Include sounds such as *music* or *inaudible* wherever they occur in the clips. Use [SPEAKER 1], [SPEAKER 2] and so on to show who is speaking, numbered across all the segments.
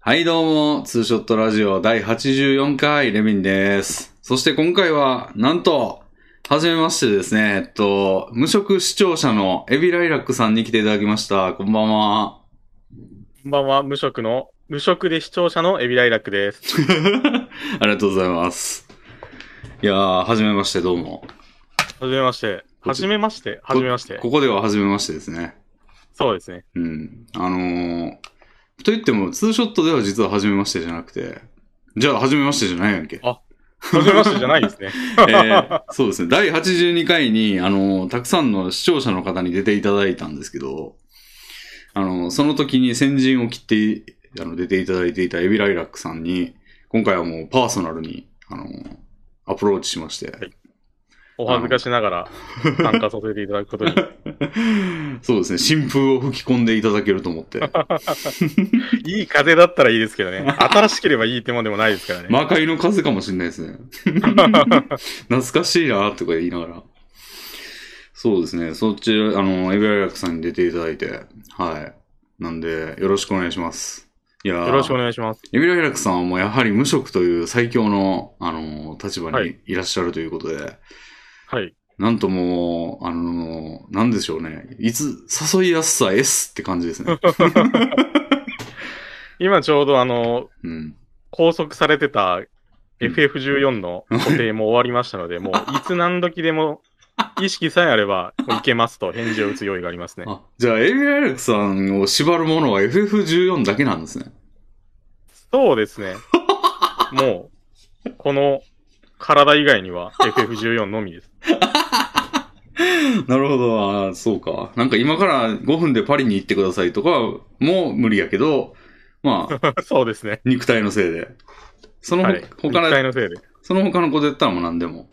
[SPEAKER 1] はい、どうも、ツーショットラジオ第84回、レビンです。そして今回は、なんと、はじめましてですね、えっと、無職視聴者のエビライラックさんに来ていただきました。こんばんは。 *laughs*
[SPEAKER 2] こんばんは、無職の、無職で視聴者のエビライラックです。
[SPEAKER 1] ありがとうございます。いやー、はじめまして、どうも。
[SPEAKER 2] はじめまして。
[SPEAKER 1] こっ
[SPEAKER 2] は
[SPEAKER 1] ち
[SPEAKER 2] じめまして。はじめまして。
[SPEAKER 1] ここでははじめましてですね。
[SPEAKER 2] そうですね。
[SPEAKER 1] うん。あのー、と言っても、ツーショットでは実ははじめましてじゃなくて、じゃあ、はじめましてじゃないやんけ。
[SPEAKER 2] はじめましてじゃないですね。
[SPEAKER 1] えーそうですね。第82回に、あの、たくさんの視聴者の方に出ていただいたんですけど、あの、その時に先陣を切って、あの、出ていただいていたエビライラックさんに、今回はもうパーソナルに、あの、アプローチしまして。
[SPEAKER 2] お恥ずかしながら参加させていただくこと
[SPEAKER 1] *laughs*
[SPEAKER 2] に。
[SPEAKER 1] そうですね。新風を吹き込んでいただけると思って。
[SPEAKER 2] いい風だったらいいですけどね。新しければいいってもんでもないですからね。
[SPEAKER 1] 魔界の数かもしれないです
[SPEAKER 2] *laughs*
[SPEAKER 1] ね。懐かしいなとか言いながら。そうですね。そっち、あの、エビライラックさんに出ていただいて、はい。なんで、よろしくお願いします。いやー
[SPEAKER 2] よろしくお願いします。
[SPEAKER 1] エビライラックさんはもうやはり無職という最強の、あの、立場
[SPEAKER 2] は
[SPEAKER 1] に
[SPEAKER 2] い
[SPEAKER 1] いらっしゃるということで、
[SPEAKER 2] はい。
[SPEAKER 1] なんともう、あの、なんでしょうね。いつ、誘いやすさ S って感じ
[SPEAKER 2] *laughs*
[SPEAKER 1] ですね。
[SPEAKER 2] 今ちょうどあの、
[SPEAKER 1] うん。
[SPEAKER 2] 拘束されてた FF14 の固定も終わりましたので、もういつ何時でも意識さえあればいけますと返事を打つ用意がありますね。
[SPEAKER 1] あ、じゃあ、エビライラックさんを縛るものは FF14 だけなんですね。
[SPEAKER 2] そうで
[SPEAKER 1] *laughs*
[SPEAKER 2] すね。もう、この体以外には FF14 の
[SPEAKER 1] *laughs*
[SPEAKER 2] みです。
[SPEAKER 1] なるほど、あーそうか。なんか今から5分でパリに行ってくださいとかもう無理やけど、ま
[SPEAKER 2] *laughs*
[SPEAKER 1] あ、
[SPEAKER 2] そうですね。
[SPEAKER 1] 肉体のせいで。その、
[SPEAKER 2] はい。
[SPEAKER 1] 他
[SPEAKER 2] 肉体
[SPEAKER 1] の、
[SPEAKER 2] のせいで
[SPEAKER 1] その他のことやったらもう何でも。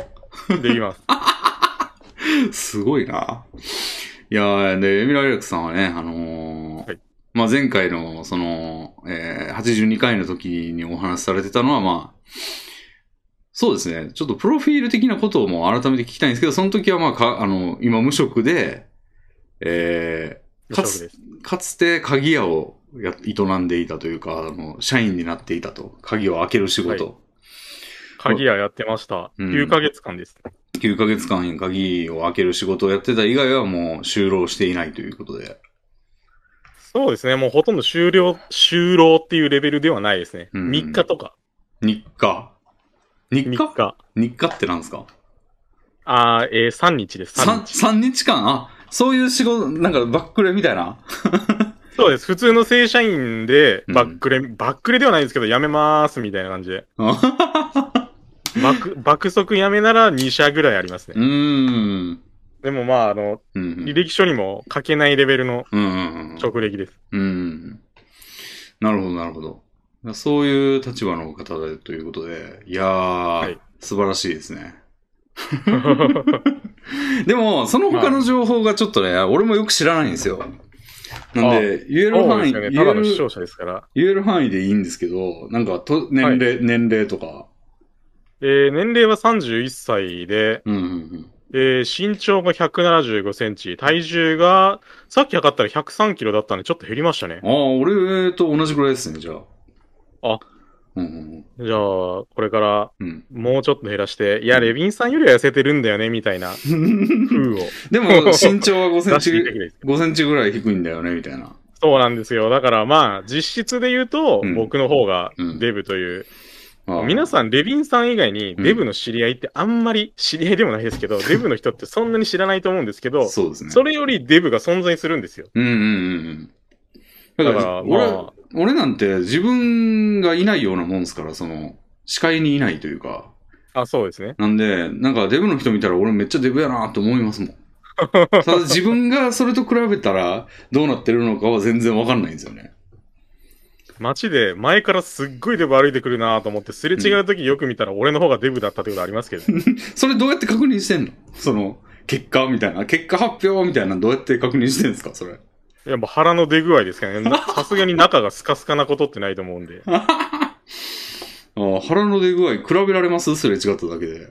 [SPEAKER 2] で
[SPEAKER 1] *laughs*
[SPEAKER 2] きます。
[SPEAKER 1] すごいな。いやーで、エミラ・エレクさんはね、あのー
[SPEAKER 2] はい
[SPEAKER 1] まあ前回の、その、えー、82回の時にお話しされてたのは、まあ、そうですね、ちょっとプロフィール的なことをもう改めて聞きたいんですけど、その時はまあ、かあの、今無職で、えー、
[SPEAKER 2] 無職です。
[SPEAKER 1] かつて鍵屋をや営んでいたというか、あの、社員になっていたと。鍵を開ける仕事。
[SPEAKER 2] は鍵屋やってました。
[SPEAKER 1] うん
[SPEAKER 2] 9ヶ月間です。
[SPEAKER 1] 9ヶ月間鍵を開ける仕事をやってた以外はもう就労していないということで。
[SPEAKER 2] そうですね。もうほとんど終了、就労っていうレベルではないですね。
[SPEAKER 1] うん
[SPEAKER 2] 3日とか。
[SPEAKER 1] 日課。日
[SPEAKER 2] 3
[SPEAKER 1] 課
[SPEAKER 2] 日。
[SPEAKER 1] 日課ってなんですか
[SPEAKER 2] あーえー、3日です。3
[SPEAKER 1] 3, 3日
[SPEAKER 2] 日。
[SPEAKER 1] 間あ、そういう仕事、なんかバックレみたいな。 *laughs*
[SPEAKER 2] そうです。普通の正社員で、
[SPEAKER 1] うん
[SPEAKER 2] バックレ、バックレではないですけど、辞めまーすみたいな感じで。
[SPEAKER 1] う
[SPEAKER 2] 爆、 *laughs* 爆速辞めなら2社ぐらいありますね。
[SPEAKER 1] ーん。
[SPEAKER 2] でもまあ、あの、
[SPEAKER 1] うんう
[SPEAKER 2] 履
[SPEAKER 1] ん。
[SPEAKER 2] 歴書にも書けないレベルの
[SPEAKER 1] うんうんうん。
[SPEAKER 2] 直
[SPEAKER 1] *laughs*
[SPEAKER 2] 撃です。
[SPEAKER 1] うん。なるほど、なるほど。そういう立場の方でということで、いやー、
[SPEAKER 2] い
[SPEAKER 1] 素晴らしいですね。でも、その他の情報がちょっとね、俺もよく知らないんですよ。なんで、言える
[SPEAKER 2] そう
[SPEAKER 1] 範
[SPEAKER 2] で
[SPEAKER 1] 囲、
[SPEAKER 2] すよね。
[SPEAKER 1] 言
[SPEAKER 2] た
[SPEAKER 1] え
[SPEAKER 2] だの視
[SPEAKER 1] る
[SPEAKER 2] 聴者ですから。
[SPEAKER 1] 言える範囲でいいんですけど、なんかと、年齢、年齢とか。
[SPEAKER 2] えー年齢は31歳で、
[SPEAKER 1] うんうん
[SPEAKER 2] えー身長が175センチ、体重が、さっき測ったら103キロだったんで、ちょっと減りましたね
[SPEAKER 1] うん。。ああ、俺と同じぐらいですね、じゃあ。
[SPEAKER 2] あ。
[SPEAKER 1] うんうん
[SPEAKER 2] じゃあ、これから、
[SPEAKER 1] うん。
[SPEAKER 2] もうちょっと減らして、いや、レビンさんよりは痩せてるんだよね、みたいな、
[SPEAKER 1] うん。
[SPEAKER 2] 風を
[SPEAKER 1] で
[SPEAKER 2] *laughs*
[SPEAKER 1] も、身長は5セン
[SPEAKER 2] 出していただ
[SPEAKER 1] チ、
[SPEAKER 2] け
[SPEAKER 1] *laughs*
[SPEAKER 2] です。
[SPEAKER 1] 5センチぐらい低いんだよね、みたいな。
[SPEAKER 2] そうなんですよ。だからまあ、実質で言うと、
[SPEAKER 1] うん
[SPEAKER 2] 僕の方が
[SPEAKER 1] うん
[SPEAKER 2] デブという、
[SPEAKER 1] ああ
[SPEAKER 2] 皆さん、レビンさん以外に
[SPEAKER 1] うん
[SPEAKER 2] デブの知り合いってあんまり知り合いでもないです
[SPEAKER 1] *laughs*
[SPEAKER 2] けど、デブの人ってそんなに知らないと思うんですけど、
[SPEAKER 1] そうですね。
[SPEAKER 2] それよりデブが存在するんですよ。
[SPEAKER 1] うんうんうんうん。だ
[SPEAKER 2] だ
[SPEAKER 1] か、
[SPEAKER 2] からら、ま
[SPEAKER 1] 俺、
[SPEAKER 2] あ、
[SPEAKER 1] 俺なんて自分がいないようなもんですから、その、視界にいないというか。
[SPEAKER 2] あ、そうですね。
[SPEAKER 1] なんで、なんかデブの人見たら俺めっちゃデブやなと思いますもん。ただ自分がそれと比べたらどうなってるのかは全然わかんないんですよね。
[SPEAKER 2] 街で前からすっごいデブ歩いてくるなと思って、すれ違う時よく見たら俺の方がデブだったってことありま
[SPEAKER 1] *laughs*
[SPEAKER 2] すけどね、
[SPEAKER 1] それどうやって確認してんのその、結果みたいな。結果発表みたいなのどうやって確認してんですかそれ。
[SPEAKER 2] いや、もう腹の出具合で
[SPEAKER 1] *laughs*
[SPEAKER 2] すからね。さすがに中がスカスカなことってないと思うんで。
[SPEAKER 1] ああ腹の出具合比べられますすれ違っただけで。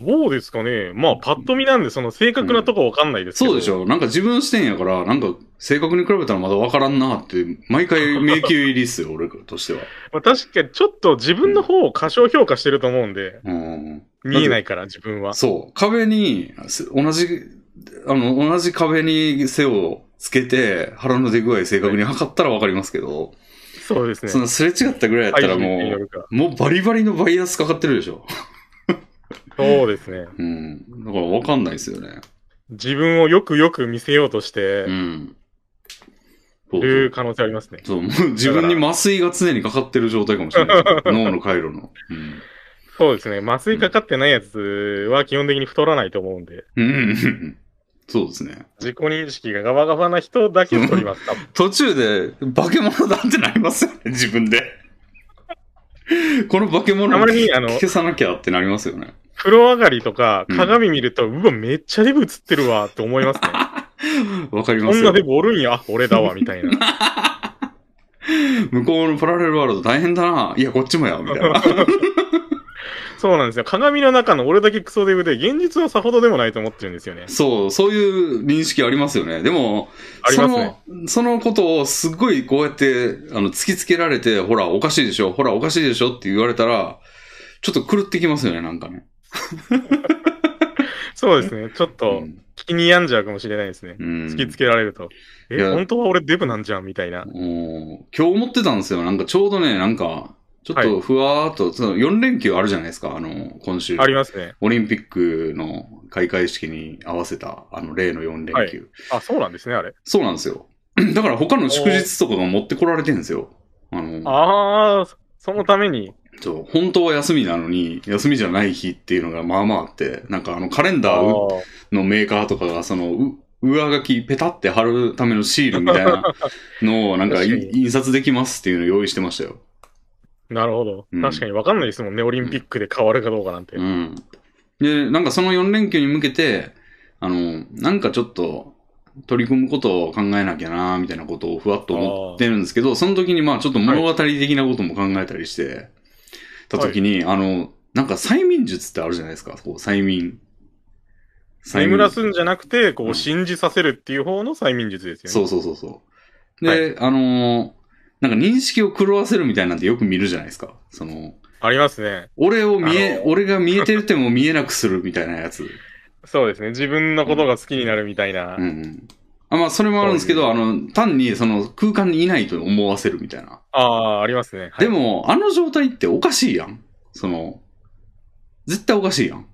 [SPEAKER 2] どうですかね。まあ、パッと見なんで、その正確なとこわかんないですけど、
[SPEAKER 1] そうでしょなんか自分視点やから、なんか正確に比べたらまだわからんなって、毎回迷宮入りっすよ、俺としては。
[SPEAKER 2] まあ、確かにちょっと自分の方を過小評価してると思うんで、
[SPEAKER 1] うん。
[SPEAKER 2] 見えないから、自分は。
[SPEAKER 1] そう。壁に、す同じ、あの、同じ壁に背をつけて、腹の出具合正確に測ったらわかりますけど、
[SPEAKER 2] そうですね。
[SPEAKER 1] そのすれ違ったぐらいやったら
[SPEAKER 2] 配信に
[SPEAKER 1] も
[SPEAKER 2] よるから
[SPEAKER 1] う、もうバリバリのバイアスかかってるでし
[SPEAKER 2] *laughs*
[SPEAKER 1] ょ。
[SPEAKER 2] そうですね。
[SPEAKER 1] うん。だからわかんないですよね。
[SPEAKER 2] 自分をよくよく見せようとして
[SPEAKER 1] うん。そうそう
[SPEAKER 2] る可能性ありますね。
[SPEAKER 1] そう、もう自分に麻酔が常にかかってる状態かもしれ
[SPEAKER 2] *laughs*
[SPEAKER 1] ない。脳の回路の。
[SPEAKER 2] そうですね。麻酔かかってないやつは基本的に太らないと思うんで、
[SPEAKER 1] うん。うん。 *laughs* そうですね。
[SPEAKER 2] 自己認識がガバガバな人だけ太ります。多分
[SPEAKER 1] 途中で、化け物だってなりますよね、自分で。この化け物
[SPEAKER 2] たまにあの
[SPEAKER 1] 消さなきゃってなりますよね。
[SPEAKER 2] 風呂上がりとか
[SPEAKER 1] うん
[SPEAKER 2] 鏡見ると、うわ、めっちゃデブ映ってるわって思いますね。
[SPEAKER 1] わかりま
[SPEAKER 2] こ
[SPEAKER 1] す
[SPEAKER 2] んな
[SPEAKER 1] よ
[SPEAKER 2] デ。ブおるんや、あ俺だわ、みたいな。
[SPEAKER 1] 向こうのパラレルワールド大変だな。いや、こっちもや、みたい
[SPEAKER 2] *laughs*
[SPEAKER 1] な。
[SPEAKER 2] そうなんですよ。鏡の中の俺だけクソデブで、現実はさほどでもないと思ってるんですよね。
[SPEAKER 1] そう、そういう認識ありますよね。でも、
[SPEAKER 2] あり
[SPEAKER 1] そ
[SPEAKER 2] ます
[SPEAKER 1] の
[SPEAKER 2] ね。
[SPEAKER 1] そのことをすっごいこうやって、あの、突きつけられて、ほら、おかしいでしょ、ほら、おかしいでしょって言われたら、ちょっと狂ってきますよね、なんかね。
[SPEAKER 2] そうですね。ちょっと
[SPEAKER 1] ん
[SPEAKER 2] 気に病んじゃうかもしれないですね。
[SPEAKER 1] うん
[SPEAKER 2] 突きつけられると。
[SPEAKER 1] い
[SPEAKER 2] え、
[SPEAKER 1] や
[SPEAKER 2] 本当は俺デブなんじゃんみたいな。
[SPEAKER 1] おー今日思ってたんですよ。なんかちょうどね、なんか、ちょっとふわーっと、その4連休あるじゃないですか、あの、今週。
[SPEAKER 2] ありますね。
[SPEAKER 1] オリンピックの開会式に合わせた、あの、例の4連休。
[SPEAKER 2] はいあ、そうなんですね、あれ。
[SPEAKER 1] そうなんですよ。 *clears throat* だから他の祝日とかが持ってこられてるんですよ。あの、
[SPEAKER 2] ああ、そのために。
[SPEAKER 1] そう本当は休みなのに、休みじゃない日っていうのがまあまああって、なんかあの、カレンダー
[SPEAKER 2] ー
[SPEAKER 1] のメーカーとかが、その、う上書きペタって貼るためのシールみたいなのを、なんかい
[SPEAKER 2] 確かに
[SPEAKER 1] 印刷できますっていうのを用意してましたよ。
[SPEAKER 2] なるほど
[SPEAKER 1] うん。
[SPEAKER 2] 確かに分かんないですもんね、オリンピックで変わるかどうかなんて。
[SPEAKER 1] うん。で、なんかその4連休に向けて、あの、なんかちょっと取り組むことを考えなきゃなみたいなことをふわっと思ってるんですけど、その時にまあちょっと物語的なことも考えたりして、た時に、あの、なんか催眠術ってあるじゃないですか、こう催眠。
[SPEAKER 2] 眠らすんじゃなくて、こ
[SPEAKER 1] うん
[SPEAKER 2] う、信じさせるっていう方の催眠術ですよね。
[SPEAKER 1] そうそうそうそう。で、あのーなんか認識を狂わせるみたいなんてよく見るじゃないですか。その、
[SPEAKER 2] ありますね。
[SPEAKER 1] 俺を見え
[SPEAKER 2] あ、の
[SPEAKER 1] 俺が見えてるても見えなくするみたいなやつ。
[SPEAKER 2] そうですね。自分のことが好きになるみたいな。
[SPEAKER 1] うんうん。あまあ、それもあるんですけど、
[SPEAKER 2] そ
[SPEAKER 1] あ
[SPEAKER 2] うい
[SPEAKER 1] の、単にその空間にいないと思わせるみたいな。
[SPEAKER 2] ああ、ありますね。はい
[SPEAKER 1] でも、あの状態っておかしいやん。その、絶対おかしいやん。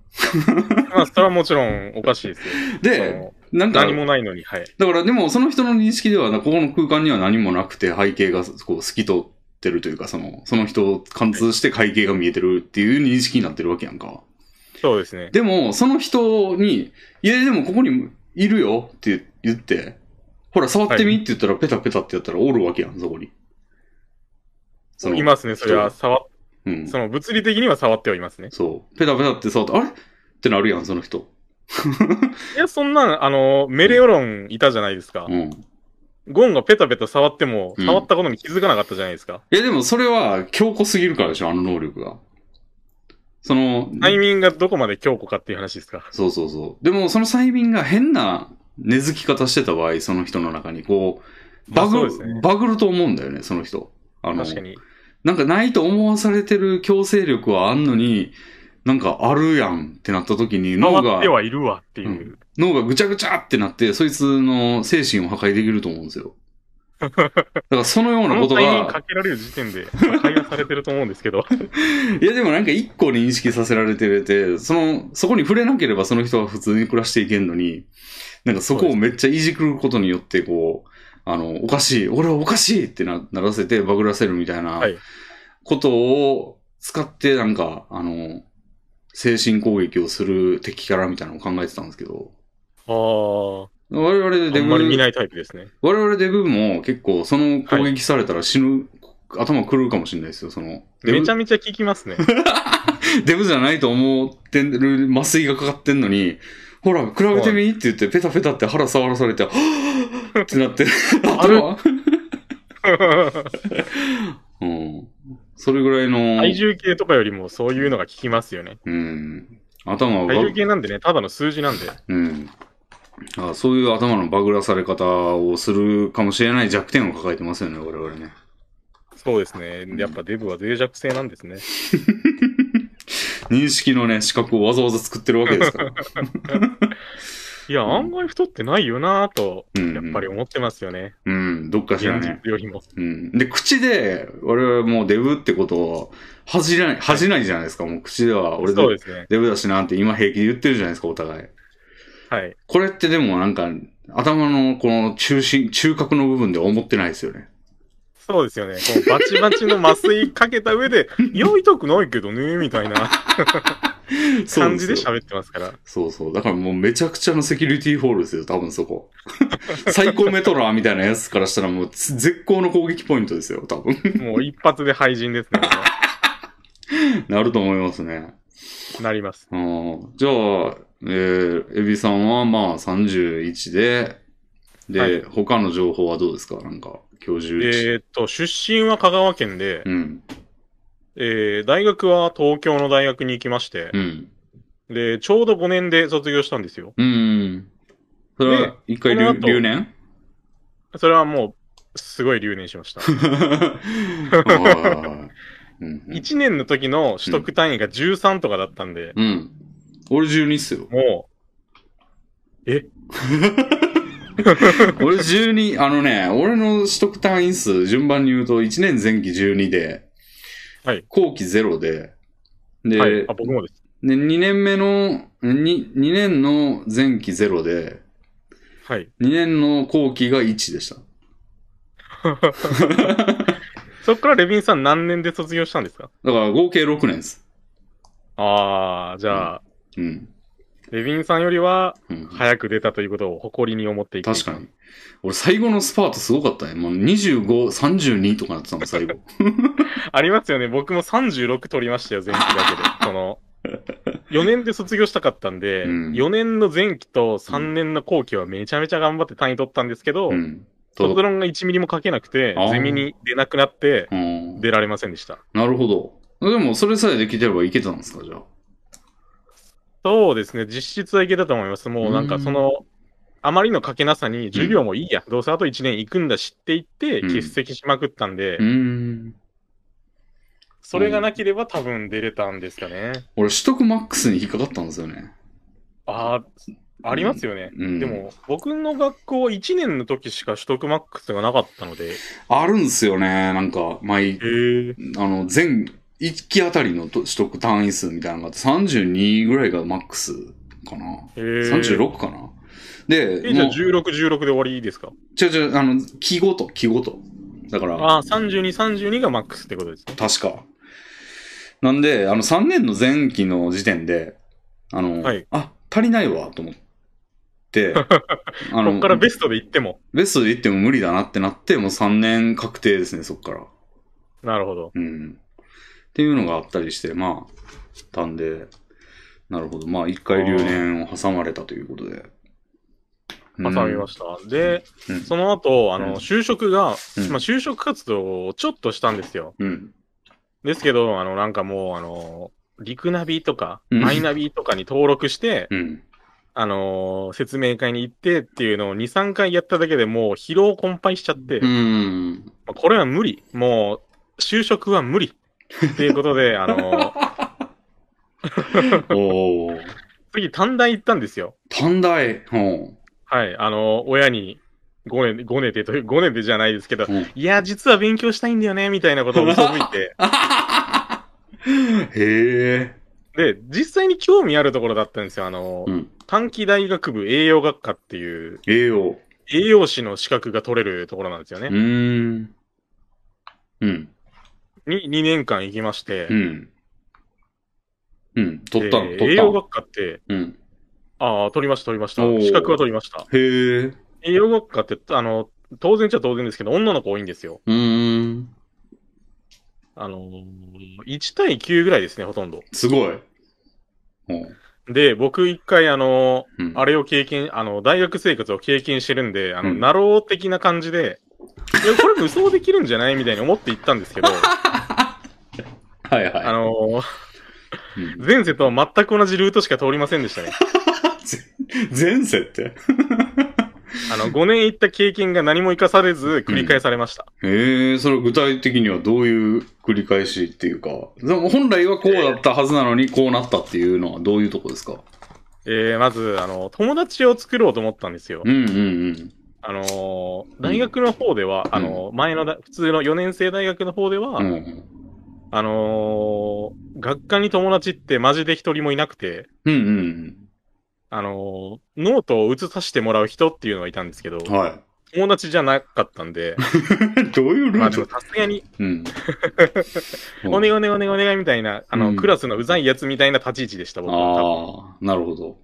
[SPEAKER 2] まあ、それはもちろんおかしいですよ。そ
[SPEAKER 1] で、
[SPEAKER 2] の
[SPEAKER 1] なんか、
[SPEAKER 2] 何もないのに、はい。
[SPEAKER 1] だからでもその人の認識では、ここの空間には何もなくて背景がこう透き通ってるというか、その、その人を貫通して背景が見えてるっていう認識になってるわけやんか。
[SPEAKER 2] そうですね。
[SPEAKER 1] でも、その人に、いや、でもここにいるよって言って、ほら、触ってみって言ったら、ペタペタってやったらおるわけやん、そこに。その
[SPEAKER 2] いますね、それは。触っ、
[SPEAKER 1] うん。
[SPEAKER 2] その、物理的には触ってはいますね。
[SPEAKER 1] そう。ペタペタって触って、あれってなるやん、その人。
[SPEAKER 2] いや、そんな、あの、メレオロンいたじゃないですか
[SPEAKER 1] う。ん。
[SPEAKER 2] ゴンがペタペタ触っても、
[SPEAKER 1] うん
[SPEAKER 2] 触ったことに気づかなかったじゃないですか。
[SPEAKER 1] いや、でもそれは強固すぎるからでしょ、あの能力が。その、
[SPEAKER 2] 催眠がどこまで強固かっていう話ですか。
[SPEAKER 1] そうそうそう。でも、その催眠が変な根付き方してた場合、その人の中に、こう、
[SPEAKER 2] まあ
[SPEAKER 1] バグ
[SPEAKER 2] そうです
[SPEAKER 1] る、
[SPEAKER 2] ね
[SPEAKER 1] バグると思うんだよね、その人。あの、
[SPEAKER 2] 確かに。
[SPEAKER 1] なんかないと思わされてる強制力はあんのに、なんかあるやんってなった時に、脳
[SPEAKER 2] 触っ
[SPEAKER 1] が
[SPEAKER 2] て、はいるわっていう。
[SPEAKER 1] 脳がぐちゃぐちゃってなって、そいつの精神を破壊できると思うんです *laughs* よ。だからそのよう
[SPEAKER 2] こ
[SPEAKER 1] なこ
[SPEAKER 2] の
[SPEAKER 1] と
[SPEAKER 2] タイミングか
[SPEAKER 1] が、
[SPEAKER 2] けられる時点で、まあ会話されてると思うんです
[SPEAKER 1] *laughs*
[SPEAKER 2] けど。
[SPEAKER 1] いやでもなんか一個認識させられてて、その、そこに触れなければその人は普通に暮らしていけんのに、なんかそこをめっちゃいじくることによって、こう、あの、おかしい、俺はおかしいってなならせてバグらせるみたいな
[SPEAKER 2] はい
[SPEAKER 1] ことを使って、なんか、あの、精神攻撃をする敵キャラみたいなのを考えてたんですけど、
[SPEAKER 2] あ
[SPEAKER 1] 我々
[SPEAKER 2] あ、あ
[SPEAKER 1] デ
[SPEAKER 2] んまり見
[SPEAKER 1] ブ、
[SPEAKER 2] ないタイプですね。
[SPEAKER 1] 我々デブも結構その攻撃されたら死ぬ、頭狂うかもしれないですよ、その。デブ
[SPEAKER 2] めちゃめちゃ効きますね。
[SPEAKER 1] デブじゃないと思ってる麻酔がかかってんのに、ほら、比べてみって言って、ペタペタって腹触らされて、はぁってなって、
[SPEAKER 2] *laughs* ある
[SPEAKER 1] 頭うん。それぐらいの、
[SPEAKER 2] 体重計とかよりもそういうのが効きますよね。
[SPEAKER 1] うん。頭をバ
[SPEAKER 2] 体重
[SPEAKER 1] グ、
[SPEAKER 2] 計なんでね、ただの数字なんで。
[SPEAKER 1] うん。あそういう頭のバグらされ方をするかもしれない弱点を抱えてますよね、我々ね。
[SPEAKER 2] そうですね。やっぱデブは脆弱性なんですね。
[SPEAKER 1] 認識のね、資格をわざわざ作ってるわけです
[SPEAKER 2] *laughs*
[SPEAKER 1] から。
[SPEAKER 2] いや、案外太ってないよなぁと、
[SPEAKER 1] うん。
[SPEAKER 2] やっぱり。思ってますよね。
[SPEAKER 1] うん、どっかしら
[SPEAKER 2] 現
[SPEAKER 1] ね。
[SPEAKER 2] 実よりも。
[SPEAKER 1] うん。で、口で、我々はもうデブってことを恥じない、恥じないじゃないですか。もう口では、俺
[SPEAKER 2] そう
[SPEAKER 1] デ
[SPEAKER 2] ですね。
[SPEAKER 1] デブだしなんて今平気で言ってるじゃないですか、お互い。
[SPEAKER 2] はい。
[SPEAKER 1] これってでもなんか、頭のこの中心、中核の部分で思ってないですよね。
[SPEAKER 2] そうですよね。こうバチバチの麻酔かけた上
[SPEAKER 1] *laughs*
[SPEAKER 2] で、いや、痛くないけどね、みたいな *laughs* 感じで
[SPEAKER 1] そうすよ
[SPEAKER 2] 喋ってますから。
[SPEAKER 1] そうそう。だからもうめちゃくちゃのセキュリティホールですよ、多分そこ。 *laughs* 最高メトラーみたいなやつからしたらもうつ絶好の攻撃ポイントですよ、多分。 *laughs*
[SPEAKER 2] もう一発で廃人ですね。
[SPEAKER 1] なると思いますね。
[SPEAKER 2] なります。
[SPEAKER 1] あーじゃあ、えー、エビさんはまあ31で、で、
[SPEAKER 2] はい
[SPEAKER 1] 他の情報はどうですかなんか、教授。
[SPEAKER 2] えーっと、出身は香川県で、
[SPEAKER 1] うん。
[SPEAKER 2] えー大学は東京の大学に行きまして
[SPEAKER 1] う、ん。
[SPEAKER 2] で、ちょうど5年で卒業したんですよ。
[SPEAKER 1] うん。それは、一回
[SPEAKER 2] この
[SPEAKER 1] 留
[SPEAKER 2] 後
[SPEAKER 1] 留年
[SPEAKER 2] それはもう、すごい留年しました。
[SPEAKER 1] あーうんうん
[SPEAKER 2] 1年の時の取得単位が13とかだったんで、
[SPEAKER 1] うん。俺12っすよ。
[SPEAKER 2] も
[SPEAKER 1] 俺12、あのね、俺の取得単位数、順番に言うと、1年前期12で、
[SPEAKER 2] はい
[SPEAKER 1] 後期0で、
[SPEAKER 2] う、
[SPEAKER 1] で、
[SPEAKER 2] はい、あ僕もです。
[SPEAKER 1] で、2年目の、2, 2年の前期ゼロで、
[SPEAKER 2] はい。
[SPEAKER 1] 2年の後期が1でした。だか
[SPEAKER 2] そっからレビンさん何年で卒業したんですから
[SPEAKER 1] 合計6年です。
[SPEAKER 2] ああ、じゃあ、
[SPEAKER 1] うん。
[SPEAKER 2] レビンさんよりは
[SPEAKER 1] うん、
[SPEAKER 2] 早く出たということを誇りに思っていきます
[SPEAKER 1] 確かに。俺最後のスパートすごかったね。もう25、32とかなってたの、最後。
[SPEAKER 2] ありますよね。僕も36取りましたよ、前
[SPEAKER 1] *laughs*
[SPEAKER 2] 期だけで。その、4年で卒業したかったんで、
[SPEAKER 1] うん
[SPEAKER 2] 4年の前期と3年の後期はめちゃめちゃ頑張って単位取ったんですけど、
[SPEAKER 1] うん。と
[SPEAKER 2] 卒論が1ミリも書けなくて
[SPEAKER 1] あー、
[SPEAKER 2] ゼミに出なくなって、
[SPEAKER 1] うん、
[SPEAKER 2] 出られませんでした。
[SPEAKER 1] なるほど。でも、それさえできてればいけたんですか、じゃあ。
[SPEAKER 2] そうですね、実質はいけたと思います。もうなん
[SPEAKER 1] う
[SPEAKER 2] か
[SPEAKER 1] ん
[SPEAKER 2] その、あまりの書けなさに、授業もいいや、どうせあと1年行くんだ知っていって、
[SPEAKER 1] うん
[SPEAKER 2] 欠席しまくったんで、
[SPEAKER 1] うーん。
[SPEAKER 2] それがなければ多分出れたんですかね。
[SPEAKER 1] 俺、取得マックスに引っかかったんですよね。
[SPEAKER 2] ああ、ありますよね。
[SPEAKER 1] うん。
[SPEAKER 2] で、も、僕の学校は1年の時しか取得マックスがなかったので、へ
[SPEAKER 1] あるんですよね、なんか、毎
[SPEAKER 2] え。
[SPEAKER 1] あの、全、1期あたりの取得単位数みたいなのがあって、32ぐらいがマックスかな。
[SPEAKER 2] へえ。
[SPEAKER 1] 36かな。で、
[SPEAKER 2] え、じゃあ
[SPEAKER 1] もう
[SPEAKER 2] 16、16で終わりですか
[SPEAKER 1] ちょちょ、あの、記ごと、記ごと。だから、
[SPEAKER 2] ああ、32、32がマックスってことですね。
[SPEAKER 1] 確か。なんで、あの、3年の前期の時点で、あの、
[SPEAKER 2] はい
[SPEAKER 1] あ、足りないわ、と思って、あ
[SPEAKER 2] *laughs* こっからベストで行っても。
[SPEAKER 1] ベストで行っても無理だなってなって、もう3年確定ですね、そっから。
[SPEAKER 2] なるほど。
[SPEAKER 1] うん。っていうのがあったりして、まあ、たんで、なるほど。まあ、一回留年を挟まれたということで。
[SPEAKER 2] 挟みま
[SPEAKER 1] し
[SPEAKER 2] した。で、
[SPEAKER 1] うん
[SPEAKER 2] その後、あ
[SPEAKER 1] うん
[SPEAKER 2] の、就職
[SPEAKER 1] うん
[SPEAKER 2] が、まあ、就職活動をちょっとしたんですよ。
[SPEAKER 1] た。うん。
[SPEAKER 2] ですけど、あの、なんかもう、あの、リクナビとか、
[SPEAKER 1] うん
[SPEAKER 2] マイナビとかに登録して、
[SPEAKER 1] うん。
[SPEAKER 2] あのー説明会に行ってっていうのを2、3回やっただけでもう疲労困憊しちゃって、
[SPEAKER 1] う
[SPEAKER 2] ま
[SPEAKER 1] ん。
[SPEAKER 2] あこれは無理。もう、就職は無理。っていうことで、あのー
[SPEAKER 1] おー。
[SPEAKER 2] 次、短大行ったんですよ。
[SPEAKER 1] 短大。ほ
[SPEAKER 2] はい。あのー親に、ごね、ごねてという、ごねてじゃないですけど、
[SPEAKER 1] う。うん
[SPEAKER 2] いや、実は勉強したいんだよね、みたいなことを嘘ついて、
[SPEAKER 1] へえ。
[SPEAKER 2] で、実際に興味あるところだったんですよ。あの、
[SPEAKER 1] うん。
[SPEAKER 2] 短期大学部栄養学科っていう、
[SPEAKER 1] 栄養。
[SPEAKER 2] 栄養士の資格が取れるところなんですよ
[SPEAKER 1] う
[SPEAKER 2] ね。
[SPEAKER 1] ーん。うん。
[SPEAKER 2] に、2年間行きまして、
[SPEAKER 1] うん。うん。取った
[SPEAKER 2] え
[SPEAKER 1] の、
[SPEAKER 2] ー
[SPEAKER 1] 取
[SPEAKER 2] 栄
[SPEAKER 1] ったの。
[SPEAKER 2] 養学科って、
[SPEAKER 1] うん。
[SPEAKER 2] ああ、取りました、取りました
[SPEAKER 1] おー。
[SPEAKER 2] 資格は取りました。
[SPEAKER 1] へえ。う
[SPEAKER 2] 栄養学科って、あの、当然っちゃ当然ですけど、女の子多いんですよ。
[SPEAKER 1] ーん。
[SPEAKER 2] あのー、1対9ぐらいですね、ほとんど。
[SPEAKER 1] すごい。ほう
[SPEAKER 2] で、僕一回、あのー
[SPEAKER 1] うん。
[SPEAKER 2] あれを経験、あの、大学生活を経験してるんで、あの、
[SPEAKER 1] うん
[SPEAKER 2] ナロー的な感じで、いや、これ無双
[SPEAKER 1] *laughs*
[SPEAKER 2] できるんじゃないみたいに思って行ったんですけど、
[SPEAKER 1] はいはい。
[SPEAKER 2] あのー
[SPEAKER 1] うん
[SPEAKER 2] 前世と全く同じルートしか通りませんでしたね。
[SPEAKER 1] 前世って
[SPEAKER 2] あの、5年行った経験が何も生かされず繰り返されました。
[SPEAKER 1] ええそれは具体的にはどういう繰り返しっていうか、でも本来はこうだったはずなのにこうなったっていうのはどういうとこですか
[SPEAKER 2] えー、まず、あの、友達を作ろうと思ったんですよ。
[SPEAKER 1] うんうん
[SPEAKER 2] あのー大学の方では、あのー前のだ、普通の4年生大学の方では、
[SPEAKER 1] うん。うん
[SPEAKER 2] あのー学科に友達ってマジで一人もいなくて、
[SPEAKER 1] うんうん
[SPEAKER 2] あのーノートを写させてもらう人っていうのがいたんですけど、
[SPEAKER 1] うん。は
[SPEAKER 2] 友達じゃなかった
[SPEAKER 1] *laughs*
[SPEAKER 2] んで、
[SPEAKER 1] い。どういうル
[SPEAKER 2] ま
[SPEAKER 1] ー
[SPEAKER 2] あで
[SPEAKER 1] ト
[SPEAKER 2] もさすがに、
[SPEAKER 1] うん。
[SPEAKER 2] お願いお願いお願いお願いみたいな、あ
[SPEAKER 1] う
[SPEAKER 2] の、
[SPEAKER 1] ん
[SPEAKER 2] クラスのうざいやつみたいな立ち位置でした、僕は。
[SPEAKER 1] ああ、なるほど。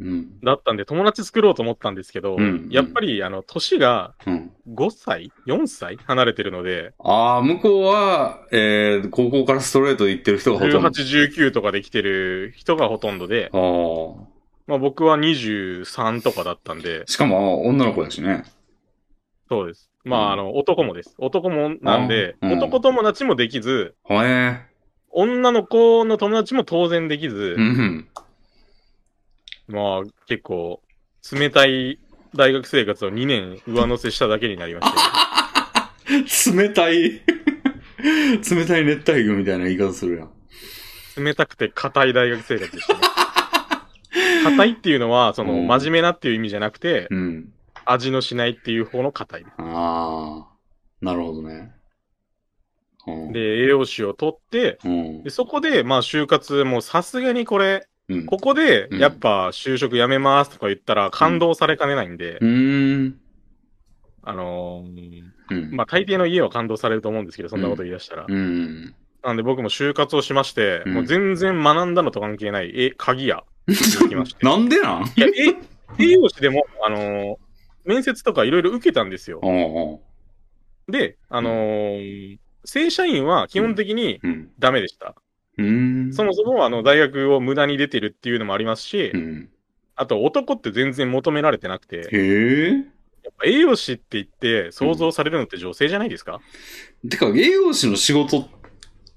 [SPEAKER 1] うん。
[SPEAKER 2] だったんで、友達作ろうと思ったんですけど、
[SPEAKER 1] うん
[SPEAKER 2] やっぱり、あの、年が
[SPEAKER 1] うん。
[SPEAKER 2] 5歳 ?4 歳離れてるので、
[SPEAKER 1] ああ、向こうは、えー、高校からストレートで行ってる人がほとんど。
[SPEAKER 2] 18、19とかで来てる人がほとんどで、
[SPEAKER 1] ああ。
[SPEAKER 2] まあ僕は23とかだったんで、
[SPEAKER 1] しかも、女の子だしね。
[SPEAKER 2] そうです。まあ、あの、男もです。男もなんで、
[SPEAKER 1] あうん
[SPEAKER 2] 男友達もできず、
[SPEAKER 1] へえ。
[SPEAKER 2] 女の子の友達も当然できず
[SPEAKER 1] う、ん。
[SPEAKER 2] まあ、結構、冷たい大学生活を2年上乗せしただけになりました。
[SPEAKER 1] 冷たい。 *laughs* 冷たい熱帯魚みたいな言い方するやん。 *laughs*
[SPEAKER 2] 冷たくて硬い大学生活でしたね。硬いっていうのは、その、
[SPEAKER 1] うん
[SPEAKER 2] 真面目なっていう意味じゃなくて、
[SPEAKER 1] うん。
[SPEAKER 2] 味のしないっていう方の硬い。
[SPEAKER 1] ああ、なるほどね。うん
[SPEAKER 2] で、栄養士を取って、
[SPEAKER 1] うん
[SPEAKER 2] で。そこで、まあ、就活、もうさすがにこれ、
[SPEAKER 1] うん。
[SPEAKER 2] ここで、
[SPEAKER 1] うん
[SPEAKER 2] やっぱ、就職やめますとか言ったら、感動されかねないんで、
[SPEAKER 1] うーん。
[SPEAKER 2] あのー
[SPEAKER 1] うん。
[SPEAKER 2] まあ、大抵の家は感動されると思うんですけど、そんなこと言い出したら。
[SPEAKER 1] うん。
[SPEAKER 2] なんで、僕も就活をしまして、
[SPEAKER 1] うん
[SPEAKER 2] もう全然学んだのと関係ない、え、
[SPEAKER 1] *laughs*
[SPEAKER 2] 鍵屋に行きまして。
[SPEAKER 1] なんでなん
[SPEAKER 2] いや、え、栄養士でも、あのー面接とかいろいろ受けたんですよ。
[SPEAKER 1] うん
[SPEAKER 2] で、あのー正社員は基本的に
[SPEAKER 1] うん。
[SPEAKER 2] ダメでした。
[SPEAKER 1] うん。
[SPEAKER 2] そもそもあの大学を無駄に出てるっていうのもありますし、
[SPEAKER 1] うん。
[SPEAKER 2] あと男って全然求められてなくて、
[SPEAKER 1] へえ。
[SPEAKER 2] やっぱ栄養士って言って想像されるのって女性じゃないですか、
[SPEAKER 1] てか、栄養士の仕事、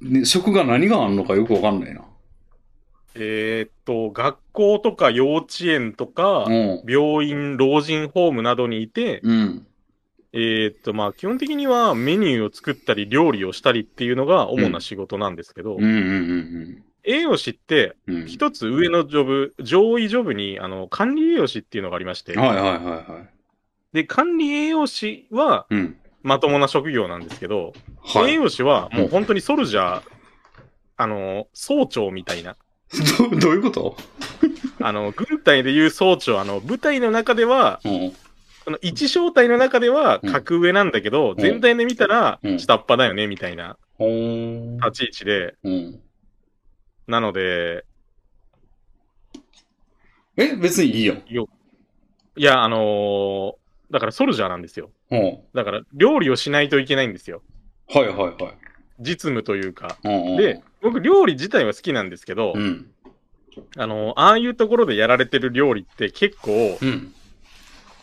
[SPEAKER 1] ね職が何があんのかよくわかんないな。
[SPEAKER 2] えーっと、学校とか幼稚園とか、
[SPEAKER 1] うん。
[SPEAKER 2] 病院、老人ホームなどにいて、
[SPEAKER 1] うん。
[SPEAKER 2] えーっと、まあ、基本的にはメニューを作ったり、料理をしたりっていうのが主な仕事なんですけど、
[SPEAKER 1] うんうんうん
[SPEAKER 2] 栄養士って
[SPEAKER 1] うん。うん。
[SPEAKER 2] 一つ上のジョブ、上位ジョブに、あの、管理栄養士っていうのがありまして、
[SPEAKER 1] はいはいはいは
[SPEAKER 2] で、管理栄養士は、
[SPEAKER 1] い。うん。
[SPEAKER 2] まともな職業なんですけど、
[SPEAKER 1] は
[SPEAKER 2] 栄
[SPEAKER 1] い。
[SPEAKER 2] 養士は、も
[SPEAKER 1] うん
[SPEAKER 2] う本当にソルジャー、あの、総長みたいな、
[SPEAKER 1] どどういうこと
[SPEAKER 2] あの、軍隊でいう総長、あの、部隊の中では、
[SPEAKER 1] うん。
[SPEAKER 2] その一小隊の中では
[SPEAKER 1] うん
[SPEAKER 2] 格上なんだけど、
[SPEAKER 1] ん
[SPEAKER 2] 全体で見たら
[SPEAKER 1] うん、
[SPEAKER 2] 下っ端だよね、みたいな
[SPEAKER 1] ほーん。
[SPEAKER 2] 立ち位置で、
[SPEAKER 1] うん。
[SPEAKER 2] なので、
[SPEAKER 1] え、別にいいやん。
[SPEAKER 2] いや、あのーだからソルジャーなんですよ。
[SPEAKER 1] うん。
[SPEAKER 2] だから、料理をしないといけないんですよ。
[SPEAKER 1] はいはいはい。
[SPEAKER 2] 実務というか。
[SPEAKER 1] うんうん、
[SPEAKER 2] で、僕、料理自体は好きなんですけど、
[SPEAKER 1] うん。
[SPEAKER 2] あの、ああいうところでやられてる料理って結構、
[SPEAKER 1] うん。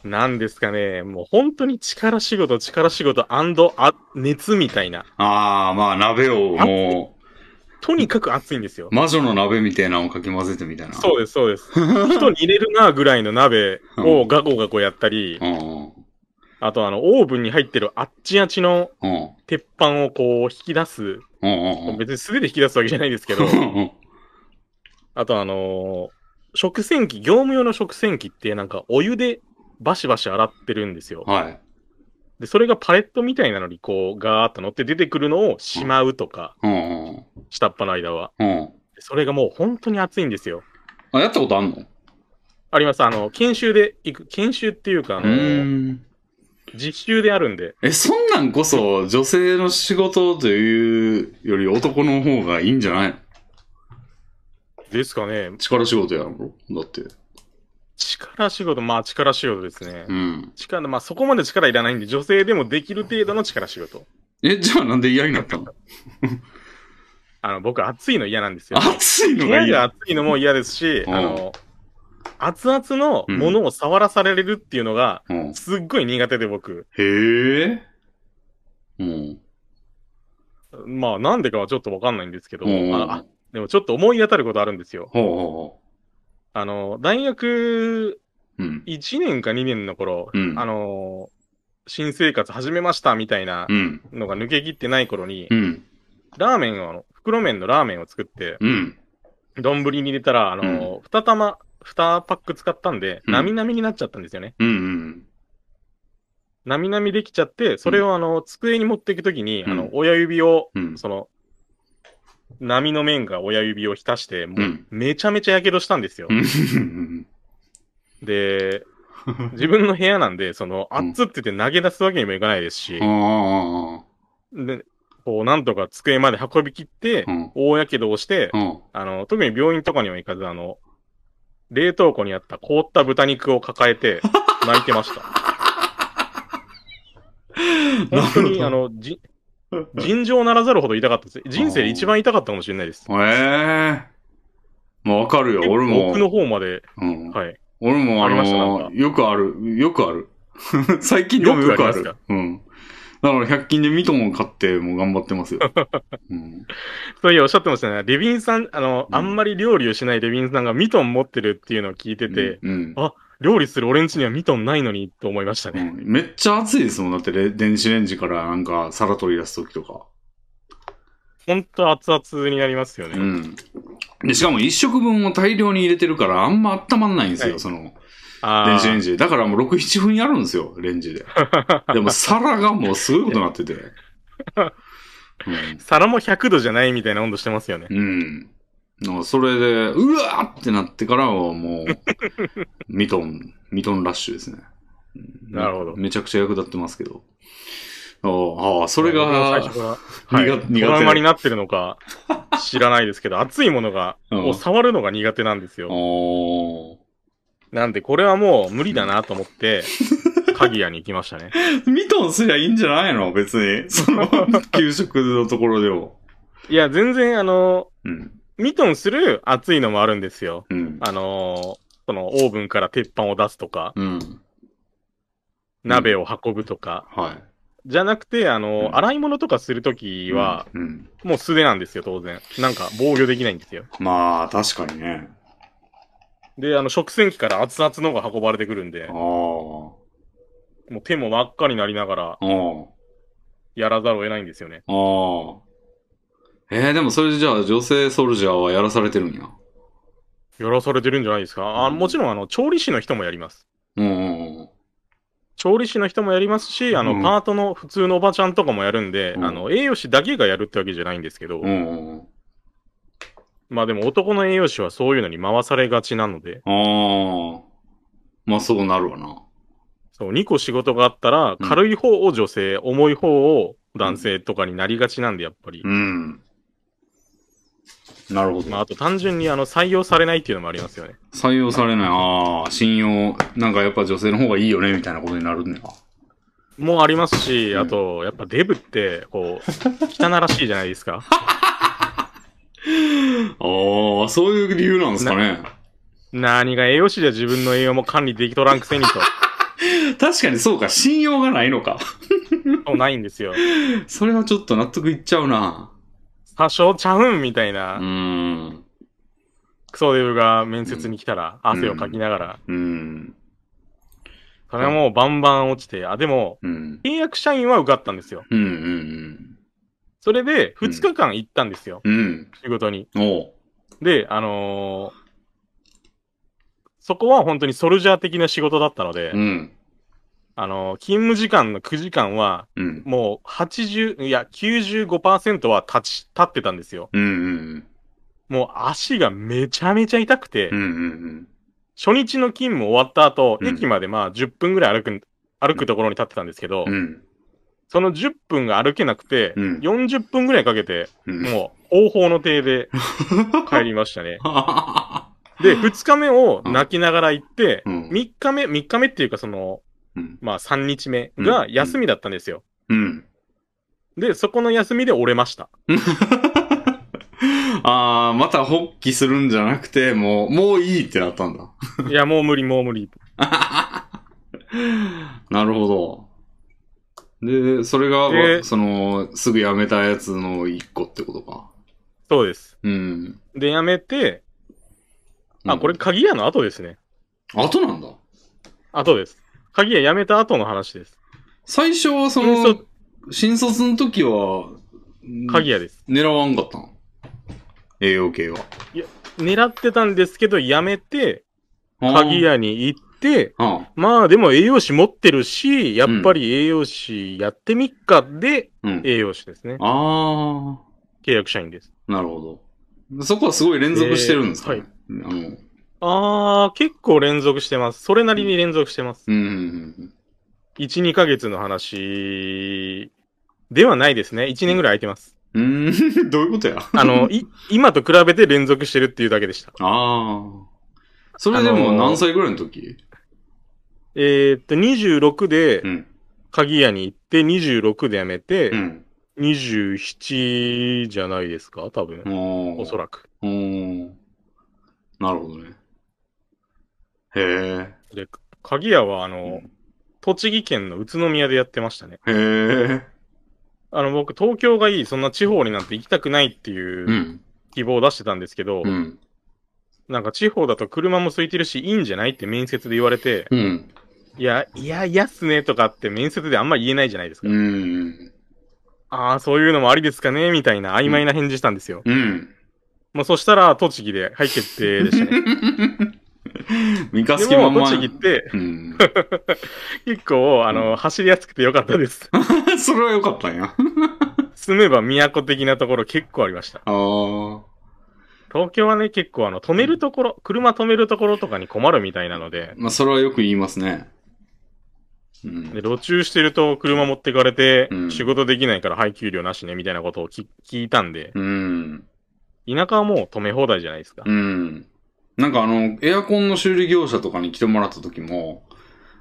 [SPEAKER 2] なんですかね、もう本当に力仕事、力仕事、あ、熱みたいな。
[SPEAKER 1] ああ、まあ、鍋をも
[SPEAKER 2] とにかく熱いんですよ
[SPEAKER 1] う、。魔女の鍋みたいなのをかき混ぜてみたいな。
[SPEAKER 2] そうです、そうです。人に入れるなぐらいの鍋をガコガコやったり、
[SPEAKER 1] うんうん。
[SPEAKER 2] あとあの、オーブンに入ってるあっちあちの
[SPEAKER 1] うん。
[SPEAKER 2] 鉄板をこう引き出す。
[SPEAKER 1] うんうんうん。
[SPEAKER 2] 別に素手で引き出すわけじゃないで
[SPEAKER 1] *laughs*
[SPEAKER 2] すけど、あとあのー食洗機、業務用の食洗機ってなんかお湯でバシバシ洗ってるんですよ。
[SPEAKER 1] はい。
[SPEAKER 2] で、それがパレットみたいなのにこうガーッと乗って出てくるのをしまうとか、
[SPEAKER 1] うんうん
[SPEAKER 2] 下っ端の間は。
[SPEAKER 1] うん。うん。
[SPEAKER 2] それがもう本当に熱いんですよ。
[SPEAKER 1] あ、やったことあんの
[SPEAKER 2] あります。あの、研修で行く、研修っていうか、あ
[SPEAKER 1] う
[SPEAKER 2] のー
[SPEAKER 1] ーん。
[SPEAKER 2] 実習であるんで、
[SPEAKER 1] え、そんなんこそ女性の仕事というより男の方がいいんじゃないの
[SPEAKER 2] ですかね、
[SPEAKER 1] 力仕事やろだって。
[SPEAKER 2] 力仕事、まあ力仕事ですね
[SPEAKER 1] う。ん。
[SPEAKER 2] 力、まあそこまで力いらないんで、女性でもできる程度の力仕事。
[SPEAKER 1] え、じゃあなんで嫌になったの
[SPEAKER 2] あの、僕、暑いの嫌なんですよ。
[SPEAKER 1] 暑いの
[SPEAKER 2] 部
[SPEAKER 1] が
[SPEAKER 2] 屋
[SPEAKER 1] いい。
[SPEAKER 2] が暑いのも嫌ですし、
[SPEAKER 1] ん
[SPEAKER 2] あの、熱々のものを触らされるっていうのが、
[SPEAKER 1] うん。
[SPEAKER 2] すっごい苦手で僕。
[SPEAKER 1] へえ。うん。
[SPEAKER 2] まあ、なんでかはちょっとわかんないんですけど、
[SPEAKER 1] うん
[SPEAKER 2] ああでもちょっと思い当たることあるんですよ。
[SPEAKER 1] ほうほ
[SPEAKER 2] あの、大学
[SPEAKER 1] うほう。うん。
[SPEAKER 2] 1年か2年の頃、
[SPEAKER 1] うん
[SPEAKER 2] あの、新生活始めましたみたいな
[SPEAKER 1] うん。
[SPEAKER 2] のが抜け切ってない頃に、
[SPEAKER 1] うん。
[SPEAKER 2] ラーメンを、あの、袋麺のラーメンを作って、
[SPEAKER 1] うん。
[SPEAKER 2] 丼に入れたら、あの、二玉、二パック使ったんで、
[SPEAKER 1] うん
[SPEAKER 2] なみなみになっちゃったんですよね。
[SPEAKER 1] うん。うん。
[SPEAKER 2] なみなみできちゃって、それをあの、机に持っていくときに、
[SPEAKER 1] うん
[SPEAKER 2] あの、親指を、
[SPEAKER 1] うん。
[SPEAKER 2] その、波の面が親指を浸して、も
[SPEAKER 1] う、
[SPEAKER 2] うんめちゃめちゃ火傷したんですよ
[SPEAKER 1] う。ん。
[SPEAKER 2] で、自分の部屋なんで、その、あっつってて投げ出すわけにもいかないですし
[SPEAKER 1] あ、あ。
[SPEAKER 2] で、こう、なんとか机まで運び切って
[SPEAKER 1] う、ん。
[SPEAKER 2] 大火傷をして、
[SPEAKER 1] うん。
[SPEAKER 2] あの、特に病院とかには行かず、あの、冷凍庫にあった凍った豚肉を抱えて、泣いて
[SPEAKER 1] *laughs*
[SPEAKER 2] ました。本当に、あの、じ、尋常ならざるほど痛かった
[SPEAKER 1] *laughs*
[SPEAKER 2] です。人生で一番痛かったかもしれないです。
[SPEAKER 1] ええまあわかるよ、俺も。
[SPEAKER 2] 奥の方まで、
[SPEAKER 1] うん。
[SPEAKER 2] はい。
[SPEAKER 1] 俺もあ
[SPEAKER 2] ありましたな
[SPEAKER 1] の
[SPEAKER 2] んか
[SPEAKER 1] よくある、よくある。 *laughs* 最近でもよくある。
[SPEAKER 2] よくあり
[SPEAKER 1] う
[SPEAKER 2] ま
[SPEAKER 1] ん。だから100均でミトンを買ってもう頑張って
[SPEAKER 2] *laughs*
[SPEAKER 1] ますよ。うん、
[SPEAKER 2] そういうおっしゃってましたね。レビンさん、あの、
[SPEAKER 1] うん
[SPEAKER 2] あんまり料理をしないレビンさんがミトン持ってるっていうのを聞いてて、
[SPEAKER 1] うん、
[SPEAKER 2] 料理する俺んちにはミトンないのに、と思いました
[SPEAKER 1] う
[SPEAKER 2] ね。
[SPEAKER 1] ん。めっちゃ熱いですもん。だってレ電子レンジからなんか皿取り出すときとか。
[SPEAKER 2] ほんと熱々になりますよね。
[SPEAKER 1] うん。で、しかも一食分を大量に入れてるからあんま温まんないんですよ、
[SPEAKER 2] はい
[SPEAKER 1] その
[SPEAKER 2] あ
[SPEAKER 1] 電子レン
[SPEAKER 2] ー
[SPEAKER 1] ジ。だからもう6、7分やるんですよ、レン
[SPEAKER 2] *laughs*
[SPEAKER 1] ジで。でも皿がもうすごいことになってて。うん
[SPEAKER 2] 皿も100度じゃないみたいな温度してますよね。
[SPEAKER 1] うん。なんかそれで、うわーってなってからはもう、ミトン、 *laughs* ミトンラッシュですね。うん
[SPEAKER 2] なるほど
[SPEAKER 1] めちゃくちゃ役立ってますけど。あーあー、それ
[SPEAKER 2] 僕も
[SPEAKER 1] が
[SPEAKER 2] 最、初か
[SPEAKER 1] 苦
[SPEAKER 2] ら、はい、
[SPEAKER 1] 苦手
[SPEAKER 2] トラウマになってるのか、知らな
[SPEAKER 1] *laughs*
[SPEAKER 2] いですけど、熱いものが、
[SPEAKER 1] うん
[SPEAKER 2] を触るのが苦手なんですよ。
[SPEAKER 1] お
[SPEAKER 2] なんで、これはもう無理だなと思って、鍵屋に行きましたね。
[SPEAKER 1] *laughs* ミトンすりゃいいんじゃないの別に。 *laughs* その、給食のところでも。
[SPEAKER 2] いや、全然、あの、
[SPEAKER 1] うん。
[SPEAKER 2] ミトンする熱いのもあるんですよ。
[SPEAKER 1] うん。
[SPEAKER 2] あのーその、オーブンから鉄板を出すとか、
[SPEAKER 1] うん。
[SPEAKER 2] 鍋を運ぶとか、
[SPEAKER 1] はい。
[SPEAKER 2] じゃなくて、あのー
[SPEAKER 1] うん
[SPEAKER 2] 洗い物とかするときは、
[SPEAKER 1] うん、うん。
[SPEAKER 2] もう素手なんですよ、当然。なんか、防御できないんですよ。
[SPEAKER 1] まあ、確かにね。
[SPEAKER 2] で、あの、食洗機から熱々のが運ばれてくるんで
[SPEAKER 1] あ、あ。
[SPEAKER 2] もう手も真っ赤になりながら、
[SPEAKER 1] ああ。
[SPEAKER 2] やらざるを得ないんですよね。
[SPEAKER 1] ああ。えー、でもそれじゃあ女性ソルジャーはやらされてるんや。
[SPEAKER 2] やらされてるんじゃないですか。あ
[SPEAKER 1] うん
[SPEAKER 2] もちろん、あの、調理師の人もやります。
[SPEAKER 1] うんうんうん。
[SPEAKER 2] 調理師の人もやりますし、あの、
[SPEAKER 1] うん
[SPEAKER 2] パートの普通のおばちゃんとかもやるんで、
[SPEAKER 1] うん
[SPEAKER 2] あの、栄養士だけがやるってわけじゃないんですけど、
[SPEAKER 1] うんうんうん。
[SPEAKER 2] まあでも男の栄養士はそういうのに回されがちなので、
[SPEAKER 1] ああ。まあそうなるわな。
[SPEAKER 2] そう、2個仕事があったら、
[SPEAKER 1] うん
[SPEAKER 2] 軽い方を女性、重い方を男性とかになりがちなんで、やっぱり。
[SPEAKER 1] うん。なるほど。
[SPEAKER 2] まあ、あと単純にあの採用されないっていうのもありますよね。
[SPEAKER 1] 採用されない。ああ、信用、なんかやっぱ女性の方がいいよね、みたいなことになるんだよ。
[SPEAKER 2] もうありますし、
[SPEAKER 1] うん
[SPEAKER 2] あと、やっぱデブって、こう、汚らしいじゃないですか。 *laughs*
[SPEAKER 1] ああ、そういう理由なんですかね。
[SPEAKER 2] 何が栄養士じゃ自分の栄養も管理できとらんくせにと、
[SPEAKER 1] 確かにそうか、信用がないのか。
[SPEAKER 2] そうないんですよ。
[SPEAKER 1] それはちょっと納得いっちゃうな。
[SPEAKER 2] 多少ちゃうんみたいな
[SPEAKER 1] う、ーん。
[SPEAKER 2] クソデブが面接に来たら、汗をかきながら、
[SPEAKER 1] うん。
[SPEAKER 2] それはもうバンバン落ちて、あ、でも、
[SPEAKER 1] うん。
[SPEAKER 2] 契約社員は受かったんですよ。
[SPEAKER 1] うんうん
[SPEAKER 2] それで、
[SPEAKER 1] うん
[SPEAKER 2] 2日間行ったんですよ、
[SPEAKER 1] うん。うん。
[SPEAKER 2] 仕事に。
[SPEAKER 1] おう。
[SPEAKER 2] で、あのーそこは本当にソルジャー的な仕事だったので、
[SPEAKER 1] うん。
[SPEAKER 2] あのー勤務時間の9時間は、
[SPEAKER 1] うん。
[SPEAKER 2] もう80、いや、95%は立ち、立ってたんですよ。
[SPEAKER 1] うんうん
[SPEAKER 2] もう足がめちゃめちゃ痛くて、
[SPEAKER 1] うん。うんうん
[SPEAKER 2] 初日の勤務終わった後、
[SPEAKER 1] うん
[SPEAKER 2] 駅までまあ10分ぐらい歩くん、歩くところに立ってたんですけど、
[SPEAKER 1] うん。うん。
[SPEAKER 2] その10分が歩けなくて、
[SPEAKER 1] うん
[SPEAKER 2] 40分ぐらいかけて、
[SPEAKER 1] うん。
[SPEAKER 2] もう、方法の
[SPEAKER 1] *laughs*
[SPEAKER 2] 手で帰りましたね。
[SPEAKER 1] う *laughs*
[SPEAKER 2] で、2日目を泣きながら行って、
[SPEAKER 1] ん。
[SPEAKER 2] 3日目、3日目っていうかその、
[SPEAKER 1] うん。
[SPEAKER 2] まあ3日目
[SPEAKER 1] う
[SPEAKER 2] が
[SPEAKER 1] ん
[SPEAKER 2] 休みだったんですよ。
[SPEAKER 1] うん。
[SPEAKER 2] で、そこの休みで折れました。
[SPEAKER 1] ああ、また発起するんじゃなくて、もう、もういいってなったんだ。
[SPEAKER 2] いや、もう無理、もう無理。
[SPEAKER 1] なるほど。で、それが、
[SPEAKER 2] で
[SPEAKER 1] その、すぐ辞めたやつの一個ってことか。
[SPEAKER 2] そうです。
[SPEAKER 1] うん。
[SPEAKER 2] で、やめて、
[SPEAKER 1] う
[SPEAKER 2] あ、
[SPEAKER 1] ん
[SPEAKER 2] これ、。鍵屋の後ですね。
[SPEAKER 1] 後なんだ。
[SPEAKER 2] 後です。鍵屋辞めた後の話です。
[SPEAKER 1] 最初はその
[SPEAKER 2] 新卒、
[SPEAKER 1] 新卒の時は、
[SPEAKER 2] 鍵屋です。
[SPEAKER 1] 狙わんかったん栄養系は。
[SPEAKER 2] 狙ってたんですけど、辞めて、鍵
[SPEAKER 1] や。
[SPEAKER 2] 屋に行って、
[SPEAKER 1] あ
[SPEAKER 2] まあでも栄養士持ってるし、やっぱり栄養士やってみっかで、
[SPEAKER 1] うん。
[SPEAKER 2] 栄養士ですね。
[SPEAKER 1] *laughs* あ
[SPEAKER 2] 契約社員です。
[SPEAKER 1] ー、なるほど。そこはすごい連続してるんですかね。あの、
[SPEAKER 2] あー、結構連続してます。それなりに連続してます。
[SPEAKER 1] うんうん
[SPEAKER 2] 1、2ヶ月の話ではないですね。1年ぐらい空いてます。
[SPEAKER 1] うん。うーん、 *laughs* どういうことや。
[SPEAKER 2] あの、い、今と比べて連続してるっていうだけでした。
[SPEAKER 1] ああ。それでも何歳ぐらいの時、
[SPEAKER 2] えーっと、26で
[SPEAKER 1] うん。
[SPEAKER 2] 鍵屋に行って、26で辞めて、
[SPEAKER 1] うん。
[SPEAKER 2] 27じゃないですか多分。
[SPEAKER 1] お
[SPEAKER 2] おそ
[SPEAKER 1] ら
[SPEAKER 2] らく。
[SPEAKER 1] く。おーなるほどね。へ
[SPEAKER 2] で、鍵屋はあ
[SPEAKER 1] え。
[SPEAKER 2] の、栃木県の宇都宮でやってましたね。
[SPEAKER 1] へえ。。
[SPEAKER 2] あの、僕、東京がいい、そんな地方になんて行きたくないっていううん希望を出してたんですけど、
[SPEAKER 1] うん。
[SPEAKER 2] なんか地方だと車も空いてるし、いいんじゃないって面接で言われて、
[SPEAKER 1] うん。
[SPEAKER 2] いや、いや、いやっすねとかって面接であんまり言えないじゃないですか。
[SPEAKER 1] うん。
[SPEAKER 2] ああ、そういうのもありですかねみたいな曖昧な返事したんですよ。
[SPEAKER 1] うん。 *laughs*
[SPEAKER 2] もうそしたら、栃木で、はい、決定でしたね。
[SPEAKER 1] 三日月
[SPEAKER 2] で
[SPEAKER 1] まん
[SPEAKER 2] も、
[SPEAKER 1] ま。
[SPEAKER 2] 栃木って、
[SPEAKER 1] うん。 *laughs*
[SPEAKER 2] 結構、あの、
[SPEAKER 1] うん
[SPEAKER 2] 走りやすくてよかったです。
[SPEAKER 1] それは良かったんや。
[SPEAKER 2] 住めば都的なところ結構ありました。
[SPEAKER 1] ああ。
[SPEAKER 2] 東京はね、結構あの、止めるところ、車止めるところとかに困るみたいなので、
[SPEAKER 1] まあ、それはよく言いますね。うん
[SPEAKER 2] で、。路中してると車持ってかれて
[SPEAKER 1] う、ん
[SPEAKER 2] 仕事できないから配給料なしね、みたいなことをき聞いたんで、
[SPEAKER 1] うん。
[SPEAKER 2] 田舎はもう止め放題じゃないですか。
[SPEAKER 1] うん。なんかあの、エアコンの修理業者とかに来てもらった時も、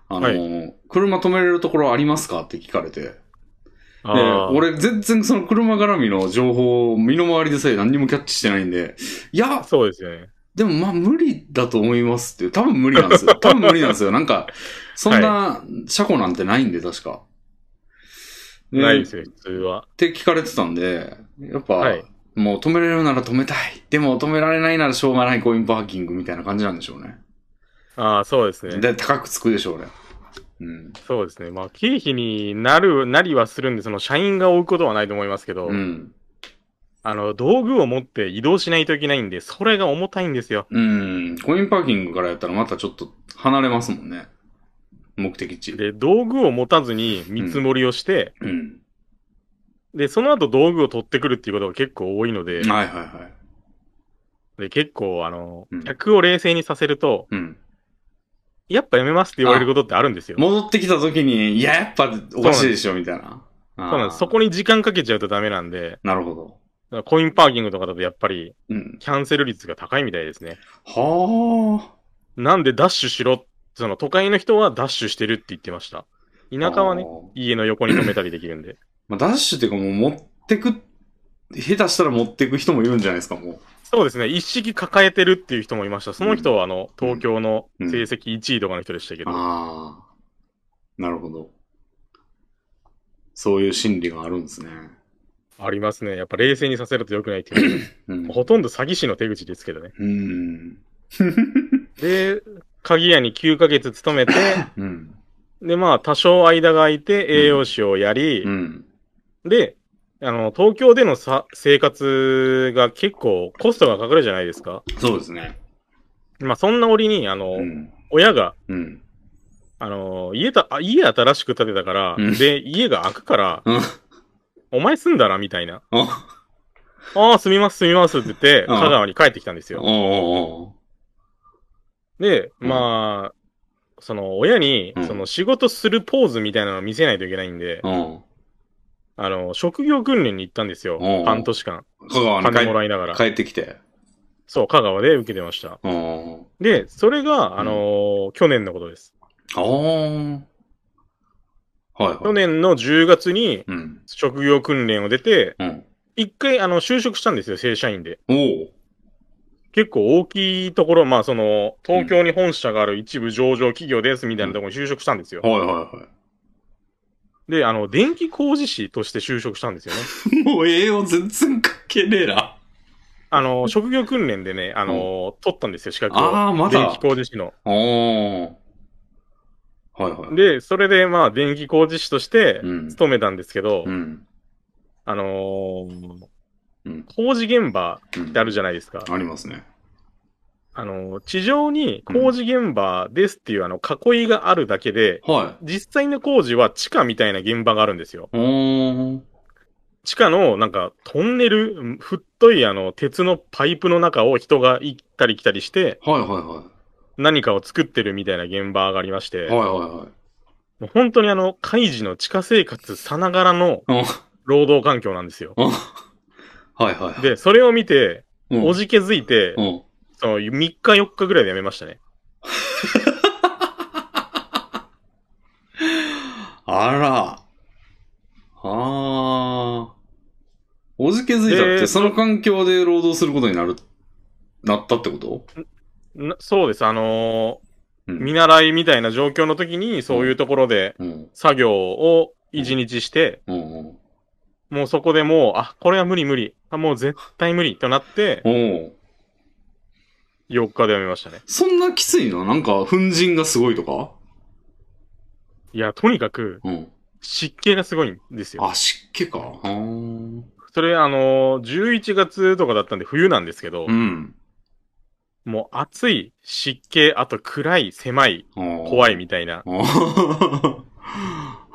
[SPEAKER 1] あの、
[SPEAKER 2] は
[SPEAKER 1] 車止めれるところありますかって聞かれて。で、
[SPEAKER 2] ああ、
[SPEAKER 1] 俺全然その車絡みの情報を身の回りでさえ何にもキャッチしてないんで、いや、
[SPEAKER 2] そうですよね。
[SPEAKER 1] でもまあ無理だと思いますっていう、多分無理なん
[SPEAKER 2] *laughs*
[SPEAKER 1] ですよ。多分無理なんですよ。なんか、そんな車庫なんてないんで確か。で
[SPEAKER 2] ないですよ、普通は。
[SPEAKER 1] って聞かれてたんで、やっぱ、
[SPEAKER 2] はい
[SPEAKER 1] もう止めれるなら止めたい。でも止められないならしょうがないコインパーキングみたいな感じなんでしょうね。
[SPEAKER 2] ああ、そうですね。
[SPEAKER 1] で、高くつくでしょうね。うん。
[SPEAKER 2] そうですね。まあ、経費になる、なりはするんで、その社員が追うことはないと思いますけど、
[SPEAKER 1] うん。
[SPEAKER 2] あの、道具を持って移動しないといけないんで、それが重たいんですよ。
[SPEAKER 1] うん。コインパーキングからやったらまたちょっと離れますもんね。目的地。
[SPEAKER 2] で、道具を持たずに見積もりをして、
[SPEAKER 1] うん。
[SPEAKER 2] で、その後道具を取ってくるっていうことが結構多いので、
[SPEAKER 1] はいはいはい。
[SPEAKER 2] で結構、あの
[SPEAKER 1] うん、
[SPEAKER 2] 客を冷静にさせると、
[SPEAKER 1] うん。
[SPEAKER 2] やっぱやめますって言われることってあるんですよ。
[SPEAKER 1] 戻ってきた時に、いや、やっぱおかしいでしょ、みたいな。
[SPEAKER 2] そうなんです。そこに時間かけちゃうとダメなんで、
[SPEAKER 1] なるほど。
[SPEAKER 2] だからコインパーキングとかだとやっぱり
[SPEAKER 1] うん。
[SPEAKER 2] キャンセル率が高いみたいですね。
[SPEAKER 1] はあ。
[SPEAKER 2] なんでダッシュしろ、その都会の人はダッシュしてるって言ってました。田舎はね
[SPEAKER 1] あ、ー
[SPEAKER 2] 家の横に止めたりでき
[SPEAKER 1] *clears throat*
[SPEAKER 2] るんで。
[SPEAKER 1] まあ、ダッシュっていうかもう持ってく、下手したら持ってく人もいるんじゃないですか、も
[SPEAKER 2] そうですね。一式抱えてるっていう人もいました。その人はあの、
[SPEAKER 1] うん
[SPEAKER 2] 東京の
[SPEAKER 1] う
[SPEAKER 2] 成
[SPEAKER 1] ん
[SPEAKER 2] 績1位とかの人でしたけ
[SPEAKER 1] う。
[SPEAKER 2] ど。
[SPEAKER 1] ああ。なるほど。そういう心理があるんですね。
[SPEAKER 2] ありますね。やっぱ冷静にさせると良くないっていう。
[SPEAKER 1] うん。
[SPEAKER 2] ほとんど詐欺師の手口ですけどね。
[SPEAKER 1] うん。
[SPEAKER 2] で、鍵屋に9ヶ月勤
[SPEAKER 1] *laughs*
[SPEAKER 2] めて、
[SPEAKER 1] うん。
[SPEAKER 2] で、まあ、多少間が空いて栄養士をやり、
[SPEAKER 1] うん。
[SPEAKER 2] で、あの、東京でのさ生活が結構コストがかかるじゃないですか。
[SPEAKER 1] そうですね。
[SPEAKER 2] まあ、そんな折に、あの、
[SPEAKER 1] うん。
[SPEAKER 2] 親が、
[SPEAKER 1] うん。
[SPEAKER 2] あの、家た、あ家新しく建てたから、
[SPEAKER 1] うん
[SPEAKER 2] で、家が空くから、
[SPEAKER 1] うん
[SPEAKER 2] お前住んだらみたいな。
[SPEAKER 1] あ
[SPEAKER 2] ああ、住みます、住みますって言って、
[SPEAKER 1] うん
[SPEAKER 2] 香川に帰ってきたんです
[SPEAKER 1] おう
[SPEAKER 2] よ。
[SPEAKER 1] おうおう
[SPEAKER 2] で、
[SPEAKER 1] うん
[SPEAKER 2] まあ、その、親に
[SPEAKER 1] うん、
[SPEAKER 2] その、仕事するポーズみたいなのを見せないといけないんで、
[SPEAKER 1] うん。
[SPEAKER 2] あの、職業訓練に行ったんですよ
[SPEAKER 1] おう。
[SPEAKER 2] 半年間。
[SPEAKER 1] 香川に帰
[SPEAKER 2] 金も
[SPEAKER 1] っ
[SPEAKER 2] らいながら
[SPEAKER 1] 帰。ってきて。
[SPEAKER 2] そう、香川で受けてました。
[SPEAKER 1] うん。
[SPEAKER 2] で、それが、あのー去年のことです。
[SPEAKER 1] ああ。はいは
[SPEAKER 2] 去
[SPEAKER 1] い。
[SPEAKER 2] 年の10月に、
[SPEAKER 1] うん。
[SPEAKER 2] 職業訓練を出て、
[SPEAKER 1] うん。
[SPEAKER 2] 一回、あの、就職したんですよ、正社員で。
[SPEAKER 1] おう。
[SPEAKER 2] 結構大きいところ、まあ、その、東京に本社がある一部上場企業です、みたいなところに就職したんですよ。
[SPEAKER 1] はいはいはい。
[SPEAKER 2] で、あの、電気工事士として就職したんですよ
[SPEAKER 1] *laughs*
[SPEAKER 2] ね。
[SPEAKER 1] もう栄養全然関係ねえな。
[SPEAKER 2] あの、職業訓練でね、あの、取ったんですよ、資格を。
[SPEAKER 1] あーまだ
[SPEAKER 2] 電気工事士の。
[SPEAKER 1] おー。はいはい。
[SPEAKER 2] で、それで、まあ、電気工事士として
[SPEAKER 1] うん、
[SPEAKER 2] 勤めたんですけど、
[SPEAKER 1] うん。
[SPEAKER 2] あのー
[SPEAKER 1] うん
[SPEAKER 2] 工事現場
[SPEAKER 1] うん
[SPEAKER 2] ってあるじゃないですか。
[SPEAKER 1] ありますね。
[SPEAKER 2] あのー地上に工事現場ですっていう、あの、囲いがあるだけで、
[SPEAKER 1] は
[SPEAKER 2] 実際の工事は地下みたいな現場があるんですよ。
[SPEAKER 1] い。おー。
[SPEAKER 2] 地下のなんかトンネル、うん太いあの鉄のパイプの中を人が行ったり来たりして
[SPEAKER 1] はいはいは
[SPEAKER 2] 何かを作ってるみたいな現場がありまして、
[SPEAKER 1] い。はいは
[SPEAKER 2] もう本当にあの、開示の地下生活さながらの
[SPEAKER 1] いはい。
[SPEAKER 2] 労働環境なんですよ。
[SPEAKER 1] うん。うんはいはいはい。
[SPEAKER 2] で、それを見て、
[SPEAKER 1] うん、
[SPEAKER 2] おじけづいて
[SPEAKER 1] う、ん。
[SPEAKER 2] その3日4日ぐらいで辞めましたね。
[SPEAKER 1] あら。あー。おじけづいたっ
[SPEAKER 2] で
[SPEAKER 1] て、その環境で労働することになる、なったってこと
[SPEAKER 2] なそうです。あのー
[SPEAKER 1] うん
[SPEAKER 2] 見習いみたいな状況の時に、そういうところで
[SPEAKER 1] うん。
[SPEAKER 2] 作業を1日して、
[SPEAKER 1] うんうん。
[SPEAKER 2] もうそこでもう、あ、これは無理無理。あ、もう絶対無理となって、
[SPEAKER 1] おう
[SPEAKER 2] 4日で辞めましたね。
[SPEAKER 1] そんなきついのなんか、粉塵がすごいとか
[SPEAKER 2] いや、とにかく、
[SPEAKER 1] うん。
[SPEAKER 2] 湿気がすごいんですよ。
[SPEAKER 1] あ、湿気か。あー
[SPEAKER 2] それ、あのー、11月とかだったんで冬なんですけど、
[SPEAKER 1] うん。
[SPEAKER 2] もう暑い、湿気、あと暗い、狭い、
[SPEAKER 1] 怖 *laughs*
[SPEAKER 2] 怖いみたいな
[SPEAKER 1] あー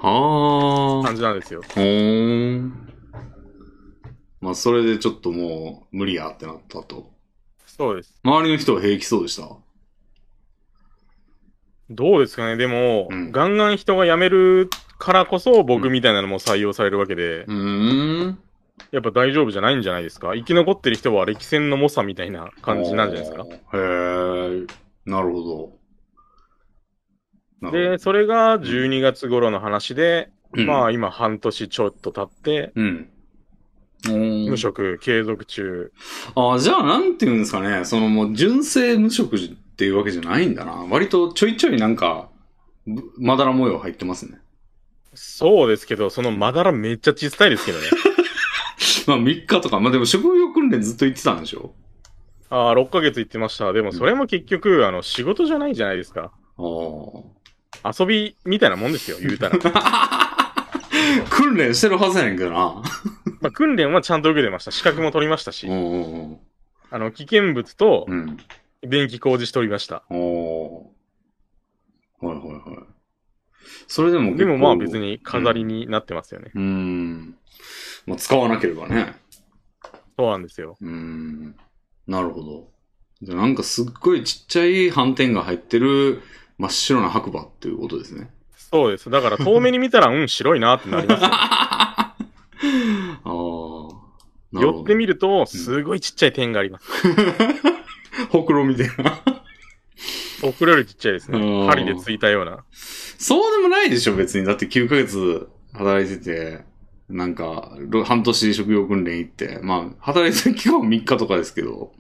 [SPEAKER 1] あー。
[SPEAKER 2] 感じなんですよ。
[SPEAKER 1] ほーん。まあ、それでちょっともう、無理やってなったと。
[SPEAKER 2] そうです。
[SPEAKER 1] 周りの人は平気そうでした。
[SPEAKER 2] どうですかねでも、
[SPEAKER 1] うん
[SPEAKER 2] ガンガン人が辞めるからこそ僕みたいなのも採用されるわけで、
[SPEAKER 1] うーん。
[SPEAKER 2] やっぱ大丈夫じゃないんじゃないですか生き残ってる人は歴戦の猛者みたいな感じなんじゃないですか
[SPEAKER 1] あーへえ、なるほど。なる
[SPEAKER 2] で、それが12月頃の話で、
[SPEAKER 1] ほど、うん、
[SPEAKER 2] ま
[SPEAKER 1] あ、
[SPEAKER 2] あ今半年ちょっと経って、
[SPEAKER 1] うん。おー
[SPEAKER 2] 無職継続中。
[SPEAKER 1] ああ、じゃあ、なんていうんですかね、そのもう、純正無職っていうわけじゃないんだな。割とちょいちょいなんか、ぶまだら模様入ってますね。 *laughs*
[SPEAKER 2] そうですけど、そのまだらめっちゃ小さいです
[SPEAKER 1] *laughs*
[SPEAKER 2] けどね。
[SPEAKER 1] まあ、3日とか、まあでも、職業訓練ずっと行ってたんでしょ
[SPEAKER 2] ああ、6ヶ月行ってました。でもそれも結局、あの、仕事じゃないじゃないですか。
[SPEAKER 1] あ
[SPEAKER 2] 遊びみたいなもんですよ、言
[SPEAKER 1] *laughs*
[SPEAKER 2] うたら。
[SPEAKER 1] あ。訓練してるはずやねんけどな。
[SPEAKER 2] まあ、訓練はちゃんと受けてました。資格も取りましたし
[SPEAKER 1] う、んうん
[SPEAKER 2] あの、危険物と
[SPEAKER 1] うん。うん。
[SPEAKER 2] 電気工事士取りました。
[SPEAKER 1] おー。はいはいはい。それでも
[SPEAKER 2] でもまあ別
[SPEAKER 1] に。
[SPEAKER 2] に飾りになってますよね。
[SPEAKER 1] うーん。まあ、使わなければね。
[SPEAKER 2] そうなんですよ。
[SPEAKER 1] うーん。なるほど。じゃあなんかすっごいちっちゃい斑点が入ってる真っ白な白馬っていうことですね。
[SPEAKER 2] そうです。だから遠目に見たら、うん、白いなってなりますよ。
[SPEAKER 1] ああ。 *laughs* なる
[SPEAKER 2] 寄
[SPEAKER 1] ほ
[SPEAKER 2] って
[SPEAKER 1] ど。
[SPEAKER 2] みると、すごいちっちゃい点があります。
[SPEAKER 1] ほくろみたいな。
[SPEAKER 2] 僕らよりちっちゃいです
[SPEAKER 1] うん
[SPEAKER 2] ね。針でついたよう
[SPEAKER 1] *laughs*
[SPEAKER 2] な。
[SPEAKER 1] そうでもないでしょ、別に。だって9ヶ月働いてて、なんか、ろ半年職業訓練行って、まあ、働いてる期間は3日とかですけど、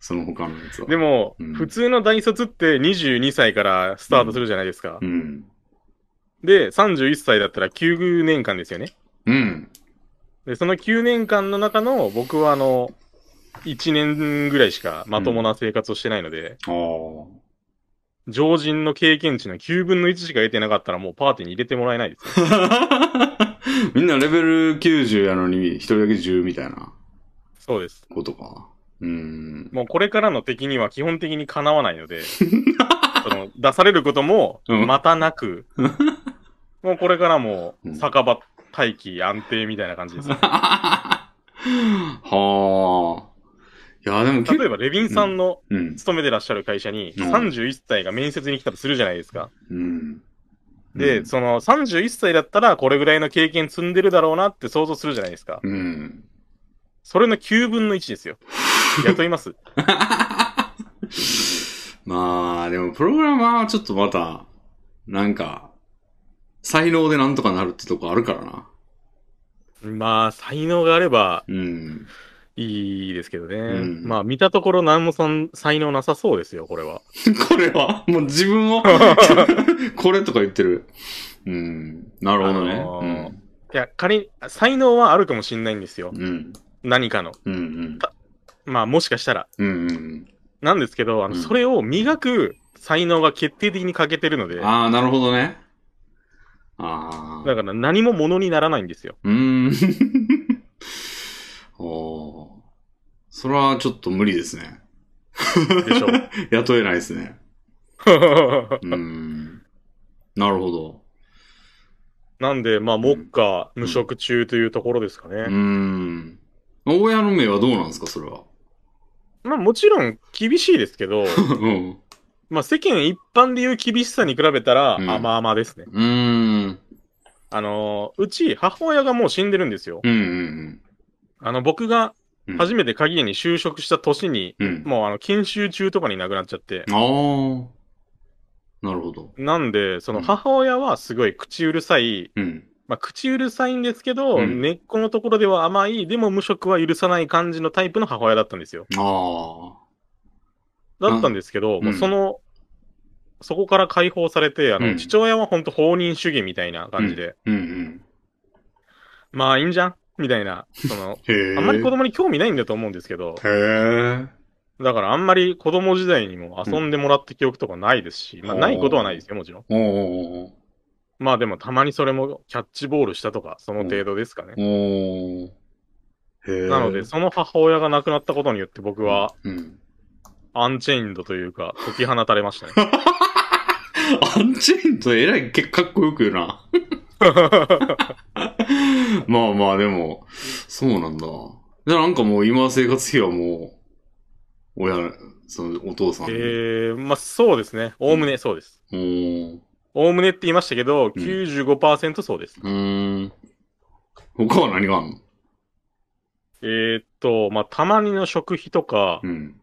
[SPEAKER 1] その他のやつは。
[SPEAKER 2] でも
[SPEAKER 1] うん、
[SPEAKER 2] 普通の大卒って22歳からスタートするじゃないですか
[SPEAKER 1] う。ん。
[SPEAKER 2] で、31歳だったら9年間ですよね。
[SPEAKER 1] うん。
[SPEAKER 2] で、その9年間の中の僕はあの、1年ぐらいしかまともな生活をしてないので、
[SPEAKER 1] ああ。
[SPEAKER 2] 常人の経験値の9分の1しか得てなかったらもうパーティーに入れてもらえないで
[SPEAKER 1] *laughs*
[SPEAKER 2] すよ。
[SPEAKER 1] みんなレベル90やのに、一人だけ10みたいな
[SPEAKER 2] そうです。
[SPEAKER 1] ことか。うーん。
[SPEAKER 2] もうこれからの敵には基本的にかなわない
[SPEAKER 1] *laughs*
[SPEAKER 2] ので、その出されることも
[SPEAKER 1] うん
[SPEAKER 2] また
[SPEAKER 1] *laughs*
[SPEAKER 2] なく、もうこれからも
[SPEAKER 1] うん
[SPEAKER 2] 酒場待機安定みたいな感じです。
[SPEAKER 1] はあ。いや、でも結
[SPEAKER 2] 例え
[SPEAKER 1] 構、
[SPEAKER 2] ば、レビンさんの
[SPEAKER 1] うん。
[SPEAKER 2] 勤めてらっしゃる会社に
[SPEAKER 1] うん
[SPEAKER 2] 31歳が面接に来たとするじゃないですか。
[SPEAKER 1] うん。
[SPEAKER 2] で、その31歳だったらこれぐらいの経験積んでるだろうなって想像するじゃないですか。
[SPEAKER 1] うん。
[SPEAKER 2] それの9分の1で
[SPEAKER 1] *laughs*
[SPEAKER 2] すよ。雇います。
[SPEAKER 1] まあ、でも、プログラマーはちょっとまた、なんか、才能でなんとかなるってとこあるからな。
[SPEAKER 2] まあ、才能があれば
[SPEAKER 1] うん。 *laughs*
[SPEAKER 2] いいですけどね。
[SPEAKER 1] ん
[SPEAKER 2] まあ、見たところ何もそん才能なさそうですよ、これは。
[SPEAKER 1] これはもう *laughs* 自分を、これとか言ってる。うん。なるほどね。
[SPEAKER 2] あのいや、仮に、才能はあるかもしれないんですよ
[SPEAKER 1] う。ん。
[SPEAKER 2] 何かの。
[SPEAKER 1] うん。うん。
[SPEAKER 2] まあ、もしかしたら。
[SPEAKER 1] うん。うん。
[SPEAKER 2] なんですけど、あの、
[SPEAKER 1] うん
[SPEAKER 2] それを磨く才能が決定的に欠けてるので、だ
[SPEAKER 1] ああ、なるほどね。ああ。
[SPEAKER 2] から何も物にならないんで
[SPEAKER 1] *laughs*
[SPEAKER 2] すよ。
[SPEAKER 1] うーん。おーそれはちょっと無理ですね。
[SPEAKER 2] でしょ。
[SPEAKER 1] 雇えないですね。うーん。なるほど。
[SPEAKER 2] *laughs* なんで、まあ、目下、無職中というところですか
[SPEAKER 1] うー
[SPEAKER 2] ね。
[SPEAKER 1] ん。大家の名はどうなんですか、それは。
[SPEAKER 2] まあ、もちろん厳しいですけ
[SPEAKER 1] *laughs*
[SPEAKER 2] ど、
[SPEAKER 1] うん。
[SPEAKER 2] まあ、世間一般でいう厳しさに比べたら、
[SPEAKER 1] うん
[SPEAKER 2] 甘々ですね。
[SPEAKER 1] うーん。
[SPEAKER 2] あのー、うち、母親がもう死んでるんですよ。
[SPEAKER 1] うんうん
[SPEAKER 2] あの、僕が
[SPEAKER 1] うん
[SPEAKER 2] 初めて鍵屋に就職した年に、
[SPEAKER 1] うん。うん。
[SPEAKER 2] もう、あの、研修中とかに亡くなっちゃって、
[SPEAKER 1] ああ。なるほど。
[SPEAKER 2] なんで、そうの
[SPEAKER 1] ん
[SPEAKER 2] 母親はすごい口うるさい、
[SPEAKER 1] うん。
[SPEAKER 2] まあ、口うるさいんですけど、
[SPEAKER 1] うん
[SPEAKER 2] 根っこのところでは甘い、でも無職は許さない感じのタイプの母親だったんですよ。
[SPEAKER 1] ああ。
[SPEAKER 2] だったんですけど、
[SPEAKER 1] うん
[SPEAKER 2] もうその、そこから解放されて、あの、
[SPEAKER 1] うん
[SPEAKER 2] 父親は本当放任主義みたいな感じで、
[SPEAKER 1] うんうん。
[SPEAKER 2] まあいいんじゃんみたいな、その、
[SPEAKER 1] *laughs* へえ。
[SPEAKER 2] あんまり子供に興味ないんだと思うんですけど、
[SPEAKER 1] へえ。
[SPEAKER 2] だからあんまり子供時代にも遊んでもらった記憶とかないですし、まあ
[SPEAKER 1] おー
[SPEAKER 2] ないことはないですよ、もちろん。
[SPEAKER 1] おー
[SPEAKER 2] まあでもたまにそれもキャッチボールしたとか、その程度ですかね。
[SPEAKER 1] おーおーへえ。
[SPEAKER 2] なので、その母親が亡くなったことによって僕は、
[SPEAKER 1] うん。
[SPEAKER 2] アンチェインドというか、解き放たれまし
[SPEAKER 1] *laughs*
[SPEAKER 2] たね。
[SPEAKER 1] アンチェインとえらいけかっこよく言うな。まあまあでも、そうなんだ。じゃあなんかもう今生活費はもう、親、そのお父さん。
[SPEAKER 2] えー、まあそうですね。おおむねそうです。
[SPEAKER 1] おー
[SPEAKER 2] おおむねって言いましたけど、95%そうです。
[SPEAKER 1] うーん。他は何があんの
[SPEAKER 2] えーっと、まあたまにの食費とか
[SPEAKER 1] う、ん。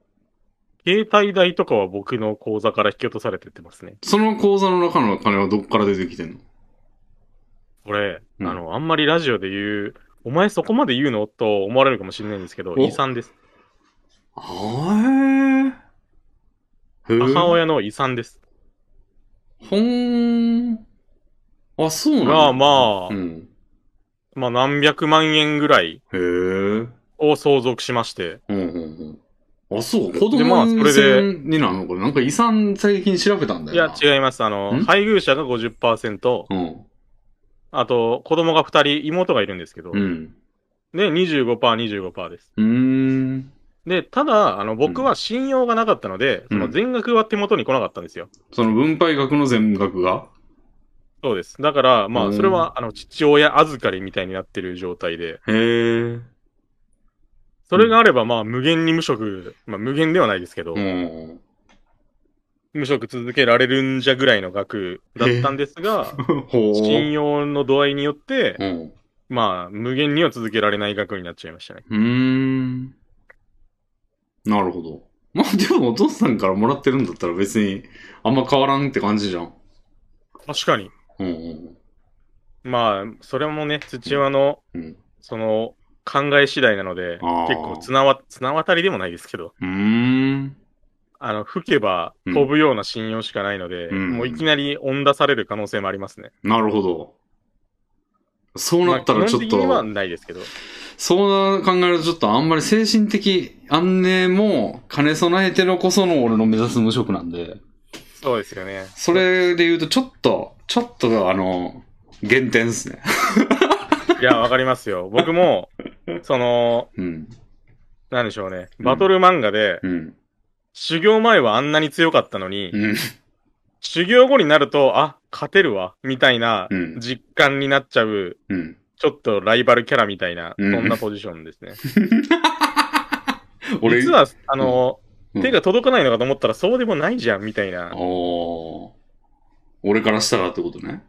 [SPEAKER 2] 携帯代とかは僕の口座から引き落とされてってますね。
[SPEAKER 1] その口座の中の金はどっから出てきてんの
[SPEAKER 2] これ、
[SPEAKER 1] うん
[SPEAKER 2] あの、あんまりラジオで言う、お前そこまで言うのと思われるかもしれないんですけど、
[SPEAKER 1] お
[SPEAKER 2] 遺産です。
[SPEAKER 1] あえ。へー
[SPEAKER 2] 母。親の遺産です。
[SPEAKER 1] ほーん。あ、そうなんだ。
[SPEAKER 2] まあまあ
[SPEAKER 1] うん。
[SPEAKER 2] まあ何百万円ぐらい
[SPEAKER 1] へえ。
[SPEAKER 2] を相続しまして、
[SPEAKER 1] うんうんうん。あ、そう、子
[SPEAKER 2] でまあそ
[SPEAKER 1] 供
[SPEAKER 2] れで
[SPEAKER 1] 線になるのかななんか遺産最近調べたんだ
[SPEAKER 2] いや
[SPEAKER 1] よな。う。
[SPEAKER 2] 違います。あの
[SPEAKER 1] ん、
[SPEAKER 2] 配偶者が50%、
[SPEAKER 1] うん。
[SPEAKER 2] あと、子供が2人、妹がいるんですけど、
[SPEAKER 1] うん。
[SPEAKER 2] で、25%、25%です。
[SPEAKER 1] うーん。
[SPEAKER 2] で、ただ、あの、僕は信用がなかったので、
[SPEAKER 1] うん
[SPEAKER 2] その全額は手元に来なかったんですよ。
[SPEAKER 1] その分配額の全額が
[SPEAKER 2] そうです。だから、ま
[SPEAKER 1] う
[SPEAKER 2] あ、
[SPEAKER 1] ん
[SPEAKER 2] それは、あの、父親預かりみたいになってる状態で、
[SPEAKER 1] へえ。
[SPEAKER 2] それがあれば、まあ、無限に無職、まあ、無限ではないですけど、
[SPEAKER 1] うん。
[SPEAKER 2] 無職続けられるんじゃぐらいの額だったんですが、
[SPEAKER 1] ほう。
[SPEAKER 2] *laughs* 信用の度合いによって
[SPEAKER 1] う、ん。
[SPEAKER 2] まあ、無限には続けられない額になっちゃいましたね。
[SPEAKER 1] うーん。なるほど。まあでもお父さんからもらってるんだったら別にあんま変わらんって感じじゃん。
[SPEAKER 2] 確かに。
[SPEAKER 1] うんうん
[SPEAKER 2] まあ、それもね、父親の、
[SPEAKER 1] うん。
[SPEAKER 2] その、考え次第なので、
[SPEAKER 1] あー
[SPEAKER 2] 結構綱わ、綱渡りでもないですけど、
[SPEAKER 1] うん。
[SPEAKER 2] あの、吹けば
[SPEAKER 1] うん
[SPEAKER 2] 飛ぶような信用しかないので、
[SPEAKER 1] うん
[SPEAKER 2] もういきなり追ん出される可能性もありますね。
[SPEAKER 1] なるほど。そうなったらちょ
[SPEAKER 2] ま
[SPEAKER 1] っ
[SPEAKER 2] あ基本的
[SPEAKER 1] と、
[SPEAKER 2] にはないですけど。
[SPEAKER 1] そう考えるとちょっとあんまり精神的安寧も兼ね備えてのこその俺の目指す無職なんで、
[SPEAKER 2] そうですよね。
[SPEAKER 1] それで言うとちょっと、ちょっとあの、減点ですね。
[SPEAKER 2] いや、わかりますよ。僕も、その、
[SPEAKER 1] うん。
[SPEAKER 2] なんでしょうね。
[SPEAKER 1] うん
[SPEAKER 2] バトル漫画で、
[SPEAKER 1] うん。
[SPEAKER 2] 修行前はあんなに強かったのに、
[SPEAKER 1] うん。
[SPEAKER 2] 修行後になると、あ、勝てるわ、みたいな
[SPEAKER 1] うん
[SPEAKER 2] 実感になっちゃう、
[SPEAKER 1] うん。
[SPEAKER 2] ちょっとライバルキャラみたいな、そ
[SPEAKER 1] うん
[SPEAKER 2] んなポジションですね。
[SPEAKER 1] 俺、
[SPEAKER 2] 実は、あの、
[SPEAKER 1] うん
[SPEAKER 2] 手が届かないのかと思ったら、そうでもないじゃん、みたい
[SPEAKER 1] あ
[SPEAKER 2] な。
[SPEAKER 1] ー俺からしたらってことね。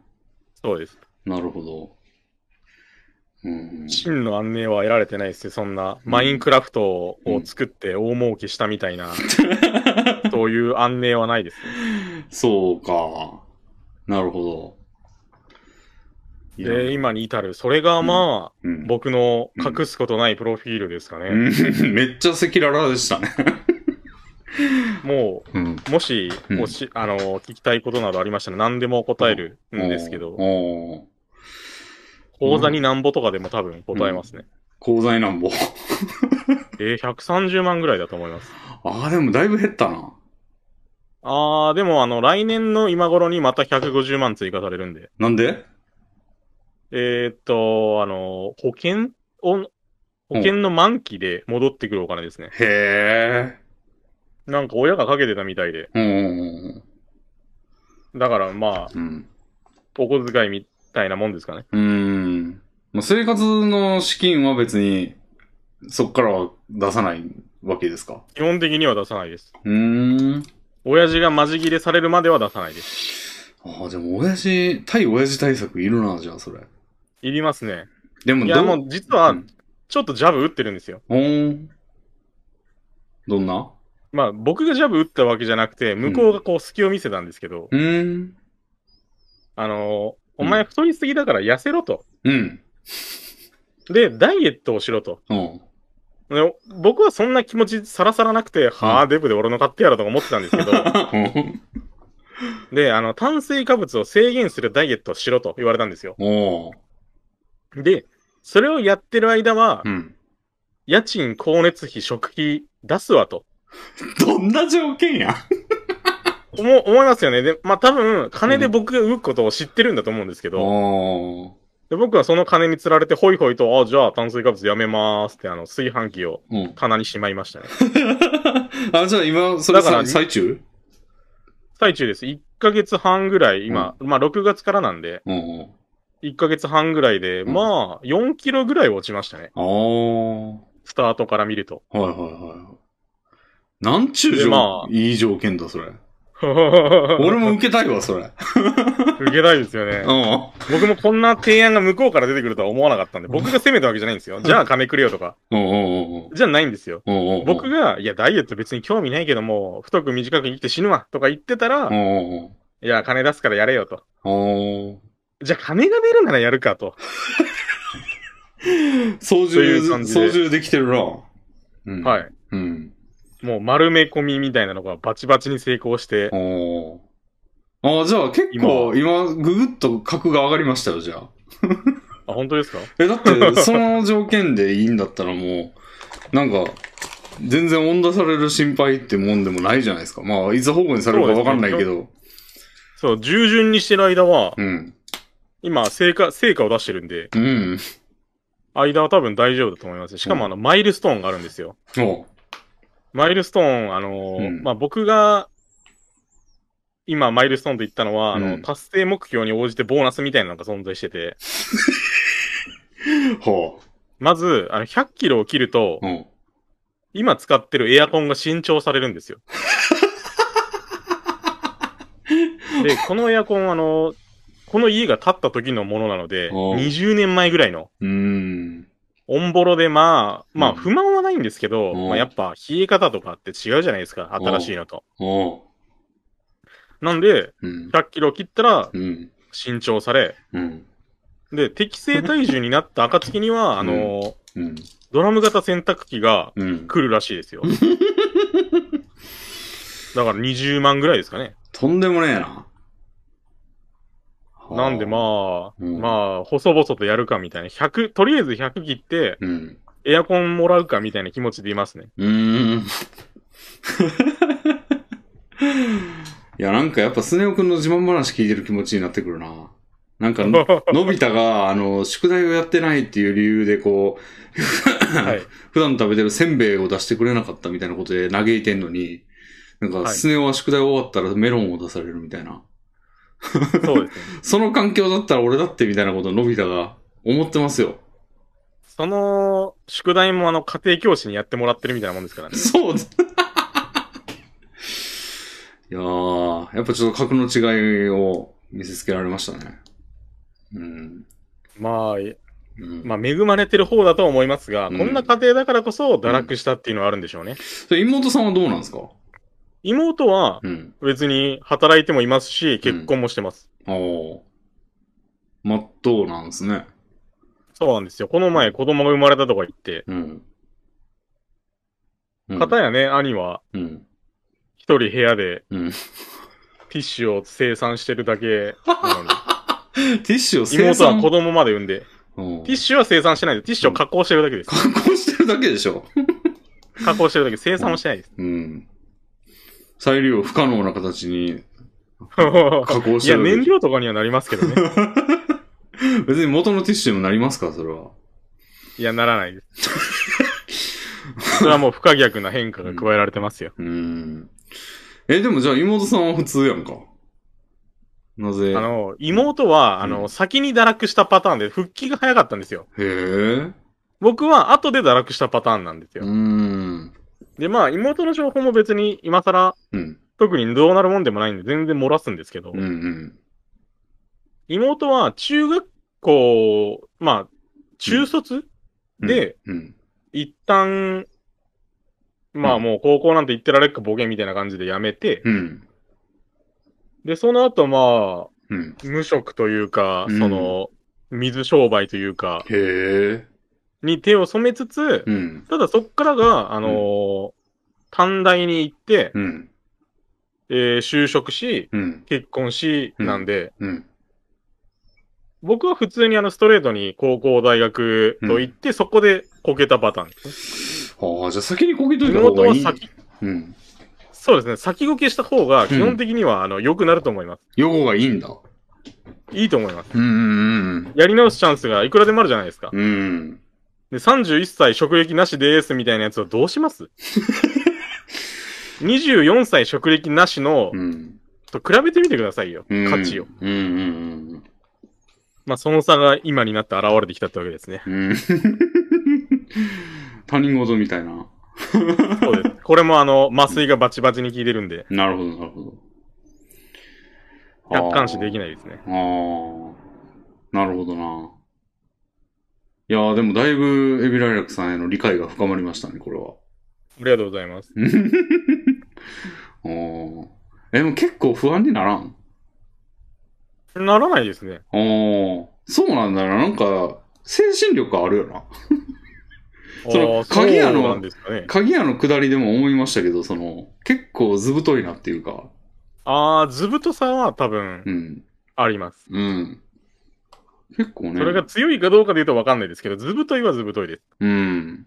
[SPEAKER 2] そうです。
[SPEAKER 1] なるほど。うん。
[SPEAKER 2] 真の安寧は得られてないですよ、そんな。マインクラフトを作って大儲けしたみた
[SPEAKER 1] *laughs*
[SPEAKER 2] いな、そういう安寧はないですね。
[SPEAKER 1] そうか。なるほど。いや
[SPEAKER 2] で、今に至る。それがまあ、
[SPEAKER 1] うん
[SPEAKER 2] 僕の隠すことないプロフィールですかね。
[SPEAKER 1] うん *laughs* めっちゃ赤裸々でしたね。
[SPEAKER 2] も
[SPEAKER 1] うん。
[SPEAKER 2] う、もし、
[SPEAKER 1] うん
[SPEAKER 2] おし、あの、聞きたいことなどありましたら何でも答えるんですけど、
[SPEAKER 1] おー。
[SPEAKER 2] 講座になんぼとかでも多分答えますね。
[SPEAKER 1] 口座なんぼ。
[SPEAKER 2] えー、130万ぐらいだと思います。
[SPEAKER 1] ああ、でもだいぶ減ったな。
[SPEAKER 2] あー、でもあの、来年の今頃にまた150万追加されるんで。
[SPEAKER 1] なんで
[SPEAKER 2] えーっと、あの、保険を、保険の満期で戻ってくるお金ですね。
[SPEAKER 1] へ
[SPEAKER 2] なんか親がかけてたみたいで。
[SPEAKER 1] え。うん。
[SPEAKER 2] だからまあ、
[SPEAKER 1] うん。
[SPEAKER 2] お小遣いみたいなもんですかね。
[SPEAKER 1] うん。まあ、生活の資金は別に、そっからは出さないわけですか。
[SPEAKER 2] 基本的には出さないです。
[SPEAKER 1] うーん。
[SPEAKER 2] 親父がマジ切れされるまでは出さないです。
[SPEAKER 1] ああ、でも親父、対親父対策いるな、じゃあ、それ。
[SPEAKER 2] いりますね。
[SPEAKER 1] でも
[SPEAKER 2] い
[SPEAKER 1] ど、
[SPEAKER 2] や、もう実
[SPEAKER 1] う
[SPEAKER 2] は、
[SPEAKER 1] ん、
[SPEAKER 2] ちょっとジャブ打ってるんですよ。
[SPEAKER 1] おーどんな
[SPEAKER 2] まあ、僕がジャブ打ったわけじゃなくて、向こうがこう隙を見せたんですけど、
[SPEAKER 1] うーん。
[SPEAKER 2] あのーお前太りすぎだから痩せろと。
[SPEAKER 1] うん。
[SPEAKER 2] で、ダイエットをしろと。
[SPEAKER 1] うん。
[SPEAKER 2] で僕はそんな気持ちさらさらなくて、はあ、デブで俺の買ってやろうとか思ってたんです
[SPEAKER 1] *laughs*
[SPEAKER 2] けど、で、あの、炭水化物を制限するダイエットをしろと言われたんですよ。
[SPEAKER 1] おー
[SPEAKER 2] で、それをやってる間は、
[SPEAKER 1] うん。
[SPEAKER 2] 家賃、光熱費、食費出すわと。
[SPEAKER 1] どんな条件や
[SPEAKER 2] 思、思いますよね。で、まあ、多分、金で僕が動くことを知ってるんだと思うんですけど、
[SPEAKER 1] おー
[SPEAKER 2] で僕はその金に釣られて、ホイホイと、あ、じゃあ炭水化物やめまーすって、あの、炊飯器を
[SPEAKER 1] うん。
[SPEAKER 2] 棚にしまいましたね。 *laughs*
[SPEAKER 1] あ、じゃあ今、それ
[SPEAKER 2] だか
[SPEAKER 1] さ
[SPEAKER 2] ら
[SPEAKER 1] 最中
[SPEAKER 2] 最中です。1ヶ月半ぐらい、今、まあ、6月からなんで、
[SPEAKER 1] うんうん。
[SPEAKER 2] 1ヶ月半ぐらいで、
[SPEAKER 1] うん
[SPEAKER 2] まあ、4キロぐらい落ちましたね。
[SPEAKER 1] あー。
[SPEAKER 2] スタートから見ると。
[SPEAKER 1] はいはいはい。なんちゅう
[SPEAKER 2] で
[SPEAKER 1] 条、
[SPEAKER 2] まあ
[SPEAKER 1] いい条件だ、それ。
[SPEAKER 2] 俺
[SPEAKER 1] 俺も受けたいわ、それ。
[SPEAKER 2] *laughs* 受けたいですよね
[SPEAKER 1] う。ん。
[SPEAKER 2] 僕もこんな提案が向こうから出てくるとは思わなかったんで、僕が責めたわけじゃないんですよ。じゃあ金くれよとか。
[SPEAKER 1] うんうんうん
[SPEAKER 2] じゃないんですよ。
[SPEAKER 1] うん。うん
[SPEAKER 2] 僕
[SPEAKER 1] が、
[SPEAKER 2] が、いや、ダイエット別に興味ないけども、太く短く生きて死ぬわとか言ってた
[SPEAKER 1] うん
[SPEAKER 2] ら、
[SPEAKER 1] うんうん。
[SPEAKER 2] いや、金出すからやれよと。
[SPEAKER 1] おー
[SPEAKER 2] じゃあ金が出るならやるかと。
[SPEAKER 1] 操
[SPEAKER 2] という
[SPEAKER 1] 縦、
[SPEAKER 2] 感じで
[SPEAKER 1] 操縦できてるな。うん。。
[SPEAKER 2] はいい。
[SPEAKER 1] うん。
[SPEAKER 2] もう丸め込みみたいなのがバチバチに成功して、
[SPEAKER 1] おーああ、じゃあ結構、今、ぐぐっと格が上がりましたよ、じゃあ。
[SPEAKER 2] あ、本当ですか
[SPEAKER 1] *laughs* え、だって、その条件でいいんだったらもう、なんか、全然温出される心配ってもんでもないじゃないですか。まあ、いつ保護にされるかわかんないけど。
[SPEAKER 2] そう、従順にしてる間は、
[SPEAKER 1] うん。
[SPEAKER 2] 今、成果、成果を出してるんで、
[SPEAKER 1] うん。
[SPEAKER 2] 間は多分大丈夫だと思います。しかも、あの、マイルストーンがあるんですよ。
[SPEAKER 1] おう
[SPEAKER 2] マイルストーン、あのー
[SPEAKER 1] うん
[SPEAKER 2] まあ、僕が、今、マイルストーンと言ったのは、あの、
[SPEAKER 1] うん
[SPEAKER 2] 達成目標に応じてボーナスみたいなのが存在してて、
[SPEAKER 1] ほ
[SPEAKER 2] まず、あの、100キロを切ると
[SPEAKER 1] う。、うん。
[SPEAKER 2] 今使ってるエアコンが新調される
[SPEAKER 1] *laughs*
[SPEAKER 2] んですよ。で、このエアコン、あの、この家が建った時のものなので、
[SPEAKER 1] おう
[SPEAKER 2] 20年前ぐらいの、
[SPEAKER 1] うーん。
[SPEAKER 2] オンボロで、まあ、ま
[SPEAKER 1] う
[SPEAKER 2] あ、
[SPEAKER 1] ん
[SPEAKER 2] 不満はないんですけど、
[SPEAKER 1] おう
[SPEAKER 2] まあ、やっぱ、冷え方とかって違うじゃないですか、新しいのと。
[SPEAKER 1] おう。
[SPEAKER 2] なんで、
[SPEAKER 1] うん。
[SPEAKER 2] 100キロ切ったら、
[SPEAKER 1] うん。
[SPEAKER 2] 新調され、
[SPEAKER 1] うん。
[SPEAKER 2] で、適正体重になった暁に
[SPEAKER 1] *laughs*
[SPEAKER 2] は、あのー
[SPEAKER 1] うん。
[SPEAKER 2] ドラム型洗濯機が
[SPEAKER 1] うん。
[SPEAKER 2] 来るらし
[SPEAKER 1] *laughs*
[SPEAKER 2] いですよ。だから20万ぐらいですかね。
[SPEAKER 1] とんでもねえな。
[SPEAKER 2] なんで
[SPEAKER 1] あ。
[SPEAKER 2] まあ、
[SPEAKER 1] うん
[SPEAKER 2] まあ、細々とやるかみたいな。100、とりあえず100切って、
[SPEAKER 1] うん。
[SPEAKER 2] エアコンもらうかみたいな気持ちでいますね。
[SPEAKER 1] うーん。 *laughs* いや、なんかやっぱスネ夫くんの自慢話聞いてる気持ちになってくるな。なん
[SPEAKER 2] *laughs*
[SPEAKER 1] か、のび太が、あの、宿題をやってないっていう理由で、こう、
[SPEAKER 2] はい。
[SPEAKER 1] *laughs* 普段食べてるせんべいを出してくれなかったみたいなことで嘆いてんのに、なんか、
[SPEAKER 2] はい
[SPEAKER 1] スネ夫は宿題終わったらメロンを出されるみたいな。
[SPEAKER 2] そうですね。
[SPEAKER 1] その環境だったら俺だってみたいなことをのび太が思ってますよ。
[SPEAKER 2] その、宿題もあの、家庭教師にやってもらってるみたいなもんですからね。
[SPEAKER 1] そう *laughs* だいやー、やっぱちょっと格の違いを見せつけられましたね。うん。
[SPEAKER 2] まあ、
[SPEAKER 1] うん、
[SPEAKER 2] まあ、恵まれてる方だとは思いますが、
[SPEAKER 1] うん
[SPEAKER 2] こんな家庭だからこそ堕落したっていうのはあるんでしょうね。
[SPEAKER 1] それ妹さんはどうなんですか
[SPEAKER 2] 妹は
[SPEAKER 1] うん。
[SPEAKER 2] 別に働いてもいますし、結婚もしてます。
[SPEAKER 1] おー。まっとうなんですね。
[SPEAKER 2] そうなんですよ。この前子供が生まれたとか言って、
[SPEAKER 1] うん。うん
[SPEAKER 2] 片やね、兄は
[SPEAKER 1] うん。
[SPEAKER 2] 一人部屋で
[SPEAKER 1] うん。
[SPEAKER 2] ティッシュを生産してるだけな
[SPEAKER 1] *laughs*
[SPEAKER 2] のに。
[SPEAKER 1] ティッシュを生
[SPEAKER 2] 妹は
[SPEAKER 1] 産
[SPEAKER 2] 子供まで産んで、
[SPEAKER 1] うん
[SPEAKER 2] ティッシュは生産してないです。ティッシュを加工してるだけです。
[SPEAKER 1] 加工してるだけでしょ。
[SPEAKER 2] 加工してるだけ、生産はしてないです。
[SPEAKER 1] うん。再利用不可能な形に加工し
[SPEAKER 2] い
[SPEAKER 1] て
[SPEAKER 2] や、
[SPEAKER 1] るだけ
[SPEAKER 2] 燃料とかにはなりますけどね。
[SPEAKER 1] *laughs* 別に元のティッシュにもなりますかそれは。
[SPEAKER 2] いや、ならないです。それはもう不可逆な変化が加えられてますよ。
[SPEAKER 1] うん。え、でもじゃあ妹さんは普通やんか。なぜ
[SPEAKER 2] あの、妹は、あ
[SPEAKER 1] う
[SPEAKER 2] の、
[SPEAKER 1] ん
[SPEAKER 2] 先に堕落したパターンで、復帰が早かったんですよ。
[SPEAKER 1] へえ。
[SPEAKER 2] 僕は後で堕落したパターンなんで
[SPEAKER 1] う
[SPEAKER 2] すよ。
[SPEAKER 1] ん。
[SPEAKER 2] で、まあ、妹の情報も別に今更、
[SPEAKER 1] うん。
[SPEAKER 2] 特にどうなるもんでもないんで、全然漏らすんですけど、
[SPEAKER 1] うんうん。
[SPEAKER 2] 妹は中学校、まあ、中卒、で、
[SPEAKER 1] うん。
[SPEAKER 2] 一旦、まあもう高校なんて行ってられっかボケみたいな感じで辞めて、
[SPEAKER 1] うん。
[SPEAKER 2] で、その後まあ、
[SPEAKER 1] うん。
[SPEAKER 2] 無職というか、
[SPEAKER 1] うん
[SPEAKER 2] その、水商売というか、
[SPEAKER 1] へえ。
[SPEAKER 2] に手を染めつつ、
[SPEAKER 1] うん。
[SPEAKER 2] ただそっからが、あのー短大に行って、
[SPEAKER 1] うん。
[SPEAKER 2] えー就職し、
[SPEAKER 1] うん。
[SPEAKER 2] 結婚し、
[SPEAKER 1] うん
[SPEAKER 2] なんで、
[SPEAKER 1] うん。
[SPEAKER 2] 僕は普通にあのストレートに高校、大学と行って、そこでこけたパターンですね。
[SPEAKER 1] ああ、じゃあ先にこけといた方
[SPEAKER 2] 妹
[SPEAKER 1] が
[SPEAKER 2] はい
[SPEAKER 1] い。
[SPEAKER 2] 先、
[SPEAKER 1] うん。
[SPEAKER 2] そうですね、先こけした方が基本的には、あの、良くなると思います。
[SPEAKER 1] 予後がいいんだ。
[SPEAKER 2] いいと思います。
[SPEAKER 1] うんうん
[SPEAKER 2] やり直すチャンスがいくらでもあるじゃないですか。
[SPEAKER 1] うん。うん。
[SPEAKER 2] で、31歳職歴なしですみたいなやつをどうします
[SPEAKER 1] *laughs*
[SPEAKER 2] ?24 歳職歴なしの
[SPEAKER 1] うん。
[SPEAKER 2] と比べてみてくださいよ。
[SPEAKER 1] うん
[SPEAKER 2] 価値を。。
[SPEAKER 1] うんうん
[SPEAKER 2] まあ、その差が今になって現れてきたってわ
[SPEAKER 1] *laughs*
[SPEAKER 2] けですね。
[SPEAKER 1] うん。うん。他人事みたいな。
[SPEAKER 2] そうです。これもあの、麻酔がバチバチに効いてるんで、
[SPEAKER 1] なるほど、なるほど。
[SPEAKER 2] 客観視でき
[SPEAKER 1] い。
[SPEAKER 2] ないですね。
[SPEAKER 1] あーあー。なるほどな。いやーでもだいぶ、エビライラクさんへの理解が深まりましたね、これは。
[SPEAKER 2] ありがとうございます。
[SPEAKER 1] あーえ、でも結構不安にならん
[SPEAKER 2] ならないですね。
[SPEAKER 1] あーそうなんだな。なんか、精神力あるよな。その
[SPEAKER 2] あー
[SPEAKER 1] 鍵屋の
[SPEAKER 2] そうなんですかね。
[SPEAKER 1] 鍵屋の下りでも思いましたけど、その、結構ずぶといなっていうか。
[SPEAKER 2] ああ、図太さは多分
[SPEAKER 1] うん。
[SPEAKER 2] あります。
[SPEAKER 1] うん。結構ね。
[SPEAKER 2] それが強いかどうかで言うとわかんないですけど、図太いは図太いです。
[SPEAKER 1] うん。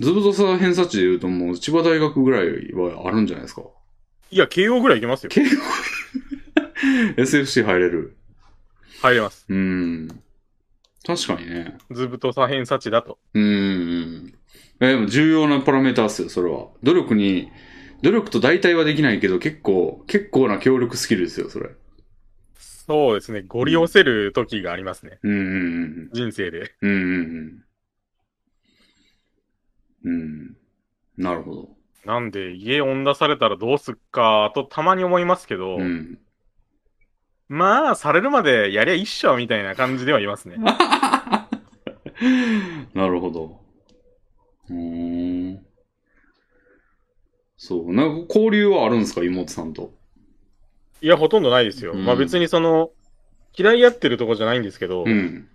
[SPEAKER 1] ずぶとさ偏差値で言うともう、千葉大学ぐらいはあるんじゃないですか。
[SPEAKER 2] いや、慶応ぐらいいけますよ。
[SPEAKER 1] 慶応 SFC 入れる。
[SPEAKER 2] 入れます。
[SPEAKER 1] うん。確かにね。
[SPEAKER 2] 図太さ偏差値だと。
[SPEAKER 1] うんうん。え、でも重要なパラメーターっすよ、それは。努力に、努力と代替はできないけど、結構、結構な協力スキルですよ、それ。
[SPEAKER 2] そうですね。ご利用せる時がありますね。
[SPEAKER 1] うんうんうん。
[SPEAKER 2] 人生で。
[SPEAKER 1] うんうんうん。うん。なるほど。
[SPEAKER 2] なんで、家追ん出されたらどうすっかとたまに思いますけど、
[SPEAKER 1] うん。
[SPEAKER 2] まあ、されるまでやりゃ一緒みたいな感じではいますね。
[SPEAKER 1] なるほど。うーん。そう。なんか交流はあるんですか妹さんと。
[SPEAKER 2] いや、ほとんどないですよ。
[SPEAKER 1] うん
[SPEAKER 2] まあ別にその、嫌い合ってるとこじゃないんですけど、
[SPEAKER 1] うん。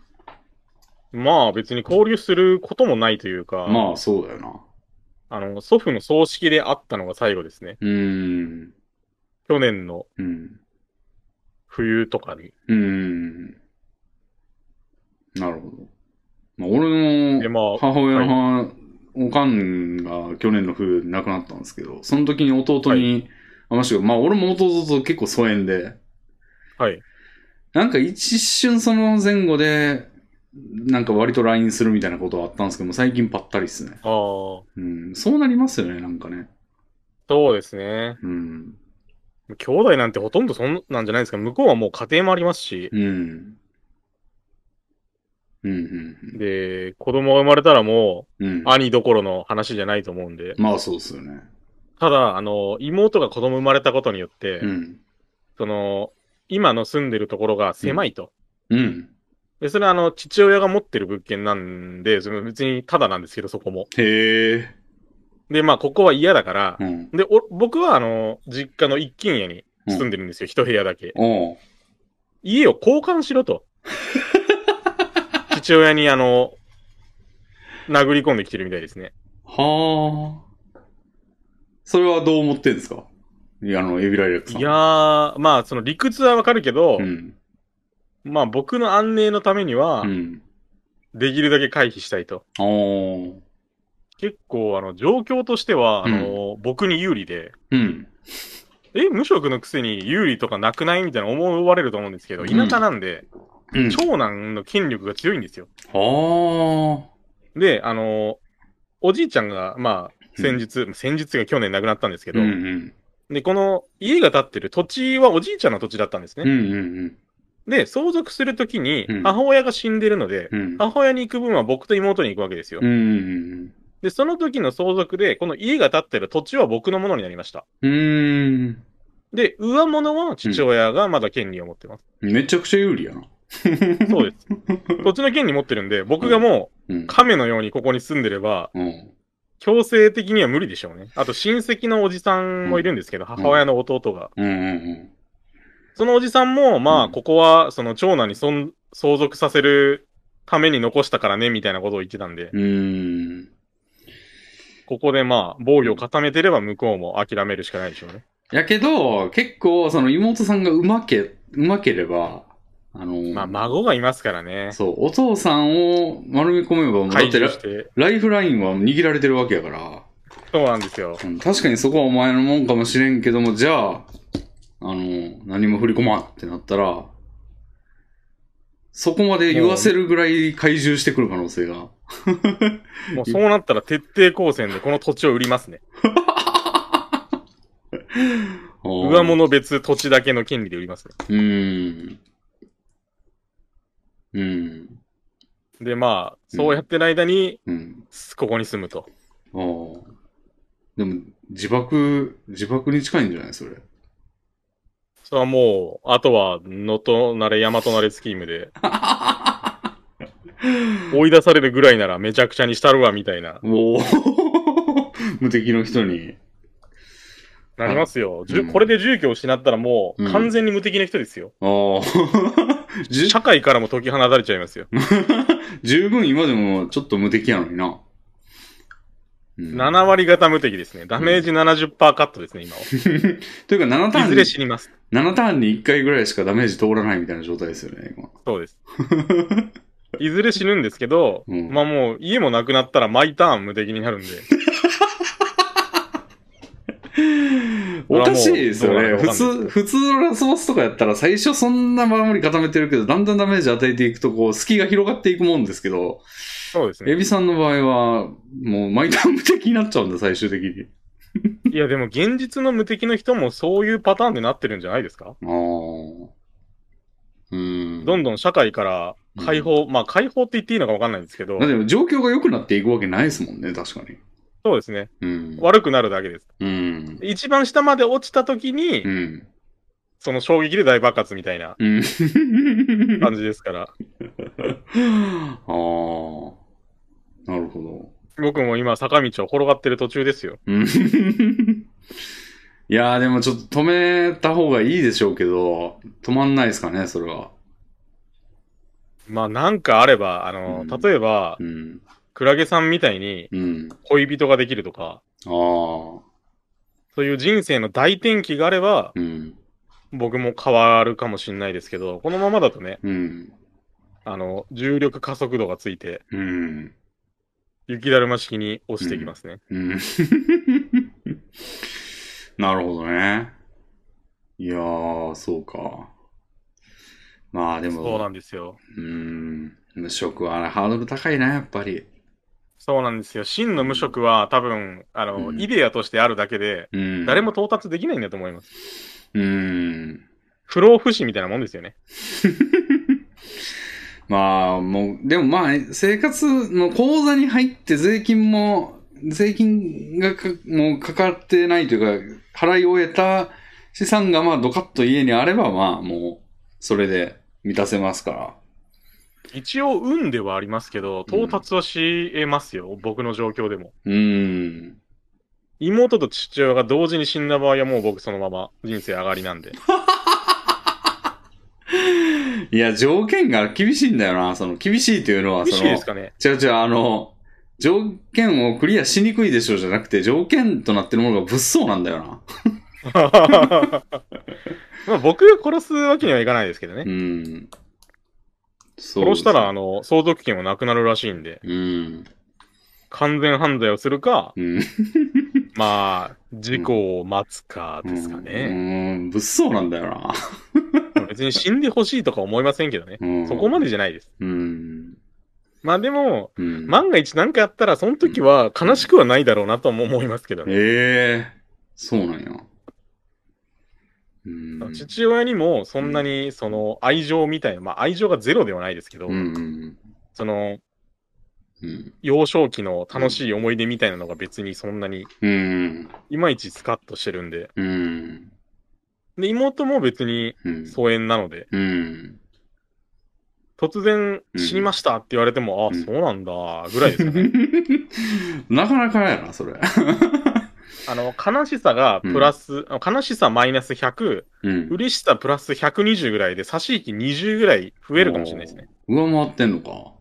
[SPEAKER 2] まあ別に交流することもないというか、
[SPEAKER 1] まあ、そうだよな。
[SPEAKER 2] あの、祖父の葬式で会ったのが最後ですね。
[SPEAKER 1] うーん。
[SPEAKER 2] 去年の
[SPEAKER 1] うん。
[SPEAKER 2] 冬とかに。
[SPEAKER 1] うーん。なるほど。まあ、俺
[SPEAKER 2] で、
[SPEAKER 1] の
[SPEAKER 2] まあ、
[SPEAKER 1] 母親の母、おかんが去年の冬亡くなったんですけど、その時に弟に話して、まあ俺も弟と結構疎遠で、
[SPEAKER 2] はい。
[SPEAKER 1] なんか一瞬その前後で、なんか割と LINE するみたいなことはあったんですけども、最近ぱったりっすね。
[SPEAKER 2] ああ、そ
[SPEAKER 1] うん。そうなりますよね、なんかね。
[SPEAKER 2] うですね。
[SPEAKER 1] うん。
[SPEAKER 2] 兄弟なんてほとんどそんなんじゃないですか。向こうはもう家庭もありますし、
[SPEAKER 1] うん。うん、うん、
[SPEAKER 2] で、子供が生まれたらも
[SPEAKER 1] うん。うん
[SPEAKER 2] う、兄どころの話じゃないと思うんで、
[SPEAKER 1] まあそうっすよね。
[SPEAKER 2] ただ、あの、妹が子供生まれたことによって、
[SPEAKER 1] うん。
[SPEAKER 2] その、今の住んでるところが狭いと。
[SPEAKER 1] うん。
[SPEAKER 2] で、それはあの、父親が持ってる物件なんで、その別にただなんですけど、そこも。
[SPEAKER 1] へえ。
[SPEAKER 2] で、まあ、ここは嫌だから、
[SPEAKER 1] うん。
[SPEAKER 2] で、お僕はあの、実家の一軒家に住んでるんですよ、一部屋だけ。
[SPEAKER 1] おう
[SPEAKER 2] 家を交換しろと。父親にあの、殴り込んできてるみたいですね。
[SPEAKER 1] はあ。それはどう思ってんですかいや、あの、エビライラックさん。
[SPEAKER 2] いやー、まあその理屈はわかるけど、
[SPEAKER 1] うん。
[SPEAKER 2] まあ僕の安寧のためには
[SPEAKER 1] う、ん。
[SPEAKER 2] できるだけ回避したいと。
[SPEAKER 1] ああ。う
[SPEAKER 2] 結構あの、状況としては、あの、僕に有利で、
[SPEAKER 1] ん。
[SPEAKER 2] え、無職のくせに有利とかなくないみたいな思われると思うんですけど、田舎なんで、
[SPEAKER 1] うん。
[SPEAKER 2] 長男の権力が強いんですよ。
[SPEAKER 1] は
[SPEAKER 2] で、あの、おじいちゃんが、まあ、先日、先日が去年亡くなったんですけ
[SPEAKER 1] あ。う
[SPEAKER 2] ど、
[SPEAKER 1] んうん。
[SPEAKER 2] で、この家が建ってる土地はおじいちゃんの土地だったんです
[SPEAKER 1] うんう
[SPEAKER 2] ね。
[SPEAKER 1] ん
[SPEAKER 2] で、相続するときに
[SPEAKER 1] うん、
[SPEAKER 2] 母親が死んでるので、
[SPEAKER 1] うん。うん。
[SPEAKER 2] 母親に行く分は僕と妹に行くわけですよ
[SPEAKER 1] う。んうん
[SPEAKER 2] で、その時の相続で、この家が建ってる土地は僕のものになりました。
[SPEAKER 1] うん。うん。
[SPEAKER 2] で、上物は父親がまだ権利を持ってます。
[SPEAKER 1] めちゃくちゃ有利やな。
[SPEAKER 2] そうです。
[SPEAKER 1] *laughs*
[SPEAKER 2] 土地の権利持ってるんで、僕がも
[SPEAKER 1] う。
[SPEAKER 2] うん亀のようにここに住んでれば、
[SPEAKER 1] うん。
[SPEAKER 2] 強制的には無理でしょうね。あと親戚のおじさんもいるんですけど、母親の弟が。
[SPEAKER 1] うんうん
[SPEAKER 2] そのおじさんも、ま
[SPEAKER 1] う
[SPEAKER 2] あ、
[SPEAKER 1] ん
[SPEAKER 2] ここは、その長男にそん相続させるために残したからね、みたいなことを言ってたんで、
[SPEAKER 1] うん。うん。
[SPEAKER 2] ここでまあ、防御を固めてれば向こうも諦めるしかないでしょうね。
[SPEAKER 1] やけど、結構、その妹さんがうまけ、うまければ、あの、
[SPEAKER 2] まあ、孫がいますからね。
[SPEAKER 1] そう、お父さんを丸め込めば、もうだっ
[SPEAKER 2] 解
[SPEAKER 1] て
[SPEAKER 2] 除
[SPEAKER 1] ラ
[SPEAKER 2] して。
[SPEAKER 1] ライフラインは握られてるわけやから、
[SPEAKER 2] そうなんですよ。
[SPEAKER 1] うん確かにそこはお前のもんかもしれんけども、じゃあ、あの、何も振り込まんってなったら、そこまで言わせるぐらい怪獣してくる可能性が。
[SPEAKER 2] もうそうなったら徹底抗戦でこの土地を売りますね。
[SPEAKER 1] も
[SPEAKER 2] 上物別土地だけの権利で売りますね。
[SPEAKER 1] うん。うん。
[SPEAKER 2] で、まあ、そうやってる間に、
[SPEAKER 1] うん。
[SPEAKER 2] ここに住むと。
[SPEAKER 1] ああ。でも、自爆、自爆に近いんじゃないそれ。
[SPEAKER 2] それはもう、あとは、能となれ山となれスキームで、追い出されるぐらいならめちゃくちゃにしたるわ、みたいな。
[SPEAKER 1] おお *laughs* 無敵の人に。
[SPEAKER 2] なりますよ。じゅ
[SPEAKER 1] うん
[SPEAKER 2] これで住居を失ったらもう、
[SPEAKER 1] うん
[SPEAKER 2] 完全に無敵な人ですよ。
[SPEAKER 1] あ *laughs* あ。じゅ
[SPEAKER 2] 社会からも解き放たれちゃいますよ。
[SPEAKER 1] 十分今でもちょっと無敵やのにな。うん、
[SPEAKER 2] 7割型無敵ですね。ダメージ70%カットですね、今は。
[SPEAKER 1] *laughs* というか7タ
[SPEAKER 2] い
[SPEAKER 1] ーン
[SPEAKER 2] ず
[SPEAKER 1] に
[SPEAKER 2] れ、死にます。
[SPEAKER 1] 7ターンに1回ぐらいしかダメージ通らないみたいな状態ですよね、今。
[SPEAKER 2] そ
[SPEAKER 1] *laughs*
[SPEAKER 2] うです。いずれ死ぬんですけど、
[SPEAKER 1] うん
[SPEAKER 2] まあもう、家もなくなったら毎ターン無敵になるんで。
[SPEAKER 1] おかしいですよね。
[SPEAKER 2] それはもう
[SPEAKER 1] 普通、普通のラスボスとかやったら最初そんな守り固めてるけど、だんだんダメージ与えていくとこう、隙が広がっていくもんですけど、
[SPEAKER 2] そうです
[SPEAKER 1] エ
[SPEAKER 2] ね。
[SPEAKER 1] ビさんの場合は、もう毎ターン無敵になっちゃうんだ、最終的に。
[SPEAKER 2] いや、でも現実の無敵の人もそういうパターンでなってるんじゃないですか
[SPEAKER 1] ああ。うん。
[SPEAKER 2] どん
[SPEAKER 1] ど
[SPEAKER 2] どん社会から解放、まあ解放って言っていいのか分かんないんですけど
[SPEAKER 1] ん。、でも状況が良くなっていくわけないですもんね、確かに。
[SPEAKER 2] そうですね。
[SPEAKER 1] うん。
[SPEAKER 2] 悪くなるだけです。
[SPEAKER 1] うん。
[SPEAKER 2] 一番下まで落ちた時に、
[SPEAKER 1] うん。
[SPEAKER 2] その衝撃で大爆発みたいな
[SPEAKER 1] うん。
[SPEAKER 2] 感じですから、
[SPEAKER 1] ああ。なるほど。
[SPEAKER 2] 僕も今坂道を転がってる途中ですよ。
[SPEAKER 1] うん。いやーでもちょっと止めた方がいいでしょうけど、止まんないですかね、それは。
[SPEAKER 2] まあなんかあれば、あの、
[SPEAKER 1] うん
[SPEAKER 2] 例えば、
[SPEAKER 1] うん。
[SPEAKER 2] クラゲさんみたいに
[SPEAKER 1] うん。あ
[SPEAKER 2] 恋人ができるとか、
[SPEAKER 1] あ。
[SPEAKER 2] そういう人生の大転機があれば、
[SPEAKER 1] うん。
[SPEAKER 2] 僕も変わるかもしれないですけど、このままだとね、
[SPEAKER 1] うん。
[SPEAKER 2] あの、重力加速度がついて、
[SPEAKER 1] うん。
[SPEAKER 2] 雪だるま式に落ちていきますね。
[SPEAKER 1] うん。なるほどね。いやー、そうか。まあで
[SPEAKER 2] そうな
[SPEAKER 1] も、
[SPEAKER 2] んですよ。
[SPEAKER 1] うーん、無職はハードル高いな、やっぱり。
[SPEAKER 2] そうなんですよ。真の無職は多分、あの、
[SPEAKER 1] うん
[SPEAKER 2] イデアとしてあるだけで、
[SPEAKER 1] うん。
[SPEAKER 2] 誰も到達できないんだと思います。
[SPEAKER 1] うーん。
[SPEAKER 2] 不老不死みたいなもんですよね。
[SPEAKER 1] まあ、もう、でもまあ、生活の口座に入って税金も、税金がかもうかかってないというか、払い終えた資産がまあ、ドカッと家にあれば、まあ、もう、それで満たせますから。
[SPEAKER 2] 一応、運ではありますけど、到達はし得ますよ。僕の状況でも。
[SPEAKER 1] うーん。
[SPEAKER 2] 妹と父親が同時に死んだ場合はもう僕そのまま人生上がりなんで。
[SPEAKER 1] いや、条件が厳しいんだよな。その、厳しいというのは、
[SPEAKER 2] 厳
[SPEAKER 1] そ
[SPEAKER 2] しい
[SPEAKER 1] の、
[SPEAKER 2] ですかね。
[SPEAKER 1] 違う違う、あの、条件をクリアしにくいでしょうじゃなくて、条件となってるものが物騒なんだよな。
[SPEAKER 2] *laughs* まあ僕が殺すわけにはいかないですけどね。
[SPEAKER 1] うん。そう
[SPEAKER 2] 殺したら、あの、相続権もなくなるらしいんで、
[SPEAKER 1] うん。
[SPEAKER 2] 完全犯罪をするか、
[SPEAKER 1] うん。
[SPEAKER 2] まあ、事故を待つかですか
[SPEAKER 1] う
[SPEAKER 2] ね。
[SPEAKER 1] ん、物騒なんだよな。
[SPEAKER 2] 別に死んでほしいとか思いませんけどね。
[SPEAKER 1] うん、
[SPEAKER 2] そこまでじゃないです。
[SPEAKER 1] うん。
[SPEAKER 2] まあでも、
[SPEAKER 1] うん。
[SPEAKER 2] 万が一何かあったら、その時は悲しくはないだろうなとも思いますけどね。
[SPEAKER 1] ええそうなんや。うん。
[SPEAKER 2] 父親にもそんなにその愛情みたいな、まあ愛情がゼロではないですけど、
[SPEAKER 1] うんうん
[SPEAKER 2] その
[SPEAKER 1] うん。
[SPEAKER 2] 幼少期の楽しい思い出みたいなのが別にそんなに
[SPEAKER 1] うん。
[SPEAKER 2] いまいちスカッとしてるんで、
[SPEAKER 1] うん。
[SPEAKER 2] で妹も別に
[SPEAKER 1] うん。
[SPEAKER 2] 疎遠なので、
[SPEAKER 1] うん。
[SPEAKER 2] 突然死にましたって言われても、
[SPEAKER 1] うん
[SPEAKER 2] あ、そうなんだ、ぐらいです
[SPEAKER 1] *laughs*
[SPEAKER 2] かね。
[SPEAKER 1] なかなかやな、それ。
[SPEAKER 2] あの、悲しさがプラス、あの悲しさマイナス100、
[SPEAKER 1] うん。
[SPEAKER 2] 嬉しさプラス120ぐらいで、差し引き20ぐらい増えるかもしれないですね。
[SPEAKER 1] 上回ってんのか。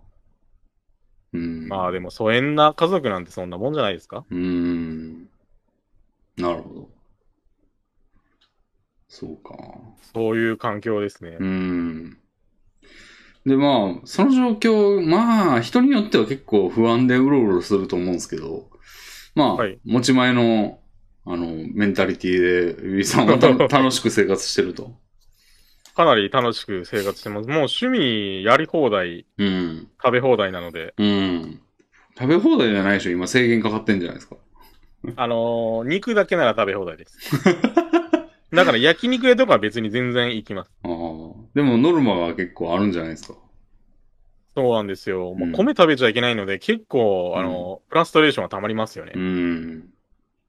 [SPEAKER 1] うん。
[SPEAKER 2] まあでも疎遠な家族なんてそんなもんじゃないですか
[SPEAKER 1] うん。なるほど。そうか。
[SPEAKER 2] そういう環境ですね
[SPEAKER 1] う。ん。で、まあ、その状況、まあ、人によっては結構不安でうろうろすると思うんですけど、まあ、
[SPEAKER 2] はい
[SPEAKER 1] 持ち前の、あの、メンタリティで、ゆりさんは
[SPEAKER 2] *laughs*
[SPEAKER 1] た楽しく生活してると。
[SPEAKER 2] かなり楽しく生活してます。もう趣味やり放題、
[SPEAKER 1] うん。
[SPEAKER 2] 食べ放題なので、
[SPEAKER 1] うん。食べ放題じゃないでしょ今制限かかってんじゃないですか。
[SPEAKER 2] あのー肉だけなら食べ放題です。 *laughs* だから焼肉屋とかは別に全然行きます。
[SPEAKER 1] ああ。でもノルマが結構あるんじゃないですか。
[SPEAKER 2] そうなんですよ。もううん米食べちゃいけないので、結構、
[SPEAKER 1] うん
[SPEAKER 2] あのーフラストレーションは溜まりますよね。
[SPEAKER 1] うん。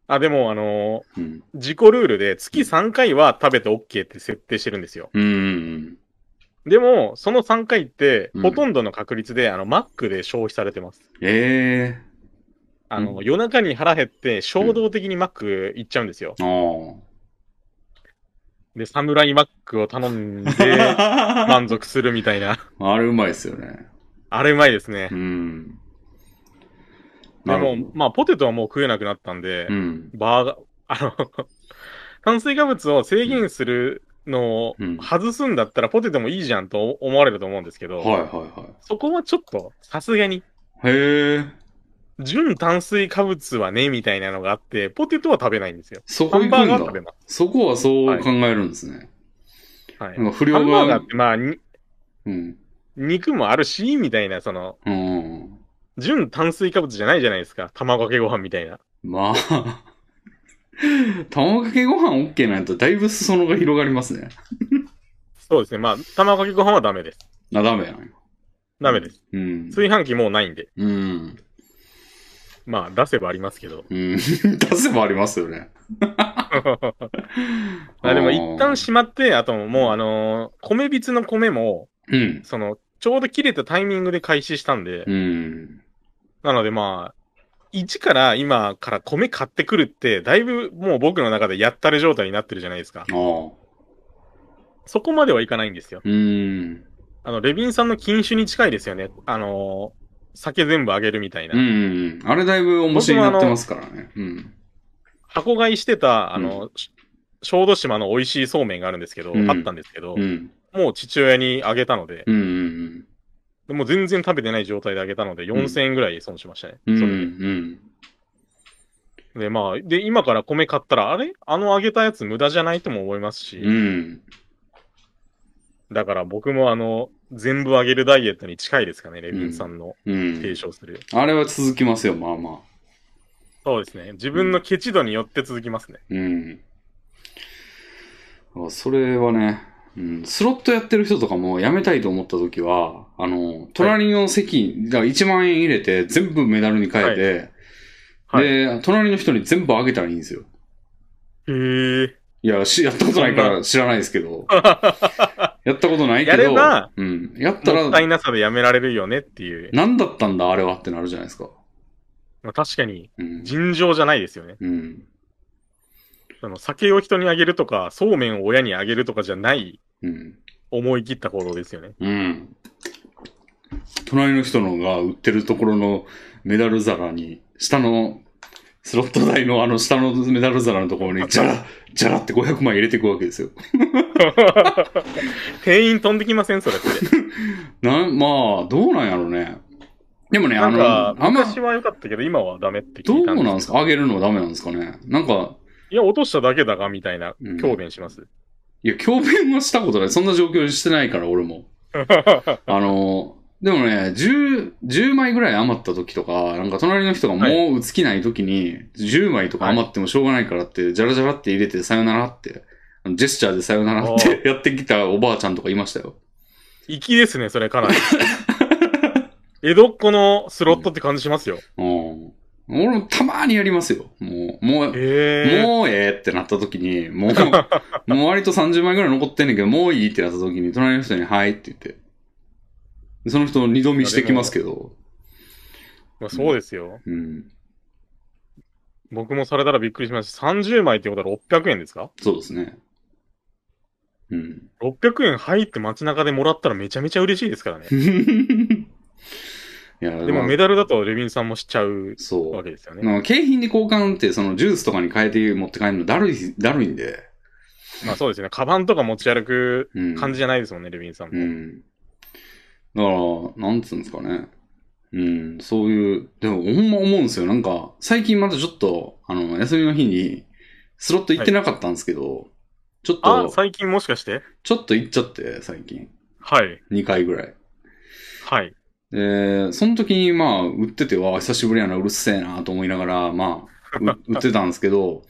[SPEAKER 2] あ、でも、あの
[SPEAKER 1] うん。
[SPEAKER 2] ー自己ルールで月3回は食べて OK って設定してるんですよ。
[SPEAKER 1] うん。
[SPEAKER 2] でも、その3回って
[SPEAKER 1] う、ん
[SPEAKER 2] ほとんどの確率で、あの、マックで消費されてます。
[SPEAKER 1] え
[SPEAKER 2] あの、
[SPEAKER 1] うん
[SPEAKER 2] 夜中に腹減って、衝動的にマック行っちゃうんですよ。
[SPEAKER 1] え
[SPEAKER 2] *laughs*
[SPEAKER 1] あ
[SPEAKER 2] で、サムライマックを頼
[SPEAKER 1] *laughs*
[SPEAKER 2] んで、
[SPEAKER 1] あ。
[SPEAKER 2] 満足するみたいな。
[SPEAKER 1] あれうまいっすよね。
[SPEAKER 2] あれうまいですね
[SPEAKER 1] う。ん。
[SPEAKER 2] で
[SPEAKER 1] なるほ
[SPEAKER 2] も
[SPEAKER 1] ど、
[SPEAKER 2] まあ、ポテトはもう食えなくなったんで、
[SPEAKER 1] うん。
[SPEAKER 2] バーガー、あの、炭水化物を制限するのを
[SPEAKER 1] うん
[SPEAKER 2] 外すんだったら、ポテトもいいじゃんと思われると思うんですけど、
[SPEAKER 1] はいは
[SPEAKER 2] そこはちょっと、さすがに、
[SPEAKER 1] いはい。へえ。
[SPEAKER 2] 純炭水化物はね、みたいなのがあって、ポテトは食べないんですよ。
[SPEAKER 1] そ
[SPEAKER 2] ハ
[SPEAKER 1] こ行
[SPEAKER 2] ンバーガーは
[SPEAKER 1] く
[SPEAKER 2] 食べ
[SPEAKER 1] んだ。
[SPEAKER 2] ます。
[SPEAKER 1] そこはそう考えるんですね。
[SPEAKER 2] はい。
[SPEAKER 1] なんか不
[SPEAKER 2] ハ
[SPEAKER 1] 良
[SPEAKER 2] ンバーガ
[SPEAKER 1] が
[SPEAKER 2] ーっ。て、まあ、に
[SPEAKER 1] うん。
[SPEAKER 2] 肉もあるし、みたいな、その、
[SPEAKER 1] うん。
[SPEAKER 2] 純炭水化物じゃないじゃないですか。卵かけご飯みたいな。
[SPEAKER 1] まあ。 *laughs* 卵かけご飯 OK なんとだいぶ裾野が広がりますね。
[SPEAKER 2] そうですね。まあ、卵かけご飯はダメです。
[SPEAKER 1] な、ダメやん。
[SPEAKER 2] ダメです。。
[SPEAKER 1] うん。
[SPEAKER 2] 炊飯器もうないんで。
[SPEAKER 1] うん。
[SPEAKER 2] まあ、出せばありますけど。
[SPEAKER 1] うん。出 *laughs* せばありますよ
[SPEAKER 2] *laughs*
[SPEAKER 1] ね。
[SPEAKER 2] あでも、
[SPEAKER 1] あー
[SPEAKER 2] 一旦しまって、あともう、あのー米びつの米も、
[SPEAKER 1] うん。
[SPEAKER 2] その、ちょうど切れたタイミングで開始したんで、
[SPEAKER 1] うん。
[SPEAKER 2] なのでまあ、一から今から米買ってくるって、だいぶもう僕の中でやったれ状態になってるじゃないですか。
[SPEAKER 1] ああ。
[SPEAKER 2] そこまではいかないんですよ。
[SPEAKER 1] うん。
[SPEAKER 2] あの、レビンさんの禁酒に近いですよね。あのー酒全部あげるみたいな。
[SPEAKER 1] うん。あれだいぶ面白になってますからね。うん。
[SPEAKER 2] 箱買いしてた、あの、し小豆島の美味しいそうめんがあるんですけど、
[SPEAKER 1] うん
[SPEAKER 2] あったんですけど、
[SPEAKER 1] うん。
[SPEAKER 2] もう父親にあげたので、
[SPEAKER 1] うん。うん。
[SPEAKER 2] でもう全然食べてない状態であげたので、4000円ぐらい損しましたね。
[SPEAKER 1] うん。う
[SPEAKER 2] それで
[SPEAKER 1] ん。
[SPEAKER 2] で、まあ、で、今から米買ったら、あれあのあげたやつ無駄じゃないとも思いますし、
[SPEAKER 1] うん。
[SPEAKER 2] だから僕もあの、全部あげるダイエットに近いですかね、レビンさんの
[SPEAKER 1] うん。
[SPEAKER 2] 提唱する。
[SPEAKER 1] あれは続きますよ、まあまあ。
[SPEAKER 2] そうですね。自分のケチ度によって続きますね。
[SPEAKER 1] うん。あそれはね、うん、スロットやってる人とかもやめたいと思った時は、あの、隣の席、だから1万円入れて全部メダルに変えて、
[SPEAKER 2] はい。へ
[SPEAKER 1] で、隣の人に全部あげたらいいんですよ。
[SPEAKER 2] え。
[SPEAKER 1] いや、し、やったことないから知らないですけ
[SPEAKER 2] *laughs*
[SPEAKER 1] ど。やったことないけど。
[SPEAKER 2] やれば
[SPEAKER 1] うん。やった
[SPEAKER 2] も
[SPEAKER 1] ら
[SPEAKER 2] った、いなさでやめられるよねっていう。
[SPEAKER 1] 何だったんだ、あれはってなるじゃないですか。
[SPEAKER 2] まあ、確かに、
[SPEAKER 1] うん。
[SPEAKER 2] 尋常じゃないですよね。
[SPEAKER 1] うん。
[SPEAKER 2] その酒を人にあげるとか、そうめんを親にあげるとかじゃない
[SPEAKER 1] うん。
[SPEAKER 2] 思い切った行動ですよね。
[SPEAKER 1] うん。隣の人のが売ってるところのメダル皿に、下の、スロット台のあの下のメダル皿のところ
[SPEAKER 2] *laughs*
[SPEAKER 1] に、じゃら、じゃらって500枚入れていくわけですよ。
[SPEAKER 2] 店員飛んできませんそれって。
[SPEAKER 1] なん、まあ、どうなんやろうね。でもね、
[SPEAKER 2] な
[SPEAKER 1] あ
[SPEAKER 2] ん
[SPEAKER 1] の、
[SPEAKER 2] か、
[SPEAKER 1] あんま、
[SPEAKER 2] 昔は良かったけど、今はダメって
[SPEAKER 1] ど
[SPEAKER 2] 聞
[SPEAKER 1] う
[SPEAKER 2] いたんですけど
[SPEAKER 1] なんですかあげるのはダメなんですかねなんか、
[SPEAKER 2] いや、落としただけだが、みたいな
[SPEAKER 1] うん、
[SPEAKER 2] 強弁します。
[SPEAKER 1] いや、教鞭はしたことない。そんな状況してないから、俺 *laughs* も。あの、でもね、10、10枚ぐらい余った時とか、なんか隣の人が
[SPEAKER 2] は
[SPEAKER 1] もう打つきない時に、10枚とか余ってもしょうがないからって、じゃらじゃらって入れて、さよならって、あのジェスチャーでさよならってやってきたおばあちゃんとかいましたよ。
[SPEAKER 2] 粋ですね、それ *laughs* かなり。江戸っ子のスロットって感じしますよ。
[SPEAKER 1] うん。俺もたまーにやりますよ。もう、もう、
[SPEAKER 2] ええ
[SPEAKER 1] もうええってなった時に、も
[SPEAKER 2] *laughs*
[SPEAKER 1] う、もう割と30枚ぐらい残ってんねんけど、もういいってなった時に、隣の人に、はいって言って。その人二度見してきますけど、
[SPEAKER 2] まあ、そうですよ。
[SPEAKER 1] うん。
[SPEAKER 2] 僕もされたらびっくりしました。30枚ってことは600円ですか
[SPEAKER 1] そうですね。うん。
[SPEAKER 2] ?600 円入って街中でもらったらめちゃめちゃ嬉しいですからね。
[SPEAKER 1] いや、
[SPEAKER 2] でも
[SPEAKER 1] まあ
[SPEAKER 2] メダルだとレビンさんもしちゃう
[SPEAKER 1] そ
[SPEAKER 2] わ
[SPEAKER 1] う。
[SPEAKER 2] けですよね。
[SPEAKER 1] まあ景品に交換って、そのジュースとかに変えて持って帰るのだるい、だるいんで。
[SPEAKER 2] まあそうですね。カバンとか持ち歩く
[SPEAKER 1] うん。
[SPEAKER 2] 感じじゃないですもんね、レビンさん
[SPEAKER 1] う
[SPEAKER 2] も。
[SPEAKER 1] ん。だから、なんつうんですかね。うん、そういう、でもほんま思うんですよ。なんか、最近またちょっと、あの、休みの日に、スロット行ってなかったんですけど、ちょっ
[SPEAKER 2] あ、
[SPEAKER 1] と、
[SPEAKER 2] 最近もしかして
[SPEAKER 1] ちょっと行っちゃって、最近。
[SPEAKER 2] はい。
[SPEAKER 1] 2回ぐらい。
[SPEAKER 2] はい。
[SPEAKER 1] で、その時にまあ、売ってては、久しぶりやな、うるせえなと思いながら、まあ、
[SPEAKER 2] *laughs*
[SPEAKER 1] う売ってたんですけど、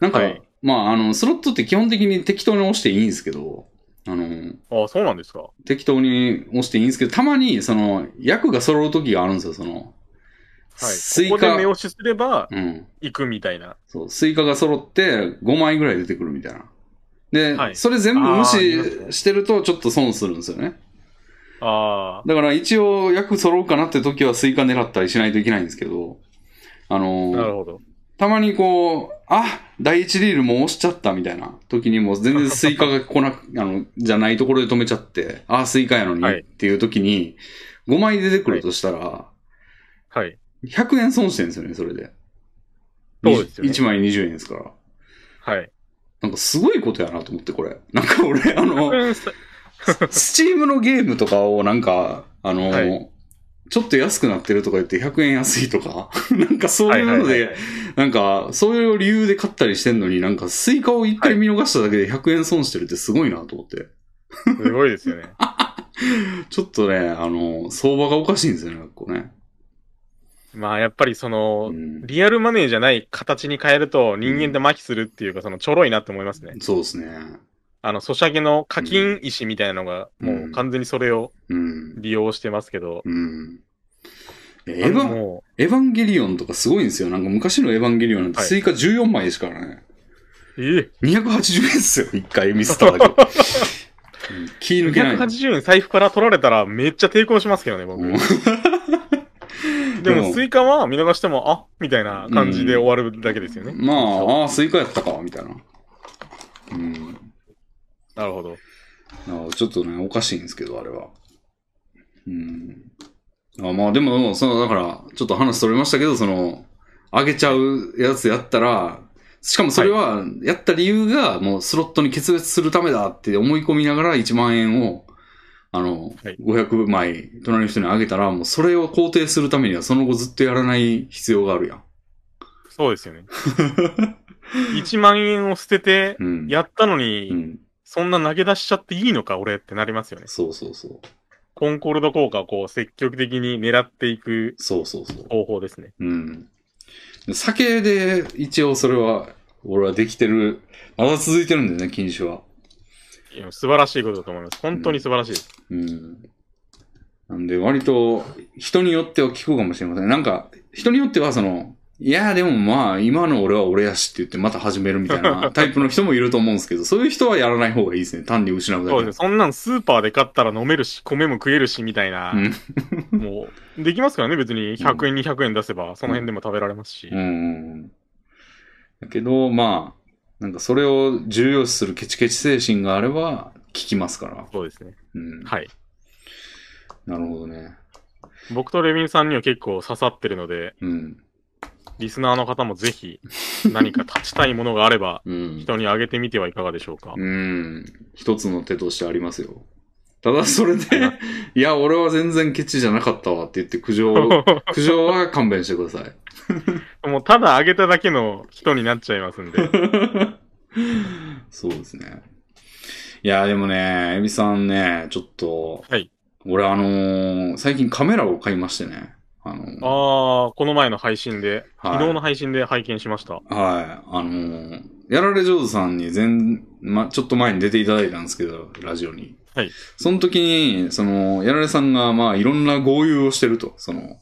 [SPEAKER 1] なんか、
[SPEAKER 2] はい
[SPEAKER 1] まあ、あの、スロットって基本的に適当に押していいんですけど、あの、
[SPEAKER 2] あ、そうなんですか。
[SPEAKER 1] 適当に押していいんですけど、たまに、その、役が揃う時があるんですよ、その、ス
[SPEAKER 2] はい。
[SPEAKER 1] イ
[SPEAKER 2] ここで
[SPEAKER 1] カ、
[SPEAKER 2] 目押しすれば
[SPEAKER 1] うん、
[SPEAKER 2] 行くみたいな。
[SPEAKER 1] そう、スイカが揃って5枚ぐらい出てくるみたいな。で、
[SPEAKER 2] はい
[SPEAKER 1] それ全部無
[SPEAKER 2] あーいます
[SPEAKER 1] 視
[SPEAKER 2] ね
[SPEAKER 1] してるとちょっと損するんですよね。
[SPEAKER 2] あ
[SPEAKER 1] だから一応役揃うかなって時はスイカ狙ったりしないといけないんですけど、あ
[SPEAKER 2] あ、
[SPEAKER 1] のー
[SPEAKER 2] なるほど。
[SPEAKER 1] たまにこう、あ第一リールもう押しちゃったみたいな時にもう全然スイカが来なく、 *laughs* あの、じゃないところで止めちゃって、あスイカやのに
[SPEAKER 2] はい
[SPEAKER 1] っていう時に、5枚出てくるとしたら、
[SPEAKER 2] はい。
[SPEAKER 1] 100円損してるんですよね、それで。
[SPEAKER 2] そうですよね
[SPEAKER 1] 1枚20円ですから。
[SPEAKER 2] はい。
[SPEAKER 1] なんかすごいことやなと思って、これ。なんか俺、あの、
[SPEAKER 2] *laughs* うんさ
[SPEAKER 1] スチームのゲームとかをなんか、あの、
[SPEAKER 2] は
[SPEAKER 1] ちょっと安くなってるとか言って100円安いとか、 *laughs* なんかそういうの
[SPEAKER 2] はいはいは
[SPEAKER 1] で
[SPEAKER 2] いはい、
[SPEAKER 1] なんかそういう理由で買ったりしてんのに、なんかスイカを一回見逃しただけで100円損してるってすごいなと思って。
[SPEAKER 2] すごいですよね。 *laughs*
[SPEAKER 1] ちょっとね、あの、相場がおかしいんですよね、なんかこうね。
[SPEAKER 2] まあやっぱりそうの、
[SPEAKER 1] ん、
[SPEAKER 2] リアルマネーじゃない形に変えると人間って麻痺するっていうか、そのちょろいなって思いますね。
[SPEAKER 1] そうですね。
[SPEAKER 2] あの、ソシャゲの課金石みたいなのが、
[SPEAKER 1] うん
[SPEAKER 2] もう完全にそれを
[SPEAKER 1] うん。
[SPEAKER 2] 利用してますけど、
[SPEAKER 1] うん。いやエ
[SPEAKER 2] あ
[SPEAKER 1] ヴ
[SPEAKER 2] の
[SPEAKER 1] ァン、
[SPEAKER 2] も
[SPEAKER 1] エヴァンゲリオンとかすごいんですよ。なんか昔のエヴァンゲリオンなんて
[SPEAKER 2] はい
[SPEAKER 1] スイカ14枚ですからね。
[SPEAKER 2] う、え
[SPEAKER 1] 280円ですよ、一回ミスっただ
[SPEAKER 2] *laughs*
[SPEAKER 1] け。うん気
[SPEAKER 2] え
[SPEAKER 1] 抜けない。
[SPEAKER 2] !280 円財布から取られたらめっちゃ抵抗しますけどね、僕。
[SPEAKER 1] う
[SPEAKER 2] で
[SPEAKER 1] でも
[SPEAKER 2] も、スイカは見逃しても、あみたいな感じで終わるだけですよね。
[SPEAKER 1] んまあ、ああ、スイカやったか、みたいな。うん。だ
[SPEAKER 2] なるほ
[SPEAKER 1] か
[SPEAKER 2] ど。
[SPEAKER 1] らちょっとね、おかしいんですけど、あれは。うん。あまあ、でも、その、だから、ちょっと話それましたけど、その、あげちゃうやつやったら、しかもそれは、やった理由が、もうスロットに決別するためだって思い込みながら1万円を、あの、
[SPEAKER 2] はい
[SPEAKER 1] 500枚、隣の人にあげたら、もうそれを肯定するためには、その後ずっとやらない必要があるやん。
[SPEAKER 2] そうですよね。1万円を捨てて、
[SPEAKER 1] うん。
[SPEAKER 2] やったの
[SPEAKER 1] う
[SPEAKER 2] に、
[SPEAKER 1] ん。
[SPEAKER 2] そんな投げ出しちゃっていいのか、俺ってなりますよね。
[SPEAKER 1] そうそうそう。
[SPEAKER 2] コンコルド効果をこう、積極的に狙っていく
[SPEAKER 1] そうそうそう。
[SPEAKER 2] 方法ですね。
[SPEAKER 1] うん。酒で一応それは、俺はできてる。まだ続いてるんだよね、禁酒は。
[SPEAKER 2] いや素晴らしいことだと思います。本当に素晴らしいです。
[SPEAKER 1] うん。なんで割と人によっては聞くかもしれません。なんか、人によってはその、いやでもまあ今の俺は俺やしって言ってまた始めるみたい
[SPEAKER 2] *laughs*
[SPEAKER 1] なタイプの人もいると思うんですけど、そういう人はやらない方がいいですね。単に失うだ
[SPEAKER 2] そう
[SPEAKER 1] け
[SPEAKER 2] ですね。。そんなんスーパーで買ったら飲めるし、米も食えるし、みたいな。もう、できますからね、別に100円、200円出せば、その辺でも食べられますし。
[SPEAKER 1] うんうんうん。だけど、まあ、なんかそれを重要視するケチケチ精神があれば、聞きますから。
[SPEAKER 2] そうですね。
[SPEAKER 1] うん。
[SPEAKER 2] はい。
[SPEAKER 1] なるほどね。
[SPEAKER 2] 僕とレビンさんには結構刺さってるので、
[SPEAKER 1] うん。
[SPEAKER 2] リスナーの方もぜひ、何か立ちたいものがあれば、 *laughs*
[SPEAKER 1] うん。
[SPEAKER 2] 人にあげてみてはいかがでしょうか。
[SPEAKER 1] うん。一つの手としてありますよ。ただそれで
[SPEAKER 2] はい、
[SPEAKER 1] *laughs* いや、俺は全然ケチじゃなかったわって言って苦情
[SPEAKER 2] *laughs*
[SPEAKER 1] を、苦情は勘弁してください。
[SPEAKER 2] もうただあげただけの人になっちゃいますんで。
[SPEAKER 1] *laughs* そうですね。いや、でもね、エビさんね、ちょっと、
[SPEAKER 2] はい。
[SPEAKER 1] 俺あのー最近カメラを買いましてね。あのー
[SPEAKER 2] ああ、この前の配信で、
[SPEAKER 1] はい
[SPEAKER 2] 昨日の配信で拝見しました。
[SPEAKER 1] はい。あのーやられ上手さんに前、ま、ちょっと前に出ていただいたんですけど、ラジオに。
[SPEAKER 2] はい。
[SPEAKER 1] その時に、その、やられさんが、まあ、いろんな豪遊をしてると。その、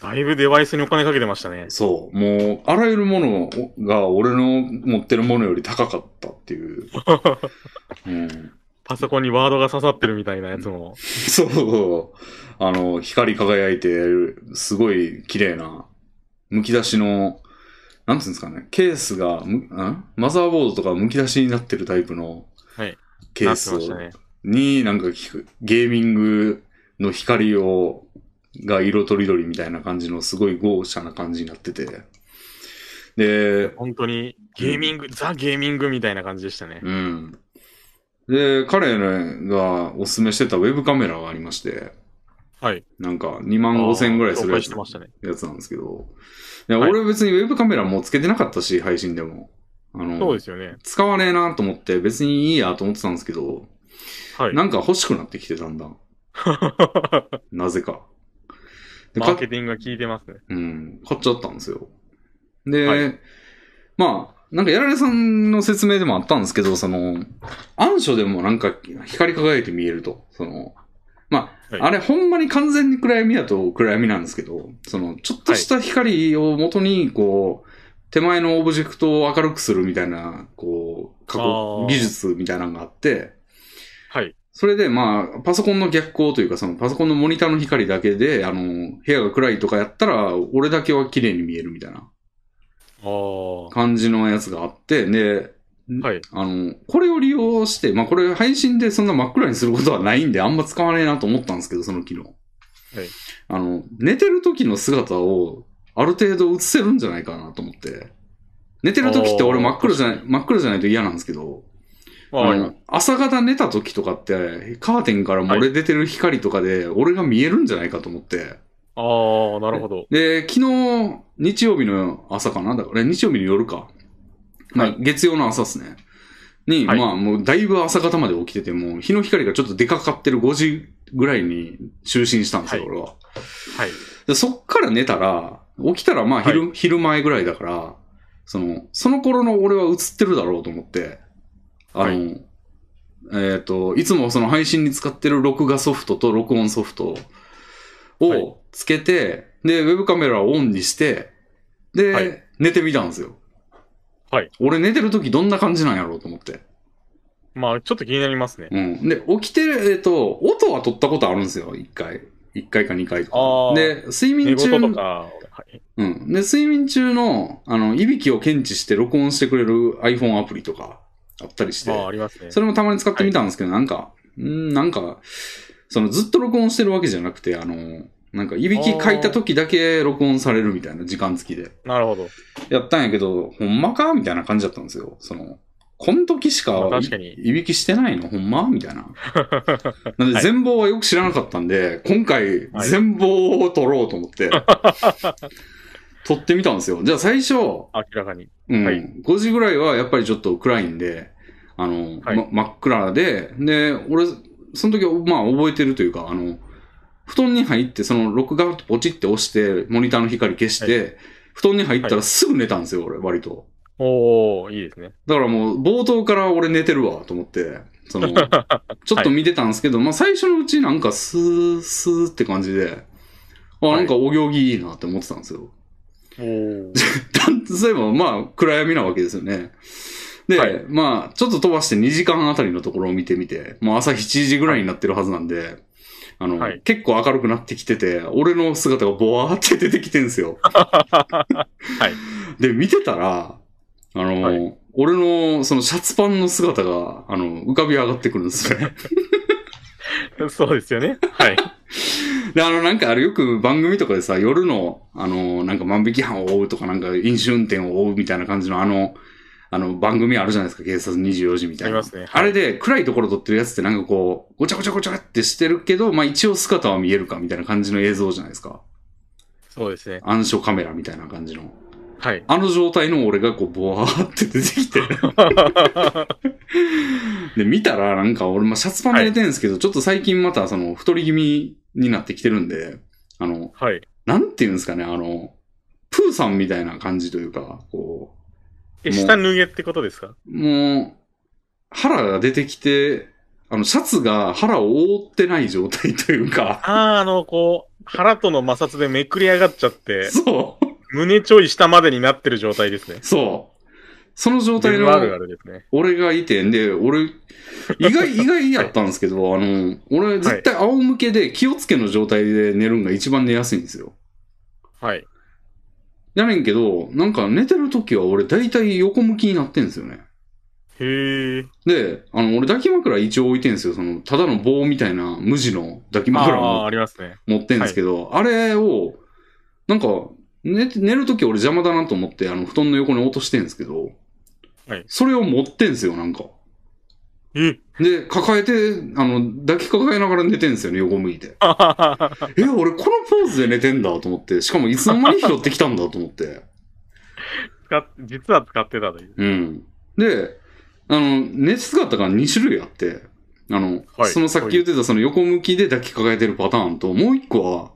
[SPEAKER 2] だいぶデバイスにお金かけてましたね。
[SPEAKER 1] そう。もう、あらゆるものが、俺の持ってるものより高かったって
[SPEAKER 2] *laughs*
[SPEAKER 1] いう。うん。
[SPEAKER 2] パソコンにワードが刺さってるみたいなやつも。
[SPEAKER 1] そうそう。あの、光り輝いてる、すごい綺麗な、剥き出しの、なんていうんですかね、ケースが、むんマザーボードとか剥き出しになってるタイプの
[SPEAKER 2] はい。
[SPEAKER 1] ケ
[SPEAKER 2] な
[SPEAKER 1] ー
[SPEAKER 2] って
[SPEAKER 1] ス
[SPEAKER 2] ま
[SPEAKER 1] を、
[SPEAKER 2] したね。
[SPEAKER 1] になんか聞く、ゲーミングの光を、が色とりどりみたいな感じの、すごい豪奢な感じになってて。で、
[SPEAKER 2] 本当に、ゲーミング、ザ・ゲーミングみたいな感じでしたね。
[SPEAKER 1] うん。で、彼がおすすめしてたウェブカメラがありまして、
[SPEAKER 2] はい。
[SPEAKER 1] なんか2万5千円ぐらいする
[SPEAKER 2] あー紹
[SPEAKER 1] や
[SPEAKER 2] 介
[SPEAKER 1] つ
[SPEAKER 2] してましたね。
[SPEAKER 1] やつなんですけど。いや、
[SPEAKER 2] はい
[SPEAKER 1] 俺別にウェブカメラもつけてなかったし、配信でも。あ
[SPEAKER 2] そう
[SPEAKER 1] の
[SPEAKER 2] で、すよね。
[SPEAKER 1] 使わねえなと思って別にいいやと思ってたんですけど、
[SPEAKER 2] はい。
[SPEAKER 1] なんか欲しくなってきてだんだ
[SPEAKER 2] *laughs*
[SPEAKER 1] ん。
[SPEAKER 2] マ
[SPEAKER 1] なぜか。で
[SPEAKER 2] ー
[SPEAKER 1] か
[SPEAKER 2] ケティングが効いてますね。
[SPEAKER 1] うん、買っちゃったんですよ。で、
[SPEAKER 2] は
[SPEAKER 1] まあ、なんかやられさんの説明でもあったんですけど、その、暗所でもなんか光り輝いて見えると。その、まあ、
[SPEAKER 2] はい
[SPEAKER 1] あれほんまに完全に暗闇やと暗闇なんですけど、その、ちょっとした光を元に、こう、手前のオブジェクトを明るくするみたいな、こう、過去
[SPEAKER 2] あー
[SPEAKER 1] 技術みたいなのがあって、
[SPEAKER 2] はい。
[SPEAKER 1] それで、まあ、パソコンの逆光というか、そのパソコンのモニターの光だけで、あの、部屋が暗いとかやったら、俺だけは綺麗に見えるみたいな
[SPEAKER 2] ああ。は
[SPEAKER 1] 感じのやつがあって、で、
[SPEAKER 2] い。
[SPEAKER 1] あの、これを利用して、まあこれ配信でそんな真っ暗にすることはないんで、あんま使わねえなと思ったんですけど、その機能。
[SPEAKER 2] い
[SPEAKER 1] あの、寝てる時の姿を、ある程度映せるんじゃないかなと思って。寝てる時って俺
[SPEAKER 2] あー
[SPEAKER 1] 真っ暗じゃない、真っ暗じゃないと嫌なんですけど、
[SPEAKER 2] わか
[SPEAKER 1] あ
[SPEAKER 2] り
[SPEAKER 1] の
[SPEAKER 2] ます
[SPEAKER 1] 朝方寝た時とかって、カーテンから漏れ出てる光とかで、俺が見えるんじゃないかと思って。
[SPEAKER 2] ああ、なるほど。
[SPEAKER 1] で、昨日、日曜日の朝かなだから、日曜日の夜か。まあ、
[SPEAKER 2] は
[SPEAKER 1] 月曜の朝ですね。に、
[SPEAKER 2] はい
[SPEAKER 1] まあ、もうだいぶ朝方まで起きてて、もう日の光がちょっと出かかってる5時ぐらいに就寝したんですよ、
[SPEAKER 2] はい
[SPEAKER 1] 俺は。
[SPEAKER 2] はい。
[SPEAKER 1] で、そっから寝たら、起きたらまあ昼、昼前ぐらいだから、その、その頃の俺は映ってるだろうと思って、あの、
[SPEAKER 2] はい
[SPEAKER 1] えっ、と、いつもその配信に使ってる録画ソフトと録音ソフト
[SPEAKER 2] はい
[SPEAKER 1] をつけて、で、ウェブカメラをオンにして、で、
[SPEAKER 2] はい
[SPEAKER 1] 寝てみたんですよ。
[SPEAKER 2] はい。
[SPEAKER 1] 俺寝てる時どんな感じなんやろうと思って。
[SPEAKER 2] まあ、ちょっと気になりますね。
[SPEAKER 1] うん。で、起きてる、えっ、と、音は取ったことあるんですよ、1回。1回か2回と
[SPEAKER 2] あ
[SPEAKER 1] か。
[SPEAKER 2] ー
[SPEAKER 1] で、睡
[SPEAKER 2] 寝
[SPEAKER 1] 眠中
[SPEAKER 2] 言とか、はい
[SPEAKER 1] うん。で、睡眠中の、あの、いびきを検知して録音してくれる iPhone アプリとかあったりして
[SPEAKER 2] ま、あ、ありますね。
[SPEAKER 1] それもたまに使ってみたんですけど、なんか、うんなんか、そのずっと録音してるわけじゃなくて、あの、なんか、いびきかいた時だけ録音されるみたいな時間付きで。
[SPEAKER 2] なるほど。
[SPEAKER 1] やったんやけど、ほんまかみたいな感じだったんですよ。その、この時しか
[SPEAKER 2] まあ
[SPEAKER 1] い
[SPEAKER 2] 確かに
[SPEAKER 1] いびきしてないのほんまみたい
[SPEAKER 2] *laughs*
[SPEAKER 1] な。なんで全貌はよく知らなかったんで、今回
[SPEAKER 2] はい
[SPEAKER 1] 全貌を撮ろうと思
[SPEAKER 2] *laughs*
[SPEAKER 1] って、撮ってみたんですよ。じゃあ最初、
[SPEAKER 2] 明らかに。
[SPEAKER 1] うん
[SPEAKER 2] はい
[SPEAKER 1] 5時ぐらいはやっぱりちょっと暗いんで、あの、
[SPEAKER 2] はい
[SPEAKER 1] ま真っ暗で、で、俺、その時、まあ覚えてるというか、あの、布団に入って、その録画をポチって押して、モニターの光消して、布団に入った
[SPEAKER 2] は
[SPEAKER 1] らすぐ寝たんですよ、俺、割と。
[SPEAKER 2] おおいいですね。
[SPEAKER 1] だからもう、冒頭から俺寝てるわ、と思って、そ
[SPEAKER 2] *laughs*
[SPEAKER 1] の、ちょっと見てたんですけど、まあ最初のうちなんかスー、スーって感じで、あ、なんかお行儀いいなって思ってたんですよ。
[SPEAKER 2] おお
[SPEAKER 1] *laughs* そういえば、まあ、暗闇なわけですよね。で、
[SPEAKER 2] はい
[SPEAKER 1] まあ、ちょっと飛ばして2時間あたりのところを見てみて、もう朝7時ぐらいになってるはずなんで、あの、
[SPEAKER 2] はい
[SPEAKER 1] 結構明るくなってきてて、俺の姿がボワー
[SPEAKER 2] *laughs*
[SPEAKER 1] って出てきてんですよ。
[SPEAKER 2] はい。
[SPEAKER 1] で、見てたら、あの、
[SPEAKER 2] は
[SPEAKER 1] 俺の、そのシャツパンの姿が、あの、浮かび上がってくるんですよね。
[SPEAKER 2] *laughs* そうですよね。はい。
[SPEAKER 1] *laughs* で、あの、なんかあれよく番組とかでさ、夜の、あの、なんか万引き犯を追うとか、なんか飲酒運転を追うみたいな感じの、あの、あの、番組あるじゃないですか、警察24時みた
[SPEAKER 2] あ
[SPEAKER 1] い
[SPEAKER 2] り
[SPEAKER 1] な。
[SPEAKER 2] ますね。はい
[SPEAKER 1] あれで暗いところ撮ってるやつってなんかこう、ごちゃごちゃごちゃってしてるけど、まあ一応姿は見えるかみたいな感じの映像じゃないですか。
[SPEAKER 2] そうですね。
[SPEAKER 1] 暗所カメラみたいな感じの。
[SPEAKER 2] はい。
[SPEAKER 1] あの状態の俺がこう、ボワーって出て
[SPEAKER 2] *laughs*
[SPEAKER 1] きて。で、見たらなんか俺、まあシャツパンで寝てるんですけど、ちょっと最近またその太り気味になってきてるんで、あの、
[SPEAKER 2] はい。
[SPEAKER 1] なんていうんですかね、あの、プーさんみたいな感じというか、こ
[SPEAKER 2] え、
[SPEAKER 1] もう
[SPEAKER 2] 下脱げってことですか
[SPEAKER 1] う、もう、腹が出てきて、あの、シャツが腹を覆ってない状態というか、
[SPEAKER 2] ああ、あの、こう、腹との摩擦でめくり上がっちゃって、
[SPEAKER 1] そう、
[SPEAKER 2] 胸ちょい下までになってる状態ですね。
[SPEAKER 1] そう。その状態
[SPEAKER 2] 全部あるあ
[SPEAKER 1] の
[SPEAKER 2] るですね。
[SPEAKER 1] 俺がいて、で、俺、意外、意外やったんですけど、あの、俺絶対仰向けで気をつけの状態で寝るんが一番寝やすいんですよ。
[SPEAKER 2] はい。
[SPEAKER 1] やねんけど、なんか寝てる時は俺大体横向きになってんですよね。
[SPEAKER 2] へえ。
[SPEAKER 1] で、あの、俺抱き枕一応置いてんですよ。その、ただの棒みたいな無地の抱き
[SPEAKER 2] あ
[SPEAKER 1] 枕
[SPEAKER 2] あー、
[SPEAKER 1] も
[SPEAKER 2] ありますね。
[SPEAKER 1] 持ってんですけど、あれを、なんか、寝て寝るとき俺邪魔だなと思って、あの、布団の横に落としてんですけど、
[SPEAKER 2] はい
[SPEAKER 1] それを持ってんですよ、なんか。
[SPEAKER 2] え
[SPEAKER 1] で、抱えて、あの、抱き抱えながら寝てんですよね、横向い
[SPEAKER 2] *laughs*
[SPEAKER 1] て。
[SPEAKER 2] あははは
[SPEAKER 1] え、俺このポーズで寝てんだと思って、しかもいつの間に拾ってきたんだと思って。
[SPEAKER 2] 使っ実は使ってたという。
[SPEAKER 1] うん。で、あの、寝姿が2種類あって、あの、
[SPEAKER 2] はい
[SPEAKER 1] そのさっき言ってたその横向きで抱きかかえてるパターンと、もう一個は、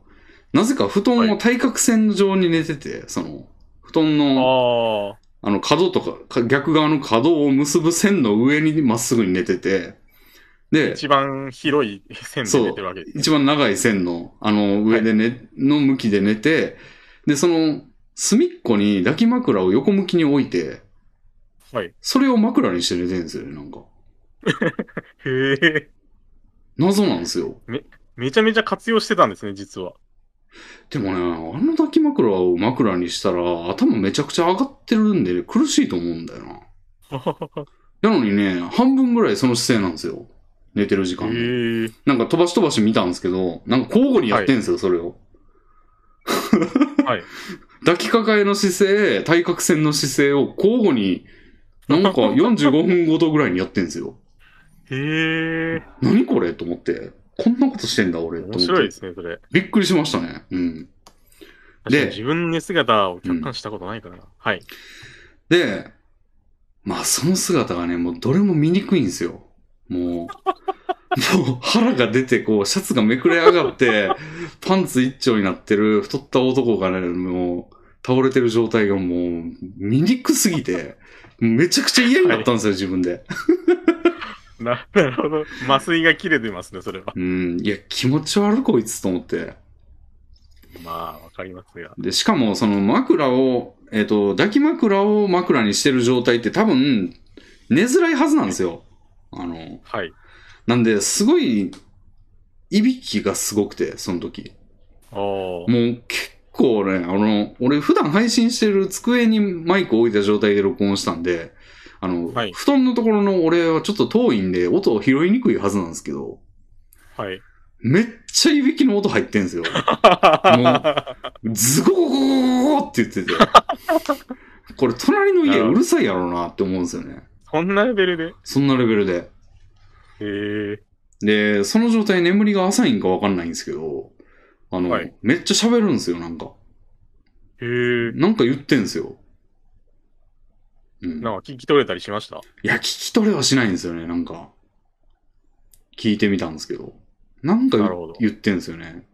[SPEAKER 1] なぜか布団を対角線上に寝てて、その、布団の、
[SPEAKER 2] あ
[SPEAKER 1] あの、角とかか、逆側の角を結ぶ線の上にまっすぐに寝てて、
[SPEAKER 2] あ、
[SPEAKER 1] で、
[SPEAKER 2] 一番広い線で出てるわけです。
[SPEAKER 1] 一番長い線の、あの、上でね、の向きで寝て、で、その、隅っこに抱き枕を横向きに置いて、
[SPEAKER 2] はい。
[SPEAKER 1] それを枕にして寝てるんですよね、なんか。
[SPEAKER 2] へえ。
[SPEAKER 1] 謎なんですよ。
[SPEAKER 2] めちゃめちゃ活用してたんですね、実は。
[SPEAKER 1] でもね、あの抱き枕を枕にしたら、頭めちゃくちゃ上がってるんで、ね、苦しいと思うんだよな。
[SPEAKER 2] *laughs*
[SPEAKER 1] なのにね、半分ぐらいその姿勢なんですよ。寝てる時
[SPEAKER 2] へ
[SPEAKER 1] 間。
[SPEAKER 2] え。
[SPEAKER 1] なんか飛ばし飛ばし見たんですけど、なんか交互にやってんですよ、それを。
[SPEAKER 2] はい。
[SPEAKER 1] *laughs* 抱きかかえの姿勢、対角線の姿勢を交互に、なんか45分ごとぐらいにやってんですよ。
[SPEAKER 2] へえ。
[SPEAKER 1] 何これと思って。こんなことしてんだ、俺。と思っ
[SPEAKER 2] 面
[SPEAKER 1] て
[SPEAKER 2] 白いですね、それ。
[SPEAKER 1] びっくりしましたね。うん。
[SPEAKER 2] 確か
[SPEAKER 1] で
[SPEAKER 2] に自分の姿を客観したことないからな。はい。
[SPEAKER 1] で、まあその姿がね、もうどれも見にくいんですよ。もう、もう腹が出てこう、シャツがめくれ上がって、パンツ一丁になってる太った男がね、もう倒れてる状態がもう見にくすぎて、めちゃくちゃ嫌になったんですよ、自分で。
[SPEAKER 2] な *laughs* なるほど。麻酔が切れてますね、それは。
[SPEAKER 1] うん、いや、気持ち悪いこいつと思って。
[SPEAKER 2] まあ、わかりますが。
[SPEAKER 1] で、しかも、その枕を、えっ、と、抱き枕を枕にしてる状態って多分、寝づらいはずなんですよ。あの、
[SPEAKER 2] はい。
[SPEAKER 1] なんで、すごい、いびきがすごくて、その時。
[SPEAKER 2] おー。
[SPEAKER 1] もう結構ね、あの、俺普段配信してる机にマイク置いた状態で録音したんで、あの、
[SPEAKER 2] はい
[SPEAKER 1] 布団のところの俺はちょっと遠いんで、音を拾いにくいはずなんですけど、
[SPEAKER 2] はい。
[SPEAKER 1] めっちゃいびきの音入ってん
[SPEAKER 2] *laughs*
[SPEAKER 1] すよ。ズゴゴゴゴゴゴって言ってて。これ隣の家うるさいやろうなって思うんですよね。
[SPEAKER 2] そんなレベルで。
[SPEAKER 1] そんなレベルで。
[SPEAKER 2] へえ。
[SPEAKER 1] で、その状態眠りが浅いんかわかんないんですけど、あの、
[SPEAKER 2] はい
[SPEAKER 1] めっちゃ喋るんですよ、なんか。
[SPEAKER 2] へえ。
[SPEAKER 1] なんか言ってんすよ。うん。
[SPEAKER 2] なんか聞き取れたりしました
[SPEAKER 1] いや、聞き取れはしないんですよね、なんか。聞いてみたんですけど。なんか
[SPEAKER 2] なるほど
[SPEAKER 1] 言ってんすよね。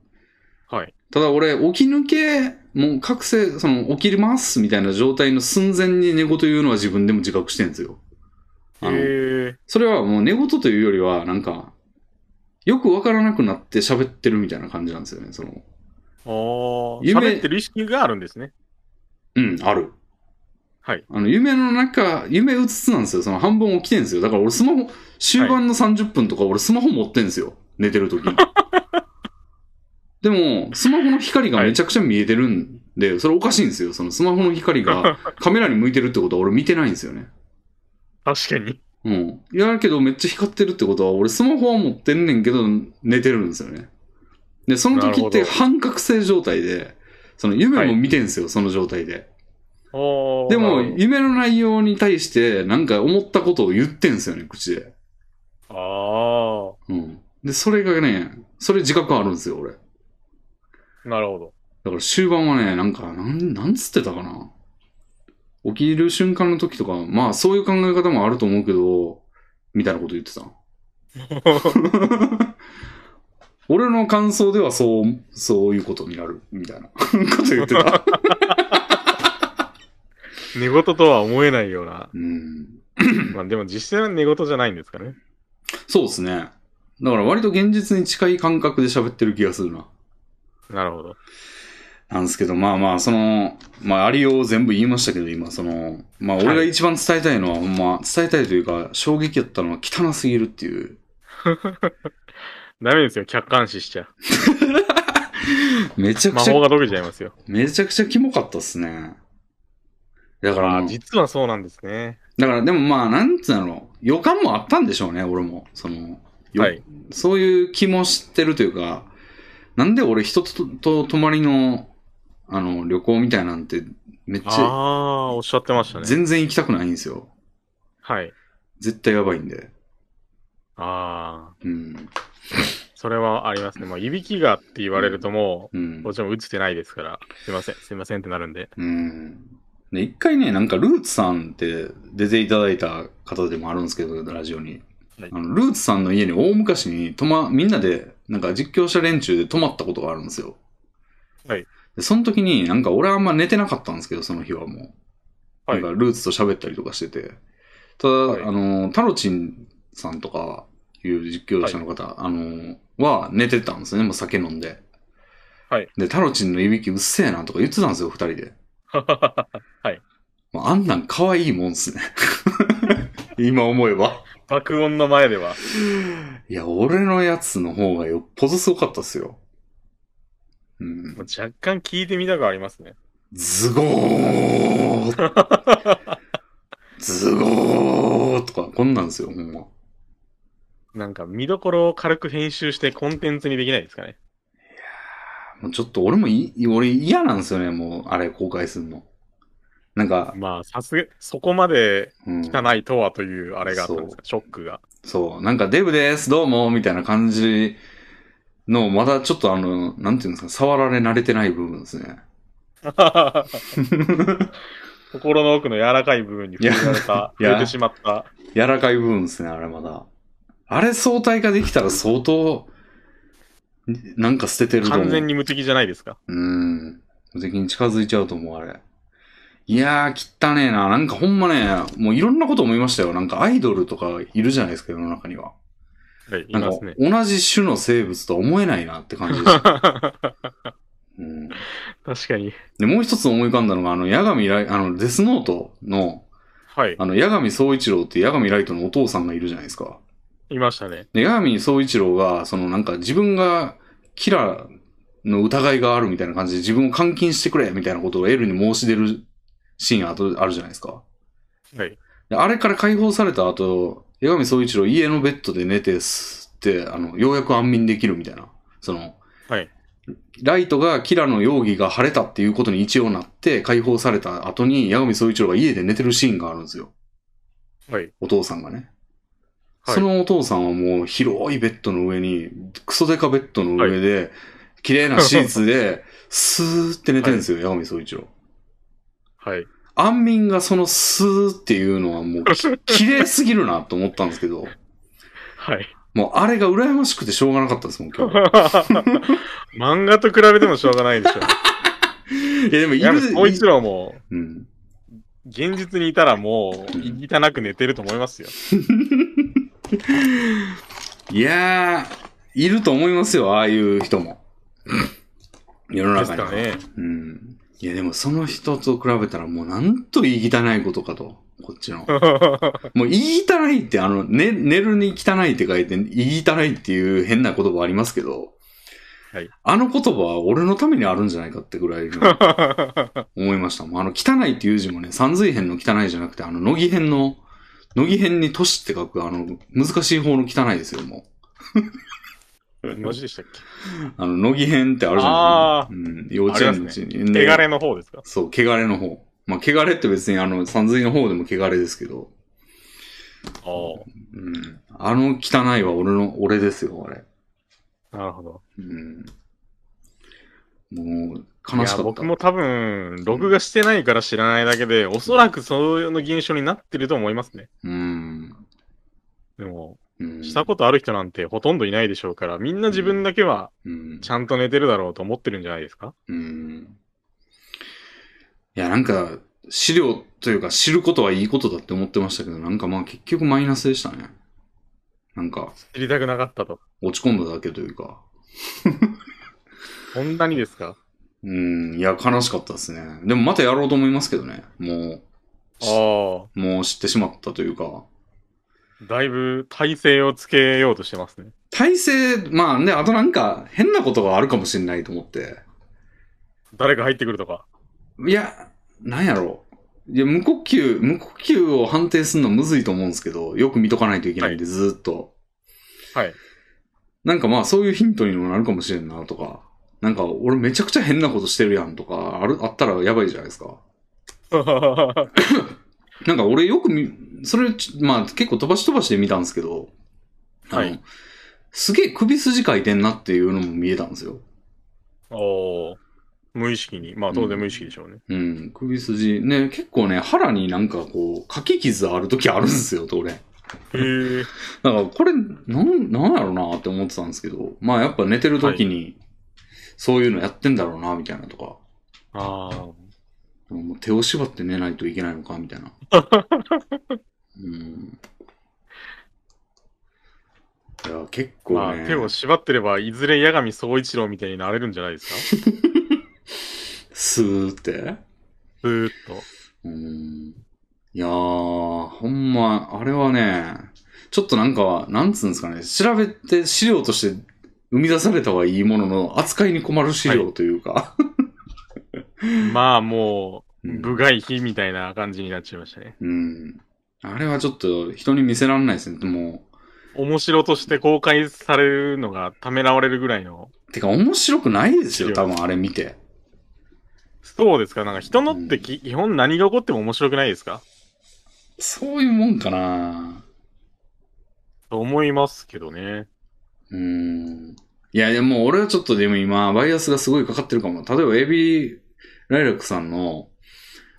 [SPEAKER 2] はい。
[SPEAKER 1] ただ俺、起き抜け、もう覚醒、その、起きますみたいな状態の寸前に寝言言うのは自分でも自覚してんですよ。
[SPEAKER 2] へ
[SPEAKER 1] あの、
[SPEAKER 2] え。
[SPEAKER 1] それはもう寝言というよりは、なんか、よくわからなくなって喋ってるみたいな感じなんですよね、その。
[SPEAKER 2] おー。
[SPEAKER 1] 夢
[SPEAKER 2] 喋ってる意識があるんですね。
[SPEAKER 1] うん、ある。
[SPEAKER 2] はい。
[SPEAKER 1] あの、夢の中、夢うつつなんですよ。その半分起きてんですよ。だから俺スマホ、終盤の30分とか俺スマホ持ってんですよ。寝てる時に。 *laughs* でも、スマホの光がめちゃくちゃ見えてる
[SPEAKER 2] *laughs*
[SPEAKER 1] んで、それおかしいんですよ。そのスマホの光がカメラに向いてるってことは俺見てないんですよね。
[SPEAKER 2] 確かに。
[SPEAKER 1] うん。いやけどめっちゃ光ってるってことは、俺スマホは持ってんねんけど、寝てるんですよね。で、その時っ
[SPEAKER 2] なる
[SPEAKER 1] て
[SPEAKER 2] ほど
[SPEAKER 1] 半覚醒状態で、その夢も見てんすよ、その状態で。
[SPEAKER 2] おー
[SPEAKER 1] で
[SPEAKER 2] な
[SPEAKER 1] も、
[SPEAKER 2] るほ
[SPEAKER 1] 夢の内容に対して、なんか思ったことを言ってんすよね、口で。
[SPEAKER 2] ど
[SPEAKER 1] うん。で、それがね、それ自覚あるんですよ、俺。だ
[SPEAKER 2] ああ、なるほど。
[SPEAKER 1] から終盤はね、なんか、なん、なんつってたかな。起きる瞬間の時とか、まあそういう考え方もあると思うけど、みたいなこと言ってた。俺の感想ではそう、そういうことになる、みたいな *laughs* こと言って
[SPEAKER 2] *laughs*
[SPEAKER 1] た。
[SPEAKER 2] *laughs* 寝言とは思えないような。
[SPEAKER 1] うん。
[SPEAKER 2] まあでも実際は寝言じゃないんですかね。
[SPEAKER 1] そうですね。だから割と現実に近い感覚で喋ってる気がするな。
[SPEAKER 2] なるほど。
[SPEAKER 1] なんですけど、まあまあ、その、まあ、ありようを全部言いましたけど、今、その、まあ、俺が一番伝えたいのは、ほんま、伝えたいというか、衝撃やったのは汚すぎるっていう。
[SPEAKER 2] ダメですよ、客観視しちゃ。
[SPEAKER 1] めちゃく
[SPEAKER 2] 魔
[SPEAKER 1] ち
[SPEAKER 2] 法
[SPEAKER 1] ゃ、
[SPEAKER 2] が解けちゃいますよ。
[SPEAKER 1] めちゃくちゃキモかったっすね。だから
[SPEAKER 2] あ
[SPEAKER 1] も
[SPEAKER 2] あ、
[SPEAKER 1] う、
[SPEAKER 2] 実はそうなんですね。
[SPEAKER 1] だからでもまあ、なんつうの、予感もあったんでしょうね、俺も。その、よ
[SPEAKER 2] はい。
[SPEAKER 1] そういう気もしてるというか、なんで俺人とと泊まりの、あの、旅行みたいなんて、めっちゃ、
[SPEAKER 2] ああ、おっしゃってましたね。
[SPEAKER 1] 全然行きたくないんですよ。
[SPEAKER 2] はい。
[SPEAKER 1] 絶対やばいんで。
[SPEAKER 2] ああ、
[SPEAKER 1] うん。
[SPEAKER 2] それはありますね。まあ、いびきがって言われるとも
[SPEAKER 1] うん
[SPEAKER 2] う、こっ。ちも映ってないですから、すいません、すいませんってなるんで。
[SPEAKER 1] うん。で、一回ね、なんかルーツさんって出ていただいた方でもあるんですけど、ラジオに。
[SPEAKER 2] はい
[SPEAKER 1] あのルーツさんの家に大昔に泊ま、みんなで、なんか実況者連中で泊まったことがあるんですよ。
[SPEAKER 2] はい。
[SPEAKER 1] で、その時になんか俺はあんま寝てなかったんですけど、その日はもう。
[SPEAKER 2] はい
[SPEAKER 1] なんかルーツと喋ったりとかしてて。ただ、
[SPEAKER 2] はい
[SPEAKER 1] あの、タロチンさんとかいう実況者の方、あの、は寝てたんですよね、もう酒飲んで。
[SPEAKER 2] はい。
[SPEAKER 1] で、タロチンのいびきうっせえなとか言ってたんですよ、二人で。まあ、あんなん可愛いもんっすね。 *laughs* 今思えば。
[SPEAKER 2] 爆音の前では。
[SPEAKER 1] いや、俺のやつの方がよっぽどすごかったっすよ。うん
[SPEAKER 2] も。う若干聞いてみたくありますね。
[SPEAKER 1] ズゴーズゴーとか、こんなんですよ、ほんま。
[SPEAKER 2] なんか見どころを軽く編集してコンテンツにできないですかね。
[SPEAKER 1] もうちょっと俺もい、俺嫌なんですよね、もう、あれ公開するの。なんか、
[SPEAKER 2] まあ、さすが、そこまで
[SPEAKER 1] うん、
[SPEAKER 2] 汚いとはというあれがあったんですか、ショックが。 *laughs*
[SPEAKER 1] そう、なんかデブです、どうも、みたいな感じの、まだちょっとあの、なんていうんですか、触られ慣れてない部分ですね。
[SPEAKER 2] 心の奥の柔らかい部分に触れられた、
[SPEAKER 1] いや
[SPEAKER 2] 触れてしまった。
[SPEAKER 1] 柔らかい部分ですね、あれまだ。あれ相対化できたら相当、なんか捨ててると思う。
[SPEAKER 2] 完全に無敵じゃないですか。
[SPEAKER 1] うん。無敵に近づいちゃうと思う、あれ。いやー、汚ねえな。なんかほんまね、もういろんなこと思いましたよ。なんかアイドルとかいるじゃないですか、世の中には。
[SPEAKER 2] はい、い
[SPEAKER 1] なんか
[SPEAKER 2] ますね。
[SPEAKER 1] 同じ種の生物とは思えないなって感じ
[SPEAKER 2] *laughs*
[SPEAKER 1] でした。うん、
[SPEAKER 2] 確かに。
[SPEAKER 1] で、もう一つ思い浮かんだのが、あの、八神ライ、あの、デスノートの、
[SPEAKER 2] はい、
[SPEAKER 1] あの、八神総一郎って八神ライトのお父さんがいるじゃないですか。
[SPEAKER 2] いましたね。
[SPEAKER 1] で、八神総一郎が、そのなんか自分がキラーの疑いがあるみたいな感じで自分を監禁してくれみたいなことをエルに申し出るシーンあとあるじゃないですか。
[SPEAKER 2] はい。
[SPEAKER 1] であれから解放された後、八神総一郎家のベッドで寝てすって、あの、ようやく安眠できるみたいな。その、
[SPEAKER 2] はい。
[SPEAKER 1] ライトがキラの容疑が晴れたっていうことに一応なって解放された後に、八神総一郎が家で寝てるシーンがあるんですよ。
[SPEAKER 2] はい。
[SPEAKER 1] お父さんがね。
[SPEAKER 2] はい
[SPEAKER 1] そのお父さんはもう広いベッドの上に、クソデカベッドの上で、綺麗なシーツで、スーって寝てるんですよ、八神総一郎。
[SPEAKER 2] はい。
[SPEAKER 1] 安眠がそのスーっていうのは
[SPEAKER 2] *laughs*
[SPEAKER 1] もうき綺麗すぎるなと思ったんですけど、
[SPEAKER 2] はい。
[SPEAKER 1] *laughs*
[SPEAKER 2] *laughs*
[SPEAKER 1] もうあれが羨ましくてしょうがなかったですもん、今日。
[SPEAKER 2] 漫画と比べてもしょうがないでしょ。
[SPEAKER 1] いや、でもい
[SPEAKER 2] いや、
[SPEAKER 1] る、
[SPEAKER 2] もう一郎も、
[SPEAKER 1] うん。
[SPEAKER 2] 現実にいたらもう、汚く寝てると思いますよ。
[SPEAKER 1] いやー、いると思いますよ、ああいう人も。世の
[SPEAKER 2] です
[SPEAKER 1] 中に
[SPEAKER 2] か
[SPEAKER 1] は。
[SPEAKER 2] ね。
[SPEAKER 1] うん。いや、でもその人と比べたらもうなんと言い汚いことかと。こっち
[SPEAKER 2] *laughs*
[SPEAKER 1] の。もう言い汚いって、あの、ね、寝るに汚いって書いて、言い汚いっていう変な言葉ありますけど、
[SPEAKER 2] はい
[SPEAKER 1] あの言葉は俺のためにあるんじゃないかってぐらいの
[SPEAKER 2] *laughs*
[SPEAKER 1] 思いました。もうあの、汚いっていう字もね、三髄編の汚いじゃなくて、あの、乃木編の乃木編に都市って書く、あの、難しい方の汚いですよ、も
[SPEAKER 2] 文字でしたっけ
[SPEAKER 1] う。あの、乃木編ってあるじゃないですか。うん、幼稚園のうちに。で
[SPEAKER 2] 汚れの方ですか
[SPEAKER 1] そう、汚れの方。まあ、汚れって別にあの、三髄の方でも汚れですけど、
[SPEAKER 2] あ
[SPEAKER 1] うん。あの汚いは俺の、俺ですよ、あれ。
[SPEAKER 2] あ、なるほど。
[SPEAKER 1] うん。もう、
[SPEAKER 2] い
[SPEAKER 1] 悲しか
[SPEAKER 2] や、
[SPEAKER 1] った
[SPEAKER 2] 僕。も多分、録画してないから知らないだけで、おそらくそういうの現象になってると思いますね。
[SPEAKER 1] うん。
[SPEAKER 2] でも、
[SPEAKER 1] うん。
[SPEAKER 2] したことある人なんてほとんどいないでしょうから、みんな自分だけは
[SPEAKER 1] うん
[SPEAKER 2] ち。ゃんと寝てるだろうと思ってるんじゃないですか
[SPEAKER 1] うん。いや、なんか、資料というか知ることはいいことだって思ってましたけど、なんかまあ結局マイナスでしたね。なんか、
[SPEAKER 2] 知りたくなかったと。
[SPEAKER 1] 落ち込んだだけというか。
[SPEAKER 2] そんなにですか
[SPEAKER 1] うん、いや、悲しかったですね。でもまたやろうと思いますけどね。も
[SPEAKER 2] あ
[SPEAKER 1] う、もう知ってしまったというか。
[SPEAKER 2] あ、だいぶ体勢をつけようとしてますね。
[SPEAKER 1] 体制、まあね、あとなんか変なことがあるかもしれないと思って。
[SPEAKER 2] 誰か入ってくるとか。
[SPEAKER 1] いや、なんやろう。いや、無呼吸、無呼吸を判定するのむずいと思うんですけど、よく見とかないといけないんで、ずーっと。
[SPEAKER 2] はい。
[SPEAKER 1] なんかまあそういうヒントにもなるかもしれんなとか、なんか俺めちゃくちゃ変なことしてるやんとか、ある、あったらやばいじゃないですか。なんか俺よく見、それち、まあ結構飛ばし飛ばしで見たんですけど、あの
[SPEAKER 2] はい
[SPEAKER 1] すげえ首筋書いてんなっていうのも見えたんですよ。
[SPEAKER 2] おー無意識に。まあ当然無意識でしょうね。
[SPEAKER 1] うん、首筋。ね、結構ね、腹になんかこう、書き傷ある時あるんですよ、俺。
[SPEAKER 2] へえ。
[SPEAKER 1] だからこれ、なん、なんやろうなって思ってたんですけど、まあやっぱ寝てる時に、そういうのやってんだろうな、みたいなとか、
[SPEAKER 2] *laughs* ああ。
[SPEAKER 1] もう手を縛って寝ないといけないのか、み
[SPEAKER 2] *laughs*
[SPEAKER 1] たいな。うん。いや、結
[SPEAKER 2] ま
[SPEAKER 1] 構
[SPEAKER 2] あ
[SPEAKER 1] ね、
[SPEAKER 2] 手を縛ってれば、いずれ八神総一郎みたいになれるんじゃないですか *laughs*
[SPEAKER 1] スーって。
[SPEAKER 2] ずーっ
[SPEAKER 1] うん。いやー、ほんま、あれはね、ちょっとなんか、なんつうんですかね、調べて資料として生み出されたはいいものの、扱いに困る資料というか、
[SPEAKER 2] と。まあもう、
[SPEAKER 1] うん
[SPEAKER 2] 部外秘みたいな感じになっちゃいましたね。
[SPEAKER 1] うん。あれはちょっと人に見せられないですね。も
[SPEAKER 2] 面白として公開されるのがためらわれるぐらいの。
[SPEAKER 1] う、てか面白くないですよ、
[SPEAKER 2] 資料
[SPEAKER 1] 多分あれ見て。
[SPEAKER 2] そうですかなんか人のってき、基本何が起こっても面白くないですか
[SPEAKER 1] そういうもんかな
[SPEAKER 2] と思いますけどね。
[SPEAKER 1] うん。いや、でも俺はちょっとでも今、バイアスがすごいかかってるかも。例えば、エビライラックさんの、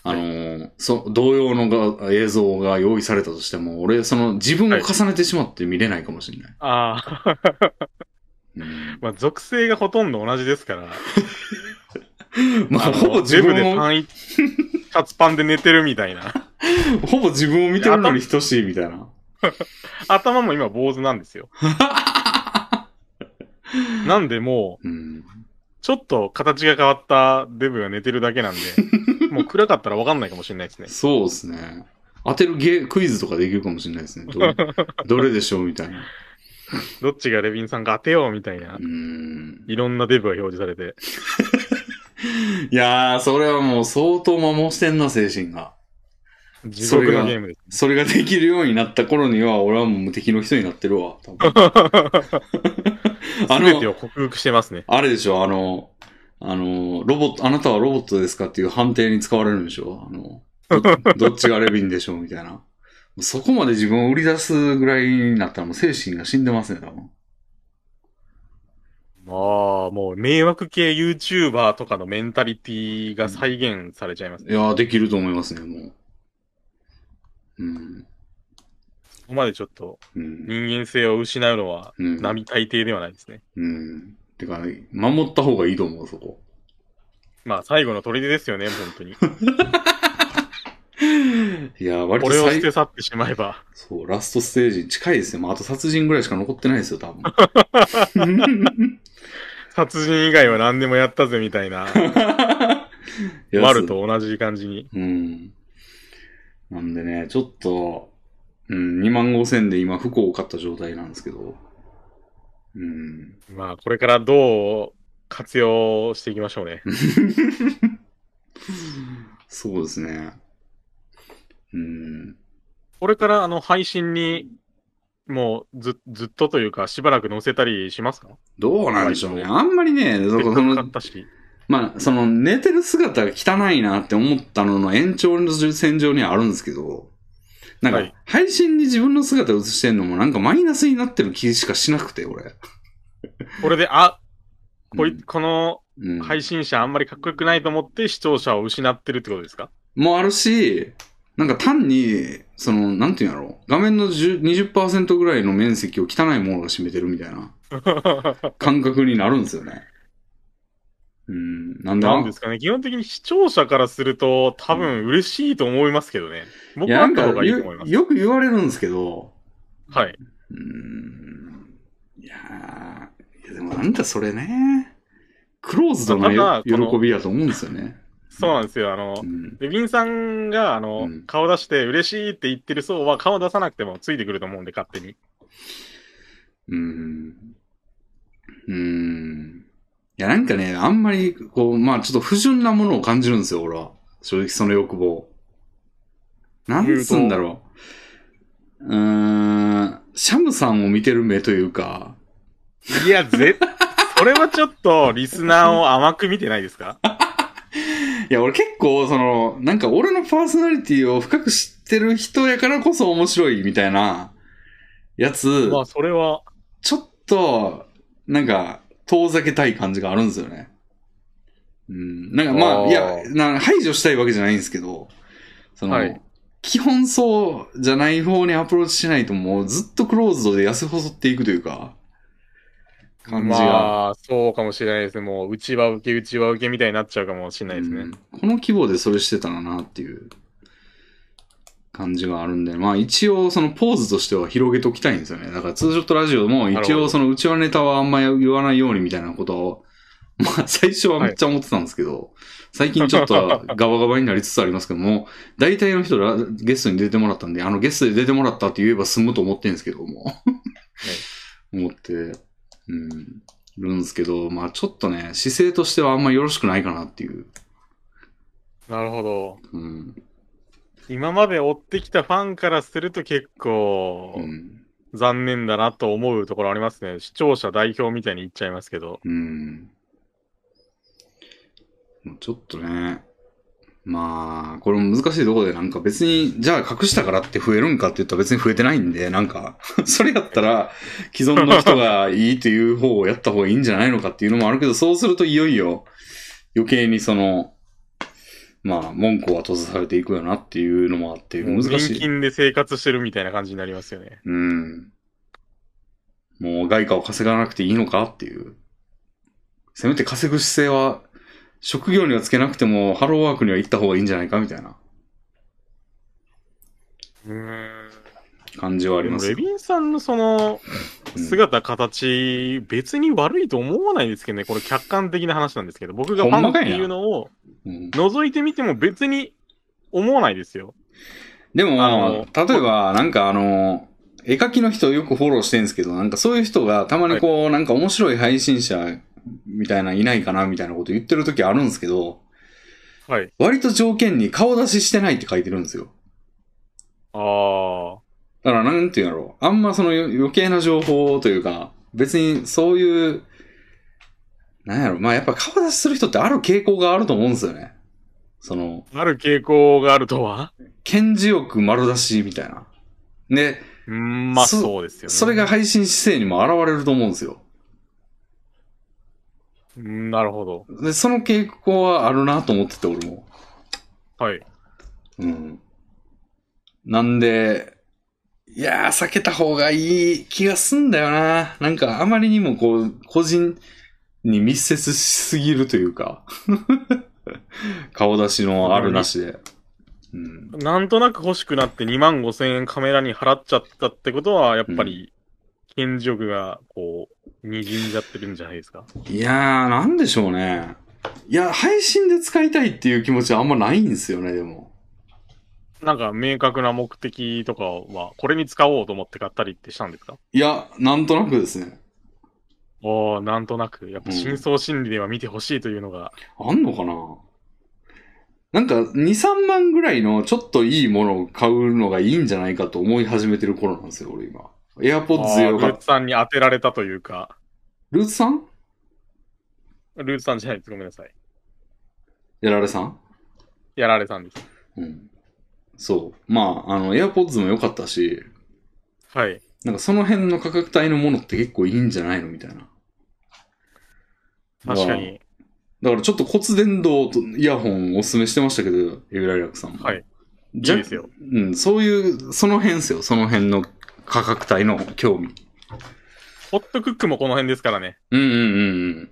[SPEAKER 1] あのーそ同様のが映像が用意されたとしても、俺、その自分を重ねてしまって見れないかもしれない。
[SPEAKER 2] ああ、
[SPEAKER 1] うん
[SPEAKER 2] まあ属性がほとんど同じですから。
[SPEAKER 1] *laughs* まあ、
[SPEAKER 2] の
[SPEAKER 1] ほぼ自
[SPEAKER 2] デブで
[SPEAKER 1] 分を、
[SPEAKER 2] パンい、シ
[SPEAKER 1] *laughs*
[SPEAKER 2] ャツパンで寝てるみたいな。
[SPEAKER 1] ほぼ自分を見てるのに等しいみたいな。
[SPEAKER 2] 頭も今坊主なんですよ。 *laughs* なんでもう、
[SPEAKER 1] うん。
[SPEAKER 2] ちょっと形が変わったデブが寝てるだけな
[SPEAKER 1] *laughs*
[SPEAKER 2] んで、もう暗かったらわかんないかもしれないですね。
[SPEAKER 1] そうですね。当てるゲークイズとかできるかもしれないですね。どれどれでしょうみたいな。
[SPEAKER 2] どっちがレビンさんか当てようみたいな
[SPEAKER 1] う。ん。
[SPEAKER 2] いろんなデブが表示されて。
[SPEAKER 1] いやー、それはもう相当摩耗してんな、精神が。
[SPEAKER 2] 地獄のゲームです。
[SPEAKER 1] それができるようになった頃には、俺はもう無敵の人になってるわ。多
[SPEAKER 2] *laughs*
[SPEAKER 1] 分あ
[SPEAKER 2] すべて
[SPEAKER 1] の、
[SPEAKER 2] を克服してますね。
[SPEAKER 1] あれでしょ、あの、あの、ロボット、あなたはロボットですかっていう判定に使われるんでしょあの、
[SPEAKER 2] *laughs*
[SPEAKER 1] どどっちがレビンでしょうみたいな。そこまで自分を売り出すぐらいになったらもう精神が死んでますね、多分。
[SPEAKER 2] まあ、もう迷惑系 YouTuber とかのメンタリティが再現されちゃいますね。
[SPEAKER 1] いやー、できると思いますね、もう。うん。
[SPEAKER 2] ここまでちょっと
[SPEAKER 1] うん。
[SPEAKER 2] 人間性を失うのは
[SPEAKER 1] うん。
[SPEAKER 2] 並大抵ではないですね。
[SPEAKER 1] うん。てか、守った方がいいと思う、そ
[SPEAKER 2] *laughs*
[SPEAKER 1] こ。
[SPEAKER 2] まあ、最後の砦ですよね、本当に。
[SPEAKER 1] *laughs* いやー、割と
[SPEAKER 2] 俺を
[SPEAKER 1] 最
[SPEAKER 2] 捨て去ってしまえば。
[SPEAKER 1] そう、ラストステージに近いですよ。まあ、あと殺人ぐらいしか残ってないですよ、多
[SPEAKER 2] *laughs*
[SPEAKER 1] 分。
[SPEAKER 2] 殺人以外は何でもやったぜみた
[SPEAKER 1] *laughs*
[SPEAKER 2] いな、
[SPEAKER 1] いや
[SPEAKER 2] マル。と同じ感じに。
[SPEAKER 1] そううん。なんでね、ちょっと、うん、2万5千で今不幸を買った状態なんですけど。うん。
[SPEAKER 2] まあ、これからどう活用していきましょうね。
[SPEAKER 1] そうですね。うん。
[SPEAKER 2] これからあの配信に、もうずずっとというか、しばらく載せたりしますか
[SPEAKER 1] どうなんでしょうね。あんまりね、そこそ
[SPEAKER 2] 買っ
[SPEAKER 1] の、
[SPEAKER 2] たし。
[SPEAKER 1] まあ、その、寝てる姿が汚いなって思ったのの延長の線上にはあるんですけど、なん
[SPEAKER 2] は
[SPEAKER 1] か
[SPEAKER 2] い、
[SPEAKER 1] 配信に自分の姿を映してんのもなんかマイナスになってる気しかしなくて、俺。
[SPEAKER 2] これで、あ、こ
[SPEAKER 1] う
[SPEAKER 2] い、
[SPEAKER 1] ん
[SPEAKER 2] この
[SPEAKER 1] うん、
[SPEAKER 2] 配信者あんまりかっこよくないと思って視聴者を失ってるってことですか
[SPEAKER 1] もあるし、なんか単に、その、なんていうんやろう、画面の10 20%ぐらいの面積を汚いものが占めてるみたいな感覚になるんですよね。うん、なんだ
[SPEAKER 2] なんですかね。基本的に視聴者からすると、多分嬉しいと思いますけどね。
[SPEAKER 1] い
[SPEAKER 2] 僕
[SPEAKER 1] や、
[SPEAKER 2] は
[SPEAKER 1] な
[SPEAKER 2] あっ
[SPEAKER 1] んか
[SPEAKER 2] た方がいいと思いま
[SPEAKER 1] よ、
[SPEAKER 2] す。
[SPEAKER 1] よく言われるんですけど、
[SPEAKER 2] は
[SPEAKER 1] う
[SPEAKER 2] い。
[SPEAKER 1] ーん、いやーいやでもなんかそれね、クローズドな
[SPEAKER 2] まあ
[SPEAKER 1] よ
[SPEAKER 2] ただこの
[SPEAKER 1] 喜びやと思うんですよね。
[SPEAKER 2] そうなんですよ。あの、
[SPEAKER 1] うん、
[SPEAKER 2] レビンさんが、あの、
[SPEAKER 1] うん
[SPEAKER 2] 顔出して嬉しいって言ってる層は顔出さなくてもついてくると思うんで、勝手に。
[SPEAKER 1] うん。うん。いや、なんかね、あんまり、こう、まあ、ちょっと不純なものを感じるんですよ、俺は。正直、その欲望。なんつうんだろう。うーん、シャムさんを見てる目というか、
[SPEAKER 2] いや、ぜ、それはちょっと、リスナーを甘く見てないですか
[SPEAKER 1] いや、俺結構、その、なんか俺のパーソナリティを深く知ってる人やからこそ面白いみたいな、やつ、
[SPEAKER 2] まあ、それは、
[SPEAKER 1] ちょっと、なんか、遠ざけたい感じがあるんですよね。うん。なんかま
[SPEAKER 2] あ
[SPEAKER 1] あ、
[SPEAKER 2] ー
[SPEAKER 1] いや、な排除したいわけじゃないんですけど、その、
[SPEAKER 2] はい
[SPEAKER 1] 基本そうじゃない方にアプローチしないともうずっとクローズドで痩せ細っていくというか、感じが。
[SPEAKER 2] まあ、そうかもしれないですね。もう、内輪受け、内輪受けみたいになっちゃうかもしれないですね。
[SPEAKER 1] うんこの規模でそれしてたらなっていう感じがあるんで、まあ一応そのポーズとしては広げときたいんですよね。だからツーショットラジオも
[SPEAKER 2] な
[SPEAKER 1] 一
[SPEAKER 2] る
[SPEAKER 1] 応
[SPEAKER 2] ほど
[SPEAKER 1] そのうちわネタはあんま言わないようにみたいなことを、 *laughs* まあ最初はめっちゃ思ってたんですけど、最近ちょっとガバガバになりつつありますけども、大体の人らゲストに出てもらったんで、あのゲストで出てもらったって言えば済むと思ってるんですけども、思って、うん、るんですけど、まあちょっとね、姿勢としてはあんまよろしくないかなっていう。
[SPEAKER 2] なるほど。
[SPEAKER 1] うん
[SPEAKER 2] 今まで追ってきたファンからすると結構、
[SPEAKER 1] うん。
[SPEAKER 2] 残念だなと思うところありますね。視聴者代表みたいに言っちゃいますけど。
[SPEAKER 1] うん。もうちょっとね、まあ、これも難しいところで、なんか別に、じゃあ隠したからって増えるんかって言ったら別に増えてないんで、なんか、それやったら既存の人がいいという方をやった方がいいんじゃないのかっていうのもあるけど、そうするといよいよ余計にその、まあ、文句は閉ざされていくよなっていうのもあって、難し
[SPEAKER 2] 年
[SPEAKER 1] い。
[SPEAKER 2] 金で生活してるみたいな感じになりますよね。
[SPEAKER 1] うん。もう外貨を稼がなくていいのかっていう。せめて稼ぐ姿勢は、職業にはつけなくても、ハローワークには行った方がいいんじゃないかみたいな
[SPEAKER 2] うーん。
[SPEAKER 1] 感じはあり
[SPEAKER 2] で
[SPEAKER 1] ま
[SPEAKER 2] も、
[SPEAKER 1] す。
[SPEAKER 2] レビンさんのその
[SPEAKER 1] うん
[SPEAKER 2] 姿、形、別に悪いと思わないですけどね。これ客観的な話なんですけど、僕が
[SPEAKER 1] ほ
[SPEAKER 2] フ
[SPEAKER 1] ん
[SPEAKER 2] ァン
[SPEAKER 1] ま
[SPEAKER 2] っ
[SPEAKER 1] かい
[SPEAKER 2] て
[SPEAKER 1] な
[SPEAKER 2] いうのを
[SPEAKER 1] うん
[SPEAKER 2] 覗いてみても別に思わないですよ。
[SPEAKER 1] でも、
[SPEAKER 2] あの
[SPEAKER 1] 例えば、なんかあの、絵描きの人をよくフォローしてるんですけど、なんかそういう人がたまにこう、なんか面白い配信者みたいないないかなみたいなこと言ってる時あるんですけど、
[SPEAKER 2] はい。
[SPEAKER 1] 割と条件に顔出ししてないって書いてるんですよ。
[SPEAKER 2] ああ。
[SPEAKER 1] だから、なんていうんやろう。あんまそのよ余計な情報というか、別にそういう、なんやろ。まあやっぱ顔出しする人ってある傾向があると思うんですよね。その、
[SPEAKER 2] ある傾向があるとは
[SPEAKER 1] 顕示欲丸出しみたいな。で、
[SPEAKER 2] うーん、まあ
[SPEAKER 1] そ
[SPEAKER 2] そうですよね。
[SPEAKER 1] それが配信姿勢にも現れると思うんですよ。
[SPEAKER 2] うん。なるほど。
[SPEAKER 1] で、その傾向はあるなと思ってて、俺も。
[SPEAKER 2] はい。
[SPEAKER 1] うん。なんで、いやー、避けた方がいい気がすんだよな。なんか、あまりにもこう、個人に密接しすぎるというか、 *laughs* 顔出しのあるなしで。うん。
[SPEAKER 2] なんとなく欲しくなって2万5千円カメラに払っちゃったってことは、やっぱり、権力が、こう、滲んじゃってるんじゃないですか。
[SPEAKER 1] いやー、なんでしょうね。いや、配信で使いたいっていう気持ちはあんまないんですよね、でも。
[SPEAKER 2] なんか、明確な目的とかは、これに使おうと思って買ったりってしたんですか
[SPEAKER 1] いや、なんとなくですね。
[SPEAKER 2] おー、なんとなく、やっぱ、深層心理では見てほしいというのが、
[SPEAKER 1] あんのかななんか2、3万ぐらいのちょっといいものを買うのがいいんじゃないかと思い始めてる頃なんですよ、俺今。AirPods
[SPEAKER 2] あー
[SPEAKER 1] よ
[SPEAKER 2] ル
[SPEAKER 1] か
[SPEAKER 2] ー
[SPEAKER 1] っ
[SPEAKER 2] ツさんに当てられたというか、
[SPEAKER 1] ルーツさん
[SPEAKER 2] ルーツさんじゃないです。ごめんなさい。
[SPEAKER 1] やられさん
[SPEAKER 2] やられたんです。
[SPEAKER 1] うん。そう。まあ、あの、AirPods も良かったし、
[SPEAKER 2] はい。
[SPEAKER 1] なんかその辺の価格帯のものって結構いいんじゃないのみたいな。
[SPEAKER 2] 確かに。
[SPEAKER 1] だからちょっと骨伝導とイヤホンをおすすめしてましたけど、エビライラクさんも。
[SPEAKER 2] はい。いい
[SPEAKER 1] じゃ
[SPEAKER 2] ですよ。
[SPEAKER 1] うん、そういう、その辺ですよ。その辺の価格帯の興味。
[SPEAKER 2] ホットクックもこの辺ですからね。
[SPEAKER 1] うんうんうんうん。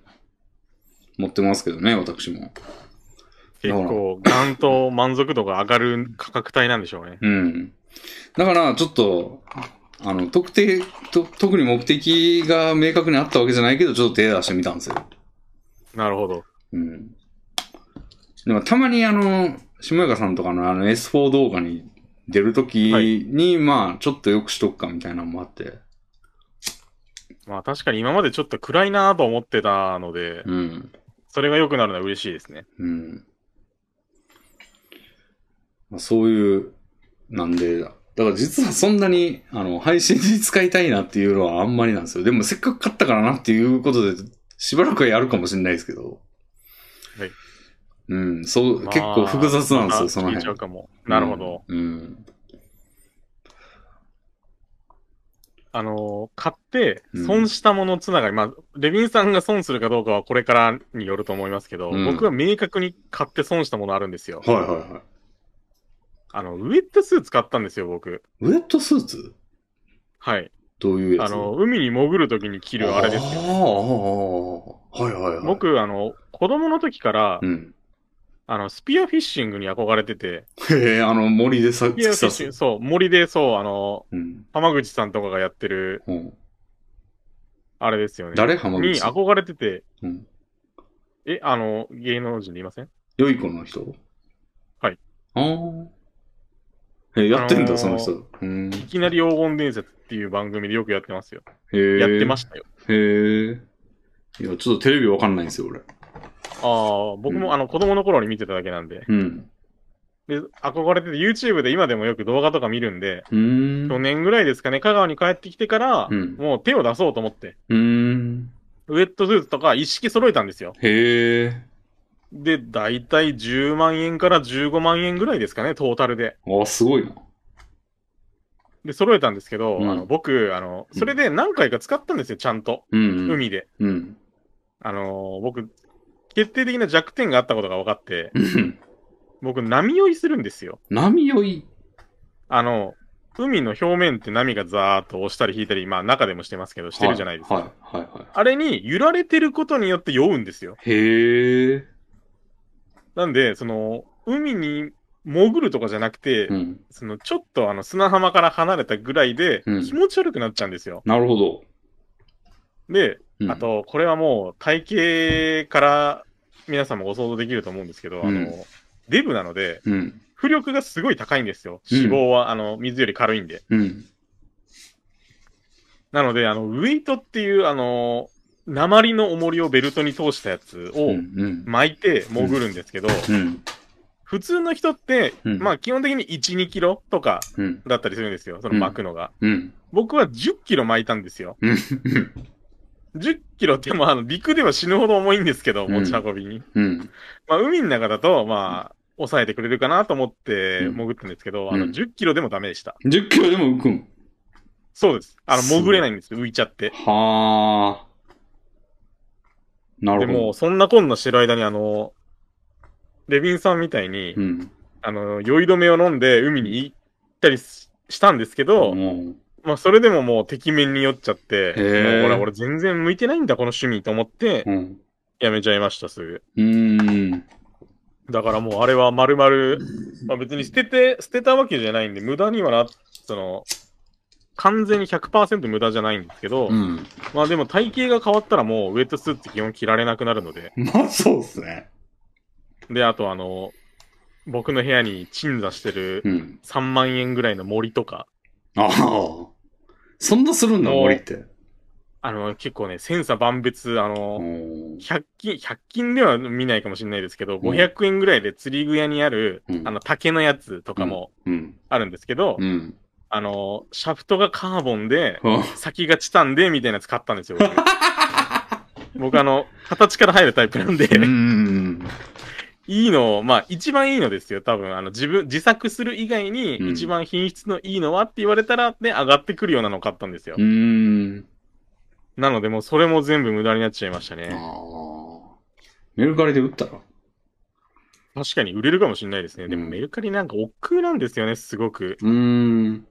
[SPEAKER 1] 持ってますけどね、私も。
[SPEAKER 2] 結
[SPEAKER 1] なる
[SPEAKER 2] 構、ガンと満足度が上がる価格帯なんでしょうね。
[SPEAKER 1] うん。だから、ちょっと、あの、特定と、特に目的が明確にあったわけじゃないけど、ちょっと手出してみたんですよ。
[SPEAKER 2] なるほど。
[SPEAKER 1] うん。でも、たまにあの、下中さんとかのあの S4 動画に出るときに、
[SPEAKER 2] はい
[SPEAKER 1] まあ、ちょっとよくしとくかみたいなのもあって。
[SPEAKER 2] まあ確かに今までちょっと暗いなぁと思ってたので、
[SPEAKER 1] うん。
[SPEAKER 2] それが良くなるのは嬉しいですね。
[SPEAKER 1] うん。まあ、そういう、なんで、だから実はそんなに、あの、配信に使いたいなっていうのはあんまりなんですよ。でもせっかく買ったからなっていうことで、しばらくはやるかもしれないですけど。
[SPEAKER 2] はい。
[SPEAKER 1] うん、そう、
[SPEAKER 2] まあ
[SPEAKER 1] 結構複雑なんです
[SPEAKER 2] ま
[SPEAKER 1] よ、
[SPEAKER 2] た
[SPEAKER 1] その
[SPEAKER 2] 聞いちゃう
[SPEAKER 1] 辺。
[SPEAKER 2] かも。なるほど。
[SPEAKER 1] うん。うん。
[SPEAKER 2] あのー、買って
[SPEAKER 1] うん、
[SPEAKER 2] 損したものつながり、まあ、レビンさんが損するかどうかはこれからによると思いますけど、
[SPEAKER 1] うん
[SPEAKER 2] 僕は明確に買って損したものあるんですよ。
[SPEAKER 1] はいはいはい。
[SPEAKER 2] あの、ウェットスーツ買ったんですよ、僕。
[SPEAKER 1] ウェットスーツ
[SPEAKER 2] はい。
[SPEAKER 1] どういうや
[SPEAKER 2] あ
[SPEAKER 1] つ
[SPEAKER 2] の、海に潜るときに着るあれですよ。
[SPEAKER 1] よ。ああ、はいはいはい。、
[SPEAKER 2] 僕、あの、子供の時から、
[SPEAKER 1] うん。
[SPEAKER 2] あの、スピアフィッシングに憧れてて、
[SPEAKER 1] へえ、あの、森でさ、
[SPEAKER 2] スピ
[SPEAKER 1] 突き
[SPEAKER 2] アフィッ
[SPEAKER 1] 刺
[SPEAKER 2] シング、
[SPEAKER 1] す。
[SPEAKER 2] そう、森で、そう、あの、
[SPEAKER 1] うん。
[SPEAKER 2] 浜口さんとかがやってる、
[SPEAKER 1] うん、
[SPEAKER 2] あれですよね。
[SPEAKER 1] 誰浜口
[SPEAKER 2] に
[SPEAKER 1] さん。
[SPEAKER 2] 憧れてて、
[SPEAKER 1] うん。
[SPEAKER 2] え、あの、芸能人でいません
[SPEAKER 1] 良い子の人
[SPEAKER 2] はい。
[SPEAKER 1] ああ。え、やってんだ、
[SPEAKER 2] あのー
[SPEAKER 1] その人。うん。
[SPEAKER 2] いきなり黄金伝説っていう番組でよくやってますよ。
[SPEAKER 1] へえ。
[SPEAKER 2] やってま
[SPEAKER 1] し
[SPEAKER 2] したよ。
[SPEAKER 1] た。へえ。いや、ちょっとテレビわかんないんですよ、俺。
[SPEAKER 2] ああ、僕
[SPEAKER 1] う
[SPEAKER 2] も
[SPEAKER 1] ん
[SPEAKER 2] あの子供の頃に見てただけなんで。
[SPEAKER 1] うん。
[SPEAKER 2] で、憧れてて YouTube で今でもよく動画とか見るんで、
[SPEAKER 1] うーん。
[SPEAKER 2] 去
[SPEAKER 1] う
[SPEAKER 2] 年ぐらいですかね、香川に帰ってきてから、
[SPEAKER 1] うん
[SPEAKER 2] もう手を出そうと思って、
[SPEAKER 1] ーん。
[SPEAKER 2] ウェットスーツとか一式揃えたんですよ。
[SPEAKER 1] へえ。
[SPEAKER 2] で、だいたい10万円から15万円ぐらいですかね、トータルで。
[SPEAKER 1] ああ、すごいな。
[SPEAKER 2] で、揃えたんですけど、
[SPEAKER 1] うん
[SPEAKER 2] あの僕、あの、それで何回か使ったんですよ、ちゃんと。
[SPEAKER 1] うん。うん。
[SPEAKER 2] 海で。
[SPEAKER 1] うん。
[SPEAKER 2] あのー僕、決定的な弱点があったことが分かって、
[SPEAKER 1] うん。 *laughs*
[SPEAKER 2] 僕、波酔いするんですよ。
[SPEAKER 1] 波酔い。
[SPEAKER 2] あの、海の表面って波がザーっと押したり引いたり、まあ中でもしてますけど、してるじゃないですか。
[SPEAKER 1] はい、はい、はいはい。
[SPEAKER 2] あれに揺られてることによって酔うんですよ。
[SPEAKER 1] へえ。
[SPEAKER 2] なんで、その、海に潜るとかじゃなくて、
[SPEAKER 1] うん。
[SPEAKER 2] その、ちょっとあの砂浜から離れたぐらいで
[SPEAKER 1] うん、
[SPEAKER 2] 気持ち悪くなっちゃうんですよ。
[SPEAKER 1] なるほど。
[SPEAKER 2] で、
[SPEAKER 1] うん
[SPEAKER 2] あ、と、これはもう体型から皆さんもご想像できると思うんですけど、あ
[SPEAKER 1] うん
[SPEAKER 2] の、デブなので、
[SPEAKER 1] うん。
[SPEAKER 2] 浮力がすごい高いんですよ。
[SPEAKER 1] うん
[SPEAKER 2] 脂肪は、あの、水より軽いんで。
[SPEAKER 1] うん。
[SPEAKER 2] なので、あの、ウェイトっていう、あの、鉛の重りをベルトに通したやつ
[SPEAKER 1] う
[SPEAKER 2] を
[SPEAKER 1] ん。うん。
[SPEAKER 2] 巻いて潜るんですけど、
[SPEAKER 1] うん。
[SPEAKER 2] 普通の人って、
[SPEAKER 1] うん
[SPEAKER 2] まあ基本的に1、2キロとか
[SPEAKER 1] うん。
[SPEAKER 2] だったりするんですよ、その巻くのが。
[SPEAKER 1] うん。
[SPEAKER 2] 僕は10キロ巻いたんですよ。
[SPEAKER 1] うん。
[SPEAKER 2] 10キロって、まああの、陸では死ぬほど重いんですけど、
[SPEAKER 1] うん
[SPEAKER 2] 持ち運びに。
[SPEAKER 1] うん。
[SPEAKER 2] まあ海の中だと、まあ、抑えてくれるかなと思って
[SPEAKER 1] うん
[SPEAKER 2] 潜ったんですけ
[SPEAKER 1] う
[SPEAKER 2] ど、
[SPEAKER 1] ん
[SPEAKER 2] あの、10キロでもダメでした。
[SPEAKER 1] 10キロでも浮くん。
[SPEAKER 2] そうです。あの、
[SPEAKER 1] すごい
[SPEAKER 2] 潜れないんですよ、浮いちゃって。
[SPEAKER 1] はあ。な
[SPEAKER 2] で
[SPEAKER 1] るほど。
[SPEAKER 2] も、そんなこんなしてる間に、あの、レビンさんみたいに、
[SPEAKER 1] うん。
[SPEAKER 2] あの、酔い止めを飲んで海に行ったりししたんですけど、
[SPEAKER 1] うん
[SPEAKER 2] まあ、それでももう、敵面に酔っちゃって、
[SPEAKER 1] へー
[SPEAKER 2] もうほら、俺全然向いてないんだ、この趣味と思って、
[SPEAKER 1] うん。
[SPEAKER 2] やめちゃいました、すぐ。
[SPEAKER 1] うーん。
[SPEAKER 2] だからもう、あれは丸々、まあ、別に捨てて、捨てたわけじゃないんで、無駄にはな、その、完全に100%無駄じゃないんですけど、
[SPEAKER 1] うん。
[SPEAKER 2] まあでも体型が変わったらもうウェットスーツ基本着られなくなるので、
[SPEAKER 1] まあ、そうっすね。
[SPEAKER 2] で、あとあの、僕の部屋に鎮座してる
[SPEAKER 1] うん。
[SPEAKER 2] 3万円ぐらいの森とか、
[SPEAKER 1] ああ。そんなするんだ、
[SPEAKER 2] もう
[SPEAKER 1] 森って。
[SPEAKER 2] あの、結構ね、千差万別、あ
[SPEAKER 1] お
[SPEAKER 2] の、
[SPEAKER 1] ー
[SPEAKER 2] 100均、100均では見ないかもしれないですけど、
[SPEAKER 1] ん
[SPEAKER 2] 500円ぐらいで釣り具屋にある、
[SPEAKER 1] うん
[SPEAKER 2] あの、竹のやつとかも
[SPEAKER 1] うん。
[SPEAKER 2] あるんですけど、
[SPEAKER 1] うん。
[SPEAKER 2] あの、シャフトがカーボンで、
[SPEAKER 1] あ
[SPEAKER 2] 先がチタンで、みたいなやつ買ったんです
[SPEAKER 1] *laughs*
[SPEAKER 2] よ。僕僕あの、形から入るタイプなんで、
[SPEAKER 1] うんうんうん。
[SPEAKER 2] いいのを、まあ一番いいのですよ、多分。あの、自分、自作する以外に
[SPEAKER 1] うん
[SPEAKER 2] 一番品質のいいのはって言われたら、ね、上がってくるようなのを買ったんですよ
[SPEAKER 1] う。ーん。
[SPEAKER 2] なのでもうそれも全部無駄になっちゃいました
[SPEAKER 1] あ
[SPEAKER 2] ね。
[SPEAKER 1] あ。メルカリで売ったら
[SPEAKER 2] 確かに売れるかもしれないですね。で
[SPEAKER 1] う
[SPEAKER 2] も
[SPEAKER 1] ん
[SPEAKER 2] メルカリなんか億劫なんですよね、すごく。
[SPEAKER 1] うーん。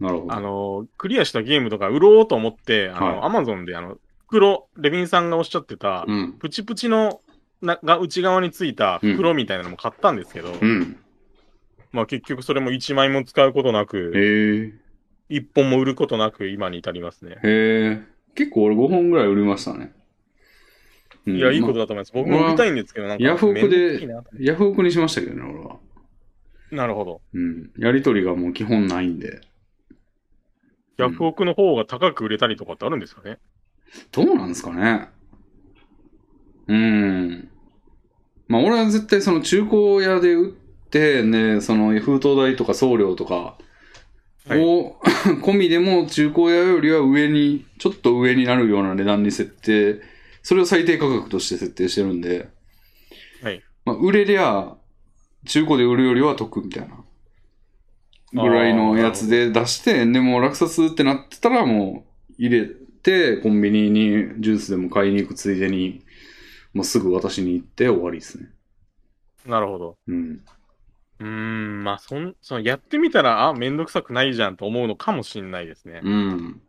[SPEAKER 1] なるほど。
[SPEAKER 2] あの、クリアしたゲームとか売ろうと思って、あの、
[SPEAKER 1] は
[SPEAKER 2] アマゾンであの、袋、レビンさんがおっしゃってた、
[SPEAKER 1] うん。
[SPEAKER 2] プチプチの、なが内側についた袋みたいなのも買ったんですけど、
[SPEAKER 1] うん。
[SPEAKER 2] まあ結局それも1枚も使うことな
[SPEAKER 1] へ
[SPEAKER 2] く、
[SPEAKER 1] え。
[SPEAKER 2] 1本も売ることなく今に至りますね。
[SPEAKER 1] へえ。結構俺5本ぐらい売りましたね。うん
[SPEAKER 2] いや、いいこと
[SPEAKER 1] ま
[SPEAKER 2] だと思います。僕も売りたいんですけど、なんか。
[SPEAKER 1] ヤフオクで
[SPEAKER 2] めんどくさいな
[SPEAKER 1] ヤフオクにしましたけどね、俺は。
[SPEAKER 2] なるほど。
[SPEAKER 1] うん。やりとりがもう基本ないんで。
[SPEAKER 2] ヤフオクの方が高く売れたりとかってあるんですかね
[SPEAKER 1] どうなんですかね。うん。まあ俺は絶対その中古屋で売って、ね、その封筒代とか送料とか
[SPEAKER 2] はい
[SPEAKER 1] を、 *laughs* 込みでも中古屋よりは上に、ちょっと上になるような値段に設定、それを最低価格として設定してるんで、
[SPEAKER 2] はい。
[SPEAKER 1] まあ売れりゃ、中古で売るよりは得みたいな。ぐらいのやつで出して、でも落札ってなってたらもう入れて、コンビニにジュースでも買いに行くついでに、もうすぐ渡しに行って終わりですね。
[SPEAKER 2] なるほど。
[SPEAKER 1] うん。
[SPEAKER 2] うーん、まあ、そん、その、やってみたら、あ、めんどくさくないじゃんと思うのかもしんないですね。
[SPEAKER 1] うん。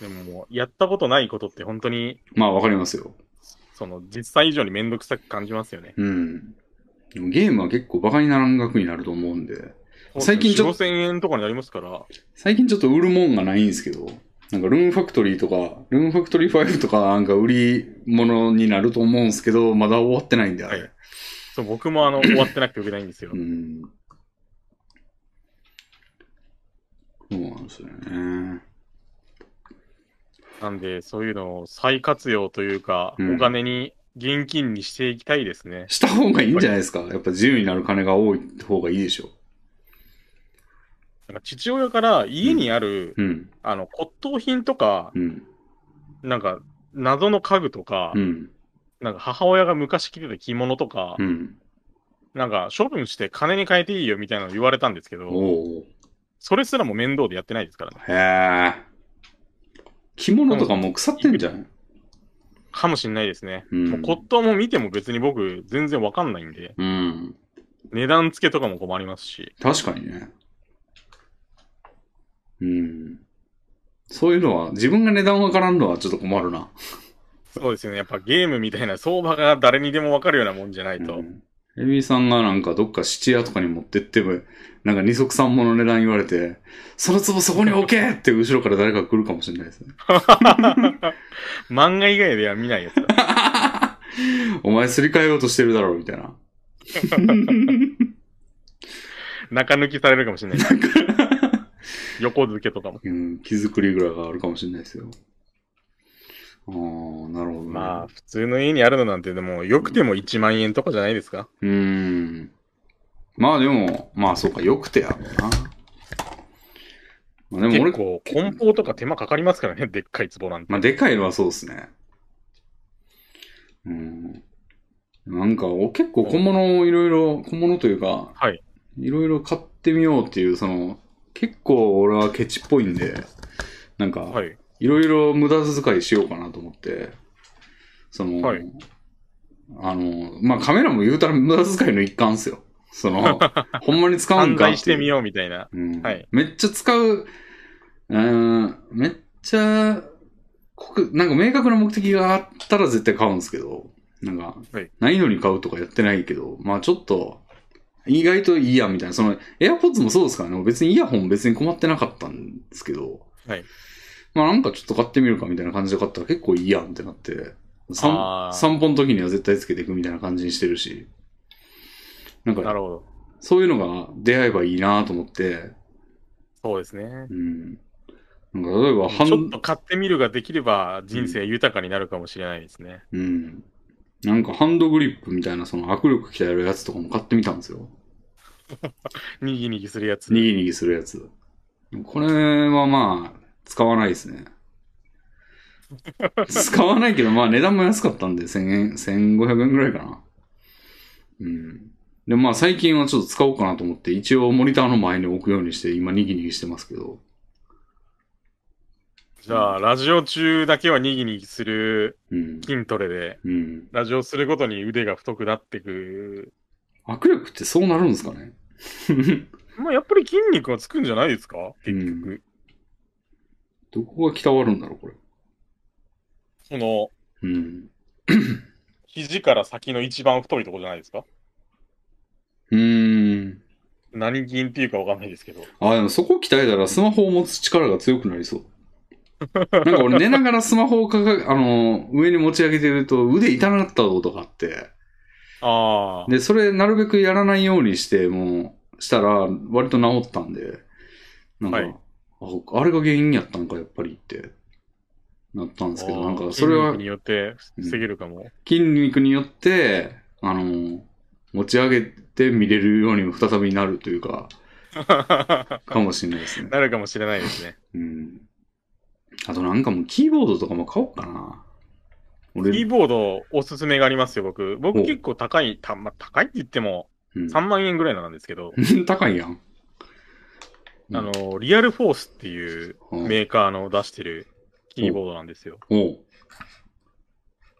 [SPEAKER 2] でももう、やったことないことって本当に、
[SPEAKER 1] まあわかりますよ。
[SPEAKER 2] その、実際以上にめんどくさく感じますよね。
[SPEAKER 1] うん。でもゲームは結構バカにならん額になると思うんで、最近ちょっ
[SPEAKER 2] と。5000円とかになりますから、
[SPEAKER 1] 最近ちょっと売るもんがないんですけど、なんかルーンファクトリーとか、ルーンファクトリー5とかなんか売り物になると思うんですけど、まだ終わってないんで、あれ。
[SPEAKER 2] はいそう、僕もあ
[SPEAKER 1] *coughs*
[SPEAKER 2] の、終わってなくて売れないんですよ
[SPEAKER 1] う。ん。そうなんですよね。
[SPEAKER 2] なんで、そういうのを再活用というか、
[SPEAKER 1] うん
[SPEAKER 2] お金に、現金にしていきたいですね。
[SPEAKER 1] した方がいいんじゃないですか。やっぱ自由になる金が多い方がいいでしょ
[SPEAKER 2] なんか父親から家にある、
[SPEAKER 1] う。うん。
[SPEAKER 2] あの、骨董品とか、
[SPEAKER 1] うん。
[SPEAKER 2] なんか、謎の家具とか、
[SPEAKER 1] うん。
[SPEAKER 2] なんか母親が昔着てた着物とか、
[SPEAKER 1] うん。
[SPEAKER 2] なんか処分して金に変えていいよみたいなの言われたんですけど、
[SPEAKER 1] おお。
[SPEAKER 2] それすらも面倒でやってないですからね。
[SPEAKER 1] へえ。着物とかもう腐ってんじゃん。
[SPEAKER 2] かもしんないですね。
[SPEAKER 1] うん
[SPEAKER 2] もう骨董も見ても別に僕全然わかんないんで、
[SPEAKER 1] うん。
[SPEAKER 2] 値段付けとかも困りますし、
[SPEAKER 1] 確かにね。うん。そういうのは、自分が値段わからんのはちょっと困るな。
[SPEAKER 2] そうですよね。やっぱゲームみたいな相場が誰にでもわかるようなもんじゃないと。
[SPEAKER 1] うんエビさんがなんかどっか質屋とかに持ってっても、なんか二足三物の値段言われて、その壺そこに置けって後ろから誰か来るかもしれないですね。
[SPEAKER 2] 漫画以外では見ないやつだ。
[SPEAKER 1] お前すり替えようとしてるだろうみたいな。
[SPEAKER 2] *laughs* 中抜きされるかもしれ
[SPEAKER 1] *laughs*
[SPEAKER 2] ない。横付けとかも。
[SPEAKER 1] うん、気づくりぐらいがあるかもしれないですよ。ああ、なるほど、ね。
[SPEAKER 2] まあ、普通の家にあるのなんて、でも、よくても1万円とかじゃないですか。
[SPEAKER 1] うーん。まあでも、まあそうか、よくてやろうな。まあでも
[SPEAKER 2] 結
[SPEAKER 1] 俺、
[SPEAKER 2] 構、梱包とか手間かかりますからね、でっかい壺なんて。
[SPEAKER 1] まあ、でかいのはそうですね。うん。なんか、お結構小物をいろいろ、小物というか、
[SPEAKER 2] はい。
[SPEAKER 1] いろいろ買ってみようっていう、その、結構俺はケチっぽいんで、なんか、
[SPEAKER 2] はい。
[SPEAKER 1] いろいろ無駄遣いしようかなと思って、その、
[SPEAKER 2] はい
[SPEAKER 1] あの、まあ、カメラも言うたら無駄遣いの一環っすよ。そ
[SPEAKER 2] *laughs*
[SPEAKER 1] の、ほんまに使うん
[SPEAKER 2] 犯
[SPEAKER 1] かっていう。
[SPEAKER 2] 罪してみようみたいな。
[SPEAKER 1] うん
[SPEAKER 2] はい
[SPEAKER 1] めっちゃ使う、うん、めっちゃ、こくなんか明確な目的があったら絶対買うんですけど、なんか
[SPEAKER 2] はい、
[SPEAKER 1] ないのに買うとかやってないけど、まあちょっと、意外といいやみたいな、その、AirPods もそうですからね、別にイヤホン別に困ってなかったんですけど、
[SPEAKER 2] はい
[SPEAKER 1] まあなんかちょっと買ってみるかみたいな感じで買ったら結構いいやんってなって、散
[SPEAKER 2] あー
[SPEAKER 1] 散歩の時には絶対つけていくみたいな感じにしてるし、なん
[SPEAKER 2] な
[SPEAKER 1] か、
[SPEAKER 2] るほど。
[SPEAKER 1] そういうのが出会えばいいなと思って、
[SPEAKER 2] そうですね。
[SPEAKER 1] うん。なんか例えば、
[SPEAKER 2] ちょっ
[SPEAKER 1] 半
[SPEAKER 2] と、買ってみるができれば人生豊かになるかもしれないですね。
[SPEAKER 1] うん。なんかハンドグリップみたいな、その握力鍛えるやつとかも買ってみたんですよ。
[SPEAKER 2] にぎにぎするやつ。
[SPEAKER 1] にぎにぎするやつ。これはまあ、使わないで
[SPEAKER 2] *laughs*
[SPEAKER 1] すね。使わないけど、まあ値段も安かったんで、1000円、1500円ぐらいかな。うん。で、まあ最近はちょっと使おうかなと思って、一応モニターの前に置くようにして、今にぎにぎしてますけど。
[SPEAKER 2] じゃあ、ラジオ中だけはにぎにぎする
[SPEAKER 1] うん。
[SPEAKER 2] 筋トレで、
[SPEAKER 1] うん。
[SPEAKER 2] ラジオするごとに腕が太くなってく。
[SPEAKER 1] 握力ってそうなるんですかね *laughs*
[SPEAKER 2] まあ、やっぱり筋肉はつくんじゃないですか結
[SPEAKER 1] う
[SPEAKER 2] 局。
[SPEAKER 1] どこがきたわるんだろう、これ。
[SPEAKER 2] その、
[SPEAKER 1] うん。
[SPEAKER 2] 肘から先の一番太いとこじゃないですか
[SPEAKER 1] うーん。
[SPEAKER 2] 何筋っていうかわかんないですけど。
[SPEAKER 1] あ、でもそこ鍛えたらスマホを持つ力が強くなりそう。なんか俺寝ながらスマホをかか、あ *laughs* の、上に持ち上げてると腕痛なったことがあって。
[SPEAKER 2] ああ。
[SPEAKER 1] で、それなるべくやらないようにして、もう、したら割と治ったんで。なんか、
[SPEAKER 2] はい
[SPEAKER 1] ああれが原因やったんか、やっぱりって。なったんですけど、なんかそれ
[SPEAKER 2] 筋
[SPEAKER 1] は
[SPEAKER 2] 肉によって防げるかも。
[SPEAKER 1] 筋肉によって、あの、持ち上げて見れるように再びなるというか、かもしれないですね。
[SPEAKER 2] なるかもしれないで
[SPEAKER 1] *laughs*
[SPEAKER 2] すね。
[SPEAKER 1] うん。あとなんかもうキーボードとかも買おうかな。
[SPEAKER 2] キ
[SPEAKER 1] 俺
[SPEAKER 2] ー、ボードおすすめがありますよ、僕。僕
[SPEAKER 1] お
[SPEAKER 2] 結構高い、たまあ、高いって言っても
[SPEAKER 1] う
[SPEAKER 2] 3万円ぐらいなんですけど、
[SPEAKER 1] ん、 *laughs* 高いやん。うん
[SPEAKER 2] あの、リアルフォースっていう
[SPEAKER 1] うん
[SPEAKER 2] メーカーの出してるキーボードなんですよ。
[SPEAKER 1] おう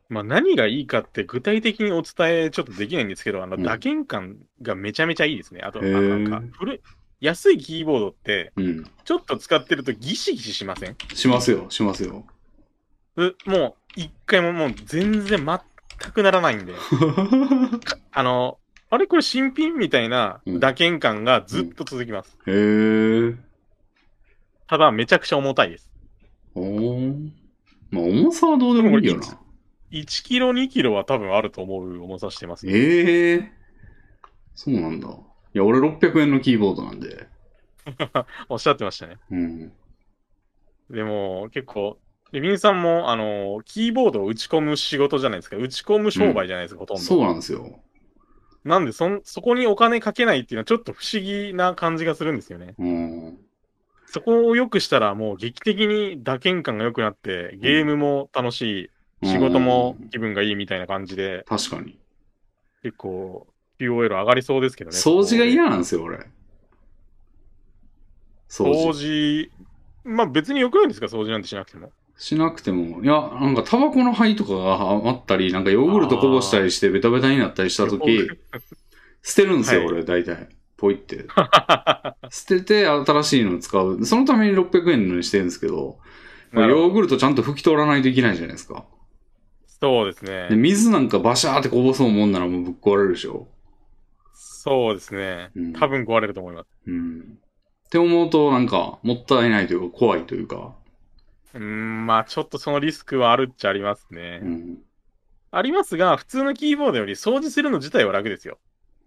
[SPEAKER 2] まあ何がいいかって具体的にお伝えちょっとできないんですけど、あの
[SPEAKER 1] うん
[SPEAKER 2] 打鍵感がめちゃめちゃいいですね。あと、あ
[SPEAKER 1] へー
[SPEAKER 2] なんか古い、安いキーボードって
[SPEAKER 1] うん。
[SPEAKER 2] ちょっと使ってるとギシギシしません
[SPEAKER 1] しますよ、しますよ。
[SPEAKER 2] うもう一回ももう全然全くな
[SPEAKER 1] *laughs*
[SPEAKER 2] らないんで。あの、あれこれ新品みたいな
[SPEAKER 1] うん
[SPEAKER 2] 打鍵感がずっと続きます。
[SPEAKER 1] へえ。
[SPEAKER 2] ただ、めちゃくちゃ重たいです。
[SPEAKER 1] おーまあ重さはどうでもいいよ
[SPEAKER 2] でも
[SPEAKER 1] な。
[SPEAKER 2] 1キロ、2キロは多分あると思う重さしてます。
[SPEAKER 1] ええそうなんだ。いや、俺600円のキーボードなんで。
[SPEAKER 2] おっしゃってましたね。
[SPEAKER 1] うん。で
[SPEAKER 2] でも、結構、レビンさんも、あの、キーボードを打ち込む仕事じゃないですか。打ち込む商売じゃないですか、ほとんど。
[SPEAKER 1] そうなんですよ。
[SPEAKER 2] なんで、そん、そこにお金かけないっていうのはちょっと不思議な感じがするんですよね。
[SPEAKER 1] うん。
[SPEAKER 2] そこを良くしたら、もう劇的に打鍵感が良くなって、ゲームも楽しい、仕事も
[SPEAKER 1] うん
[SPEAKER 2] 気分がいいみたいな感じで、
[SPEAKER 1] 確かに。
[SPEAKER 2] 結構、QOL 上がりそうですけどね。
[SPEAKER 1] 掃除が嫌なんですよ、俺。掃除
[SPEAKER 2] 掃。除、まあ別によくないですか、掃除なんてしなくても。
[SPEAKER 1] しなくても、いや、なんかタバコの灰とかが余ったり、なんかヨーグルトこぼしたりしてベタベタになったりしたと
[SPEAKER 2] ヨー
[SPEAKER 1] き、捨てるんですよ、
[SPEAKER 2] はい
[SPEAKER 1] 俺、大体。ポイって。
[SPEAKER 2] *laughs*
[SPEAKER 1] 捨てて、新しいの使う。そのために600円のにしてるんですけど、
[SPEAKER 2] なるほど
[SPEAKER 1] ヨーグルトちゃんと拭き取らないといけないじゃないですか。
[SPEAKER 2] そうです
[SPEAKER 1] で
[SPEAKER 2] ね。
[SPEAKER 1] 水なんかバシャーってこぼそうもんならもうぶっ壊れるでしょ。
[SPEAKER 2] そうですね
[SPEAKER 1] うん。
[SPEAKER 2] 多分壊れると思います。
[SPEAKER 1] うん。って思うと、なんか、もったいないというか、怖いというか。
[SPEAKER 2] うーん、まあちょっとそのリスクはあるっちゃありますね。
[SPEAKER 1] うん。
[SPEAKER 2] ありますが、普通のキーボードより掃除するの自体は楽ですよ。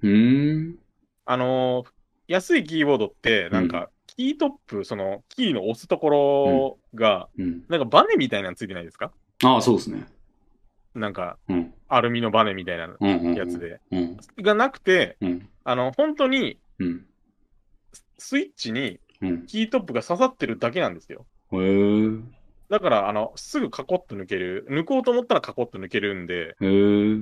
[SPEAKER 1] うーん。
[SPEAKER 2] あのー安いキーボードって、なんか、キートップ、その、キーの押すところが、
[SPEAKER 1] うん。
[SPEAKER 2] なんかバネみたいなのついてないですか
[SPEAKER 1] ああ、そうですね。
[SPEAKER 2] なんか、
[SPEAKER 1] うん。
[SPEAKER 2] アルミのバネみたいな
[SPEAKER 1] うん、うん。
[SPEAKER 2] やつ。で。
[SPEAKER 1] うん。
[SPEAKER 2] がなくて、
[SPEAKER 1] うん。
[SPEAKER 2] あの、本当に、
[SPEAKER 1] うん。
[SPEAKER 2] スイッチに
[SPEAKER 1] うん。
[SPEAKER 2] キートップが刺さってるだけなんですよ。
[SPEAKER 1] へえ。
[SPEAKER 2] だから、あの、すぐカコッと抜ける。抜こうと思ったらカコッと抜けるんで、
[SPEAKER 1] へえ。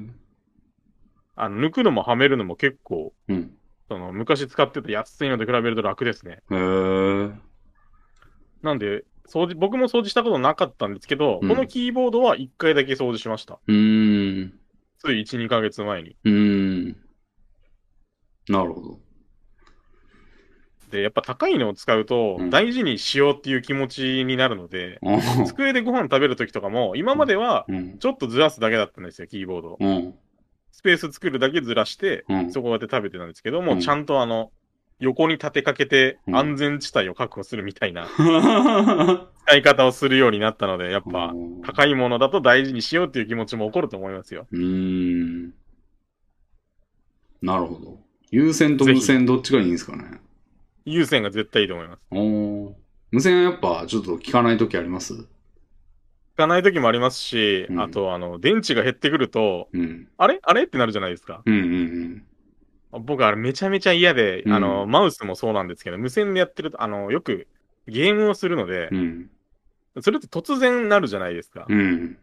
[SPEAKER 2] あの、抜くのもはめるのも結構、
[SPEAKER 1] うん。
[SPEAKER 2] その、昔使ってた安いのと比べると楽ですね。
[SPEAKER 1] へえ。
[SPEAKER 2] なんで、掃除、僕も掃除したことなかったんですけど、
[SPEAKER 1] うん
[SPEAKER 2] このキーボードは1回だけ掃除しました。
[SPEAKER 1] うーん。
[SPEAKER 2] つい1、2ヶ月前に。
[SPEAKER 1] うーん。なるほど。
[SPEAKER 2] で、やっぱ高いのを使うと
[SPEAKER 1] う、ん
[SPEAKER 2] 大事にしようっていう気持ちになるので、
[SPEAKER 1] ああ。
[SPEAKER 2] 机でご飯食べるときとかも、今までは、
[SPEAKER 1] うん。
[SPEAKER 2] ちょっとずらすだけだったんですよ、キーボードを。
[SPEAKER 1] うん。
[SPEAKER 2] スペース作るだけずらして、
[SPEAKER 1] うん。
[SPEAKER 2] そこで食べてたんですけども、
[SPEAKER 1] うん
[SPEAKER 2] ちゃんとあの、横に立てかけて
[SPEAKER 1] うん
[SPEAKER 2] 安全地帯を確保するみた
[SPEAKER 1] *laughs*
[SPEAKER 2] いな
[SPEAKER 1] や
[SPEAKER 2] 使い方をするようになったので、やっぱ、
[SPEAKER 1] う
[SPEAKER 2] 高いものだと大事にしようっていう気持ちも起こると思いますよ。
[SPEAKER 1] ーん。なるほど。優先と無線どっちがいいんですかね。
[SPEAKER 2] 優先が絶対いいと思います。
[SPEAKER 1] おー無線はやっぱちょっと聞かない時あります
[SPEAKER 2] 聞かない時もありますし、
[SPEAKER 1] うん
[SPEAKER 2] あと、あの、電池が減ってくると、
[SPEAKER 1] うん。
[SPEAKER 2] あれあれってなるじゃないですか。
[SPEAKER 1] うんうん
[SPEAKER 2] 僕、あれめちゃめちゃ嫌で、
[SPEAKER 1] うん
[SPEAKER 2] あの、マウスもそうなんですけど、無線でやってると、あの、よくゲームをするので
[SPEAKER 1] うん。う、ん。
[SPEAKER 2] それって突然なるじゃないですか。
[SPEAKER 1] うん。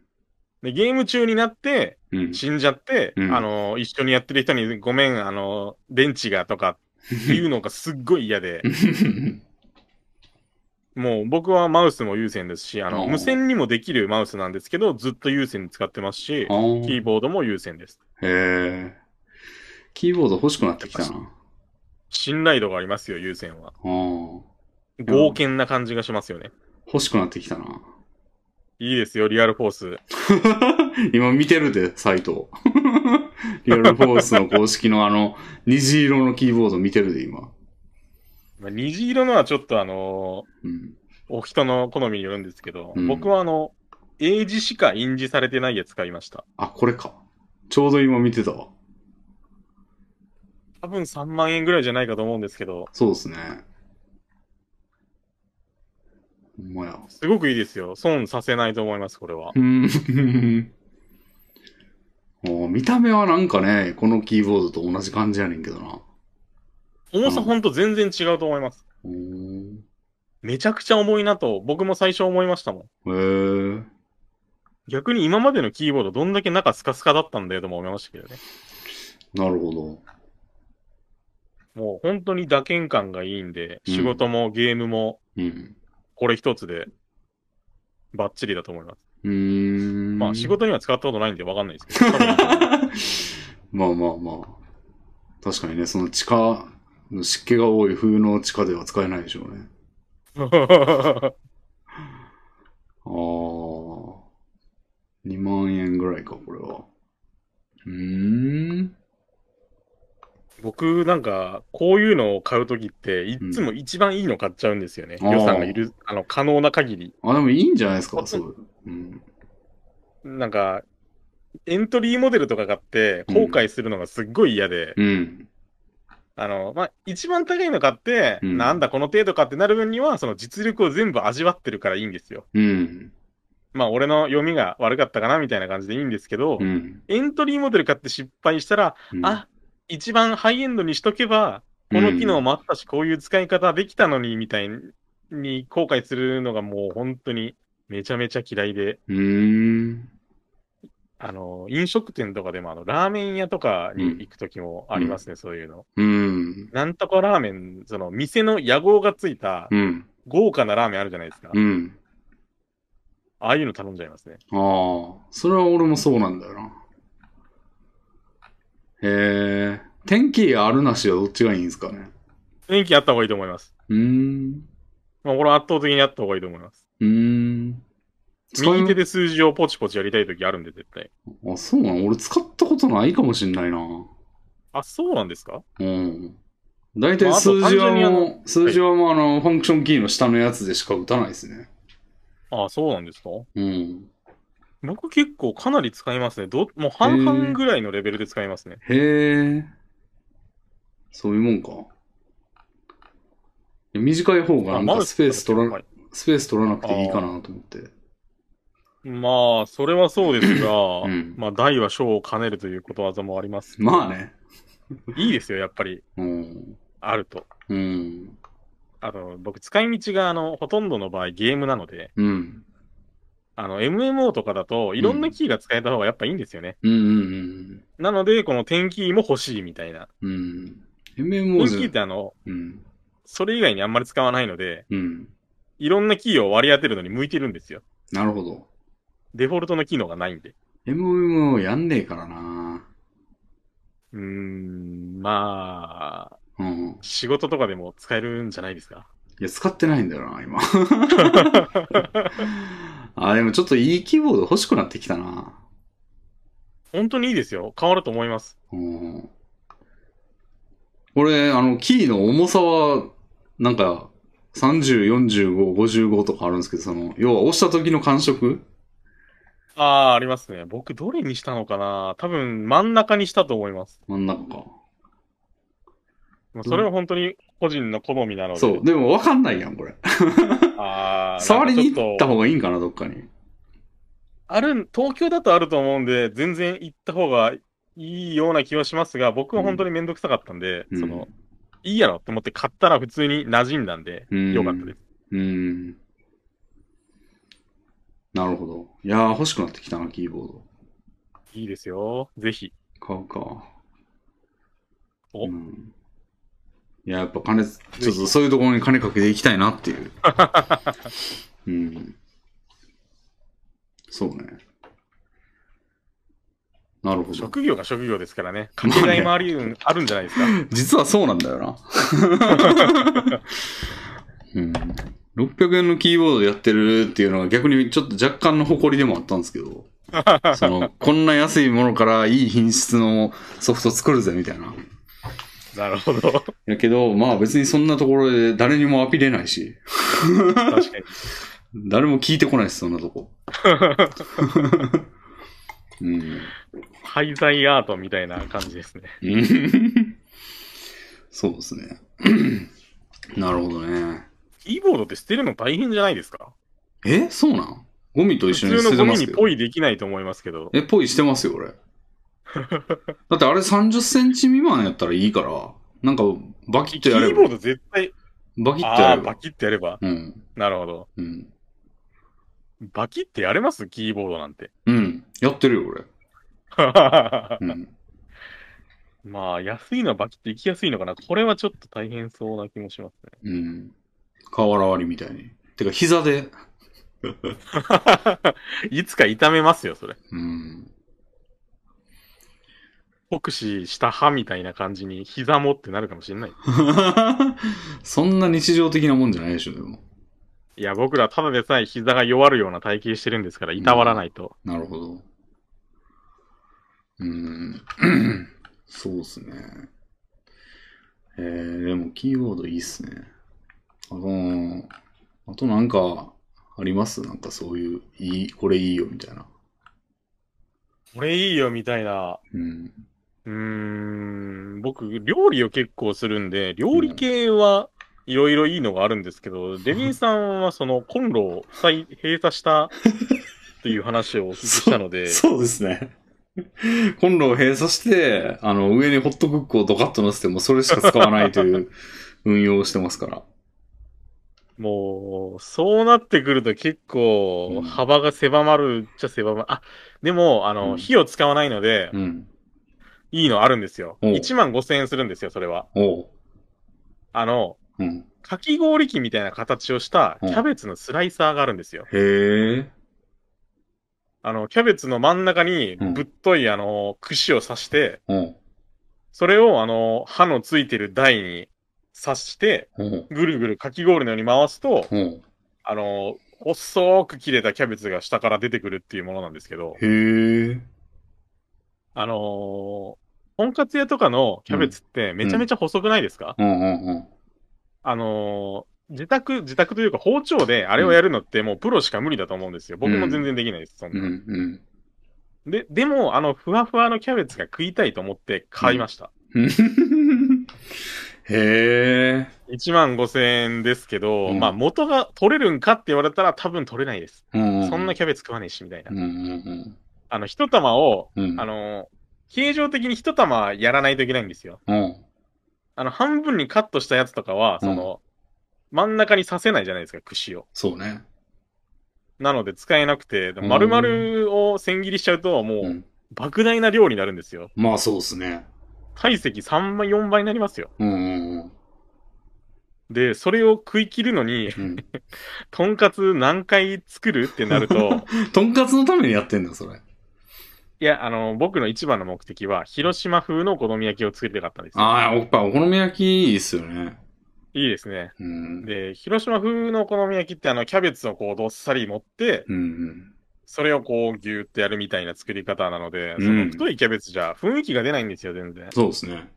[SPEAKER 2] でゲーム中になって、
[SPEAKER 1] うん。
[SPEAKER 2] 死んじゃって、
[SPEAKER 1] うん
[SPEAKER 2] あの、一緒にやってる人に、ごめん、あの、電池が
[SPEAKER 1] *laughs*
[SPEAKER 2] とか、言うのがすっごい嫌で、もう僕はマウスも有線ですし、あ
[SPEAKER 1] あ
[SPEAKER 2] の、
[SPEAKER 1] ー
[SPEAKER 2] 無線にもできるマウスなんですけど、ずっと有線に使ってますし
[SPEAKER 1] あ、ー
[SPEAKER 2] キーボードも有線です。
[SPEAKER 1] へえ。キーボード欲しくなってきたな。
[SPEAKER 2] 信頼度がありますよ、有線は。
[SPEAKER 1] あー
[SPEAKER 2] 剛健な感じがしますよね。
[SPEAKER 1] 欲しくなってきたな。 *laughs*
[SPEAKER 2] いいですよ、リアルフォース。
[SPEAKER 1] 今見てるで、サイト。 *laughs* リアルフォースの公式のあの、虹色のキーボード見てるで、今。
[SPEAKER 2] まあ虹色のはちょっとあの
[SPEAKER 1] うん。
[SPEAKER 2] お人の好みによるんですけど、
[SPEAKER 1] うん
[SPEAKER 2] 僕はあの、英字しか印字されてないやつ買いました。
[SPEAKER 1] あ、これか。ちょうど今見てたわ。
[SPEAKER 2] 多分3万円ぐらいじゃないかと思うんですけど、
[SPEAKER 1] そうですね。ほんまや。
[SPEAKER 2] すごくいいですよ。損させないと思います、これは。
[SPEAKER 1] うん。 *laughs* もう見た目はなんかね、このキーボードと同じ感じやねんけどな。
[SPEAKER 2] 重さ
[SPEAKER 1] うん
[SPEAKER 2] ほんと全然違うと思います。
[SPEAKER 1] うーん。
[SPEAKER 2] めちゃくちゃ重いなと、僕も最初思いましたもん。
[SPEAKER 1] へえ。
[SPEAKER 2] 逆に今までのキーボードどんだけ中スカスカだったんだよとも思いましたけどね。
[SPEAKER 1] なるほど。
[SPEAKER 2] もう本当に打鍵感がいいんで、
[SPEAKER 1] うん
[SPEAKER 2] 仕事もゲームも
[SPEAKER 1] うん。
[SPEAKER 2] これ一つでバッチリだと思います。
[SPEAKER 1] うーん。
[SPEAKER 2] まあ仕事には使ったことないんでわかんないですけど。多分いいと思います
[SPEAKER 1] まあまあまあ。確かにね、その地下、湿気が多い冬の地下では使えないでしょうね。 *laughs* ああ。2万円ぐらいか、これは。うーん。
[SPEAKER 2] 僕なんかこういうのを買うときって、いっつも一番いいの買っちゃうんですよね。
[SPEAKER 1] うん
[SPEAKER 2] 予算がいる、あの可能な限り。
[SPEAKER 1] あ、でもいいんじゃないですか、そう。うん。
[SPEAKER 2] なんか、エントリーモデルとか買って後悔するのがすっごい嫌で、
[SPEAKER 1] うん。
[SPEAKER 2] あの、まあ、一番高いの買って、
[SPEAKER 1] うん
[SPEAKER 2] なんだこの程度かってなる分には、その実力を全部味わってるからいいんですよ。
[SPEAKER 1] うん。
[SPEAKER 2] まあ、俺の読みが悪かったかなみたいな感じでいいんですけど、
[SPEAKER 1] うん。
[SPEAKER 2] エントリーモデル買って失敗したら、
[SPEAKER 1] うん、
[SPEAKER 2] あ、一番ハイエンドにしとけば、この機能もあったし、こういう使い方できたのに、みたいに後悔するのがもう本当にめちゃめちゃ嫌いで、
[SPEAKER 1] うーん。
[SPEAKER 2] あの、飲食店とかでも、あの、ラーメン屋とかに行くときもありますね、そういうの。
[SPEAKER 1] うん。
[SPEAKER 2] なんとかラーメン、その、店の屋号がついた、
[SPEAKER 1] うん。
[SPEAKER 2] 豪華なラーメンあるじゃないですか。
[SPEAKER 1] うん。
[SPEAKER 2] ああいうの頼んじゃいますね。
[SPEAKER 1] ああ。それは俺もそうなんだよな。へえ。天気あるなしはどっちがいいんですかね。
[SPEAKER 2] 電気あった方がいいと思います。
[SPEAKER 1] うーん。
[SPEAKER 2] まあ、これは圧倒的にあった方がいいと思います。
[SPEAKER 1] うーん。使い
[SPEAKER 2] 右手で数字をポチポチやりたいときあるんで、絶対。
[SPEAKER 1] あ、そうなの俺使ったことないかもしんないな。
[SPEAKER 2] あ、そうなんですか
[SPEAKER 1] うん。大体
[SPEAKER 2] まああと
[SPEAKER 1] 数字は
[SPEAKER 2] 単純にあ
[SPEAKER 1] も
[SPEAKER 2] の
[SPEAKER 1] う、数字はもうあの、ファンクションキーの下のやつでしか打たないですね。
[SPEAKER 2] あそうなんですか
[SPEAKER 1] うん。
[SPEAKER 2] 僕結構かなり使いますね。ど、もう半々ぐらいのレベルで使いますね。
[SPEAKER 1] へえ。そういうもんか。いや短い方がなん
[SPEAKER 2] ま
[SPEAKER 1] か
[SPEAKER 2] だ
[SPEAKER 1] スペース取ら、
[SPEAKER 2] はい
[SPEAKER 1] スペース取らなくていいかなと思って。
[SPEAKER 2] まあ、それはそうですが、
[SPEAKER 1] *laughs* ん
[SPEAKER 2] まあ、大は小を兼ねるということわざもあります。
[SPEAKER 1] まあね。
[SPEAKER 2] いいですよ、やっぱり、
[SPEAKER 1] うん。
[SPEAKER 2] あると。
[SPEAKER 1] うん。
[SPEAKER 2] あの、僕、使い道が、あの、ほとんどの場合ゲームなので、
[SPEAKER 1] うん。
[SPEAKER 2] あの、MMO とかだと、いろんなキーが使えた方がやっぱいいんですよね。
[SPEAKER 1] うんうん
[SPEAKER 2] なので、この天気も欲しいみたいな。
[SPEAKER 1] うん。うん。
[SPEAKER 2] 天
[SPEAKER 1] MMO
[SPEAKER 2] 気
[SPEAKER 1] じ
[SPEAKER 2] ってあの、
[SPEAKER 1] うん。
[SPEAKER 2] それ以外にあんまり使わないので、
[SPEAKER 1] うん。
[SPEAKER 2] いろんなキーを割り当てるのに向いてるんですよ。
[SPEAKER 1] なるほど。
[SPEAKER 2] デフォルトの機能がないんで。
[SPEAKER 1] MMO やんねえからな。
[SPEAKER 2] うーん、まあ、
[SPEAKER 1] うん。い
[SPEAKER 2] 仕事とかでも使えるんじゃないですか。
[SPEAKER 1] や、使ってないんだよな、今。 *laughs* あ、でもちょっといいキーボード欲しくなってきたな。
[SPEAKER 2] 本当にいいですよ。変わると思います。
[SPEAKER 1] うん。俺、あの、キーの重さは、なんか、30、45、55とかあるんですけど、その、要は押した時の感触
[SPEAKER 2] ああ、ありますね。僕、どれにしたのかな多分、真ん中にしたと思います。
[SPEAKER 1] 真ん中か。
[SPEAKER 2] もうそれは本当に個人の好みなので。
[SPEAKER 1] そう。。でも分かんないやん、これ。
[SPEAKER 2] あ
[SPEAKER 1] *laughs*
[SPEAKER 2] ー
[SPEAKER 1] 触りに
[SPEAKER 2] なんか
[SPEAKER 1] 行
[SPEAKER 2] ちょ
[SPEAKER 1] っ
[SPEAKER 2] ったと
[SPEAKER 1] 方がいいんかな、どっかに。
[SPEAKER 2] ある、東京だとあると思うんで、全然行った方がいいような気はしますが、僕は本当にめんどくさかったんで、
[SPEAKER 1] うん
[SPEAKER 2] その、いいやろって思って買ったら普通に馴染んだんで、
[SPEAKER 1] うん
[SPEAKER 2] よかったです。
[SPEAKER 1] うん。なるほど。いやー、欲しくなってきたな、キーボード。
[SPEAKER 2] いいですよ。ぜひ。
[SPEAKER 1] 買うか。
[SPEAKER 2] お
[SPEAKER 1] うん、いや、やっぱ金、ちょっとそういうところに金かけていきたいなっていう。うん。そうね。なるほど。
[SPEAKER 2] 職業が職業ですからね。かけがえもあり、あるんじゃない
[SPEAKER 1] *laughs*
[SPEAKER 2] ですか。
[SPEAKER 1] 実はそうなんだよな。うん。600円のキーボードでやってるっていうのは逆にちょっと若干の誇りでもあったんですけど、その、こんな安いものからいい品質のソフト作るぜみたいな。
[SPEAKER 2] なるほど。
[SPEAKER 1] やけど、まあ別にそんなところで誰にもアピれないし、
[SPEAKER 2] 確かに。
[SPEAKER 1] 誰も聞いてこないし、そんなとこ。うん。
[SPEAKER 2] 廃材アートみたいな感じですね。
[SPEAKER 1] うん *laughs* そうですね。 *clears throat* なるほどね。
[SPEAKER 2] キーボードって捨てるの大変じゃないですか
[SPEAKER 1] えそうなんゴミと
[SPEAKER 2] 普
[SPEAKER 1] 一緒に
[SPEAKER 2] 通
[SPEAKER 1] 捨
[SPEAKER 2] の
[SPEAKER 1] てて
[SPEAKER 2] ゴ
[SPEAKER 1] ま
[SPEAKER 2] ミ
[SPEAKER 1] す
[SPEAKER 2] に
[SPEAKER 1] けど
[SPEAKER 2] ポイできないと思いますけど。
[SPEAKER 1] え、ぽいしてます
[SPEAKER 2] *laughs*
[SPEAKER 1] よ、俺。だってあれ30センチ未満やったらいいから、なんかバキ
[SPEAKER 2] キ
[SPEAKER 1] ッとやれ
[SPEAKER 2] ーボー
[SPEAKER 1] ば。
[SPEAKER 2] ド絶対、
[SPEAKER 1] バキッと
[SPEAKER 2] あ
[SPEAKER 1] や
[SPEAKER 2] あ
[SPEAKER 1] れ
[SPEAKER 2] ー、バ
[SPEAKER 1] ば。
[SPEAKER 2] キってやれば。
[SPEAKER 1] うん。
[SPEAKER 2] なるほど。
[SPEAKER 1] うん。
[SPEAKER 2] バキってやれますキーボードなんて。 *laughs*
[SPEAKER 1] うん。やってるよ、俺。うん。
[SPEAKER 2] まあ、安いのはバキって行きやすいのかな。これはちょっと大変そうな気もします
[SPEAKER 1] *laughs*
[SPEAKER 2] ね。
[SPEAKER 1] うん。瓦割りみたいに。てか、膝で。
[SPEAKER 2] いつか痛めますよ、それ。
[SPEAKER 1] うん。 *laughs*
[SPEAKER 2] 目視した歯みたいな感じに膝もってなるかもしれない。
[SPEAKER 1] そんな日常的なもんじゃないでしょ、でも。
[SPEAKER 2] いや、僕らただでさえ膝が弱るような体型してるんですから、いたわらないと。
[SPEAKER 1] なるほど。うーん。 *clears throat* そうですね。えー、でもキーボードいいっすね。あのー、あとなんか、ありますなんかそういう、いい、これいいよみたいな。
[SPEAKER 2] これいいよ、みたいな。
[SPEAKER 1] うん。
[SPEAKER 2] うーん、僕、料理を結構するんで、料理系はいろいろいいのがあるんですけど、デビンさんはそのコンロを再閉鎖したという話をお聞きしたの *laughs* で、
[SPEAKER 1] そうですね。コンロを閉鎖して、あの、上にホットクックをドカッと乗せても、それしか使わないという運用をしてますから。
[SPEAKER 2] もう、そうなってくると結
[SPEAKER 1] うん
[SPEAKER 2] 構、幅が狭まるっちゃ狭まる。あ、でも、あの、
[SPEAKER 1] うん
[SPEAKER 2] 火を使わないので、
[SPEAKER 1] うん。
[SPEAKER 2] いいのあるんですよ。
[SPEAKER 1] おう
[SPEAKER 2] 1万5千円するんですよ、それは。
[SPEAKER 1] おう。
[SPEAKER 2] あの、
[SPEAKER 1] うん。
[SPEAKER 2] かき氷機みたいな形をした
[SPEAKER 1] う
[SPEAKER 2] キ
[SPEAKER 1] ん
[SPEAKER 2] ャベツのスライサーがあるんですよ。
[SPEAKER 1] へえ。
[SPEAKER 2] あの、キャベツの真ん中に
[SPEAKER 1] うん
[SPEAKER 2] ぶっとい、あの、串を刺して、
[SPEAKER 1] おう。
[SPEAKER 2] それをあの、刃のついてる台に刺して、
[SPEAKER 1] おう。
[SPEAKER 2] ぐるぐるかき氷のように回すと、
[SPEAKER 1] おう。
[SPEAKER 2] あの、細く切れたキャベツが下から出てくるっていうものなんですけど、
[SPEAKER 1] へえ。
[SPEAKER 2] あのー、とんかつ屋とかのキャベツってめちゃめちゃ細くないですか、
[SPEAKER 1] うんうんうん。
[SPEAKER 2] あのー、自宅、自宅というか包丁であれをやるのってもうプロしか無理だと思うんですよ。僕も全然できないです、そん
[SPEAKER 1] う
[SPEAKER 2] な。
[SPEAKER 1] んうん。
[SPEAKER 2] で、でも、あの、ふわふわのキャベツが食いたいと思って買いました。
[SPEAKER 1] へえ。
[SPEAKER 2] 1万5千円ですけど、
[SPEAKER 1] うん
[SPEAKER 2] まあ元が取れるんかって言われたら多分取れないです。
[SPEAKER 1] うん
[SPEAKER 2] そんな
[SPEAKER 1] 気
[SPEAKER 2] キャベツ食わねえし、みたいな。
[SPEAKER 1] うんうん
[SPEAKER 2] あの、一玉を、
[SPEAKER 1] うん。うん。
[SPEAKER 2] あの、形状的に一玉やらないといけないんですよ。
[SPEAKER 1] うん。
[SPEAKER 2] あの、半分にカットしたやつとかは、その、真ん中に刺せないじゃないですか、串を。
[SPEAKER 1] そうね。
[SPEAKER 2] なので使えなくて、
[SPEAKER 1] ん
[SPEAKER 2] 丸々を千切りしちゃうと、も
[SPEAKER 1] う
[SPEAKER 2] う、
[SPEAKER 1] ん。
[SPEAKER 2] 莫大な量になるんですよ。
[SPEAKER 1] まあそうですね。
[SPEAKER 2] 体積3倍、4倍になりますよ。
[SPEAKER 1] うんうんうん
[SPEAKER 2] で、それを食い切るのに、
[SPEAKER 1] うん。
[SPEAKER 2] とんかつ何回作るってなると、
[SPEAKER 1] *laughs* とんかつのためにやってんだ、それ。
[SPEAKER 2] いや、あの、僕の一番の目的は、広島風のお好み焼きを作りたかったんですよ。
[SPEAKER 1] ああ、やっぱお好み焼きいいっすよね。
[SPEAKER 2] いいですね。
[SPEAKER 1] うん。
[SPEAKER 2] で、広島風のお好み焼きって、あの、キャベツをこう、どっさり持って、
[SPEAKER 1] うんうん。
[SPEAKER 2] それをこう、ぎゅーってやるみたいな作り方なので、そ
[SPEAKER 1] うん
[SPEAKER 2] の太いキャベツじゃ雰囲気が出ないんですよ、全然。
[SPEAKER 1] そうですね。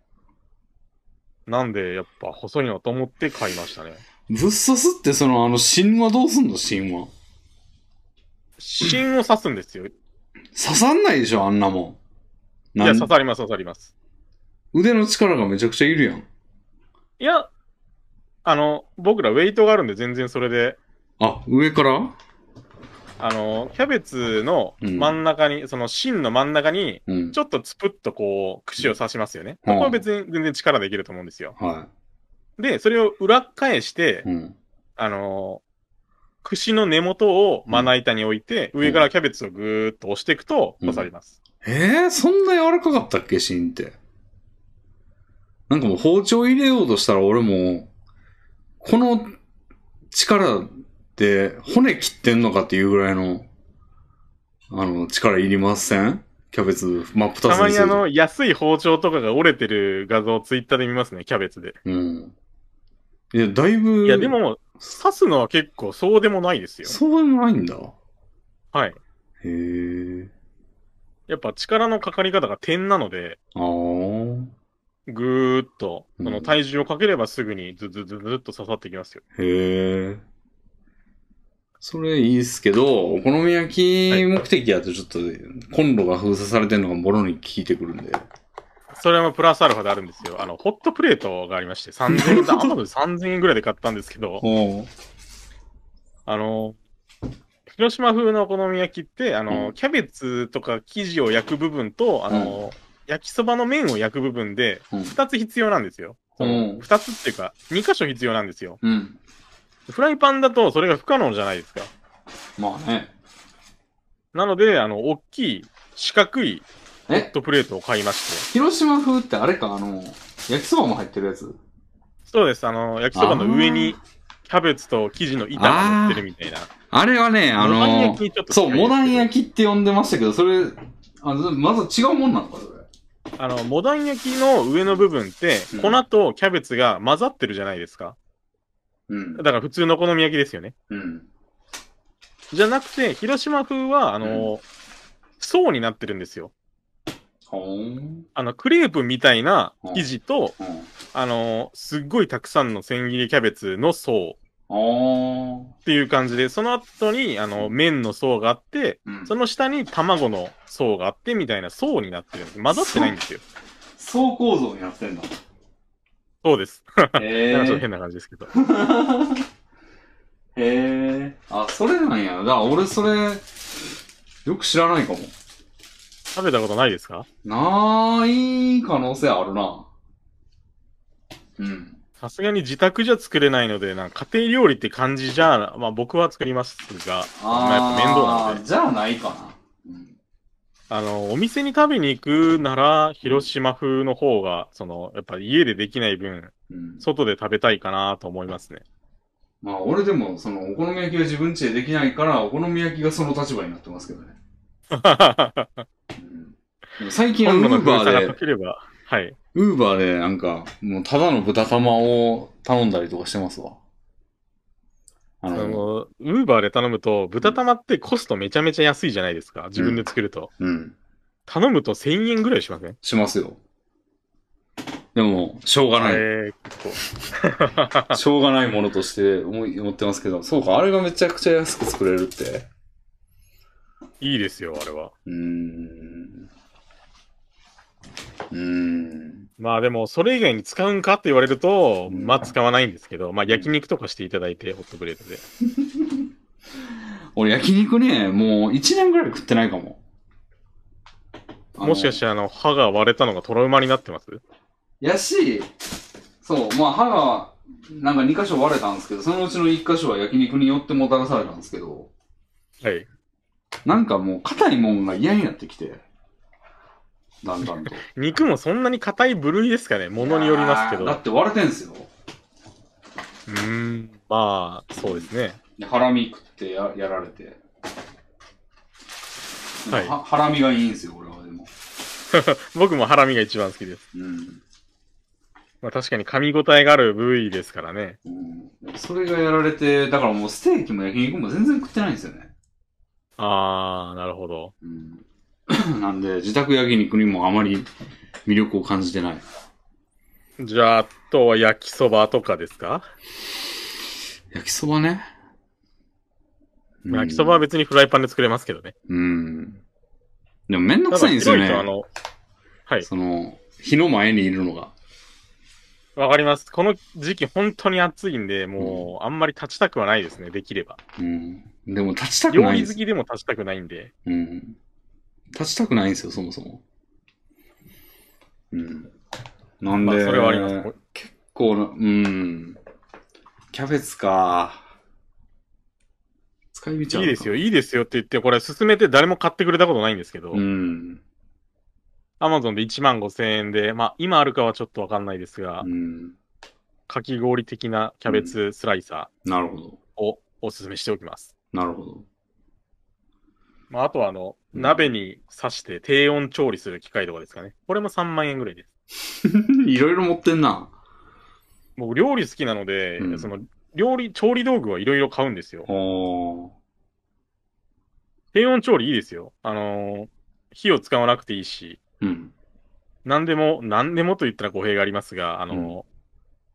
[SPEAKER 2] なんで、やっぱ細いのと思って買いましたね。
[SPEAKER 1] ぶっ刺すって、その、あの、芯はどうすんの、芯は。
[SPEAKER 2] 芯を刺すんですよ。い
[SPEAKER 1] 刺さんないでしょ、あんなもん。
[SPEAKER 2] や、
[SPEAKER 1] なん
[SPEAKER 2] 刺さります、刺さります。
[SPEAKER 1] 腕の力がめちゃくちゃいるやん。
[SPEAKER 2] いや、あの、僕らウェイトがあるんで全然それで、
[SPEAKER 1] あ、上から
[SPEAKER 2] あの、キャベツの真ん中に、その芯の真ん中に、
[SPEAKER 1] うん。
[SPEAKER 2] ちょっとつぷっとこう、串を刺しますよね。
[SPEAKER 1] うん
[SPEAKER 2] ここは別に全然力できると思うんですよ。
[SPEAKER 1] は
[SPEAKER 2] で、それを裏返して
[SPEAKER 1] い。、うん。
[SPEAKER 2] あのー串の根元をまな板に置いて、
[SPEAKER 1] ん
[SPEAKER 2] 上からキャベツをぐーっと押していくと、
[SPEAKER 1] うん
[SPEAKER 2] 刺さります。
[SPEAKER 1] えー、そんな柔らかかったっけ芯って。なんかもう包丁入れようとしたら俺も、この力って骨切ってんのかっていうぐらいの、あの、力いりませんキャベツ真っ二つ
[SPEAKER 2] たま
[SPEAKER 1] に
[SPEAKER 2] に
[SPEAKER 1] す
[SPEAKER 2] あ
[SPEAKER 1] ると。
[SPEAKER 2] の、安い包丁とかが折れてる画像をツイッターで見ますね、キャベツで。
[SPEAKER 1] うん。いや、だいぶ、
[SPEAKER 2] いや、でも、刺すのは結構そうでもないですよ。
[SPEAKER 1] そうでもないんだ。
[SPEAKER 2] はい。
[SPEAKER 1] へえ。
[SPEAKER 2] やっぱ力のかかり方が点なので、
[SPEAKER 1] ああ。
[SPEAKER 2] ぐーっと、
[SPEAKER 1] う
[SPEAKER 2] そ
[SPEAKER 1] ん
[SPEAKER 2] の体重をかければすぐにズズズズっと刺さってきますよ。
[SPEAKER 1] へえ。それいいっすけど、お好み焼き目的やとちょっとコンロが封鎖されてるのがもろに効いてくるんで。
[SPEAKER 2] それもプラスアルファであるんですよ。あの、ホットプレートがありまして、3000円、ア
[SPEAKER 1] *laughs*
[SPEAKER 2] マゾンで3000円ぐらいで買ったんですけど、
[SPEAKER 1] お
[SPEAKER 2] あの、広島風のお好み焼きって、あの、
[SPEAKER 1] うん
[SPEAKER 2] キャベツとか生地を焼く部分と、あの、焼きそばの麺を焼く部分で、
[SPEAKER 1] うん
[SPEAKER 2] 2つ必要なんですよ。そ
[SPEAKER 1] うん
[SPEAKER 2] の2つっていうか、2箇所必要なんですよ。
[SPEAKER 1] うん。
[SPEAKER 2] フライパンだとそれが不可能じゃないですか。
[SPEAKER 1] まあね。
[SPEAKER 2] なので、あの、大きい四角いホッ
[SPEAKER 1] え、
[SPEAKER 2] トプレートを買いまして。
[SPEAKER 1] 広島風ってあれか、あの、焼きそばも入ってるやつ
[SPEAKER 2] そうです、あの、焼きそばの上に、キャベツと生地の板が乗ってるみたいな。
[SPEAKER 1] あれはね、あ
[SPEAKER 2] モダン
[SPEAKER 1] の
[SPEAKER 2] 焼き、にちょっと
[SPEAKER 1] そう、モダン
[SPEAKER 2] き。
[SPEAKER 1] 焼きって呼んでましたけど、それ、あまず違うもんなのか、それ。
[SPEAKER 2] あの、モダン焼きの上の部分って
[SPEAKER 1] うん、
[SPEAKER 2] 粉とキャベツが混ざってるじゃないですか。
[SPEAKER 1] うん
[SPEAKER 2] だ。から普通のお好み焼きですよね。
[SPEAKER 1] うん。
[SPEAKER 2] じゃなくて、広島風は、あの、層になってるんですよ。
[SPEAKER 1] ほーん。
[SPEAKER 2] あの、クレープみたいな生地と、
[SPEAKER 1] うん。
[SPEAKER 2] あの、すっごいたくさんの千切りキャベツの層
[SPEAKER 1] あー。
[SPEAKER 2] っていう感じで、その後に、あの、麺の層があって、
[SPEAKER 1] うん
[SPEAKER 2] その下に卵の層があってみたいな層になってるんです。混ざってないんですよ。
[SPEAKER 1] 層構造にな
[SPEAKER 2] *laughs*
[SPEAKER 1] ってんだ。
[SPEAKER 2] そうです。
[SPEAKER 1] え
[SPEAKER 2] なんかちょっと変な感じですけど。
[SPEAKER 1] へえ。あ、それなんや。だから俺それ、よく知らないかも。
[SPEAKER 2] 食べたことないですか
[SPEAKER 1] ない可能性あるな。うん。
[SPEAKER 2] さすがに自宅じゃ作れないので、なんか家庭料理って感じじゃ、まあ僕は作りますが、まあやっぱ面倒なので、
[SPEAKER 1] じゃあないかな。うん。
[SPEAKER 2] あの、お店に食べに行くなら、広島風の方が、その、やっぱ家でできない分、
[SPEAKER 1] うん、
[SPEAKER 2] 外で食べたいかなと思いますね。
[SPEAKER 1] まあ俺でも、その、お好み焼きが自分家でできないから、お好み焼きがその立場になってますけど
[SPEAKER 2] *laughs*
[SPEAKER 1] ね。うんでも最近、ウ
[SPEAKER 2] 今度の
[SPEAKER 1] ー
[SPEAKER 2] 封
[SPEAKER 1] バ
[SPEAKER 2] 鎖
[SPEAKER 1] ーで
[SPEAKER 2] が解、ければ、はい。
[SPEAKER 1] ウーバーでなんか、もうただの豚玉を頼んだりとかしてますわ。あ
[SPEAKER 2] あの、ウーバーで頼むと、豚玉ってコストめちゃめちゃ安いじゃないですか。自分で作ると。
[SPEAKER 1] うん。
[SPEAKER 2] 頼むと1000円ぐらいしません
[SPEAKER 1] しますよ。でも、しょうがない。
[SPEAKER 2] えー、結
[SPEAKER 1] *laughs*
[SPEAKER 2] 構。
[SPEAKER 1] しょうがないものとして思い思ってますけど、そうか、あれがめちゃくちゃ安く作れるって。
[SPEAKER 2] いいですよ、あれは。
[SPEAKER 1] うーん。うーん。
[SPEAKER 2] まあでも、それ以外に使うんかって言われると、
[SPEAKER 1] うん
[SPEAKER 2] まあ使わないんですけど、まあ焼肉とかしていただいて、ホットプレートで。
[SPEAKER 1] 俺、焼肉ね、もう1年ぐらい食ってないかも。あの
[SPEAKER 2] もしかして、あの、歯が割れたのがトラウマになってます
[SPEAKER 1] やし、そう、まあ歯が、なんか2箇所割れたんですけど、そのうちの1箇所は焼肉によってもたらされたんですけど、
[SPEAKER 2] はい。
[SPEAKER 1] なんかもう硬いもんが嫌になってきて、だんだんと。
[SPEAKER 2] 肉もそんなに硬い部類ですかねものによりますけど。
[SPEAKER 1] いやーだ
[SPEAKER 2] う
[SPEAKER 1] って割れてんすよ。
[SPEAKER 2] ーん、まあ、そうですね。
[SPEAKER 1] でハラミ食ってややられて。
[SPEAKER 2] はい
[SPEAKER 1] ハラミがいいんですよ、俺はでも。
[SPEAKER 2] 僕もハラミが一番好きです。
[SPEAKER 1] うん。
[SPEAKER 2] まあ確かに噛み応えがある部位ですからね。
[SPEAKER 1] うん、それがやられて、だからもうステーキも焼肉も全然食ってないんですよね。
[SPEAKER 2] あー、なるほど。
[SPEAKER 1] うん。なん *coughs* で、自宅焼肉にもあまり魅力を感じてない。
[SPEAKER 2] じゃあ、あとは焼きそばとかですか、
[SPEAKER 1] 焼きそばね。
[SPEAKER 2] 焼きそばは別にフライパンで作れますけどね。
[SPEAKER 1] うん。でもめんど
[SPEAKER 2] た
[SPEAKER 1] く
[SPEAKER 2] だ
[SPEAKER 1] さいんですよ
[SPEAKER 2] 広いとあ
[SPEAKER 1] ね。
[SPEAKER 2] の、はい。
[SPEAKER 1] その、火の前にいるのが。
[SPEAKER 2] わかります。この時期本当に暑いんで、もう、あんまり立ちたくはないですね、できれば。
[SPEAKER 1] うん。でも立ちたく
[SPEAKER 2] 料
[SPEAKER 1] ないん
[SPEAKER 2] 理
[SPEAKER 1] で
[SPEAKER 2] 好
[SPEAKER 1] す。
[SPEAKER 2] きでも立ちたくないんで。
[SPEAKER 1] うん。立ちたくないんですよ、そもそも。うん。なんで、
[SPEAKER 2] まあ、それはあります。
[SPEAKER 1] 結構な、うん。キャベツか。使い道あ
[SPEAKER 2] いい
[SPEAKER 1] るか
[SPEAKER 2] ですよ、。いいですよって言って、これ進めて誰も買ってくれたことないんですけど、
[SPEAKER 1] うん。
[SPEAKER 2] アマゾンで1万5千円で、まあ今あるかはちょっとわかんないですが、
[SPEAKER 1] うん。
[SPEAKER 2] かき氷的なキャベツスライサ
[SPEAKER 1] なるほど。
[SPEAKER 2] ーをおすすめしておきます。
[SPEAKER 1] なるほど。 *laughs*
[SPEAKER 2] まああとはあの、
[SPEAKER 1] うん
[SPEAKER 2] 鍋に刺して低温調理する機械とかですかね。これも3万円ぐらいです。
[SPEAKER 1] いろいろ持ってんな。
[SPEAKER 2] 僕料理好きなので、
[SPEAKER 1] うん
[SPEAKER 2] その料理、調理道具はいろいろ買うんですよ。
[SPEAKER 1] おー。
[SPEAKER 2] 低温調理いいですよ。あのー火を使わなくていいし、
[SPEAKER 1] うん。
[SPEAKER 2] 何でも、何でもと言ったら語弊がありますが、あの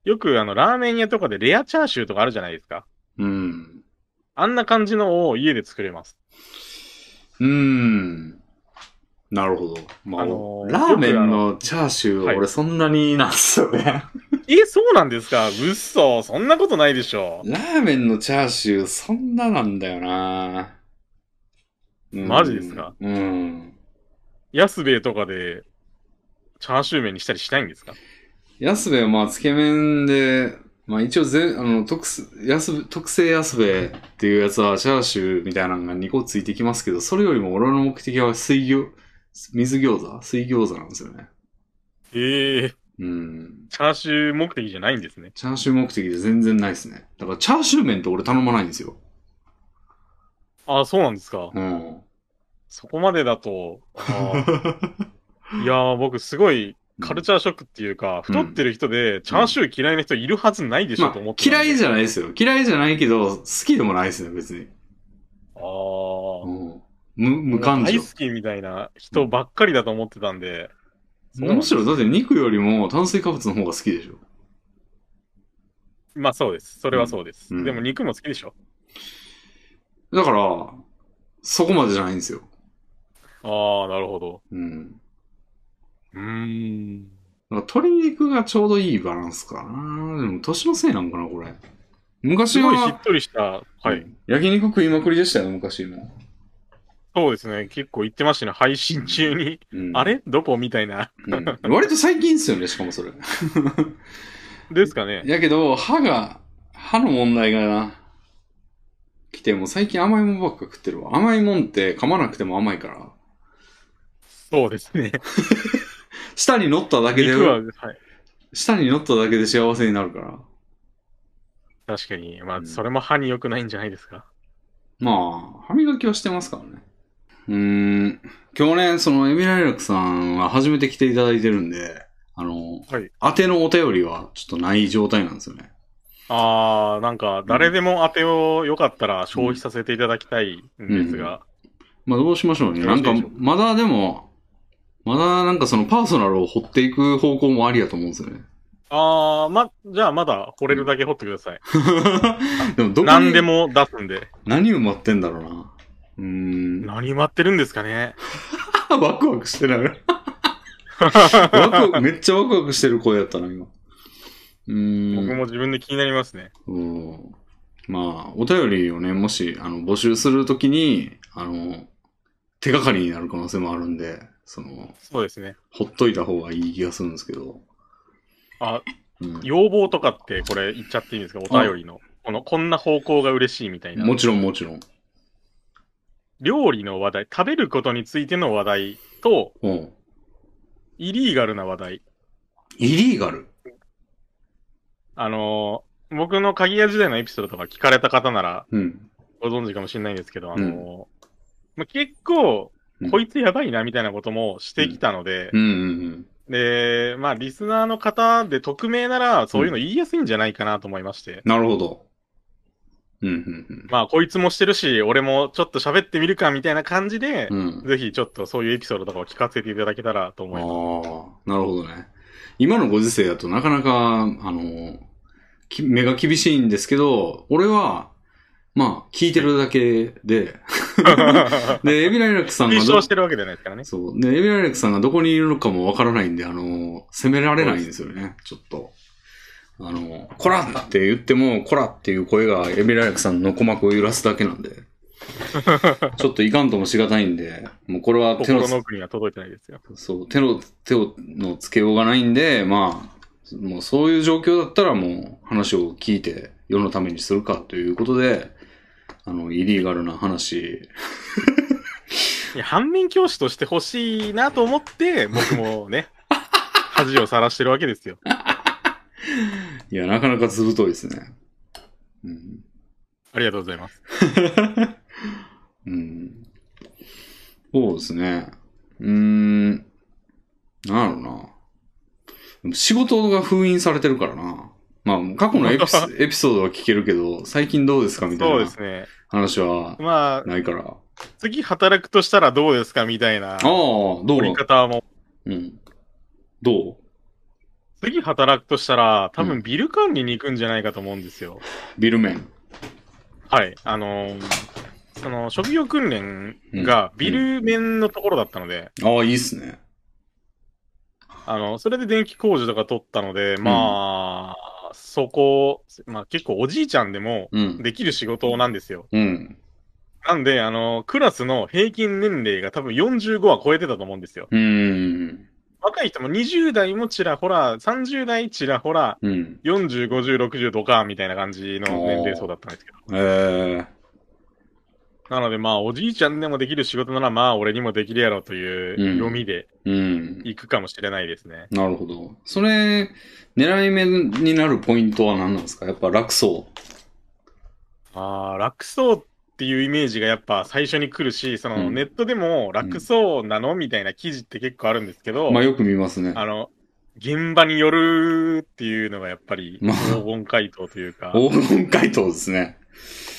[SPEAKER 2] ーよくあの、ラーメン屋とかでレアチャーシューとかあるじゃないですか。
[SPEAKER 1] うん。
[SPEAKER 2] あんな感じのを家で作れます。
[SPEAKER 1] うん。なるほど。まあ、
[SPEAKER 2] あのー
[SPEAKER 1] ラーメン
[SPEAKER 2] よ
[SPEAKER 1] のチャーシュー
[SPEAKER 2] は
[SPEAKER 1] はい俺そんなになんですよね。
[SPEAKER 2] え、そうなんですか嘘そんなことないでしょ。
[SPEAKER 1] ラーメンのチャーシュー、そんななんだよな、うん
[SPEAKER 2] マジですか
[SPEAKER 1] うん。
[SPEAKER 2] 安兵衛とかで、チャーシュー麺にしたりしないんですか
[SPEAKER 1] 安兵衛はまあ、つけ麺で、まあ一応ぜ、あの、特す、安、特製安兵衛っていうやつは、チャーシューみたいなのが2個ついてきますけど、それよりも俺の目的は水餃、水餃子水餃子なんですよね。
[SPEAKER 2] ええ
[SPEAKER 1] うん。
[SPEAKER 2] チャーシュー目的じゃないんですね。
[SPEAKER 1] チャーシュー目的で全然ないですね。だから、チャーシュー麺って俺頼まないんですよ。
[SPEAKER 2] あ、そうなんですか。 *laughs*
[SPEAKER 1] うん。
[SPEAKER 2] そこまでだと、あーいやー、僕すごい、カルチャーショックっていうか、太ってる人で、チャーシュー嫌いな人いるはずないでしょ
[SPEAKER 1] ま
[SPEAKER 2] と思
[SPEAKER 1] あ、
[SPEAKER 2] ってたん
[SPEAKER 1] 嫌
[SPEAKER 2] で、
[SPEAKER 1] いじゃないですよ。嫌いじゃないけど、好きでもないですね、別に。
[SPEAKER 2] あー
[SPEAKER 1] うん無無感
[SPEAKER 2] 大
[SPEAKER 1] 情
[SPEAKER 2] 好。きみたいな人ばっかりだと思ってたんで、そうなん
[SPEAKER 1] む
[SPEAKER 2] で
[SPEAKER 1] し
[SPEAKER 2] す
[SPEAKER 1] ろだって肉よりも炭水化物の方が好きでしょ。
[SPEAKER 2] まあそうです。それはそうです。
[SPEAKER 1] うんうん
[SPEAKER 2] でも肉も好きでしょ。
[SPEAKER 1] だから、そこまでじゃないんですよ。
[SPEAKER 2] ああ、なるほど。
[SPEAKER 1] うん。
[SPEAKER 2] うーん。
[SPEAKER 1] だから鶏肉がちょうどいいバランスかな。でも年のせいなんかな、これ。昔
[SPEAKER 2] すごいし
[SPEAKER 1] は
[SPEAKER 2] っ、とりした、はい。
[SPEAKER 1] うん焼肉食いまくりでしたよ、昔も。
[SPEAKER 2] そうですね。結構言ってましたね。配信中に。
[SPEAKER 1] うん
[SPEAKER 2] あ、れどこみたいな。
[SPEAKER 1] うん割と最近っすよね、しかもそれ。
[SPEAKER 2] ですかね。
[SPEAKER 1] やけど、歯が、歯の問題がな、来て、もう最近甘いもんばっか食ってるわ。甘いもんって噛まなくても甘いから。
[SPEAKER 2] そうですね。
[SPEAKER 1] 舌に乗っただけで
[SPEAKER 2] 肉、は、はい。
[SPEAKER 1] 舌に乗っただけで幸せになるから。
[SPEAKER 2] 確かに。ま
[SPEAKER 1] う
[SPEAKER 2] あ、
[SPEAKER 1] ん
[SPEAKER 2] それも歯に良くないんじゃないですか。
[SPEAKER 1] まあ、歯磨きはしてますからね。うーん。去年、その、エミライラクさんは初めて来ていただいてるんで、あの、
[SPEAKER 2] はい
[SPEAKER 1] 当てのお便りはちょっとない状態なんですよね。
[SPEAKER 2] ああ、なんか、誰でも当てをよかったら消費させていただきたいんですが、
[SPEAKER 1] まあ、どうしましょうね。なんか
[SPEAKER 2] よろしいでしょ、
[SPEAKER 1] まだでも、まだなんかそのパーソナルを掘っていく方向もありやと思うんですよね。
[SPEAKER 2] ああ、ま、じゃあまだ掘れるだけ掘ってください。
[SPEAKER 1] でも、どこに
[SPEAKER 2] 何でも出すんで。
[SPEAKER 1] 何埋まってんだろうな。うーん。
[SPEAKER 2] 何待ってるんですかね。
[SPEAKER 1] *laughs* ワクワク
[SPEAKER 2] *laughs*
[SPEAKER 1] してない。ワクワク、めっちゃワクワクしてる声やったな、今。うーん。
[SPEAKER 2] 僕も自分で気になりますね。
[SPEAKER 1] うんまあ、お便りをね、もし、あの、募集するときに、あの、手がかりになる可能性もあるんで、その、
[SPEAKER 2] そうですね。
[SPEAKER 1] ほっといた方がいい気がするんですけど。
[SPEAKER 2] あ、
[SPEAKER 1] うん
[SPEAKER 2] 要望とかってこれ言っちゃっていいんですかお便りの。この、こんな方向が嬉しいみたいな。
[SPEAKER 1] もちろん、もちろん。
[SPEAKER 2] 料理の話題、食べることについての話題と、
[SPEAKER 1] うん。
[SPEAKER 2] イリーガルな話題。
[SPEAKER 1] イリーガル。
[SPEAKER 2] あのー僕の鍵屋時代のエピソードとか聞かれた方なら
[SPEAKER 1] うん。
[SPEAKER 2] ご存知かもしれないんですけど、あのーまあ、結構、こいつやばいなみたいなこともしてきたので、
[SPEAKER 1] うんうん
[SPEAKER 2] で、まあ、リスナーの方で匿名なら、そういうの言いやすいんじゃないかなと思いまして。
[SPEAKER 1] うん。なるほど。うん、うん、
[SPEAKER 2] まあ、こいつもしてるし、俺もちょっと喋ってみるか、みたいな感じで
[SPEAKER 1] う、ん。うん。
[SPEAKER 2] ぜひちょっとそういうエピソードとかを聞かせていただけたらと
[SPEAKER 1] あ
[SPEAKER 2] 思
[SPEAKER 1] あ
[SPEAKER 2] います。
[SPEAKER 1] ー、なるほどね。今のご時世だとなかなか、あの、き目が厳しいんですけど、俺は、まあ、聞いてるだけで、
[SPEAKER 2] *laughs*
[SPEAKER 1] で、エビライラックさんが
[SPEAKER 2] 一
[SPEAKER 1] ど
[SPEAKER 2] 生し、てるわけじゃないですからね。
[SPEAKER 1] そう。で、エビライラックさんがどこにいるのかもわからないんで、あの、責められないんですよね、ちょっと。あの、こらって言っても、こらっていう声がエビライラクさんの鼓膜を揺らすだけなんで、
[SPEAKER 2] *laughs*
[SPEAKER 1] ちょっといかんともしがたいんで、もうこれは手の
[SPEAKER 2] 心の奥には届いてないですよ。
[SPEAKER 1] そう、手の、手を、のつけようがないんで、まあ、もうそういう状況だったらもう話を聞いて世のためにするかということで、あの、イリーガルな話、
[SPEAKER 2] いや、反面教師として欲しいなと思って、僕もね、恥をさらしてるわけですよ。
[SPEAKER 1] いや、なかなかずぶといですね。うん。
[SPEAKER 2] ありがとうございます。
[SPEAKER 1] うん。そうですね。うーん。なんだろうな。でも仕事が封印されてるからな。まあ、過去のエ
[SPEAKER 2] *laughs*
[SPEAKER 1] ピソエピソードは聞けるけど、最近どうですかみた
[SPEAKER 2] そう
[SPEAKER 1] い
[SPEAKER 2] で
[SPEAKER 1] な
[SPEAKER 2] すね。
[SPEAKER 1] 話は
[SPEAKER 2] まあ、
[SPEAKER 1] ないから。
[SPEAKER 2] 次働くとしたらどうですかみたいな
[SPEAKER 1] ああ、どう
[SPEAKER 2] 取り方も。
[SPEAKER 1] うん。どう
[SPEAKER 2] 次働くとしたら、多分ビル管理に行くんじゃないかと思うんですよ。
[SPEAKER 1] ビルメン。
[SPEAKER 2] はい。あのーその、職業訓練がビル面のところだったので、
[SPEAKER 1] ああ、いいっすね。
[SPEAKER 2] あの、それで電気工事とか取ったので、まあ、そこ、まあ結構おじいちゃんでも
[SPEAKER 1] うん。
[SPEAKER 2] できる仕事なんですよ。
[SPEAKER 1] うん。
[SPEAKER 2] なんで、あの、クラスの平均年齢が多分45は超えてたと思うんですよ。
[SPEAKER 1] うーん。
[SPEAKER 2] 若い人も20代もちらほら、30代ちらほら、
[SPEAKER 1] うん。
[SPEAKER 2] 40、50、60とか、みたいな感じの年齢層だったんですけど。
[SPEAKER 1] えー。
[SPEAKER 2] なのでまあ、おじいちゃんでもできる仕事ならまあ、俺にもできるやろと
[SPEAKER 1] う
[SPEAKER 2] い
[SPEAKER 1] ん
[SPEAKER 2] う読みで
[SPEAKER 1] うん。
[SPEAKER 2] 行くかもしれないですね。
[SPEAKER 1] なるほど。それ、狙い目になるポイントは何なんですかやっぱ楽そう。
[SPEAKER 2] ああ、楽そうっていうイメージがやっぱ最初に来るし、その
[SPEAKER 1] うん
[SPEAKER 2] ネットでも楽そうなのみたいな記事って結構あるんですけど、
[SPEAKER 1] まあよく見ますね。
[SPEAKER 2] あの、現場によるっていうのがやっぱり
[SPEAKER 1] まあ
[SPEAKER 2] 黄金回答というか、
[SPEAKER 1] 黄金回答ですね。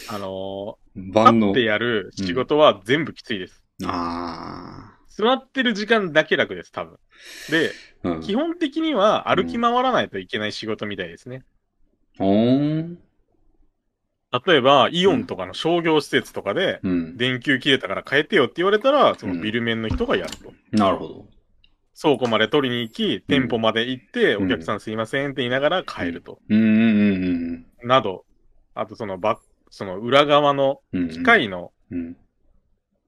[SPEAKER 2] あの、
[SPEAKER 1] 万
[SPEAKER 2] 立っ
[SPEAKER 1] 能
[SPEAKER 2] て。やる仕事は全部きついです。
[SPEAKER 1] あ
[SPEAKER 2] 座ってる時間だけ楽です、多分。で、
[SPEAKER 1] あ。うん。
[SPEAKER 2] 基本的には歩き回らないといけない仕事みたいですね。
[SPEAKER 1] ほーん。
[SPEAKER 2] 例えば、イオンとかの商業施設とかで、
[SPEAKER 1] うん。
[SPEAKER 2] 電球切れたから変えてよって言われたら、そのビル面の人がやると。
[SPEAKER 1] なるほど。
[SPEAKER 2] 倉庫まで取りに行き、店舗まで行って、
[SPEAKER 1] うん
[SPEAKER 2] お客さんすいませんって言いながら帰ると。
[SPEAKER 1] うんうんうんうん
[SPEAKER 2] など、あとそのバッその裏側の
[SPEAKER 1] うん。
[SPEAKER 2] 機械の、
[SPEAKER 1] うん。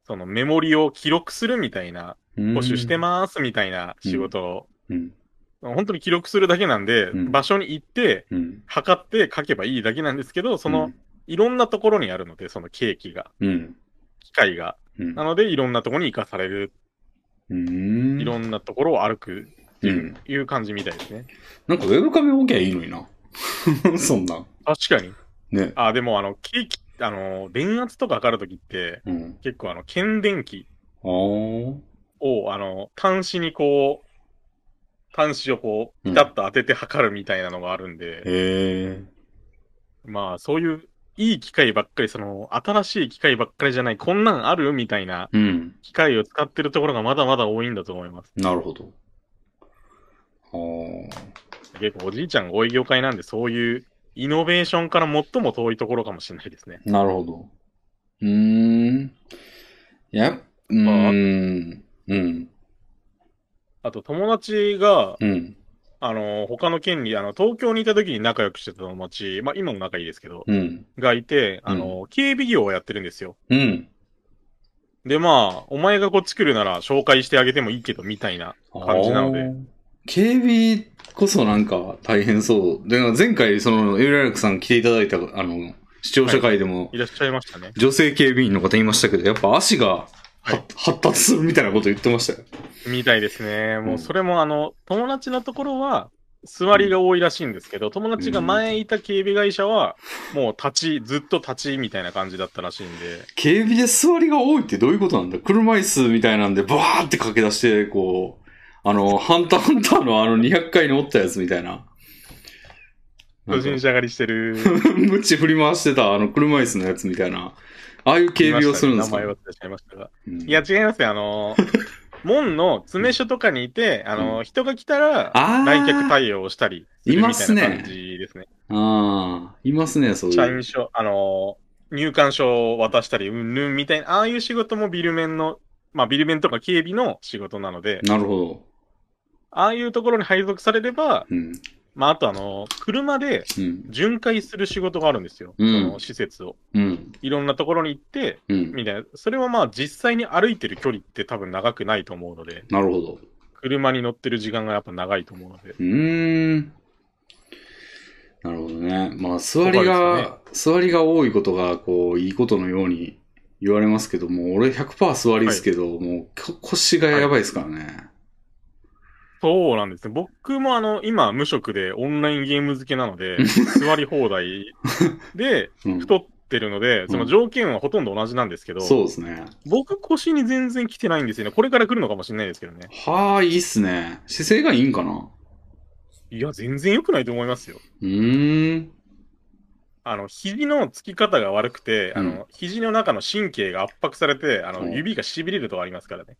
[SPEAKER 2] そのメモリを記録するみたいな、
[SPEAKER 1] うん。
[SPEAKER 2] 保守してますみたいな仕事を、
[SPEAKER 1] うん。
[SPEAKER 2] 本当に記録するだけなんで、
[SPEAKER 1] うん
[SPEAKER 2] 場所に行って、
[SPEAKER 1] うん。
[SPEAKER 2] 測って書けばいいだけなんですけど、その、いろんなところにあるので、そのケーキが、
[SPEAKER 1] うん。
[SPEAKER 2] 機械が。
[SPEAKER 1] うん。
[SPEAKER 2] なので、いろんなところに活かされる、
[SPEAKER 1] うん。
[SPEAKER 2] いろんなところを歩くっていう,、
[SPEAKER 1] うん
[SPEAKER 2] いう感じみたいですね。
[SPEAKER 1] なんかウェブカメ置きゃいいのにな。そんなん。 *laughs*
[SPEAKER 2] 確かに。
[SPEAKER 1] ね。
[SPEAKER 2] あ、でもあの、ケーキ、あの、電圧とか測るときって、
[SPEAKER 1] うん。
[SPEAKER 2] 結構あの、検電器
[SPEAKER 1] あー
[SPEAKER 2] を、あの、端子にこう、端子をこう、ピタッと当てて測るみたいなのがあるんで、
[SPEAKER 1] へえ。
[SPEAKER 2] まあ、そういう、いい機械ばっかり、その、新しい機械ばっかりじゃない、こんなんあるみたいな
[SPEAKER 1] うん。
[SPEAKER 2] 機械を使ってるところがまだまだ多いんだと思います。
[SPEAKER 1] なるほど。ああ。
[SPEAKER 2] 結構おじいちゃんが多い業界なんで、そういう、イノベーションから最も遠いところかもしれないですね。
[SPEAKER 1] なるほど。うーん。やっ、うーん。うん。
[SPEAKER 2] あと、友達が、
[SPEAKER 1] うん。
[SPEAKER 2] あの、他の県に、あの、東京にいた時に仲良くしてた友達、まあ今も仲いいですけど、
[SPEAKER 1] うん。
[SPEAKER 2] がいて、あの、警備業をやってるんですよ。
[SPEAKER 1] うん。
[SPEAKER 2] で、まあ、お前がこっち来るなら紹介してあげてもいいけど、みたいな感じなの
[SPEAKER 1] あ
[SPEAKER 2] で。
[SPEAKER 1] ー。警備こそなんか大変そう。で、前回、その、エルラルクさん来ていただいた、あの、視聴者会でも、
[SPEAKER 2] いらっしゃいましたね。
[SPEAKER 1] 女性警備員の方言いましたけど、やっぱ足がは発達するみたいなこと言ってましたよ。
[SPEAKER 2] みたいですね。も
[SPEAKER 1] うん
[SPEAKER 2] う、それも、あの、友達のところは、座りが多いらしいんですけど、友達が前いた警備会社は、もう立ち、ずっと立ちみたいな感じだったらしいんで、
[SPEAKER 1] 警備で座りが多いってどういうことなんだ車椅子みたいなんでバーって駆け出して、こう、あの、ハンターハンターのあの200回におったやつみたいな。
[SPEAKER 2] 個人者狩りしてる。
[SPEAKER 1] ムチ振り回してたあの車椅子のやつみたいな。ああいう *laughs* 警備をするんですか、
[SPEAKER 2] 名前は出しちゃいましたが。
[SPEAKER 1] うん
[SPEAKER 2] いや、違いますよ。あの、門の詰め所とかにいて、あの、人が来たら、
[SPEAKER 1] あー
[SPEAKER 2] 来客対応をしたりするみたいな感じですね。
[SPEAKER 1] ああ、いますね、そう
[SPEAKER 2] 社
[SPEAKER 1] いう
[SPEAKER 2] 員。証、あの、入館証を渡したり、うんぬんみたいな、ああいう仕事もビル面の、まあ、ビル面とか警備の仕事なので、
[SPEAKER 1] なるほど。
[SPEAKER 2] ああいうところに配属されれば、
[SPEAKER 1] うん。
[SPEAKER 2] まあ、あとあの、車で
[SPEAKER 1] うん。
[SPEAKER 2] 巡回する仕事があるんですよ。
[SPEAKER 1] うん
[SPEAKER 2] その施設を。
[SPEAKER 1] うん。
[SPEAKER 2] いろんなところに行って、
[SPEAKER 1] うん。
[SPEAKER 2] みたいな。それはまあ実際に歩いてる距離って多分長くないと思うので、
[SPEAKER 1] なるほど。
[SPEAKER 2] 車に乗ってる時間がやっぱ長いと思うので。
[SPEAKER 1] うーん。なるほどね。まあ、座り
[SPEAKER 2] そ
[SPEAKER 1] が、座りが多いことが、こう、いいことのように言われますけども、俺100%座りですけど、もうこ腰がやばいですからね。
[SPEAKER 2] そうなんですね。僕もあの、今無職でオンラインゲーム好きなの
[SPEAKER 1] *laughs*
[SPEAKER 2] で、座り放題で
[SPEAKER 1] うん
[SPEAKER 2] 太ってるので、その条件はほとんど同じなんですけど、
[SPEAKER 1] そうですね。
[SPEAKER 2] 僕腰に全然来てないんですよね。これから来るのかもしれないですけどね。
[SPEAKER 1] はあ、いいっすね。姿勢がいいんかない
[SPEAKER 2] や、全然良くないと思いますよ。
[SPEAKER 1] うーん。 *laughs*
[SPEAKER 2] あの、肘のつき方が悪くて、あ
[SPEAKER 1] うん
[SPEAKER 2] の、肘の中の神経が圧迫されて、あ
[SPEAKER 1] うん
[SPEAKER 2] の、指が痺れるとかありますからね。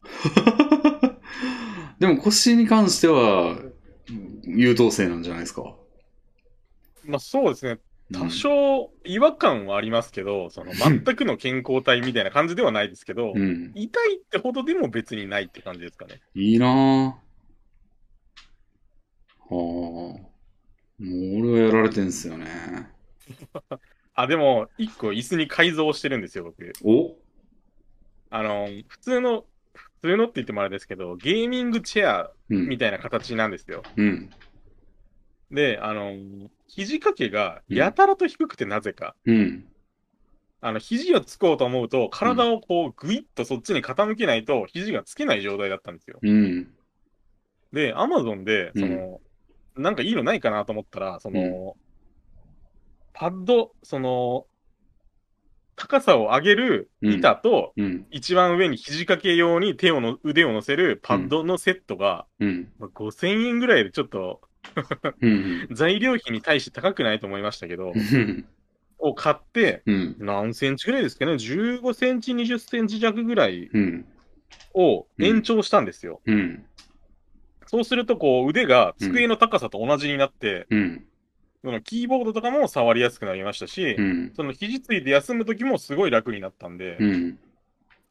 [SPEAKER 1] でも腰に関しては、優等生なんじゃないですか。
[SPEAKER 2] まあそうですね。
[SPEAKER 1] うん
[SPEAKER 2] 多少違和感はありますけど、
[SPEAKER 1] *laughs*
[SPEAKER 2] その、全くの健康体みたいな感じではないですけど、
[SPEAKER 1] うん。
[SPEAKER 2] 痛いってほどでも別にないって感じですかね。
[SPEAKER 1] いいなぁ。はあ。もう俺はやられてんすよね。
[SPEAKER 2] あ、でも、一個椅子に改造してるんですよ、僕。
[SPEAKER 1] お
[SPEAKER 2] あの、普通の、普通のって言ってもあれですけど、ゲーミングチェア
[SPEAKER 1] う
[SPEAKER 2] み
[SPEAKER 1] ん。
[SPEAKER 2] たいな形なんですよ。
[SPEAKER 1] うん。
[SPEAKER 2] で、あの、肘掛けがやたらと低くてなぜか。
[SPEAKER 1] うん。
[SPEAKER 2] あの、肘をつこうと思うと、体をこう、ぐいっとそっちに傾けないと、肘がつけない状態だったんですよ。
[SPEAKER 1] うん。
[SPEAKER 2] で、アマゾンで、
[SPEAKER 1] うん
[SPEAKER 2] その、なんかいいのないかなと思ったら、その、パッド、その、高さを上げる板と、
[SPEAKER 1] うん。
[SPEAKER 2] 一番上に肘掛け用に手をの、腕を乗せるパッドのセットが、
[SPEAKER 1] うん。
[SPEAKER 2] まあ5000円ぐらいでちょっと
[SPEAKER 1] うん。
[SPEAKER 2] 材料費に対して高くないと思いましたけど
[SPEAKER 1] う、ん。
[SPEAKER 2] を買って、
[SPEAKER 1] うん。
[SPEAKER 2] 何センチぐらいですかね、15センチ、20センチ弱ぐらい
[SPEAKER 1] うん。
[SPEAKER 2] を延長したんですよ。
[SPEAKER 1] うん。
[SPEAKER 2] そうすると、こう腕が机の高さと同じになって、
[SPEAKER 1] うん。
[SPEAKER 2] そのキーボードとかも触りやすくなりましたし、
[SPEAKER 1] うん。
[SPEAKER 2] その肘ついて休むときもすごい楽になったんで、
[SPEAKER 1] うん。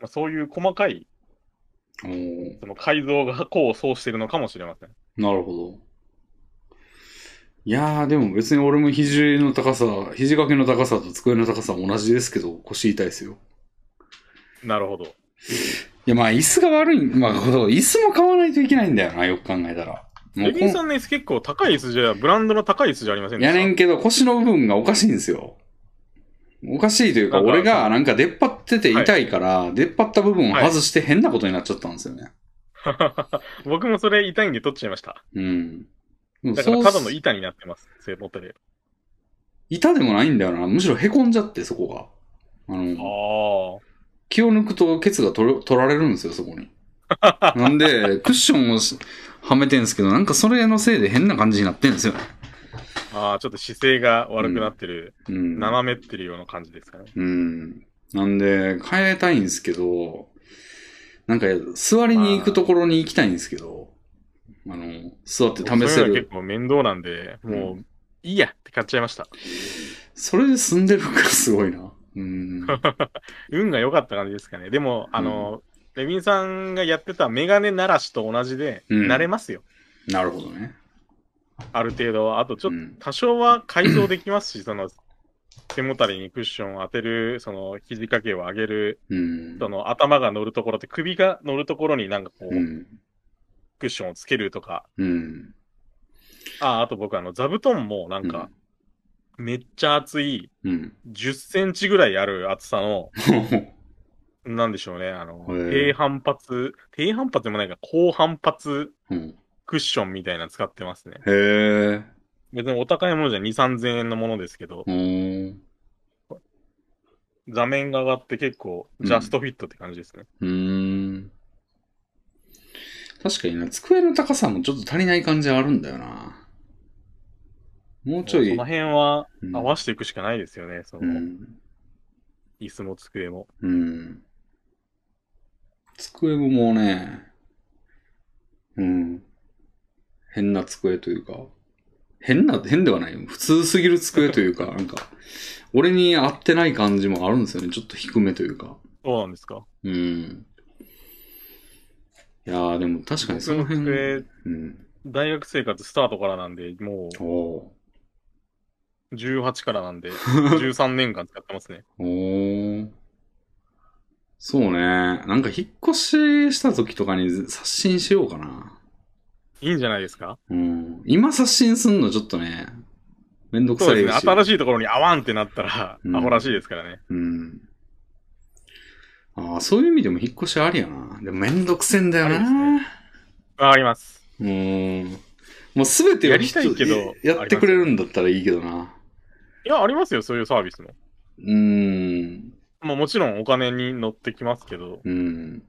[SPEAKER 2] まあ、そういう細かい
[SPEAKER 1] おー
[SPEAKER 2] その改造が功を奏してるのかもしれません。
[SPEAKER 1] なるほど。いやー、でも別に俺も肘の高さ、肘掛けの高さと机の高さは同じですけど、腰痛いですよ。
[SPEAKER 2] なるほど。
[SPEAKER 1] いや、まあ、椅子が悪い、まあ、こう椅子も買わないといけないんだよな、よく考えたら。も
[SPEAKER 2] レ
[SPEAKER 1] う
[SPEAKER 2] ビンさんの椅子結構高い椅子じゃ、ブランドの高い椅子じゃありませんで
[SPEAKER 1] *laughs* や
[SPEAKER 2] した
[SPEAKER 1] ねんけど、腰の部分がおかしいんですよ。おかしいというか、
[SPEAKER 2] なんか
[SPEAKER 1] 俺がなんか出っ張ってて痛いから、出っ張った部分を外して変なことになっちゃったんですよね。
[SPEAKER 2] 僕もそれ痛いんで取っちゃいました。
[SPEAKER 1] うん。でも
[SPEAKER 2] だから
[SPEAKER 1] そう
[SPEAKER 2] ただの板になってます。背もたれ。
[SPEAKER 1] 痛でもないんだよな。むしろ凹んじゃって、そこが。あ
[SPEAKER 2] あ
[SPEAKER 1] の、
[SPEAKER 2] あ。
[SPEAKER 1] 気を抜くとケツが取れ取られるんですよ、そこに。 *laughs* なんで、クッションをしはめてんすけど、なんかそれのせいで変な感じになってんですよね。
[SPEAKER 2] ああ、ちょっと姿勢が悪くなってる、
[SPEAKER 1] うん。
[SPEAKER 2] 斜めってるような感じですかね。
[SPEAKER 1] うん。なんで、変えたいんですけど、なんか、座りに行くところに行きたいんですけど、あの、座って試
[SPEAKER 2] そう
[SPEAKER 1] せ
[SPEAKER 2] いうのは
[SPEAKER 1] る
[SPEAKER 2] 結。構面倒なんで、
[SPEAKER 1] う
[SPEAKER 2] もう、いいやって買っちゃいました。
[SPEAKER 1] それで済んでるからすごいな。
[SPEAKER 2] *laughs*
[SPEAKER 1] うん。
[SPEAKER 2] 運が良かった感じですかね。でも、あの、レビンさんがやってたメガネ鳴らしと同じで、
[SPEAKER 1] うん
[SPEAKER 2] 慣れますよ。
[SPEAKER 1] なるほどね。
[SPEAKER 2] ある程度は。あと、ちょっと、
[SPEAKER 1] うん
[SPEAKER 2] 多少は改造できますし、その、背もたれにクッションを当てる、その、肘掛けを上げる、
[SPEAKER 1] うん。
[SPEAKER 2] その、頭が乗るところって、首が乗るところになんかこう、
[SPEAKER 1] うん。
[SPEAKER 2] クッションをつけるとか、
[SPEAKER 1] うん。
[SPEAKER 2] あ、あと僕あの、座布団もなんか、めっちゃ厚い、
[SPEAKER 1] うん。 *laughs*
[SPEAKER 2] 10センチぐらいある厚さの、なんでしょうね、あの、
[SPEAKER 1] へえ
[SPEAKER 2] 低反発、低反発でもないか、高反発
[SPEAKER 1] うん。
[SPEAKER 2] クッションみたいなの使ってますね。
[SPEAKER 1] へえ。
[SPEAKER 2] 別にお高いものじゃ2、3000円のものですけど、
[SPEAKER 1] うん。
[SPEAKER 2] 座面が上がって結構、
[SPEAKER 1] うん
[SPEAKER 2] ジャストフィットって感じですね。
[SPEAKER 1] うん。確かにな、机の高さもちょっと足りない感じはあるんだよな。もうちょい。
[SPEAKER 2] その辺は
[SPEAKER 1] うん
[SPEAKER 2] 合わせていくしかないですよね、その、
[SPEAKER 1] うん。
[SPEAKER 2] 椅子も机も。
[SPEAKER 1] うん。机ももうね、うん。変な机というか、変な、変ではないよ。普通すぎる机というか、 *laughs* なんか、俺に合ってない感じもあるんですよね。ちょっと低めというか。
[SPEAKER 2] そうなんですか。
[SPEAKER 1] うん。いやー、でも確かにその辺。
[SPEAKER 2] 僕の机
[SPEAKER 1] うん。
[SPEAKER 2] 大学生活スタートからなんで、も
[SPEAKER 1] おお
[SPEAKER 2] う18か
[SPEAKER 1] *laughs*
[SPEAKER 2] らなんで、13年間使ってますね。
[SPEAKER 1] ー。おーそうね。なんか引っ越しした時とかに刷新しようかな。
[SPEAKER 2] いいんじゃないですか
[SPEAKER 1] うん。今刷新すんのちょっとね、めんどく
[SPEAKER 2] そ
[SPEAKER 1] さ
[SPEAKER 2] う
[SPEAKER 1] い
[SPEAKER 2] です
[SPEAKER 1] し。
[SPEAKER 2] ね。新しいところに合わんってなったら、
[SPEAKER 1] うん
[SPEAKER 2] アホらしいですからね。
[SPEAKER 1] うん。ああ、そういう意味でも引っ越しありやな。でもめんどくせえんだよ
[SPEAKER 2] ありです
[SPEAKER 1] な。
[SPEAKER 2] わかります。
[SPEAKER 1] うん。もうすべてを
[SPEAKER 2] やりたいけど
[SPEAKER 1] 一つやってくれるんだったらいいけどな。
[SPEAKER 2] いや、ありますよ、そういうサービスも。
[SPEAKER 1] うん。
[SPEAKER 2] まあもちろんお金に乗ってきますけど、
[SPEAKER 1] うん。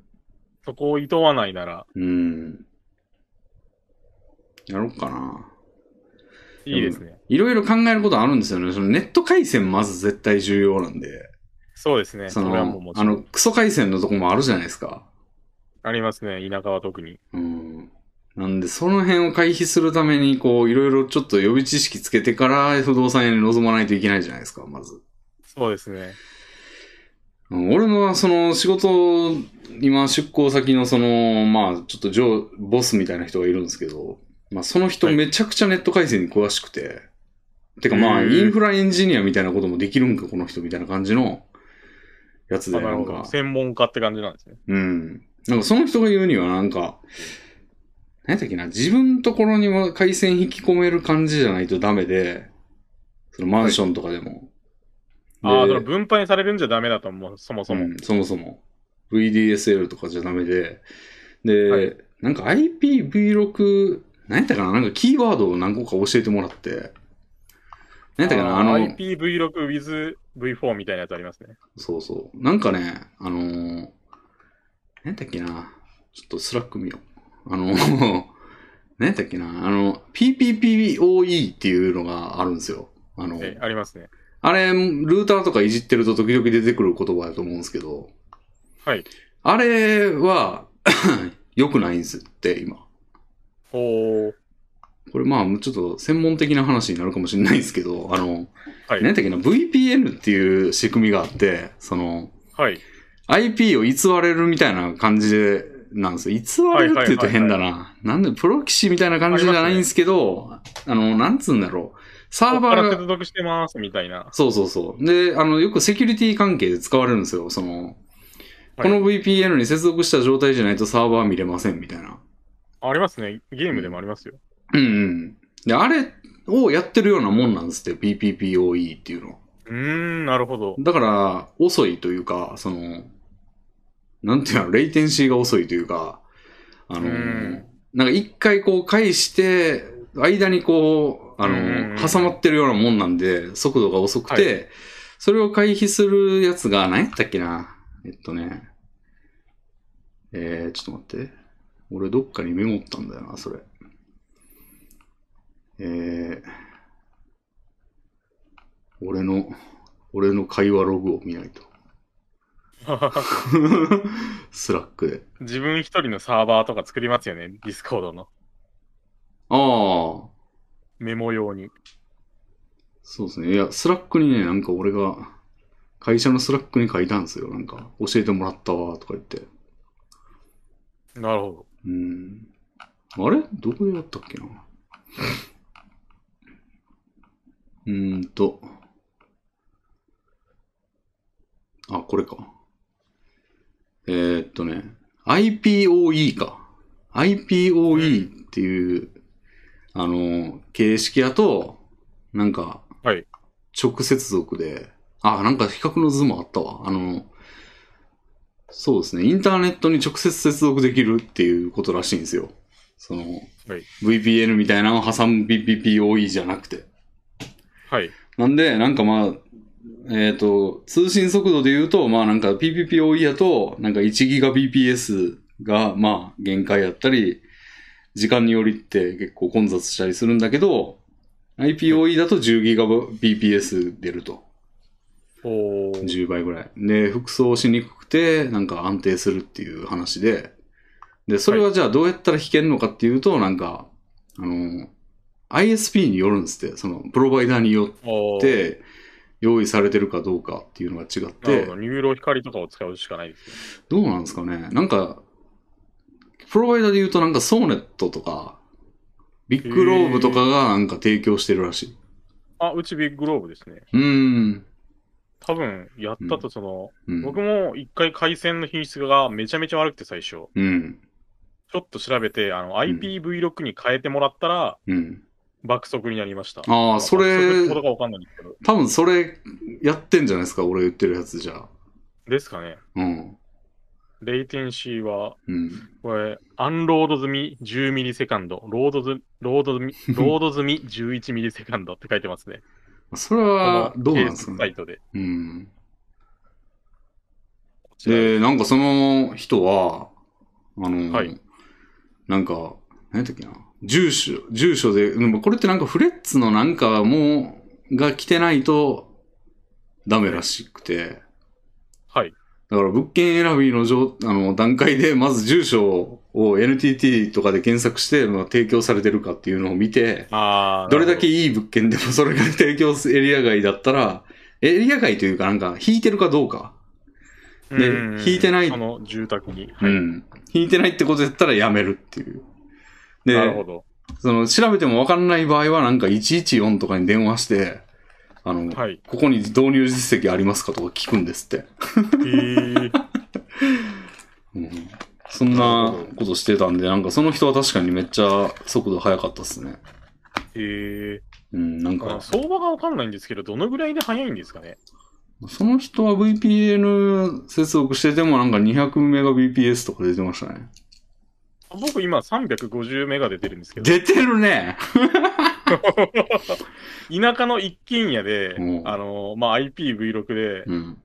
[SPEAKER 2] そこを厭わないなら
[SPEAKER 1] うん。やろうかな。
[SPEAKER 2] いいですね。
[SPEAKER 1] いろいろ考えることあるんですよね。そのネット回線まず絶対重要なんで。
[SPEAKER 2] そうですね。
[SPEAKER 1] そ
[SPEAKER 2] そ
[SPEAKER 1] の
[SPEAKER 2] れはもうもち
[SPEAKER 1] あ
[SPEAKER 2] ろ
[SPEAKER 1] の、
[SPEAKER 2] ん。
[SPEAKER 1] クソ回線のとこもあるじゃないですか。
[SPEAKER 2] ありますね、田舎は特に。
[SPEAKER 1] うん。なんで、その辺を回避するために、こう、いろいろちょっと予備知識つけてから不動産屋に臨まないといけないじゃないですか、まず。
[SPEAKER 2] そうですね。
[SPEAKER 1] うん俺の、その、仕事、今、出向先の、その、まあ、ちょっと上、ボスみたいな人がいるんですけど、まあ、その人
[SPEAKER 2] はい
[SPEAKER 1] めちゃくちゃネット回線に詳しくて、てかまあ、
[SPEAKER 2] へ
[SPEAKER 1] イ
[SPEAKER 2] ー
[SPEAKER 1] ンフラエンジニアみたいなこともできるんか、この人みたいな感じのやつ
[SPEAKER 2] あ
[SPEAKER 1] で、
[SPEAKER 2] な
[SPEAKER 1] な
[SPEAKER 2] る
[SPEAKER 1] ん
[SPEAKER 2] ほ
[SPEAKER 1] か
[SPEAKER 2] ど。、専門家って感じなんですね。
[SPEAKER 1] うん。なんかその人が言うにはなんか、何やったっけな、自分のところには回線引き込める感じじゃないとダメで、そのマンションとかでも。
[SPEAKER 2] ああ、だ
[SPEAKER 1] で
[SPEAKER 2] から分配されるんじゃダメだと思う、そもそも。
[SPEAKER 1] うんそもそも。VDSL とかじゃダメで。で、
[SPEAKER 2] はい
[SPEAKER 1] なんか IPv6、何やったかななんかキーワードを何個か教えてもらって。何やったかなあの、
[SPEAKER 2] IPv6 with V4 みたいなやつありますね。
[SPEAKER 1] そうそう。なんかね、あのー、何やったっけな。ちょっとスラック見よう。あのー、 *laughs* 何やったっけな。あの、PPPOE っていうのがあるんですよ。あの、
[SPEAKER 2] えありますね。
[SPEAKER 1] あれ、ルーターとかいじってると時々出てくる言葉だと思うんですけど、
[SPEAKER 2] はい。
[SPEAKER 1] あれは、 *coughs* 良くないんですって、今。
[SPEAKER 2] おー。
[SPEAKER 1] これまあ、ちょっと専門的な話になるかもしれないんですけど、あの、
[SPEAKER 2] はい
[SPEAKER 1] 何やったっけな、VPN っていう仕組みがあって、その、
[SPEAKER 2] はい。
[SPEAKER 1] IP を偽れるみたいな感じで、なんですよ。偽れるって言うと変だな。なんで、プロキシみたいな感じじゃないんですけど、あ,、の、なんつうんだろう。サ
[SPEAKER 2] こ
[SPEAKER 1] ー
[SPEAKER 2] っ
[SPEAKER 1] バ
[SPEAKER 2] か
[SPEAKER 1] ー
[SPEAKER 2] ら接
[SPEAKER 1] が、
[SPEAKER 2] 続してます、みたいな。
[SPEAKER 1] そうそうそう。で、あの、よくセキュリティ関係で使われるんですよ。その、
[SPEAKER 2] はい
[SPEAKER 1] この VPN に接続した状態じゃないとサーバー見れませんみたいな。
[SPEAKER 2] ありますね。ゲームでもありますよ。
[SPEAKER 1] うんうん。で、あれをやってるようなもんなんですって、PPPOE っていうのは。
[SPEAKER 2] うーん、なるほど。
[SPEAKER 1] だから、遅いというか、その、なんていうの、レイテンシーが遅いというか、あの
[SPEAKER 2] うん、
[SPEAKER 1] なんか一回こう返して、間にこう、あ
[SPEAKER 2] うん
[SPEAKER 1] の、挟まってるようなもんなんで、速度が遅くて、それを回避するやつが、何やったっけなえっとね、えー、ちょっと待って。俺どっかにメモったんだよな、それ。えー、俺の、俺の会話ログを見ないと。スラックで。
[SPEAKER 2] 自分一人のサーバーとか作りますよね。ディスコードの。
[SPEAKER 1] ああ、
[SPEAKER 2] メモ用に。
[SPEAKER 1] そうですね。いや、スラックにね、なんか俺が、会社のスラックに書いたんですよ。なんか、教えてもらったわ、とか言って。
[SPEAKER 2] なるほ
[SPEAKER 1] うん。あれどこでやったっけなうーんと。あ、これか。えーっとね、IPOE か。IPOE っていう、あの、形式やと、なんか、
[SPEAKER 2] はい
[SPEAKER 1] 直接続で、あ、なんか比較の図もあったわ。あの、そうですね。インターネットに直接接続できるっていうことらしいんですよ。その、
[SPEAKER 2] はい
[SPEAKER 1] VPN みたいなのを挟む PPPOE じゃなくて。
[SPEAKER 2] ど。はい。
[SPEAKER 1] なんで、なんかまあ、えっ、と、通信速度で言うと、まあなんか PPPOE やと、なんか 1GBps がまあ限界やったり、時間によりって結構混雑したりするんだけど、IPOE だと 10GBps 出ると。
[SPEAKER 2] おー。
[SPEAKER 1] 10倍ぐらい。で、服装しにくくて、なんか安定するっていう話で、で、それはじゃあどうやったら弾けるのかっていうと、なんか、あの、ISP によるんですって、その、プロバイダーによ
[SPEAKER 2] お
[SPEAKER 1] っ
[SPEAKER 2] ー
[SPEAKER 1] て、用意されてるかどうかっていうのが違っ
[SPEAKER 2] なる
[SPEAKER 1] て
[SPEAKER 2] ほど。、ニューロ光とかを使うしかないですね。
[SPEAKER 1] どうなんですかねなんか、プロバイダーで言うとなんかソーネットとか、ビッグローブとかがなんか提供してるらしい。
[SPEAKER 2] あ、うちビッグローブですね。
[SPEAKER 1] うーん。
[SPEAKER 2] 多分、やったとその、
[SPEAKER 1] うん。
[SPEAKER 2] 僕も一回回線の品質がめちゃめちゃ悪くて最初、ちょ
[SPEAKER 1] うん。
[SPEAKER 2] っと調べて、あの、IPv6 に変えてもらったら、
[SPEAKER 1] うん。
[SPEAKER 2] 爆速になりました。
[SPEAKER 1] ああ、そ
[SPEAKER 2] 爆
[SPEAKER 1] れ
[SPEAKER 2] 速ってこ、とかわかんないんですけど。
[SPEAKER 1] 多分それやってんじゃないですか、俺言ってるやつじゃあ。
[SPEAKER 2] ですかね。
[SPEAKER 1] うん。
[SPEAKER 2] レイテンシーは、
[SPEAKER 1] うん。
[SPEAKER 2] これ、アンロード済み10ミリセカンド、ロード済み、ロー
[SPEAKER 1] *laughs*
[SPEAKER 2] ド済み、ロード済み11ミリセカンドって書いてますね。
[SPEAKER 1] それは、どうなんですか
[SPEAKER 2] サ
[SPEAKER 1] ね。
[SPEAKER 2] イトで。
[SPEAKER 1] うん。
[SPEAKER 2] こちら
[SPEAKER 1] で、なんかその人は、あの、
[SPEAKER 2] はい
[SPEAKER 1] なんか、何やったっけな。住所、住所で、でもこれってなんかフレッツのなんかもう、が来てないと、ダメらしくて。
[SPEAKER 2] はい。
[SPEAKER 1] だから物件選びの状あの段階で、まず住所を NTT とかで検索して、まあ、提供されてるかっていうのを見て、
[SPEAKER 2] ああ。
[SPEAKER 1] どれだけ
[SPEAKER 2] なる
[SPEAKER 1] いい物件でもそれが提供するエリア外だったら、エリア外というかなんか引いてるかどうか。
[SPEAKER 2] ほど
[SPEAKER 1] で
[SPEAKER 2] うん
[SPEAKER 1] 引いてない
[SPEAKER 2] あの、住宅に。
[SPEAKER 1] う
[SPEAKER 2] はい。
[SPEAKER 1] ん。引いてないってことやったらやめるっていう。
[SPEAKER 2] なるほ
[SPEAKER 1] で、
[SPEAKER 2] ど。
[SPEAKER 1] その調べてもわかんない場合はなんか114とかに電話して、あの、 *laughs*
[SPEAKER 2] はい。
[SPEAKER 1] ここに導入実績ありますかとか聞くんですって。
[SPEAKER 2] へー
[SPEAKER 1] うんそんなことしてたんで、なんかその人は確かにめっちゃ速度速かったっすね。
[SPEAKER 2] へえ。
[SPEAKER 1] うん、なん
[SPEAKER 2] あ
[SPEAKER 1] か、
[SPEAKER 2] 相場がわかんないんですけど、どのぐらいで早いんですかね。
[SPEAKER 1] その人は VPN 接続しててもなんか 200Mbps とか出てましたね。
[SPEAKER 2] 僕今350メガ出てるんですけど、
[SPEAKER 1] 出てるね
[SPEAKER 2] 田舎の一軒家で
[SPEAKER 1] う、ん
[SPEAKER 2] あの、まあ、IPv6 で、
[SPEAKER 1] うん、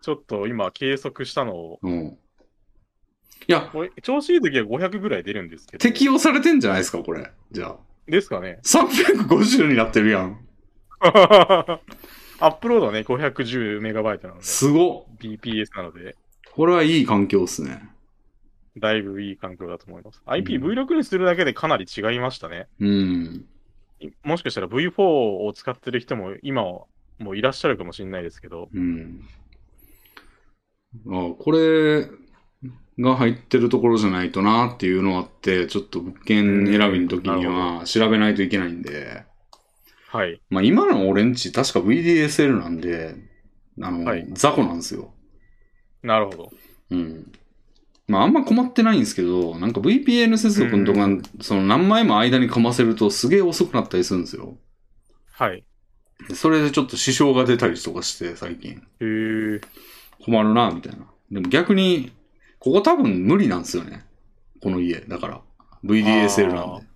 [SPEAKER 2] ちょっと今計測したのを、
[SPEAKER 1] うん。いや、
[SPEAKER 2] これ調子いい時は500ぐらい出るんですけど。
[SPEAKER 1] 適用されてんじゃないですか、これ。じゃあ。
[SPEAKER 2] です
[SPEAKER 1] *laughs*
[SPEAKER 2] かね。
[SPEAKER 1] 350になってるやん。
[SPEAKER 2] アップロードはね、510メガバイトなので、
[SPEAKER 1] すごっ。
[SPEAKER 2] BPS なので、
[SPEAKER 1] これはいい環境っすね。
[SPEAKER 2] だいぶいい環境だと思います。IPv6 にするだけでかなり違いましたね。
[SPEAKER 1] うん。
[SPEAKER 2] いもしかしたら V4 を使ってる人も今はもういらっしゃるかもしれないですけど、
[SPEAKER 1] うん。あこれが入ってるところじゃないとなっていうのあって、ちょっと物件選びの時に
[SPEAKER 2] うんな
[SPEAKER 1] は調べないといけないんで、
[SPEAKER 2] はい。
[SPEAKER 1] まあ今の俺んち確か VDSL なんで、あの、
[SPEAKER 2] はい
[SPEAKER 1] 雑魚なんですよ。
[SPEAKER 2] なるほど。
[SPEAKER 1] うん。まああんま困ってないんですけど、なんか VPN 接続のとか、その何枚も間にかませるとすげえ遅くなったりするんですよ。
[SPEAKER 2] はい。
[SPEAKER 1] でそれでちょっと支障が出たりとかして、最近。
[SPEAKER 2] へー
[SPEAKER 1] 困るな、みたいな。でも逆に、ここ多分無理なんですよね。この家。だから。VDSL なん
[SPEAKER 2] あー
[SPEAKER 1] で。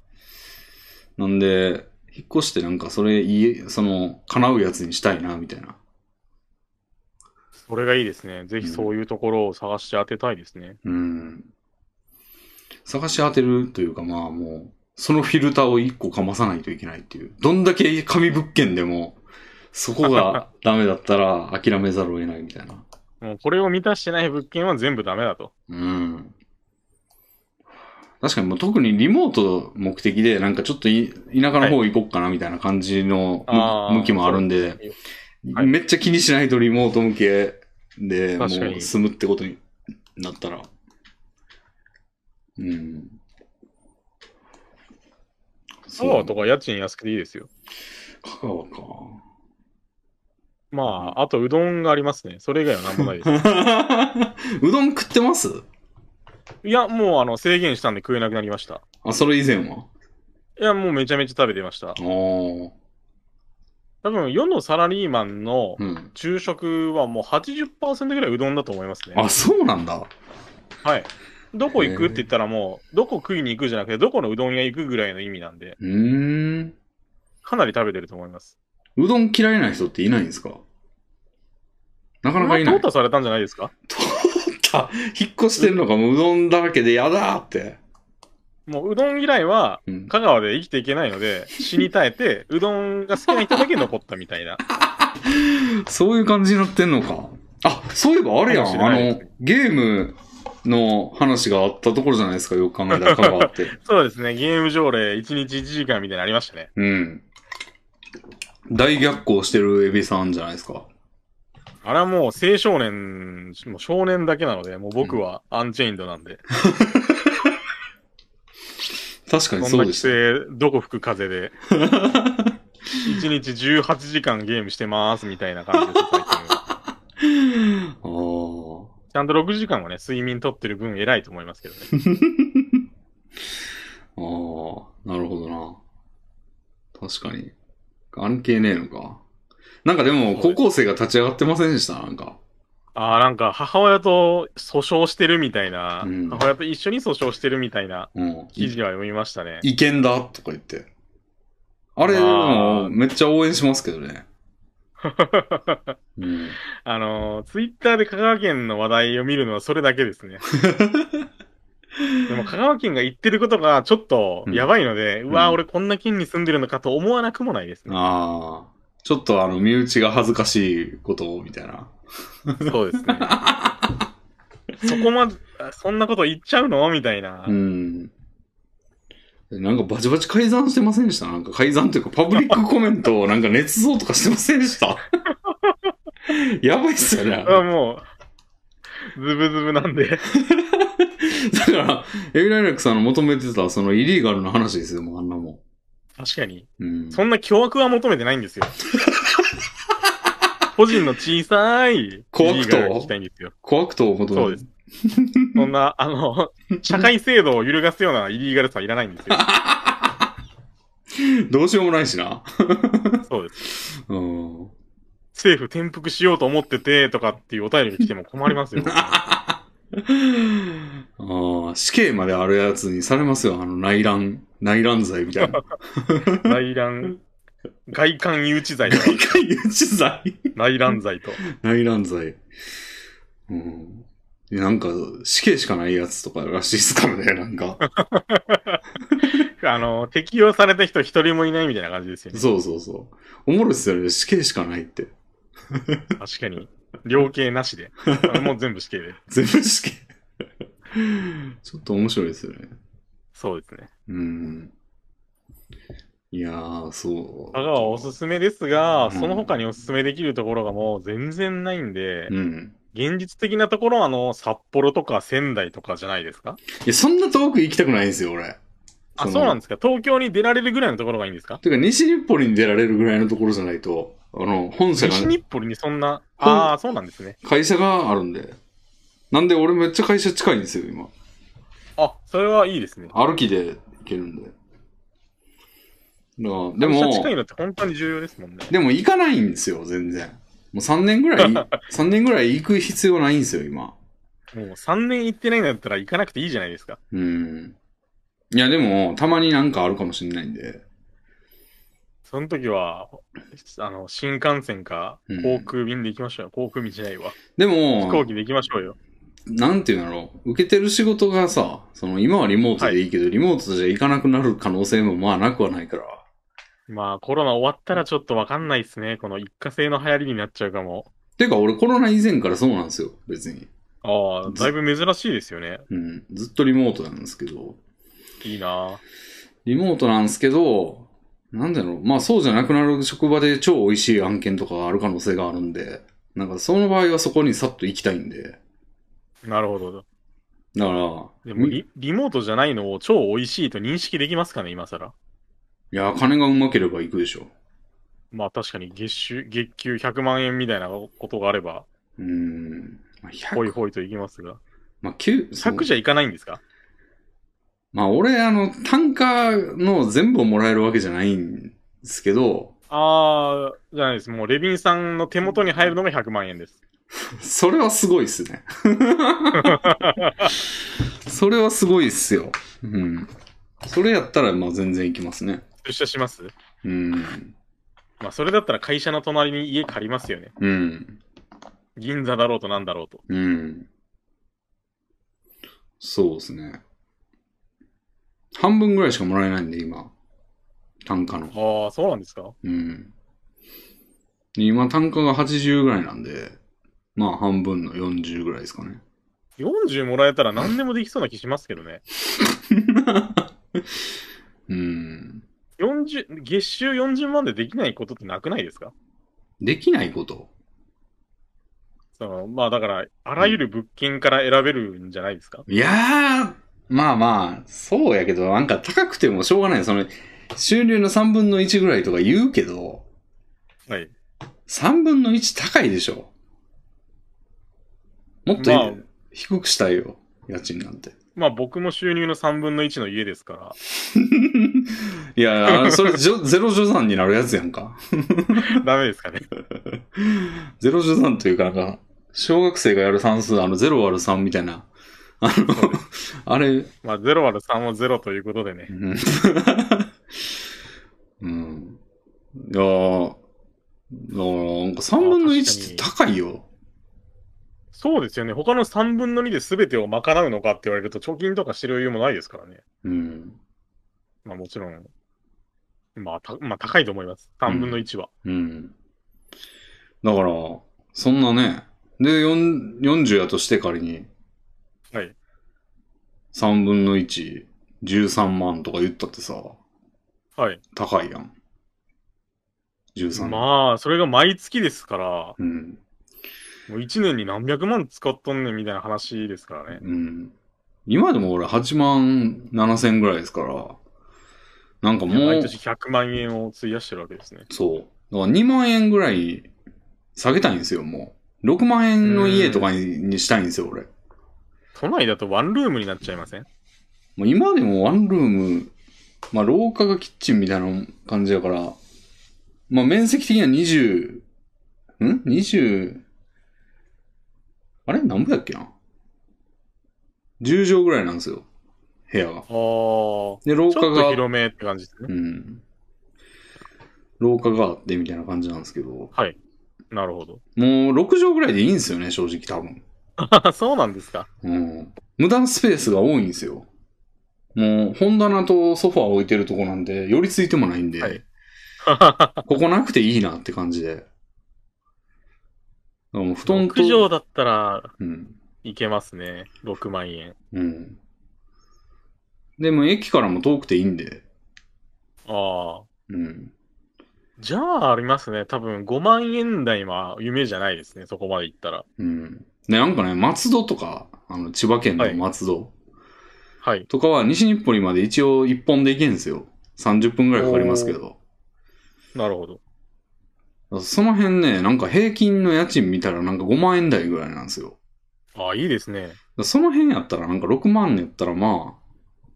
[SPEAKER 1] なんで、引っ越してなんかそれ家、その、叶うやつにしたいな、みたいな。
[SPEAKER 2] それがいいですね。ぜひそういうところを探して当てたいですね。
[SPEAKER 1] うん。探し当てるというか、まあもう、そのフィルターを一個かまさないといけないっていう。どんだけ紙物件でも、そこがダメだったら諦めざるを得ないみたいな。
[SPEAKER 2] もうこれを満たしてない物件は全部ダメだと。
[SPEAKER 1] うん。確かにもう特にリモート目的で、なんかちょっとい田舎の方行こっかなみたいな感じのむ
[SPEAKER 2] あー
[SPEAKER 1] 向きもあるんで、
[SPEAKER 2] はい
[SPEAKER 1] めっちゃ気にしないとリモート向けで、もう
[SPEAKER 2] 確かに
[SPEAKER 1] 住むってことになったら。うん。
[SPEAKER 2] ソワとか家賃安くていいですよ。
[SPEAKER 1] 香川か。 *laughs*
[SPEAKER 2] まあ、あとうどんがありますね。それ以外はなんもないです。
[SPEAKER 1] うどん食ってます
[SPEAKER 2] いや、もうあの制限したんで食えなくなりました。
[SPEAKER 1] あ、それ以前はい
[SPEAKER 2] や、もうめちゃめちゃ食べてました。
[SPEAKER 1] おー。
[SPEAKER 2] 多分、世のサラリーマンの
[SPEAKER 1] うん。
[SPEAKER 2] 昼食はもう80%ぐらいうどんだと思いますね。
[SPEAKER 1] あ、そうなんだ。
[SPEAKER 2] はい。どこ行くって言ったらもう、どこ食いに行くじゃなくて、どこのうどん屋行くぐらいの意味なんで、
[SPEAKER 1] うーん。
[SPEAKER 2] かなり食べてると思います。
[SPEAKER 1] うどん嫌いな人っていないんですかなかなかいない。
[SPEAKER 2] 淘汰されたんじゃないですか
[SPEAKER 1] た *laughs* 引っ越してんのか、もううどんだらけでやだーって。
[SPEAKER 2] もううどん以来は、
[SPEAKER 1] うん、
[SPEAKER 2] 香川で生きていけない
[SPEAKER 1] *laughs*
[SPEAKER 2] ので、死に絶えて、うどんが好きな人だけ残ったみたいな。
[SPEAKER 1] そういう感じになってんのか。あ、そういえばあれやん。
[SPEAKER 2] かもしれ
[SPEAKER 1] あ
[SPEAKER 2] ない
[SPEAKER 1] の、ゲームの話があったところじゃないですか。よく考えたら香川
[SPEAKER 2] *laughs*
[SPEAKER 1] って。
[SPEAKER 2] そうですね、ゲーム条例1日1時間みたいなのありましたね。
[SPEAKER 1] うん。大逆行してるエビさんじゃないですか。
[SPEAKER 2] あれはもう青少年、もう少年だけなので、もう僕はアンチェインドなんで。
[SPEAKER 1] 確かに
[SPEAKER 2] そん
[SPEAKER 1] *laughs* そ
[SPEAKER 2] な
[SPEAKER 1] うで
[SPEAKER 2] 規
[SPEAKER 1] した。
[SPEAKER 2] 制、どこ吹く
[SPEAKER 1] *laughs*
[SPEAKER 2] 風で。1日18時間ゲームしてますみたいな感じです、最近。
[SPEAKER 1] あー
[SPEAKER 2] ちゃんと6時間はね、睡眠取ってる分偉いと思いますけどね。
[SPEAKER 1] あー、なるほどな。確かに。関係ねえのか。なんかでも、
[SPEAKER 2] そう
[SPEAKER 1] 高
[SPEAKER 2] です
[SPEAKER 1] 校生が立ち上がってませんでしたなんか。
[SPEAKER 2] ああ、なんか母親と訴訟してるみたいな、
[SPEAKER 1] うん
[SPEAKER 2] 母親と一緒に訴訟してるみたいな
[SPEAKER 1] うん。
[SPEAKER 2] 記事は読みましたね。
[SPEAKER 1] 違憲だとか言って。あれ、
[SPEAKER 2] まあ
[SPEAKER 1] もうめっちゃ応援しますけど
[SPEAKER 2] *laughs*
[SPEAKER 1] ね。うん、
[SPEAKER 2] あのー、ツイッターで香川県の話題を見るのはそれだけですね。
[SPEAKER 1] *laughs*
[SPEAKER 2] でも香川県が言ってることがちょっとやばいので、う
[SPEAKER 1] うん
[SPEAKER 2] わ
[SPEAKER 1] う
[SPEAKER 2] ー
[SPEAKER 1] ん
[SPEAKER 2] 俺こんな県に住んでるのかと思わなくもないですね。
[SPEAKER 1] ああ。ちょっとあの、身内が恥ずかしいことを、みたいな。
[SPEAKER 2] そうですね。 *laughs* そこまで、あそんなこと言っちゃうのみたいな。
[SPEAKER 1] うん。なんかバチバチ改ざんしてませんでしたなんか改ざんというかパブリックコメントをなんか捏造とかしてませんでした *laughs* やばいっすよね。
[SPEAKER 2] *laughs*
[SPEAKER 1] あれ
[SPEAKER 2] あもう、ズブズブなんで。
[SPEAKER 1] だから、エビライラックさんの求めてたそのイリーガルな話ですよ、もうあんなも
[SPEAKER 2] 確かに。
[SPEAKER 1] ん。うん。
[SPEAKER 2] そんな凶悪は求めてない
[SPEAKER 1] *laughs*
[SPEAKER 2] んですよ。個人の小さい、
[SPEAKER 1] 怖くと
[SPEAKER 2] が聞きたいんですよ。
[SPEAKER 1] 怖くとを求めて
[SPEAKER 2] そうです。そんな、
[SPEAKER 1] *laughs*
[SPEAKER 2] あの、社会制度を揺るがすようなイリーガルさはいらないんですよ。
[SPEAKER 1] どうしようもないしな。
[SPEAKER 2] そうです。
[SPEAKER 1] うん。
[SPEAKER 2] 政府転覆しようと思ってて、とかっていうお便りが来ても困りま
[SPEAKER 1] *laughs*
[SPEAKER 2] すよ。
[SPEAKER 1] ああ、死刑まであるやつにされますよ、あの内乱、内乱罪みた
[SPEAKER 2] *laughs*
[SPEAKER 1] いな。
[SPEAKER 2] 内乱、外観誘致罪と
[SPEAKER 1] *laughs*
[SPEAKER 2] か、
[SPEAKER 1] 外貨誘致罪
[SPEAKER 2] 内乱罪と。
[SPEAKER 1] 内乱罪。うん。でなんか、死刑しかないやつとからしいですから
[SPEAKER 2] *laughs*
[SPEAKER 1] ね、なんか。
[SPEAKER 2] あの、適用された人一人もいないみたいな感じですよね。
[SPEAKER 1] そうそうそう。おもろいっすよね、死刑しかないって。
[SPEAKER 2] 確かに。量刑なしで。あもう全部死刑で。
[SPEAKER 1] 全部死刑。 *laughs* ちょっと面白いですよね。
[SPEAKER 2] そうですね。
[SPEAKER 1] うん。いやー、そう。
[SPEAKER 2] 香川おすすめですが、
[SPEAKER 1] うん
[SPEAKER 2] その他におすすめできるところがもう全然ないんで、
[SPEAKER 1] うん。
[SPEAKER 2] 現実的なところはあの、札幌とか仙台とかじゃないですか
[SPEAKER 1] いや、そんな遠く行きたくないんですよ、俺。
[SPEAKER 2] あ、
[SPEAKER 1] の
[SPEAKER 2] そうなんですか東京に出られるぐらいのところがいいんですか
[SPEAKER 1] てか、西日暮里に出られるぐらいのところじゃないと、あの、本社が、
[SPEAKER 2] 西日暮里にそんな、ああ、そうなんですね。
[SPEAKER 1] 会社があるんで。なんで、俺めっちゃ会社近いんですよ、今。
[SPEAKER 2] あ、それはいいですね。
[SPEAKER 1] 歩きで行けるんで。だからでも
[SPEAKER 2] 会社近、いのって本当に重要ですもんね。
[SPEAKER 1] でも行かないんですよ、全然。もう3年ぐら
[SPEAKER 2] *laughs*
[SPEAKER 1] い、3年ぐらい行く必要ないんですよ、今。
[SPEAKER 2] もう3年行ってないんだったら行かなくていいじゃないですか。
[SPEAKER 1] うん。いや、でも、たまになんかあるかもしれないんで。
[SPEAKER 2] その時は、あの、新幹線か
[SPEAKER 1] うん
[SPEAKER 2] 航空便で行きましょうよ。航空便じゃないわ。
[SPEAKER 1] で
[SPEAKER 2] 飛行
[SPEAKER 1] も、
[SPEAKER 2] 機で行きましょうよ。
[SPEAKER 1] なんていうんだろう。受けてる仕事がさ、その、今はリモートでいいけど、リモートじゃ行かなくなる可能性もまあなくはないから。
[SPEAKER 2] まあコロナ終わったらちょっとわかんないですね。この一過性の流行りになっちゃうかも。
[SPEAKER 1] てか、俺コロナ以前からそうなんですよ、別に。
[SPEAKER 2] ああ、だいぶ珍しいですよね。
[SPEAKER 1] うん。ずっとリモートなんですけど。
[SPEAKER 2] いいな
[SPEAKER 1] リモートなんですけど、なんだろう、まあそうじゃなくなる職場で超美味しい案件とかがある可能性があるんで、なんかその場合はそこにさっと行きたいんで、
[SPEAKER 2] あなるほど。
[SPEAKER 1] だか
[SPEAKER 2] で
[SPEAKER 1] ら、
[SPEAKER 2] も
[SPEAKER 1] みい
[SPEAKER 2] リ、リモートじゃないのを超美味しいと認識できますかね、今更。
[SPEAKER 1] や、金がうまければ行くでしょ。
[SPEAKER 2] まあ確かに月収、月給100万円みたいなことがあれば、
[SPEAKER 1] うーん。まあ、100
[SPEAKER 2] ほいほいといきますが。
[SPEAKER 1] まあ、9、そう
[SPEAKER 2] 100じゃいかないんですか
[SPEAKER 1] まあ俺、あの、単価の全部をもらえるわけじゃないんですけど、
[SPEAKER 2] ああ、じゃないです。もうレビンさんの手元に入るのが100万円です。
[SPEAKER 1] それはすごいっすね。それはすごいっすよ。うん。それやったら、まあ全然行きますね。
[SPEAKER 2] 出社します
[SPEAKER 1] うん。
[SPEAKER 2] まあそれだったら会社の隣に家借りますよね。
[SPEAKER 1] うん。
[SPEAKER 2] 銀座だろうとなんだろうと。
[SPEAKER 1] うん。そうですね。半分ぐらいしかもらえないんで、今。単価の。
[SPEAKER 2] ああ、そうなんですか
[SPEAKER 1] うん。で今、単価が80ぐらいなんで、まあ、半分の40ぐらいですかね。
[SPEAKER 2] ?40 もらえたら何でもできそうな気しますけどね。
[SPEAKER 1] うん。
[SPEAKER 2] 40、月収40万でできないことってなくないですか
[SPEAKER 1] できないこと。
[SPEAKER 2] その、まあだから、あらゆる物件から選べるんじゃないですか、
[SPEAKER 1] いやー、まあまあ、そうやけど、なんか高くてもしょうがない。その、収入の3分の1ぐらいとか言うけど、
[SPEAKER 2] はい。
[SPEAKER 1] 3分の1高いでしょ。もっとい、
[SPEAKER 2] まあ
[SPEAKER 1] 低くしたいよ、家賃なんて。 *laughs*
[SPEAKER 2] まあ僕も収入の3分の1の家ですから。
[SPEAKER 1] いや、あのそれ、じょゼロ助産になるやつやんか。 *laughs*
[SPEAKER 2] ダメですかね。
[SPEAKER 1] ゼロ助産というかなんか、小学生がやる算数、あの、0割る3みたいな。あの、あれ、
[SPEAKER 2] まあ0割る3は0ということでね。
[SPEAKER 1] うん。うん。いやーだから、なんか3分の1って高いよ。
[SPEAKER 2] そうですよね。他の3分の2で全てを賄うのかって言われると貯金とかしてる余裕もないですからね。
[SPEAKER 1] うん。
[SPEAKER 2] まあもちろん。まあ、たまあ高いと思います。3分の1は。
[SPEAKER 1] うん。だから、そんなね。で、よん40やとして仮に、
[SPEAKER 2] はい。
[SPEAKER 1] 3分の1、13万とか言ったってさ、
[SPEAKER 2] はい。
[SPEAKER 1] 高いやん。13万。
[SPEAKER 2] まあ、それが毎月ですから、
[SPEAKER 1] うん。
[SPEAKER 2] もう1年に何百万使っとんねんみたいな話ですからね。
[SPEAKER 1] うん。今でも俺8万7千ぐらいですから、なんかも
[SPEAKER 2] 毎
[SPEAKER 1] う、
[SPEAKER 2] 年100万円を費やしてるわけですね。
[SPEAKER 1] そう。だから2万円ぐらい下げたいんですよ、もう。6万円の家とかににしたいんですよ、俺。
[SPEAKER 2] 都内だとワンルームになっちゃいません
[SPEAKER 1] もう今でもワンルーム、まあ廊下がキッチンみたいな感じだから、まあ面積的には20、ん ?20、あれ何部やっけな ?10 畳ぐらいなんですよ、部屋が。
[SPEAKER 2] ああ、ちょ
[SPEAKER 1] で、廊
[SPEAKER 2] っ
[SPEAKER 1] 下が
[SPEAKER 2] と、広めって感じですね。
[SPEAKER 1] うん。廊下があってみたいな感じなんですけど、も
[SPEAKER 2] なるほど。
[SPEAKER 1] う6畳ぐらいでいいんですよね、正直多分。
[SPEAKER 2] あそうなんですか。
[SPEAKER 1] うん。無駄なスペースが多いんですよ。もう、本棚とソファー置いてるとこなんで、寄りついてもないんで、
[SPEAKER 2] はい
[SPEAKER 1] *laughs* ここなくていいなって感じで。だからもう布団
[SPEAKER 2] 6
[SPEAKER 1] と、
[SPEAKER 2] 畳だったら
[SPEAKER 1] うん。
[SPEAKER 2] いけますね。6万円。
[SPEAKER 1] うん。でも駅からも遠くていいんで、
[SPEAKER 2] ああ。
[SPEAKER 1] うん。
[SPEAKER 2] じゃあありますね。多分5万円台は夢じゃないですね。そこまで行ったら。
[SPEAKER 1] うん。で、なんかね、松戸とか、あの、千葉県の松戸
[SPEAKER 2] はい。
[SPEAKER 1] とかは西日暮里まで一応一本で行けんですよ。30分ぐらいかかりますけど。
[SPEAKER 2] なるほど。
[SPEAKER 1] その辺ね、なんか平均の家賃見たらなんか5万円台ぐらいなんですよ。
[SPEAKER 2] ああ、いいですね。
[SPEAKER 1] その辺やったらなんか6万やったらまあ、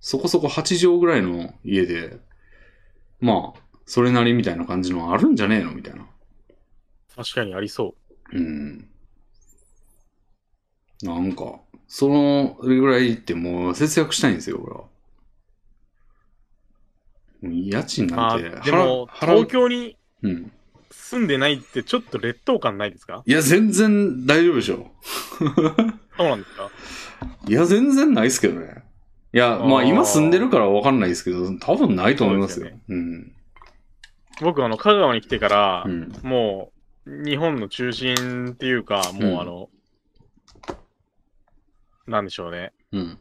[SPEAKER 1] そこそこ8畳ぐらいの家で、まあ、それなりみたいな感じのあるんじゃねえのみたいな。
[SPEAKER 2] 確かにありそ
[SPEAKER 1] うん。なんか、その、それぐらいってもう節約したいんですよ、俺は。もう家賃
[SPEAKER 2] う。ま
[SPEAKER 1] な
[SPEAKER 2] あ、
[SPEAKER 1] んて
[SPEAKER 2] でも、
[SPEAKER 1] 払う
[SPEAKER 2] 東京に
[SPEAKER 1] うん。
[SPEAKER 2] 住んでないってちょっと劣等感ないですか
[SPEAKER 1] いや、全然大丈夫でしょ。
[SPEAKER 2] そうなんですか
[SPEAKER 1] いや、全然ないっすけどね。いや、まあ
[SPEAKER 2] あー
[SPEAKER 1] 今住んでるからわかんないですけど、多分ないと思いますよ。
[SPEAKER 2] そう
[SPEAKER 1] うん。
[SPEAKER 2] 僕、あの、香川に来てから
[SPEAKER 1] う、ん。
[SPEAKER 2] もう、日本の中心っていうか、もうあの、なんでしょうね。
[SPEAKER 1] うん。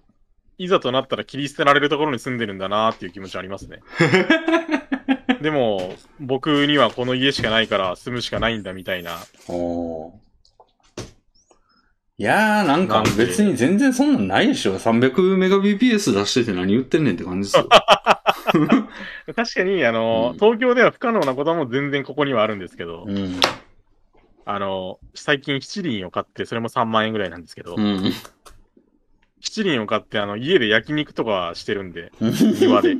[SPEAKER 2] いざとなったら切り捨てられるところに住んでるんだなっていう気持ちありますね。 *laughs* でも、僕にはこの家しかないから住むしかないんだみたいな。
[SPEAKER 1] おーいやー、なんか
[SPEAKER 2] なんで
[SPEAKER 1] 別に全然そんなんないでしょ。300Mbps 出してて何言ってんねんって感じです
[SPEAKER 2] *laughs*
[SPEAKER 1] よ。
[SPEAKER 2] 確かに、あの、
[SPEAKER 1] うん
[SPEAKER 2] 東京では不可能なことも全然ここにはあるんですけど、
[SPEAKER 1] うん。
[SPEAKER 2] あの、最近七輪を買って、それも3万円ぐらいなんですけど、
[SPEAKER 1] うん。
[SPEAKER 2] 七輪を買って、あの、家で焼肉とかしてるん *laughs* で、庭で。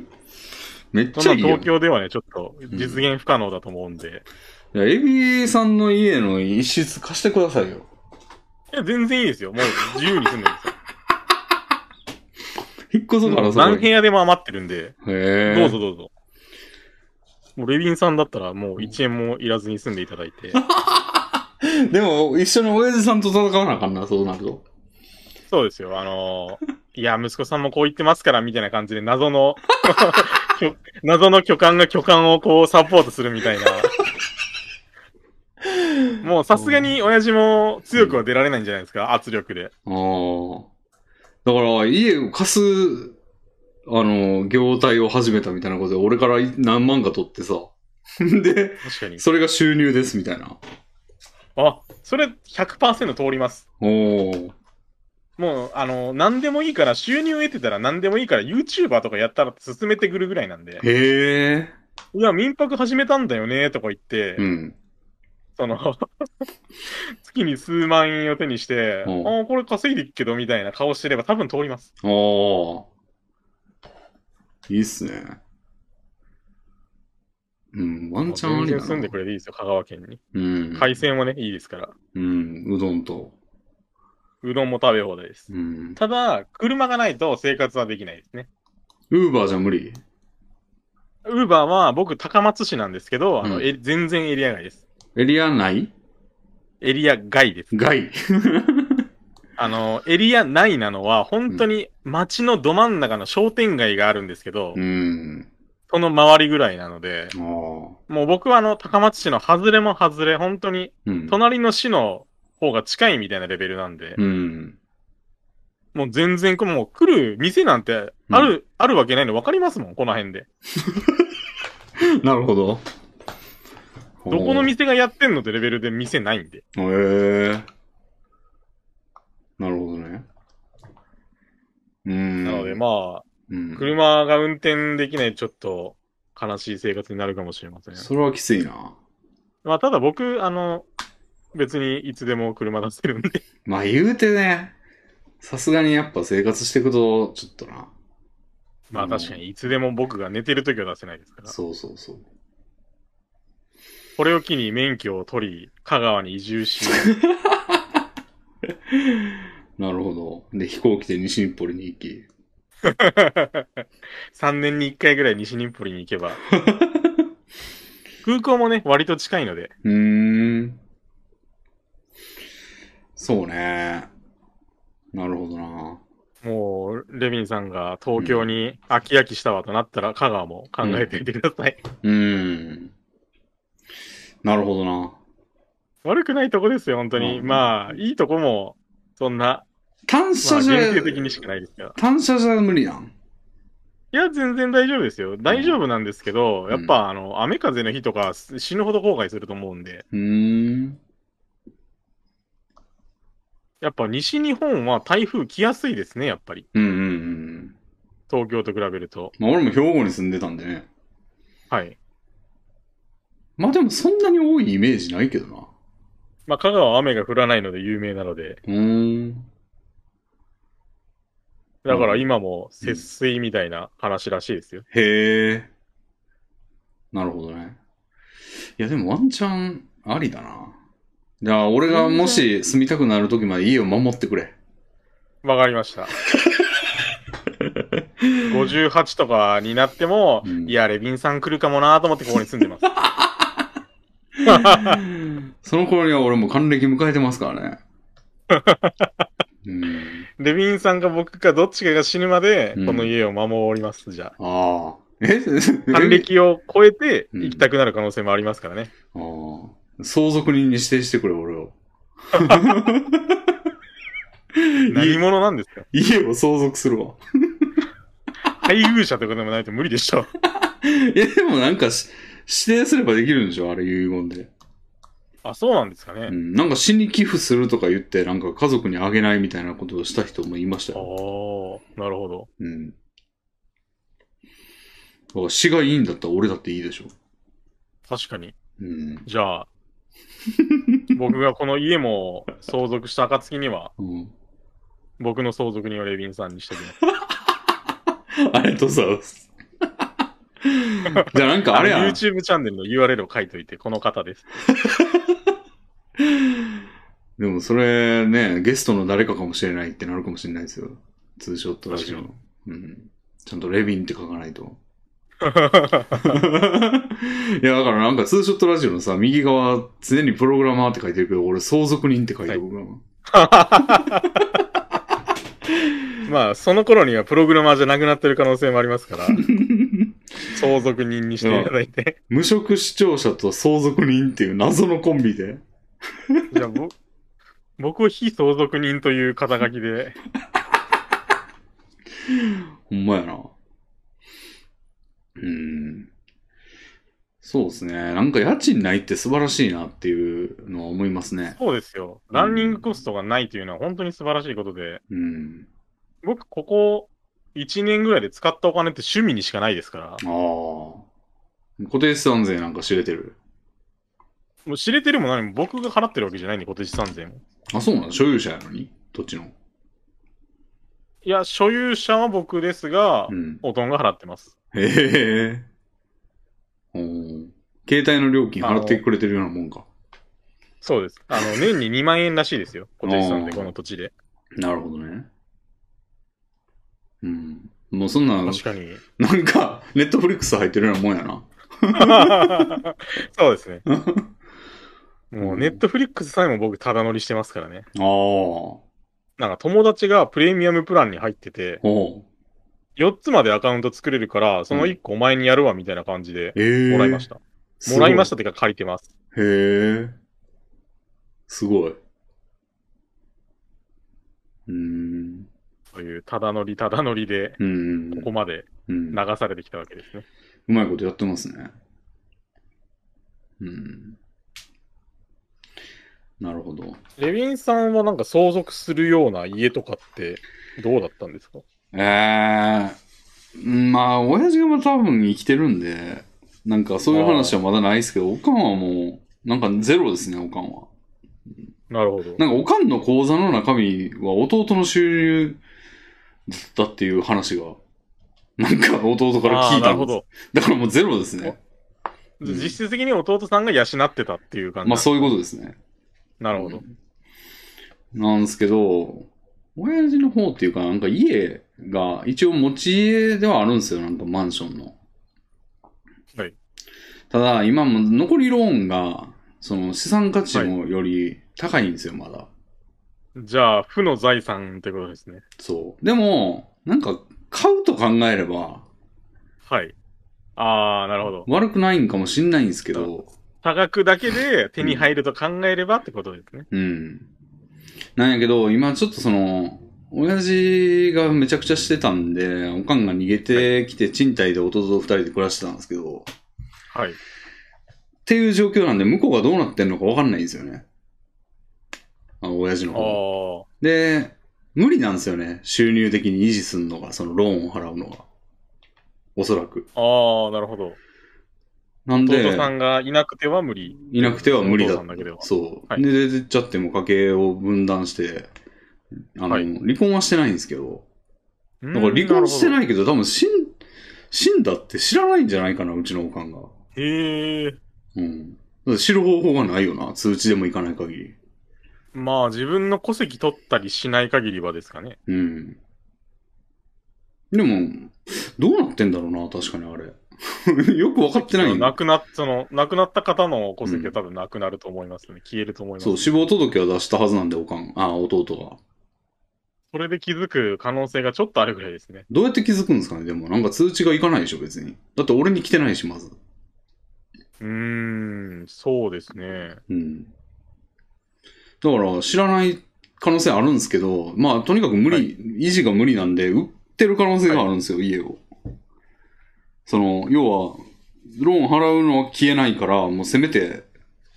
[SPEAKER 1] めっち
[SPEAKER 2] そ
[SPEAKER 1] ゃ
[SPEAKER 2] ん
[SPEAKER 1] いい
[SPEAKER 2] な
[SPEAKER 1] よ
[SPEAKER 2] 東。京ではね、ちょっと実現不可能だと思うんで、
[SPEAKER 1] いや、エビさんの家の一室貸してくださいよ。
[SPEAKER 2] いや、全然いいですよ。もう自由に住んでるんです *laughs* よ。
[SPEAKER 1] 引っ越そうか
[SPEAKER 2] も
[SPEAKER 1] ら
[SPEAKER 2] う
[SPEAKER 1] そこ
[SPEAKER 2] 何部
[SPEAKER 1] に。
[SPEAKER 2] 屋でも余ってるんで、
[SPEAKER 1] へー
[SPEAKER 2] どうぞどうぞ。もうレビンさんだったらもう1円もいらずに住んでいただいて。
[SPEAKER 1] でも、一緒に親父さんと戦わなあかんな、そうなると。
[SPEAKER 2] そうですよ。あのーいや、息子さんもこう言ってますから、みたいな感じで謎の、 *laughs* きょ謎の巨漢が巨漢をこうサポートするみたいな。もうさすがに親父も強くは出られないんじゃないですか、圧力で。
[SPEAKER 1] ああ。だから、家を貸す、あの、業態を始めたみたいなことで、俺から何万か取ってさ。 *laughs* で、
[SPEAKER 2] 確かに。
[SPEAKER 1] それが収入ですみたいな。
[SPEAKER 2] あ、それ100%通ります。
[SPEAKER 1] おお。
[SPEAKER 2] もう、あの、何でもいいから、収入得てたら何でもいいから、YouTuber とかやったら進めてくるぐらいなんで、
[SPEAKER 1] へえ。
[SPEAKER 2] いや、民泊始めたんだよね、とか言って、
[SPEAKER 1] うん。
[SPEAKER 2] その、 *laughs* 月に数万円を手にして、あ
[SPEAKER 1] うん
[SPEAKER 2] あ、これ稼いでいくけど、みたいな顔してれば多分通ります。
[SPEAKER 1] ああ。いいっすね。うん、ワンチャンあり
[SPEAKER 2] 全然
[SPEAKER 1] だ
[SPEAKER 2] 住ん
[SPEAKER 1] な
[SPEAKER 2] で。くれていいですよ、香川県に。
[SPEAKER 1] うん。
[SPEAKER 2] 海鮮はね、いいですから。
[SPEAKER 1] うん、うどんと。
[SPEAKER 2] うどんも食べ放題です。
[SPEAKER 1] うん。
[SPEAKER 2] ただ、車がないと生活はできないですね。
[SPEAKER 1] ウーバーじゃ無理。
[SPEAKER 2] ウーバーは僕、高松市なんですけど、あの、
[SPEAKER 1] うん
[SPEAKER 2] え全然エリア外です。
[SPEAKER 1] エリア内
[SPEAKER 2] エリア外です。
[SPEAKER 1] 外。
[SPEAKER 2] あの、エリア内なのは、本当に街のど真ん中の商店街があるんですけど、
[SPEAKER 1] うん。
[SPEAKER 2] その周りぐらいなので、
[SPEAKER 1] ああ。
[SPEAKER 2] もう僕はあの、高松市の外れも外れ、本当に、
[SPEAKER 1] うん。
[SPEAKER 2] 隣の市の方が近いみたいなレベルなんで、
[SPEAKER 1] うん。
[SPEAKER 2] もう全然、もう来る店なんて、ある、あるわけないの分かりますもん、この辺で。
[SPEAKER 1] なるほど。
[SPEAKER 2] どこの店がやってんのってレベルで店ないんで。
[SPEAKER 1] へえ。なるほどね。うん。
[SPEAKER 2] なのでまあ、
[SPEAKER 1] うん、
[SPEAKER 2] 車が運転できないちょっと悲しい生活になるかもしれません。
[SPEAKER 1] それはきついな。
[SPEAKER 2] まあ、ただ僕、あの、別にいつでも車出せるんで。
[SPEAKER 1] まあ言うてね、さすがにやっぱ生活していくと、ちょっとな。
[SPEAKER 2] まあ確かに、いつでも僕が寝てる時は出せないですから。
[SPEAKER 1] そうそうそう。
[SPEAKER 2] これを機に免許を取り、香川に移住し、
[SPEAKER 1] なるほど。で、飛行機で西日暮里に行き。
[SPEAKER 2] 3年に1回ぐらい西日暮里に行けば。空港もね、割と近いので。
[SPEAKER 1] うーん。そうね。なるほどな。
[SPEAKER 2] もう、レビンさんが東京に飽き飽きしたわとなったら、香川も考えておいてください。
[SPEAKER 1] うーん。なるほどな。
[SPEAKER 2] 悪くないとこですよ、本当に。
[SPEAKER 1] うん
[SPEAKER 2] まあ、いいとこも、そんな、
[SPEAKER 1] 単
[SPEAKER 2] ま
[SPEAKER 1] 車
[SPEAKER 2] あ、
[SPEAKER 1] じゃ、
[SPEAKER 2] 限定的にしかないですから。
[SPEAKER 1] 単車じゃ無理なん。
[SPEAKER 2] いや、全然大丈夫ですよ。大丈夫なんですけど、
[SPEAKER 1] ん
[SPEAKER 2] やっぱ、あの、雨風の日とかす死ぬほど後悔すると思うんで、
[SPEAKER 1] うーん。
[SPEAKER 2] やっぱ西日本は台風来やすいですね、やっぱり。
[SPEAKER 1] うんうんうん。
[SPEAKER 2] 東京と比べると。
[SPEAKER 1] まあ俺も兵庫に住んでたんでね。
[SPEAKER 2] はい。
[SPEAKER 1] まあでもそんなに多いイメージないけどな。
[SPEAKER 2] まあ、香川は雨が降らないので有名なので、
[SPEAKER 1] うーん。
[SPEAKER 2] だから今も節水みたいな話らしいですよ。
[SPEAKER 1] へえ。なるほどね。いや、でもワンチャンありだな。じゃあ、俺がもし住みたくなる時まで家を守ってくれ。
[SPEAKER 2] わかり
[SPEAKER 1] *laughs*
[SPEAKER 2] ました。58とかになっても、
[SPEAKER 1] うん
[SPEAKER 2] いや、レビンさん来るかもなと思ってここに住んで
[SPEAKER 1] *laughs*
[SPEAKER 2] ます。
[SPEAKER 1] その頃には俺も還暦迎えてますからね。うん、
[SPEAKER 2] レビンさんか僕かどっちかが死ぬまで
[SPEAKER 1] うん、
[SPEAKER 2] この家を守ります、じゃあ。
[SPEAKER 1] ああ。え *laughs*
[SPEAKER 2] 還
[SPEAKER 1] 還
[SPEAKER 2] 暦を超えて
[SPEAKER 1] うん
[SPEAKER 2] 行きたくなる可能性もありますからね。
[SPEAKER 1] ああ。相続人に指定してくれ、俺を。
[SPEAKER 2] 何者なんですか
[SPEAKER 1] 家を相続するわ。
[SPEAKER 2] 配偶者とかでもないと無理
[SPEAKER 1] *laughs*
[SPEAKER 2] でしょ。
[SPEAKER 1] いや、でもなんかし、指定すればできるんでしょあれ遺言で。
[SPEAKER 2] あ、そうなんですか
[SPEAKER 1] う
[SPEAKER 2] ね。
[SPEAKER 1] ん、なんか死に寄付するとか言って、なんか家族にあげないみたいなことをした人もいました
[SPEAKER 2] ああ
[SPEAKER 1] よ。、
[SPEAKER 2] なるほど。
[SPEAKER 1] うん。だから死がいいんだったら俺だっていいでしょ。
[SPEAKER 2] 確かに。
[SPEAKER 1] うん。
[SPEAKER 2] じ
[SPEAKER 1] *laughs*
[SPEAKER 2] ゃあ、僕がこの家も相続した暁には、
[SPEAKER 1] うん、
[SPEAKER 2] 僕の相続人をレビンさんにしてき
[SPEAKER 1] *laughs*
[SPEAKER 2] ます。
[SPEAKER 1] ありがとうございます。 *laughs* じゃあなんかあれや
[SPEAKER 2] の
[SPEAKER 1] な。
[SPEAKER 2] YouTube チャンネルの URL を書いといて、この方です。 *laughs*
[SPEAKER 1] でもそれね、ゲストの誰かかもしれないってなるかもしれないですよ。ツーショットラジオの。うん。ちゃんとレビンって書かないと。 *laughs* いや、だからなんかツーショットラジオのさ、右側、常にプログラマーって書いてるけど、俺相続人って書いてるから。
[SPEAKER 2] まあ、その頃にはプログラマーじゃなくなってる可能性もあります
[SPEAKER 1] *laughs*
[SPEAKER 2] から、相続人にしていただいて。
[SPEAKER 1] 無職視聴者と相続人っていう謎のコンビで。
[SPEAKER 2] *laughs* じゃあ、ぼ僕を非相続人という肩書きで、
[SPEAKER 1] ほんまやな。うーん。そうですね。なんか家賃ないって素晴らしいなっていうのは思いますね。
[SPEAKER 2] そうですよ。
[SPEAKER 1] うん
[SPEAKER 2] ランニングコストがないというのは本当に素晴らしいことで、
[SPEAKER 1] うん。
[SPEAKER 2] 僕、ここ1年ぐらいで使ったお金って趣味にしかないですから、も
[SPEAKER 1] ああ。固定資産税なんか知れてる。
[SPEAKER 2] う知れてるも何も僕が払ってるわけじゃないんで、固定資産税も。
[SPEAKER 1] あ、そうなの所有者やのにどっちの。
[SPEAKER 2] いや、所有者は僕ですが、
[SPEAKER 1] うん。
[SPEAKER 2] おとんが払ってます。
[SPEAKER 1] へえ。おー携帯の料金払ってくれてるようなもんか。
[SPEAKER 2] そうです。あの、年に2万円らしい
[SPEAKER 1] *laughs*
[SPEAKER 2] ですよ。固定資産
[SPEAKER 1] あ
[SPEAKER 2] で、
[SPEAKER 1] ー
[SPEAKER 2] この土地で。
[SPEAKER 1] なるほどね。うん。もうそんな、
[SPEAKER 2] 確かに。
[SPEAKER 1] なんか、ネットフリックス入ってるようなもんやな。
[SPEAKER 2] *laughs* そうです
[SPEAKER 1] *laughs*
[SPEAKER 2] ね。
[SPEAKER 1] あう
[SPEAKER 2] もう、
[SPEAKER 1] ん
[SPEAKER 2] ネットフリックスさえも僕、ただ乗りしてますからね。
[SPEAKER 1] あ。お
[SPEAKER 2] なんか、友達がプレミアムプランに入ってて、
[SPEAKER 1] う
[SPEAKER 2] 4つまでアカウント作れるから、その1個お前にやるわ、みたいな感じで、
[SPEAKER 1] ええ
[SPEAKER 2] もらいました。
[SPEAKER 1] た
[SPEAKER 2] もらいましたたっていうか、借りてます。
[SPEAKER 1] へえ。すごい。うーん。
[SPEAKER 2] という、ただ乗り、ただ乗りで、
[SPEAKER 1] うん。
[SPEAKER 2] ここまで
[SPEAKER 1] うん
[SPEAKER 2] 流されてきたわけですね。
[SPEAKER 1] うまいことやってますね。うん。なるほど。
[SPEAKER 2] レヴィンさんはなんか相続するような家とかって、どうだったんですか
[SPEAKER 1] ええまあ、親父がまあ多分生きてるんで、なんかそういう話はまだないですけど、おかんはもう、なんかゼロですね、おかんは。
[SPEAKER 2] なるほど。
[SPEAKER 1] なんかおかんの口座の中身は弟の収入だったっていう話が、なんか弟から
[SPEAKER 2] あ
[SPEAKER 1] 聞
[SPEAKER 2] あ
[SPEAKER 1] い
[SPEAKER 2] な
[SPEAKER 1] た
[SPEAKER 2] る
[SPEAKER 1] ん
[SPEAKER 2] ほ
[SPEAKER 1] です
[SPEAKER 2] ど。
[SPEAKER 1] だからもうゼロですね。うん
[SPEAKER 2] 実質的に弟さんが養ってたっていう感じ。
[SPEAKER 1] まあそういうことですね。
[SPEAKER 2] なるほど。
[SPEAKER 1] なんですけど、親父の方っていうか、なんか家が、一応持ち家ではあるんですよ、なんかマンションの。
[SPEAKER 2] はい。
[SPEAKER 1] ただ、今も残りローンが、その資産価値もより高いんですよ、まだ。
[SPEAKER 2] じゃあ、負の財産ってことですね。
[SPEAKER 1] そう。でも、なんか、買うと考えれば、
[SPEAKER 2] はい。ああ、なるほど。
[SPEAKER 1] 悪くないんかもしんないんですけど、
[SPEAKER 2] 差額だけで手に入ると考えればってことですね。
[SPEAKER 1] うん。なんやけど、今ちょっとその、親父がめちゃくちゃしてたんで、おかんが逃げてきて、賃貸で弟と二人で暮らしてたんですけど、っ
[SPEAKER 2] はい。
[SPEAKER 1] ていう状況なんで、向こうがどうなってんのかわかんないんですよね。あの、親父の
[SPEAKER 2] あ
[SPEAKER 1] 方。
[SPEAKER 2] あ、
[SPEAKER 1] で、無理なんですよね。収入的に維持するのが、そのローンを払うのが。おそらく。
[SPEAKER 2] ああ、なるほど。
[SPEAKER 1] なんで、
[SPEAKER 2] 弟さんがいなくては無理。
[SPEAKER 1] いなくては無理だ
[SPEAKER 2] お父さんだけでは
[SPEAKER 1] そう。
[SPEAKER 2] はい
[SPEAKER 1] で、出てっちゃっても家計を分断して、あの、
[SPEAKER 2] はい
[SPEAKER 1] 離婚はしてないんですけど、
[SPEAKER 2] だ
[SPEAKER 1] だから離婚して
[SPEAKER 2] い。
[SPEAKER 1] ないけど、多分死ん、死んだって知らないんじゃないかな、うちのおかんが。
[SPEAKER 2] へえ。
[SPEAKER 1] うん。だから知る方法がないよな、通知でも行かない限り。
[SPEAKER 2] まあ、自分の戸籍取ったりしない限りはですかね。
[SPEAKER 1] うん。でも、どうなってんだろうな、確かにあれ。 *laughs* よく分かってない
[SPEAKER 2] 亡くなっ、その、亡くなった方の戸籍は多分なくなると思いますね。消えると思います。
[SPEAKER 1] そう、死亡届は出したはずなんで、おかん、あ、弟が。
[SPEAKER 2] それで気づく可能性がちょっとあるぐらいですね。
[SPEAKER 1] どうやって気づくんですかね、でも。なんか通知が行かないでしょ、別に。だって俺に来てないし、まず。
[SPEAKER 2] うーん、そうですね。
[SPEAKER 1] うん。だから、知らない可能性あるんですけど、まあ、とにかく無理、
[SPEAKER 2] はい
[SPEAKER 1] 維持が無理なんで、売ってる可能性があるんですよ、家を。その、要は、ローン払うのは消えないから、もうせめて、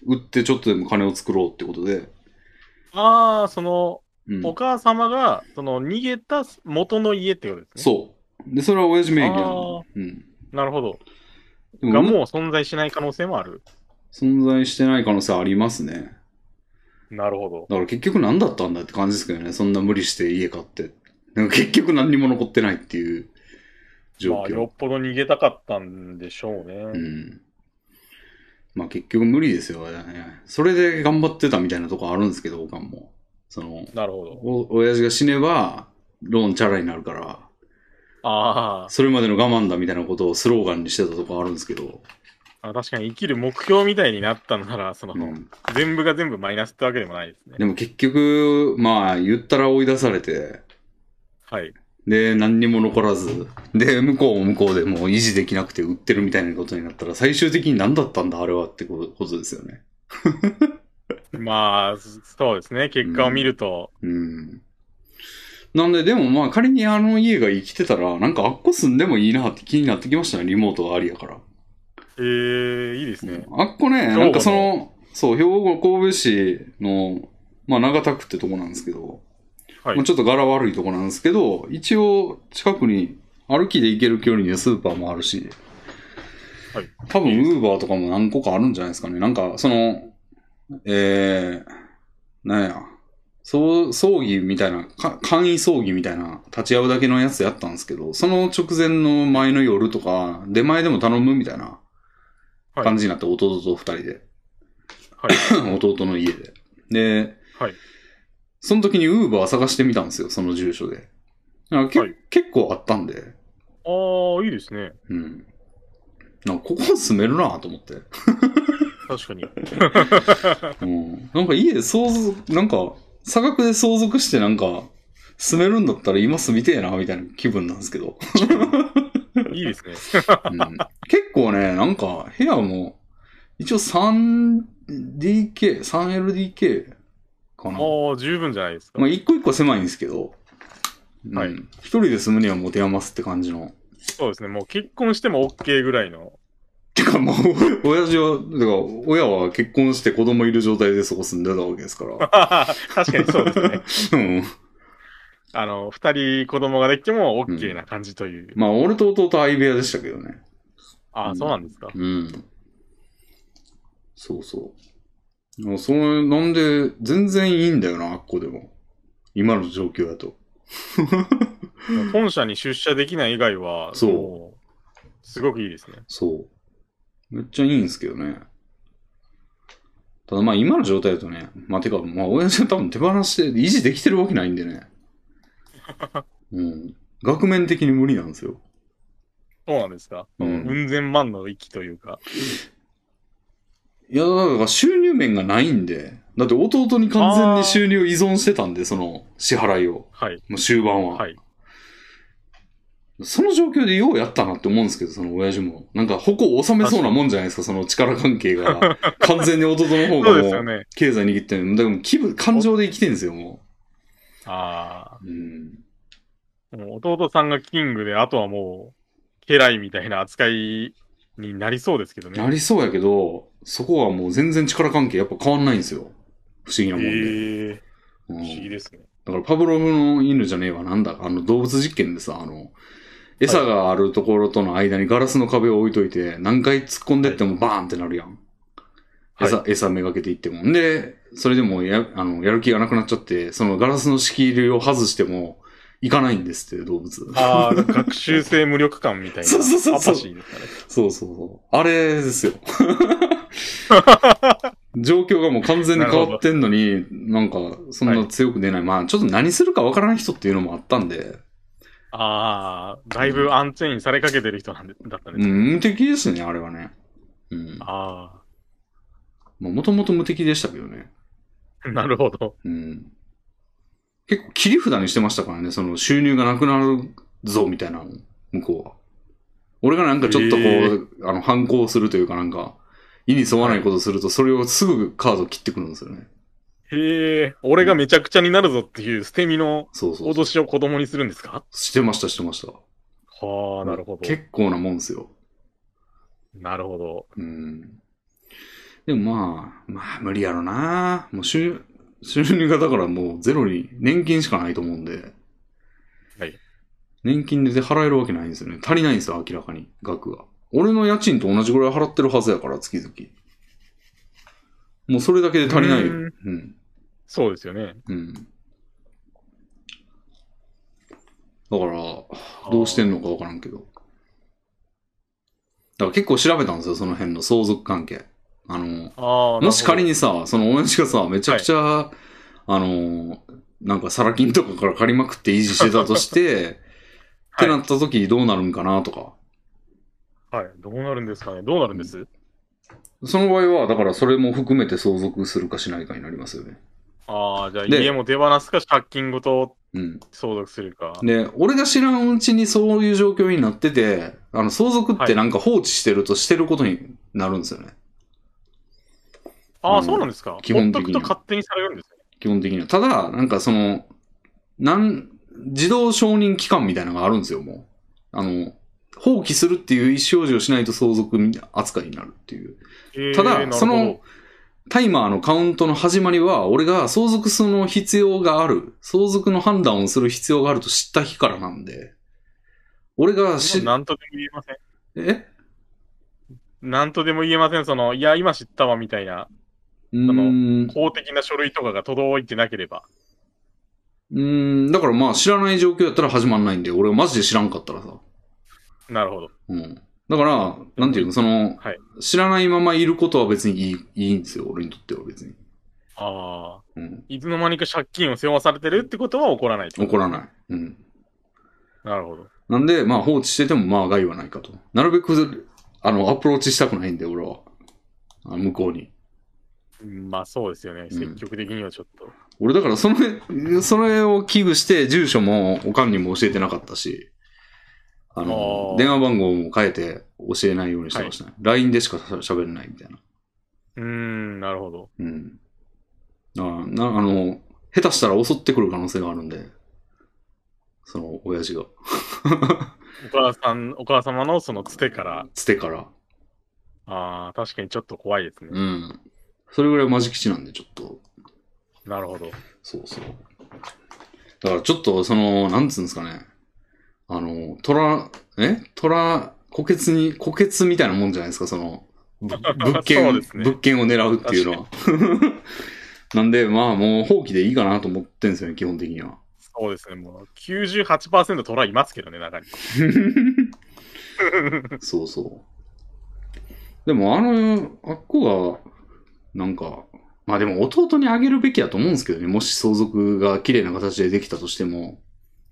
[SPEAKER 1] 売ってちょっとでも金を作ろうってことで。
[SPEAKER 2] ああ、その、
[SPEAKER 1] うん、
[SPEAKER 2] お母様が、その、逃げた元の家ってことですね。
[SPEAKER 1] そう。で、それは親父名義な
[SPEAKER 2] あ
[SPEAKER 1] の。うん。
[SPEAKER 2] う。なるほど。
[SPEAKER 1] で
[SPEAKER 2] が
[SPEAKER 1] も、
[SPEAKER 2] もう存在しない可能性もある。
[SPEAKER 1] 存在してない可能性ありますね。
[SPEAKER 2] なるほど。
[SPEAKER 1] だから結局何だったんだって感じですけどね。そんな無理して家買って。なんか結局何にも残ってないっていう状
[SPEAKER 2] まあ、
[SPEAKER 1] 況。
[SPEAKER 2] よっぽど逃げたかったんでしょうね。
[SPEAKER 1] うん。まあ結局無理ですよ、ね。それで頑張ってたみたいなとこあるんですけど、おかんも。その、
[SPEAKER 2] なるほど。
[SPEAKER 1] お、親父が死ねば、ローンチャラになるから、
[SPEAKER 2] あ
[SPEAKER 1] それまでの我慢だみたいなことをスローガンにしてたとこあるんですけど、
[SPEAKER 2] ーあ、確かに生きる目標みたいになったのなら、その、
[SPEAKER 1] うん
[SPEAKER 2] 全部が全部マイナスってわけでもないですね。
[SPEAKER 1] でも結局、まあ言ったら追い出されて、
[SPEAKER 2] はい。
[SPEAKER 1] で、何にも残らず、で、向こうも向こうでもう維持できなくて売ってるみたいなことになったら、最終的に何だったんだ、あれはってことことですよね。
[SPEAKER 2] まあ、そうですね。結果を見ると、
[SPEAKER 1] うん。なんで、でもまあ仮にあの家が生きてたら、なんかあっこ住んでもいいなって気になってきましたね、リモートがありやから。
[SPEAKER 2] えー、いいですね。
[SPEAKER 1] あっこね、
[SPEAKER 2] 庫の
[SPEAKER 1] なんかその、そう、兵庫神戸市の、まあ長田区ってとこなんですけど、
[SPEAKER 2] はい
[SPEAKER 1] まあ、。ちょっと柄悪いとこなんですけど、一応近くに歩きで行ける距離にはスーパーもあるし、
[SPEAKER 2] はい
[SPEAKER 1] 多分ウーバーとかも何個かあるんじゃないですかね。なんかその、えー、なんや、そう葬儀みたいな、か簡易葬儀みたいな立ち会うだけのやつやったんですけど、その直前の前の夜とか、出前でも頼むみたいな感じになって、弟と二人で。
[SPEAKER 2] はい。
[SPEAKER 1] 弟の家で。で、
[SPEAKER 2] はい
[SPEAKER 1] その時にウーバー探してみたんですよ、その住所で。なんかけ
[SPEAKER 2] はい
[SPEAKER 1] 結構あったんで、
[SPEAKER 2] あー、いいですね。
[SPEAKER 1] うん。なんかここ住めるなと思
[SPEAKER 2] *laughs*
[SPEAKER 1] って。
[SPEAKER 2] 確かに。
[SPEAKER 1] うん。なんか家相続、なんか、差額で相続してなんか、住めるんだったら今住みてえな、みたいな気分なんですけ
[SPEAKER 2] *laughs*
[SPEAKER 1] ど。
[SPEAKER 2] いいですね。
[SPEAKER 1] うん、結構ね、なんか部屋も、一応 3DK、3LDK かな。
[SPEAKER 2] ああ、十分じゃないですか。
[SPEAKER 1] まあ、一個一個狭いんですけど、うん
[SPEAKER 2] はい
[SPEAKER 1] 一人で住むには持て余すって感じの。
[SPEAKER 2] そうですね。もう結婚しても OK ぐらいの。 *laughs*
[SPEAKER 1] てか、まあ、お *laughs* 親父は、てか、親は結婚して子供いる状態でそこ住んでたわけですから。
[SPEAKER 2] 確かにそうで
[SPEAKER 1] *laughs*
[SPEAKER 2] すね。
[SPEAKER 1] うん。
[SPEAKER 2] あの、二人子供ができても OK な感じという。
[SPEAKER 1] まあ、俺と弟は相部屋でしたけどね。
[SPEAKER 2] ああ、そうなんですか。
[SPEAKER 1] うん。そうそう。でもそれ、なんで、全然いいんだよな、あっこでも。今の状況だと。
[SPEAKER 2] 本社に出社できない以外は、
[SPEAKER 1] そう
[SPEAKER 2] もう。すごくいいですね。
[SPEAKER 1] そう。めっちゃいいんですけどね。ただまあ今の状態だとね、まあてか、まあ親父は多分手放して維持できてるわけないんで
[SPEAKER 2] *laughs*
[SPEAKER 1] ね。うん。額面的に無理なんですよ。
[SPEAKER 2] そうなんですか。
[SPEAKER 1] う
[SPEAKER 2] うんん、雲仙万の域というか。
[SPEAKER 1] いや、だから収入面がないんで、だって弟に完全に収入依存してたんで、その支払いを。
[SPEAKER 2] はい。
[SPEAKER 1] もう終盤は。
[SPEAKER 2] はい。
[SPEAKER 1] その状況でようやったなって思うんですけど、その親父も。なんか矛を収めそうなもんじゃないですか、その力関係
[SPEAKER 2] *laughs*
[SPEAKER 1] が。完全に弟の方
[SPEAKER 2] そう
[SPEAKER 1] が
[SPEAKER 2] ですよ
[SPEAKER 1] もう、
[SPEAKER 2] ね。
[SPEAKER 1] 経済握ってる。だからもう気分、感情で生きてるんですよ、もう。
[SPEAKER 2] あ
[SPEAKER 1] うん
[SPEAKER 2] あ。もう弟さんがキングで、あとはもう、家来みたいな扱いになりそうですけどね。
[SPEAKER 1] なりそうやけど、そこはもう全然力関係やっぱ変わんないんですよ。不思議なもんで。
[SPEAKER 2] ええ
[SPEAKER 1] うん
[SPEAKER 2] 不思議ですね。
[SPEAKER 1] だからパブロフの犬じゃねえわ、なんだ、あの動物実験でさ、あの、餌があるところとの間にガラスの壁を置いといて、何回突っ込んでってもバーンってなるやん。
[SPEAKER 2] はい
[SPEAKER 1] 餌、餌めがけていっても。んで、それでもや、あの、やる気がなくなっちゃって、そのガラスの仕切りを外しても、行かないんですって、動物。
[SPEAKER 2] ああ、学習性無力感みたいな。
[SPEAKER 1] そうそうそうそう
[SPEAKER 2] アパシーですかね。
[SPEAKER 1] そうそうそう。あれで
[SPEAKER 2] *laughs*
[SPEAKER 1] すよ。状況がもう完全に変わってんのに、なんか、そんな強く出ない。まあ、ちょっと何するかわからない人っていうのもあったんで、
[SPEAKER 2] ああ、だいぶアンチェインされかけてる人なんでだったんです
[SPEAKER 1] う
[SPEAKER 2] ね。
[SPEAKER 1] ん、無敵ですね、あれはね。うん。
[SPEAKER 2] あ
[SPEAKER 1] まあ、もともと無敵でしたけどね。
[SPEAKER 2] あ、なるほど。
[SPEAKER 1] うん。結構切り札にしてましたからね、その収入がなくなるぞ、みたいなの向こうは。俺がなんかちょっとこう、
[SPEAKER 2] へえ
[SPEAKER 1] あの、反抗するというかなんか、意に沿わないことすると、それをすぐカード切ってくるんですよね。
[SPEAKER 2] へえ、俺がめちゃくちゃになるぞっていう捨て身の
[SPEAKER 1] そうそうそう
[SPEAKER 2] 脅しを子供にするんですか
[SPEAKER 1] してました、してました。
[SPEAKER 2] はあ、なるほど。
[SPEAKER 1] 結構なもんですよ。
[SPEAKER 2] なるほど。
[SPEAKER 1] うん。でもまあ、まあ無理やろな。もう収収入がだからもうゼロに、年金しかないと思うんで。
[SPEAKER 2] はい。
[SPEAKER 1] 年金で払えるわけないんですよね。足りないんですよ、明らかに。額が。俺の家賃と同じぐらい払ってるはずやから、月々。もうそれだけで足りないよ。
[SPEAKER 2] うん
[SPEAKER 1] うん。
[SPEAKER 2] そうですよね。
[SPEAKER 1] うん。だから、どうしてんのかわからんけど。だから結構調べたんですよ、その辺の相続関係。あの、
[SPEAKER 2] ああ、
[SPEAKER 1] もし仮
[SPEAKER 2] に。
[SPEAKER 1] にさ、その親父がさ、めちゃくちゃ、あの、なんかサラ金とかから借りまくって維持してたとして、っ
[SPEAKER 2] は
[SPEAKER 1] て
[SPEAKER 2] い
[SPEAKER 1] なった時どうなるんかなとか。
[SPEAKER 2] はい。どうなるんですかねどうなるんです、
[SPEAKER 1] その場合は、だからそれも含めて相続するかしないかになりますよね。
[SPEAKER 2] ああ、じゃあ
[SPEAKER 1] で
[SPEAKER 2] 家も手放すか、借金ごと
[SPEAKER 1] うん。
[SPEAKER 2] 相続するか。
[SPEAKER 1] で、俺が知らんうちにそういう状況になってて、あの、相続ってなんか放置してるとしてることになるんですよね。
[SPEAKER 2] あ
[SPEAKER 1] う
[SPEAKER 2] あ、
[SPEAKER 1] ん
[SPEAKER 2] そうなんですか。
[SPEAKER 1] 基本的に
[SPEAKER 2] ほっとくと勝手にされるんですね。
[SPEAKER 1] 基本的には。ただ、なんかその、なん、自動承認期間みたいなのがあるんですよ、もう。あの、放棄するっていう意思表示をしないと相続扱いになるっていう。
[SPEAKER 2] えー
[SPEAKER 1] た
[SPEAKER 2] な
[SPEAKER 1] だ、
[SPEAKER 2] るほど
[SPEAKER 1] その、タイマーのカウントの始まりは、俺が相続その必要がある、相続の判断をする必要があると知った日からなんで、俺がし、
[SPEAKER 2] なんとでも言えません。
[SPEAKER 1] え
[SPEAKER 2] なんとでも言えません。その、いや、今知ったわ、みたいな、
[SPEAKER 1] うーん、う
[SPEAKER 2] 法的な書類とかが届いてなければ。
[SPEAKER 1] ーん、だからまあ知らない状況やったら始まんないんで、俺がマジで知らんかったらさ。
[SPEAKER 2] なるほど。
[SPEAKER 1] うん。だから、なんていうの、その、
[SPEAKER 2] はい
[SPEAKER 1] 知らないままいることは別にいいいいんですよ、俺にとっては別に。
[SPEAKER 2] ああ。
[SPEAKER 1] うん。
[SPEAKER 2] いつの間にか借金を背負わされてるってことは起こらないと。
[SPEAKER 1] 怒らない。うん。
[SPEAKER 2] なるほど。
[SPEAKER 1] なんで、まあ放置しててもまあ害はないかと。なるべく、あの、アプローチしたくないんで、俺は。あ向こうに。
[SPEAKER 2] うんまあそうですよね。積極的にはちょっと。
[SPEAKER 1] 俺だからその、それを危惧して、住所もおかんにも教えてなかったし、あの
[SPEAKER 2] あ、ー
[SPEAKER 1] 電話番号も変えて教えないようにしてましたね。LINE でしか喋れないみたいな。
[SPEAKER 2] うーん、なるほど。
[SPEAKER 1] うん。あな、あの、下手したら襲ってくる可能性があるんで、その、親父が、
[SPEAKER 2] お母さん、お母様のそのつてから、
[SPEAKER 1] つてから。
[SPEAKER 2] ああ、確かにちょっと怖いですね。
[SPEAKER 1] うん。それぐらいマジ吉なんで、ちょっと、
[SPEAKER 2] なるほど。
[SPEAKER 1] そうそう。だからちょっと、その、なんつうんですかね。あの、虎、え虎、虎穴に、虎穴みたいなもんじゃないですか、その、 *laughs* ぶ物件を、
[SPEAKER 2] そうですね
[SPEAKER 1] 物件を狙うっていうのは。 *laughs* なんで、まあもう放棄でいいかなと思ってんですよね、基本的には。
[SPEAKER 2] そうですね。もう98%トラいますけどね、中に。
[SPEAKER 1] そうそう。でもあの、あっこが、なんか、まあでも弟にあげるべきだと思うんですけどね、もし相続が綺麗な形でできたとしても、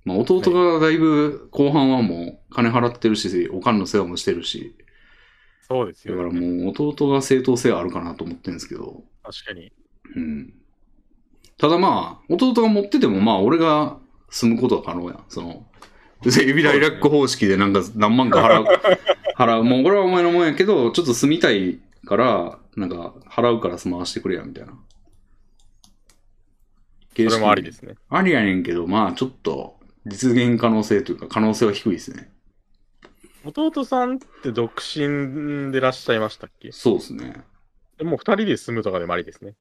[SPEAKER 1] まあ弟がだいぶ後半はもう金払ってるし、おかんの世話もしてるし、
[SPEAKER 2] そうです
[SPEAKER 1] だ
[SPEAKER 2] よ
[SPEAKER 1] から
[SPEAKER 2] ね。
[SPEAKER 1] もう弟が正当性あるかなと思ってるんですけど、
[SPEAKER 2] 確かに。
[SPEAKER 1] うん。ただまあ、弟が持っててもまあ俺が住むことは可能やん。その、別にエビライラック方式でなんか何万か払う、 *laughs* 払う。もうこれはお前のもんやけど、ちょっと住みたいから、なんか払うから住まわしてくれや、みたいな。。
[SPEAKER 2] それもありですすね。
[SPEAKER 1] ありやねんけど、まあちょっと実現可能性というか可能性は低いですね。
[SPEAKER 2] 弟さんって独身でいらっしゃいましたっけ
[SPEAKER 1] そうですね。
[SPEAKER 2] でもう二人で住むとかでもありですね。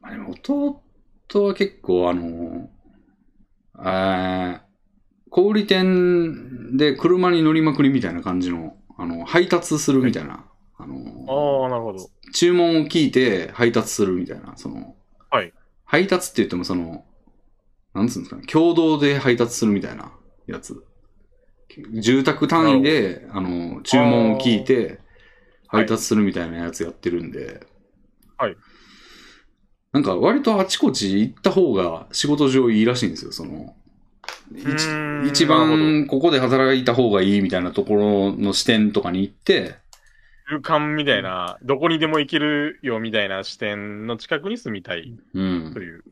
[SPEAKER 1] まあでも弟は結構あの、あー小売店で車に乗りまくりみたいな感じの、あの、配達するみたいな、あ
[SPEAKER 2] あ
[SPEAKER 1] の、
[SPEAKER 2] あ、なるほど。
[SPEAKER 1] 注文を聞いて配達するみたいな、その、
[SPEAKER 2] はい
[SPEAKER 1] 配達って言ってもその、なんつうんですかね、共同で配達するみたいなやつ。住宅単位で、あの、注文を聞いて、
[SPEAKER 2] はい
[SPEAKER 1] 配達するみたいなやつやってるんで、
[SPEAKER 2] はい。
[SPEAKER 1] なんか割とあちこち行った方が仕事上いいらしいんですよ、その。
[SPEAKER 2] うーん
[SPEAKER 1] 一一番ここで働いた方がいいみたいなところの視点とかに行って、
[SPEAKER 2] 空間みたいな、どこにでも行けるよみたいな視点の近くに住みたい
[SPEAKER 1] うん
[SPEAKER 2] と。いう。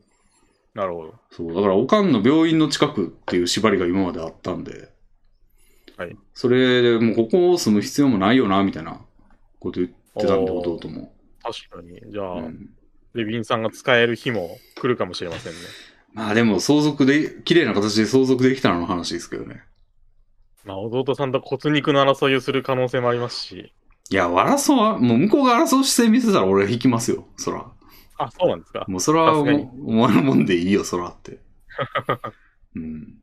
[SPEAKER 2] なるほど。
[SPEAKER 1] そう、だから、おかんの病院の近くっていう縛りが今まであったんで、
[SPEAKER 2] はい。
[SPEAKER 1] それでもうここを住む必要もないよな、みたいなこと言ってたんで、
[SPEAKER 2] おー
[SPEAKER 1] 弟も。
[SPEAKER 2] 確かに。じゃあ、
[SPEAKER 1] うん
[SPEAKER 2] レビンさんが使える日も来るかもしれませんね。
[SPEAKER 1] まあでも、相続で、綺麗な形で相続できたらの話ですけどね。
[SPEAKER 2] まあ、弟さんと骨肉の争いをする可能性もありますし。
[SPEAKER 1] いや、争わ、もう向こうが争う姿勢見せたら俺は引きますよ、そら。
[SPEAKER 2] あ、そうなんですか。
[SPEAKER 1] もうそれはも
[SPEAKER 2] 確か
[SPEAKER 1] う
[SPEAKER 2] に
[SPEAKER 1] お前のもんでいいよ、そら
[SPEAKER 2] *laughs*
[SPEAKER 1] って。うん。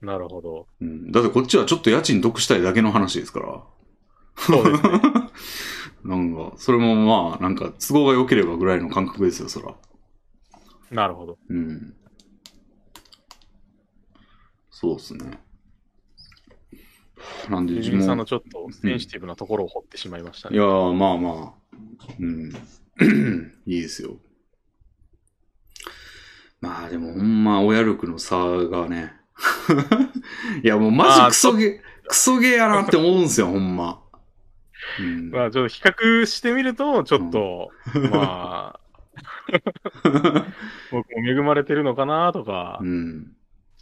[SPEAKER 2] なるほど。
[SPEAKER 1] うん。だってこっちはちょっと家賃得したいだけの話ですから。
[SPEAKER 2] そ
[SPEAKER 1] *laughs*
[SPEAKER 2] うですね。
[SPEAKER 1] なんか、それもまあ、なんか都合が良ければぐらいの感覚ですよ、そら。
[SPEAKER 2] なるほど。
[SPEAKER 1] うん。そうですね。なんで
[SPEAKER 2] レ
[SPEAKER 1] 自
[SPEAKER 2] ビン
[SPEAKER 1] 分
[SPEAKER 2] さんのちょっとセンシティブなところを掘ってしまいました
[SPEAKER 1] い
[SPEAKER 2] ね。
[SPEAKER 1] やー、まあまあ、うん。 *clears throat* いいですよ。まあでも、ほんま、親力の差がね。 *laughs* いや、もうマジクソゲー、クソゲーやなって思うんですよ、ほんま。うん、
[SPEAKER 2] まあ、ちょっと比較してみると、ちょっと、
[SPEAKER 1] *laughs*
[SPEAKER 2] まあ、僕も恵まれてるのかなとか、
[SPEAKER 1] *laughs* うん。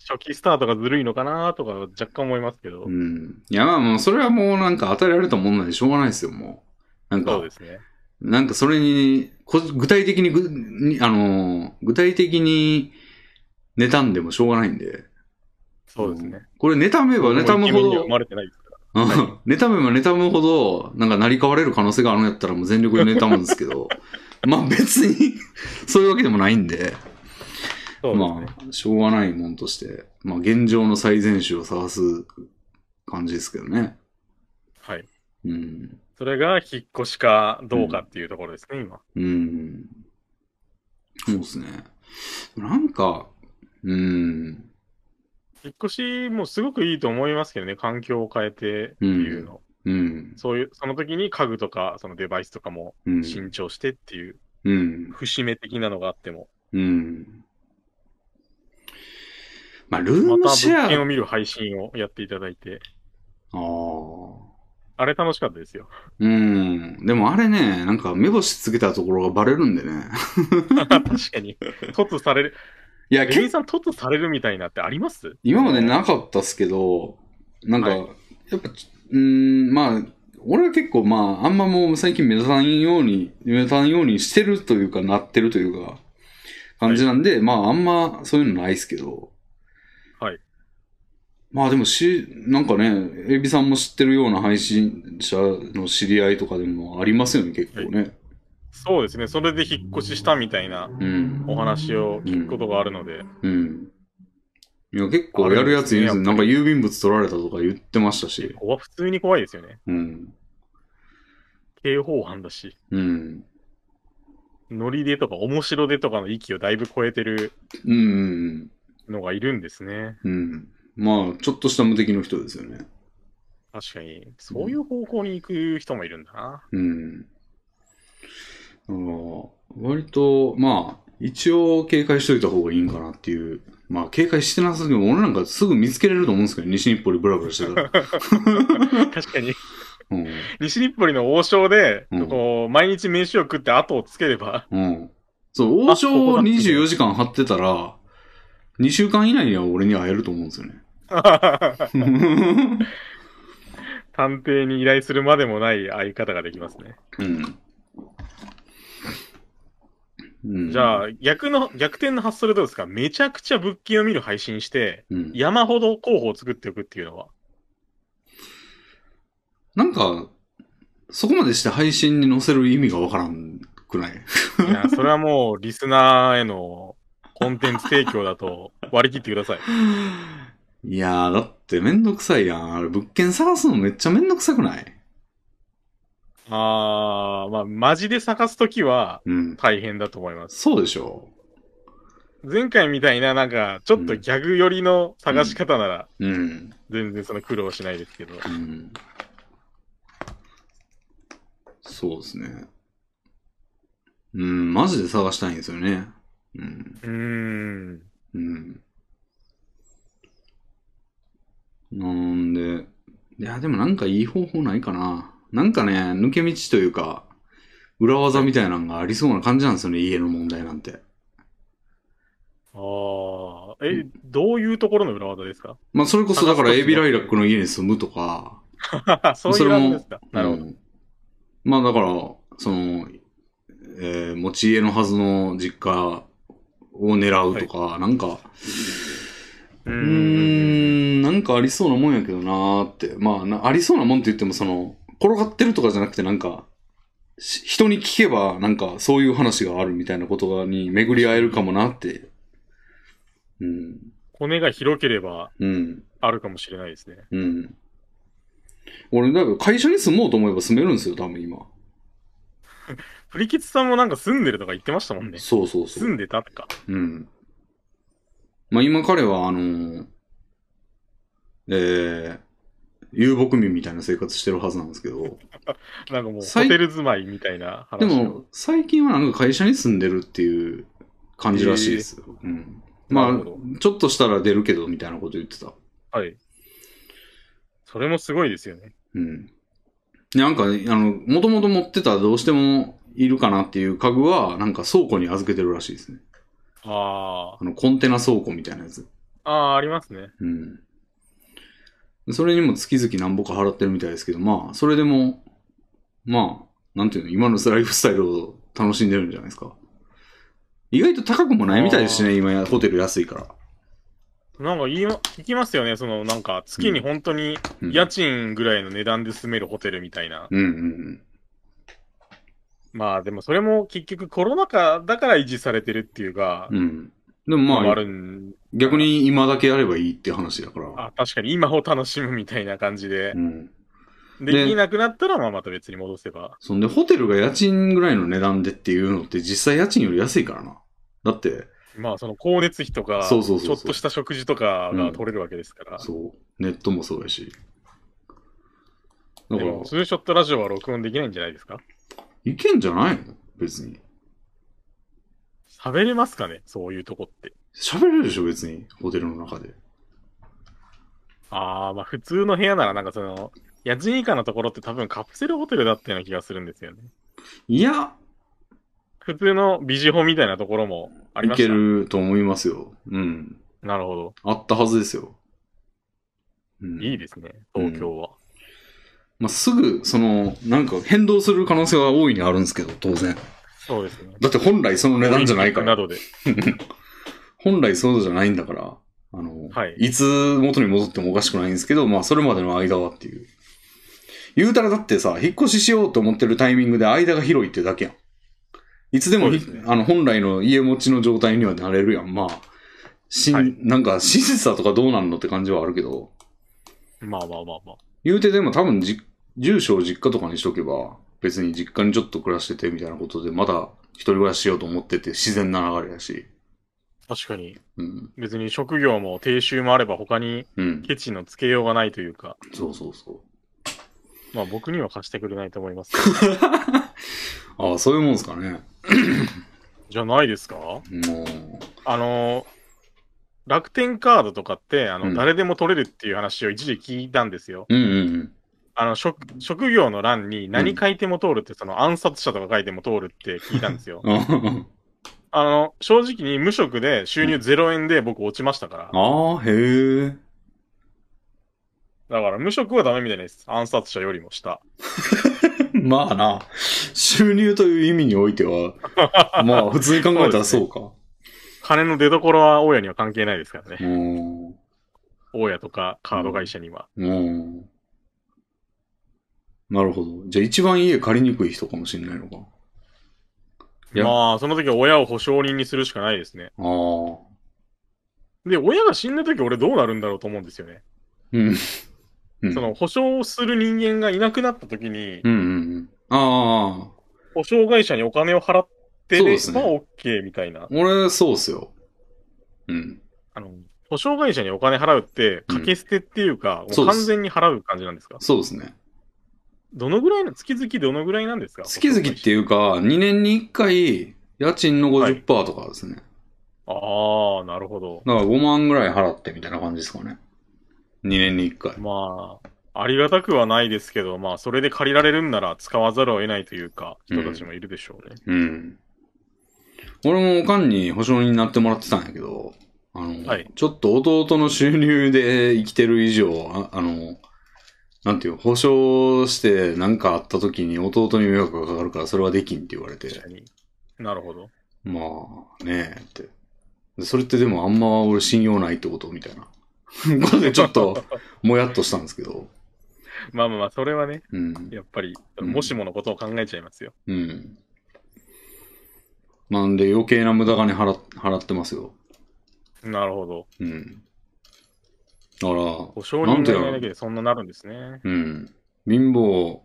[SPEAKER 2] 初期スタートがずるいのかなとか、若干思いますけど、
[SPEAKER 1] うん。いや、まあもう、それはもうなんか与えられたもんなんでしょうがないですよ、もう。なんか、
[SPEAKER 2] そうですね。
[SPEAKER 1] なんかそれに、こ具体的にぐにあのー具体的に妬んでもしょうがないんで。
[SPEAKER 2] そうですね。
[SPEAKER 1] これ、妬めば妬む
[SPEAKER 2] イケメン
[SPEAKER 1] ほ
[SPEAKER 2] には
[SPEAKER 1] ど
[SPEAKER 2] 生、まれてないですから。
[SPEAKER 1] うん妬めば妬むほど、なんか成り変われる可能性があるんやったらもう全力で妬むんですけど、 *laughs* まあ別に、そういうわけでもないんで、
[SPEAKER 2] そうです
[SPEAKER 1] ま
[SPEAKER 2] ね。
[SPEAKER 1] あ、しょうがないもんとして、まあ現状の最善手を探す感じですけどね。
[SPEAKER 2] はい。
[SPEAKER 1] うん。
[SPEAKER 2] それが引っ越しかどうかっていうところですね、今。
[SPEAKER 1] うん。そうですね。なんか、うん。
[SPEAKER 2] 引っ越しもすごくいいと思いますけどね、環境を変えてっていうの。
[SPEAKER 1] うん。
[SPEAKER 2] そういう、その時に家具とか、そのデバイスとかも
[SPEAKER 1] うん。
[SPEAKER 2] 新調してっていう、
[SPEAKER 1] うん。
[SPEAKER 2] 節目的なのがあっても、
[SPEAKER 1] うん。まあ、ルー
[SPEAKER 2] ま
[SPEAKER 1] ム
[SPEAKER 2] た
[SPEAKER 1] シェア
[SPEAKER 2] 物件を見る配信をやっていただいて、
[SPEAKER 1] ああ。
[SPEAKER 2] あれ楽しかったですよ。 *laughs*
[SPEAKER 1] うん。でもあれね、なんか目星つけたところがバレるんでね。
[SPEAKER 2] 確かに。突される。
[SPEAKER 1] いや、
[SPEAKER 2] レビン
[SPEAKER 1] け
[SPEAKER 2] さん突されるみたいなってあります
[SPEAKER 1] 今までなかったっすけど、なんか、
[SPEAKER 2] はい
[SPEAKER 1] やっぱ、ちうん、まあ、俺は結構まあ、あんまもう最近目立たんように、目立たんようにしてるというか、なってるというか、感じなんで、まあ、あんまそういうのないっすけど。
[SPEAKER 2] はい。
[SPEAKER 1] まあでもし、なんかね、エビさんも知ってるような配信者の知り合いとかでもありますよね、結構ね。
[SPEAKER 2] そうですね。それで引っ越ししたみたいな
[SPEAKER 1] うん。
[SPEAKER 2] お話を聞くことがあるので、
[SPEAKER 1] うん。いや、結構やるやついるんですよ。なんか郵便物取られたとか言ってましたし。
[SPEAKER 2] ここは普通に怖いですよね。
[SPEAKER 1] うん。
[SPEAKER 2] 刑法犯だし、
[SPEAKER 1] うん。
[SPEAKER 2] ノリでとか面白でとかの域をだいぶ超えてる
[SPEAKER 1] うんうん
[SPEAKER 2] のがいるんですね。
[SPEAKER 1] うん。うん。まあ、ちょっとした無敵の人ですよね。
[SPEAKER 2] 確かに。そういう方向に行く人もいるん
[SPEAKER 1] *laughs*
[SPEAKER 2] だな。
[SPEAKER 1] うん。あの、割と、まあ、一応警戒しといた方がいいんかなっていう。まあ、警戒してなさすぎても、俺なんかすぐ見つけれると思うんですけど、西日暮里ブラブラしてたら。
[SPEAKER 2] 確かに。
[SPEAKER 1] うん。
[SPEAKER 2] 西日暮里の王将で、
[SPEAKER 1] うん
[SPEAKER 2] こう、毎日飯を食って後をつければ、
[SPEAKER 1] うん。そう、王将を24時間張ってたら、2週間以内には俺に会えると思うんですよ
[SPEAKER 2] *laughs*
[SPEAKER 1] ね。う
[SPEAKER 2] 探偵に依頼するまでもない相方ができますね。
[SPEAKER 1] ん。うん
[SPEAKER 2] じゃ、あ、逆の、逆転の発想でどうですかめちゃくちゃ物件を見る配信して、
[SPEAKER 1] うん、
[SPEAKER 2] 山ほど候補を作っておくっていう *laughs* のは。
[SPEAKER 1] なんか、そこまでして配信に載せる意味がわからんくない
[SPEAKER 2] いや、それはもう、リスナーへのコンテンツ提供だと割り切ってください。
[SPEAKER 1] いやー、だってめんどくさいやん。あれ、物件探すのめっちゃめんどくさくない
[SPEAKER 2] あー、まあ、マジで探すときは
[SPEAKER 1] うん。
[SPEAKER 2] 大変だと思います。
[SPEAKER 1] そうでしょ
[SPEAKER 2] 前回みたいな、なんか、ちょっとギャグ寄りの探し方なら、
[SPEAKER 1] う。うん。
[SPEAKER 2] 全然その苦労しないですけど。
[SPEAKER 1] うん。そうですね。うん、マジで探したいんですよね。うん。
[SPEAKER 2] うーん。
[SPEAKER 1] うん。なんで、いや、でもなんかいい方法ないかな。なんかね、抜け道というか、裏技みたいなのがありそうな感じなんですよね、家の問題なんて。
[SPEAKER 2] あー、え、どういうところの裏技ですか *laughs*
[SPEAKER 1] まあ、それこそだから、
[SPEAKER 2] 探す
[SPEAKER 1] エ
[SPEAKER 2] 時
[SPEAKER 1] ビライラックの家に住むとか。
[SPEAKER 2] そういう裏技ですかなるほど。
[SPEAKER 1] うんまあ、だから、その、えー持ち家のはずの実家を狙うとか、なんか、
[SPEAKER 2] うー
[SPEAKER 1] うーん、なんかありそうなもんやけどなーって。まあな、ありそうなもんって言っても、その、転がってるとかじゃなくて、なんか、し人に聞けば、なんか、そういう話があるみたいなことがに巡り合えるかもなって。うん、
[SPEAKER 2] 骨が広ければ
[SPEAKER 1] うん、
[SPEAKER 2] あるかもしれないですね。
[SPEAKER 1] うん。俺、だから会社に住もうと思えば住めるんですよ、多分今。
[SPEAKER 2] プリキツさんもなんか住んでるとか言ってましたもんね。
[SPEAKER 1] そうそうそう
[SPEAKER 2] 住。んでたとか。
[SPEAKER 1] うん。まあ今彼は、あのーえー、遊牧民みたいな生活してるはずなんですけど、
[SPEAKER 2] なんかもうホ
[SPEAKER 1] 最
[SPEAKER 2] テル住まいみたいな話
[SPEAKER 1] で
[SPEAKER 2] を
[SPEAKER 1] も、最近はなんか会社に住んでるっていう感じらしいですよ。うん。ま
[SPEAKER 2] なるほど
[SPEAKER 1] あ、ちょっとしたら出るけど、みたいなこと言ってた。
[SPEAKER 2] はい。それもすごいですよね。
[SPEAKER 1] うん。でなんか、あの、もともと持ってたどうしてもいるかなっていう家具は、なんか倉庫に預けてるらしいですね。
[SPEAKER 2] あ
[SPEAKER 1] あの、コンテナ倉庫みたいなやつ。
[SPEAKER 2] あ。ああー、ありますね。
[SPEAKER 1] うん。それにも月々何ぼか払ってるみたいですけど、まあ、それでも、まあ、なんていうの、今のライフスタイルを楽しんでるんじゃないですか。意外と高くもないみたいですね、今や、ホテル安いから。
[SPEAKER 2] うなんか言いま、聞きますよね。その、なんか、月に本当に
[SPEAKER 1] うん
[SPEAKER 2] 家賃ぐらいの値段で住めるホテルみたいな。
[SPEAKER 1] うんうん
[SPEAKER 2] まあ、でもそれも結局コロナ禍だから維持されてるっていうか、
[SPEAKER 1] うん。うん。でもま
[SPEAKER 2] あ
[SPEAKER 1] あ、
[SPEAKER 2] るん、
[SPEAKER 1] 逆に今だけやればいいっていう話だから。
[SPEAKER 2] あ、確かに今を楽しむみたいな感じで
[SPEAKER 1] う。ん。ね
[SPEAKER 2] で、できなくなったら、まあまた別に戻せば。
[SPEAKER 1] そんで、ホテルが家賃ぐらいの値段でっていうのって実際家賃より安いからな。だって、
[SPEAKER 2] まあ、その光熱費とか、
[SPEAKER 1] そうそうそうそう
[SPEAKER 2] ちょっとした食事とかが取れるわけですから。
[SPEAKER 1] そう、ネットもそうやし。だか
[SPEAKER 2] で
[SPEAKER 1] ら
[SPEAKER 2] も、ツーショットラジオは録音できないんじゃないですか
[SPEAKER 1] いけんじゃないの別に。
[SPEAKER 2] 喋れますかねそういうとこって。
[SPEAKER 1] 喋れるでしょ別に、ホテルの中で。
[SPEAKER 2] ああ、まあ普通の部屋ならなんかその、家賃以下のところって多分カプセルホテルだったような気がするんですよね。
[SPEAKER 1] いや、
[SPEAKER 2] 普通のビジホみたいなところもあり
[SPEAKER 1] い
[SPEAKER 2] ました
[SPEAKER 1] けると思いますよ。うん。
[SPEAKER 2] なるほど。
[SPEAKER 1] あったはずですよ。うん、
[SPEAKER 2] いいですね、東京は。
[SPEAKER 1] まあ、すぐ、その、なんか変動する可能性は大いにあるんですけど、当然。
[SPEAKER 2] そうですね。
[SPEAKER 1] だって本来その値段じゃないか
[SPEAKER 2] な
[SPEAKER 1] ら。
[SPEAKER 2] どで。
[SPEAKER 1] 本来そうじゃないんだから。あの、
[SPEAKER 2] はい
[SPEAKER 1] つ元に戻ってもおかしくないんですけど、まあ、それまでの間はっていう。言うたらだってさ、引っ越ししようと思ってるタイミングで間が広いってだけやん。いつでもひ
[SPEAKER 2] そうですね
[SPEAKER 1] あの、本来の家持ちの状態にはなれるやん。まあ、しん、
[SPEAKER 2] はい
[SPEAKER 1] なんか、親切さとかどうなんのって感じはあるけど、
[SPEAKER 2] まあまあまあまあ。
[SPEAKER 1] 言うてでも多分じ、住所を実家とかにしとけば、別に実家にちょっと暮らしててみたいなことで、また一人暮らししようと思ってて自然な流れやし。
[SPEAKER 2] 確かに。
[SPEAKER 1] うん。
[SPEAKER 2] 別に職業も定収もあれば他に
[SPEAKER 1] うん。
[SPEAKER 2] ケチのつけようがないというか、
[SPEAKER 1] そうそうそう。
[SPEAKER 2] まあ僕には貸してくれないと思います。
[SPEAKER 1] ああ、そういうもんですかね。
[SPEAKER 2] じゃないですか
[SPEAKER 1] もう。
[SPEAKER 2] あのー楽天カードとかって、あの、
[SPEAKER 1] うん
[SPEAKER 2] 誰でも取れるっていう話を一時聞いたんですよ。
[SPEAKER 1] うんうん。
[SPEAKER 2] あの、職、職業の欄に何書いても通るって、その暗殺者とか書いても通るって聞いたんですよ
[SPEAKER 1] うん。 *laughs* あ
[SPEAKER 2] あの、正直に無職で収入0円で僕落ちましたから。だ
[SPEAKER 1] あ、へえ。
[SPEAKER 2] から無職はダメみたいです。暗殺者よりも下。
[SPEAKER 1] まあな、収入という意味においては、まあ普通に考えたらそうか。
[SPEAKER 2] 金の出所は大家には関係ないですからね。
[SPEAKER 1] うん。
[SPEAKER 2] 大家とかカード会社には。
[SPEAKER 1] うん。なるほど。じゃあ一番家借りにくい人かもしれないのか。いや
[SPEAKER 2] まあ、その時は親を保証人にするしかないですね。
[SPEAKER 1] ああ。
[SPEAKER 2] で、親が死んだ時俺どうなるんだろうと思うんですよね。
[SPEAKER 1] うん。うん
[SPEAKER 2] その保証する人間がいなくなった時に
[SPEAKER 1] う、んうんうん。ああ。
[SPEAKER 2] 保証会社にお金を払って
[SPEAKER 1] そう
[SPEAKER 2] れば
[SPEAKER 1] ですね
[SPEAKER 2] OK みたいな。
[SPEAKER 1] 俺、そうっすよ。うん。
[SPEAKER 2] あの、保証会社にお金払うって、掛け捨てっていうか、も
[SPEAKER 1] そう
[SPEAKER 2] う
[SPEAKER 1] です
[SPEAKER 2] 完全に払う感じなんですか
[SPEAKER 1] そうですね。
[SPEAKER 2] どのぐらいの、月々どのぐらいなんですか
[SPEAKER 1] 月々っていうか、2年に1回、家賃の50%とかですね。
[SPEAKER 2] ああー、なるほど。
[SPEAKER 1] だから5万ぐらい払ってみたいな感じですかね。2年に1回。
[SPEAKER 2] まあ、ありがたくはないですけど、まあ、それで借りられるんなら使わざるを得ないというか、人たちもいるでしょうね。
[SPEAKER 1] うん。俺もおかんに保証人になってもらってたんやけど、あの、
[SPEAKER 2] はい
[SPEAKER 1] ちょっと弟の収入で生きてる以上、ああの、なんていう、保証して何かあった時に弟に迷惑がかかるからそれはできんって言われて
[SPEAKER 2] 確、かに。なるほど。
[SPEAKER 1] まあねえって。でそれってでもあんま俺信用ないってことみたいな。 *laughs* ことでちょっと、もやっとしたんですけど。
[SPEAKER 2] まあまあまあ、それはね、
[SPEAKER 1] うん。
[SPEAKER 2] やっぱり、
[SPEAKER 1] うん
[SPEAKER 2] もしものことを考えちゃいますよ。
[SPEAKER 1] うん。なんで余計な無駄金払っ払ってますよ。
[SPEAKER 2] なるほど。
[SPEAKER 1] うん。だから、
[SPEAKER 2] 保証
[SPEAKER 1] な
[SPEAKER 2] 人
[SPEAKER 1] んて
[SPEAKER 2] が
[SPEAKER 1] いう
[SPEAKER 2] い
[SPEAKER 1] の
[SPEAKER 2] ないだけでそんななるんですね。
[SPEAKER 1] うん。貧乏、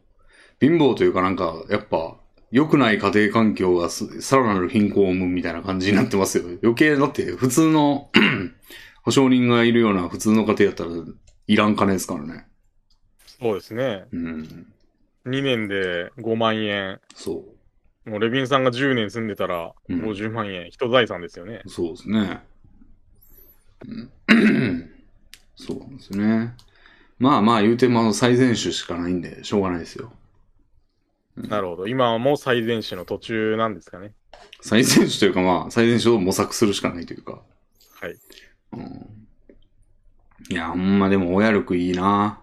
[SPEAKER 1] 貧乏というかなんか、やっぱ、良くない家庭環境がすさらなる貧困を生むみたいな感じになってますよ。余計だって普通の *clears throat* 保証人がいるような普通の家庭やったらいらん金ですからね。
[SPEAKER 2] そうですね。
[SPEAKER 1] うん。
[SPEAKER 2] 2年で5万円。
[SPEAKER 1] そ
[SPEAKER 2] もうレビンさんが10年住んでたら
[SPEAKER 1] うん
[SPEAKER 2] 50万円、人財産ですよね。
[SPEAKER 1] う。そうですね。うん、 *coughs* そうなんですね。まあまあ言うてもあの最善手しかないんで、しょうがないですよ。
[SPEAKER 2] なるほど。今はもう最善手の途中なんですかね。
[SPEAKER 1] 最善手というかまあ、最善手を模索するしかないというか。
[SPEAKER 2] はい。
[SPEAKER 1] うんいや、ほんまでも親力いいな。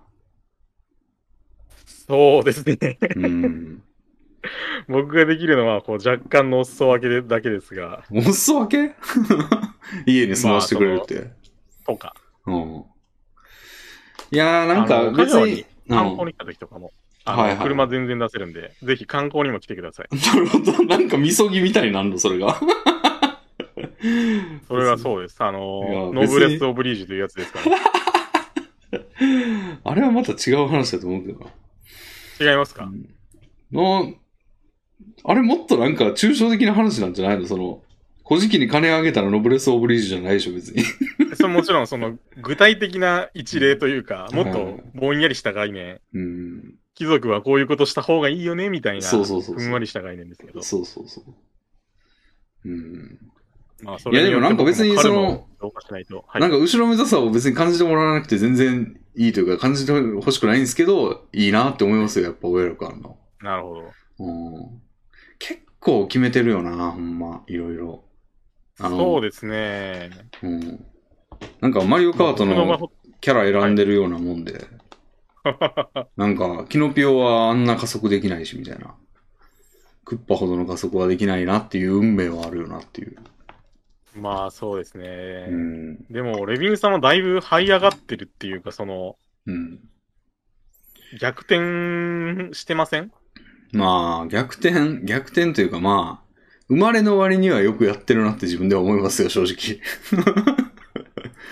[SPEAKER 2] そうですね。 *laughs*
[SPEAKER 1] うん。
[SPEAKER 2] 僕ができるのは、こう、若干のお裾分けでだけですが、
[SPEAKER 1] *laughs* お裾分け家に住まわしてくれるって。
[SPEAKER 2] とか。
[SPEAKER 1] うん。いやー、なん
[SPEAKER 2] あ
[SPEAKER 1] か
[SPEAKER 2] の
[SPEAKER 1] 別
[SPEAKER 2] 香川
[SPEAKER 1] に
[SPEAKER 2] に、
[SPEAKER 1] うん
[SPEAKER 2] 観光に来た時とかも。あの
[SPEAKER 1] はいはい
[SPEAKER 2] 車全然出せるんで、ぜひ観光にも来てください。
[SPEAKER 1] *laughs* なるほど。なんか、みそぎみたいになるの、それが。
[SPEAKER 2] それはそうです。あの、
[SPEAKER 1] いや
[SPEAKER 2] ノ
[SPEAKER 1] 別に
[SPEAKER 2] ブレス・オブリージュというやつですから。
[SPEAKER 1] *laughs* あれはまた違う話だと思うけど
[SPEAKER 2] 違いますか、
[SPEAKER 1] な。なあれもっとなんか抽象的な話なんじゃないのその、古事記に金あげたらノブレス・オブリージュじゃないでしょ、別に。
[SPEAKER 2] それもちろん、その、具体的な一例というか、
[SPEAKER 1] うん
[SPEAKER 2] もっとぼんやりした概念、
[SPEAKER 1] うん。
[SPEAKER 2] 貴族はこういうことした方がいいよね、みたいな、
[SPEAKER 1] そうそうそうそう
[SPEAKER 2] ふんわりした概念ですけど。
[SPEAKER 1] そうそうそう。うん。
[SPEAKER 2] まあ、そ
[SPEAKER 1] いやでもなんか別にその
[SPEAKER 2] どうかしないと。はい
[SPEAKER 1] なんか後ろめたさを別に感じてもらわなくて全然いいというか、感じてほしくないんですけど、いいなって思いますよ、やっぱ親力あるの。
[SPEAKER 2] なるほど。
[SPEAKER 1] うん。結構決めてるよな、ほんま、いろいろ。あの
[SPEAKER 2] そうですね。
[SPEAKER 1] うん。なんかマリオカート
[SPEAKER 2] 僕場
[SPEAKER 1] の
[SPEAKER 2] 合
[SPEAKER 1] キャラ選んでるようなもんで、なんかキノピオはあんな加速できないしみたいな。クッパほどの加速はできないなっていう運命はあるよなっていう。
[SPEAKER 2] まあ、そうですね。
[SPEAKER 1] うん。
[SPEAKER 2] でも、レビンさんはだいぶ這い上がってるっていうか、その、
[SPEAKER 1] うん。
[SPEAKER 2] 逆転してません
[SPEAKER 1] まあ、逆転、逆転というかまあ、生まれの割にはよくやってるなって自分では思いますよ、正直。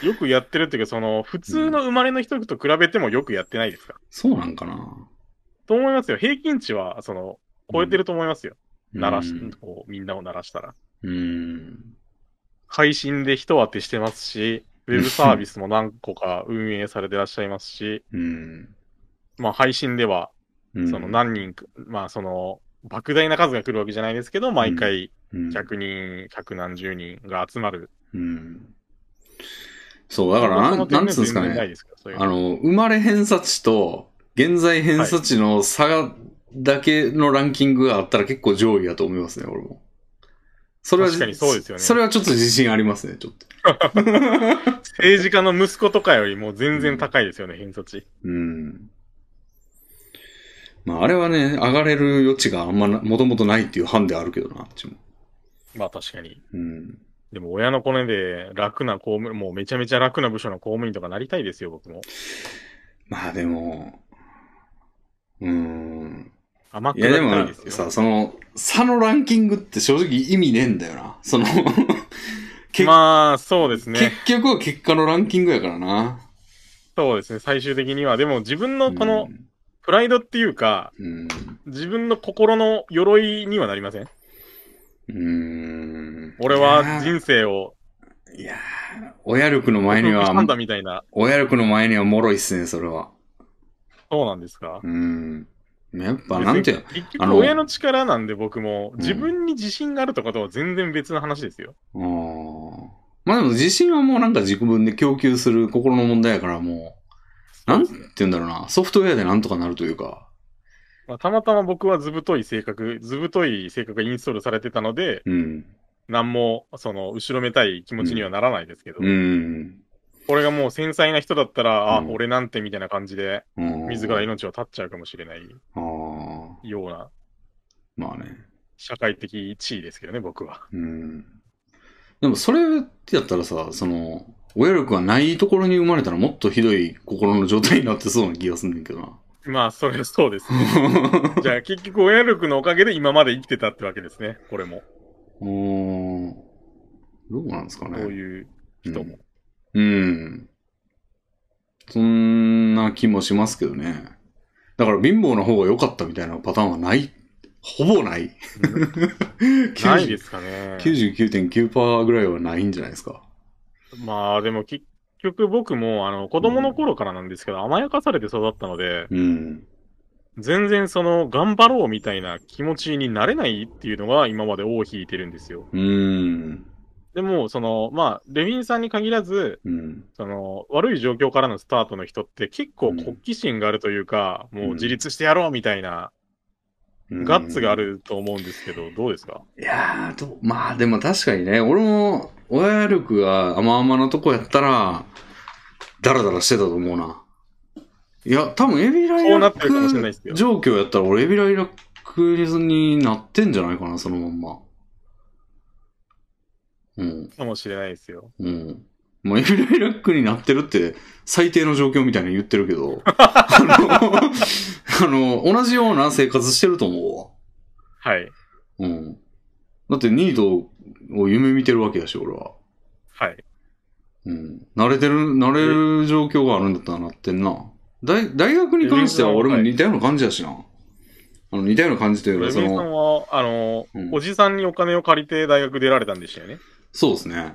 [SPEAKER 2] よくやってるっていうか、その、普通の生まれの人と比べてもよくやってないですか、
[SPEAKER 1] そうなんかな。
[SPEAKER 2] と思いますよ。平均値は、その、超えてると思いますよ。鳴らし
[SPEAKER 1] うん、
[SPEAKER 2] こう、みんなを鳴らしたら。
[SPEAKER 1] うん。
[SPEAKER 2] 配信で人当てしてますし、ウェブサービスも何個か運営されてらっしゃいます
[SPEAKER 1] *laughs*
[SPEAKER 2] し、
[SPEAKER 1] うん。
[SPEAKER 2] まあ配信では、
[SPEAKER 1] うん
[SPEAKER 2] その、何人か、まあその、莫大な数が来るわけじゃないですけど、毎回
[SPEAKER 1] うん
[SPEAKER 2] 100人、100何十人が集まる。
[SPEAKER 1] うん。そう、だからなん、なんつうんですか
[SPEAKER 2] 全然
[SPEAKER 1] ね
[SPEAKER 2] ない。ですからそういう
[SPEAKER 1] あの、生まれ偏差値と現在偏差値の差が、だけのランキングがあったら結構上位だと思いますね、俺も。それは、
[SPEAKER 2] 確かにそうですよね
[SPEAKER 1] それはちょっと自信ありますね、ちょっと。
[SPEAKER 2] *laughs* 政治家の息子とかよりも全然高いですよね、偏差値。
[SPEAKER 1] うん。まあ、あれはね、上がれる余地があんまな、もともとないっていう判であるけどな、あっちも。
[SPEAKER 2] まあ確かに。
[SPEAKER 1] うん。
[SPEAKER 2] でも親のコネで楽な公務、もうめちゃめちゃ楽な部署の公務員とかなりたいですよ、僕も。
[SPEAKER 1] まあでも、うん。
[SPEAKER 2] 甘く
[SPEAKER 1] いやで
[SPEAKER 2] なりたい
[SPEAKER 1] も
[SPEAKER 2] ですよ。
[SPEAKER 1] さ、その、差のランキングって正直意味ねえんだよな。
[SPEAKER 2] *laughs*
[SPEAKER 1] その、け
[SPEAKER 2] まあ、そうですね。
[SPEAKER 1] 結局は結果のランキングやからな。
[SPEAKER 2] そうですね。最終的には。でも自分のこの
[SPEAKER 1] うん
[SPEAKER 2] プライドっていうか、
[SPEAKER 1] うん。
[SPEAKER 2] 自分の心の鎧にはなりません
[SPEAKER 1] うん。
[SPEAKER 2] 俺は人生を、
[SPEAKER 1] いやー、いやー親力の前には
[SPEAKER 2] なん、だみたいな。
[SPEAKER 1] 親力の前には脆いっすね、それは。
[SPEAKER 2] そうなんですか
[SPEAKER 1] うん。やっぱ、なんていうの
[SPEAKER 2] 結
[SPEAKER 1] あ
[SPEAKER 2] 局
[SPEAKER 1] の
[SPEAKER 2] 親の力なんで僕も、
[SPEAKER 1] ん
[SPEAKER 2] 自分に自信があるとかとは全然別の話ですよ。
[SPEAKER 1] あーまあでも自信はもうなんか自分で供給する心の問題やからもう、なんて言うんだろうな、ソフトウェアでなんとかなるというか。
[SPEAKER 2] まあ、たまたま僕はずぶとい性格、ずぶとい性格がインストールされてたので、
[SPEAKER 1] うん。
[SPEAKER 2] なんも、その、後ろめたい気持ちにはならないですけど、
[SPEAKER 1] うん。
[SPEAKER 2] これがもう繊細な人だったら、あ、
[SPEAKER 1] うん
[SPEAKER 2] 俺なんてみたいな感じで、
[SPEAKER 1] うん
[SPEAKER 2] 自ら命を絶っちゃうかもしれない
[SPEAKER 1] ああ。
[SPEAKER 2] ような
[SPEAKER 1] まあね。
[SPEAKER 2] 社会的地位ですけどね、僕は。
[SPEAKER 1] うん。でもそれってやったらさ、その、親力がないところに生まれたらもっとひどい心の状態になってそうな気がすんねんけどな。 *laughs*
[SPEAKER 2] まあ、それそうですね。じゃあ、結局、親力のおかげで今まで生きてたってわけですね、これも。
[SPEAKER 1] うーん。どうなんですか
[SPEAKER 2] こう
[SPEAKER 1] ね。
[SPEAKER 2] いう人も。
[SPEAKER 1] うん。うん。そんな気もしますけどね。だから貧乏な方が良かったみたいなパターンはない。ほぼない。
[SPEAKER 2] *laughs* ないで
[SPEAKER 1] 90
[SPEAKER 2] すかね。
[SPEAKER 1] 99.9%ぐらいはないんじゃないですか。
[SPEAKER 2] まあ、でも結局僕も、あの、子供の頃からなんですけど、甘やかされて育ったので、
[SPEAKER 1] うん。
[SPEAKER 2] 全然その、頑張ろうみたいな気持ちになれないっていうのが今まで尾を引いてるんですよ。
[SPEAKER 1] うん。
[SPEAKER 2] でも、その、まあ、レビンさんに限らず、
[SPEAKER 1] うん。
[SPEAKER 2] その、悪い状況からのスタートの人って結構
[SPEAKER 1] うん
[SPEAKER 2] 好奇心があるというか、も
[SPEAKER 1] うん
[SPEAKER 2] う自立してやろうみたいな、ガッツがあると思うんですけど、どうですか
[SPEAKER 1] いやーどう、まあでも確かにね、俺も親力が甘々なとこやったら、ダラダラしてたと思うな。いや、多分エビライ
[SPEAKER 2] そう
[SPEAKER 1] ラ
[SPEAKER 2] なってるかもしれないです
[SPEAKER 1] ッ
[SPEAKER 2] よ
[SPEAKER 1] ク状況やったら俺エビライラックになってんじゃないかな、そのまんま。うん、
[SPEAKER 2] かもしれないですよ。
[SPEAKER 1] うん。もうエビライラックになってるって最低の状況みたいに言ってるけ
[SPEAKER 2] *laughs*
[SPEAKER 1] ど、あの、あの同じような生活してると思
[SPEAKER 2] は
[SPEAKER 1] う
[SPEAKER 2] い。
[SPEAKER 1] わ。うん。だってニートを夢見てるわけだし、俺は。
[SPEAKER 2] はい。
[SPEAKER 1] うん。慣れてる、慣れる状況があるんだったらなってんな。大、大学に関しては俺も似たような感じだしな。あの、似たような感じとい
[SPEAKER 2] レ
[SPEAKER 1] う
[SPEAKER 2] ミ
[SPEAKER 1] か、そ
[SPEAKER 2] ーさん
[SPEAKER 1] の、
[SPEAKER 2] は、あの、
[SPEAKER 1] うん
[SPEAKER 2] おじさんにお金を借りて大学出られたんでしたよね。
[SPEAKER 1] そうですね。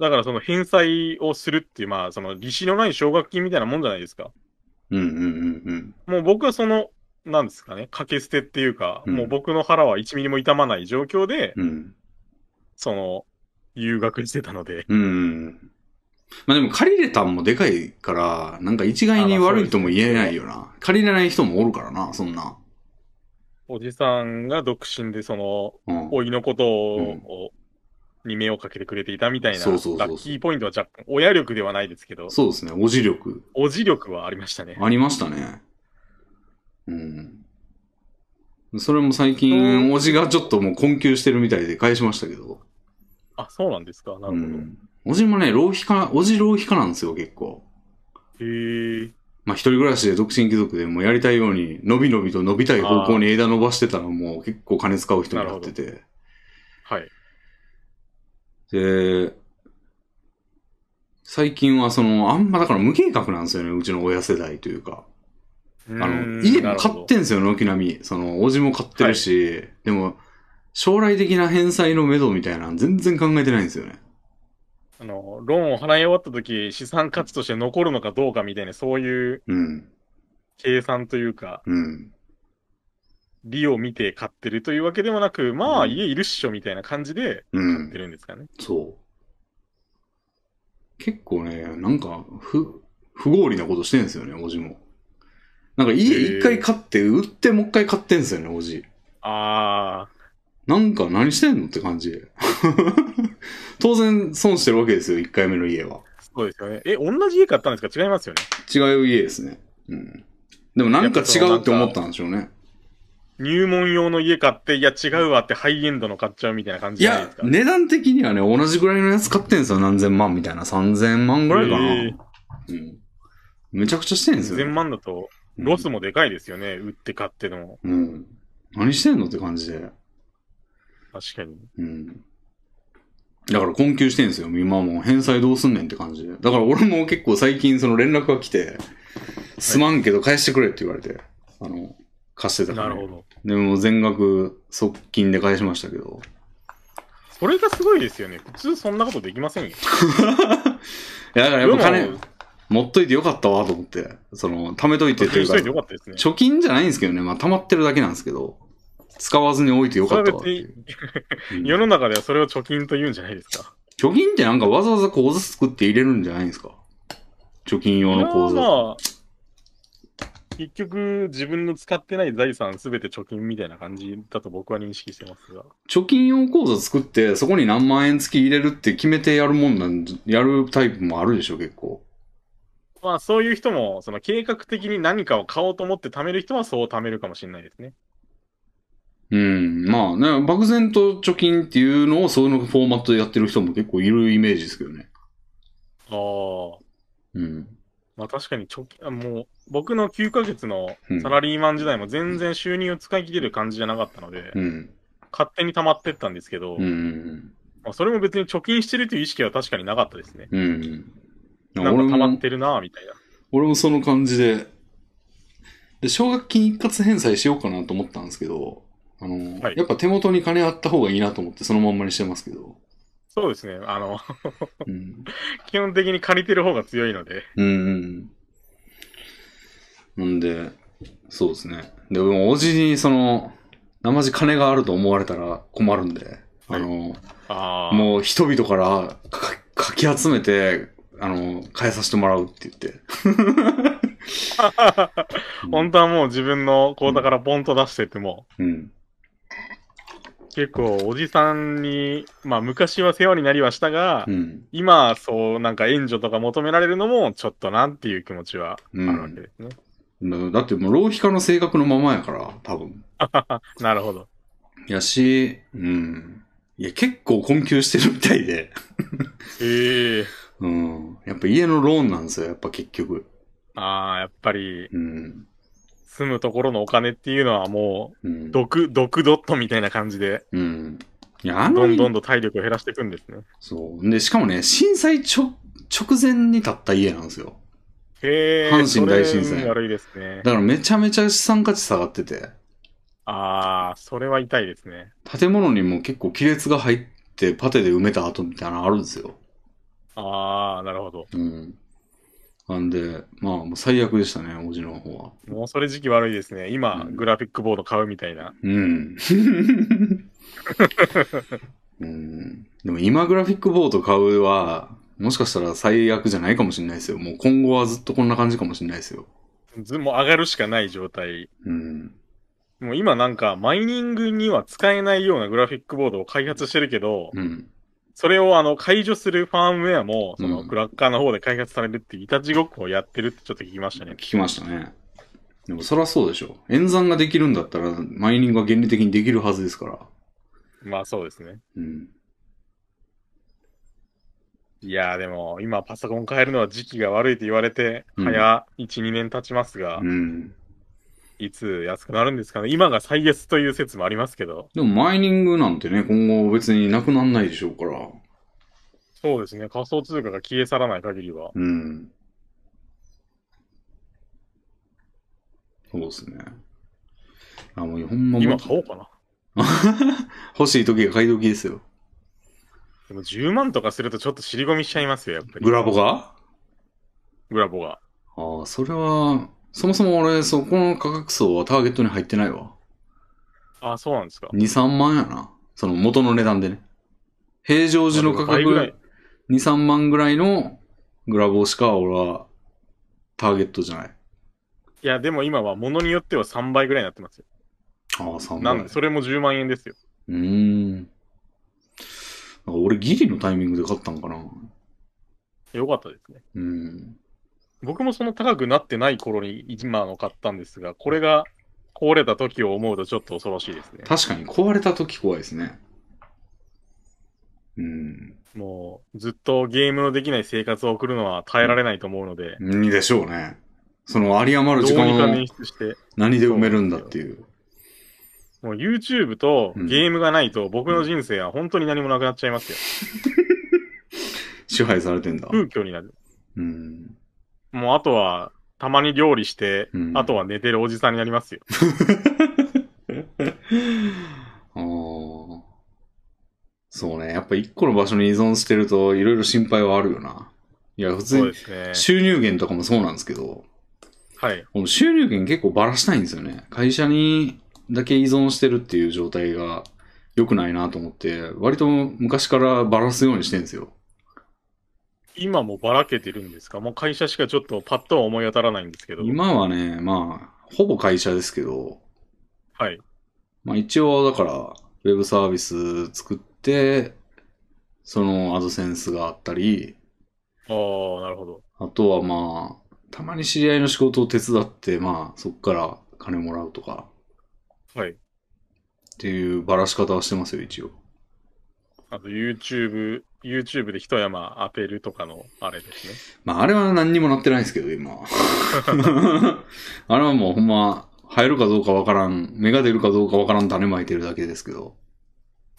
[SPEAKER 2] だからその返済をするっていう、まあ、その利子のない奨学金みたいなもんじゃないですか。
[SPEAKER 1] うんうんうんうん。
[SPEAKER 2] もう僕はその、なんですかね、掛け捨てっていうか、
[SPEAKER 1] うん
[SPEAKER 2] もう僕の腹は1ミリも痛まない状況で、
[SPEAKER 1] うん。
[SPEAKER 2] その、留学してたので。
[SPEAKER 1] うん。まあでも借りれたんもでかいから、なんか一概に悪いとも言えないよな。借りれない人もおるからな、そんな。
[SPEAKER 2] おじさんが独身で、その、
[SPEAKER 1] うん。
[SPEAKER 2] 老いのこと
[SPEAKER 1] うん
[SPEAKER 2] を、に目をかけてくれていたみたいな、
[SPEAKER 1] そうそうそうそう
[SPEAKER 2] ラッキーポイントは若干、親力ではないですけど、
[SPEAKER 1] そうですね、おじ力。
[SPEAKER 2] おじ力はありましたね。
[SPEAKER 1] ありましたね。うん。それも最近、おじがちょっともう困窮してるみたいで返しましたけど。
[SPEAKER 2] あ、そうなんですか。なるほ
[SPEAKER 1] う
[SPEAKER 2] ど。
[SPEAKER 1] ん。おじもね、浪費家、おじ浪費家なんですよ、結構。
[SPEAKER 2] へえ。
[SPEAKER 1] まあ一人暮らしで独身貴族でもうやりたいように、伸び伸びと伸びたい方向に枝伸ばしてたらもう結構金使う人になってて。
[SPEAKER 2] はい。
[SPEAKER 1] で、最近はその、あんまだから無計画なんですよね、うちの親世代というか。
[SPEAKER 2] あ
[SPEAKER 1] あの、家も買ってんすよ、軒並み。その、おじも買ってるし、でも、将来的な返済のめどみたいなの全然考えてないんですよね。
[SPEAKER 2] あの、ローンを払い終わった時、資産価値として残るのかどうかみたいな、そういう
[SPEAKER 1] うん、
[SPEAKER 2] 計算というか、
[SPEAKER 1] うん、
[SPEAKER 2] 利を見て買ってるというわけでもなく、まあ、
[SPEAKER 1] うん
[SPEAKER 2] 家いるっしょみたいな感じで
[SPEAKER 1] う
[SPEAKER 2] 買って
[SPEAKER 1] ん。
[SPEAKER 2] るんですかね。
[SPEAKER 1] そう。結構ね、なんか、不、不合理なことしてんすよね、おじも。なんか家一回買って、売ってもう一回買ってんすよね、おじ。
[SPEAKER 2] あ
[SPEAKER 1] なんか何してんのって感じ。 *laughs* 当然損してるわけですよ、1回目の家は。
[SPEAKER 2] あ、そうですよね。え、同じ家買ったんですか違いますよね。
[SPEAKER 1] 違う家ですね。うん。でもなんか違うって思ったんでしょうね。
[SPEAKER 2] 入門用の家買って、いや、違うわってハイエンドの買っちゃうみたいな感
[SPEAKER 1] い
[SPEAKER 2] じじゃないで
[SPEAKER 1] や
[SPEAKER 2] す、か。
[SPEAKER 1] 値段的にはね、同じぐらいのやつ買ってんすよ、何千万みたいな。三千万ぐらいかな。
[SPEAKER 2] えー
[SPEAKER 1] うん。めちゃくちゃしてんですよ、ね。
[SPEAKER 2] 1000万だと、ロスもでかいですよね。売って買ってのも。
[SPEAKER 1] うん。うん。何してんのって感じで。
[SPEAKER 2] 確かに。
[SPEAKER 1] うん。だから困窮してんすよ。今もう返済どうすんねんって感じで。だから俺も結構最近その連絡が来て、すまんけど返してくれって言われて、あの、貸してたか
[SPEAKER 2] な
[SPEAKER 1] ら、
[SPEAKER 2] る
[SPEAKER 1] ね
[SPEAKER 2] ほ。ど。
[SPEAKER 1] でも全額即金で返しましたけど。
[SPEAKER 2] それがすごいですよね。普通そんなことできませんよ。
[SPEAKER 1] いや、だからやっぱ
[SPEAKER 2] で
[SPEAKER 1] 金
[SPEAKER 2] も、
[SPEAKER 1] 持っといてよかったわと思って、その、貯めといてとい
[SPEAKER 2] 提
[SPEAKER 1] う
[SPEAKER 2] し
[SPEAKER 1] か
[SPEAKER 2] といて、よかったですね。
[SPEAKER 1] 貯金じゃないんですけどね、まあ溜まってるだけなんですけど、使わずに置いてよかったわっていう。うん
[SPEAKER 2] 世の中ではそれを貯金と言うんじゃないですか。
[SPEAKER 1] 貯金ってなんかわざわざ口座作って入れるんじゃないんですか貯金用の口
[SPEAKER 2] いや
[SPEAKER 1] 座。
[SPEAKER 2] まあ、結局自分の使ってない財産すべて貯金みたいな感じだと僕は認識してますが。
[SPEAKER 1] 貯金用口座作って、そこに何万円付き入れるって決めてやるもんなん、やるタイプもあるでしょ、結構。
[SPEAKER 2] まあそういう人も、その計画的に何かを買おうと思って貯める人はそう貯めるかもしれないですね。
[SPEAKER 1] うん。まあね、漠然と貯金っていうのをそういうフォーマットでやってる人も結構いるイメージですけどね。
[SPEAKER 2] ああ。
[SPEAKER 1] うん。
[SPEAKER 2] まあ確かに貯金、あもう僕の9ヶ月のサラリーマン時代も全然収入を使い切れる感じじゃなかったので、
[SPEAKER 1] うん。
[SPEAKER 2] 勝手に溜まってったんですけど、
[SPEAKER 1] うんうん。
[SPEAKER 2] まあ、それも別に貯金してるという意識は確かになかったですね。
[SPEAKER 1] うん。
[SPEAKER 2] なんか溜まってるなぁみたいな。
[SPEAKER 1] 俺もその感じで、で、奨学金一括返済しようかなと思ったんですけど、あの、
[SPEAKER 2] はい
[SPEAKER 1] やっぱ手元に金あった方がいいなと思ってそのまんまにしてますけど、
[SPEAKER 2] そうですね。あの、 *laughs*
[SPEAKER 1] うん。
[SPEAKER 2] 基本的に借りてる方が強いので。
[SPEAKER 1] うん。なんで、そうですね。で、もおじにその、なまじ金があると思われたら困るんで、あの、
[SPEAKER 2] ああ。う。
[SPEAKER 1] もう人々からかかき集めて、あの、変えさせてもらうって言
[SPEAKER 2] *laughs*
[SPEAKER 1] って。
[SPEAKER 2] 本当はもう自分の口座からポンと出してっても、
[SPEAKER 1] うん。
[SPEAKER 2] 結構おじさんに、まあ昔は世話になりはしたが、
[SPEAKER 1] うん。
[SPEAKER 2] 今、そう、なんか援助とか求められるのも、ちょっとなっていう気持ちはあるわけです
[SPEAKER 1] う
[SPEAKER 2] ね。
[SPEAKER 1] んだってもう浪費家の性格のままやから、多分。
[SPEAKER 2] なるほど。
[SPEAKER 1] やし、うん。いや、結構困窮してるみたいで。
[SPEAKER 2] ええ
[SPEAKER 1] *laughs* うん。っぱ家のローンなんですよ、やっぱ結局。
[SPEAKER 2] ああ、やっぱり、
[SPEAKER 1] うん。
[SPEAKER 2] 住むところのお金っていうのはも
[SPEAKER 1] うん
[SPEAKER 2] う、。毒、毒ドットみたいな感じで、
[SPEAKER 1] うん。いや、あの、
[SPEAKER 2] どんどんと体力を減らしていくんですね。
[SPEAKER 1] そう。で、しかもね、震災直、直前に建った家なんですよ。
[SPEAKER 2] へえ。
[SPEAKER 1] 阪神大震災
[SPEAKER 2] それ運悪いですね。
[SPEAKER 1] だからめちゃめちゃ資産価値下がってて、
[SPEAKER 2] ああ、それは痛いですね。
[SPEAKER 1] 建物にも結構亀裂が入って、パテで埋めた跡みたいなのあるんですよ。
[SPEAKER 2] ああ、なるほど。
[SPEAKER 1] うん。なんで、まあ、もう最悪でしたね、おじの方は。
[SPEAKER 2] もうそれ時期悪いですね。今、
[SPEAKER 1] うん
[SPEAKER 2] グラフィックボード買うみたいな。
[SPEAKER 1] うん。 *laughs* うん、でも今グラフィックボード買うは、もしかしたら最悪じゃないかもしれないですよ。もう今後はずっとこんな感じかもしれないですよ。
[SPEAKER 2] ずもう上がるしかない状態。
[SPEAKER 1] うん。
[SPEAKER 2] もう今なんか、マイニングには使えないようなグラフィックボードを開発してるけど、
[SPEAKER 1] うん。
[SPEAKER 2] それをあの、解除するファームウェアも、その、
[SPEAKER 1] うん
[SPEAKER 2] クラッカーの方で開発されるっていう、いたちごっこをやってるってちょっと聞きましたね
[SPEAKER 1] 聞。きましたね。でもそりゃそうでしょ。演算ができるんだったら、マイニングは原理的にできるはずですから。
[SPEAKER 2] まあそうですね。
[SPEAKER 1] うん。
[SPEAKER 2] いやーでも、今パソコン変えるのは時期が悪いと言われて、
[SPEAKER 1] うん
[SPEAKER 2] 早1、2年経ちますが、
[SPEAKER 1] うん。
[SPEAKER 2] いつ安くなるんですかね。今が最安という説もありますけど、
[SPEAKER 1] でもマイニングなんてね、今後別になくなんないでしょうから。
[SPEAKER 2] そうですね。仮想通貨が消え去らない限りは。
[SPEAKER 1] うん。そうですね。あ、もうほんま
[SPEAKER 2] 今買おうかな。
[SPEAKER 1] 欲しい時が買い時ですよ。
[SPEAKER 2] でも10万とかするとちょっと尻込みしちゃいますよ、やっぱり。
[SPEAKER 1] グラボが
[SPEAKER 2] グラボが。
[SPEAKER 1] ああ、それは、そもそも俺、そこの価格層はターゲットに入ってないわ。
[SPEAKER 2] あそうなんですか。
[SPEAKER 1] 2、3万やな。その元の値段でね。平常時の価
[SPEAKER 2] まあで
[SPEAKER 1] 格
[SPEAKER 2] も倍ぐらい
[SPEAKER 1] 2、3万ぐらいのグラボしか俺はターゲットじゃない。
[SPEAKER 2] いや、でも今は物によっては3倍ぐらいになってますよ。
[SPEAKER 1] ああ、3万。
[SPEAKER 2] なんで、それも10万円ですよ。
[SPEAKER 1] うーん。なんか俺ギリのタイミングで買ったんかな。
[SPEAKER 2] よかったですね。
[SPEAKER 1] うん。
[SPEAKER 2] 僕もその高くなってない頃に今の買ったんですが、これが壊れた時を思うとちょっと恐ろしいですね。
[SPEAKER 1] 確かに壊れた時怖いですね。うん。
[SPEAKER 2] もうずっとゲームのできない生活を送るのは耐えられないと思うので、
[SPEAKER 1] にでしょうね。その有り余る時
[SPEAKER 2] どうにか
[SPEAKER 1] 間を
[SPEAKER 2] 捻出して、
[SPEAKER 1] 何で埋めるんだっていう。
[SPEAKER 2] もう YouTube とゲームがないと僕の人生は本当に何もなくなっちゃいますよ。
[SPEAKER 1] 支配されてんだ。
[SPEAKER 2] 空虚になる。
[SPEAKER 1] うん。
[SPEAKER 2] もうあとは、たまに料理して、
[SPEAKER 1] うん
[SPEAKER 2] あとは寝てるおじさんになりますよ。
[SPEAKER 1] あーそうね。やっぱ一個の場所に依存してるといろいろ心配はあるよな。いや、普通
[SPEAKER 2] そう
[SPEAKER 1] に
[SPEAKER 2] ですね。
[SPEAKER 1] 収入源とかもそうなんですけど、
[SPEAKER 2] はい。
[SPEAKER 1] この収入源結構ばらしたいんですよね。会社にだけ依存してるっていう状態が良くないなと思って、割と昔からばらすようにしてるんですよ。
[SPEAKER 2] 今もばらけてるんですかもう会社しかちょっとパッとは思い当たらないんですけど。
[SPEAKER 1] 今はね、まあ、ほぼ会社ですけど、
[SPEAKER 2] はい。
[SPEAKER 1] まあ一応だから、ウェブサービス作って、そのアドセンスがあったり、
[SPEAKER 2] ああ、なるほど。
[SPEAKER 1] あとはまあ、たまに知り合いの仕事を手伝って、まあそっから金もらうとか
[SPEAKER 2] はい。
[SPEAKER 1] っていうばらし方はしてますよ、一応。
[SPEAKER 2] あと YouTube、YouTube で一山当てるとかのあれですね。
[SPEAKER 1] まあ、あれは何にもなってないんですけど、今。 *laughs* あれはもうほんま、生えるかどうかわからん、芽が出るかどうかわからん種まいてるだけですけど。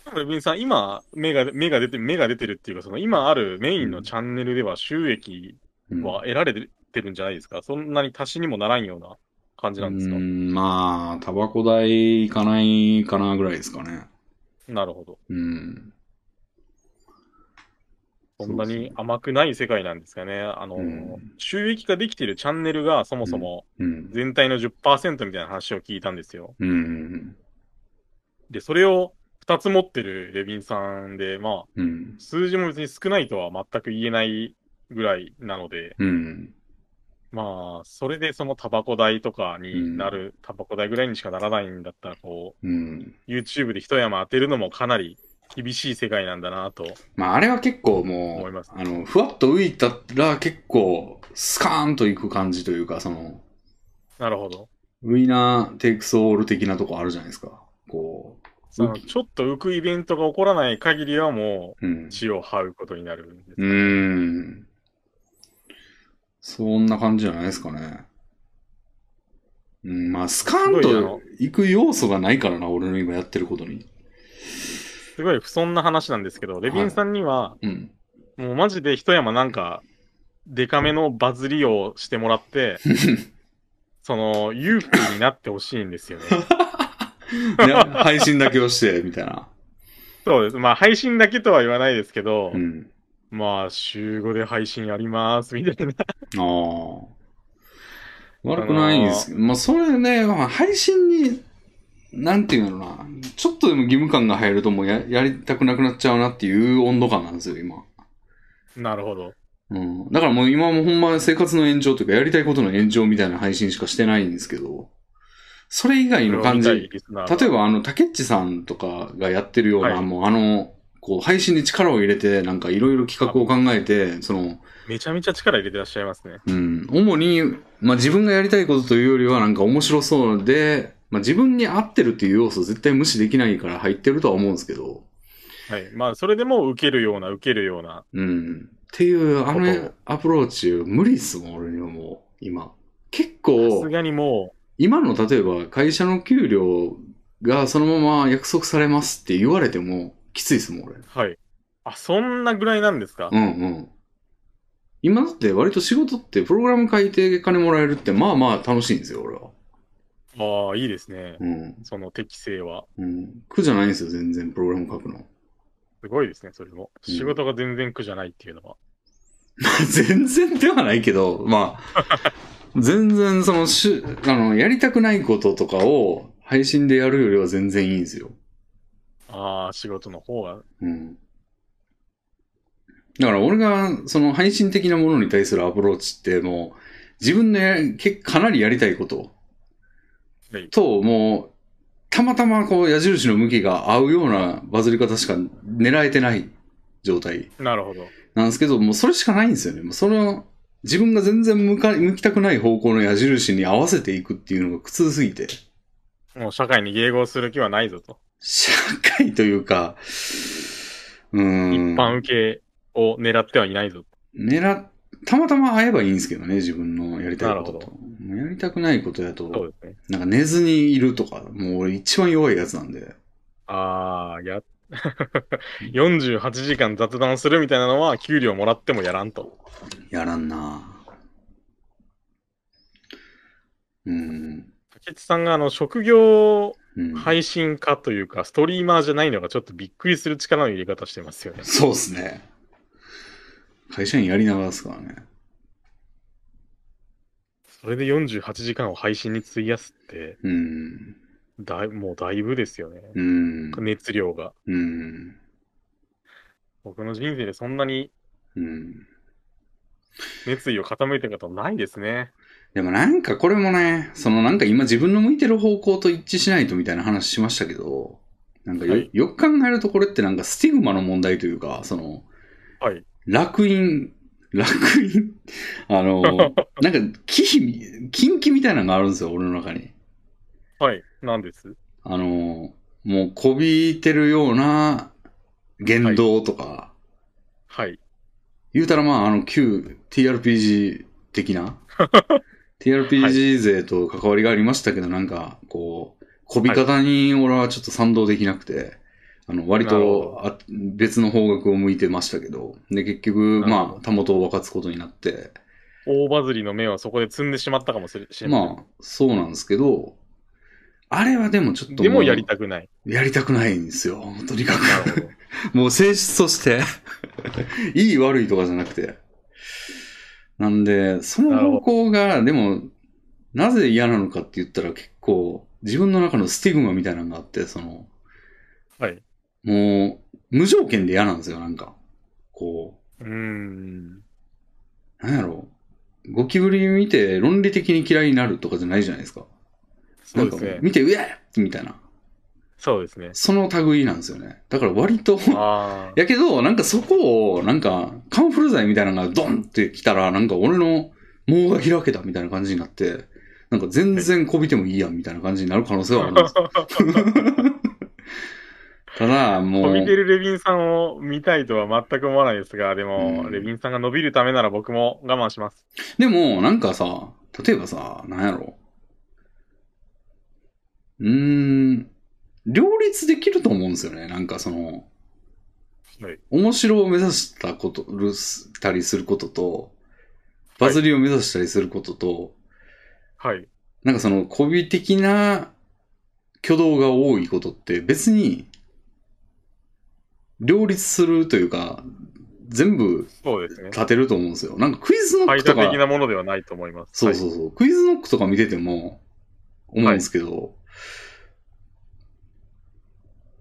[SPEAKER 2] でもレビンさん、今、目が、目が出て、目が出てるっていうか、その今あるメインのチャンネルでは収益
[SPEAKER 1] うん、
[SPEAKER 2] は得られてるんじゃないですか、そんなに足しにもならんような感じなんですか、
[SPEAKER 1] うんまあ、タバコ代いかないかなぐらいですかね。
[SPEAKER 2] なるほど。
[SPEAKER 1] うん。
[SPEAKER 2] そんなに甘くない世界なんですかね。あの、
[SPEAKER 1] うん
[SPEAKER 2] 収益ができてるチャンネルがそもそも
[SPEAKER 1] うん。
[SPEAKER 2] 全体の10%みたいな話を聞いたんですよ。
[SPEAKER 1] うん。
[SPEAKER 2] で、それを2つ持ってるレビンさんで、まあ、
[SPEAKER 1] うん。
[SPEAKER 2] 数字も別に少ないとは全く言えないぐらいなので、
[SPEAKER 1] うん。
[SPEAKER 2] まあ、それでそのタバコ代とかになる、タバコ代ぐらいにしかならないんだったら、こ
[SPEAKER 1] うん。
[SPEAKER 2] う、YouTube で一山当てるのもかなり厳しい世界なんだなと。
[SPEAKER 1] まあ、あれは結構も、
[SPEAKER 2] 思いうます
[SPEAKER 1] あの、ふわっと浮いたら結構、スカーンといく感じというか、その、
[SPEAKER 2] なるほど。
[SPEAKER 1] ウィナーテイクスオール的なとこあるじゃないですか。こ
[SPEAKER 2] そのちょっと浮くイベントが起こらない限りはも
[SPEAKER 1] う。うん
[SPEAKER 2] う、。血を這うことになるんです。
[SPEAKER 1] うーん。そんな感じじゃないですかね。うん、まあ、スカン
[SPEAKER 2] すごいあの
[SPEAKER 1] と行く要素がないからな、俺の今やってることに。
[SPEAKER 2] すごい不損な話なんですけど、レビンさんには、
[SPEAKER 1] うん。
[SPEAKER 2] もうマジで一山なんか、デカめのバズりをしてもらって、その、裕福になってほしいんですよね。
[SPEAKER 1] で、配信だけをして、みたいな。
[SPEAKER 2] そうです。まあ、配信だけとは言わないですけど、
[SPEAKER 1] うん。
[SPEAKER 2] まあ、週5で配信やります、みたいな。
[SPEAKER 1] ああ。悪くないんですけど、まあ、それね、まあ、配信に、なんていうのかな、ちょっとでも義務感が入るともうややりたくなくなっちゃうなっていう温度感なんですよ、今。
[SPEAKER 2] な *laughs* るほど。
[SPEAKER 1] うん。だからもう今はもうほんま生活の延長というか、やりたいことの延長みたいな配信しかしてないんですけど、それ以外の感じ、
[SPEAKER 2] これを見
[SPEAKER 1] 例
[SPEAKER 2] たいリスナーは
[SPEAKER 1] えばあの、竹内さんとかがやってるような、
[SPEAKER 2] はい
[SPEAKER 1] もうあの、こう、配信に力を入れて、なんかいろいろ企画を考えて、その、
[SPEAKER 2] めちゃめちゃ力入れてらっしゃいますね。
[SPEAKER 1] うん、主に、まあ自分がやりたいことというよりはなんか面白そうで、まあ自分に合ってるっていう要素絶対無視できないから入ってるとは思うんですけど、
[SPEAKER 2] はい。まあ、それでも受けるような、受けるような。
[SPEAKER 1] うん。っていう、あ
[SPEAKER 2] こと
[SPEAKER 1] のアプローチ、無理っすもん、俺にはもう、今。結構
[SPEAKER 2] さす、がにも
[SPEAKER 1] 今の例えば会社の給料がそのまま約束されますって言われてもきついですもん俺。
[SPEAKER 2] う、はい。あ、そんなぐらいなんですか、
[SPEAKER 1] うんうん。今だって割と仕事ってプログラム書いて金もらえるってまあまあ楽しいんですよ俺は。
[SPEAKER 2] ああ、いいですね。
[SPEAKER 1] うん。
[SPEAKER 2] その適性は。
[SPEAKER 1] うん。苦じゃないんですよ全然プログラム書くの。 *laughs*
[SPEAKER 2] すごいですね、それも。
[SPEAKER 1] うん
[SPEAKER 2] 仕事が全然苦じゃないっていうのは。
[SPEAKER 1] 全然ではないけど、まあ、全然そのしあの、やりたくないこととかを配信でやるよりは全然いいんですよ。
[SPEAKER 2] ああ、仕事の方が。
[SPEAKER 1] うん。だから俺が、その配信的なものに対するアプローチってもう、自分のやけかなりやりたいこと
[SPEAKER 2] はい
[SPEAKER 1] と、もう、たまたまこう矢印の向きが合うようなバズり方しか狙えてない状態
[SPEAKER 2] なるほど。
[SPEAKER 1] なんですけど、もうそれしかないんですよね。もうその、自分が全然向か、向きたくない方向の矢印に合わせていくっていうのが苦痛すぎて。
[SPEAKER 2] もう社会に迎合する気はないぞと。
[SPEAKER 1] 社会というか、うーん。
[SPEAKER 2] 一般受けを狙ってはいないぞ。
[SPEAKER 1] 狙ったまたま会えばいいんですけどね、自分のやりたいこと
[SPEAKER 2] なる
[SPEAKER 1] と。もうやりたくないことだ
[SPEAKER 2] そ
[SPEAKER 1] と、
[SPEAKER 2] うですね。
[SPEAKER 1] なんか寝ずにいるとか、もう俺一番弱いやつなんで。
[SPEAKER 2] ああ、や、48時間雑談するみたいなのは、給料もらってもやらんと。
[SPEAKER 1] やらんなうん。
[SPEAKER 2] 竹内さんが、あの、職業
[SPEAKER 1] うん。
[SPEAKER 2] 配信家というか、ストリーマーじゃないのがちょっとびっくりする力の入れ方してますよね。
[SPEAKER 1] そうっすね。会社員やりながらですからね。
[SPEAKER 2] それで48時間を配信に費やすって、
[SPEAKER 1] うん。
[SPEAKER 2] だい、もうだいぶですよね。
[SPEAKER 1] うん。
[SPEAKER 2] 熱量が。
[SPEAKER 1] うん。
[SPEAKER 2] 僕の人生でそんなに
[SPEAKER 1] うん。
[SPEAKER 2] 熱意を傾いてる方ないですね。
[SPEAKER 1] でもなんかこれもね、そのなんか今自分の向いてる方向と一致しないとみたいな話しましたけど、なんかよ,、
[SPEAKER 2] はい
[SPEAKER 1] よく考えるとこれってなんかスティグマの問題というか、その、
[SPEAKER 2] はい。
[SPEAKER 1] 楽印、楽印、 *laughs* あ
[SPEAKER 2] *laughs*
[SPEAKER 1] の、なんか忌避、禁忌みたいなのがあるんですよ、俺の中に。
[SPEAKER 2] はい。なんです。
[SPEAKER 1] あの、もうこびてるような言動とか、
[SPEAKER 2] はい。
[SPEAKER 1] 言うたらまあ、あの、旧 TRPG 的
[SPEAKER 2] *laughs*
[SPEAKER 1] な ?TRPG 勢と関わりがありましたけど、なんか、こう、こび方に俺はちょっと賛同できなくて、あの、割
[SPEAKER 2] なるほ
[SPEAKER 1] とあ別の方角を向いてましたけど、で、結局、
[SPEAKER 2] なるほ
[SPEAKER 1] まあ、たもとを分かつことになって、
[SPEAKER 2] 大バズりの目はそこで積んでしまったかもしれしれません。
[SPEAKER 1] まあ、そうなんですけど、あれはでもちょっとう
[SPEAKER 2] でもやりたくない。
[SPEAKER 1] やりたくないんですよ。とにかく。
[SPEAKER 2] な *laughs* るほど。
[SPEAKER 1] もう性質として、いい悪いとかじゃなくて。なんで、その方向が、でも、なぜ嫌なのかって言ったら結構、自分の中のスティグマみたいなのがあって、その、
[SPEAKER 2] はい。
[SPEAKER 1] もう、無条件で嫌なんですよ、なんか。こ
[SPEAKER 2] うーん。
[SPEAKER 1] う、なんやろう。ゴキブリ見て論理的に嫌いになるとかじゃないじゃないですか。
[SPEAKER 2] そうです
[SPEAKER 1] なん
[SPEAKER 2] ね
[SPEAKER 1] か。見て、うやっみたいな。
[SPEAKER 2] そうです
[SPEAKER 1] *laughs*
[SPEAKER 2] ね。
[SPEAKER 1] その類なんですよね。だから割と、
[SPEAKER 2] あ
[SPEAKER 1] やけど、なんかそこを、なんか、カンフル剤みたいなのがドンってきたら、なんか俺の網が開けたみたいな感じになって、なんか
[SPEAKER 2] *laughs*
[SPEAKER 1] 全然こびてもいいやんみたいな感じになる可能性はあるんですよ。
[SPEAKER 2] あ。
[SPEAKER 1] ただ、も
[SPEAKER 2] 飛
[SPEAKER 1] う
[SPEAKER 2] び、出るレビンさんを見たいとは全く思わないですが、でも、
[SPEAKER 1] うん
[SPEAKER 2] レビンさんが伸びるためなら僕も我慢します。
[SPEAKER 1] でも、なんかさ、例えばさ、なんやろう。うーん、両立できると思うんですよね。なんかその、
[SPEAKER 2] はい
[SPEAKER 1] 面白を目指したこと、るすたりすることと、バズりを目指したりすることと、
[SPEAKER 2] はい。
[SPEAKER 1] なんかその、コビ的な挙動が多いことって別に、両立するというか、全部
[SPEAKER 2] そうですね。
[SPEAKER 1] 立てると思うんですよ。なんかクイズノッ
[SPEAKER 2] 排
[SPEAKER 1] クと
[SPEAKER 2] 他的
[SPEAKER 1] か、
[SPEAKER 2] なものではないと思います。
[SPEAKER 1] そうそうそう、クイズノックとか見てても思うんですけど、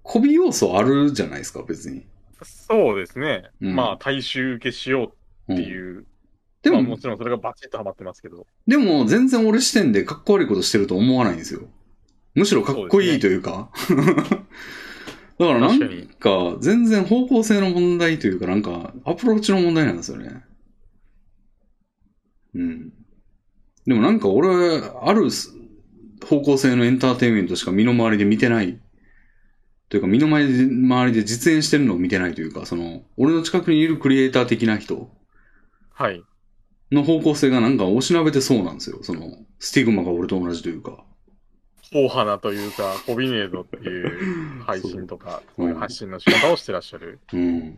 [SPEAKER 1] コビ要素あるじゃないですか、別に。
[SPEAKER 2] はいそうですね。
[SPEAKER 1] うん
[SPEAKER 2] まあ、大衆受けしよ
[SPEAKER 1] う
[SPEAKER 2] うんっていう。
[SPEAKER 1] で
[SPEAKER 2] まあ
[SPEAKER 1] も、
[SPEAKER 2] もちろんそれがバチッとハマってますけど。
[SPEAKER 1] でも全然俺視点でかっこ悪いことしてると思わないんですよ。むしろかっこいいというか。 *laughs* だからなん
[SPEAKER 2] 確
[SPEAKER 1] か全然方向性の問題というかなんかアプローチの問題なんですよね。うん。でもなんか俺、あるす方向性のエンターテインメントしか身の回りで見てない。というか身の回りで周りで実演してるのを見てないというか、その、俺の近くにいるクリエイター的な人。
[SPEAKER 2] はい。
[SPEAKER 1] の方向性がなんかおしなべてそうなんですよ。その、スティグマが俺と同じというか。
[SPEAKER 2] 大花というか、コビネードって
[SPEAKER 1] *laughs*
[SPEAKER 2] いう配信とか、
[SPEAKER 1] そ
[SPEAKER 2] そうういう発信の仕方をしてらっし
[SPEAKER 1] *laughs*
[SPEAKER 2] ゃる。
[SPEAKER 1] うん。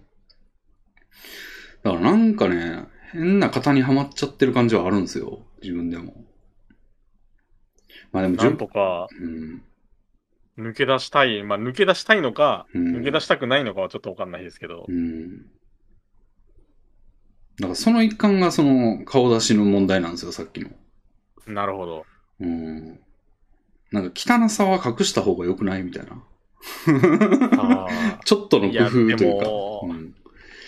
[SPEAKER 1] だからなんかね、変な型にはまっちゃってる感じはあるんですよ。自分でも。まあでも、
[SPEAKER 2] なんとか
[SPEAKER 1] うん。
[SPEAKER 2] 抜け出したい、まあ抜け出したいのか、
[SPEAKER 1] うん
[SPEAKER 2] 抜け出したくないのかはちょっとわかんないですけど
[SPEAKER 1] う、ん。だからその一環がその顔出しの問題なんですよ、さっきの。
[SPEAKER 2] なるほど。
[SPEAKER 1] うん。なんか汚さは隠した方が良くないみたいな。 *laughs*
[SPEAKER 2] あ
[SPEAKER 1] ちょっとの
[SPEAKER 2] ー
[SPEAKER 1] 工
[SPEAKER 2] いや、
[SPEAKER 1] 夫という
[SPEAKER 2] で
[SPEAKER 1] か。う
[SPEAKER 2] も、
[SPEAKER 1] ん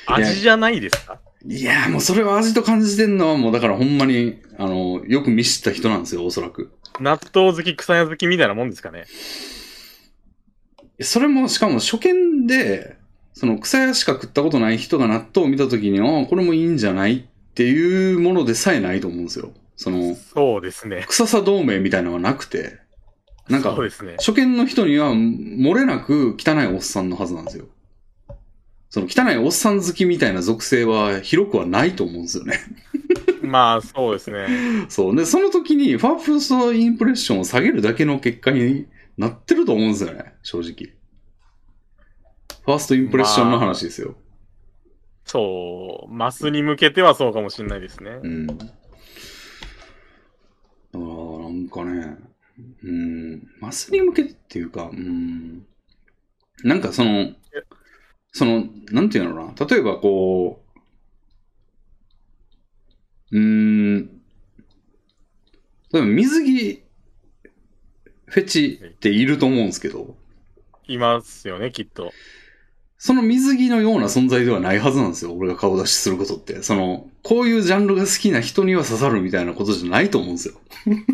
[SPEAKER 2] 味じゃないですか
[SPEAKER 1] いやーもうそれは味と感じてんのはもうだからほんまに、あの、よく見知った人なんですよ、おそらく。
[SPEAKER 2] 納豆好き、草屋好きみたいなもんですかね。
[SPEAKER 1] それもしかも初見で、その草屋しか食ったことない人が納豆を見た時に、ああ、これもいいんじゃないっていうものでさえないと思うんですよ。その、
[SPEAKER 2] そうですね。
[SPEAKER 1] 臭さ同盟みたいなのはなくて、なんか
[SPEAKER 2] そう、ですね。
[SPEAKER 1] 初見の人には漏れなく汚いおっさんのはずなんですよ。その汚いおっさん好きみたいな属性は広くはないと思うんですよね。
[SPEAKER 2] まあ、そうですね。
[SPEAKER 1] そう。で、その時に、ファーフストインプレッションを下げるだけの結果になってると思うんですよね、正直。ファーストインプレッションの話ですよ。
[SPEAKER 2] そう、マスに向けてはそうかもしれないですね。
[SPEAKER 1] うん。だから、なんかね、うん、マスに向けてっていうか、うん、なんかその、その、なんていうのかな、例えばこう、うん、例えば水着フェチっていると思うんですけど、
[SPEAKER 2] いますよね、きっと。
[SPEAKER 1] その水着のような存在ではないはずなんですよ。俺が顔出しすることって。その、こういうジャンルが好きな人には刺さるみたいなことじゃないと思うんですよ。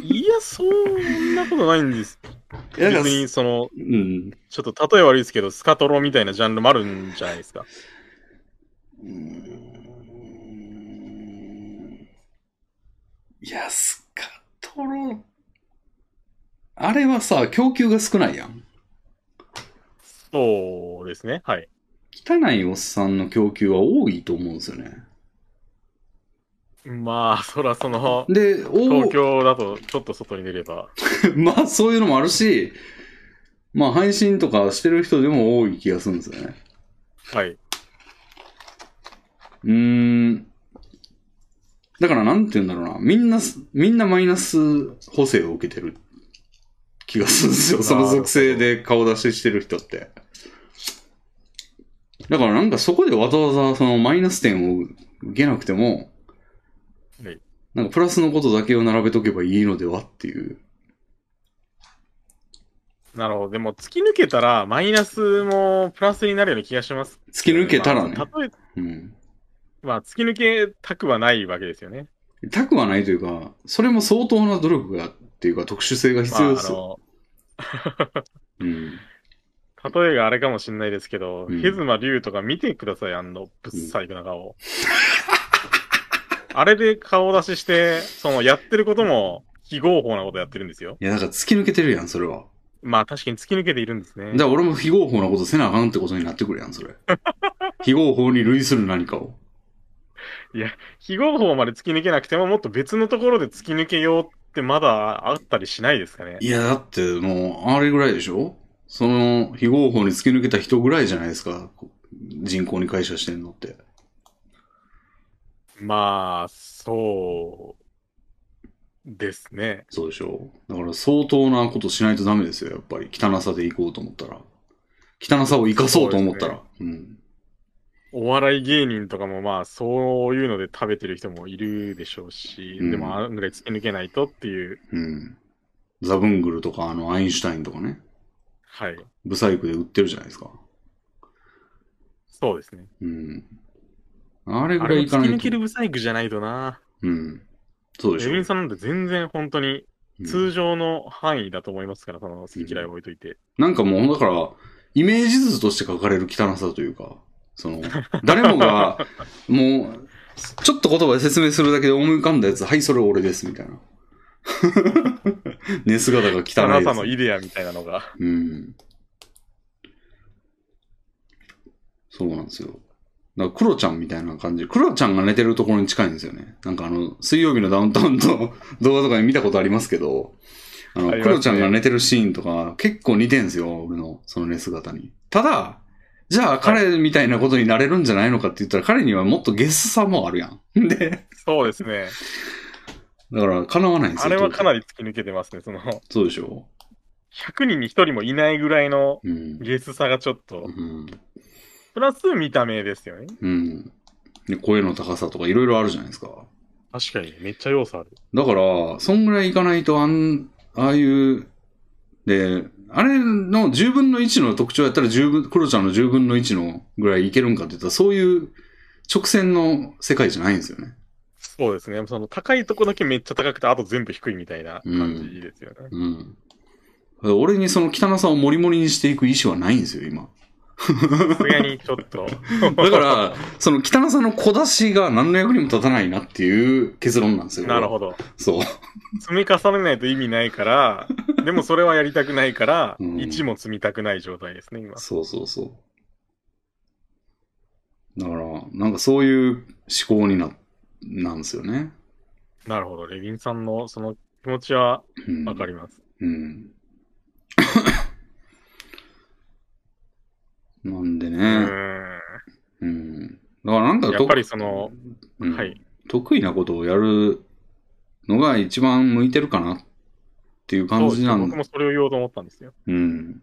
[SPEAKER 2] いや、そんなことないんです。
[SPEAKER 1] いやだ
[SPEAKER 2] 別
[SPEAKER 1] から
[SPEAKER 2] に、その、
[SPEAKER 1] うん。
[SPEAKER 2] ちょっと例え悪いですけど、スカトロみたいなジャンルもあるんじゃないですか。
[SPEAKER 1] いや、スカトロ、あれはさ、供給が少ないやん。
[SPEAKER 2] そうですね。はい。
[SPEAKER 1] 汚いおっさんの供給は多いと思うんですよね。
[SPEAKER 2] まあ、そらその、
[SPEAKER 1] で、多
[SPEAKER 2] 東京だとちょっと外に出れば。
[SPEAKER 1] *laughs* まあそういうのもあるし、まあ配信とかしてる人でも多い気がするんですよね。
[SPEAKER 2] はい。
[SPEAKER 1] うーん。だからなんて言うんだろうな。みんなす、みんなマイナス補正を受けてる気がするんですよ。その属性で顔出ししてる人って。だからなんかそこでわざわざそのマイナス点を受けなくても、
[SPEAKER 2] はい
[SPEAKER 1] なんかプラスのことだけを並べとけばいいのではっていう。
[SPEAKER 2] なるほど。でも、突き抜けたら、マイナスもプラスになるような気がします。
[SPEAKER 1] 突き抜けたらね
[SPEAKER 2] ま。あ例え、
[SPEAKER 1] うん。
[SPEAKER 2] まあ、突き抜けたくはないわけですよね。
[SPEAKER 1] たくはないというか、それも相当な努力がっていうか特殊性が必要ですよ。
[SPEAKER 2] ま
[SPEAKER 1] うん。
[SPEAKER 2] あ、あの、例えがあれかもしれないですけど、
[SPEAKER 1] うん
[SPEAKER 2] ヘズマ竜とか見てください、あの、ぶっさいくな顔。 *laughs* あれで顔出しして、その、やってることも、非合法なことやってるんですよ。
[SPEAKER 1] いや、だから突き抜けてるやん、それは。
[SPEAKER 2] まあ確かに突き抜けているんですね。
[SPEAKER 1] じゃあ俺も非合法なことせなあかんってことになってくるやん、それ。 *laughs* 非合法に類する何かを。
[SPEAKER 2] 非合法まで突き抜けなくても、もっと別のところで突き抜けようってまだあったりしないですかね。
[SPEAKER 1] いや、だってもう、あれぐらいでしょその、非合法に突き抜けた人ぐらいじゃないですか。人口に会社してんのって。
[SPEAKER 2] まあ、そうですね。
[SPEAKER 1] そうでしょだから相当なことしないとダメですよ、やっぱり。汚さで行こうと思ったら。汚さを生かそうと思ったら。うん。
[SPEAKER 2] お笑い芸人とかもまあ、そういうので食べてる人もいるでしょうし、
[SPEAKER 1] うん
[SPEAKER 2] でもあんぐらい突き抜けないとっていう、
[SPEAKER 1] うん。ザブングルとか、あの、アインシュタインとかね。
[SPEAKER 2] はい。
[SPEAKER 1] ブサイクで売ってるじゃないですか。
[SPEAKER 2] そうですね。
[SPEAKER 1] うん。あれぐ
[SPEAKER 2] あ
[SPEAKER 1] ら
[SPEAKER 2] れ
[SPEAKER 1] い
[SPEAKER 2] を
[SPEAKER 1] 行か
[SPEAKER 2] 突
[SPEAKER 1] な
[SPEAKER 2] き
[SPEAKER 1] い
[SPEAKER 2] 抜
[SPEAKER 1] と
[SPEAKER 2] け。るブサイクじゃないとな。
[SPEAKER 1] うん。そうで
[SPEAKER 2] レ
[SPEAKER 1] しょ
[SPEAKER 2] ビンさんなんて全然本当に
[SPEAKER 1] うん
[SPEAKER 2] 通常の範囲だと思いますから、その好き嫌いを置いといて。
[SPEAKER 1] なんかもう、だから、イメージ図として書かれる汚さというか、その、誰もが、もう、ちょっと言葉で説明するだけで思い浮かんだやつ、はい、それ俺です、みたいな。 *laughs* 寝姿が汚
[SPEAKER 2] 汚
[SPEAKER 1] い
[SPEAKER 2] さ
[SPEAKER 1] で
[SPEAKER 2] の
[SPEAKER 1] す。
[SPEAKER 2] イデアみたいなのが。
[SPEAKER 1] うん。そうなんですよ。だから、クロちゃんみたいな感じ。クロちゃんが寝てるところに近いんですよね。なんかあの、水曜日のダウンタウンの動画と *laughs* かに見たことありますけど、あの、
[SPEAKER 2] ありますね
[SPEAKER 1] クロちゃんが寝てるシーンとか、結構似てんですよ、俺の、その寝姿に。ただ、じゃあ彼みたいなことになれるんじゃないのかって言ったら、彼にはもっとゲスさもあるやん。 *laughs* で、
[SPEAKER 2] そうで
[SPEAKER 1] *laughs*
[SPEAKER 2] すね。
[SPEAKER 1] だから、叶わないんです
[SPEAKER 2] あ
[SPEAKER 1] よ。
[SPEAKER 2] れはかな
[SPEAKER 1] り。
[SPEAKER 2] り突き抜けてますね。その、
[SPEAKER 1] そうでしょ
[SPEAKER 2] 100人に1人もいないぐらいの
[SPEAKER 1] う。うん。
[SPEAKER 2] ゲスさがちょっと
[SPEAKER 1] う、ん。
[SPEAKER 2] プラス見た目ですよね。
[SPEAKER 1] うん。で、声の高さとかいろいろあるじゃないですか。
[SPEAKER 2] 確かに、めっちゃ要素ある。
[SPEAKER 1] だから、そんぐらいいかないと、あん、ああいう、で、あれの10分の1の特徴やったら10分、クロちゃんの10分の1のぐらいいけるんかって言ったら、そういう直線の世界じゃないんですよね。
[SPEAKER 2] そうですね。その高いとこだけめっちゃ高くて、あと全部低いみたいな感じですよね。 *laughs*
[SPEAKER 1] うん。俺にその汚さをモリモリにしていく意思はないんですよ、
[SPEAKER 2] *laughs*
[SPEAKER 1] 今。
[SPEAKER 2] さすがにちょっと。
[SPEAKER 1] だから、その汚さの小出しが何の役にも立たないなっていう結論なんですよ。
[SPEAKER 2] *laughs* なるほ
[SPEAKER 1] ど。
[SPEAKER 2] ど。
[SPEAKER 1] そう。
[SPEAKER 2] 積み重ねないと意味ないから、でもそれはやりたくないから、
[SPEAKER 1] うん
[SPEAKER 2] 1も積みたくない状態ですね、今。
[SPEAKER 1] そうそうそう。だから、なんかそういう思考にな、なんですよね。
[SPEAKER 2] なるほど。レビンさんのその気持ちは
[SPEAKER 1] うん。
[SPEAKER 2] わかります。
[SPEAKER 1] うん。 *coughs* なんで
[SPEAKER 2] う
[SPEAKER 1] ね。
[SPEAKER 2] ん。
[SPEAKER 1] うん。だからなんかと
[SPEAKER 2] やっぱりその、
[SPEAKER 1] うん
[SPEAKER 2] はい。
[SPEAKER 1] 得意なことをやるのが一番向いてるかなっていう感
[SPEAKER 2] そう
[SPEAKER 1] じ
[SPEAKER 2] です
[SPEAKER 1] な
[SPEAKER 2] 僕
[SPEAKER 1] ん
[SPEAKER 2] もそれを言おうと思ったんですよ。
[SPEAKER 1] うん。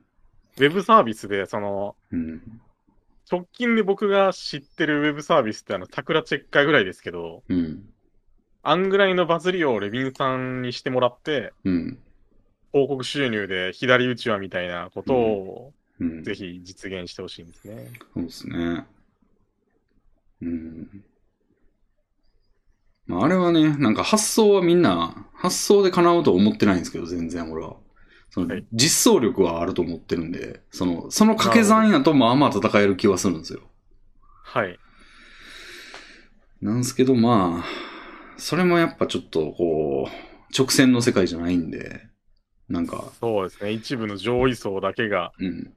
[SPEAKER 2] ウェブサービスで、その、
[SPEAKER 1] うん。
[SPEAKER 2] 直近で僕が知ってるウェブサービスってあの、桜チェッカーぐらいですけど、
[SPEAKER 1] うん。
[SPEAKER 2] あんぐらいのバズりをレビンさんにしてもらって、
[SPEAKER 1] うん。
[SPEAKER 2] 広告収入で左打ち輪みたいなことを、
[SPEAKER 1] うん。
[SPEAKER 2] ぜひ実現してほしいんですね。
[SPEAKER 1] そうですね。うん。まあ、あれはね、なんか発想はみんな、発想で叶うとは思ってないんですけど、全然俺は。その
[SPEAKER 2] はい
[SPEAKER 1] 実装力はあると思ってるんで、その、その掛け算やとまあまあ戦える気はするんですよ。
[SPEAKER 2] はい。
[SPEAKER 1] なんですけど、まあ、それもやっぱちょっとこう、直線の世界じゃないんで、なんか、
[SPEAKER 2] そうですね。一部の上位層だけが
[SPEAKER 1] うん。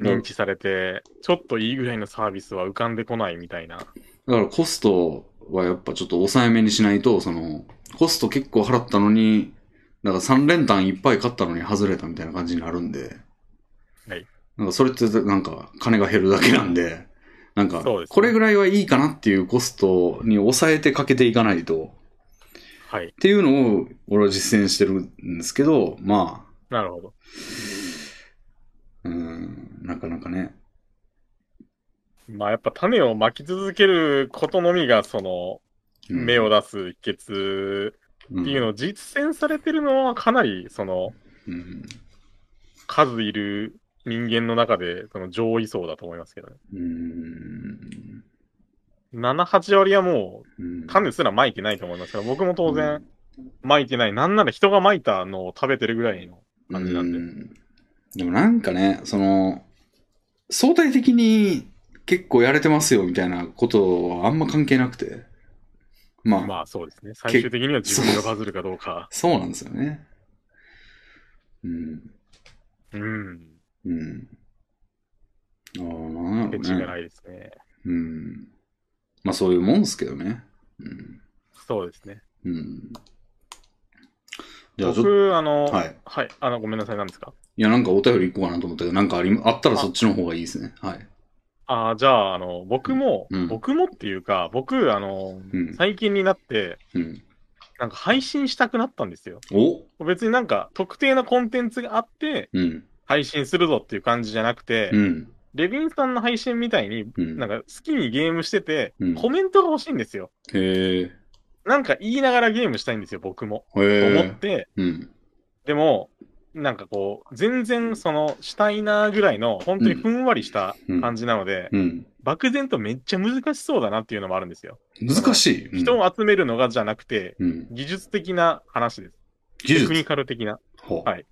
[SPEAKER 2] 認知されて、ちょっといいぐらいのサービスは浮かんでこないみたいな。
[SPEAKER 1] だからコストはやっぱちょっと抑えめにしないと、その、コスト結構払ったのに、だから3連単いっぱい買ったのに外れたみたいな感じになるんで。
[SPEAKER 2] はい。
[SPEAKER 1] なんかそれってなんか金が減るだけなんで、なんか
[SPEAKER 2] そうです、ね
[SPEAKER 1] これぐらいはいいかなっていうコストに抑えてかけていかないと、
[SPEAKER 2] はい
[SPEAKER 1] っ。ていうのを俺は実践してるんですけど、まあ、
[SPEAKER 2] なるほど。
[SPEAKER 1] うーん、なかなかね。
[SPEAKER 2] まあやっぱ種をまき続けることのみが、そ
[SPEAKER 1] う
[SPEAKER 2] の、
[SPEAKER 1] ん
[SPEAKER 2] 芽を出す秘訣っていうのを実践されてるのはかなり、その、
[SPEAKER 1] うんうん
[SPEAKER 2] 数いる人間の中で、その上位層だと思いますけどね。
[SPEAKER 1] うーん
[SPEAKER 2] 7、8割はも
[SPEAKER 1] う
[SPEAKER 2] う、
[SPEAKER 1] ん
[SPEAKER 2] 種すら撒いてないと思いますから、僕も当然、撒いてない。なんなら人が撒いたのを食べてるぐらいの感じなんで。
[SPEAKER 1] うんでもなんかね、その、相対的に結構やれてますよみたいなことはあんま関係なくて。まあ、
[SPEAKER 2] まあそうですね。最終的には自分がバズるかどうか。
[SPEAKER 1] そうなんですよね。うん。
[SPEAKER 2] うん。
[SPEAKER 1] うん。ああ、なんやろ
[SPEAKER 2] ケ
[SPEAKER 1] う
[SPEAKER 2] チが
[SPEAKER 1] ね。
[SPEAKER 2] ないですね。
[SPEAKER 1] うん。まあそういうもんですけどね。うん。
[SPEAKER 2] そうですね。
[SPEAKER 1] うん。じゃあちょっと、
[SPEAKER 2] 僕、あの、
[SPEAKER 1] は
[SPEAKER 2] はいい。あの、ごめんなさい、なんですか
[SPEAKER 1] いやなんかお便り行こうかなと思ったけど、なんかありあったらそっちの方がいいですね。はい。
[SPEAKER 2] ああ、じゃあ、あの、僕も、
[SPEAKER 1] うん
[SPEAKER 2] 僕もっていうか、僕、あの、
[SPEAKER 1] うん。
[SPEAKER 2] 最近になって、
[SPEAKER 1] うん。
[SPEAKER 2] なんか配信したくなったんですよ。
[SPEAKER 1] お
[SPEAKER 2] 別になんか特定のコンテンツがあって、
[SPEAKER 1] うん。
[SPEAKER 2] 配信するぞっていう感じじゃなくて、
[SPEAKER 1] うん。
[SPEAKER 2] レビンさんの配信みたいに、
[SPEAKER 1] うん。
[SPEAKER 2] なんか好きにゲームしてて、
[SPEAKER 1] うん
[SPEAKER 2] コメントが欲しいんですよ。
[SPEAKER 1] へえ。
[SPEAKER 2] なんか言いながらゲームしたいんですよ、僕も。
[SPEAKER 1] へ
[SPEAKER 2] と思っ
[SPEAKER 1] え。
[SPEAKER 2] て、
[SPEAKER 1] うん。
[SPEAKER 2] でも、なんかこう、全然その、したいなぐらいの、本当にふんわりした感じなので、
[SPEAKER 1] うん。
[SPEAKER 2] 漠然とめっちゃ難しそうだなっていうのもあるんですよ。
[SPEAKER 1] 難しい。うん
[SPEAKER 2] 人を集めるのがじゃなくて、
[SPEAKER 1] うん。
[SPEAKER 2] 技術的な話です。
[SPEAKER 1] 技
[SPEAKER 2] テクニ
[SPEAKER 1] 術
[SPEAKER 2] カル的な。
[SPEAKER 1] は
[SPEAKER 2] はい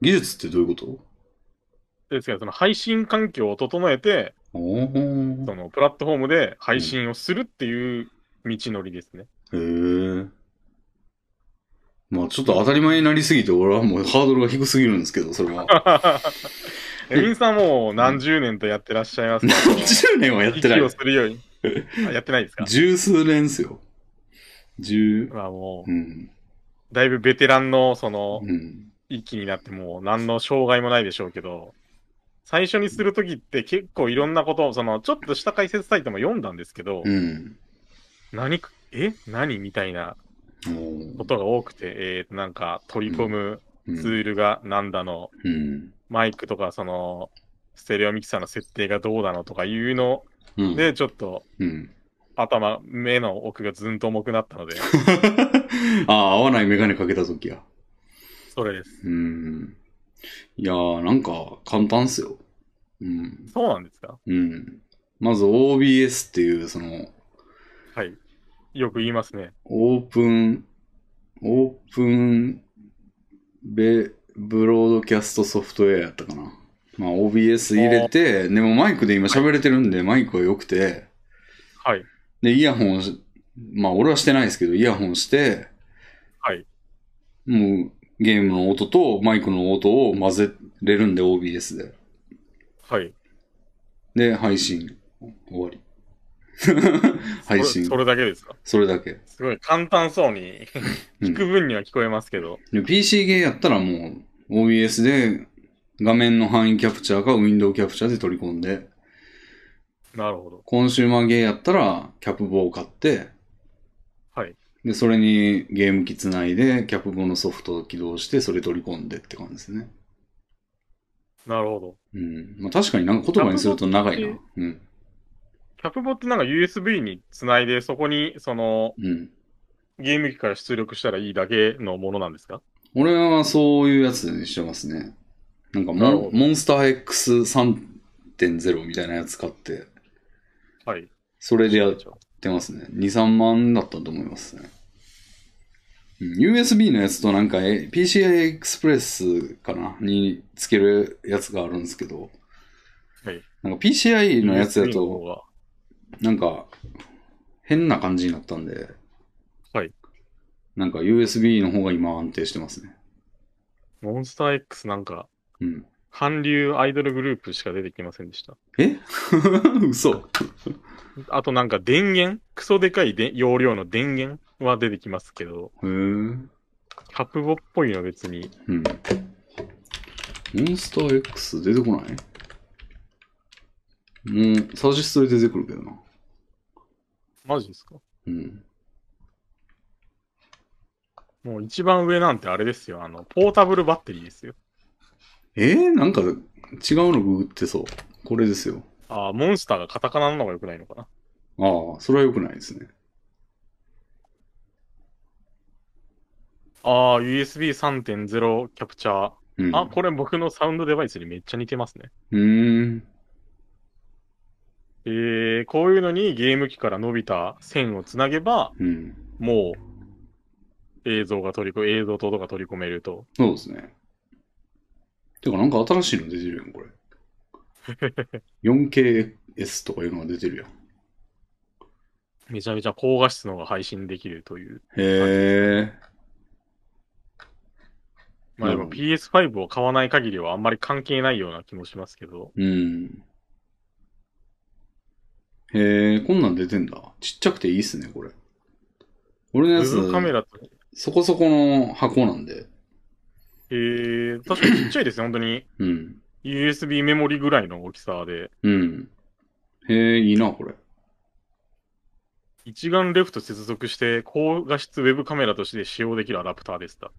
[SPEAKER 1] 技術ってどういうこと
[SPEAKER 2] ですから、その配信環境を整えて、
[SPEAKER 1] おー
[SPEAKER 2] そのプラットフォームで配信をするっていう道のりですね。
[SPEAKER 1] へえ。まあちょっと当たり前になりすぎて、俺はもうハードルが低すぎるんですけど、そ
[SPEAKER 2] *laughs*
[SPEAKER 1] れは。
[SPEAKER 2] エビンさんもう何十年とやってらっしゃいます
[SPEAKER 1] 何
[SPEAKER 2] けど
[SPEAKER 1] 十年はやってな
[SPEAKER 2] 息
[SPEAKER 1] い
[SPEAKER 2] を。するよう
[SPEAKER 1] *laughs*
[SPEAKER 2] に。あやってないですか
[SPEAKER 1] 十数年ですよ。十、
[SPEAKER 2] まあも
[SPEAKER 1] うん。
[SPEAKER 2] う、だいぶベテランの、その、
[SPEAKER 1] うん。
[SPEAKER 2] 域になってもう何の障害もないでしょうけど、最初にするときって結構いろんなことを、その、ちょっとした解説サイトも読んだんですけど、
[SPEAKER 1] うん。
[SPEAKER 2] 何か、え何みたいな
[SPEAKER 1] おー
[SPEAKER 2] ことが多くて、えーと、なんか取り込む
[SPEAKER 1] う
[SPEAKER 2] ツ
[SPEAKER 1] ん
[SPEAKER 2] ールがなんだの、
[SPEAKER 1] うん。
[SPEAKER 2] マイクとか、その、ステレオミキサーの設定がどうだのとかいうの
[SPEAKER 1] うん。
[SPEAKER 2] で、ちょっと
[SPEAKER 1] うん。 *laughs*
[SPEAKER 2] 頭、目の奥がずんと重くなったので、
[SPEAKER 1] ああ、合わないメガネかけたときや。
[SPEAKER 2] それです。
[SPEAKER 1] うん。いやー、なんか簡単っすよ。うん。
[SPEAKER 2] そうなんですか
[SPEAKER 1] うん。まず OBS っていう、その、
[SPEAKER 2] はい。よく言いますね。
[SPEAKER 1] オープン、オープンベ、ブロードキャストソフトウェアやったかな。まあ OBS 入れて、でもマイクで今喋れてるんでマイクは良くて、
[SPEAKER 2] はい。
[SPEAKER 1] で、イヤホンをし、まあ俺はしてないですけど、イヤホンして、
[SPEAKER 2] はい。
[SPEAKER 1] もうゲームの音とマイクの音を混ぜれるんで OBS で。
[SPEAKER 2] はい。
[SPEAKER 1] で、配信終わ
[SPEAKER 2] *laughs*
[SPEAKER 1] り。配信
[SPEAKER 2] それそれだけですか
[SPEAKER 1] それだけ。
[SPEAKER 2] すごい簡単そうに
[SPEAKER 1] うん
[SPEAKER 2] 聞く分には聞こえますけど、
[SPEAKER 1] で PC ゲーやったらもう OBS で画面の範囲キャプチャーか Window キャプチャーで取り込んで、
[SPEAKER 2] なるほど。
[SPEAKER 1] コンシューマーゲーやったらキャプボを買って、
[SPEAKER 2] はい。
[SPEAKER 1] で、それにゲーム機つないで、キャプボのソフトを起動して、それ取り込んでって感じですね。
[SPEAKER 2] なるほど。
[SPEAKER 1] うん。まあ確かになんか言葉にすると長い
[SPEAKER 2] キャ
[SPEAKER 1] な
[SPEAKER 2] プ。
[SPEAKER 1] うん。
[SPEAKER 2] キャプボってなんか USB につないで、そこにその
[SPEAKER 1] うん。
[SPEAKER 2] ゲーム機から出力したらいいだけのものなんですか
[SPEAKER 1] 俺はそういうやつにしてますね。なんか
[SPEAKER 2] なるほ
[SPEAKER 1] モン
[SPEAKER 2] ど
[SPEAKER 1] モンスター X3.0 みたいなやつ買って、
[SPEAKER 2] はい。
[SPEAKER 1] それでや
[SPEAKER 2] あ
[SPEAKER 1] っってますね。2、3万だったと思いますね。うん USB のやつとなんかえ PCI Express かなにつけるやつがあるんですけど、
[SPEAKER 2] はい
[SPEAKER 1] なんか PCI のやつだ
[SPEAKER 2] USB の
[SPEAKER 1] と、
[SPEAKER 2] 方
[SPEAKER 1] なんか変な感じになったんで、
[SPEAKER 2] はい。
[SPEAKER 1] なんか USB の方が今安定してますね。
[SPEAKER 2] がモンスター X なんか、
[SPEAKER 1] うん。
[SPEAKER 2] 韓流アイドルグループしか出てきませんでした。
[SPEAKER 1] え *laughs* 嘘。
[SPEAKER 2] あとなんか電源クソでかいで容量の電源は出てきますけど、
[SPEAKER 1] へえ。うん。
[SPEAKER 2] キャプボっぽいの別に。
[SPEAKER 1] モンスター X 出てこないもう、サジェストで出てくるけどな。
[SPEAKER 2] マジですか
[SPEAKER 1] うん。
[SPEAKER 2] もう一番上なんてあれですよ。あの、ポータブルバッテリーですよ。
[SPEAKER 1] えー、なんか違うのググってそう。これですよ。
[SPEAKER 2] ああ、モンスターがカタカナなのが良くないのかな。
[SPEAKER 1] ああ、それは良くないですね。
[SPEAKER 2] ああ、USB3.0 キャプチャー。
[SPEAKER 1] うん。
[SPEAKER 2] あ、これ僕のサウンドデバイスにめっちゃ似てますね。
[SPEAKER 1] うーん。
[SPEAKER 2] えー、こういうのにゲーム機から伸びた線をつなげば、
[SPEAKER 1] うん。
[SPEAKER 2] もう、映像が取り込、映像と音が取り込めると。
[SPEAKER 1] そうですね。てか、なんか新しいの出てるやん、これ。4KS とかいうのが出てるやん。
[SPEAKER 2] めちゃめちゃ高画質のが配信できるという。
[SPEAKER 1] へえ。
[SPEAKER 2] まあでも PS5 を買わない限りはあんまり関係ないような気もしますけど。
[SPEAKER 1] うん。へえ、こんなん出てんだ。ちっちゃくていいっすね、これ。俺のやつ
[SPEAKER 2] Google、カメラと、
[SPEAKER 1] そこそこの箱なんで。
[SPEAKER 2] えー、確かにちっちゃいですね、本当に。
[SPEAKER 1] うん。
[SPEAKER 2] USB メモリぐらいの大きさで。
[SPEAKER 1] うん。へえ、いいな、これ。
[SPEAKER 2] 一眼レフと接続して、高画質ウェブカメラとして使用できるアダプターでした。
[SPEAKER 1] あ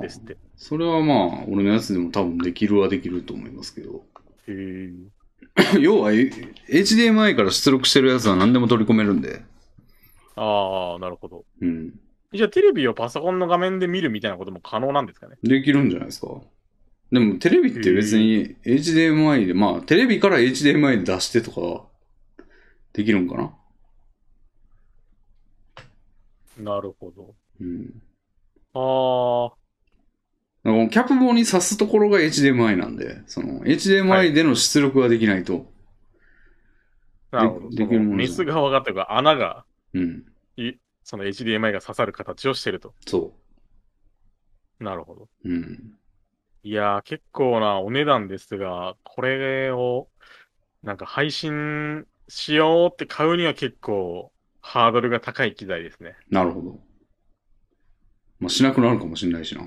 [SPEAKER 2] で
[SPEAKER 1] あ
[SPEAKER 2] す。って。
[SPEAKER 1] それはまあ、俺のやつでも多分できるはできると思いますけど。 *coughs*
[SPEAKER 2] えー、
[SPEAKER 1] 要は、え HDMI から出力してるやつは何でも取り込めるんで。
[SPEAKER 2] ああ、なるほど。
[SPEAKER 1] うん。
[SPEAKER 2] じゃあテレビをパソコンの画面で見るみたいなことも可能なんですかね。
[SPEAKER 1] できるんじゃないですか。でも、テレビって別に HDMI で、まあ、テレビから HDMI で出してとか、できるんかな
[SPEAKER 2] なるほど。
[SPEAKER 1] うん。
[SPEAKER 2] ああ、
[SPEAKER 1] なんかこのキャプ棒に挿すところが HDMI なんで、その、
[SPEAKER 2] は
[SPEAKER 1] HDMI
[SPEAKER 2] い
[SPEAKER 1] での出力ができないと、
[SPEAKER 2] なるほど。
[SPEAKER 1] で
[SPEAKER 2] そ
[SPEAKER 1] できるものじゃな
[SPEAKER 2] の
[SPEAKER 1] い
[SPEAKER 2] メス側がというか穴が、
[SPEAKER 1] うん。
[SPEAKER 2] その HDMI が刺さる形をしてると。
[SPEAKER 1] そ
[SPEAKER 2] なるほど。
[SPEAKER 1] う。うん。
[SPEAKER 2] いやー、結構なお値段ですが、これを、なんか配信しようって買うには結構ハードルが高い機材ですね。
[SPEAKER 1] なるほど。まあ、しなくなるかもしれないしな。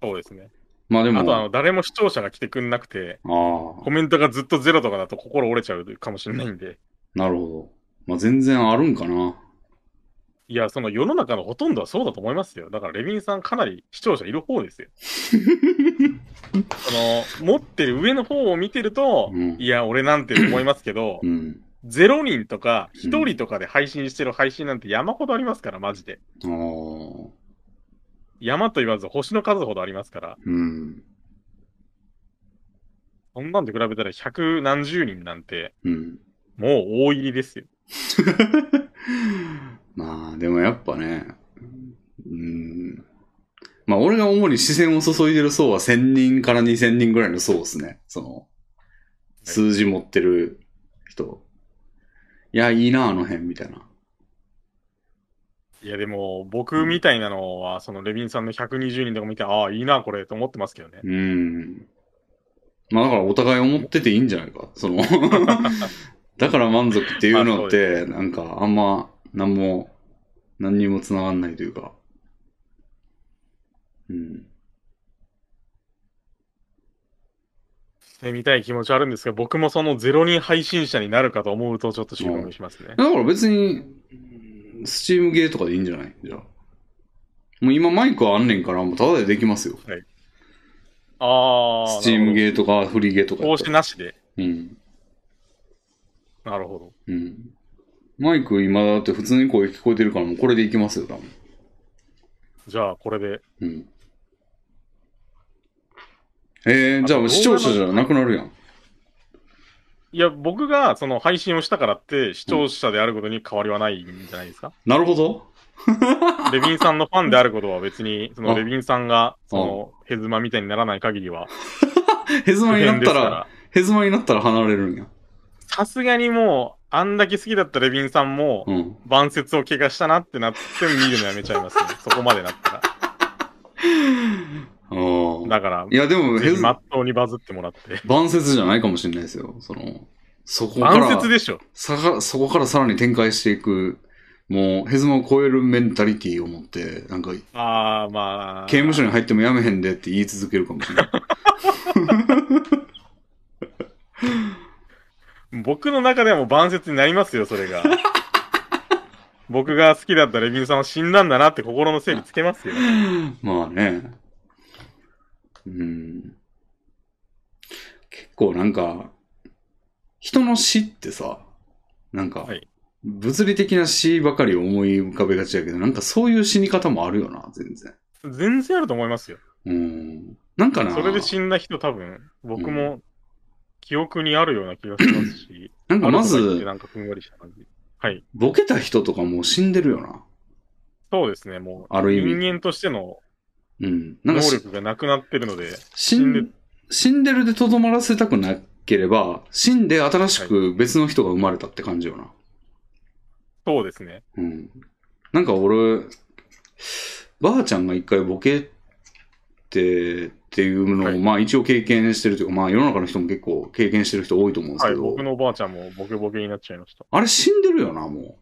[SPEAKER 2] そうですね。
[SPEAKER 1] まあでも、
[SPEAKER 2] あとあの、誰も視聴者が来てくんなくて、
[SPEAKER 1] ああ
[SPEAKER 2] コメントがずっとゼロとかだと心折れちゃうかもしれないんで。
[SPEAKER 1] なるほど。まあ全然あるんかな。
[SPEAKER 2] いや、その世の中のほとんどはそうだと思いますよ。だからレビンさんかなり視聴者いる方です
[SPEAKER 1] *laughs*
[SPEAKER 2] よ。その、持ってる上の方を見てると、
[SPEAKER 1] うん
[SPEAKER 2] いや、俺なんて思いますけど
[SPEAKER 1] う、ん。
[SPEAKER 2] 0人とか1人とかで配信してる配信なんて山ほどありますから、マジで。
[SPEAKER 1] ああ。
[SPEAKER 2] 山と言わず星の数ほどありますから、
[SPEAKER 1] うん。
[SPEAKER 2] そんなんで比べたら百何十人なんて、
[SPEAKER 1] うん。
[SPEAKER 2] もう大入りですよ。
[SPEAKER 1] *laughs* まあでもやっぱね、うん。まあ俺が主に視線を注いでる層は1000人から2000人ぐらいの層ですね。その、数字持ってる人。いや、いいな、あの辺、みたいな。
[SPEAKER 2] いや、でも、僕みたいなのは、そのレビンさんの120人とか見て、ああ、いいな、これ、と思ってますけどね。
[SPEAKER 1] うん。まあだからお互い思ってていいんじゃないか。 *laughs* その、だから満足っていうのって、なんかあんま、なんも、何にも繋がんないというか。うん。
[SPEAKER 2] してみたい気持ちはあるんですが、僕もその0人配信者になるかと思うと、ちょっと心配しますね。
[SPEAKER 1] だから別に、スチームゲーとかでいいんじゃないじゃあ。もう今マイクはあんねんから、もうただでできますよ。
[SPEAKER 2] ああ、
[SPEAKER 1] スチームゲーとかフリーゲーとか。
[SPEAKER 2] 投資なしで。
[SPEAKER 1] うん。
[SPEAKER 2] なるほど。
[SPEAKER 1] うん。マイク今だって普通に声聞こえてるから、もうこれでいきますよ、多分。
[SPEAKER 2] じゃあ、これで。
[SPEAKER 1] うん。えー、じゃあ視聴者じゃなくなるやん。
[SPEAKER 2] いや、僕がその配信をしたからって、視聴者であることに変わりはないんじゃないですか、
[SPEAKER 1] なるほど。
[SPEAKER 2] レビンさんのファンであることは別に、そ
[SPEAKER 1] あ
[SPEAKER 2] のレビンさんが、その、ヘズマみたいにならない限りは、
[SPEAKER 1] ヘズ
[SPEAKER 2] 不
[SPEAKER 1] マにな
[SPEAKER 2] 変
[SPEAKER 1] っ
[SPEAKER 2] です
[SPEAKER 1] た、
[SPEAKER 2] からら。
[SPEAKER 1] ヘズマになったら離れるんや。
[SPEAKER 2] さすがにもう、あんだけ好きだったレビンさんも、
[SPEAKER 1] うん。
[SPEAKER 2] 晩節を怪我したなってなって見るのやめちゃ
[SPEAKER 1] *laughs*
[SPEAKER 2] いますね。そこまでなったら。
[SPEAKER 1] あー
[SPEAKER 2] だから
[SPEAKER 1] い、や、でも、ヘ
[SPEAKER 2] ぜひ
[SPEAKER 1] ズ、
[SPEAKER 2] まっとうにバズってもらって。
[SPEAKER 1] 晩節じゃないかもしれないですよ。その、そこから。
[SPEAKER 2] 晩節でしょ。
[SPEAKER 1] さが、そこからさらに展開していく、もう、ヘズマを超えるメンタリティを持って、なんか、
[SPEAKER 2] ああ、まあ。
[SPEAKER 1] 刑務所に入ってもやめへんでって言い続けるかもしれない。
[SPEAKER 2] 僕の中ではもう晩節になりますよ、
[SPEAKER 1] *laughs*
[SPEAKER 2] それが。僕が好きだったレビンさんは死んだんだなって心の整理つけますよ。 *laughs*
[SPEAKER 1] まあね。うん。結構なんか、人の死ってさ、なんか
[SPEAKER 2] はい、
[SPEAKER 1] 物理的な死ばかりを思い浮かべがちやけど、なんかそういう死に方もあるよな、全然。
[SPEAKER 2] 全然あると思いますよ。
[SPEAKER 1] うん。なんかな、
[SPEAKER 2] それで死んだ人多分、僕も記憶にあるような気がしますし。
[SPEAKER 1] なんかま
[SPEAKER 2] あるとか言って
[SPEAKER 1] ず、
[SPEAKER 2] なんかふんわりした感じ。はい。
[SPEAKER 1] ボケた人とかもう死んでるよな。
[SPEAKER 2] そうですね、も
[SPEAKER 1] あ
[SPEAKER 2] う。
[SPEAKER 1] る意味。
[SPEAKER 2] 人間としての
[SPEAKER 1] うん。なん
[SPEAKER 2] 能
[SPEAKER 1] かし
[SPEAKER 2] 力がなくなってるので、
[SPEAKER 1] 死
[SPEAKER 2] 死んで
[SPEAKER 1] ん死んでるでとどまらせたくなければ、死んで新しく別の人が生まれたって感じよな。
[SPEAKER 2] そうですね。
[SPEAKER 1] うん。なんか俺、ばあちゃんが一回ボケってっていうのを、
[SPEAKER 2] はい
[SPEAKER 1] まあ一応経験してるというか、まあ世の中の人も結構経験してる人多いと思うんです
[SPEAKER 2] は
[SPEAKER 1] け
[SPEAKER 2] い、
[SPEAKER 1] ど、
[SPEAKER 2] 僕のおばあちゃんもボケボケになっちゃいました。
[SPEAKER 1] あれ死んでるよな、も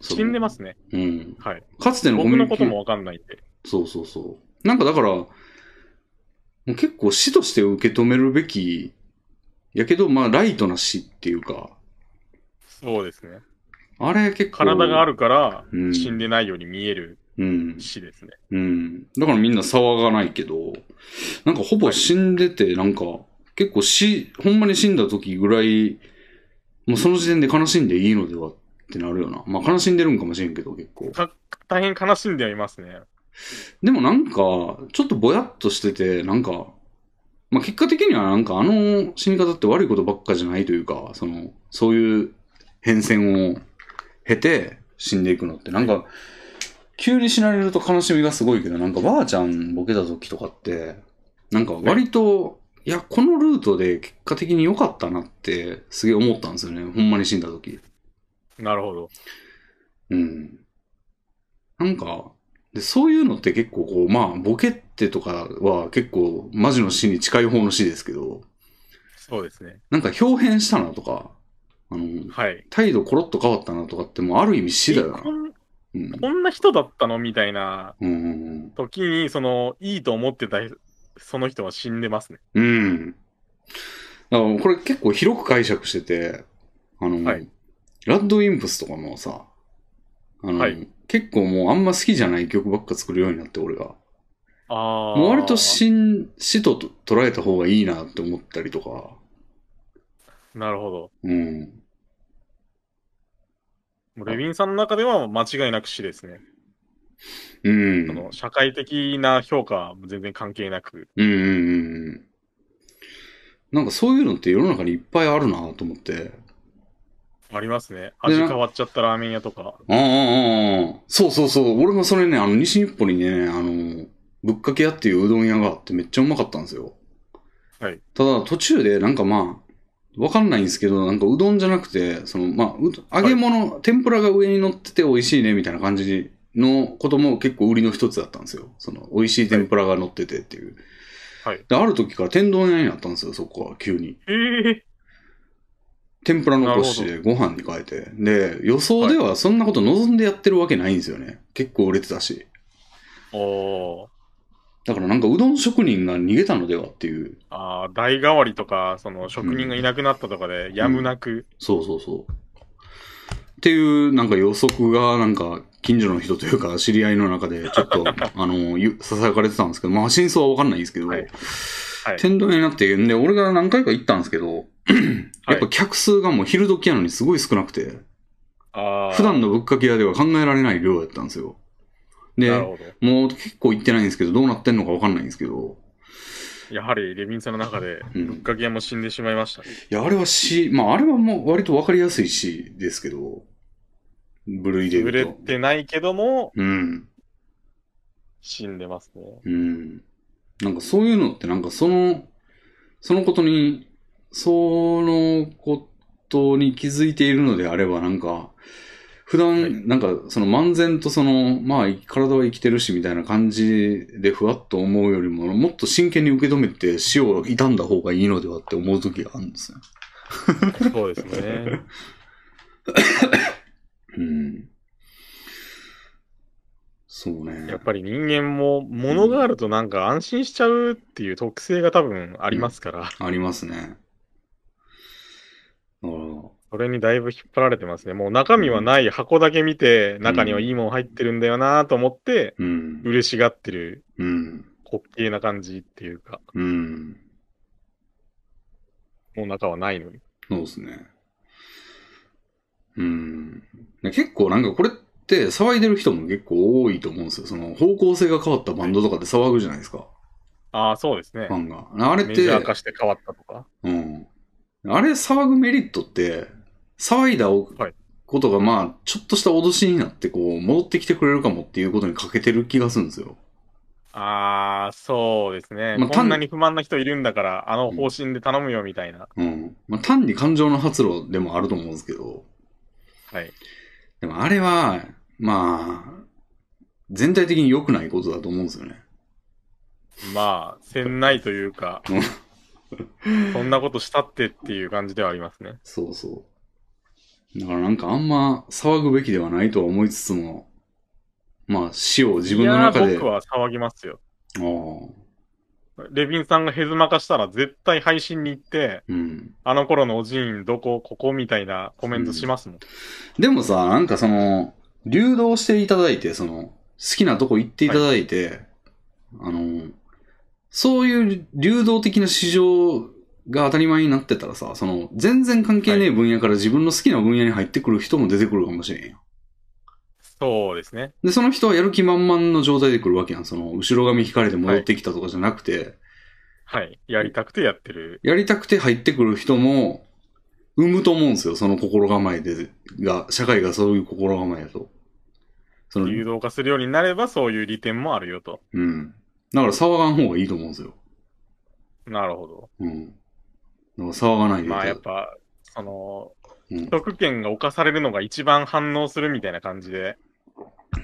[SPEAKER 1] う。。
[SPEAKER 2] 死んでますすね。
[SPEAKER 1] うん。
[SPEAKER 2] はい。
[SPEAKER 1] かつてのコミュ
[SPEAKER 2] 僕の
[SPEAKER 1] ニケー
[SPEAKER 2] こともわかんないんで。
[SPEAKER 1] そうそうそう。なんかだから、もう結構死として受け止めるべき、やけど、まあライトな死っていうか、
[SPEAKER 2] そうですね。
[SPEAKER 1] あれ結構。
[SPEAKER 2] 体があ。るから
[SPEAKER 1] うん
[SPEAKER 2] 死んでないように見える
[SPEAKER 1] うん。
[SPEAKER 2] 死ですね。
[SPEAKER 1] うん。だからみんな騒がないけど、なんかほぼ死んでて、なんか、結構死、ほんまに死んだ時ぐらい、もうその時点で悲しんでいいのではってなるよな。まあ悲しんでるんかもしれんけど、結構。
[SPEAKER 2] た大変悲しんではいますね。
[SPEAKER 1] でもなんか、ちょっとぼやっとしてて、なんか、まあ結果的にはなんかあの死に方って悪いことばっかじゃないというか、その、そういう変遷を経て死んでいくのって、なんか、急に死なれると悲しみがすごいけど、なんかばあちゃんボケた時とかって、なんか割と、いや、このルートで結果的に良かったなってすげえ思ったんですよね。ほんまに死んだ時。
[SPEAKER 2] なるほど。
[SPEAKER 1] うん。なんか、で、そういうのって結構こう、まあ、ボケってとかは結構、マジの死に近い方の死ですけど、
[SPEAKER 2] そうですね。
[SPEAKER 1] なんか表変したなとか、あの、
[SPEAKER 2] はい。
[SPEAKER 1] 態度コロッと変わったなとかってもうある意味死だよ
[SPEAKER 2] え
[SPEAKER 1] な
[SPEAKER 2] こ。ん
[SPEAKER 1] うん。
[SPEAKER 2] こんな人だったのみたいな
[SPEAKER 1] うんうん
[SPEAKER 2] 時に、その、いいと思ってたその人は死んでますね。
[SPEAKER 1] うん。うん。だからこれ結構広く解釈してて、あの、
[SPEAKER 2] はい
[SPEAKER 1] ラッドインプスとかもさ、あの、
[SPEAKER 2] はい
[SPEAKER 1] 結構もうあんま好きじゃない曲ばっか作るようになって俺が。
[SPEAKER 2] ああ。
[SPEAKER 1] もう割と死ん死とと捉えた方がいいなって思ったりとか。
[SPEAKER 2] なるほど。
[SPEAKER 1] うん。
[SPEAKER 2] もうレビンさんの中では間違いなく死ですね。
[SPEAKER 1] うん。
[SPEAKER 2] そ
[SPEAKER 1] うん
[SPEAKER 2] の社会的な評価は全然関係なく。
[SPEAKER 1] うんうんうん。なんかそういうのって世の中にいっぱいあるなと思って。
[SPEAKER 2] ありますね。味変わっちゃったラーメン屋とか。
[SPEAKER 1] ああ、ああああそうそうそう。俺もそれね、あの、西日暮里にね、あの、ぶっかけ屋っていううどん屋があってめっちゃうまかったんですよ。
[SPEAKER 2] はい。
[SPEAKER 1] ただ、途中でなんかまあ、わかんないんですけど、なんかうどんじゃなくて、その、まあ、うど揚げ物、天ぷらが上に乗ってて美味しいねみたいな感じのことも結構売りの一つだったんですよ。その、美味しい天ぷらが乗っててっていう。
[SPEAKER 2] はい。
[SPEAKER 1] で、ある時から天丼屋になったんですよ、そこは、急に。
[SPEAKER 2] ええ
[SPEAKER 1] 天ぷら残し
[SPEAKER 2] な
[SPEAKER 1] でご飯に変えて。で、予想ではそんなこと望んでやってるわけないんですよね。結構売れてたし。
[SPEAKER 2] おー。
[SPEAKER 1] だからなんかうどん職人が逃げたのではっていう。
[SPEAKER 2] ああ、代替わりとか、その職人がいなくなったとかで、やむなく、
[SPEAKER 1] そうそうそう。っていうなんか予測がなんか近所の人というか知り合いの中でちょっ
[SPEAKER 2] *laughs*
[SPEAKER 1] とあの、ゆ囁かれてたんですけど、まあ真相はわかんないんですけど、
[SPEAKER 2] はいはい
[SPEAKER 1] 天丼屋になって、で、俺が何回か行ったんですけど、やっぱ客数がもう昼時やのにすごい少なくて、
[SPEAKER 2] ああ、
[SPEAKER 1] 普段のぶっかけ屋では考えられない量だったんですよ。で、
[SPEAKER 2] なるほど。
[SPEAKER 1] もう結構行ってないんですけど、どうなってんのかわかんないんですけど、
[SPEAKER 2] やはりレビンさんの中で、
[SPEAKER 1] うん
[SPEAKER 2] ぶっかけ屋も死んでしまいましたね。
[SPEAKER 1] いや、あれはし、まあ、あれはもう割とわかりやすいし、ですけど、部類で言
[SPEAKER 2] 売
[SPEAKER 1] う
[SPEAKER 2] れ
[SPEAKER 1] と。
[SPEAKER 2] てないけども、
[SPEAKER 1] うん。
[SPEAKER 2] 死んでますね。 *laughs*
[SPEAKER 1] うん。なんかそういうのって、なんかその、そのことに、そのことに気づいているのであれば、なんか、普
[SPEAKER 2] はい
[SPEAKER 1] 段、なんか、その漫然とその、まあ、体は生きてるし、みたいな感じでふわっと思うよりも、もっと真剣に受け止めて死を悼んだ方がいいのではって思う時があるんですよ。
[SPEAKER 2] そうですね。
[SPEAKER 1] うん。そうね。
[SPEAKER 2] やっぱり人間も物があるとなんか安心しちゃうっていう特性が多分ありますから、
[SPEAKER 1] ありますね。だから
[SPEAKER 2] それにだいぶ引っ張られてますね。もう中身はない箱だけ見て、中にはいいもん入ってるんだよなと思って、
[SPEAKER 1] うん。
[SPEAKER 2] 嬉しがってる
[SPEAKER 1] うん。
[SPEAKER 2] 滑稽な感じっていうか、
[SPEAKER 1] うん。
[SPEAKER 2] もう中はないのに。
[SPEAKER 1] そうですね。うん。で結構なんかこれって騒いでる人も結構多いと思うんですよ。その方向性が変わったバンドとかで騒ぐじゃないですか。
[SPEAKER 2] ああ、そうですね
[SPEAKER 1] ファ。ンが。あれっ
[SPEAKER 2] メジ
[SPEAKER 1] て
[SPEAKER 2] ャー、化して変わったとか。
[SPEAKER 1] うん。あれ騒ぐメリットって、騒いだお
[SPEAKER 2] はい
[SPEAKER 1] ことがまあ、ちょっとした脅しになってこう、戻ってきてくれるかもっていうことに欠けてる気がするんですよ。
[SPEAKER 2] ああ、そうですね。
[SPEAKER 1] まあ単
[SPEAKER 2] こんなに不満な人いるんだから、あの方針で頼むよみたいな。
[SPEAKER 1] うん。まあ、単に感情の発露でもあると思うんですけど、
[SPEAKER 2] はい。
[SPEAKER 1] でもあれは、まあ、全体的に良くないことだと思うんですよね。
[SPEAKER 2] まあ、せんないとい
[SPEAKER 1] *laughs*
[SPEAKER 2] うか
[SPEAKER 1] う、
[SPEAKER 2] そんなことしたってっていう感じではありますね。
[SPEAKER 1] そうそう。だからなんかあんま騒ぐべきではないとは思いつつも、まあ死を自分の中
[SPEAKER 2] い
[SPEAKER 1] で。
[SPEAKER 2] やー僕は騒ぎますよ。
[SPEAKER 1] ああ。
[SPEAKER 2] レビンさんがヘズマ化したら絶対配信に行って、
[SPEAKER 1] うん。
[SPEAKER 2] あの頃のおじいんどこ、ここみたいなコメントしますもん。
[SPEAKER 1] でもさ、なんかその、流動していただいて、その、好きなとこ行っていただいて、あの、そういう流動的な市場が当たり前になってたらさ、その、全然関係ねえ分野から自分の好きな分野に入ってくる人も出てくるかもしれんやん。
[SPEAKER 2] そうですね。
[SPEAKER 1] で、その人はやる気満々の状態で来るわけやん。その、後ろ髪引かれて戻ってきたとかじゃなくて、
[SPEAKER 2] はい。やりたくてやってる。
[SPEAKER 1] やりたくて入ってくる人も、生むと思うんですよ、その心構えで、が、社会がそういう心構えだと。その、
[SPEAKER 2] 誘導化するようになればそういう利点もあるよと。
[SPEAKER 1] うん。だから騒がん方がいいと思うんですよ。
[SPEAKER 2] なるほど。
[SPEAKER 1] うん。だから騒がないでいた
[SPEAKER 2] まあ
[SPEAKER 1] だ
[SPEAKER 2] やっぱ、その、
[SPEAKER 1] うん
[SPEAKER 2] 特権が侵されるのが一番反応するみたいな感じで、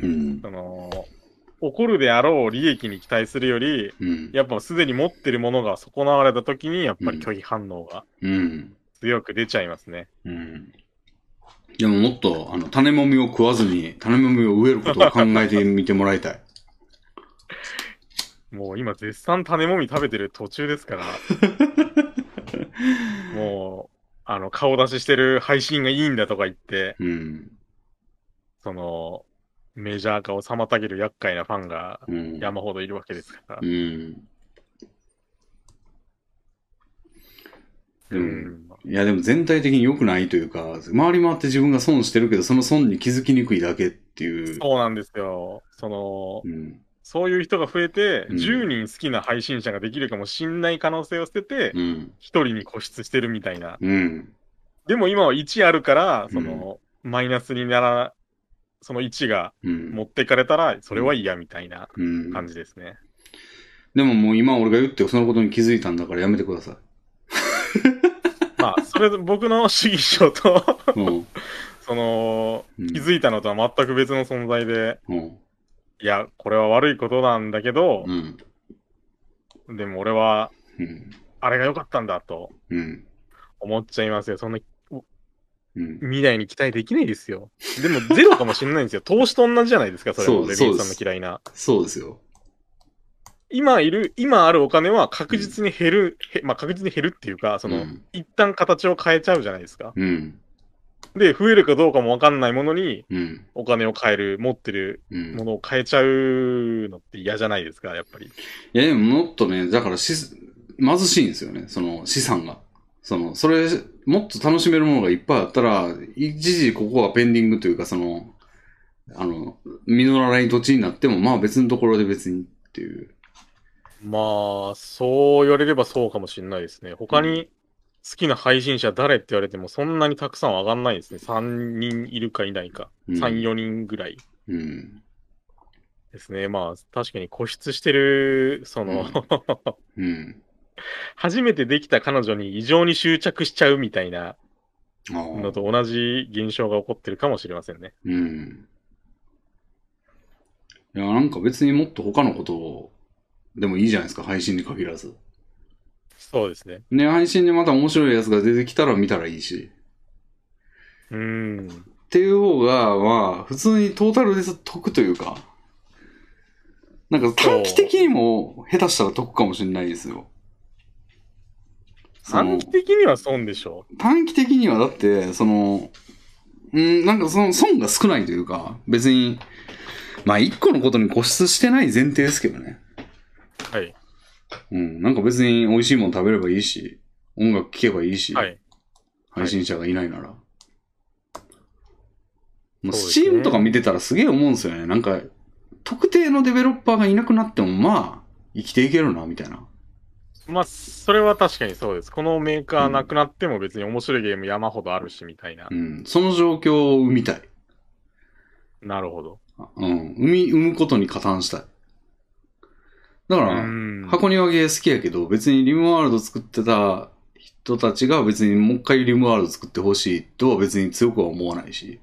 [SPEAKER 1] うん。
[SPEAKER 2] その、怒るであろう利益に期待するより、
[SPEAKER 1] うん。
[SPEAKER 2] やっぱすでに持ってるものが損なわれた時に、やっぱり拒否反応が
[SPEAKER 1] うん。
[SPEAKER 2] 強く出ちゃいますね。
[SPEAKER 1] うん。でももっと、あの、種もみを食わずに、種もみを植えることを考えてみてもらいたい。
[SPEAKER 2] もう今絶賛種もみ食べてる途中です
[SPEAKER 1] *laughs*
[SPEAKER 2] から、もう、あの、顔出ししてる配信がいいんだとか言って、
[SPEAKER 1] うん。
[SPEAKER 2] その、メジャー化を妨げる厄介なファンが
[SPEAKER 1] うん。
[SPEAKER 2] 山ほどいるわけですから
[SPEAKER 1] う。ん。うん。いや、でも全体的に良くないというか、回り回って自分が損してるけど、その損に気づきにくいだけっていう。
[SPEAKER 2] そうなんですよ。その、
[SPEAKER 1] うん。
[SPEAKER 2] そういう人が増えて、
[SPEAKER 1] うん
[SPEAKER 2] 10人好きな配信者ができるかもしんない可能性を捨てて、
[SPEAKER 1] うん。
[SPEAKER 2] 1人に固執してるみたいな。
[SPEAKER 1] うん。
[SPEAKER 2] でも今は1あるから、その、マイナスになら、その1が
[SPEAKER 1] うん。
[SPEAKER 2] 持ってかれたら、それは嫌みたいな
[SPEAKER 1] うん。
[SPEAKER 2] 感じですね。
[SPEAKER 1] でももう今俺が言ってそのことに気づいたんだからやめてください。
[SPEAKER 2] まあ、それ、僕の主義主張と、 *laughs*
[SPEAKER 1] うん。
[SPEAKER 2] その、
[SPEAKER 1] うん
[SPEAKER 2] 気づいたのとは全く別の存在で、
[SPEAKER 1] うん。
[SPEAKER 2] いや、これは悪いことなんだけど、
[SPEAKER 1] うん。
[SPEAKER 2] でも俺は、
[SPEAKER 1] うん。
[SPEAKER 2] あれが良かったんだと
[SPEAKER 1] うん。
[SPEAKER 2] 思っちゃいますよ。そんな
[SPEAKER 1] うん。
[SPEAKER 2] 未来に期待できないですよ。でも、ゼロかもしれないんで
[SPEAKER 1] *laughs*
[SPEAKER 2] すよ。投資と同じじゃないですか、それ
[SPEAKER 1] そ
[SPEAKER 2] も。
[SPEAKER 1] う
[SPEAKER 2] レビ
[SPEAKER 1] そ
[SPEAKER 2] ン
[SPEAKER 1] うで
[SPEAKER 2] さ
[SPEAKER 1] す
[SPEAKER 2] んの嫌いな。
[SPEAKER 1] そうですよ。
[SPEAKER 2] 今いる、今あるお金は確実に減る、へまあ確実に減るっていうか、その、
[SPEAKER 1] うん
[SPEAKER 2] 一旦形を変えちゃうじゃないですか。
[SPEAKER 1] うん。
[SPEAKER 2] で、増えるかどうかもわかんないものに、
[SPEAKER 1] うん。
[SPEAKER 2] お金を変える、持ってる
[SPEAKER 1] うん。
[SPEAKER 2] ものを変えちゃうのって嫌じゃないですか、やっぱり。
[SPEAKER 1] いや、でももっとね、だからし、貧しいんですよね、その資産が。その、それ、もっと楽しめるものがいっぱいあったら、一時ここはペンディングというか、その、あの、実らない土地になっても、まあ別のところで別にっていう。
[SPEAKER 2] まあ、そう言われればそうかもしれないですね。他に好きな配信者誰って言われてもそんなにたくさん上がんないですね。3人いるかいないか。
[SPEAKER 1] うん
[SPEAKER 2] 3、4人ぐらい
[SPEAKER 1] うん。
[SPEAKER 2] ですね。まあ、確かに固執してる、その、
[SPEAKER 1] うん。
[SPEAKER 2] *laughs* 初めてできた彼女に異常に執着しちゃうみたいな
[SPEAKER 1] あ
[SPEAKER 2] の
[SPEAKER 1] あ。
[SPEAKER 2] と同じ現象が起こってるかもしれませんね。
[SPEAKER 1] うん。いや、なんか別にもっと他のことを、でもいいじゃないですか、配信に限らず。
[SPEAKER 2] そうですね。
[SPEAKER 1] ね、配信でまた面白いやつが出てきたら見たらいいし。
[SPEAKER 2] うーん。
[SPEAKER 1] っていう方が、まあ、普通にトータルで得というか、なんか短期的にも下手したら得かもしれないですよ。その
[SPEAKER 2] 短期的には損でしょ
[SPEAKER 1] 短期的にはだって、その、うん、なんかその損が少ないというか、別に、まあ一個のことに固執してない前提ですけどね。
[SPEAKER 2] う。はい。
[SPEAKER 1] うん、なんか別に美味しいもの食べればいいし、音楽聴けばいいし、
[SPEAKER 2] はい。
[SPEAKER 1] 配信者がいないなら。もう
[SPEAKER 2] そうで
[SPEAKER 1] ス
[SPEAKER 2] す
[SPEAKER 1] チ
[SPEAKER 2] ね
[SPEAKER 1] ームとか見てたらすげえ思うんですよね。なんか、特定のデベロッパーがいなくなっても、まあ、生きていけるな、みたいな。
[SPEAKER 2] まあ、それは確かにそうです。このメーカーなくなっても別に面白いゲーム山ほどあるし、みたいな
[SPEAKER 1] う。ん。その状況を生みたい。
[SPEAKER 2] なるほど。
[SPEAKER 1] うん。生み、生むことに加担したい。だか
[SPEAKER 2] う
[SPEAKER 1] ら、
[SPEAKER 2] ん。
[SPEAKER 1] 箱庭芸好きやけど、別にリムワールド作ってた人たちが別にもう一回リムワールド作ってほしいとは別に強くは思わないし。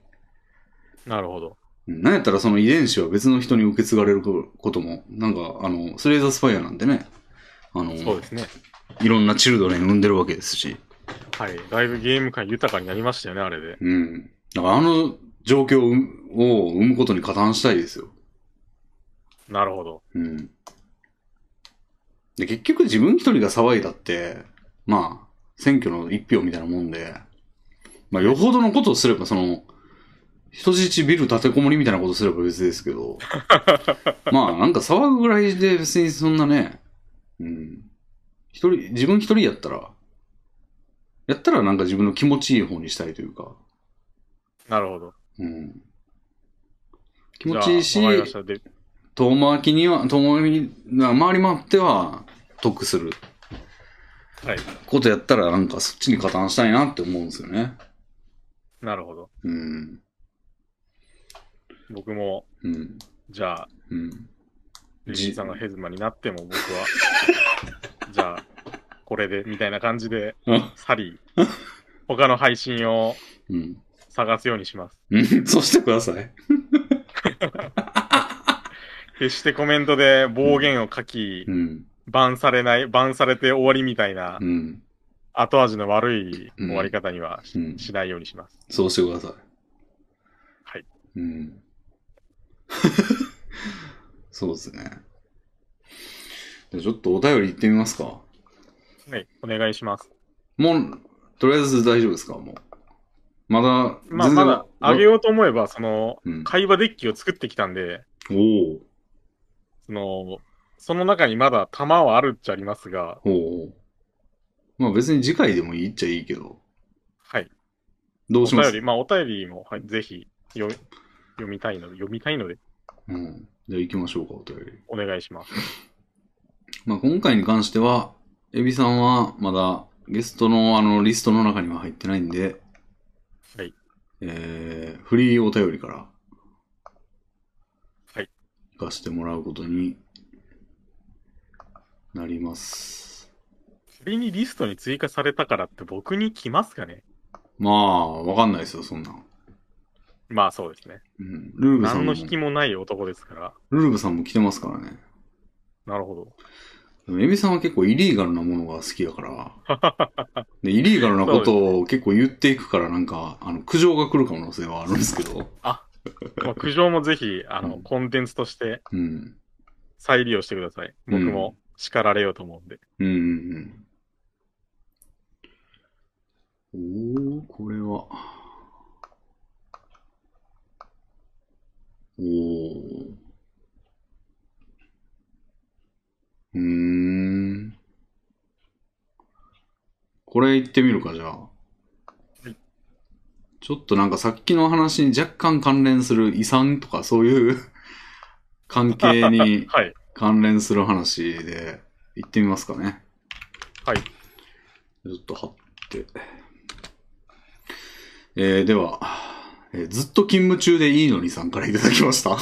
[SPEAKER 2] なるほど。
[SPEAKER 1] うんなんやったらその遺伝子は別の人に受け継がれることも、なんか、あの、スレイザースパイアなんてね、あの、
[SPEAKER 2] そうですね。
[SPEAKER 1] いろんなチルドレン生んでるわけですし、
[SPEAKER 2] はい。だいぶゲーム感豊かになりましたよね、あれで。
[SPEAKER 1] うん。だからあの状況をを生むことに加担したいですよ。
[SPEAKER 2] なるほど。
[SPEAKER 1] うん。で、結局自分一人が騒いだって、まあ、選挙の一票みたいなもんで、まあ、よほどのことをすれば、その、人質ビル立てこもりみたいなことすれば別ですけ
[SPEAKER 2] *laughs*
[SPEAKER 1] ど、まあ、なんか騒ぐぐらいで別にそんなね、うん。一人、自分一人やったら、やったらなんか自分の気持ちいい方にしたいというか、
[SPEAKER 2] なるほど。
[SPEAKER 1] うん。気持ちいいし
[SPEAKER 2] じゃあ、わかりました。で、
[SPEAKER 1] 遠回りには、遠回りに、な回り回っては、得する
[SPEAKER 2] はい。
[SPEAKER 1] ことやったら、なんかそっちに加担したいなって思うんですよね。
[SPEAKER 2] なるほど。
[SPEAKER 1] うん。
[SPEAKER 2] 僕も、
[SPEAKER 1] うん。
[SPEAKER 2] じゃあ、
[SPEAKER 1] うん。
[SPEAKER 2] レジさんがヘズマになっても僕は、
[SPEAKER 1] *laughs*
[SPEAKER 2] じゃあ、これで、みたいな感じで、
[SPEAKER 1] あ
[SPEAKER 2] サリー、他の配信を
[SPEAKER 1] うん。
[SPEAKER 2] 探すようにします。
[SPEAKER 1] うん。 *laughs* そうしてください。
[SPEAKER 2] 決してコメントで暴言を書き
[SPEAKER 1] う、ん。
[SPEAKER 2] バンされない、バンされて終わりみたいな
[SPEAKER 1] う、ん。
[SPEAKER 2] 後味の悪い終わり方にはし,、
[SPEAKER 1] うん。
[SPEAKER 2] ないようにします。
[SPEAKER 1] そうしてください。
[SPEAKER 2] はい。
[SPEAKER 1] うん。 *laughs* そうですね。じゃあちょっとお便り行ってみますか。
[SPEAKER 2] はい、お願いします。
[SPEAKER 1] もう、とりあえず大丈夫ですかもう。まだ、
[SPEAKER 2] まあ、まだ、あげ
[SPEAKER 1] よ
[SPEAKER 2] ようと思えば、その、
[SPEAKER 1] うん。
[SPEAKER 2] 会話デッキを作ってきたんで、
[SPEAKER 1] お
[SPEAKER 2] その、その中にまだ弾はあるっちゃありますが、
[SPEAKER 1] おおうまあ別に次回でもいいっちゃいいけど。
[SPEAKER 2] はい。
[SPEAKER 1] ど
[SPEAKER 2] お
[SPEAKER 1] うしま
[SPEAKER 2] 便
[SPEAKER 1] す
[SPEAKER 2] り、まあ、お便りも、はい、ぜひ、読み、読みたいので、読みたいので、
[SPEAKER 1] うん。じゃあ行きましょうか、お便り。
[SPEAKER 2] お願いします。
[SPEAKER 1] まあ今回に関しては、エビさんはまだゲストのあのリストの中には入ってないんで、
[SPEAKER 2] はい。
[SPEAKER 1] えー、フリーお便りから。
[SPEAKER 2] はい。
[SPEAKER 1] 行かせてもらうことになります。
[SPEAKER 2] それにリストに追加されたからって僕に来ますかね
[SPEAKER 1] まあ、わかんないですよ、そんなん。
[SPEAKER 2] まあそうですね。
[SPEAKER 1] うん。ルーブさん
[SPEAKER 2] 何
[SPEAKER 1] も、
[SPEAKER 2] の
[SPEAKER 1] ル
[SPEAKER 2] 引きもない男ですから。
[SPEAKER 1] ーブさんも来てますからね。
[SPEAKER 2] なるほど。
[SPEAKER 1] でもエビさんは結構イリーガルなものが好きやから。で、イリーガルなことを結構言っていくから、なんか、あの、苦情が来る可能性はあるんですけど。
[SPEAKER 2] まあ、苦情もぜひ、あの、
[SPEAKER 1] うん
[SPEAKER 2] コンテンツとして
[SPEAKER 1] うん。
[SPEAKER 2] 再利用してください。僕も叱られようと思うんで。
[SPEAKER 1] うんうんうん。おー、これは。おー。うーん。これ行ってみるか、じゃあ。
[SPEAKER 2] い
[SPEAKER 1] ちょっとなんかさっきの話に若干関連する遺産とかそういう *laughs* 関係に
[SPEAKER 2] はい。
[SPEAKER 1] 関連する話で行ってみますかね。
[SPEAKER 2] はい
[SPEAKER 1] ちょっと貼って。えー、では、えーずっと勤務中でいいのにさんからいただきました。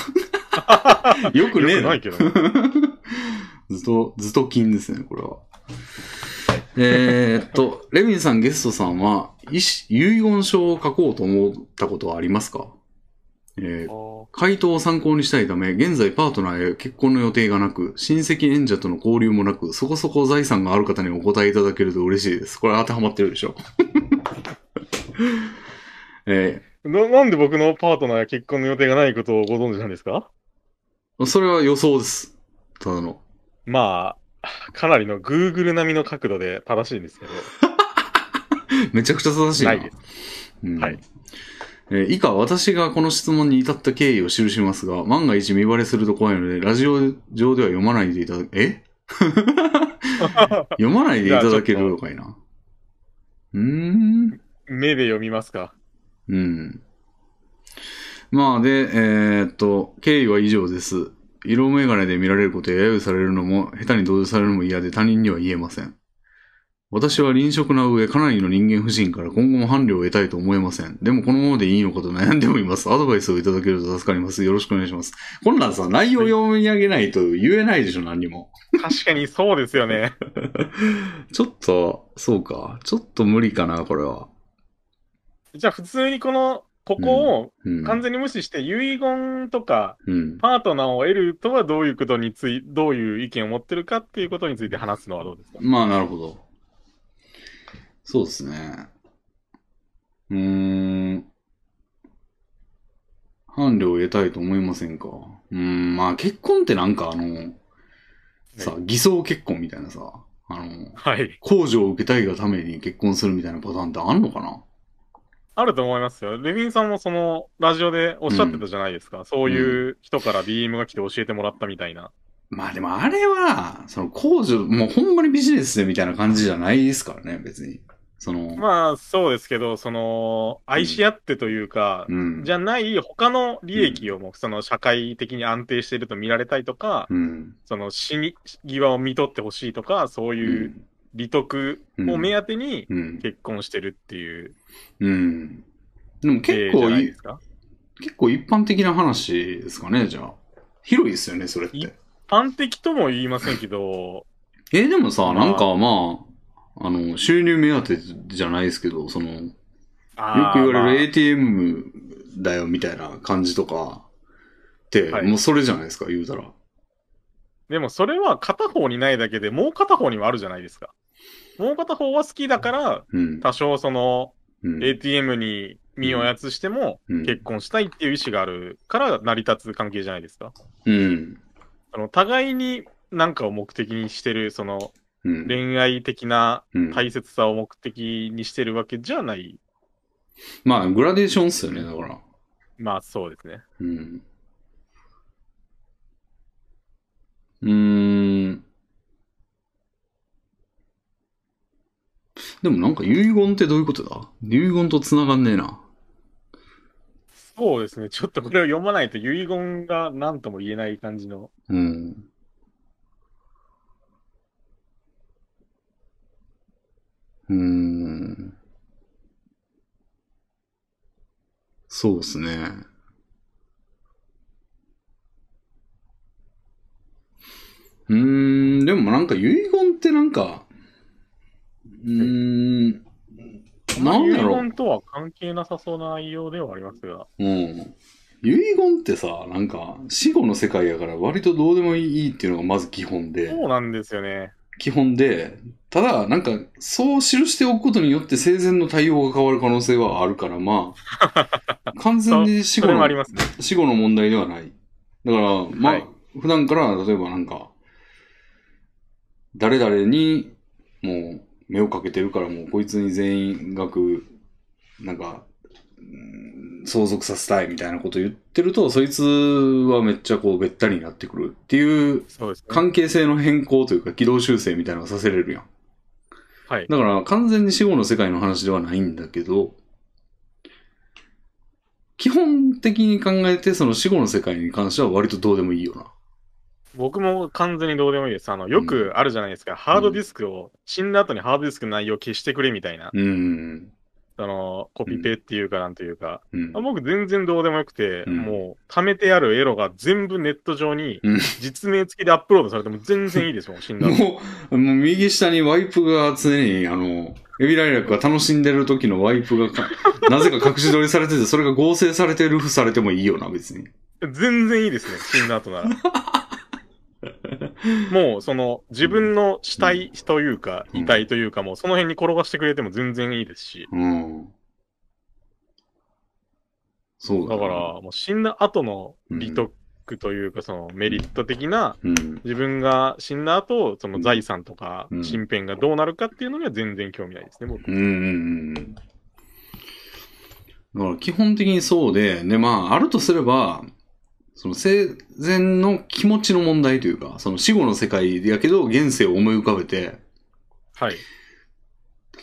[SPEAKER 1] *laughs* よくねえ
[SPEAKER 2] よくないけど。は
[SPEAKER 1] ずと、ずと金ですね、これは。えーっと、レミンさん、ゲストさんは、遺し遺言書を書こうと思ったことはありますかえー回答を参考にしたいため、現在パートナーへ結婚の予定がなく、親戚縁者との交流もなく、そこそこ財産がある方にお答えいただけると嬉しいです。これ当てはまってるでしょ。 *laughs* え
[SPEAKER 2] ななんで僕のパートナーが結婚の予定がないことをご存知なんですか
[SPEAKER 1] ーそれは予想です。ただの。
[SPEAKER 2] まあ、かなりの Google 並みの角度で正しいんですけど、
[SPEAKER 1] めちゃくちゃ正しいな。
[SPEAKER 2] ないです。
[SPEAKER 1] うん
[SPEAKER 2] はい
[SPEAKER 1] えー以下、私がこの質問に至った経緯を記しますが、万が一見バレすると怖いので、ラジオ上では読まないでいただえ *laughs* 読まないでいただけるのかい
[SPEAKER 2] *laughs*
[SPEAKER 1] な。うーん。
[SPEAKER 2] 目で読みますか
[SPEAKER 1] うん。まあで、えーっと、経緯は以上です。色眼鏡で見られることや揶揄されるのも、下手に同情されるのも嫌で他人には言えません。私は臨職な上、かなりの人間不信から今後も伴侶を得たいと思えません。でもこのままでいいのかと悩んでおります。アドバイスをいただけると助かります。よろしくお願いします。こんなんさ、内容読み上げないと言えないでしょ、何にも。
[SPEAKER 2] 確かにそうですよね。
[SPEAKER 1] *laughs* ちょっと、そうか。ちょっと無理かな、これは。
[SPEAKER 2] じゃあ普通にこのここを
[SPEAKER 1] うん。
[SPEAKER 2] 完全に無視して遺言とか
[SPEAKER 1] うん。
[SPEAKER 2] パートナーを得るとはどういうことについ、どういう意見を持ってるかっていうことについて話すのはどうですか
[SPEAKER 1] まあ、なるほど。そうですね。うーん。伴侶を得たいと思いませんか。うーん、まあ結婚ってなんかあの、さ、偽装結婚みたいなさ、あの、
[SPEAKER 2] はい。
[SPEAKER 1] 控除を受けたいがために結婚するみたいなパターンってあんのかな
[SPEAKER 2] あると思いますよ。レビンさんもそのラジオでおっしゃってたじゃないですか。そういう人から DM が来て教えてもらったみたいな。
[SPEAKER 1] まあでもあれは、その控除、もうほんまにビジネスでみたいな感じじゃないですからね、別に。その、
[SPEAKER 2] まあそうですけど、その、愛し合ってというか、
[SPEAKER 1] うん。
[SPEAKER 2] じゃない他の利益をもうその社会的に安定していると見られたいとか、
[SPEAKER 1] うん。
[SPEAKER 2] その死に際を見とってほしいとか、そ
[SPEAKER 1] う。
[SPEAKER 2] ういうん利得を目当てに
[SPEAKER 1] うん。
[SPEAKER 2] 結婚してるっていう、
[SPEAKER 1] うん。でも
[SPEAKER 2] え
[SPEAKER 1] 結
[SPEAKER 2] ーじゃ
[SPEAKER 1] 構
[SPEAKER 2] ない
[SPEAKER 1] い、
[SPEAKER 2] ですか。
[SPEAKER 1] 結構一般的な話ですかね、じゃあ。広いですよね、それっ
[SPEAKER 2] い
[SPEAKER 1] て。
[SPEAKER 2] 端的とも言いません
[SPEAKER 1] *laughs*
[SPEAKER 2] けど、
[SPEAKER 1] えーでもさ、
[SPEAKER 2] まあ
[SPEAKER 1] なんかまあ、あの、収入目当てじゃないですけど、その、よく
[SPEAKER 2] よ
[SPEAKER 1] 言われる ATM だよみたいな感じとか、って、
[SPEAKER 2] はい
[SPEAKER 1] もうそれじゃないですか、言うたら。
[SPEAKER 2] でもそれは片方にないだけで、もう片方にはあるじゃないですか。もう片方は好きだから、
[SPEAKER 1] うん。
[SPEAKER 2] 多少その
[SPEAKER 1] うん。
[SPEAKER 2] ATM に身をやつしても
[SPEAKER 1] うん
[SPEAKER 2] 結婚したいっていう意思があるから成り立つ関係じゃないですか。
[SPEAKER 1] うん。
[SPEAKER 2] その互いに何かを目的にしてる、その
[SPEAKER 1] うん。
[SPEAKER 2] 恋愛的な
[SPEAKER 1] うん
[SPEAKER 2] 大切さを目的にしてるわけじゃない。
[SPEAKER 1] まあ、グラデーションっすよね、だから。
[SPEAKER 2] まあそうですね。
[SPEAKER 1] うん。うーん。でもなんか遺言ってどういうことだ遺言と繋がんねえな。
[SPEAKER 2] そうですね。ちょっとこれを読まないと遺言が何とも言えない感じの。
[SPEAKER 1] うん。うーん。そうですね。うーん、でもなんか遺言ってなんか、うーん、なん
[SPEAKER 2] 遺
[SPEAKER 1] だろう。
[SPEAKER 2] 言とは関係なさそうな内容ではありますが。
[SPEAKER 1] うん。遺言ってさ、なんか死後の世界やから割とどうでもいいっていうのがまず基本で。
[SPEAKER 2] そうなんですよね。
[SPEAKER 1] 基本で、ただ、なんか、そう記しておくことによって生前の対応が変わる可能性はあるから、ま
[SPEAKER 2] *laughs*
[SPEAKER 1] あ、完全に死後
[SPEAKER 2] それも
[SPEAKER 1] の
[SPEAKER 2] あり、ますね。
[SPEAKER 1] 死後の問題ではない。だから、まあ、
[SPEAKER 2] はい
[SPEAKER 1] 普段から、例えばなんか、誰々に、もう、目をかけてるから、もう、こいつに全員額、なんか、うん相続させたいみたいなこと言ってると、そいつはめっちゃこう、べったりになってくるっていう
[SPEAKER 2] そうですね。
[SPEAKER 1] 関係性の変更というか軌道修正みたいなのがさせれるやん。
[SPEAKER 2] はい。
[SPEAKER 1] だから完全に死後の世界の話ではないんだけど、基本的に考えてその死後の世界に関しては割とどうでもいいよな。
[SPEAKER 2] 僕も完全にどうでもいいです。あの、よくあるじゃないですか。ハードディスクを、死んだ後にハードディスクの内容を消してくれみたいな。
[SPEAKER 1] うん。
[SPEAKER 2] その、コピペっていうかなんていうか。
[SPEAKER 1] うん
[SPEAKER 2] あ。僕全然どうでもよくて、
[SPEAKER 1] うん
[SPEAKER 2] もう、貯めてあるエロが全部ネット上に
[SPEAKER 1] うん、
[SPEAKER 2] 実名付きでアップロードされても全然いいですもん、死んだ
[SPEAKER 1] *laughs*
[SPEAKER 2] 後。
[SPEAKER 1] もう、もう右下にワイプが常に、あの、エビライラクが楽しんでる時のワイプがか *laughs* なぜか隠し撮りされてて、それが合成されてルフされてもいいよな、別に。
[SPEAKER 2] 全然いいですね、死んだ後なら。もう、その、自分の死体というか、
[SPEAKER 1] うん
[SPEAKER 2] 遺体というか、もう、その辺に転がしてくれても全然いいですし。
[SPEAKER 1] うん。そうだ
[SPEAKER 2] だ
[SPEAKER 1] な
[SPEAKER 2] から、、もう死んだ後の利得というか、そのメリット的な、
[SPEAKER 1] うん。
[SPEAKER 2] 自分が死んだ後、その財産とか
[SPEAKER 1] う、ん
[SPEAKER 2] 身辺がどうなるかっていうのには全然興味ないですね、僕。
[SPEAKER 1] うんうんうん。だから基本的にそうで、で、まあ、あるとすれば、その生前の気持ちの問題というか、その死後の世界やけど、現世を思い浮かべて、
[SPEAKER 2] はい。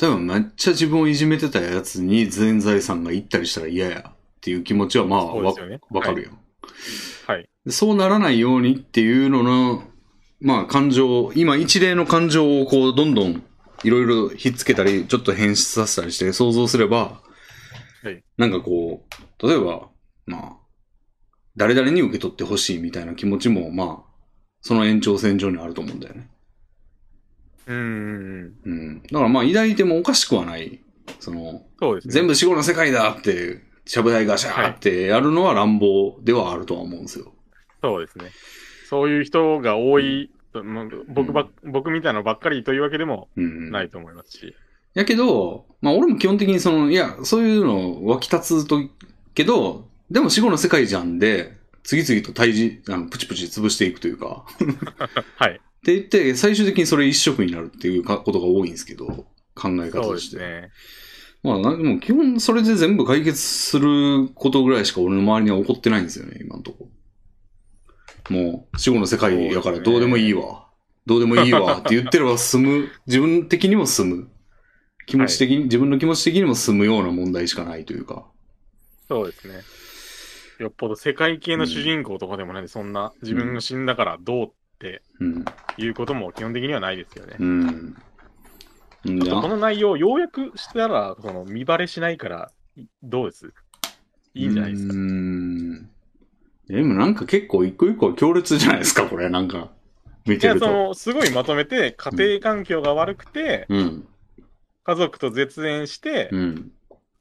[SPEAKER 1] 例えばめっちゃ自分をいじめてたやつに全財産が行ったりしたら嫌やっていう気持ちはまあ、
[SPEAKER 2] そうで
[SPEAKER 1] わ
[SPEAKER 2] すよね。
[SPEAKER 1] わかるよ、
[SPEAKER 2] はい。はい。
[SPEAKER 1] でそうならないようにっていうのの、まあ感情、今一例の感情をこうどんどんいろいろひっつけたり、ちょっと変質させたりして想像すれば、
[SPEAKER 2] はい
[SPEAKER 1] なんかこう、例えば、まあ、誰々に受け取ってほしいみたいな気持ちも、まあ、その延長線上にあると思うんだよね。
[SPEAKER 2] うーん。
[SPEAKER 1] うん。だからまあ、抱いてもおかしくはない。その、
[SPEAKER 2] そうですね。
[SPEAKER 1] 全部死後の世界だって、しゃぶ台ガシャーってやるのは乱暴ではあるとは思うんですよ。
[SPEAKER 2] そうですね。そういう人が多い、まあ僕ばっ、僕みたいなのばっかりというわけでも
[SPEAKER 1] うん。
[SPEAKER 2] ないと思いますし。
[SPEAKER 1] やけど、まあ俺も基本的にその、いや、そういうの湧き立つと、けど、でも死後の世界じゃんで、次々と退治、あの、プチプチ潰していくというか、っ
[SPEAKER 2] はい。
[SPEAKER 1] て言って、最終的にそれ一色になるっていうかことが多いんですけど、考え方
[SPEAKER 2] そう
[SPEAKER 1] と
[SPEAKER 2] で
[SPEAKER 1] し
[SPEAKER 2] す
[SPEAKER 1] て。
[SPEAKER 2] ね。
[SPEAKER 1] まあ、なんでも基本それで全部解決することぐらいしか俺の周りには起こってないんですよね、今のとこ。もう、死後の世界やから
[SPEAKER 2] そうですね
[SPEAKER 1] どうでもいいわ。どうでもいいわって言ってれば済
[SPEAKER 2] *laughs*
[SPEAKER 1] む。自分的にも済む。気持ち的に、自分の気持ち的にも済むような問題しかないというか。
[SPEAKER 2] そうですね。よっぽど世界系の主人公とかでもない、そんな自分が死んだからどうって
[SPEAKER 1] うん。
[SPEAKER 2] いうことも基本的にはないですよね。
[SPEAKER 1] うん。んじ
[SPEAKER 2] ちょっとこ
[SPEAKER 1] ゃ、
[SPEAKER 2] の内容、要約したら、その見バレしないから、いどうですいいんじゃないですか。
[SPEAKER 1] うん。でもなんか結構一個一個強烈じゃないですか、これ。なんか、見
[SPEAKER 2] じ
[SPEAKER 1] て
[SPEAKER 2] ゃあ、
[SPEAKER 1] る
[SPEAKER 2] そ
[SPEAKER 1] と。
[SPEAKER 2] の、すごいまとめて、家庭環境が悪くて、
[SPEAKER 1] うん。
[SPEAKER 2] 家族と絶縁して、
[SPEAKER 1] うん。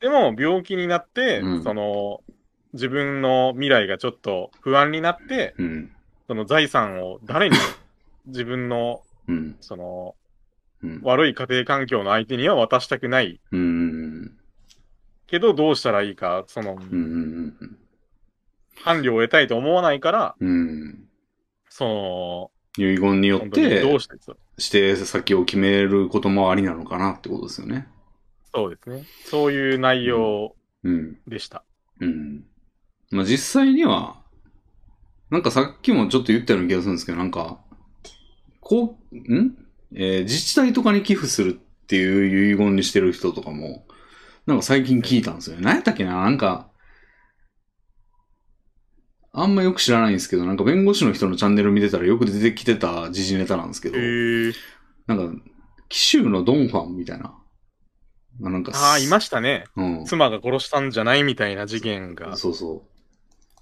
[SPEAKER 2] でも病気になって、
[SPEAKER 1] うん
[SPEAKER 2] その、自分の未来がちょっと不安になって、
[SPEAKER 1] うん。
[SPEAKER 2] その財産を
[SPEAKER 1] *laughs*
[SPEAKER 2] 誰に、自分の、
[SPEAKER 1] うん。
[SPEAKER 2] その、
[SPEAKER 1] うん。
[SPEAKER 2] 悪い家庭環境の相手には渡したくない
[SPEAKER 1] うん。
[SPEAKER 2] けど、どうしたらいいか、その、
[SPEAKER 1] うんうん
[SPEAKER 2] 伴侶を得たいと思わないから、
[SPEAKER 1] うんうん。
[SPEAKER 2] そ
[SPEAKER 1] 遺言に
[SPEAKER 2] の、
[SPEAKER 1] よっ
[SPEAKER 2] 本当にど
[SPEAKER 1] て
[SPEAKER 2] う、してそう
[SPEAKER 1] 指定先を決めることもありなのかなってことですよね。
[SPEAKER 2] そうですね。そういう内容
[SPEAKER 1] うん。
[SPEAKER 2] でした。
[SPEAKER 1] うん。まあ、実際には、なんかさっきもちょっと言ったような気がするんですけど、なんか、こう、んえー自治体とかに寄付するっていう遺言にしてる人とかも、なんか最近聞いたんですよね。何やったっけななんか、あんまよく知らないんですけど、なんか弁護士の人のチャンネル見てたらよく出てきてた時事ネタなんですけど、
[SPEAKER 2] へえ。
[SPEAKER 1] なんか、紀州のドンファンみたいな。あなんか、
[SPEAKER 2] ああ、いましたね。
[SPEAKER 1] うん。
[SPEAKER 2] 妻が殺したんじゃないみたいな事件が。
[SPEAKER 1] そうそう。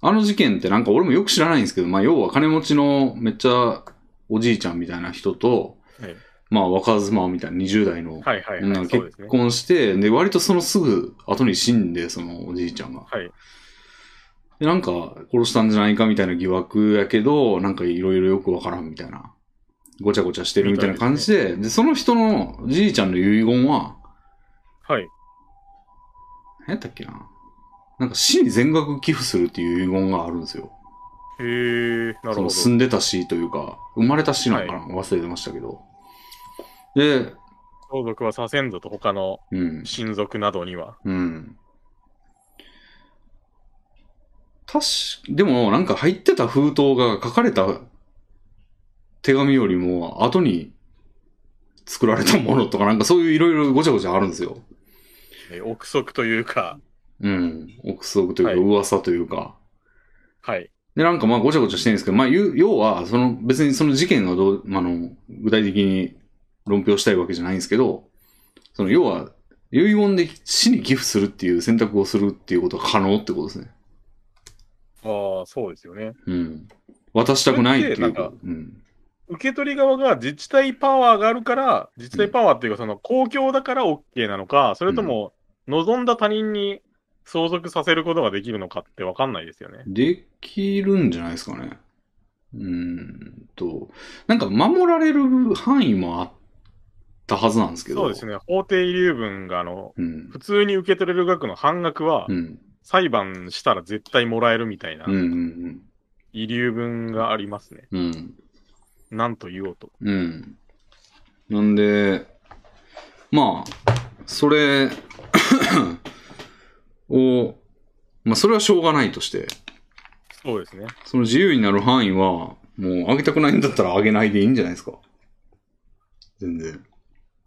[SPEAKER 1] あの事件ってなんか俺もよく知らないんですけど、まあ要は金持ちのめっちゃおじいちゃんみたいな人と、
[SPEAKER 2] はい
[SPEAKER 1] まあ若妻みたいな20代の
[SPEAKER 2] はいはい、
[SPEAKER 1] 女
[SPEAKER 2] は
[SPEAKER 1] が
[SPEAKER 2] い。そうで
[SPEAKER 1] 結
[SPEAKER 2] すね。
[SPEAKER 1] 婚して、で割とそのすぐ後に死んで、そのおじいちゃんが。
[SPEAKER 2] はい。
[SPEAKER 1] で、なんか殺したんじゃないかみたいな疑惑やけど、なんかいろいろよくわからんみたいな。ごちゃごちゃしてるみたいな感じで、で、その人のじいちゃんの遺言は、
[SPEAKER 2] はい。
[SPEAKER 1] 何やったっけな。なんか死に全額寄付するっていう遺言があるんですよ。
[SPEAKER 2] へえ、なる
[SPEAKER 1] そ
[SPEAKER 2] ほ
[SPEAKER 1] の
[SPEAKER 2] ど。
[SPEAKER 1] 住んでた市というか、生まれた市なのかな、忘れてましたけど。で、
[SPEAKER 2] 相続は左遷ぞと他の
[SPEAKER 1] うん、
[SPEAKER 2] 親族などには。
[SPEAKER 1] うん。確か、でもなんか入ってた封筒が書かれた手紙よりも後に作られたものとかなんかそういういろいろごちゃごちゃあるんですよ。
[SPEAKER 2] え憶測というか、
[SPEAKER 1] うん。憶測というか
[SPEAKER 2] はい
[SPEAKER 1] 噂というか。
[SPEAKER 2] はい。
[SPEAKER 1] で、なんかまあごちゃごちゃしてるんですけど、まあ言う要は、その別にその事件がどう、まああの、具体的に論評したいわけじゃないんですけど、その要は、遺言で死に寄付するっていう選択をするっていうことが可能ってことですね。
[SPEAKER 2] ああ、そうですよね。
[SPEAKER 1] うん。渡したくないって
[SPEAKER 2] それ
[SPEAKER 1] い
[SPEAKER 2] っ
[SPEAKER 1] う
[SPEAKER 2] てなん
[SPEAKER 1] か
[SPEAKER 2] か。
[SPEAKER 1] うん。
[SPEAKER 2] 受け取り側が自治体パワーがあるから、自治体パワーっていうか、その公共だから OK なのか、それとも望んだ他人に相続させることができるのかって分かんないですよね。
[SPEAKER 1] できるんじゃないですかね。うーんと、なんか守られる範囲もあったはずなんですけど。
[SPEAKER 2] そうですね。法定遺留分が、あの、
[SPEAKER 1] うん。
[SPEAKER 2] 普通に受け取れる額の半額は、
[SPEAKER 1] うん。
[SPEAKER 2] 裁判したら絶対もらえるみたいな
[SPEAKER 1] うん。うん。うん
[SPEAKER 2] 遺留分がありますね。
[SPEAKER 1] うん。
[SPEAKER 2] なんと言おうと。
[SPEAKER 1] うん。なんで、まあ、それ *coughs* を、まあ、それはしょうがないとして、
[SPEAKER 2] そうですね。
[SPEAKER 1] その自由になる範囲は、もう上げたくないんだったら上げないでいいんじゃないですか。全然。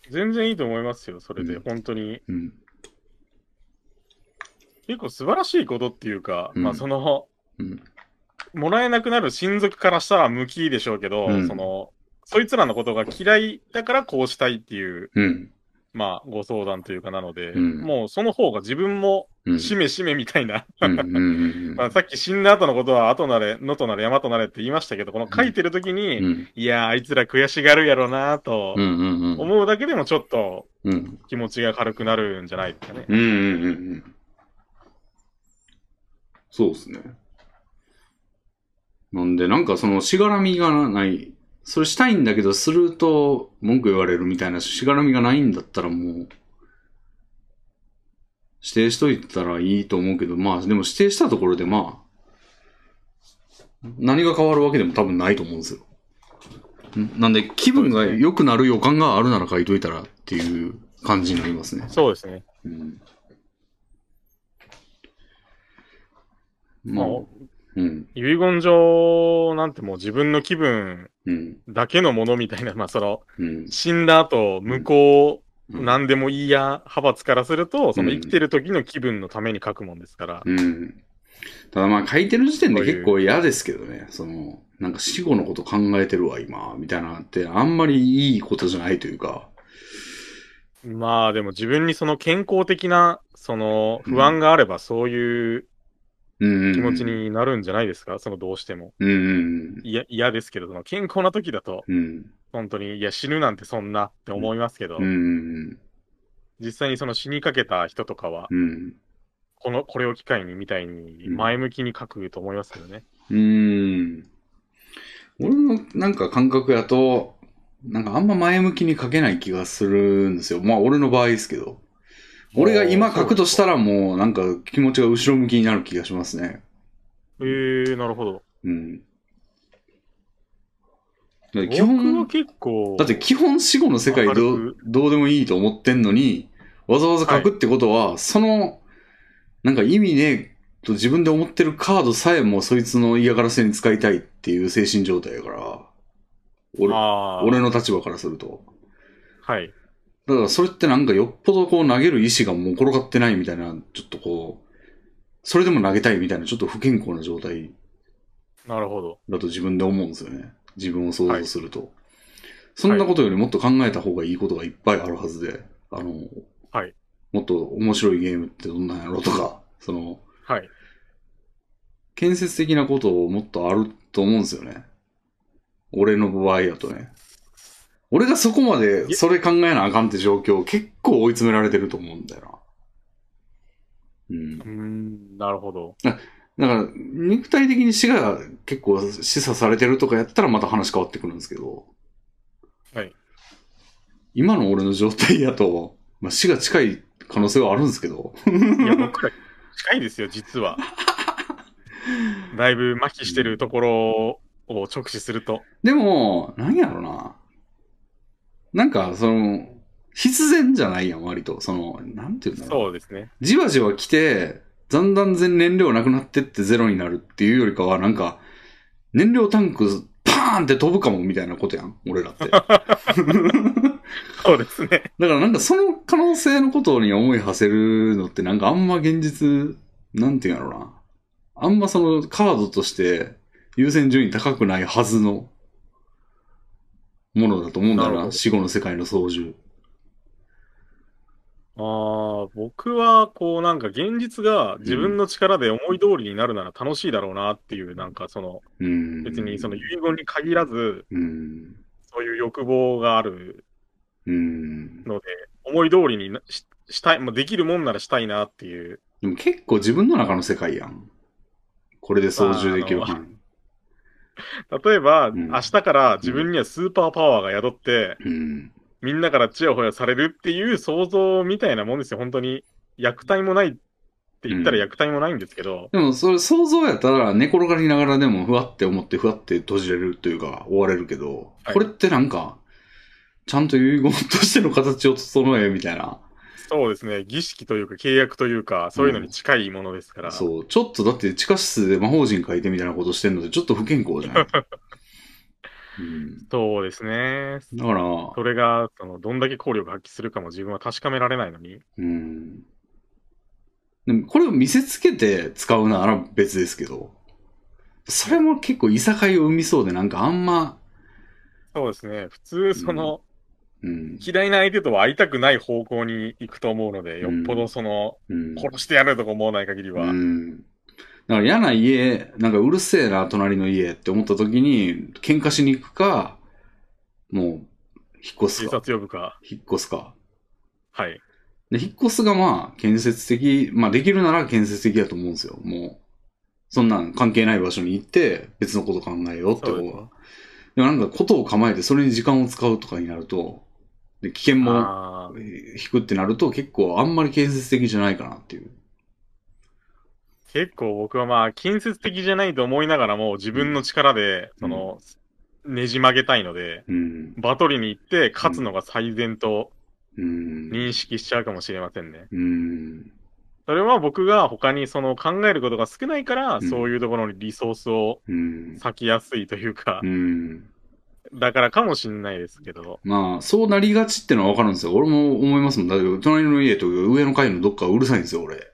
[SPEAKER 2] 全然いいと思いますよ、それで。
[SPEAKER 1] うん
[SPEAKER 2] 本当に。
[SPEAKER 1] うん。
[SPEAKER 2] 結構素晴らしいことっていうか、
[SPEAKER 1] うん
[SPEAKER 2] まあその、
[SPEAKER 1] うん
[SPEAKER 2] もらえなくなる親族からしたら無きでしょうけど、
[SPEAKER 1] うん
[SPEAKER 2] その、そいつらのことが嫌いだからこうしたいっていう、
[SPEAKER 1] うん。
[SPEAKER 2] まあご相談というかなので、
[SPEAKER 1] うん
[SPEAKER 2] もうその方が自分も
[SPEAKER 1] うん。
[SPEAKER 2] しめしめみたいな、
[SPEAKER 1] うんうんうん
[SPEAKER 2] まあさっき死んだ後のことは後なれ、野となれ山となれって言いましたけど、この書いてる時に、
[SPEAKER 1] うん
[SPEAKER 2] いやーあいつら悔しがるやろうなーと
[SPEAKER 1] うんうんうん
[SPEAKER 2] 思うだけでもちょっと
[SPEAKER 1] うん
[SPEAKER 2] 気持ちが軽くなるんじゃないですかね。
[SPEAKER 1] うんうんうんうんそうですね。なんで、なんかその、しがらみがない、それしたいんだけど、すると文句言われるみたいな、しがらみがないんだったらもう、指定しといたらいいと思うけど、まあ、でも指定したところでまあ、何が変わるわけでも多分ないと思うんですよ。んなんで、気分が良くなる予感があるなら書いといたらっていう感じになりますね。
[SPEAKER 2] そうですね。
[SPEAKER 1] うん。
[SPEAKER 2] ま
[SPEAKER 1] ま
[SPEAKER 2] あ
[SPEAKER 1] あ、、うん、
[SPEAKER 2] 遺言状なんてもう自分の気分
[SPEAKER 1] うん、
[SPEAKER 2] だけのものみたいな、まあ *laughs* その、
[SPEAKER 1] うん。
[SPEAKER 2] 死んだ後、向こう、
[SPEAKER 1] うん
[SPEAKER 2] 何でもいいや、派閥からすると、その生きてる時の気分のために書くもんですから。
[SPEAKER 1] うん。ただまあ書いてる時点で結構嫌ですけどね。その、なんか死後のこと考えてるわ、今、みたいなのって、あんまりいいことじゃないというか。
[SPEAKER 2] まあでも自分にその健康的な、その不安があればそういう
[SPEAKER 1] うん。
[SPEAKER 2] 気持ち。になるんじゃないですか、そのどうしても。
[SPEAKER 1] うんうん
[SPEAKER 2] いや、嫌ですけど、その健康な時だと、
[SPEAKER 1] うん。うん。
[SPEAKER 2] 本当に、いや、死ぬなんてそんなって思いますけど、
[SPEAKER 1] うんうん
[SPEAKER 2] 実際にその死にかけた人とかは、
[SPEAKER 1] うん。
[SPEAKER 2] この、これを機会にみたいに
[SPEAKER 1] うん
[SPEAKER 2] 前向きに書くと思いますけどね。
[SPEAKER 1] うん。俺のなんか感覚やと、なんかあんま前向きに書けない気がするんですよ。まあ俺の場合ですけど。俺が今書くとしたらもうなんか気持ちが後ろ向きになる気がしますね。
[SPEAKER 2] えー、なるほど。
[SPEAKER 1] うん。だって基
[SPEAKER 2] 僕は
[SPEAKER 1] 本、
[SPEAKER 2] 結構、
[SPEAKER 1] だって基本死後の世界ど
[SPEAKER 2] 明
[SPEAKER 1] う
[SPEAKER 2] る
[SPEAKER 1] どうでもいいと思ってんのに、わざわざ書くってことは、その、なんか意味ねえと自分で思ってるカードさえもそいつの嫌がらせに使いたいっていう精神状態やから、俺
[SPEAKER 2] あー
[SPEAKER 1] 俺の立場からすると。
[SPEAKER 2] はい。
[SPEAKER 1] だからそれってなんかよっぽどこう投げる意志がもう転がってないみたいな、ちょっとこう、それでも投げたいみたいなちょっと不健康な状態
[SPEAKER 2] なるほど。
[SPEAKER 1] だと自分で思うんですよね。自分を想像すると。そんなことよりもっと考えた方がいいことがいっぱいあるはずで、あの、
[SPEAKER 2] はい
[SPEAKER 1] もっと面白いゲームってどんなんやろとか、 *laughs* その、
[SPEAKER 2] はい。
[SPEAKER 1] 建設的なことをもっとあると思うんですよね。俺の場合だとね。俺がそこまでそれ考えなあかんって状況結構追い詰められてると思うんだよな。うん
[SPEAKER 2] うー。ん、なるほど。
[SPEAKER 1] だから、肉体的に死が結構示唆されてるとかやったらまた話変わってくるんですけど。
[SPEAKER 2] はい。
[SPEAKER 1] 今の俺の状態やと、まあ、死が近い可能性はあるんですけど。
[SPEAKER 2] いや、僕ら近いですよ、
[SPEAKER 1] *laughs*
[SPEAKER 2] 実は。だいぶ麻痺してるところを直視すると。
[SPEAKER 1] でも、何やろな。なんか、その、必然じゃないやん、割と。その、なんていうんだろう。
[SPEAKER 2] そうですね。
[SPEAKER 1] じわじわ来て、だんだん全燃料なくなってってゼロになるっていうよりかは、なんか、燃料タンクパーンって飛ぶかもみたいなことやん、俺らって。
[SPEAKER 2] そうですね。
[SPEAKER 1] だからなんかその可能性のことに思い馳せるのってなんかあんま現実、なんていうんだろうな。あんまそのカードとして優先順位高くないはずのものだと思うんだよ
[SPEAKER 2] なる
[SPEAKER 1] な。
[SPEAKER 2] ほど
[SPEAKER 1] 死後の世界の操縦。
[SPEAKER 2] *laughs* ああ、僕は、こう、なんか現実が自分の力で思い通りになるなら楽しいだろうなっていう、なんかその、
[SPEAKER 1] うん。
[SPEAKER 2] 別にその遺言に限らず、
[SPEAKER 1] うん。
[SPEAKER 2] そういう欲望がある、
[SPEAKER 1] うん。
[SPEAKER 2] 思い通りになししたい、まあ、できるもんならしたいなっていう。
[SPEAKER 1] でも結構自分の中の世界やん。これで操縦できる
[SPEAKER 2] まああ
[SPEAKER 1] 範
[SPEAKER 2] 例えば、
[SPEAKER 1] ん
[SPEAKER 2] 明日から自分にはスーパーパワーが宿って、
[SPEAKER 1] 囲。うん。
[SPEAKER 2] みんなからチヤホヤされるっていう想像みたいなもんですよ、本当に。虐待もないって言ったら
[SPEAKER 1] うん
[SPEAKER 2] 虐待もないんですけど、
[SPEAKER 1] でもそれ想像やったら寝転がりながらでもふわって思ってふわって閉じれるというか追われるけど、
[SPEAKER 2] はい
[SPEAKER 1] これってなんか、ちゃんと遺言としての形を整えみたいな。
[SPEAKER 2] そうですね、儀式というか契約というか、そういうのに近いものですから。
[SPEAKER 1] そう。ちょっとだって地下室で魔法陣書いてみたいなことしてるのでちょっと不健康じ
[SPEAKER 2] *laughs*
[SPEAKER 1] ゃない、うん、
[SPEAKER 2] そうですね。
[SPEAKER 1] だから、
[SPEAKER 2] それが、その、どんだけ効力発揮するかも自分は確かめられないのに。
[SPEAKER 1] うん。でもこれを見せつけて使うなら別ですけど、それも結構いさかいを生みそうでなんかあんま、
[SPEAKER 2] そうですね。普通、その、
[SPEAKER 1] うん。
[SPEAKER 2] 嫌いな相手とは会いたくない方向に行くと思うので、よっぽどその、
[SPEAKER 1] うん、
[SPEAKER 2] 殺してやるとか思わない限りは。
[SPEAKER 1] うん。だから嫌な家、なんかうるせえな、隣の家って思った時に、喧嘩しに行くか、もう、引っ越す
[SPEAKER 2] 警
[SPEAKER 1] か。
[SPEAKER 2] 察呼ぶか。
[SPEAKER 1] 引っ越すか。
[SPEAKER 2] はい。
[SPEAKER 1] で、引っ越すがまあ、建設的、まあできるなら建設的だと思うんですよ。もそんなん関係ない場所に行って、別のこと考えようって
[SPEAKER 2] そう
[SPEAKER 1] 方
[SPEAKER 2] です
[SPEAKER 1] が
[SPEAKER 2] ね。
[SPEAKER 1] でもなんか、ことを構えて、それに時間を使うとかになると、で危険も
[SPEAKER 2] あー
[SPEAKER 1] 引くってなると、結構あんまり建設的じゃないかなっていう。
[SPEAKER 2] 結構僕はまあ、近接的じゃないと思いながらも、自分の力で、その、ねじ曲げたいので、
[SPEAKER 1] うん。
[SPEAKER 2] バトルに行って勝つのが最善と
[SPEAKER 1] うん。
[SPEAKER 2] 認識しちゃうかもしれませんね。
[SPEAKER 1] うん。
[SPEAKER 2] それは僕が他にその考えることが少ないから、
[SPEAKER 1] うん
[SPEAKER 2] そういうところにリソースを
[SPEAKER 1] うん。
[SPEAKER 2] 割きやすいというか
[SPEAKER 1] う、ん。
[SPEAKER 2] だからかもしんないですけど。
[SPEAKER 1] まあ、そうなりがちってのはわかるんですよ。俺も思いますもん。だけど、隣の家と上の階のどっかうるさいんですよ、俺。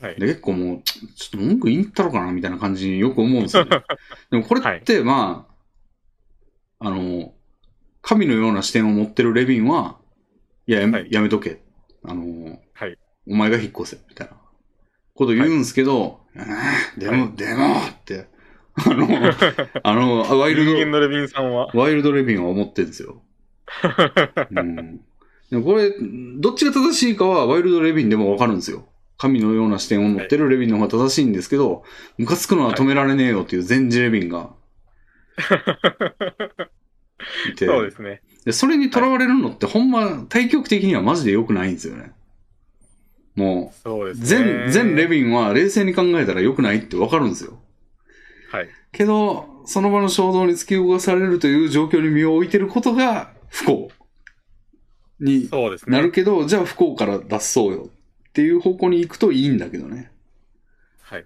[SPEAKER 2] はい
[SPEAKER 1] で、。結構もう、ちょっと文句言いに行ったろかな、みたいな感じによく思うんですよ、ね。でもこれって、まあ、あの、神のような視点を持ってるレヴィンは、いや、やめ,、
[SPEAKER 2] はい
[SPEAKER 1] やめとけ。あの、
[SPEAKER 2] はい
[SPEAKER 1] お前が引っ越せ、みたいなこと言うんですけど、えーでも、
[SPEAKER 2] は
[SPEAKER 1] でもって、あの、あの、ワイ
[SPEAKER 2] 人
[SPEAKER 1] ルド、
[SPEAKER 2] 間のレビンさんは、
[SPEAKER 1] ワイルドレビンは思ってるんですよ。うん、でもこれ、どっちが正しいかはワイルドレビンでもわかるんですよ。神のような視点を持ってるレビンの方が正しいんですけど、ムカつくのは止められねえよっていう全ジレビン
[SPEAKER 2] *laughs*
[SPEAKER 1] がいて、
[SPEAKER 2] そうですね。
[SPEAKER 1] でそれにとらわれるのってほんま、対極的にはマジで良くないんですよね。も
[SPEAKER 2] そうで
[SPEAKER 1] う、
[SPEAKER 2] すね。
[SPEAKER 1] 全、全レ
[SPEAKER 2] ン。
[SPEAKER 1] ビンは冷静に考えたら良くないってわかるんですよ。
[SPEAKER 2] はい。
[SPEAKER 1] けど、その場の衝動に突き動かされるという状況に身を置いてることが不幸に
[SPEAKER 2] そうですね。
[SPEAKER 1] なるけど、じゃあ不幸から脱そうよっていう方向に行くといいんだけどね。
[SPEAKER 2] はい。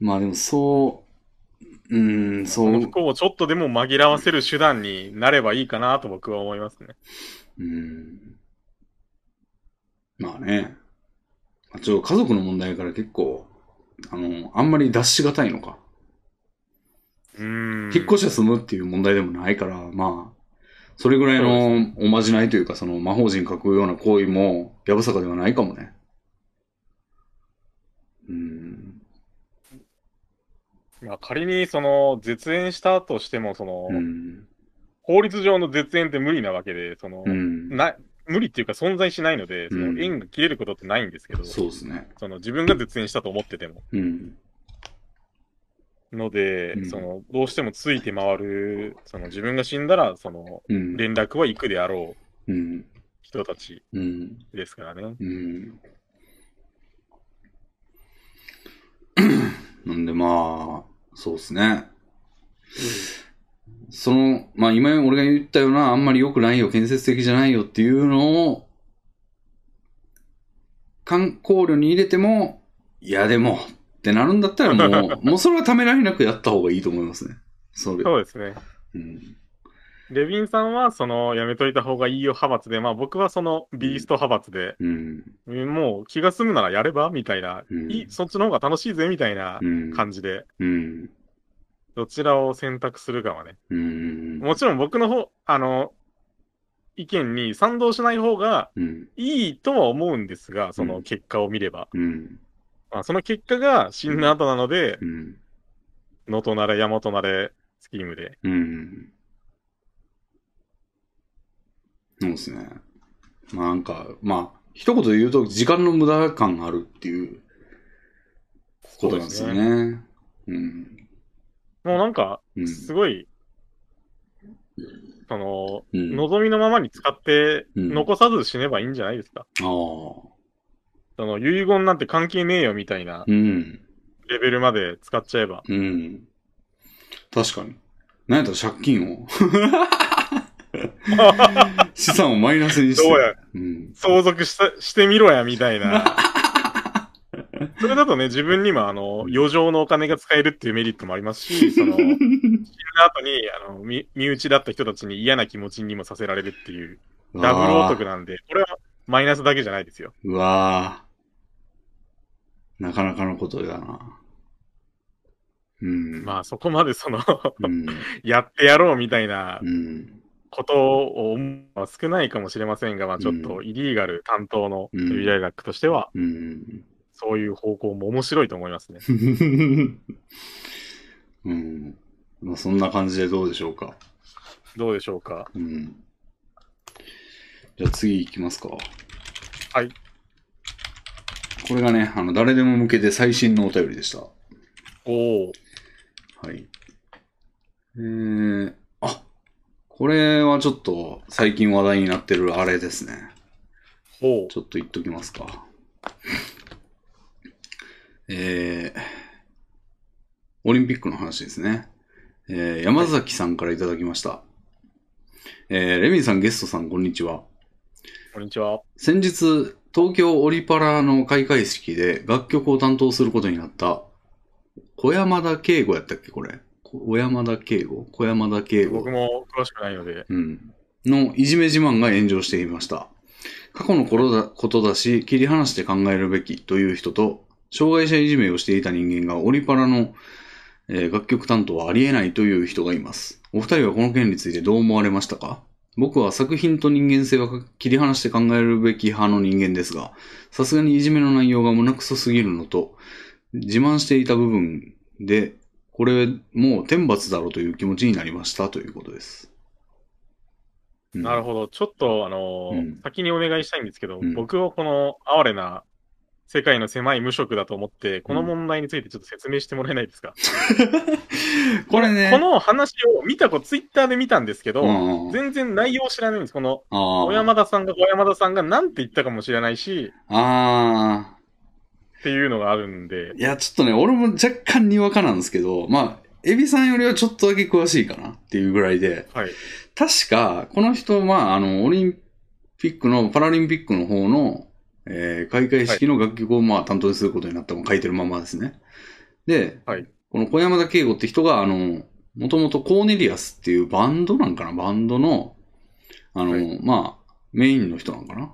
[SPEAKER 1] まあでもそう、うーん、
[SPEAKER 2] そ
[SPEAKER 1] そう、
[SPEAKER 2] の
[SPEAKER 1] う
[SPEAKER 2] 不幸をちょっとでも紛らわせる手段になればいいかなと僕は思いますね。
[SPEAKER 1] ーん。まあね。あちょっと家族の問題から結構、あの、あんまり脱しがたいのか。
[SPEAKER 2] うーん。
[SPEAKER 1] 引っ越しは済むっていう問題でもないから、まあ、それぐらいのおまじないというか、その魔法陣書くような行為も、やぶさかではないかもね。うん。
[SPEAKER 2] まあ仮にその、絶縁したとしても、その、
[SPEAKER 1] うん。
[SPEAKER 2] 法律上の絶縁って無理なわけで、その、
[SPEAKER 1] うん。
[SPEAKER 2] な、無理っていうか存在しないので、そ
[SPEAKER 1] うん
[SPEAKER 2] の縁が切れることってないんですけど、
[SPEAKER 1] そうですね。
[SPEAKER 2] その自分が絶縁したと思ってても。
[SPEAKER 1] うん。
[SPEAKER 2] ので、
[SPEAKER 1] うん
[SPEAKER 2] その、どうしてもついて回る、その自分が死んだら、その、
[SPEAKER 1] うん。
[SPEAKER 2] 連絡は行くであろう
[SPEAKER 1] うん。
[SPEAKER 2] 人たち
[SPEAKER 1] うん。
[SPEAKER 2] ですからね。
[SPEAKER 1] うん。なんでまあ、そうですね。その、まあ今俺が言ったような、あんまり良くないよ、建設的じゃないよっていうのを、観光慮に入れても、いやでも、ってなるんだったらも
[SPEAKER 2] *laughs*
[SPEAKER 1] う、もうそれはためらいなくやった方がいいと思いますね。それ。
[SPEAKER 2] そうですね。
[SPEAKER 1] うん。
[SPEAKER 2] レビンさんは、その、やめといた方がいいよ派閥で、まあ僕はその、ビースト派閥で、
[SPEAKER 1] うん。
[SPEAKER 2] もう気が済むならやればみたいな、
[SPEAKER 1] うん
[SPEAKER 2] いいそっちの方が楽しいぜみたいな
[SPEAKER 1] うん。
[SPEAKER 2] 感じで、
[SPEAKER 1] うん。
[SPEAKER 2] どちらを選択するかはね。
[SPEAKER 1] うん。
[SPEAKER 2] もちろん僕の方、あの、意見に賛同しない方が
[SPEAKER 1] うん。
[SPEAKER 2] いいとは思うんですが、そ
[SPEAKER 1] うん
[SPEAKER 2] の結果を見れば。
[SPEAKER 1] うん。
[SPEAKER 2] まあ、その結果が死んだ後なので、
[SPEAKER 1] うん。
[SPEAKER 2] 能登なれ山となれスキームで。
[SPEAKER 1] うん。そうですね。まあなんか、まあ、一言で言うと、時間の無駄感があるっていうことなんですよね。うん。
[SPEAKER 2] もうなんか、
[SPEAKER 1] うん。
[SPEAKER 2] すごい、その、
[SPEAKER 1] うん、あ
[SPEAKER 2] 望みのままに使って、
[SPEAKER 1] うん
[SPEAKER 2] 残さず死ねばいいんじゃないですか。
[SPEAKER 1] あ。
[SPEAKER 2] その、遺言なんて関係ねえよみたいな
[SPEAKER 1] うん。
[SPEAKER 2] レベルまで使っちゃえば。
[SPEAKER 1] うん。確かに。なんやったら借金
[SPEAKER 2] *laughs*
[SPEAKER 1] を。資産をマイナスにして。
[SPEAKER 2] どうや
[SPEAKER 1] うん。
[SPEAKER 2] 相続したしてみろや、みたい
[SPEAKER 1] *laughs*
[SPEAKER 2] な。それだとね、自分にも、あの、余剰のお金が使えるっていうメリットもありますし、その、死んだ後に、あの、身身内だった人たちに嫌な気持ちにもさせられるっていう、ダブルお得なんで、これはマイナスだけじゃないですよ。
[SPEAKER 1] うわぁ。なかなかのことだな。うん。
[SPEAKER 2] まあ、そこまでその、
[SPEAKER 1] うん。
[SPEAKER 2] *laughs* やってやろうみたいな
[SPEAKER 1] うん。
[SPEAKER 2] ことを思うのは少ないかもしれませんが、まあ、ちょっと、イリーガル担当の
[SPEAKER 1] うん
[SPEAKER 2] ユリライラックとしては、
[SPEAKER 1] うん。 *laughs*
[SPEAKER 2] そういう方向も面白いと思いますね。
[SPEAKER 1] うん。まあ、そんな感じでどうでしょうか。
[SPEAKER 2] どうでしょうか。。
[SPEAKER 1] うん。じゃあ次行きますか。はいこれがね、あの、誰でも向けて最新のお便りでした。は
[SPEAKER 2] おお。
[SPEAKER 1] い。えー、あ、これはちょっと最近話題になってるあれですね。
[SPEAKER 2] ほう。
[SPEAKER 1] ちょっと言っときますか。えー、オリンピックの話ですね。えー、山崎さんからいただきました。えー、レミンさん、ゲストさん、こんにちは。
[SPEAKER 2] こんにちは。
[SPEAKER 1] 先日、東京オリパラの開会式で楽曲を担当することになった、小山田圭吾やったっけ、これ。小山田圭吾小山田圭吾
[SPEAKER 2] 僕。も詳しくないので。
[SPEAKER 1] うん。のいじめ自慢が炎上していました。過去のことだことだし、切り離して考えるべきという人と、障害者いじめをしていた人間がオリパラの、えー楽曲担当はありえないという人がいます。お二人はこの件についてどう思われましたか僕は作品と人間性は切り離して考えるべき派の人間ですが、さすがにいじめの内容が胸くそすぎるのと、自慢していた部分で、これもう天罰だろうという気持ちになりましたということです。
[SPEAKER 2] なる
[SPEAKER 1] ほ
[SPEAKER 2] ほど。ちょっと、あのー
[SPEAKER 1] うん
[SPEAKER 2] 先にお願いしたいんですけど、
[SPEAKER 1] うん
[SPEAKER 2] 僕をこの哀れな世界の狭い無職だと思って、この問題についてちょっと説明してもらえないですか、
[SPEAKER 1] ど。これね、
[SPEAKER 2] この話を見た子、ツイッターで見たんですけど、
[SPEAKER 1] うんうん
[SPEAKER 2] 全然内容を知らないんです。この、
[SPEAKER 1] あー
[SPEAKER 2] 小山田さんが小山田さんが何て言ったかもしれないし、
[SPEAKER 1] あ
[SPEAKER 2] っていうのがあるんで
[SPEAKER 1] ー。、いや、ちょっとね、俺も若干にわかなんですけど、まあ、エビさんよりはちょっとだけ詳しいかなっていうぐらいで、
[SPEAKER 2] はい。
[SPEAKER 1] 確か、この人、まあ、あの、オリンピックの、パラリンピックの方の、えー開会式の楽曲を、まあ、担当することになったも書いてるままですね。で、
[SPEAKER 2] はい
[SPEAKER 1] この小山田圭吾って人が、あの、もともとコーネリアスっていうバンドなんかな、バンドの、あの、
[SPEAKER 2] は
[SPEAKER 1] まあ、メインの人なんかな。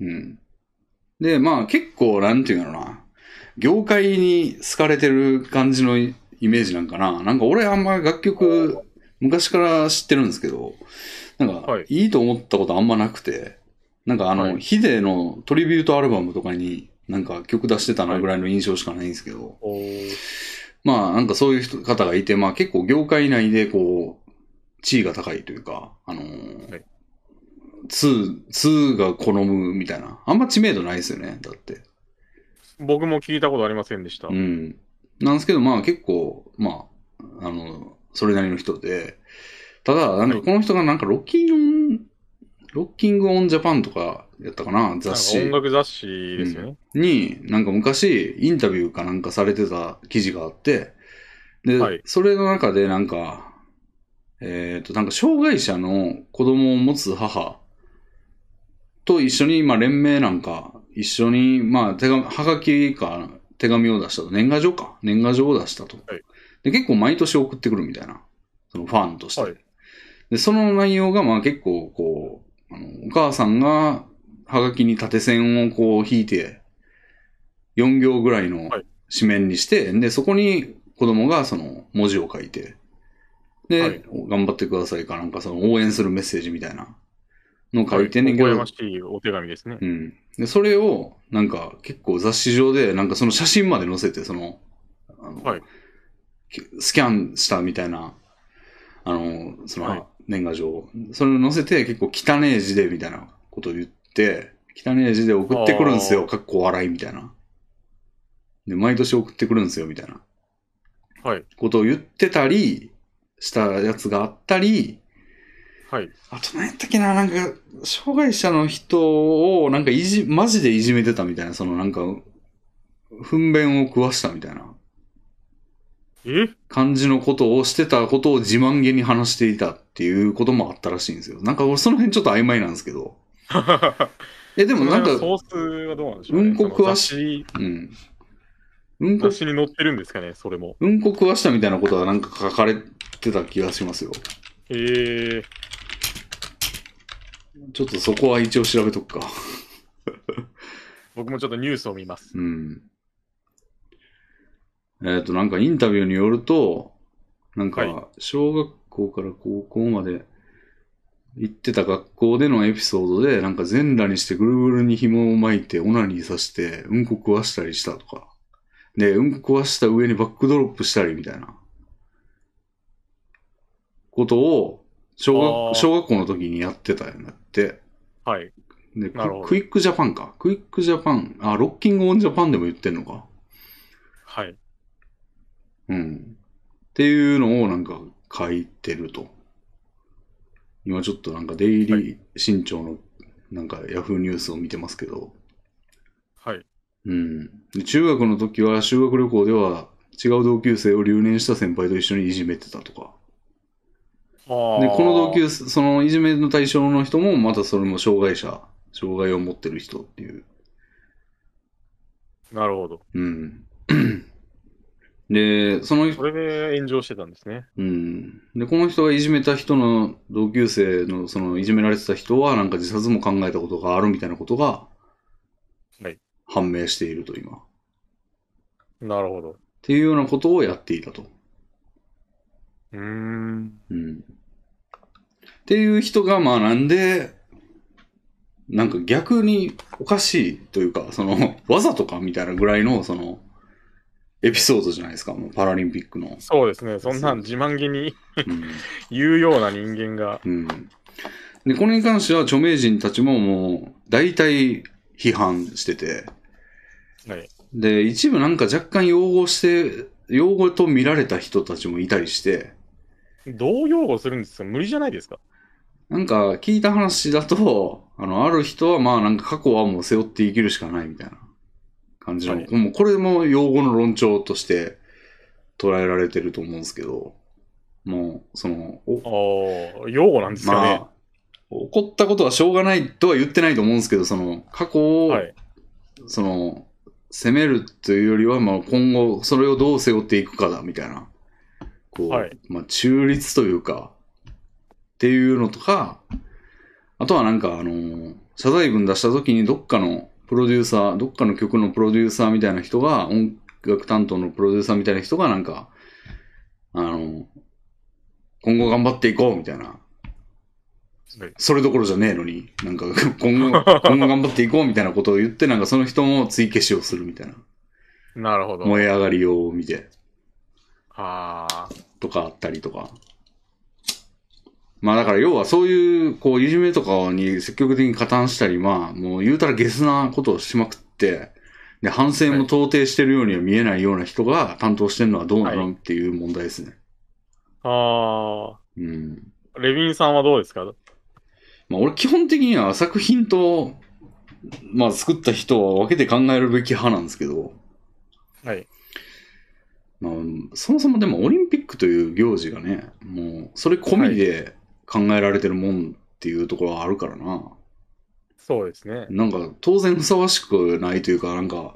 [SPEAKER 1] うん。で、まあ、結構、なんていうんだろうな、業界に好かれてる感じのイイメージなんかな。なんか俺あんま楽曲、昔から知ってるんですけど、なんか
[SPEAKER 2] はい、
[SPEAKER 1] いいと思ったことあんまなくて、なんかあの、
[SPEAKER 2] はい
[SPEAKER 1] ヒデのトリビュートアルバムとかに、なんか曲出してた
[SPEAKER 2] は
[SPEAKER 1] ないぐらいの印象しかないんですけど、
[SPEAKER 2] おー
[SPEAKER 1] まあなんかそういう人方がいて、まあ結構業界内でこう、地位が高いというか、あのー
[SPEAKER 2] はい
[SPEAKER 1] ツー、ツーが好むみたいな。あんま知名度ないですよね、だって。
[SPEAKER 2] 僕も聞いたことありませんでした。
[SPEAKER 1] うん。なんですけど、まあ結構、まあ、あの、それなりの人で、ただ、なんかこの人がなんかロッキングオン、ロッキングオンジャパンとかやったかな、
[SPEAKER 2] なん
[SPEAKER 1] 雑
[SPEAKER 2] か
[SPEAKER 1] 誌
[SPEAKER 2] 音楽雑誌ですよね。
[SPEAKER 1] に、なんか昔インタビューかなんかされてた記事があって、で、
[SPEAKER 2] はい
[SPEAKER 1] それの中でなんか、えっ、と、なんか障害者の子供を持つ母と一緒に、まあ連盟なんか、一緒に、まあ手紙、はがきか手紙を出したと。年賀状か。年賀状を出したと。
[SPEAKER 2] はい
[SPEAKER 1] で、結構毎年送ってくるみたいな。そのファンとして。
[SPEAKER 2] はい
[SPEAKER 1] で、その内容が、まあ結構、こう、あの、お母さんが、はがきに縦線をこう引いて、4行ぐらいの
[SPEAKER 2] はい
[SPEAKER 1] 紙面にして、で、そこに子供がその文字を書いて、で、
[SPEAKER 2] はい
[SPEAKER 1] 頑張ってくださいかなんかその応援するメッセージみたいなのを書いてんねん
[SPEAKER 2] 微
[SPEAKER 1] けど、
[SPEAKER 2] 笑ましいお手紙ですね。
[SPEAKER 1] うん。で、それを、なんか、結構雑誌上で、なんかその写真まで載せて、その、あの
[SPEAKER 2] はい
[SPEAKER 1] きスキャンしたみたいな、あの、その、
[SPEAKER 2] はい
[SPEAKER 1] 年賀状をそれを載せて、結構汚ねえ字で、みたいなことを言って、汚ねえ字で送ってくるんですよ、
[SPEAKER 2] あ
[SPEAKER 1] かっこ笑い、みたいな。で、毎年送ってくるんですよ、みたいな。
[SPEAKER 2] はい。
[SPEAKER 1] ことを言ってたり、したやつがあったり、
[SPEAKER 2] はい。
[SPEAKER 1] あと何やったっけな、なんか、障害者の人を、なんかいじ、マジでいじめてたみたいな、そのなんか、糞便を食わしたみたいな
[SPEAKER 2] え
[SPEAKER 1] 感じのことをしてたことを自慢げに話していたっていうこともあったらしいんですよ。なんか俺その辺ちょっと曖昧なんですけど。え、 *laughs* で
[SPEAKER 2] で
[SPEAKER 1] もなんか、
[SPEAKER 2] ソースはどうなんでしょう、ね、
[SPEAKER 1] うんこ食わし
[SPEAKER 2] その
[SPEAKER 1] うん。うんこ
[SPEAKER 2] 雑誌、雑、誌に載ってるんですかね、それも。
[SPEAKER 1] うんこ食わしたみたいなことはなんか書かれてた気がしますよ。
[SPEAKER 2] えー、
[SPEAKER 1] ちょっとそこは一応調べとくか。
[SPEAKER 2] 僕もちょっとニュースを見ます。
[SPEAKER 1] うん。えっ、と、なんかインタビューによると、なん
[SPEAKER 2] はい
[SPEAKER 1] か、小学校から高校まで行ってた学校でのエピソードで、なんか全裸にしてぐるぐるに紐を巻いて、オナニーさして、うんこ食わしたりしたとか。で、うんこ食わした上にバックドロップしたりみたいな。ことを、小
[SPEAKER 2] あー
[SPEAKER 1] 学、小学校の時にやってたんだって。
[SPEAKER 2] はい。
[SPEAKER 1] でク
[SPEAKER 2] なるほど
[SPEAKER 1] クイックジャパンか。クイックジャパン。あ、ロッキングオンジャパンでも言ってんのか。
[SPEAKER 2] はい。
[SPEAKER 1] うん。っていうのをなんか書いてると。今ちょっとなんかデイ
[SPEAKER 2] は
[SPEAKER 1] リー新潮のなんかヤフーニュースを見てますけど。
[SPEAKER 2] はい。
[SPEAKER 1] うん。で中学の時は修学旅行では違う同級生を留年した先輩と一緒にいじめてたとか。
[SPEAKER 2] は
[SPEAKER 1] で、この同級
[SPEAKER 2] 生。
[SPEAKER 1] 生、そのいじめの対象の人もまたそれも障害者、障害を持ってる人っていう。
[SPEAKER 2] なるほど。
[SPEAKER 1] うん。 *clears throat* で、その
[SPEAKER 2] それで炎上してたんですね。
[SPEAKER 1] うん。で、この人がいじめた人の同級生の、その、いじめられてた人は、なんか自殺も考えたことがあるみたいなことが、
[SPEAKER 2] はい
[SPEAKER 1] 判明していると、今。っ
[SPEAKER 2] なるほど。
[SPEAKER 1] ていうようなことをやっていたと。
[SPEAKER 2] うーん。
[SPEAKER 1] うん。っていう人が、まあ、なんで、なんか逆におかしいというか、その、 *laughs* わざとかみたいなぐらいの、その、エピソードじゃないですか、もうパラリンピックの。
[SPEAKER 2] そうですね。そんなん自慢げに
[SPEAKER 1] うん
[SPEAKER 2] 言うような人間が。
[SPEAKER 1] うん。で、これに関しては著名人たちももう、大体批判してて、
[SPEAKER 2] はい。
[SPEAKER 1] で、一部なんか若干擁護して、擁護と見られた人たちもいたりして、
[SPEAKER 2] どう擁護するんですか無理じゃないですか
[SPEAKER 1] なんか聞いた話だと、あの、ある人はまあなんか過去はもう背負って生きるしかないみたいな感じの、
[SPEAKER 2] はい
[SPEAKER 1] もうこれも擁護の論調として捉えられてると思うんですけど、もう、その、お
[SPEAKER 2] ああ、擁護なんですかね。
[SPEAKER 1] まあ、怒ったことはしょうがないとは言ってないと思うんですけど、その、過去を、
[SPEAKER 2] はい。
[SPEAKER 1] その、攻めるというよりは、まあ、今後、それをどう背負っていくかだ、みたいな。こう、
[SPEAKER 2] はい
[SPEAKER 1] まあ、中立というか、っていうのとか、あとはなんか、あのー謝罪文出した時にどっかのプロデューサー、どっかの曲のプロデューサーみたいな人が、音楽担当のプロデューサーみたいな人が、なんか、あのー今後頑張っていこう、みたいな
[SPEAKER 2] はい
[SPEAKER 1] それどころじゃねえのに、なんか *laughs* 今後、今後頑張っていこうみたいなことを言って、なんかその人も追消しをするみたいな。
[SPEAKER 2] なるほど。
[SPEAKER 1] 燃え上がりを見て、
[SPEAKER 2] ああ。
[SPEAKER 1] とかあったりとか。まあだから要はそういう、こう、いじめとかに積極的に加担したり、まあ、もう言うたらゲスなことをしまくって、で、反省も到底してるようには見えないような人が担当してるのはどうなのっていう問題ですね。
[SPEAKER 2] あ
[SPEAKER 1] うん。
[SPEAKER 2] あ。レビンさんはどうですか
[SPEAKER 1] まあ、俺基本的には作品と、まあ、作った人は分けて考えるべき派なんですけど、
[SPEAKER 2] はい。
[SPEAKER 1] まあ、そもそもでもオリンピックという行事がね、もう、それ込みで考えられてるもんっていうところはあるからな。
[SPEAKER 2] そうですね。
[SPEAKER 1] なんか、当然ふさわしくないというか、なんか、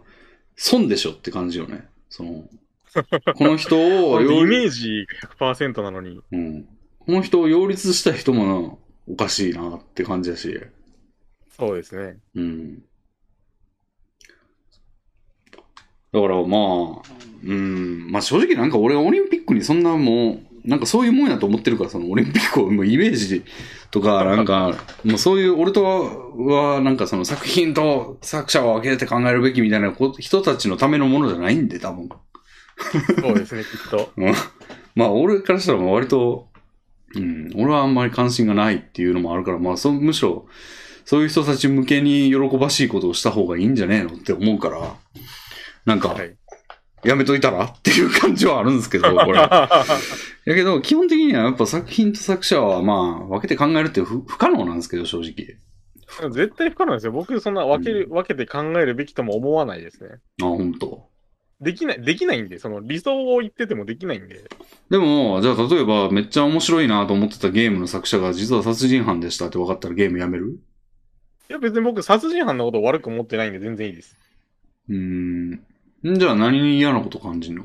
[SPEAKER 1] 損でしょって感じよね。その、
[SPEAKER 2] *laughs*
[SPEAKER 1] この人を
[SPEAKER 2] 本当
[SPEAKER 1] 擁
[SPEAKER 2] イメージが100%なのに。
[SPEAKER 1] うん、この人を擁立した人もな、おかしいなって感じだし。
[SPEAKER 2] そうですね。
[SPEAKER 1] うん。だからまあ、うん、まあ正直なんか俺オリンピックにそんなもう、なんかそういうもんやと思ってるから、そのオリンピックをもうイメージとか、なんか、もうそういう、俺とは、なんかその作品と作者を分けて考えるべきみたいなこと人たちのためのものじゃないんで、多分。
[SPEAKER 2] *laughs* そうですね、きっと。
[SPEAKER 1] うん *laughs* まあ俺からしたらもう割と、うん、俺はあんまり関心がないっていうのもあるから、まあそむしろ、そういう人たち向けに喜ばしいことをした方がいいんじゃねえのって思うから、なんか
[SPEAKER 2] は、い。
[SPEAKER 1] やめといたらっていう感じはあるんですけど、こ
[SPEAKER 2] *laughs*
[SPEAKER 1] れ。やけど、基本的にはやっぱ作品と作者はまあ、分けて考えるって不不可能なんですけど、正直。
[SPEAKER 2] 絶対不可能ですよ。僕、そんな分ける、分けて考えるべきとも思わないですね。
[SPEAKER 1] あ、本当。
[SPEAKER 2] できない、できないんで、その理想を言っててもできないんで。
[SPEAKER 1] でも、じゃあ例えば、めっちゃ面白いなと思ってたゲームの作者が実は殺人犯でしたって分かったらゲームやめる
[SPEAKER 2] いや、別に僕、殺人犯のことを悪く思ってないんで全然いいです。
[SPEAKER 1] うーん。じゃあ何に嫌なこと感じるの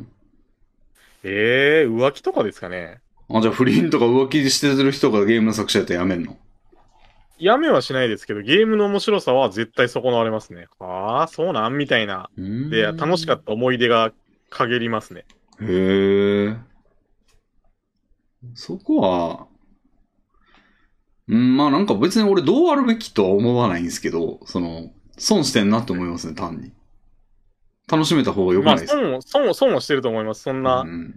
[SPEAKER 2] ええ浮気とかですかね。
[SPEAKER 1] あ、じゃあ不倫とか浮気してる人がゲームの作者やったらやめんの
[SPEAKER 2] やめはしないですけど、ゲームの面白さは絶対損なわれますね。ああ、そうなんみたいな。で、楽しか
[SPEAKER 1] っ
[SPEAKER 2] った思い出が陰りますね。
[SPEAKER 1] た。へえ。そこは、うん、まあなんか別に俺どうあるべきとは思わないんですけど、その、損してんなって思いますね、単に。楽しめた方が良く
[SPEAKER 2] ま
[SPEAKER 1] ない
[SPEAKER 2] あ、
[SPEAKER 1] ですか、
[SPEAKER 2] 損を、損を、損をしてると思います。そんな、
[SPEAKER 1] うん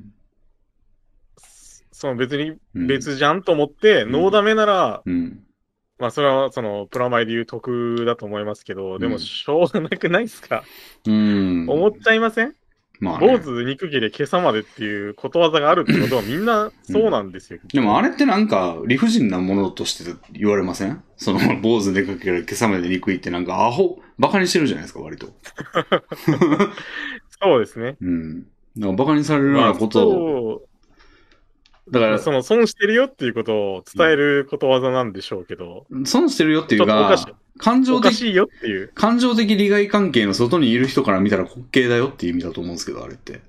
[SPEAKER 2] その別に
[SPEAKER 1] うん
[SPEAKER 2] 別じゃんと思って、
[SPEAKER 1] ん
[SPEAKER 2] ノーダメなら
[SPEAKER 1] うん。
[SPEAKER 2] まあ、それは、その、プラマイで言う得だと思いますけど、で
[SPEAKER 1] う
[SPEAKER 2] も、
[SPEAKER 1] ん
[SPEAKER 2] しょうがなくないですか、
[SPEAKER 1] うん。
[SPEAKER 2] 思っちゃいません
[SPEAKER 1] まあね
[SPEAKER 2] 坊主肉切れ今朝までっていうことわざがあるってことはみんなそうなんですよ。
[SPEAKER 1] でもあれってなんか理不尽なものとして言われませんその坊主でかけら今朝まで憎いってなんかアホ、バカにしてるじゃないですか、割と。
[SPEAKER 2] そうですね。
[SPEAKER 1] うん。だからバカにされるよう
[SPEAKER 2] ま
[SPEAKER 1] な
[SPEAKER 2] あ、
[SPEAKER 1] ことを、
[SPEAKER 2] そ
[SPEAKER 1] だから
[SPEAKER 2] う、その損してるよっていうことを伝えることわざなんでしょうけど、
[SPEAKER 1] 損してるよっていう
[SPEAKER 2] ちょっとお
[SPEAKER 1] か
[SPEAKER 2] かしい、
[SPEAKER 1] 感情
[SPEAKER 2] おか
[SPEAKER 1] 的、
[SPEAKER 2] しいよっていう。 *laughs*
[SPEAKER 1] 感情的利害関係の外にいる人から見たら滑稽だよっていう意味だと思うんですけど、あれって。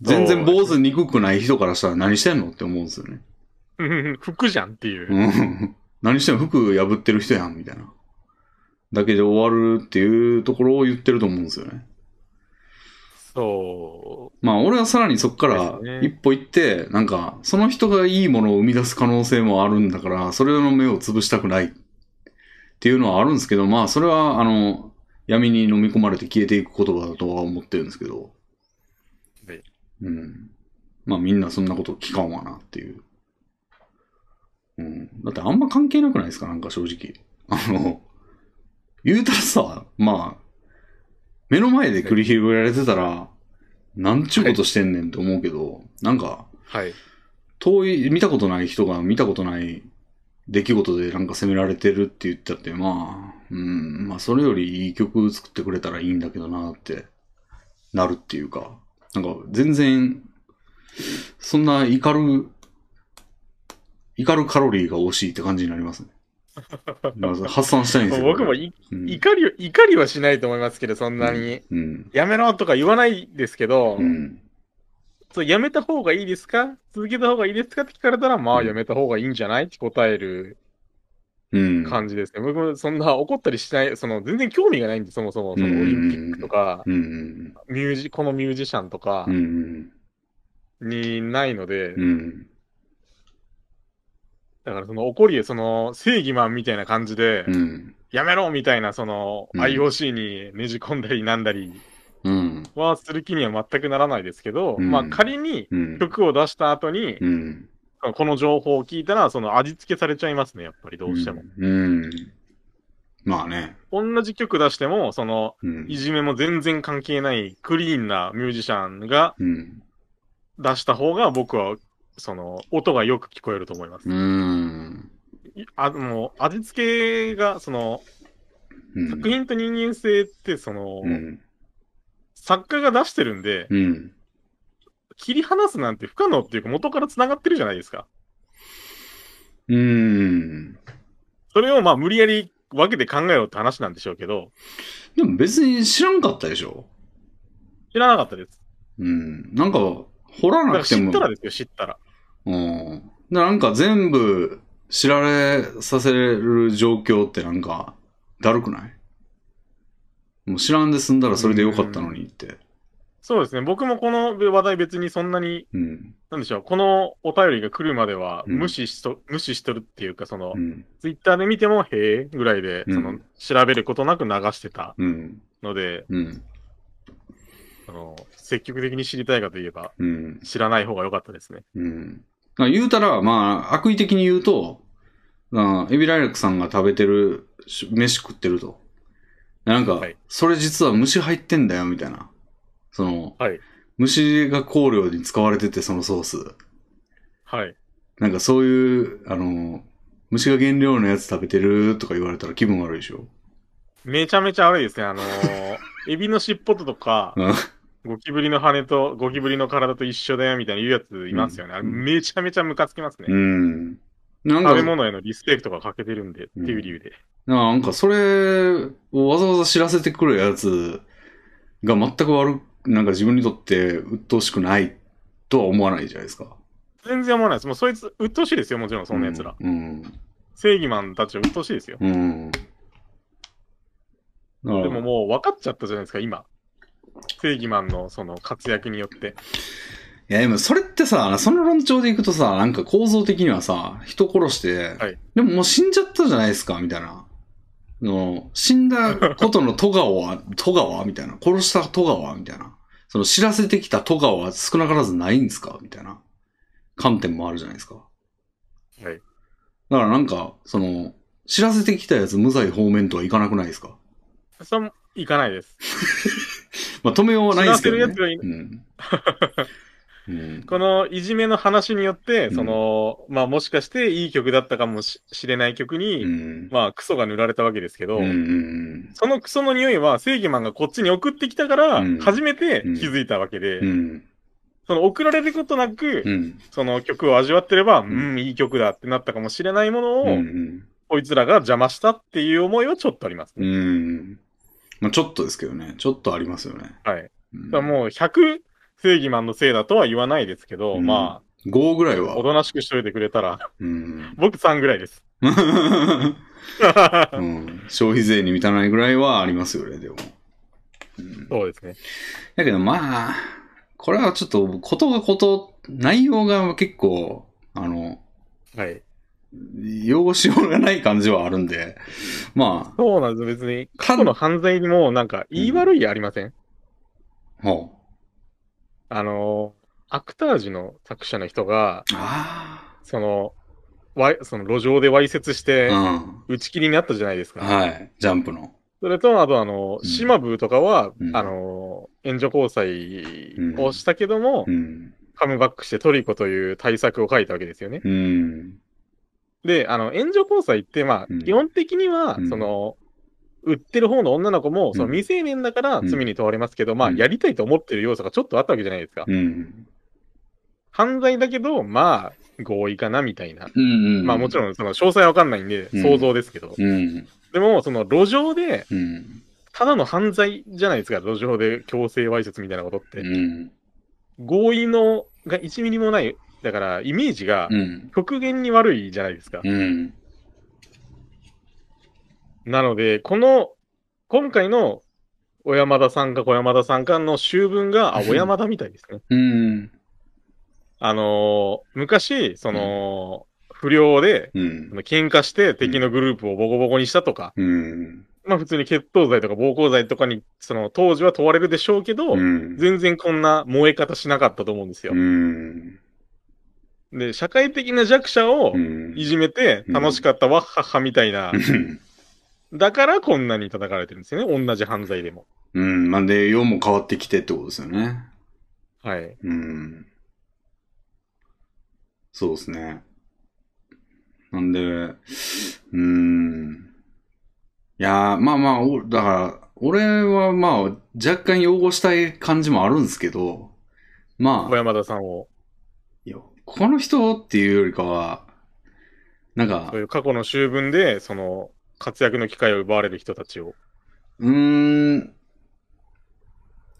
[SPEAKER 1] 全然坊主憎くない人からしたら何してんのって思うんですよね。
[SPEAKER 2] 主。服じゃんっていう。
[SPEAKER 1] うん。 *laughs* 何しても服破ってる人やん、みたいな。だけで終わるっていうところを言ってると思うんですよね。
[SPEAKER 2] そ
[SPEAKER 1] まあ、俺はさらにそっから
[SPEAKER 2] ですね
[SPEAKER 1] 一歩行って、なんか、その人がいいものを生み出す可能性もあるんだから、それの目を潰したくないっていうのはあるんですけど、まあ、それは、あの、闇に飲み込まれて消えていく言葉だとは思ってるんですけど
[SPEAKER 2] はい。
[SPEAKER 1] うん。まあ、みんなそんなこと聞かんわなっていう。うん。だってあんま関係なくないですかなんか正直。あの、言うたらさ、まあ、目の前で繰り広げられてたら、なんちゅうことしてんねんって思うけど、なんか、
[SPEAKER 2] う。はい。
[SPEAKER 1] 遠い、見たことない人が見たことない出来事でなんか責められてるって言ったって、まあ、うん、まあそれよりいい曲作ってくれたらいいんだけどなって、なるっていうか、なんか全然、そんな怒る、怒るカロリーが惜しいって感じになりますね。まあ発散したいんですよ。
[SPEAKER 2] 僕もい
[SPEAKER 1] うん、
[SPEAKER 2] 怒りを、怒りはしないと思いますけど、そんなに。
[SPEAKER 1] うん。
[SPEAKER 2] やめろとか言わないですけど、
[SPEAKER 1] うん。
[SPEAKER 2] そうやめた方がいいですか続けた方がいいですかって聞かれたら、まあ、やめた方がいいんじゃないって答える
[SPEAKER 1] うん。
[SPEAKER 2] 感じですね。僕もそんな怒ったりしない、その全然興味がないんで、そもそも、そのオ
[SPEAKER 1] うん
[SPEAKER 2] リンピックとか、
[SPEAKER 1] うん。
[SPEAKER 2] ミュージ、このミュージシャンとか
[SPEAKER 1] うん。
[SPEAKER 2] にないので、
[SPEAKER 1] うん。
[SPEAKER 2] だからその怒り、その正義マンみたいな感じで、
[SPEAKER 1] うん。
[SPEAKER 2] やめろみたいな、その
[SPEAKER 1] うん
[SPEAKER 2] IOC にねじ込んだりなんだり
[SPEAKER 1] うん。
[SPEAKER 2] はする気には全くならないですけど、
[SPEAKER 1] うん
[SPEAKER 2] まあ仮に
[SPEAKER 1] うん。
[SPEAKER 2] 曲を出した後に、
[SPEAKER 1] うん。
[SPEAKER 2] この情報を聞いたら、その味付けされちゃいますね、やっぱりどうしても。
[SPEAKER 1] うん。うんまあね。
[SPEAKER 2] 同じ曲出しても、その、
[SPEAKER 1] うん
[SPEAKER 2] い。じめも全然関係ないクリーンなミュージシャンが
[SPEAKER 1] うん。
[SPEAKER 2] 出した方が僕は、その、音がよく聞こえると思います。
[SPEAKER 1] うん。
[SPEAKER 2] いあもう味付けが、その、
[SPEAKER 1] うん
[SPEAKER 2] 作品と人間性って、その、
[SPEAKER 1] うん。
[SPEAKER 2] 作家が出してるんで、
[SPEAKER 1] うん。
[SPEAKER 2] 切り離すなんて不可能っていうか、元から繋がってるじゃないですか。
[SPEAKER 1] うん。
[SPEAKER 2] それをまあ、無理やり分けて考えようって話なんでしょうけど、
[SPEAKER 1] でも別に知らんかったでしょ
[SPEAKER 2] 知らなかったです。
[SPEAKER 1] うん。なんか、掘ら
[SPEAKER 2] だか
[SPEAKER 1] な
[SPEAKER 2] ら
[SPEAKER 1] くて
[SPEAKER 2] 知っ
[SPEAKER 1] も。
[SPEAKER 2] たらですよ、知ったら。
[SPEAKER 1] うん。でなんか全部知られさせる状況ってなんか、だるくないもう知らんで済んだらそれでよかったのにって。
[SPEAKER 2] そうですね。僕もこの話題別にそんなに、
[SPEAKER 1] うん。
[SPEAKER 2] なんでしょう、このお便りが来るまでは
[SPEAKER 1] うん
[SPEAKER 2] 無視しと、無視しとるっていうか、その
[SPEAKER 1] う、ん。
[SPEAKER 2] ツイッターで見ても、へえ、ぐらいで、
[SPEAKER 1] うん
[SPEAKER 2] その、調べることなく流してた
[SPEAKER 1] うん。
[SPEAKER 2] ので、
[SPEAKER 1] うん。
[SPEAKER 2] あの、積極的に知りたいかといえば、
[SPEAKER 1] うん。
[SPEAKER 2] 知らない方が良かったですね。
[SPEAKER 1] うん。まあ言うたら、まあ、悪意的に言うと、まあエビライラクさんが食べてるし、飯食ってると。なんか、
[SPEAKER 2] はい
[SPEAKER 1] それ実は虫入ってんだよ、みたいな。その、
[SPEAKER 2] はい
[SPEAKER 1] 虫が香料に使われてて、そのソース。
[SPEAKER 2] はい。
[SPEAKER 1] なんかそういう、あの、虫が原料のやつ食べてるとか言われたら気分悪いでしょ。
[SPEAKER 2] めちゃめちゃ悪いですね。あ
[SPEAKER 1] *laughs*
[SPEAKER 2] のーエビの尻尾とか、
[SPEAKER 1] うん
[SPEAKER 2] ゴキブリの羽と、ゴキブリの体と一緒だよ、みたいな言うやついますよね。あれめちゃめちゃムカつきますね。
[SPEAKER 1] うん。なん
[SPEAKER 2] 食べ
[SPEAKER 1] か、
[SPEAKER 2] 物へのリスペクトが欠けてるんで、っていう理由で。
[SPEAKER 1] なんかそれをわざわざ知らせてくるやつが全く悪く、なんか自分にとって鬱陶しくないとは思わないじゃないですか。
[SPEAKER 2] 全然思わないです。もうそいつ、鬱陶しいですよ、もちろん、そんな奴ら。
[SPEAKER 1] うん。
[SPEAKER 2] 正義マンたちは鬱陶しいですよ。
[SPEAKER 1] うん。うん、
[SPEAKER 2] でももう分かっちゃったじゃないですか、今。正義マンのその活躍によって。
[SPEAKER 1] いや、でもそれってさ、その論調でいくとさ、なんか構造的にはさ、人殺して、
[SPEAKER 2] はい
[SPEAKER 1] でももう死んじゃったじゃないですか、みたいな。の死んだことの戸川は、 *laughs* 戸川みたいな。殺した戸川みたいな。その知らせてきた戸川は少なからずないんですかみたいな観点もあるじゃないですか。
[SPEAKER 2] はい。
[SPEAKER 1] だからなんか、その、知らせてきたやつ無罪方面とはいかなくないですか
[SPEAKER 2] それもいかないです。
[SPEAKER 1] まあ、止めようはないですけど、ね。
[SPEAKER 2] 知らせるやつ
[SPEAKER 1] うん。
[SPEAKER 2] *laughs*
[SPEAKER 1] うん。
[SPEAKER 2] このいじめの話によって、
[SPEAKER 1] うん
[SPEAKER 2] その、まあもしかしていい曲だったかもし知れない曲に、
[SPEAKER 1] うん。
[SPEAKER 2] まあクソが塗られたわけですけど、
[SPEAKER 1] うんうん
[SPEAKER 2] そのクソの匂いは正義マンがこっちに送ってきたから、
[SPEAKER 1] うん
[SPEAKER 2] 初めて気づいたわけで、
[SPEAKER 1] うん。うん。
[SPEAKER 2] その送られることなく、
[SPEAKER 1] うん。
[SPEAKER 2] その曲を味わってれば、うんん、いい曲だってなったかもしれないものを、
[SPEAKER 1] うん。
[SPEAKER 2] こいつらが邪魔したっていう思いはちょっとあります
[SPEAKER 1] う
[SPEAKER 2] ね。
[SPEAKER 1] ん。まあ、ちょっとですけどね。ちょっとありますよね。
[SPEAKER 2] はい。
[SPEAKER 1] うん
[SPEAKER 2] だからもう100正義マンのせいだとは言わないですけど、
[SPEAKER 1] うん
[SPEAKER 2] ま
[SPEAKER 1] 5ぐらい
[SPEAKER 2] あ、お
[SPEAKER 1] は。
[SPEAKER 2] となしくしといてくれたら、 *laughs*
[SPEAKER 1] うん。 *laughs*
[SPEAKER 2] 僕3ぐらいです。
[SPEAKER 1] うん、消費税に満たないぐらいはありますよね、でも。うん、
[SPEAKER 2] そうですね。
[SPEAKER 1] だけどまあ、これはちょっと、ことがこと、内容が結構、あの、
[SPEAKER 2] はい。
[SPEAKER 1] 用語しようがない感じはあるんで、ま
[SPEAKER 2] そうなんです。別に、
[SPEAKER 1] か
[SPEAKER 2] 過去の犯罪にもなんか言い悪いありません、
[SPEAKER 1] あ、ほう。
[SPEAKER 2] あのー、アクタージュの作者の人が、
[SPEAKER 1] あ
[SPEAKER 2] その、わいその路上でわいせつして、
[SPEAKER 1] あ、
[SPEAKER 2] 打ち切りになったじゃないです
[SPEAKER 1] うん。
[SPEAKER 2] か。
[SPEAKER 1] はい。ジャンプの。
[SPEAKER 2] それと、あとあの
[SPEAKER 1] う、ん
[SPEAKER 2] シマブーとかは、
[SPEAKER 1] うん
[SPEAKER 2] あの、援助交際をしたけども、
[SPEAKER 1] うん。
[SPEAKER 2] カムバックしてトリコという対策を書いたわけですよね。
[SPEAKER 1] うん。
[SPEAKER 2] で、あの、援助交際って、まあ、
[SPEAKER 1] うん
[SPEAKER 2] 基本的には
[SPEAKER 1] うん、
[SPEAKER 2] その、売ってる方の女の子も、
[SPEAKER 1] ん
[SPEAKER 2] その未成年だから
[SPEAKER 1] うん
[SPEAKER 2] 罪に問われますけど、まあ、
[SPEAKER 1] うん
[SPEAKER 2] やりたいと思ってる要素がちょっとあったわけじゃないですか。
[SPEAKER 1] うん。
[SPEAKER 2] 犯罪だけど、まあ、合意かな、みたいな。
[SPEAKER 1] うん。
[SPEAKER 2] まあ、もち
[SPEAKER 1] ん。
[SPEAKER 2] ろん、その、詳細はわかんないんで、
[SPEAKER 1] うん
[SPEAKER 2] 想像ですけど。
[SPEAKER 1] うん。
[SPEAKER 2] でも、その、路上で、
[SPEAKER 1] うん。
[SPEAKER 2] ただの犯罪じゃないですか、路上で強制わいせつみたいなことって。
[SPEAKER 1] うん。
[SPEAKER 2] 合意のが1ミリもない、だからイメージが
[SPEAKER 1] うん。
[SPEAKER 2] 極限に悪いじゃないですか。
[SPEAKER 1] うん。
[SPEAKER 2] なので、この、今回の小山田さんか小山田さんかの修文が、あ、
[SPEAKER 1] うん
[SPEAKER 2] 小山田みたいですね。
[SPEAKER 1] うん。
[SPEAKER 2] あのー昔、その、不良で、
[SPEAKER 1] うん。
[SPEAKER 2] 喧嘩して敵のグループをボコボコにしたとか、
[SPEAKER 1] うん。
[SPEAKER 2] まあ普通に血糖剤とか暴行剤とかに、その当時は問われるでしょうけど、
[SPEAKER 1] うん。
[SPEAKER 2] 全然こんな燃え方しなかったと思うんですよ
[SPEAKER 1] う。ん。
[SPEAKER 2] で、社会的な弱者を
[SPEAKER 1] うん
[SPEAKER 2] いじめて
[SPEAKER 1] うん
[SPEAKER 2] 楽しかったわっはっはみたいな。
[SPEAKER 1] うん
[SPEAKER 2] だからこんなに叩かれてるんですよね。同じ犯罪でも。
[SPEAKER 1] うん。まあ、で、4も変わってきてってことですよね。
[SPEAKER 2] はい。
[SPEAKER 1] うん。そうですね。なんで、うん。いやー、まあまあ、おだから、俺はまあ、若干擁護したい感じもあるんですけど、ま
[SPEAKER 2] 小
[SPEAKER 1] あ、
[SPEAKER 2] 山田さんを、
[SPEAKER 1] いやこの人っていうよりかは、なんか
[SPEAKER 2] そう、いう過去の修文で、その、活躍の機会を奪われる人たちを。
[SPEAKER 1] うーん、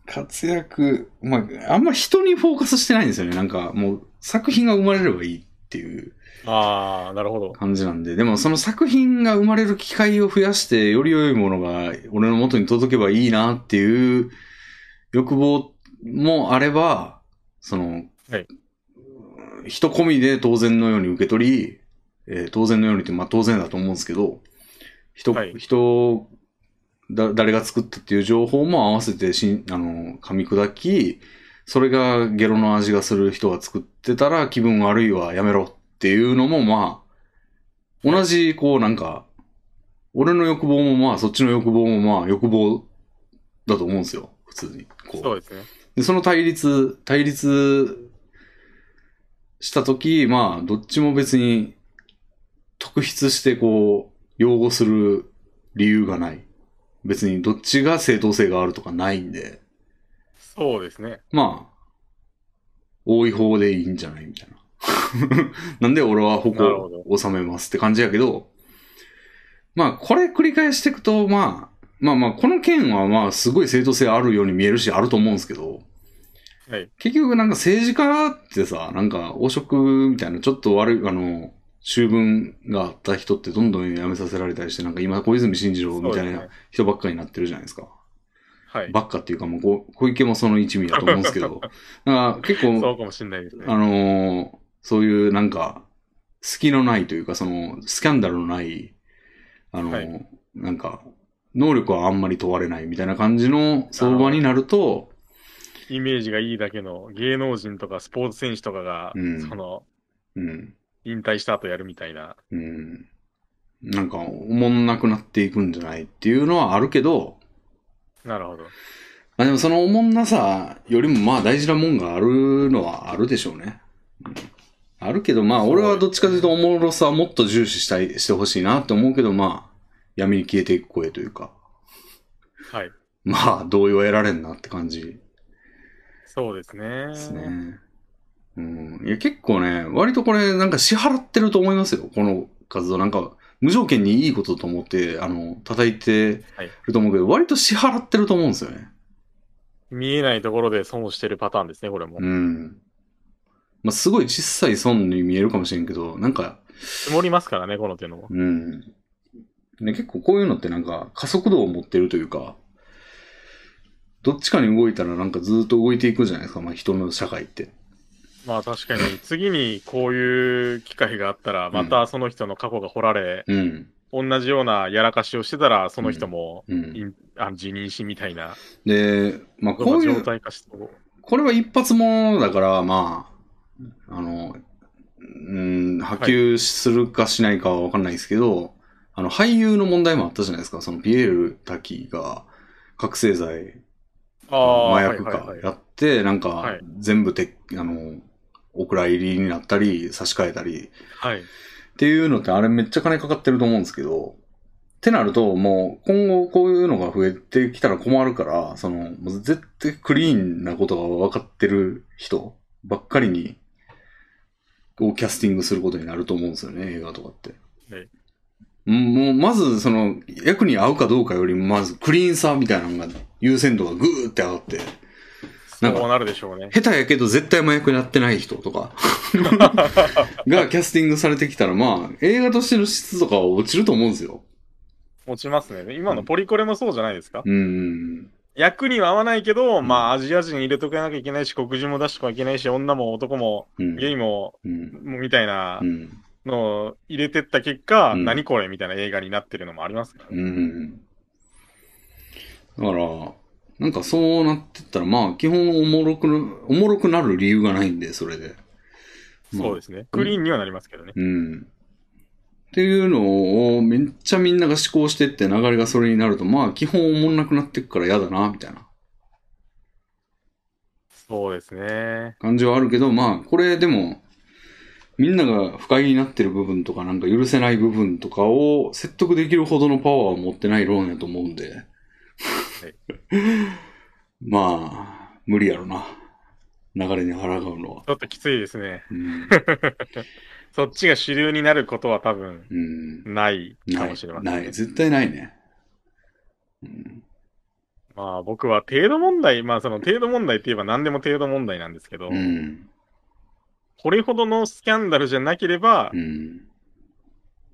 [SPEAKER 1] 活躍、まあ、あんま人にフォーカスしてないんですよね。なんか、もう作品が生まれればいいっていう。
[SPEAKER 2] あー、なるほど。
[SPEAKER 1] 感じなんで、でもその作品が生まれる機会を増やして、より良いものが俺の元に届けばいいなっていう欲望もあれば、その、
[SPEAKER 2] はい
[SPEAKER 1] 人込みで当然のように受け取り、えー当然のようにって、まあ当然だと思うんですけど、人、
[SPEAKER 2] はい
[SPEAKER 1] 人だ、誰が作ったっていう情報も合わせてしん、あの、噛み砕き、それがゲロの味がする人が作ってたら気分悪いわ、やめろっていうのもまあ、同じこうなんか、俺の欲望もまあ、そっちの欲望もまあ、欲望だと思うんですよ、普通に。こ
[SPEAKER 2] そうですね。
[SPEAKER 1] で、その対立、対立したとき、まあ、どっちも別に特筆してこう、擁護する理由がない。別にどっちが正当性があるとかないんで、
[SPEAKER 2] そうですね。
[SPEAKER 1] まあ、多い方でいいんじゃないみたいな。なんで *laughs* 俺は矛
[SPEAKER 2] なるほど
[SPEAKER 1] を収めますって感じやけど、まあ、これ繰り返していくと、まあ、まあまあ、この件はまあ、すごい正当性あるように見えるし、あると思うんですけど、
[SPEAKER 2] はい。
[SPEAKER 1] 結局なんか政治家ってさ、なんか汚職みたいな、ちょっと悪い、あの、修文があった人ってどんどん辞めさせられたりして、なんか今小泉進次郎みたい
[SPEAKER 2] そうです
[SPEAKER 1] な
[SPEAKER 2] ね
[SPEAKER 1] 人ばっかりになってるじゃないですか。
[SPEAKER 2] はい。
[SPEAKER 1] ばっかっていうかもうこ小池もその一味だと思うんですけ
[SPEAKER 2] *laughs*
[SPEAKER 1] ど、なんか結
[SPEAKER 2] そう
[SPEAKER 1] 構、
[SPEAKER 2] かもしれないですね。
[SPEAKER 1] あのーそういうなんか、隙のないというか、その、スキャンダルのない、あのー
[SPEAKER 2] は
[SPEAKER 1] なんか、能力はあんまり問われないみたいな感じの相場になると、
[SPEAKER 2] イメージがいいだけの芸能人とかスポーツ選手とかが、
[SPEAKER 1] うん
[SPEAKER 2] その、
[SPEAKER 1] うん。
[SPEAKER 2] 引退した後やるみたいな。
[SPEAKER 1] うん。なんか、おもんなくなっていくんじゃないっていうのはあるけど、
[SPEAKER 2] なるほど。
[SPEAKER 1] あでもそのおもんなさよりもまあ大事なもんがあるのはあるでしょうね。うんあるけどまあ俺はどっちかというとおもろさをもっと重視したい、してほしいなって思うけどまあ闇に消えていく声というか、
[SPEAKER 2] はい。
[SPEAKER 1] まあ同意は得られんなって感じ
[SPEAKER 2] そうですね。
[SPEAKER 1] ですね。うん。いや結構ね、割とこれなんか支払ってると思いますよ。この活動なんか無条件にいいことと思って、あの、叩いてると思うけど、割と支払ってると思うんですよね。
[SPEAKER 2] 見えないところで損をしてるパターンですね、これも
[SPEAKER 1] う。ん。まあ、すごい小さい損に見えるかもしれんけど、なんか、
[SPEAKER 2] 積もりますからね、この手のも。
[SPEAKER 1] うん。ね、結構こういうのってなんか加速度を持ってるというか、どっちかに動いたらなんかずっと動いていくじゃないですか、まあ人の社会って。
[SPEAKER 2] まあ確か
[SPEAKER 1] *laughs*
[SPEAKER 2] に、次にこういう機会があったら、またその人の過去が掘られ、
[SPEAKER 1] うん。
[SPEAKER 2] 同じようなやらかしをしてたら、その人も、
[SPEAKER 1] うん
[SPEAKER 2] い。んあの辞任しみたいな、
[SPEAKER 1] で、まあこうい
[SPEAKER 2] 状
[SPEAKER 1] う、
[SPEAKER 2] 態化してこ
[SPEAKER 1] これは一発ものだから、まあ、あの、うん、波及するかしないかはわかんないですけど、あの、俳優の問題もあったじゃないですか。そのピエール滝が覚醒剤
[SPEAKER 2] うああ、
[SPEAKER 1] 麻薬か
[SPEAKER 2] はいはい
[SPEAKER 1] や
[SPEAKER 2] は
[SPEAKER 1] っ
[SPEAKER 2] い
[SPEAKER 1] て、なんか
[SPEAKER 2] はい、
[SPEAKER 1] 全部て、あの、お蔵入りになったり、差し替えたり、
[SPEAKER 2] はい。
[SPEAKER 1] っていうのってあれめっちゃ金かかってると思うんですけど、ってなると、もう今後こういうのが増えてきたら困るから、その、もう絶対クリーンなことが分かってる人ばっかりに、をキャスティングすることになると思うんですよね、映画とかって。
[SPEAKER 2] はい
[SPEAKER 1] うんもう、まずその、役に合うかどうかよりも、まずクリーンさみたいなのが、優先度がぐーって上がって、なんか
[SPEAKER 2] そうなるでしょうね。
[SPEAKER 1] 下手やけど絶対麻薬やってない人と
[SPEAKER 2] *laughs*
[SPEAKER 1] かがキャスティングされてきたらまあ映画としての質とかは落ちると思うんですよ。
[SPEAKER 2] 落ちますね。今のポリコレもそうじゃないですか。
[SPEAKER 1] うん。
[SPEAKER 2] 役には合わないけど、
[SPEAKER 1] ん
[SPEAKER 2] まあアジア人入れとかなきゃいけないし、黒人も出しとかいけないし、女も男も
[SPEAKER 1] うん。
[SPEAKER 2] ゲイも、
[SPEAKER 1] うん。
[SPEAKER 2] みたいな
[SPEAKER 1] うん。
[SPEAKER 2] のを入れてった結果、
[SPEAKER 1] うん
[SPEAKER 2] 何これみたいな映画になってるのもありますからね。
[SPEAKER 1] うん。だから、なんかそうなってったらまあ基本おもろくな、おもろくなる理由がないんで、それで。
[SPEAKER 2] そうですね。クリーンにはなりますけどね。
[SPEAKER 1] うん。っていうのをめっちゃみんなが思考してって流れがそれになるとまあ基本おもんなくなってくから嫌だな、みたいな。
[SPEAKER 2] そうですね。
[SPEAKER 1] 感じはあるけど、まあ、これでも、みんなが不快になってる部分とか、なんか許せない部分とかを説得できるほどのパワーを持ってない論やと思うんで。 *laughs* まあ、無理やろな。流れに腹がうのは。
[SPEAKER 2] ちょっときついですね。
[SPEAKER 1] うん。
[SPEAKER 2] そっちが主流になることは多分
[SPEAKER 1] うん、
[SPEAKER 2] ない
[SPEAKER 1] な
[SPEAKER 2] か
[SPEAKER 1] い
[SPEAKER 2] もしれません。
[SPEAKER 1] ない。絶対ないね。うん。
[SPEAKER 2] まあ僕は程度問題、まあその程度問題って言えば何でも程度問題なんですけど、
[SPEAKER 1] うん。
[SPEAKER 2] これほどのスキャンダルじゃなければ
[SPEAKER 1] うん。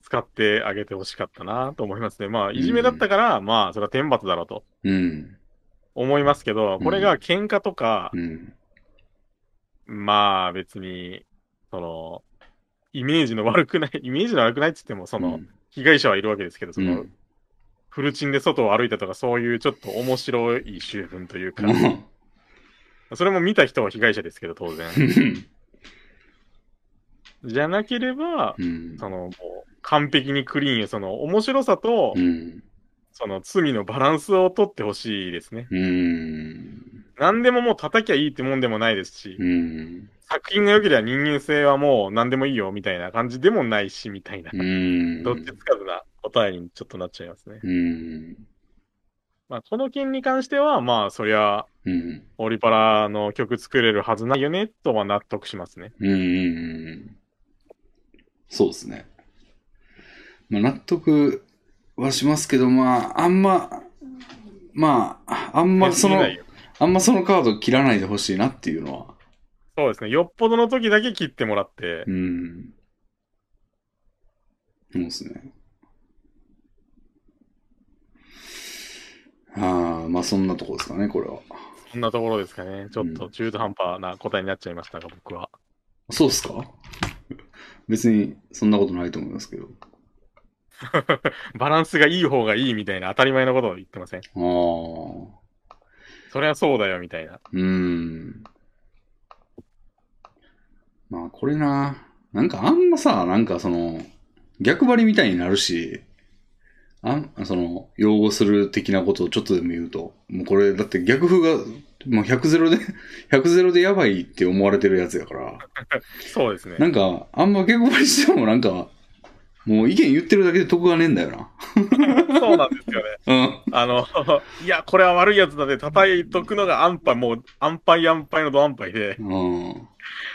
[SPEAKER 2] 使ってあげてほしかったなと思いますね。まあいじめだったから、まあそれは天罰だろうと
[SPEAKER 1] うん。
[SPEAKER 2] 思いますけど、これが喧嘩とか、
[SPEAKER 1] うん。
[SPEAKER 2] まあ別に、その、イメージの悪くない、 *laughs* イメージの悪くないって言っても、その、被害者はいるわけですけど、その、
[SPEAKER 1] うん
[SPEAKER 2] フルチンで外を歩いたとか、そういうちょっと面白い習文というか、 *laughs* それも見た人は被害者ですけど、当然。じゃなければ、
[SPEAKER 1] うん。
[SPEAKER 2] その、もう、完璧にクリーン、その、面白さと、
[SPEAKER 1] うん。
[SPEAKER 2] その、罪のバランスをとってほしいですね。
[SPEAKER 1] うん。
[SPEAKER 2] 何でももう叩きゃいいってもんでもないですし、
[SPEAKER 1] うん。
[SPEAKER 2] 作品が良ければ人間性はもう何でもいいよ、みたいな感じでもないし、みたいな。
[SPEAKER 1] うん。
[SPEAKER 2] どっちつかずな答えにちょっとなっちゃいますね。
[SPEAKER 1] うん。
[SPEAKER 2] まあ、この件に関しては、まあ、そりゃ、
[SPEAKER 1] うん。
[SPEAKER 2] オリパラの曲作れるはずないよね、とは納得しますね。
[SPEAKER 1] うんうんうん。そうですね。まあ、納得はしますけど、まあ、あんま、まあ、あんまそ
[SPEAKER 2] 見
[SPEAKER 1] の
[SPEAKER 2] えな、いよ
[SPEAKER 1] あんまそのカード切らないでほしいなっていうのは。
[SPEAKER 2] そうですね。よっぽどの時だけ切ってもらって
[SPEAKER 1] う、ん。そうですね。ああ、まあそんなとこですかね、これは。
[SPEAKER 2] そんなところですかね。ちょっ
[SPEAKER 1] う
[SPEAKER 2] と中途半端な答えになっちゃいましたが、僕は。
[SPEAKER 1] そうっすか *laughs* 別にそんなことないと思いますけど。
[SPEAKER 2] バランスがいい方がいいみたいな当たり前のことを言ってません。
[SPEAKER 1] ああ。
[SPEAKER 2] そりゃそうだよ、みたいな。
[SPEAKER 1] うーん。まあこれな、なんかあんまさ、なんかその、逆張りみたいになるし、あその、擁護する的なことをちょっとでも言うと、もうこれ、だって逆風が、もう100ゼロで、100ゼロ *laughs* でやばいって思われてるやつやから、
[SPEAKER 2] そうですね。
[SPEAKER 1] なんか、あんま逆張りしてもなんか、もう意見言ってるだけで得がねえんだよな。 *laughs*
[SPEAKER 2] そうなんですよね。
[SPEAKER 1] うん。
[SPEAKER 2] あの、いや、これは悪いやつだね。叩いとくのが安牌、もう安牌安牌のド安牌で、
[SPEAKER 1] うん。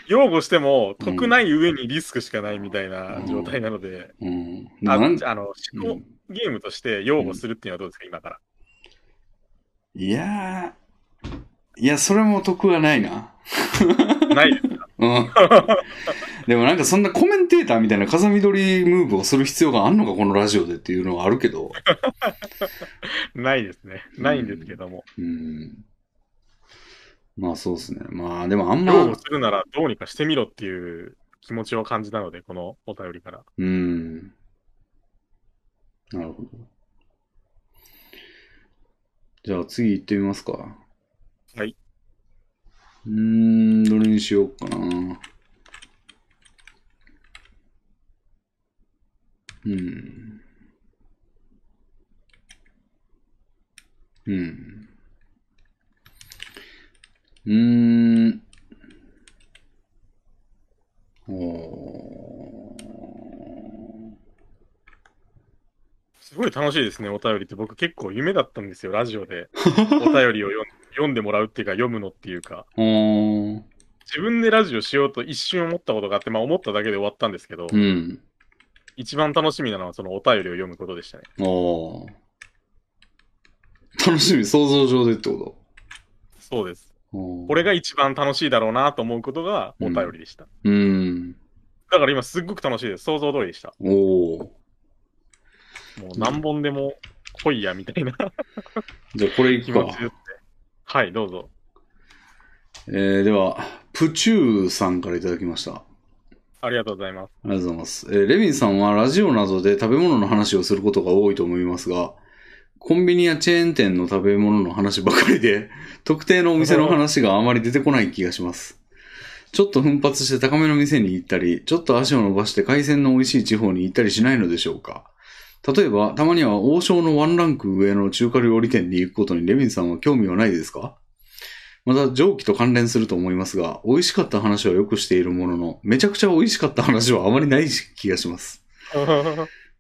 [SPEAKER 2] 擁護しても得ない上にリスクしかないみたいな状態なので、
[SPEAKER 1] うん。
[SPEAKER 2] あ
[SPEAKER 1] なん
[SPEAKER 2] あの、
[SPEAKER 1] う
[SPEAKER 2] 思考
[SPEAKER 1] ん
[SPEAKER 2] ゲームとして擁護するっていうのはどうですか、今から。
[SPEAKER 1] いやー、いや、それも得はないな。
[SPEAKER 2] ないです。
[SPEAKER 1] *laughs* うん。でもなんかそんなコメンテーターみたいな風見取りムーブをする必要があんのか、このラジオでっていうのはあるけど。
[SPEAKER 2] ないですね。ないんですけども。
[SPEAKER 1] うん。まあそうですね。まあでもあん
[SPEAKER 2] 擁護、
[SPEAKER 1] ます
[SPEAKER 2] るならどうにかしてみろっていう気持ちを感じたので、このお便りから。
[SPEAKER 1] うん。なるほど。じゃあ次行ってみますか。
[SPEAKER 2] はい。
[SPEAKER 1] うーん、どれにしようかな。うん。うん。うーん。おー。
[SPEAKER 2] すごい楽しいですね、お便りって。僕結構夢だったんですよ、ラジオ
[SPEAKER 1] *laughs*
[SPEAKER 2] で。お便りを読ん読んでもらうっていうか、読むのっていうか。
[SPEAKER 1] おー。
[SPEAKER 2] 自分でラジオしようと一瞬思ったことがあって、まあ思っただけで終わったんですけど、
[SPEAKER 1] うん。
[SPEAKER 2] 一番楽しみなのはそのお便りを読むことでしたね。
[SPEAKER 1] おー。楽しみ、想像上でってこ
[SPEAKER 2] そうです。
[SPEAKER 1] とおー
[SPEAKER 2] これが一番楽しいだろうなと思うことがお便りでした。
[SPEAKER 1] うん。
[SPEAKER 2] だから今すっごく楽しいです。想像通りでした。
[SPEAKER 1] おー。
[SPEAKER 2] もう何本でも来いや、みたいな
[SPEAKER 1] じゃあこれい
[SPEAKER 2] 気
[SPEAKER 1] く
[SPEAKER 2] 持ち
[SPEAKER 1] か
[SPEAKER 2] です。ね。はい、どうぞ。
[SPEAKER 1] えー、では、プチューさんからいただきました。
[SPEAKER 2] ありがとうござい *laughs* ます。
[SPEAKER 1] ありがとうございます。えーレビンさんはラジオなどで食べ物の話をすることが多いと思いますが、コンビニやチェーン店の食べ物の話ばかりで、 *laughs* 特定のお店の話があまり出てこない気がします。ちょっと奮発して高めの店に行ったり、ちょっと足を伸ばして海鮮の美味しい地方に行ったりしないのでしょうか例えば、たまには王将のワンランク上の中華料理店に行くことにレビンさんは興味はないですかまた、蒸気と関連すると思いますが、美味しかった話はよくしているものの、めちゃくちゃ美味しかった話はあまりない気がします。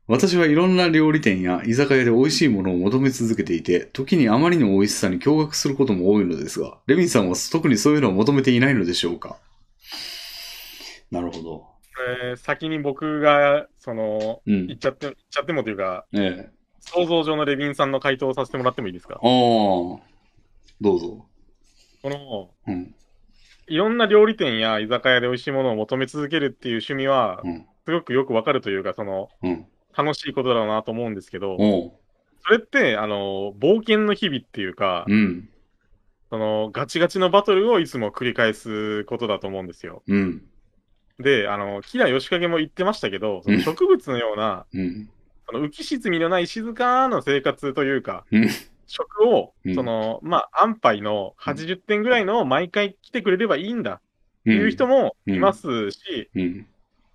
[SPEAKER 1] 私はいろんな料理店や居酒屋で美味しいものを求め続けていて、時にあまりの美味しさに驚愕することも多いのですが、レミンさんは特にそういうのを求めていないのでしょうかなるほど。
[SPEAKER 2] えー先に僕が、その、
[SPEAKER 1] うん
[SPEAKER 2] 言っ。ちゃって、言っちゃってもというか、
[SPEAKER 1] ええ。
[SPEAKER 2] 想像上のレビンさんの回答をさせてもらってもいいですか
[SPEAKER 1] ああ。どうぞ。
[SPEAKER 2] この、
[SPEAKER 1] うん。
[SPEAKER 2] いろんな料理店や居酒屋で美味しいものを求め続けるっていう趣味は
[SPEAKER 1] う、ん。
[SPEAKER 2] すごくよくわかるというか、その、
[SPEAKER 1] うん。
[SPEAKER 2] 楽しいことだろうなと思うんですけど、
[SPEAKER 1] おう。
[SPEAKER 2] それって、あの、冒険の日々っていうか、
[SPEAKER 1] うん。
[SPEAKER 2] その、ガチガチのバトルをいつも繰り返すことだと思うんですよ。
[SPEAKER 1] うん。
[SPEAKER 2] で、あの、吉良義景も言ってましたけど、そ
[SPEAKER 1] うん
[SPEAKER 2] の植物のような、
[SPEAKER 1] うん。
[SPEAKER 2] その浮き沈みのない静かな生活というか
[SPEAKER 1] うん、
[SPEAKER 2] 食を
[SPEAKER 1] うん、
[SPEAKER 2] その、まあ、安牌の80点ぐらいのを毎回来てくれればいいんだっ
[SPEAKER 1] う
[SPEAKER 2] て
[SPEAKER 1] ん。
[SPEAKER 2] いう人
[SPEAKER 1] も。
[SPEAKER 2] もいますし、
[SPEAKER 1] うん。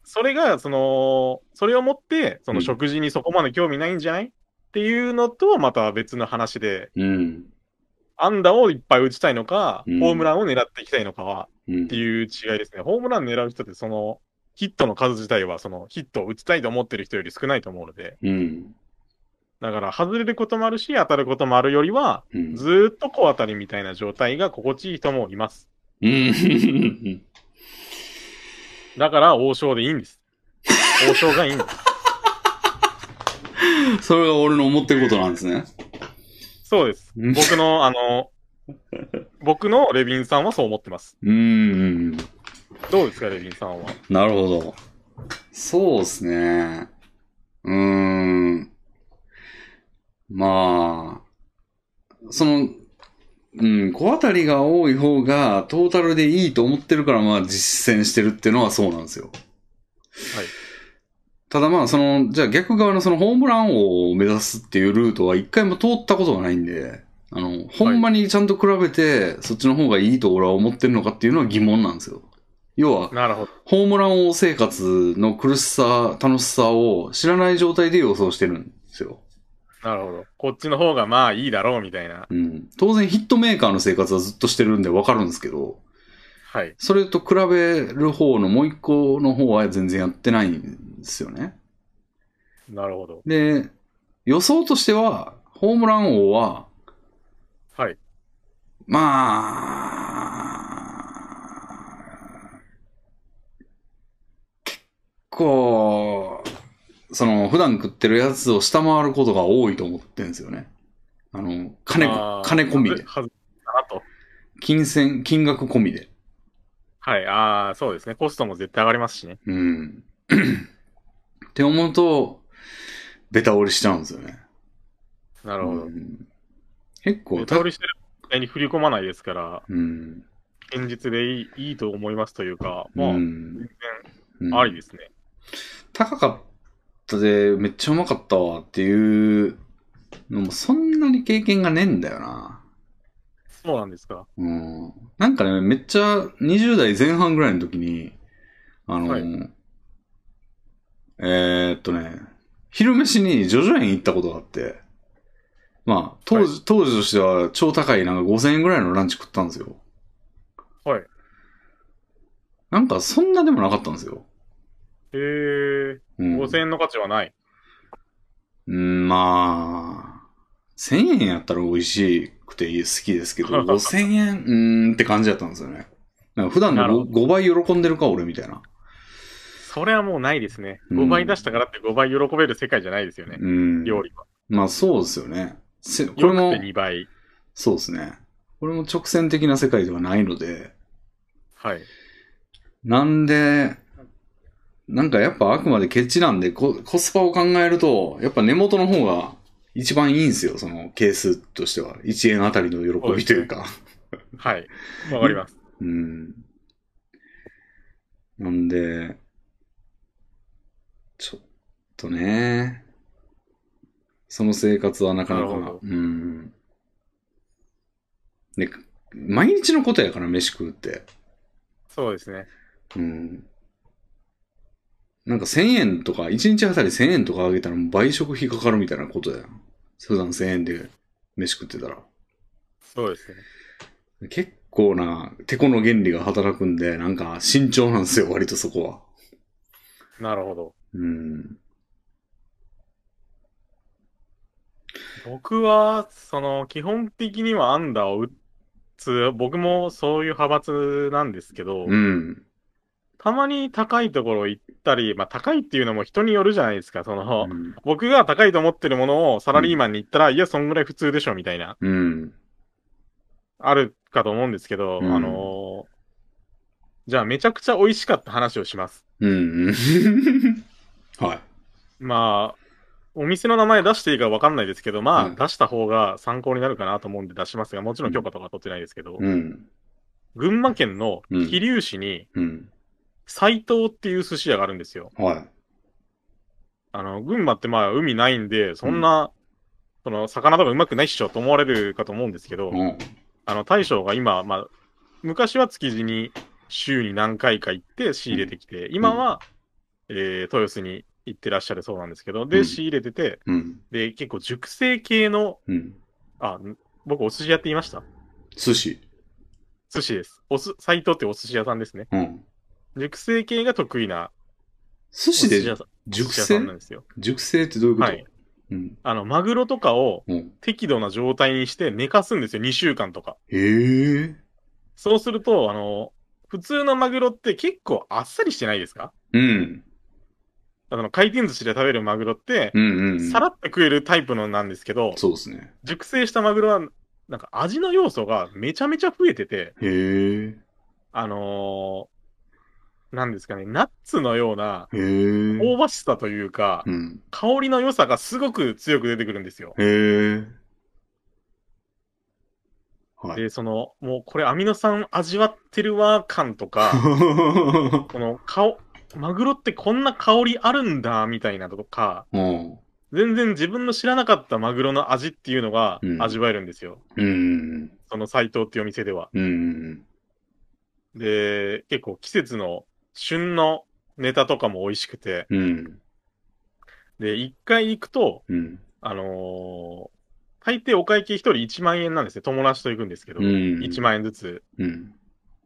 [SPEAKER 2] それが、その、それをもって、そ
[SPEAKER 1] うん
[SPEAKER 2] の食事にそこまで興味ないんじゃない、っていうのと、また別の話で、
[SPEAKER 1] うん。
[SPEAKER 2] 安打をいっぱい打ちたいのか、
[SPEAKER 1] うん
[SPEAKER 2] ホームランを狙っていきたいのかは、
[SPEAKER 1] うん
[SPEAKER 2] って。いう違いですね。ホームラン狙う人って、その、ヒットの数自体は、その、ヒットを打ちたいと思ってる人より少ないと思うので、
[SPEAKER 1] うん。
[SPEAKER 2] だから、外れることもあるし、当たることもあるよりは、
[SPEAKER 1] うん。
[SPEAKER 2] ずーっと小当たりみたいな状態が心地いい人もいます。
[SPEAKER 1] うん。
[SPEAKER 2] だから、王将でいいんです。王将がいいんで
[SPEAKER 1] *laughs*
[SPEAKER 2] す。
[SPEAKER 1] それが俺の思ってることなんですね。
[SPEAKER 2] そうです。
[SPEAKER 1] うん
[SPEAKER 2] 僕の、あの、僕のレビンさんはそう思ってます。
[SPEAKER 1] うん。
[SPEAKER 2] どうですか、レビンさんは。
[SPEAKER 1] なるほど。そうですね。うーん。まあ、その、うん、小当たりが多い方がトータルでいいと思ってるから、まあ実践してるっていうのはそうなんですよ。
[SPEAKER 2] はい。
[SPEAKER 1] ただまあ、その、じゃあ逆側のそのホームラン王を目指すっていうルートは一回も通ったことがないんで、あの、ほんまにちゃんと比べて、そっちの方がいいと俺は思ってるのかっていうのは疑問なんですよ。要は、
[SPEAKER 2] なるほど。
[SPEAKER 1] ホームラン王生活の苦しさ、楽しさを知らない状態で予想してるんですよ。
[SPEAKER 2] なるほど。こっちの方がまあいいだろうみたいな。
[SPEAKER 1] うん。当然ヒットメーカーの生活はずっとしてるんでわかるんですけど、
[SPEAKER 2] はい。
[SPEAKER 1] それと比べる方のもう一個の方は全然やってないんですよね。
[SPEAKER 2] なるほど。
[SPEAKER 1] で、予想としては、ホームラン王は、
[SPEAKER 2] はい。
[SPEAKER 1] まあ、結構、その、普段食ってるやつを下回ることが多いと思ってるんですよね。あの、金、
[SPEAKER 2] あー
[SPEAKER 1] 金込みで。
[SPEAKER 2] はずはずだなと。
[SPEAKER 1] 金銭、金額込みで。
[SPEAKER 2] はい。ああ、そうですね。コストも絶対上がりますしね。
[SPEAKER 1] うん。 *clears throat* って思うと、ベタ折りしちゃうんですよね。
[SPEAKER 2] なるほど
[SPEAKER 1] う。ん結構、
[SPEAKER 2] ネタ売りしてる絶対に振り込まないですから、
[SPEAKER 1] うん。
[SPEAKER 2] 現実でいいいいと思いますというか、まあ、
[SPEAKER 1] うん
[SPEAKER 2] 全
[SPEAKER 1] うん
[SPEAKER 2] 然ありですね。
[SPEAKER 1] 高かったで、めっちゃうまかったわっていうのも、そんなに経験がねえんだよな。
[SPEAKER 2] そうなんですか。
[SPEAKER 1] うん。なんかね、めっちゃ20代前半ぐらいの時に、あの、
[SPEAKER 2] はい
[SPEAKER 1] えーっとね、昼飯にジョジョ園行ったことがあって、まあ、当時、当時としては超高い、なんか5000円ぐらいのランチ食ったんですよ。
[SPEAKER 2] はい。
[SPEAKER 1] なんかそんなでもなかったんですよ。
[SPEAKER 2] へえ、
[SPEAKER 1] うん、
[SPEAKER 2] 5000円の価値はない。
[SPEAKER 1] うん、まあ、1000円やったら美味しくて好きですけ
[SPEAKER 2] *laughs*
[SPEAKER 1] ど、5000円、うーんって感じだったんですよね。なんか普段
[SPEAKER 2] なる
[SPEAKER 1] の 5,
[SPEAKER 2] ほ
[SPEAKER 1] 倍喜んでるか、俺みたいな。
[SPEAKER 2] それはもうないですね。
[SPEAKER 1] うん
[SPEAKER 2] 5倍出したからって5倍喜べる世界じゃないですよね。
[SPEAKER 1] うん。
[SPEAKER 2] 料理は。
[SPEAKER 1] まあそうですよね。せこれ
[SPEAKER 2] よく
[SPEAKER 1] も
[SPEAKER 2] て、2倍。
[SPEAKER 1] そうですね。これも直線的な世界ではないので、
[SPEAKER 2] はい。
[SPEAKER 1] なんで、なんかやっぱあくまでケチなんでコ、コスパを考えると、やっぱ根元の方が一番いいんですよ、その係数としては。1円あたりの喜びというか。
[SPEAKER 2] はい。わかります。
[SPEAKER 1] うん。なんで、ちょっとね、その生活はなかなか
[SPEAKER 2] なるほど
[SPEAKER 1] うん。で、毎日のことやから、飯食うって。
[SPEAKER 2] そうですね。
[SPEAKER 1] うん。なんか1000円とか、1日あたり1000円とかあげたらもう倍食費かかるみたいなことやん。普段1000円で飯食ってたら。
[SPEAKER 2] そうですね。
[SPEAKER 1] 結構な、てこの原理が働くんで、なんか慎重なんですよ、割とそこは。
[SPEAKER 2] なるほど。
[SPEAKER 1] うん。
[SPEAKER 2] 僕は、その、基本的にはアンダーを打つ、僕もそういう派閥なんですけど、
[SPEAKER 1] うん。
[SPEAKER 2] たまに高いところ行ったり、まあ高いっていうのも人によるじゃないですか、その、
[SPEAKER 1] うん
[SPEAKER 2] 僕が高いと思ってるものをサラリーマンに行ったら、いや、そんぐらい普通でしょ、みたいな、
[SPEAKER 1] うん。
[SPEAKER 2] あるかと思うんですけど、
[SPEAKER 1] うん
[SPEAKER 2] あのーじゃあめちゃくちゃ美味しかった話をします。
[SPEAKER 1] うん。はい。
[SPEAKER 2] まあ、お店の名前出していいかわかんないですけど、まあ、
[SPEAKER 1] うん
[SPEAKER 2] 出した方が参考になるかなと思うんで出しますが、もちろん許可とか取ってないですけど、
[SPEAKER 1] うん。
[SPEAKER 2] 群馬県の
[SPEAKER 1] うん
[SPEAKER 2] 桐生市に
[SPEAKER 1] うん。
[SPEAKER 2] 斎藤っていう寿司屋があるんですよ。
[SPEAKER 1] はい。
[SPEAKER 2] あの、群馬ってまあ海ないんで、そんな、その、魚とかうまくないっしょと思われるかと思うんですけど、
[SPEAKER 1] うん。
[SPEAKER 2] あの、大将が今、まあ、昔は築地に週に何回か行って仕入れてきて、今は、えー、豊洲に行ってらっしゃるそうなんですけど、
[SPEAKER 1] うん
[SPEAKER 2] で、仕入れてて、
[SPEAKER 1] うん。
[SPEAKER 2] で、結構熟成系の、
[SPEAKER 1] うん。
[SPEAKER 2] あ、ん僕お寿司屋って言いました
[SPEAKER 1] 寿司。
[SPEAKER 2] 寿司です。おす、斎藤ってお寿司屋さんですね。
[SPEAKER 1] うん。
[SPEAKER 2] 熟成系が得意な
[SPEAKER 1] 寿
[SPEAKER 2] お
[SPEAKER 1] 司
[SPEAKER 2] 寿司
[SPEAKER 1] で
[SPEAKER 2] 屋さんお
[SPEAKER 1] 熟
[SPEAKER 2] 寿司屋さんな
[SPEAKER 1] 成
[SPEAKER 2] んですよ。
[SPEAKER 1] 熟成ってどういうこと、
[SPEAKER 2] はい。
[SPEAKER 1] うん。
[SPEAKER 2] あの、マグロとかを
[SPEAKER 1] うん。
[SPEAKER 2] 適度な状態にして寝かすんですよ、2週間とか。
[SPEAKER 1] へえ。
[SPEAKER 2] そうすると、あの、普通のマグロって結構あっさりしてないですか
[SPEAKER 1] うん。
[SPEAKER 2] あの、回転寿司で食べるマグロって
[SPEAKER 1] う、んうんうん。
[SPEAKER 2] さらっと食えるタイプのなんですけど、
[SPEAKER 1] そうですね。
[SPEAKER 2] 熟成したマグロは、なんか味の要素がめちゃめちゃ増えてて、
[SPEAKER 1] へえ。
[SPEAKER 2] あのーなんですかね、ナッツのような
[SPEAKER 1] へえ。
[SPEAKER 2] 香ばしさというか、
[SPEAKER 1] うん。
[SPEAKER 2] 香りの良さがすごく強く出てくるんですよ。
[SPEAKER 1] へえ。はい。
[SPEAKER 2] で、その、もうこれアミノ酸味わってるわ感とか、この顔、マグロってこんな香りあるんだ、みたいなとか、
[SPEAKER 1] うん。
[SPEAKER 2] 全然自分の知らなかったマグロの味っていうのが
[SPEAKER 1] うん
[SPEAKER 2] 味わえるんですよ。
[SPEAKER 1] うん。
[SPEAKER 2] その斎藤っていうお店では。
[SPEAKER 1] うん。
[SPEAKER 2] で、結構季節の旬のネタとかも美味しくて、
[SPEAKER 1] うん。
[SPEAKER 2] で、一回行くと、
[SPEAKER 1] うん。
[SPEAKER 2] あのー大抵お会計一人1万円なんですね。友達と行くんですけど、
[SPEAKER 1] うん。
[SPEAKER 2] 1万円ずつ。
[SPEAKER 1] うん。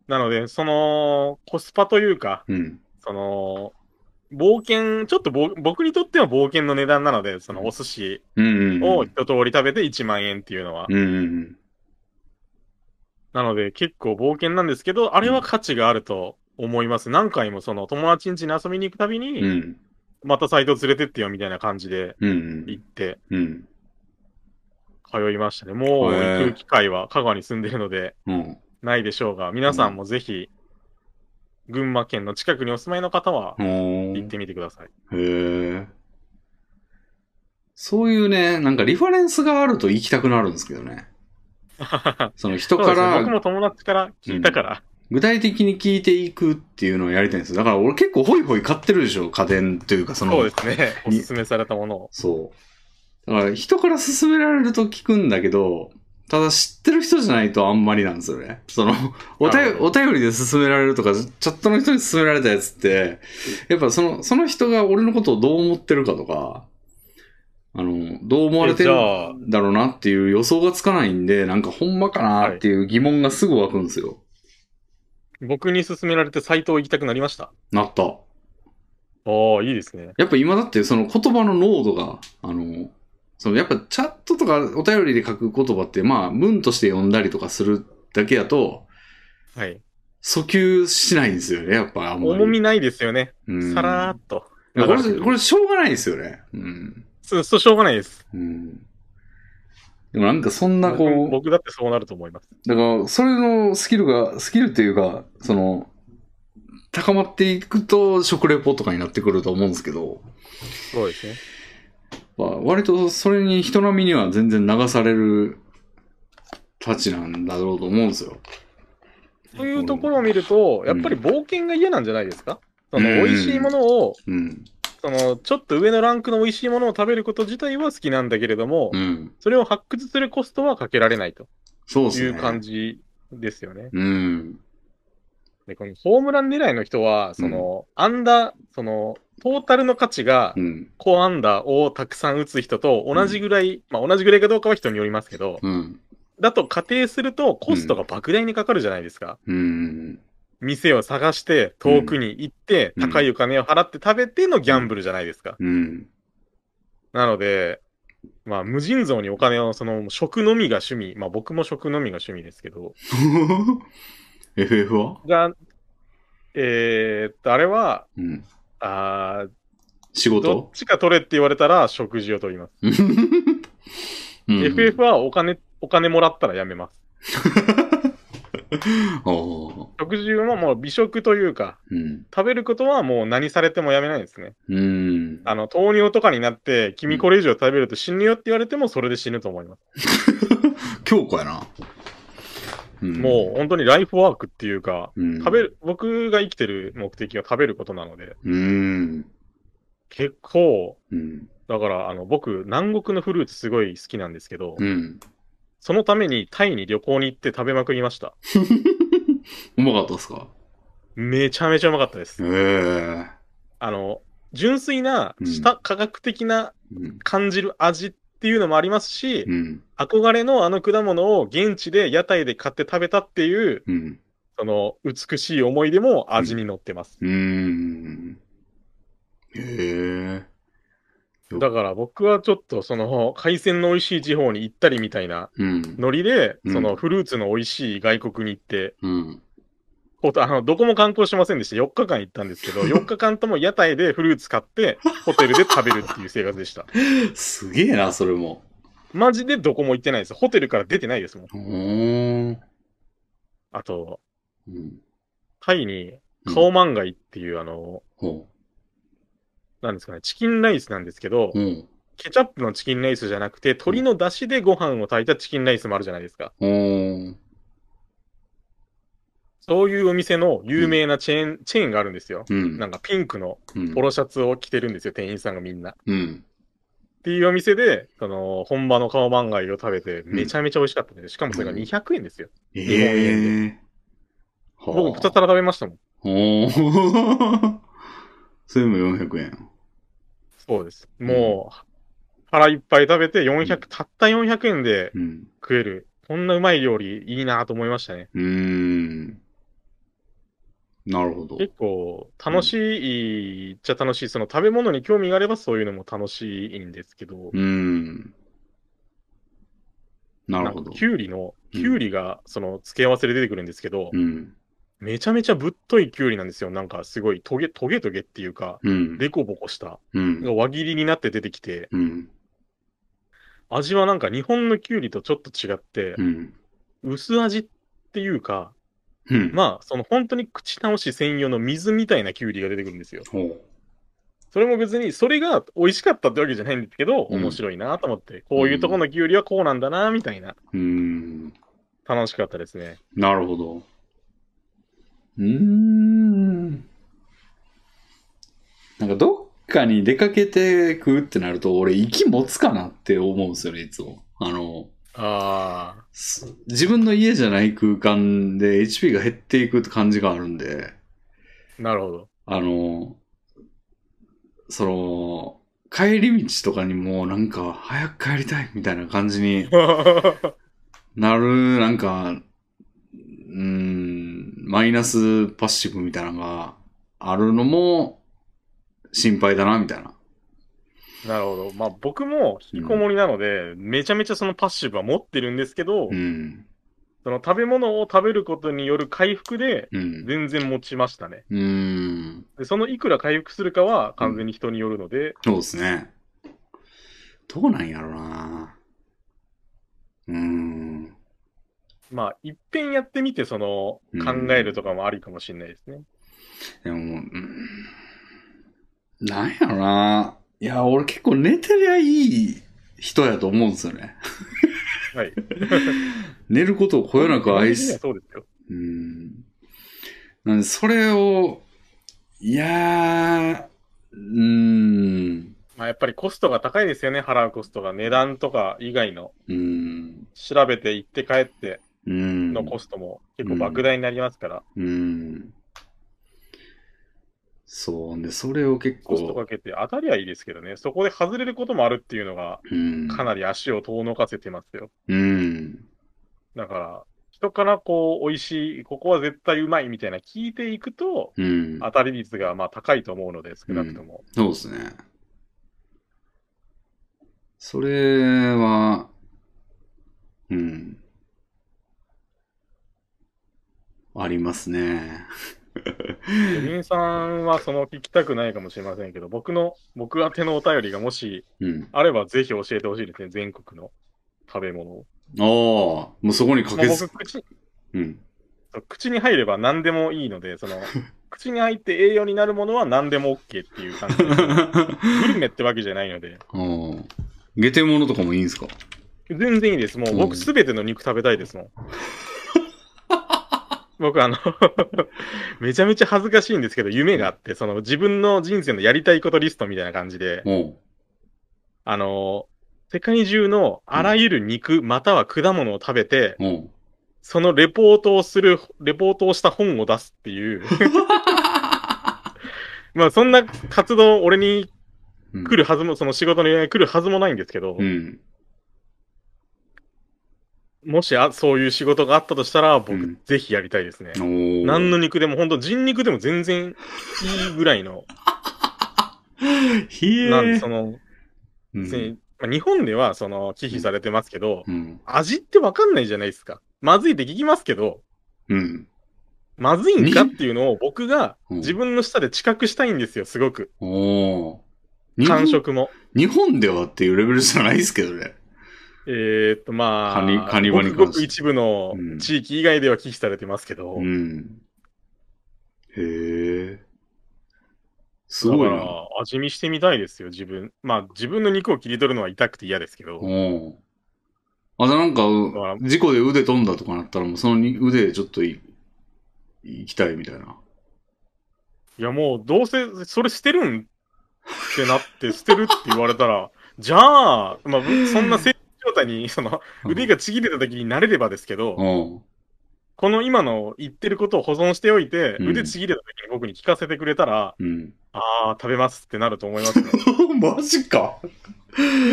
[SPEAKER 2] なので、その、コスパというか、
[SPEAKER 1] うん。
[SPEAKER 2] その、冒険、ちょっとぼ僕にとっては冒険の値段なので、そのお寿司
[SPEAKER 1] うん。
[SPEAKER 2] を一通り食べて1万円っていうのは。
[SPEAKER 1] うん。うん。
[SPEAKER 2] なので、結構冒険なんですけど、あれは価値があると思います。何回もその友達ん家に遊びに行くたびに、
[SPEAKER 1] うん。
[SPEAKER 2] またサイト連れてってよみたいな感じで
[SPEAKER 1] うん。
[SPEAKER 2] 行って
[SPEAKER 1] うん。
[SPEAKER 2] 通いましたね。もう
[SPEAKER 1] へー
[SPEAKER 2] 行く機会は香川に住んでるので
[SPEAKER 1] うん。
[SPEAKER 2] ないでしょうが、皆さんもぜひ、群馬県の近くにお住まいの方は
[SPEAKER 1] ほ
[SPEAKER 2] 行っ
[SPEAKER 1] ー
[SPEAKER 2] てみてください。
[SPEAKER 1] へえ。そういうね、なんかリファレンスがあると行きたくなるんですけどね。その人
[SPEAKER 2] そう
[SPEAKER 1] か
[SPEAKER 2] ですね、僕
[SPEAKER 1] ら
[SPEAKER 2] も友達から聞いたから、
[SPEAKER 1] 具体的に聞いていくっていうのをやりたいんですよだから俺結構ホイホイ買ってるでしょ、家電と *laughs* いうかその。
[SPEAKER 2] そうですね、おすすめされたものを。
[SPEAKER 1] そう。だから人から勧められると聞くんだけど、ただ知ってる人じゃないとあんまりなんですよね。その、お
[SPEAKER 2] な
[SPEAKER 1] 便
[SPEAKER 2] るほ
[SPEAKER 1] お便りで勧められるとか、チャットの人に勧められたやつって、やっぱその、その人が俺のことをどう思ってるかとか、あの、どう思われて
[SPEAKER 2] えじ
[SPEAKER 1] る
[SPEAKER 2] ゃあ、
[SPEAKER 1] んだろうなっていう予想がつかないんで、なんかほんまかなっていう疑問がすぐ湧くんですよ。
[SPEAKER 2] 僕に勧められてサイト行きたくなりました。
[SPEAKER 1] なった。
[SPEAKER 2] ああ、いいですね。
[SPEAKER 1] やっぱ今だってその言葉の濃度が、あの、そのやっぱチャットとかお便りで書く言葉って、まあ文として読んだりとかするだけだと、
[SPEAKER 2] はい。
[SPEAKER 1] 訴求しないんですよね、やっぱあんまり。
[SPEAKER 2] 重みないですよね。
[SPEAKER 1] うん
[SPEAKER 2] さらーっと。
[SPEAKER 1] いやこれ、これしょうがないですよね。うん。
[SPEAKER 2] そう、そうしょうがないです。
[SPEAKER 1] うん。でもなんかそんな
[SPEAKER 2] 僕
[SPEAKER 1] こ
[SPEAKER 2] 僕だってそうなると思います。
[SPEAKER 1] う、だからそれのスキルが、スキルっていうか、その、高まっていくと食レポとかになってくると思うんですけど、
[SPEAKER 2] そうですね。
[SPEAKER 1] まあ割とそれに人並みには全然流されるたちなんだろうと思うんですよ。
[SPEAKER 2] そういうところを見ると、やっぱり冒険が嫌なんじゃないですか、その
[SPEAKER 1] うん
[SPEAKER 2] 美味しいものを、
[SPEAKER 1] うん。
[SPEAKER 2] そのちょっと上のランクの美味しいものを食べること自体は好きなんだけれども、
[SPEAKER 1] うん。
[SPEAKER 2] それを発掘するコストはかけられないと
[SPEAKER 1] そうです
[SPEAKER 2] い
[SPEAKER 1] ね。
[SPEAKER 2] う感。じですよね。
[SPEAKER 1] うん。
[SPEAKER 2] で、このホームラン狙いの人は、その、アンダー、その、トータルの価値が
[SPEAKER 1] う、ん。
[SPEAKER 2] 高アンダーをたくさん打つ人と同じぐらい、まあ同じぐらいかどうかは人によりますけど、
[SPEAKER 1] うん。
[SPEAKER 2] だと仮定するとコストが莫大にかかるじゃないですか。
[SPEAKER 1] うん。
[SPEAKER 2] 店を探して、遠くに行って、
[SPEAKER 1] うん
[SPEAKER 2] 高いお金を払って食べてのギャンブルじゃないですか。
[SPEAKER 1] うん。 *laughs*
[SPEAKER 2] なので、まあ無尽蔵にお金を、その、食のみが趣味。まあ僕も食のみが趣味ですけど。
[SPEAKER 1] FF は
[SPEAKER 2] が、えーっと、あれは、
[SPEAKER 1] うん。
[SPEAKER 2] あー
[SPEAKER 1] 仕
[SPEAKER 2] ど
[SPEAKER 1] 事
[SPEAKER 2] っちか取れって言われたら食事を取ります。
[SPEAKER 1] うん。
[SPEAKER 2] FF はお金、お金もらったらやめます。
[SPEAKER 1] ああ。
[SPEAKER 2] 食事ももう美食というか、
[SPEAKER 1] うん。
[SPEAKER 2] 食べることはもう何されてもやめないですね。
[SPEAKER 1] うん。
[SPEAKER 2] あの、糖尿とかになって、
[SPEAKER 1] う
[SPEAKER 2] 君
[SPEAKER 1] ん
[SPEAKER 2] これ以上食べると死ぬよって言われてもそれで死ぬと思います。
[SPEAKER 1] 強固やな。うん
[SPEAKER 2] もう本当にライフワークっていうか、
[SPEAKER 1] うん、
[SPEAKER 2] 食べる、僕が生きてる目的は食べることなので、
[SPEAKER 1] うん。
[SPEAKER 2] 結構、
[SPEAKER 1] うん。
[SPEAKER 2] だからあの、僕、南国のフルーツすごい好きなんですけど、
[SPEAKER 1] うん。
[SPEAKER 2] そのためにタイに旅行に行って食べまくりました。
[SPEAKER 1] うまかったっすか
[SPEAKER 2] めちゃめちゃうまかったで
[SPEAKER 1] ええ
[SPEAKER 2] す。あの、純粋な、
[SPEAKER 1] うん
[SPEAKER 2] した科学的な
[SPEAKER 1] うん。
[SPEAKER 2] 感じる味っていうのもありますし、
[SPEAKER 1] うん。
[SPEAKER 2] 憧れのあの果物を現地で屋台で買って食べたっていう、
[SPEAKER 1] うん。
[SPEAKER 2] その美しい思い出も味に乗ってます。
[SPEAKER 1] うーん。へえ。うん
[SPEAKER 2] だから僕はちょっとその海鮮の美味しい地方に行ったりみたいな
[SPEAKER 1] うん。
[SPEAKER 2] ノリで、
[SPEAKER 1] うん
[SPEAKER 2] そのフルーツの美味しい外国に行って、
[SPEAKER 1] うん。
[SPEAKER 2] ほとあのどこも観光しませんでした。4日間行ったんです
[SPEAKER 1] *laughs*
[SPEAKER 2] けど、4日間とも屋台でフルーツ買って、ホテルで食べるっていう生活
[SPEAKER 1] *laughs*
[SPEAKER 2] でした。
[SPEAKER 1] すげえな、それも。
[SPEAKER 2] マジでどこも行ってないです。ホテルから出てないですもん。
[SPEAKER 1] ほーん。
[SPEAKER 2] あと、
[SPEAKER 1] うん。
[SPEAKER 2] タイにカオマンガイっていう、あの、
[SPEAKER 1] ほ
[SPEAKER 2] なんですかね、チキンライスなんですけど
[SPEAKER 1] う。、うん。
[SPEAKER 2] ケチャップのチキンライスじゃなくて、鶏の出汁でご飯を炊いたチキンライスもあるじゃないですか。
[SPEAKER 1] ほーん。
[SPEAKER 2] そういうお店の有名なチェーン、チェーンがあるんですよ。
[SPEAKER 1] うん。
[SPEAKER 2] なんかピンクの
[SPEAKER 1] うん
[SPEAKER 2] ポロシャツを着てるんですよ、店員さんがみんな。っ
[SPEAKER 1] うん。
[SPEAKER 2] ていうお店で、その、本場のカオマンガイを食べて、めちゃめちゃ美味しかったです。しかもそれが200円ですよ。
[SPEAKER 1] え
[SPEAKER 2] 本円
[SPEAKER 1] え。はあ
[SPEAKER 2] 僕、豚タラ食べましたもん。
[SPEAKER 1] おー。それも400円。
[SPEAKER 2] そうです。もう、腹いっぱい食べて400、たった400円で
[SPEAKER 1] うん。
[SPEAKER 2] 食える。こんなうまい料理、いいなと思いましたね。
[SPEAKER 1] うーん。なるほど。
[SPEAKER 2] 結構、楽しいっちゃ楽しい。その食べ物に興味があればそういうのも楽しいんですけど
[SPEAKER 1] う、ーん。なるほ
[SPEAKER 2] ん
[SPEAKER 1] ど
[SPEAKER 2] か、き。ゅうりの、
[SPEAKER 1] うん
[SPEAKER 2] きゅうりが、その、付け合わせで出てくるんですけど、
[SPEAKER 1] うん。
[SPEAKER 2] めちゃめちゃぶっといきゅうりなんですよ。なんか、すごい、トゲ、トゲトゲっていうか、
[SPEAKER 1] うん。
[SPEAKER 2] でこぼこした。
[SPEAKER 1] うん。
[SPEAKER 2] 輪切りになって出てきて、
[SPEAKER 1] うん。
[SPEAKER 2] 味はなんか日本のきゅうりとちょっと違って
[SPEAKER 1] う、ん。
[SPEAKER 2] 薄味っていうか、
[SPEAKER 1] うん。
[SPEAKER 2] まあ、その本当に口直し専用の水みたいなきゅうりが出てくるんですよ。
[SPEAKER 1] ほ
[SPEAKER 2] それも別に、それが美味しかったってわけじゃないんですけど、
[SPEAKER 1] うん
[SPEAKER 2] 面白いなと思って、こういうとこのきゅうりはこうなんだなみたいな、
[SPEAKER 1] う。うーん。
[SPEAKER 2] 楽しかったですね。
[SPEAKER 1] なるほど。うーん。なんかどっかに出かけて食うってなると、俺、息持つかなって思うんですよね、いつも。あの、
[SPEAKER 2] ああ、
[SPEAKER 1] す自分の家じゃない空間で HP が減っていくって感じがあるんで、
[SPEAKER 2] なるほど。
[SPEAKER 1] あの、その、帰り道とかにもうなんか早く帰りたいみたいな感じになる、なんか、うーん、マイナスパッシブみたいなのがあるのも心配だな、みたいな。
[SPEAKER 2] なるほど。まあ僕も引きこもりなので、めちゃめちゃそのパッシブは持ってるんですけど、
[SPEAKER 1] うん、
[SPEAKER 2] その食べ物を食べることによる回復で、
[SPEAKER 1] うん、
[SPEAKER 2] 全然持ちましたね。
[SPEAKER 1] うーん、
[SPEAKER 2] でそのいくら回復するかは完全に人によるので、
[SPEAKER 1] そうですね。どうなんやろうな。うーん、
[SPEAKER 2] まあ、いっぺんやってみて、その、
[SPEAKER 1] うん
[SPEAKER 2] 考えるとかもありかもしれないですね。
[SPEAKER 1] でももう、うん、なんやろうな。いや、俺結構寝てりゃいい人やと思うんですよね。
[SPEAKER 2] はい。
[SPEAKER 1] *laughs* 寝ることをこよなく愛す、
[SPEAKER 2] そうですよ。
[SPEAKER 1] うんなんで、それを、いやー、うーん、
[SPEAKER 2] まあ、やっぱりコストが高いですよね、払うコストが。値段とか以外の、
[SPEAKER 1] うーん、
[SPEAKER 2] 調べて行って帰って
[SPEAKER 1] うーん、
[SPEAKER 2] のコストも結構莫大になりますから、
[SPEAKER 1] うーん。そうね、それを結
[SPEAKER 2] コスト
[SPEAKER 1] 構
[SPEAKER 2] か、けて当たりはいいですけどね、そこで外れることもあるっていうのが、
[SPEAKER 1] うん、
[SPEAKER 2] かなり足を遠のかせてますよ。
[SPEAKER 1] うん、
[SPEAKER 2] だから、人からこう、美味しい、ここは絶対うまいみたいな聞いていくと、
[SPEAKER 1] うん、
[SPEAKER 2] 当たり率がまあ高いと思うので、少なくとも。
[SPEAKER 1] そうですね。それは、うん。ありますね。
[SPEAKER 2] レビンさんはその聞きたくないかもしれませんけど、僕の、僕宛てのお便りがもし
[SPEAKER 1] うん。
[SPEAKER 2] あればぜひ教えてほしいですね、全国の食べ物を。
[SPEAKER 1] ああ、もうそこにか
[SPEAKER 2] もう
[SPEAKER 1] けず
[SPEAKER 2] 僕。口、
[SPEAKER 1] うん。 *laughs*
[SPEAKER 2] 口に入れば何でもいいので、その、口に入って栄養になるものは何でも OK っていう感じ
[SPEAKER 1] *laughs*
[SPEAKER 2] で、グルメってわけじゃないので、
[SPEAKER 1] うん。下手物とかもいいんですか
[SPEAKER 2] 全然いいです。もう
[SPEAKER 1] うん
[SPEAKER 2] 僕すべての肉食べたいで
[SPEAKER 1] *laughs*
[SPEAKER 2] すもん。僕あの、 *laughs* めちゃめちゃ恥ずかしいんですけど、夢があって、その自分の人生のやりたいことリストみたいな感じで、
[SPEAKER 1] おう。
[SPEAKER 2] あの、世界中のあらゆる肉、または果物を食べて、
[SPEAKER 1] おう。
[SPEAKER 2] そのレポートをする、レポートをした本を出すっ
[SPEAKER 1] *laughs*
[SPEAKER 2] ていう、まあそんな活動、俺に
[SPEAKER 1] うん
[SPEAKER 2] 来るはずも、その仕事の依頼が来るはずもないんですけど、
[SPEAKER 1] うん。
[SPEAKER 2] もしあそういう仕事があったとしたら、
[SPEAKER 1] う
[SPEAKER 2] 僕
[SPEAKER 1] ん、
[SPEAKER 2] ぜひやりたいですね。
[SPEAKER 1] おー
[SPEAKER 2] 何の肉でも、本当人肉でも全然いいぐらいの、
[SPEAKER 1] *laughs* ひえー。
[SPEAKER 2] なんで、その、
[SPEAKER 1] う
[SPEAKER 2] 別
[SPEAKER 1] ん
[SPEAKER 2] にまあ日本では、その、忌避されてますけど、
[SPEAKER 1] うん。
[SPEAKER 2] 味ってわかんないじゃないですか。まずいって聞きますけど、
[SPEAKER 1] うん。
[SPEAKER 2] まずいんかっていうのを僕が
[SPEAKER 1] うん
[SPEAKER 2] 自分の舌で知覚したいんですよ、すごく。
[SPEAKER 1] おー
[SPEAKER 2] 感。触も。
[SPEAKER 1] 日本日本ではっていうレベルじゃないですけどね。
[SPEAKER 2] えーっと、まあ、
[SPEAKER 1] カニカニバに関して
[SPEAKER 2] ごくごく一部の
[SPEAKER 1] うん
[SPEAKER 2] 地域以外では忌避されてますけど、
[SPEAKER 1] うん。へえ。す
[SPEAKER 2] だか
[SPEAKER 1] ごいな。
[SPEAKER 2] ら味見してみたいですよ、自分。まあ、自分の肉を切り取るのは痛くて嫌ですけど、
[SPEAKER 1] おう。あ、じゃあなんか
[SPEAKER 2] だから、
[SPEAKER 1] 事故で腕飛んだとかなったら、もうそのに腕ちょっとい行きたいみたいな。
[SPEAKER 2] いや、もう、どうせ、それ捨てるんってなって、捨てるって言われたら、 *laughs* じゃあ、まあ、 *laughs* ぶそんな精神状態に、その、腕がちぎれた時に慣れればですけど、
[SPEAKER 1] おう。
[SPEAKER 2] この今の言ってることを保存しておいて、
[SPEAKER 1] うん
[SPEAKER 2] 腕ちぎれた時に僕に聞かせてくれたら、 *laughs*
[SPEAKER 1] うん。
[SPEAKER 2] あー、食べますってなると思
[SPEAKER 1] *laughs*
[SPEAKER 2] いますね。
[SPEAKER 1] マジか。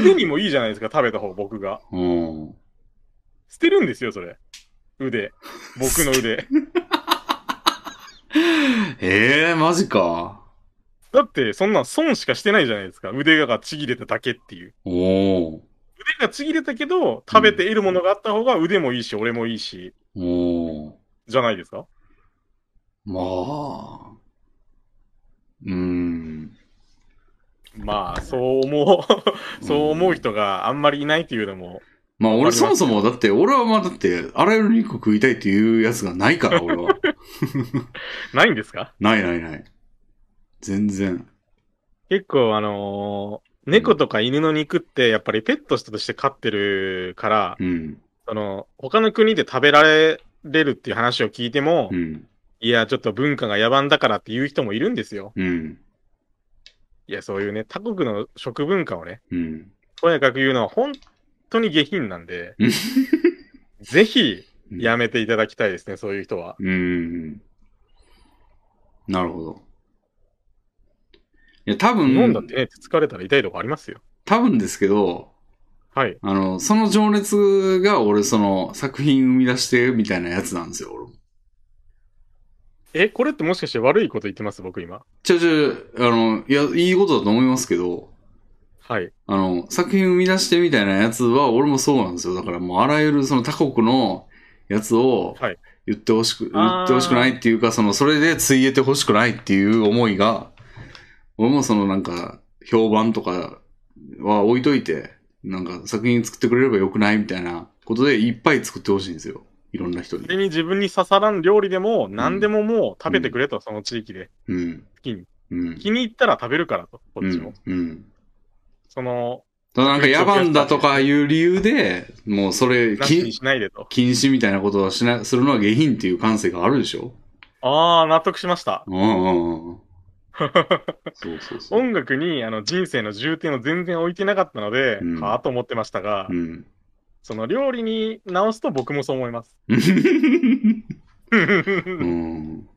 [SPEAKER 2] 腕にもいいじゃないですか、食べた方、僕が。
[SPEAKER 1] うん。
[SPEAKER 2] 捨てるんですよ、それ。腕。僕の腕。
[SPEAKER 1] ええー、マジか。
[SPEAKER 2] だって、そんなん損しかしてないじゃないですか。腕がちぎれただけっていう。
[SPEAKER 1] おお
[SPEAKER 2] 腕がちぎれたけど、食べて得るものがあった方が腕もいいし、俺もいいし、
[SPEAKER 1] ーおー
[SPEAKER 2] じゃないですか
[SPEAKER 1] まあ。うん。
[SPEAKER 2] まあ、そう思う、そう思う人があんまりいないっていうのも、
[SPEAKER 1] まあ
[SPEAKER 2] わ
[SPEAKER 1] 俺
[SPEAKER 2] かり
[SPEAKER 1] そ
[SPEAKER 2] ま
[SPEAKER 1] も
[SPEAKER 2] す
[SPEAKER 1] そもだって、俺はまあだって、あらゆる肉食いたいっていうやつがない
[SPEAKER 2] *laughs*
[SPEAKER 1] から、俺は。
[SPEAKER 2] ないんですか
[SPEAKER 1] ないないない。全然。
[SPEAKER 2] 結構あのー猫とか犬の肉ってやっぱりペットとして飼ってるから、
[SPEAKER 1] うん。
[SPEAKER 2] その、他の国で食べられるっていう話を聞いても、
[SPEAKER 1] うん。
[SPEAKER 2] いや、ちょっと文化が野蛮だからっていう人もいるんですよ。
[SPEAKER 1] うん。
[SPEAKER 2] いや、そういうね、他国の食文化をね、
[SPEAKER 1] うん。
[SPEAKER 2] とにかく言うのは本当に下品なん *laughs* で
[SPEAKER 1] うん、
[SPEAKER 2] ぜひやめていただきたいですね、そういう人は。
[SPEAKER 1] うん。なるほど。いや、多
[SPEAKER 2] 飲んだっ
[SPEAKER 1] 分、
[SPEAKER 2] てね、疲れたら痛いとこありますよ。
[SPEAKER 1] 多分ですけど、
[SPEAKER 2] はい。
[SPEAKER 1] あの、その情熱が俺その作品生み出してみたいなやつなんですよ、俺も。
[SPEAKER 2] え、これってもしかして悪いこと言ってます僕今。
[SPEAKER 1] ちょちょ、あの、いや、いいことだと思いますけど、
[SPEAKER 2] はい。
[SPEAKER 1] あの、作品生み出してみたいなやつは、俺もそうなんですよ。だからもうあらゆるその他国のやつを
[SPEAKER 2] はい、
[SPEAKER 1] 言ってほしく、言
[SPEAKER 2] あー
[SPEAKER 1] ってほしくないっていうか、その、それでついえてほしくないっていう思いが、俺もそのなんか、評判とかは置いといて、なんか作品作ってくれればよくないみたいなことでいっぱい作ってほしいんですよ。いろんな人に
[SPEAKER 2] そ。れに自分に刺さらん料理でも、何でももう食べてくれと、その地域で。
[SPEAKER 1] うん。
[SPEAKER 2] 好きに。
[SPEAKER 1] うん。
[SPEAKER 2] 気に入ったら食べるからと、こっちも。
[SPEAKER 1] うん。うん
[SPEAKER 2] その、
[SPEAKER 1] ただなんか野蛮だとかいう理由で、もうそれ、
[SPEAKER 2] なしに
[SPEAKER 1] 禁
[SPEAKER 2] しないでと。
[SPEAKER 1] 禁止みたいなことをしな、するのは下品っていう感性があるでしょ
[SPEAKER 2] ああ、納得しました。
[SPEAKER 1] うんうんうん。そうそうそう。
[SPEAKER 2] 音楽にあの人生の重点を全然置いてなかったので、
[SPEAKER 1] うん
[SPEAKER 2] はあと思ってましたが、
[SPEAKER 1] うん。
[SPEAKER 2] その料理に直すと僕もそう思います。
[SPEAKER 1] うん。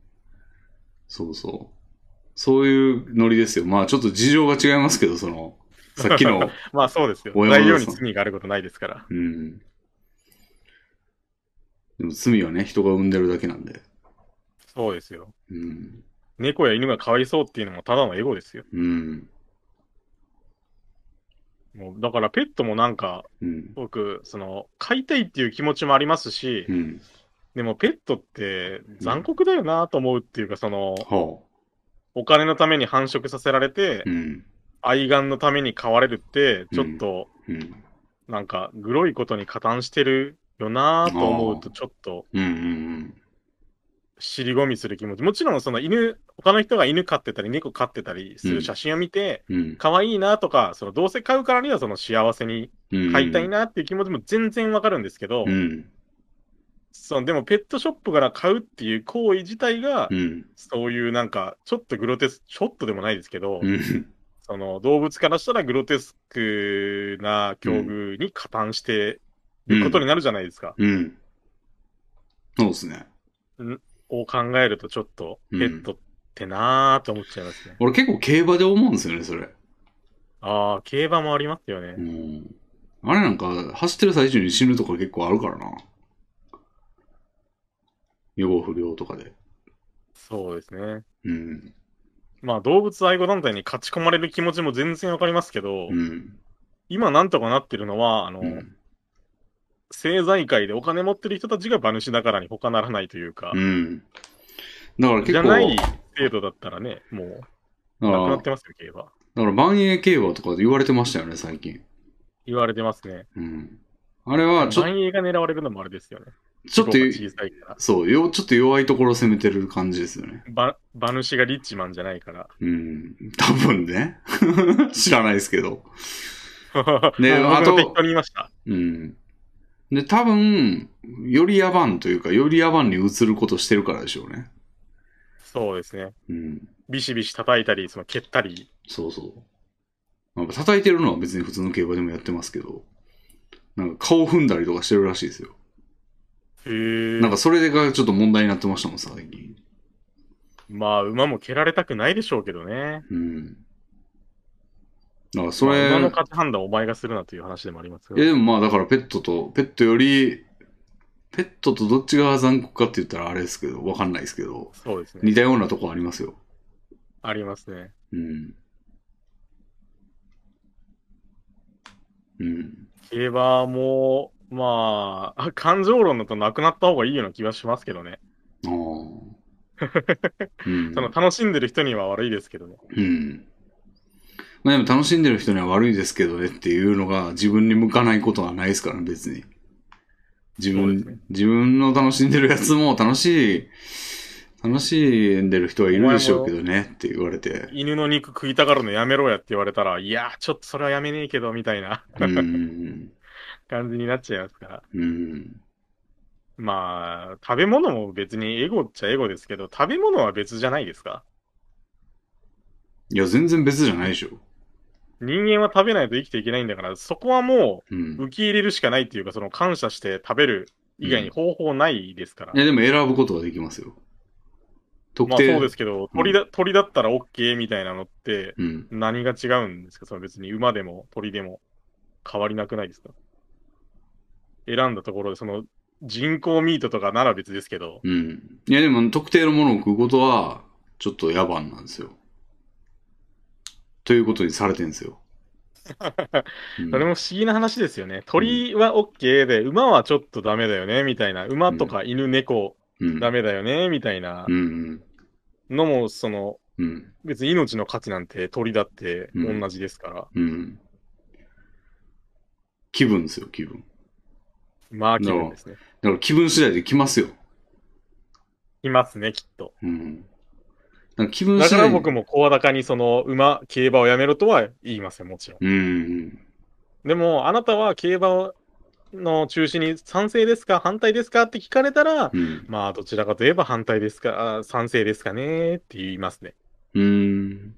[SPEAKER 1] そうそう。そういうノリですよ。まあちょっと事情が違いますけど、その、さっき *laughs* の、
[SPEAKER 2] *laughs* まあそうですよ。
[SPEAKER 1] 親御さん
[SPEAKER 2] 材料に罪があることないですから。
[SPEAKER 1] うん。でも罪はね、人が生んでるだけなんで。
[SPEAKER 2] そうですよ。
[SPEAKER 1] うん。
[SPEAKER 2] 猫や犬がかわいそうっていうのもただのエゴですよ。
[SPEAKER 1] うん。
[SPEAKER 2] もうだからペットもなんか、
[SPEAKER 1] うん。
[SPEAKER 2] 僕、その、飼いたいっていう気持ちもありますし、
[SPEAKER 1] うん。
[SPEAKER 2] でもペットって残酷だよなと思うっていうか、その、
[SPEAKER 1] はあ。
[SPEAKER 2] お金のために繁殖させられて
[SPEAKER 1] う、ん。
[SPEAKER 2] 愛玩のために飼われるって、ちょっと、
[SPEAKER 1] うん。
[SPEAKER 2] なんか、グロいことに加担してるよなと思うと、ちょっと、
[SPEAKER 1] うんうん
[SPEAKER 2] 尻込みする気持ち。もちろん、その犬、他の人が犬飼ってたり、猫飼ってたりする写真を見て、
[SPEAKER 1] うん。
[SPEAKER 2] 可愛いなとか、その、どうせ飼うからには、その幸せに
[SPEAKER 1] うん。
[SPEAKER 2] 飼いたいなっていう気持ちも全然わかるんですけど、
[SPEAKER 1] うん。
[SPEAKER 2] その、でも、ペットショップから買うっていう行為自体が、
[SPEAKER 1] うん。
[SPEAKER 2] そういうなんか、ちょっとグロテス、ちょっとでもないですけど、
[SPEAKER 1] うん。
[SPEAKER 2] その動物からしたらグロテスクな境遇に加担してることになるじゃないですか。
[SPEAKER 1] うん。そうですね。
[SPEAKER 2] を考えるとちょっとペットってなーと思っちゃいますね。
[SPEAKER 1] 俺結構競馬で思うんですよね、それ。
[SPEAKER 2] ああ、競馬もありますよ
[SPEAKER 1] う
[SPEAKER 2] ね。
[SPEAKER 1] ん。あれなんか、走ってる最中に死ぬとか結構あるからな。予防不良とかで。
[SPEAKER 2] そうですね。
[SPEAKER 1] うん。
[SPEAKER 2] まあ動物愛護団体に勝ち込まれる気持ちも全然わかりますけど、
[SPEAKER 1] うん。
[SPEAKER 2] 今なんとかなってるのは、あの、
[SPEAKER 1] うん。
[SPEAKER 2] 政財界でお金持ってる人たちが馬主だからに他ならないというか
[SPEAKER 1] う、ん。だから結
[SPEAKER 2] じゃ
[SPEAKER 1] 構、
[SPEAKER 2] ない制度だったらね、もう
[SPEAKER 1] だ
[SPEAKER 2] な
[SPEAKER 1] か
[SPEAKER 2] くな
[SPEAKER 1] ら、
[SPEAKER 2] ってますよ、競馬。
[SPEAKER 1] だから万栄競馬とかで言われてましたよね、最近。
[SPEAKER 2] 言われてますね。
[SPEAKER 1] うん。あれはちょ、
[SPEAKER 2] 万栄が狙われるのもあれですよね。
[SPEAKER 1] ちょっと、
[SPEAKER 2] 規模が小さいから
[SPEAKER 1] そう、よ、ちょっと弱いところ攻めてる感じですよね。
[SPEAKER 2] ば馬主がリッチマンじゃないから。
[SPEAKER 1] うん。多分ね。 *laughs* 知らないですけど。ね
[SPEAKER 2] *laughs* ね
[SPEAKER 1] あと
[SPEAKER 2] 適当に言いました。
[SPEAKER 1] うん。で、多分、より野蛮というか、より野蛮に移ることしてるからでしょうね。
[SPEAKER 2] そうですね。
[SPEAKER 1] うん。
[SPEAKER 2] ビシビシ叩いたり、その蹴ったり。
[SPEAKER 1] そうそう。なんか叩いてるのは別に普通の競馬でもやってますけど、なんか顔踏んだりとかしてるらしいですよ。
[SPEAKER 2] へえ。
[SPEAKER 1] なんかそれがちょっと問題になってましたもん、最近。
[SPEAKER 2] まあ、馬も蹴られたくないでしょうけどね。
[SPEAKER 1] うん。だからそ
[SPEAKER 2] まあ
[SPEAKER 1] れ、
[SPEAKER 2] 馬の価値判断をお前がするなという話でもあります
[SPEAKER 1] いや
[SPEAKER 2] が。
[SPEAKER 1] でもまあだからペットと、ペットより、ペットとどっちが残酷かって言ったらあれですけど、わかんないですけど、
[SPEAKER 2] そうですね。
[SPEAKER 1] 似たようなとこありますよ。
[SPEAKER 2] ありますね。
[SPEAKER 1] うん。うん。
[SPEAKER 2] 競馬も、まあ、感情論だとなくなった方がいいような気はしますけどね。
[SPEAKER 1] ああ。うん
[SPEAKER 2] *laughs* そ。の楽しんでる人には悪いですけどね。
[SPEAKER 1] うん。まあでも楽しんでる人には悪いですけどねっていうのが自分に向かないことはないですからね、別に。自分、
[SPEAKER 2] そうですね
[SPEAKER 1] 自分の楽しんでるやつも楽しい、楽しんでる人はいるでしょうけどねって言われて。
[SPEAKER 2] 犬の肉食いたがるのやめろやって言われたら、いやー、ちょっとそれはやめねえけど、みたいな
[SPEAKER 1] うん。
[SPEAKER 2] 感じになっちゃいますから。
[SPEAKER 1] うん。
[SPEAKER 2] まあ、食べ物も別にエゴっちゃエゴですけど、食べ物は別じゃないですか
[SPEAKER 1] いや、全然別じゃないでしょ。
[SPEAKER 2] 人間は食べないと生きていけないんだから、そこはも
[SPEAKER 1] う。
[SPEAKER 2] うん受け入れるしかないっていうか、その感謝して食べる以外に方法ないですから。
[SPEAKER 1] いや、でも選ぶことはできますよ。特
[SPEAKER 2] まあ
[SPEAKER 1] 定。
[SPEAKER 2] そうですけど、鳥だ、鳥だったら OK みたいなのって
[SPEAKER 1] うん。
[SPEAKER 2] 何が違うんですかその別に馬でも鳥でも変わりなくないですか選んだところで、その人工ミートとかなら別ですけど、
[SPEAKER 1] うん。いや、でも特定のものを食うことは、ちょっと野蛮なんですよ。ということにされてるんです
[SPEAKER 2] *laughs*
[SPEAKER 1] よ。うん
[SPEAKER 2] それも不思議な話ですよね。鳥は OK で、馬はちょっとダメだよね、みたいな。馬とか犬、猫
[SPEAKER 1] うん。
[SPEAKER 2] ダメだよね、みたいな
[SPEAKER 1] うんうん。
[SPEAKER 2] のも、その、
[SPEAKER 1] うん。
[SPEAKER 2] 別に命の価値なんて鳥だって同じですから。
[SPEAKER 1] うん。気分ですよ、気分。
[SPEAKER 2] まあ、気分ですね。
[SPEAKER 1] だから気分次第で来ますよ。
[SPEAKER 2] いますね、きっと。
[SPEAKER 1] うん。だから気分
[SPEAKER 2] だ
[SPEAKER 1] 次
[SPEAKER 2] か
[SPEAKER 1] 第
[SPEAKER 2] ら
[SPEAKER 1] に
[SPEAKER 2] 僕も声高にその馬、競馬をやめろとは言いません、もちろん。
[SPEAKER 1] うんうん。
[SPEAKER 2] でも、あなたは競馬の中止に賛成ですか反対ですかって聞かれたら、
[SPEAKER 1] うん。
[SPEAKER 2] まあ、どちらかといえば反対ですか、あ賛成ですかねって言いますね。
[SPEAKER 1] うん。
[SPEAKER 2] うん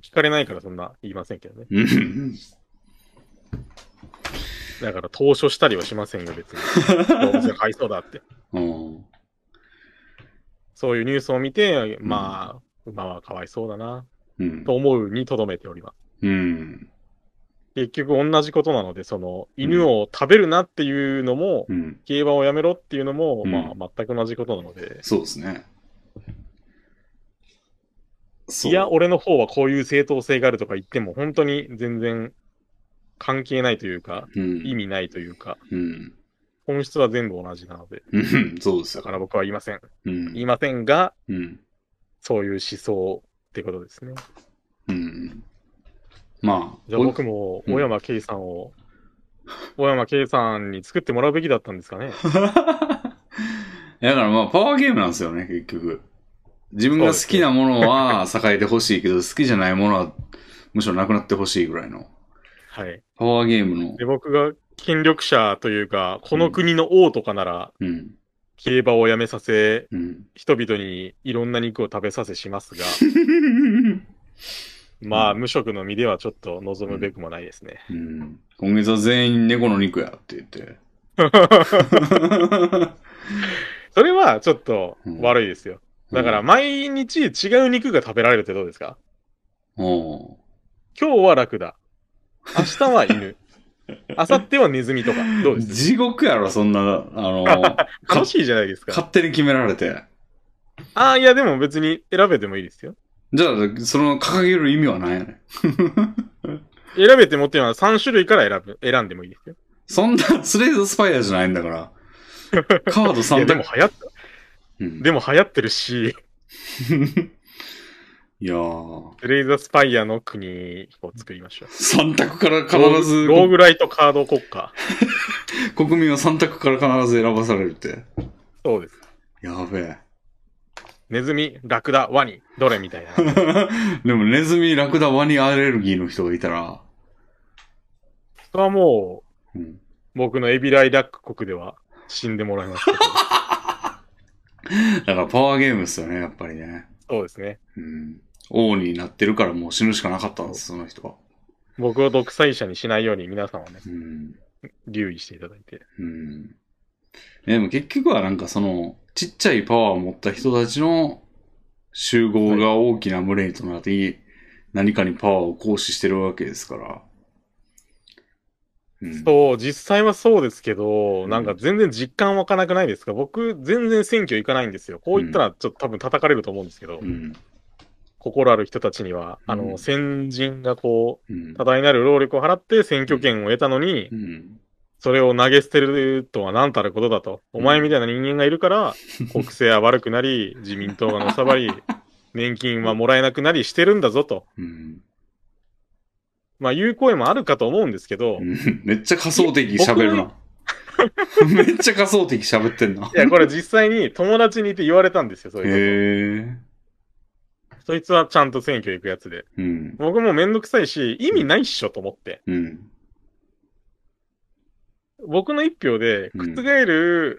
[SPEAKER 2] 聞かれないからそんな言いませんけどね。
[SPEAKER 1] うん。
[SPEAKER 2] だから、投書したりはしませんよ、別に。動物がかわいそうだって。 *laughs*
[SPEAKER 1] うん
[SPEAKER 2] そういうニュースを見て、まあ、馬はかわいそうだな、
[SPEAKER 1] うん。
[SPEAKER 2] と思うにとどめております。
[SPEAKER 1] うん。
[SPEAKER 2] 結局同じことなので、その、犬を食べるなっていうのも、
[SPEAKER 1] うん。
[SPEAKER 2] 競馬をやめろっていうのも、
[SPEAKER 1] うん
[SPEAKER 2] まあ、全く同じことなので、
[SPEAKER 1] そうですね。そ
[SPEAKER 2] いうや、俺の方はこういう正当性があるとか言っても、本当に全然関係ないというか、
[SPEAKER 1] うん、
[SPEAKER 2] 意味ないというか、
[SPEAKER 1] うん。
[SPEAKER 2] 本質は全部同じなので、
[SPEAKER 1] うん。 *laughs* そうです
[SPEAKER 2] だ
[SPEAKER 1] よ。
[SPEAKER 2] から僕は言いません。
[SPEAKER 1] うん
[SPEAKER 2] 言い。ませんが、
[SPEAKER 1] うん。
[SPEAKER 2] そういう思想ってことですね。
[SPEAKER 1] うん。まあ、
[SPEAKER 2] じゃあ
[SPEAKER 1] お *laughs*
[SPEAKER 2] 僕も、
[SPEAKER 1] うん
[SPEAKER 2] 小山圭さんを、小山圭さんに作ってもらうべきだったんです
[SPEAKER 1] *laughs*
[SPEAKER 2] かね。
[SPEAKER 1] だからまあ、パワーゲームなんですよね、結局。自分が好きなものは栄えてほしいけど、好きじゃないものはむしろなくなってほしいぐらいの。
[SPEAKER 2] はい。
[SPEAKER 1] パワーゲームの
[SPEAKER 2] で、。僕が権力者というか、この国の王とかなら、
[SPEAKER 1] うん。
[SPEAKER 2] 競馬をやめさせ、
[SPEAKER 1] うん。 *laughs*
[SPEAKER 2] 人々にいろんな肉を食べさせしますが、まあ、無職の身ではちょっと望むべくもないですね。
[SPEAKER 1] うん。今月は全員猫の肉やって言
[SPEAKER 2] *laughs*
[SPEAKER 1] って。 *laughs*
[SPEAKER 2] それはちょっと悪いですよ。だから、毎日違う肉が食べられるってどうですか
[SPEAKER 1] お
[SPEAKER 2] 今日はラクダ。明日は犬。明後日はネズミとか。どうです
[SPEAKER 1] 地獄やろ、そんな、あの、
[SPEAKER 2] *laughs* 楽しいじゃないですか。
[SPEAKER 1] 勝手に決められて。
[SPEAKER 2] ああ、いや、でも別に選べてもいいですよ。
[SPEAKER 1] じゃあ、その掲げる意味はないやねん。
[SPEAKER 2] 選べてもっていうのは3種類から選ぶ、選んでもいいですよ。
[SPEAKER 1] そんな、スレイドスパイアじゃないんだ
[SPEAKER 2] *laughs*
[SPEAKER 1] から。カード
[SPEAKER 2] いや、
[SPEAKER 1] 3
[SPEAKER 2] で
[SPEAKER 1] で
[SPEAKER 2] も
[SPEAKER 1] も。
[SPEAKER 2] 流行っ
[SPEAKER 1] うん
[SPEAKER 2] でも流行ってるし、
[SPEAKER 1] いやー、
[SPEAKER 2] レイザースパイアの国を作りましょう。
[SPEAKER 1] 3択から必ず、
[SPEAKER 2] ローグライトカード国家。
[SPEAKER 1] 国民は3択から必ず選ばされるって。
[SPEAKER 2] そうです。
[SPEAKER 1] やべえ。 *laughs*
[SPEAKER 2] ネズミ、ラクダ、ワニ、どれみたいな。
[SPEAKER 1] でも、ネズミ、ラクダ、ワニアレルギーの人がいたら、
[SPEAKER 2] それはもう、
[SPEAKER 1] うん、
[SPEAKER 2] 僕のエビライラック国では死んでもらいます
[SPEAKER 1] *laughs*
[SPEAKER 2] けど。
[SPEAKER 1] だからパワーゲームですよね、やっぱりね。
[SPEAKER 2] そうですね。
[SPEAKER 1] うん。王になってるからもう死ぬしかなかったんです、その人は。
[SPEAKER 2] 僕を独裁者にしないように皆さんはね、
[SPEAKER 1] うん。
[SPEAKER 2] 留意していただいて。
[SPEAKER 1] うん。えでも結局はなんかその、ちっちゃいパワーを持った人たちの集合が大きな群れとなり、何かにパワーを行使してるわけですから。うん。
[SPEAKER 2] そう、実際はそうですけど、
[SPEAKER 1] うん
[SPEAKER 2] なんか全然実感湧かなくないですか僕、全然選挙行かないんですよ。こう言ったら、ちょっと多分叩かれると思うんですけど、
[SPEAKER 1] うん。
[SPEAKER 2] 心ある人たちには、あ
[SPEAKER 1] う
[SPEAKER 2] の、
[SPEAKER 1] ん
[SPEAKER 2] 先人がこ
[SPEAKER 1] うん
[SPEAKER 2] う、多大なる労力を払って選挙権を得たのに、
[SPEAKER 1] うん。
[SPEAKER 2] それを投げ捨てるとは何たることだと。
[SPEAKER 1] うん
[SPEAKER 2] お前みたいな人間がい
[SPEAKER 1] *laughs*
[SPEAKER 2] るから、国政は悪くなり、自民党がのさばり、年金はもらえなくなりしてるんだぞと。
[SPEAKER 1] うん。
[SPEAKER 2] まあ、いう声もあるかと思うんですけど、
[SPEAKER 1] うんめっちゃ仮想的喋るな。 *laughs* めっちゃ仮想的喋ってんな。
[SPEAKER 2] いや、これ実際に友達にいて言われたんですよ、そう
[SPEAKER 1] へ
[SPEAKER 2] いう
[SPEAKER 1] え。
[SPEAKER 2] こと。そいつはちゃんと選挙行くやつで。
[SPEAKER 1] うん。
[SPEAKER 2] 僕もめんどくさいし、意味ないっしょと思って。
[SPEAKER 1] うん。
[SPEAKER 2] 僕の一票で覆る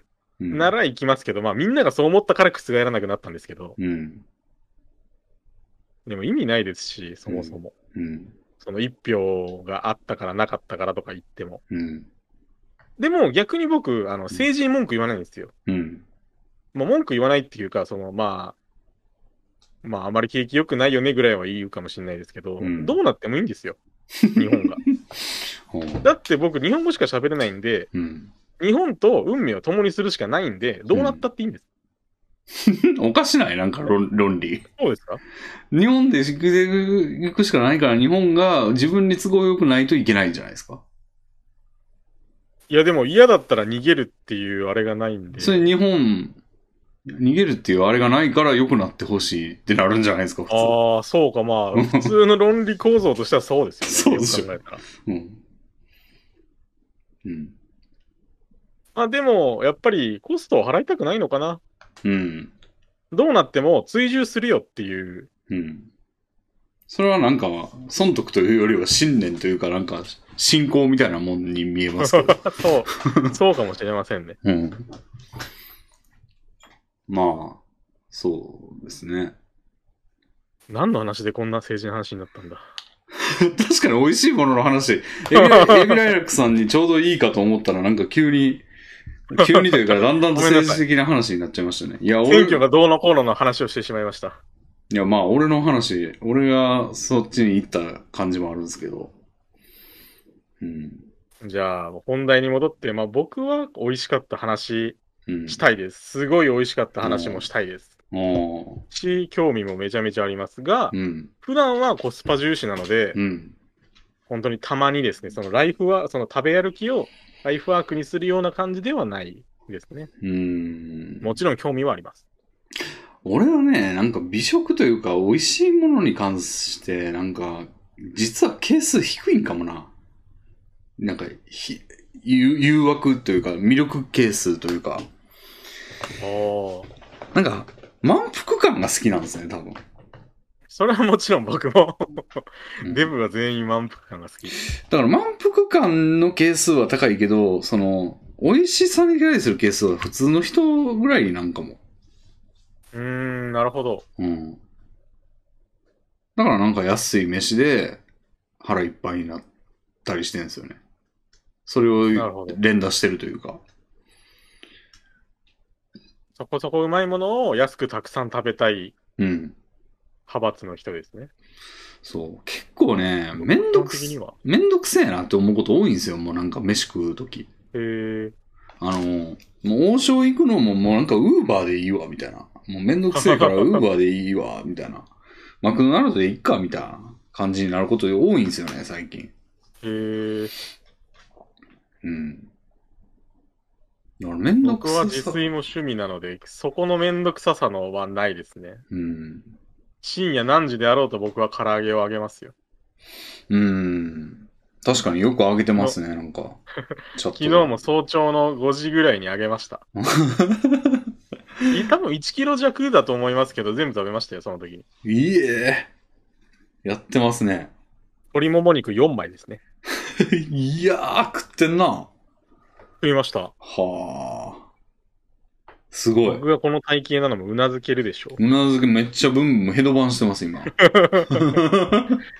[SPEAKER 1] うん
[SPEAKER 2] なら行きますけど、まあみんながそう思ったから覆らなくなったんですけど、
[SPEAKER 1] うん。
[SPEAKER 2] でも意味ないですし、そもそも。
[SPEAKER 1] うん。
[SPEAKER 2] その一票があったからなかったからとか言っても。
[SPEAKER 1] うん。
[SPEAKER 2] でも逆に僕、あの、政治に文句言わないんですよ。
[SPEAKER 1] うん。
[SPEAKER 2] もう文句言わないっていうか、その、まあ、まああまり景気良くないよねぐらいは言うかもしれないですけど、
[SPEAKER 1] うん
[SPEAKER 2] どうなってもいいんですよ。日本
[SPEAKER 1] *laughs*
[SPEAKER 2] が。
[SPEAKER 1] ほう
[SPEAKER 2] だって僕、日本語しか喋れないんで、
[SPEAKER 1] うん。
[SPEAKER 2] 日本と運命を共にするしかないんで、どうなったっていいんです。
[SPEAKER 1] おかしないなんか論論理。
[SPEAKER 2] そうですか
[SPEAKER 1] 日本でしくていくしかないから、日本が自分に都合よくないといけないんじゃないですか。
[SPEAKER 2] いや、でも嫌だったら逃げるっていうあれがないんで。
[SPEAKER 1] それ日本、逃げるっていうあれがないから良くなってほしいってなるんじゃないですか、普
[SPEAKER 2] ああ、そうか、まあ、
[SPEAKER 1] *laughs*
[SPEAKER 2] 普通の論理構造としてはそうです
[SPEAKER 1] そ
[SPEAKER 2] よね。
[SPEAKER 1] うですよ
[SPEAKER 2] よく考えたら。
[SPEAKER 1] 通。うん。うん。
[SPEAKER 2] まあでも、やっぱりコストを払いたくないのかな。
[SPEAKER 1] うん。
[SPEAKER 2] どうなっても追従するよっていう。
[SPEAKER 1] うん。それはなんか、損得というよりは信念というか、なんか、信仰みたいなもんに見えますけど。
[SPEAKER 2] *laughs* そう、そうかもしれませんね。
[SPEAKER 1] うん。まあ、そうですね。
[SPEAKER 2] 何の話でこんな政治の話になったんだ。
[SPEAKER 1] *laughs* 確かに美味しいものの話。エビ
[SPEAKER 2] *laughs*
[SPEAKER 1] ラエビライラックさんにちょうどいいかと思ったら、なんか急に、急にというか、だんだんと政治的な話になっちゃいましたね。いや、俺、
[SPEAKER 2] 選
[SPEAKER 1] い
[SPEAKER 2] 挙がどうのこうのの話をしてしまいました。
[SPEAKER 1] や、まあ、俺の話、俺がそっちに行った感じもあるんですけど。うん。
[SPEAKER 2] じゃあ、本題に戻って、まあ僕は美味しかった話
[SPEAKER 1] うん。
[SPEAKER 2] したいです。すごい美味しかった話もしたいです。
[SPEAKER 1] あー
[SPEAKER 2] し、興味もめちゃめちゃありますが、
[SPEAKER 1] うん。
[SPEAKER 2] 普段はコスパ重視なので、
[SPEAKER 1] うん。
[SPEAKER 2] 本当にたまにですね、そのライフワーその食べ歩きをライフワークにするような感じではないですね。
[SPEAKER 1] うん。
[SPEAKER 2] もちろん興味はあります。
[SPEAKER 1] 俺はね、なんか美食というか、美味しいものに関して、なんか、実は係数低いんかもな。なんか、ひ誘誘惑というか、魅力係数というか、
[SPEAKER 2] おー
[SPEAKER 1] なんか、満腹感が好きなんですね、多分。
[SPEAKER 2] *laughs* それはもちろん僕も
[SPEAKER 1] うん
[SPEAKER 2] *laughs* デブは全員満腹感が好き。
[SPEAKER 1] だから満腹感の係数は高いけど、その、美味しさに対する係数は普通の人ぐらいなんかも。
[SPEAKER 2] うーん、なるほど。
[SPEAKER 1] うん。だからなんか安い飯で腹いっぱいになったりしてるんですよね。それ
[SPEAKER 2] なるほ
[SPEAKER 1] を
[SPEAKER 2] ど
[SPEAKER 1] 連打してるというか。
[SPEAKER 2] そこそこうまいものを安くたくさん食べたい
[SPEAKER 1] うん。
[SPEAKER 2] 派閥の人ですね。
[SPEAKER 1] そう。結構ね、めんどく
[SPEAKER 2] 基本的に
[SPEAKER 1] せ、
[SPEAKER 2] は。
[SPEAKER 1] めんどくせえなって思うこと多いんですよ。もうなんか飯食うとき。
[SPEAKER 2] へー
[SPEAKER 1] あの、もう王将行くのももうなんかウーバーでいいわ、みたいな。もうめんどくせえからウーバーでいいわ、みたいな。マクドナルドでいっか、みたいな感じになること多いんですよね、最近。
[SPEAKER 2] へー
[SPEAKER 1] うん。だからめんどく
[SPEAKER 2] 僕は
[SPEAKER 1] さ
[SPEAKER 2] 自
[SPEAKER 1] さ。
[SPEAKER 2] 炊も趣味なので、そこのめんどくささのはないですね。
[SPEAKER 1] うん。
[SPEAKER 2] 深夜何時であろうと僕は唐揚げをあげますよ。
[SPEAKER 1] うん。確かによく上げてますね、なん
[SPEAKER 2] *laughs*
[SPEAKER 1] か。ちょっと
[SPEAKER 2] 昨日も。早朝の5時ぐらいにあげました。い多分1キロ弱だと思いますけど、全部食べましたよ、その時に。
[SPEAKER 1] いえ。やってますね。 *laughs*
[SPEAKER 2] 鶏もも肉4枚ですね。
[SPEAKER 1] いやー、食ってんな。
[SPEAKER 2] 食いました。
[SPEAKER 1] はあ。すごい。
[SPEAKER 2] 僕がこの体型なのもうなずけるでしょう。
[SPEAKER 1] うなずけめっちゃブンブンヘドバンしてます、
[SPEAKER 2] *laughs*
[SPEAKER 1] 今。、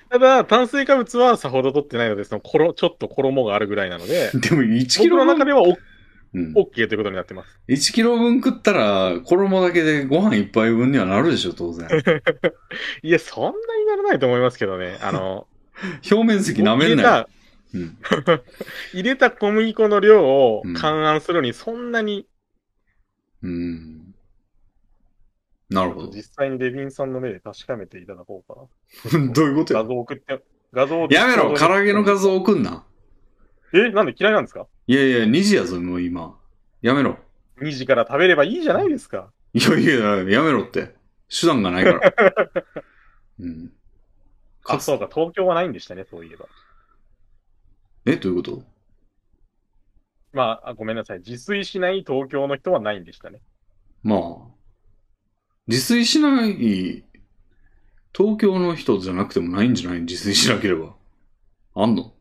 [SPEAKER 2] ただ、炭水化物はさほど取ってないので、そのころちょっと衣があるぐらいなので
[SPEAKER 1] でも1キロ
[SPEAKER 2] 僕の
[SPEAKER 1] 分、
[SPEAKER 2] 中ではオッ
[SPEAKER 1] うん、
[SPEAKER 2] OK ということになってます。
[SPEAKER 1] 1キロ分食ったら、衣だけでご飯一杯分にはなるでしょ、当
[SPEAKER 2] *laughs*
[SPEAKER 1] 然。
[SPEAKER 2] いや、そんなにならないと思いますけどね。
[SPEAKER 1] *laughs*
[SPEAKER 2] あの、
[SPEAKER 1] 表面積舐めん
[SPEAKER 2] 入れ
[SPEAKER 1] なよ。
[SPEAKER 2] た、
[SPEAKER 1] うん、
[SPEAKER 2] 入れた小麦粉の量を
[SPEAKER 1] うん
[SPEAKER 2] 勘案するのに、そんなに、
[SPEAKER 1] うん。なるほど。
[SPEAKER 2] 実際にレビンさんの目で確かめていただこうか
[SPEAKER 1] *laughs*
[SPEAKER 2] な。
[SPEAKER 1] どういうこと
[SPEAKER 2] 画
[SPEAKER 1] や
[SPEAKER 2] 像送って、画像を
[SPEAKER 1] やめろ、唐揚げの画
[SPEAKER 2] 像。
[SPEAKER 1] 像送んな。
[SPEAKER 2] え、なんで嫌いなんですか
[SPEAKER 1] いやいや、2時やぞ、もう今。やめろ。
[SPEAKER 2] ?2 時から食べればいいじゃないですか。
[SPEAKER 1] いやいや、やめろって。手段がないから。 *laughs* うん。
[SPEAKER 2] あ、そうか、東京はないんでしたね、そういえば。
[SPEAKER 1] え、どういうこと
[SPEAKER 2] まあ、あごめんなさい。自炊しない東京の人はないんでしたね。
[SPEAKER 1] まあ。自炊しない、東京の人じゃなくてもないんじゃない自炊しなければ。あんの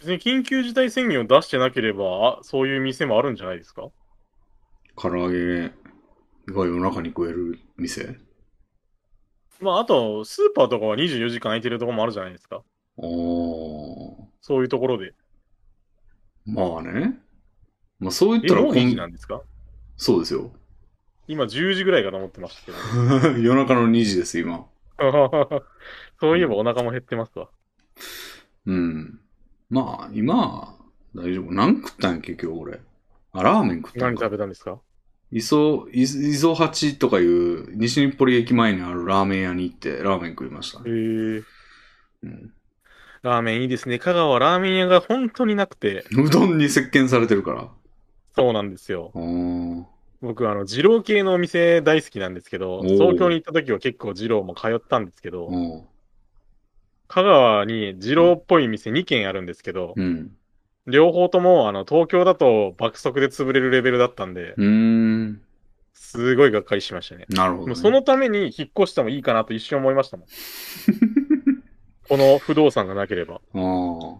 [SPEAKER 2] 別に緊急事態宣言を出してなければ、あそういう店もあるんじゃないですか
[SPEAKER 1] 唐揚げが夜中に食える店
[SPEAKER 2] まあ、あと、スーパーとかは24時間空いてるところもあるじゃないですか。
[SPEAKER 1] ああ。
[SPEAKER 2] そういうところで。
[SPEAKER 1] まあね。まあそう言っ
[SPEAKER 2] え、
[SPEAKER 1] たら
[SPEAKER 2] も
[SPEAKER 1] こ
[SPEAKER 2] う2時
[SPEAKER 1] ん、
[SPEAKER 2] なんですか
[SPEAKER 1] そうですよ。 *laughs*
[SPEAKER 2] 今10時ぐらいかと思ってましたけど。 *laughs*
[SPEAKER 1] 夜中の2時です、今。
[SPEAKER 2] そういえばお腹も減ってますわ。
[SPEAKER 1] うん。まあ、今は大丈夫。何食ったんや、結局俺。あ、ラーメン食ったん
[SPEAKER 2] 何
[SPEAKER 1] か
[SPEAKER 2] 食。べたんですか
[SPEAKER 1] 磯、磯磯八とかいう、西日暮里駅前にあるラーメン屋に行って、ラーメン食いました
[SPEAKER 2] へ
[SPEAKER 1] ね。
[SPEAKER 2] え。
[SPEAKER 1] うん。
[SPEAKER 2] ラーメンいいですね。香川はラーメン屋が本当になくて。
[SPEAKER 1] うどんに石鹸されてるから。
[SPEAKER 2] そうなんですよ。
[SPEAKER 1] あー
[SPEAKER 2] 僕、あの、二郎系のお店大好きなんですけど、
[SPEAKER 1] おー
[SPEAKER 2] 東京に行った時は結構二郎も通ったんですけど、
[SPEAKER 1] うん。
[SPEAKER 2] 香川に二郎っぽい店2軒あるんですけど、
[SPEAKER 1] うん。
[SPEAKER 2] 両方とも、あの、東京だと爆速で潰れるレベルだったんで、
[SPEAKER 1] うーん。
[SPEAKER 2] すごいがっかりしましたね。
[SPEAKER 1] なるほど、
[SPEAKER 2] も
[SPEAKER 1] ね。
[SPEAKER 2] うそのために引っ越してもいいかなと一瞬思いまし
[SPEAKER 1] *laughs*
[SPEAKER 2] たもん。この不動産がなければ。
[SPEAKER 1] ああ。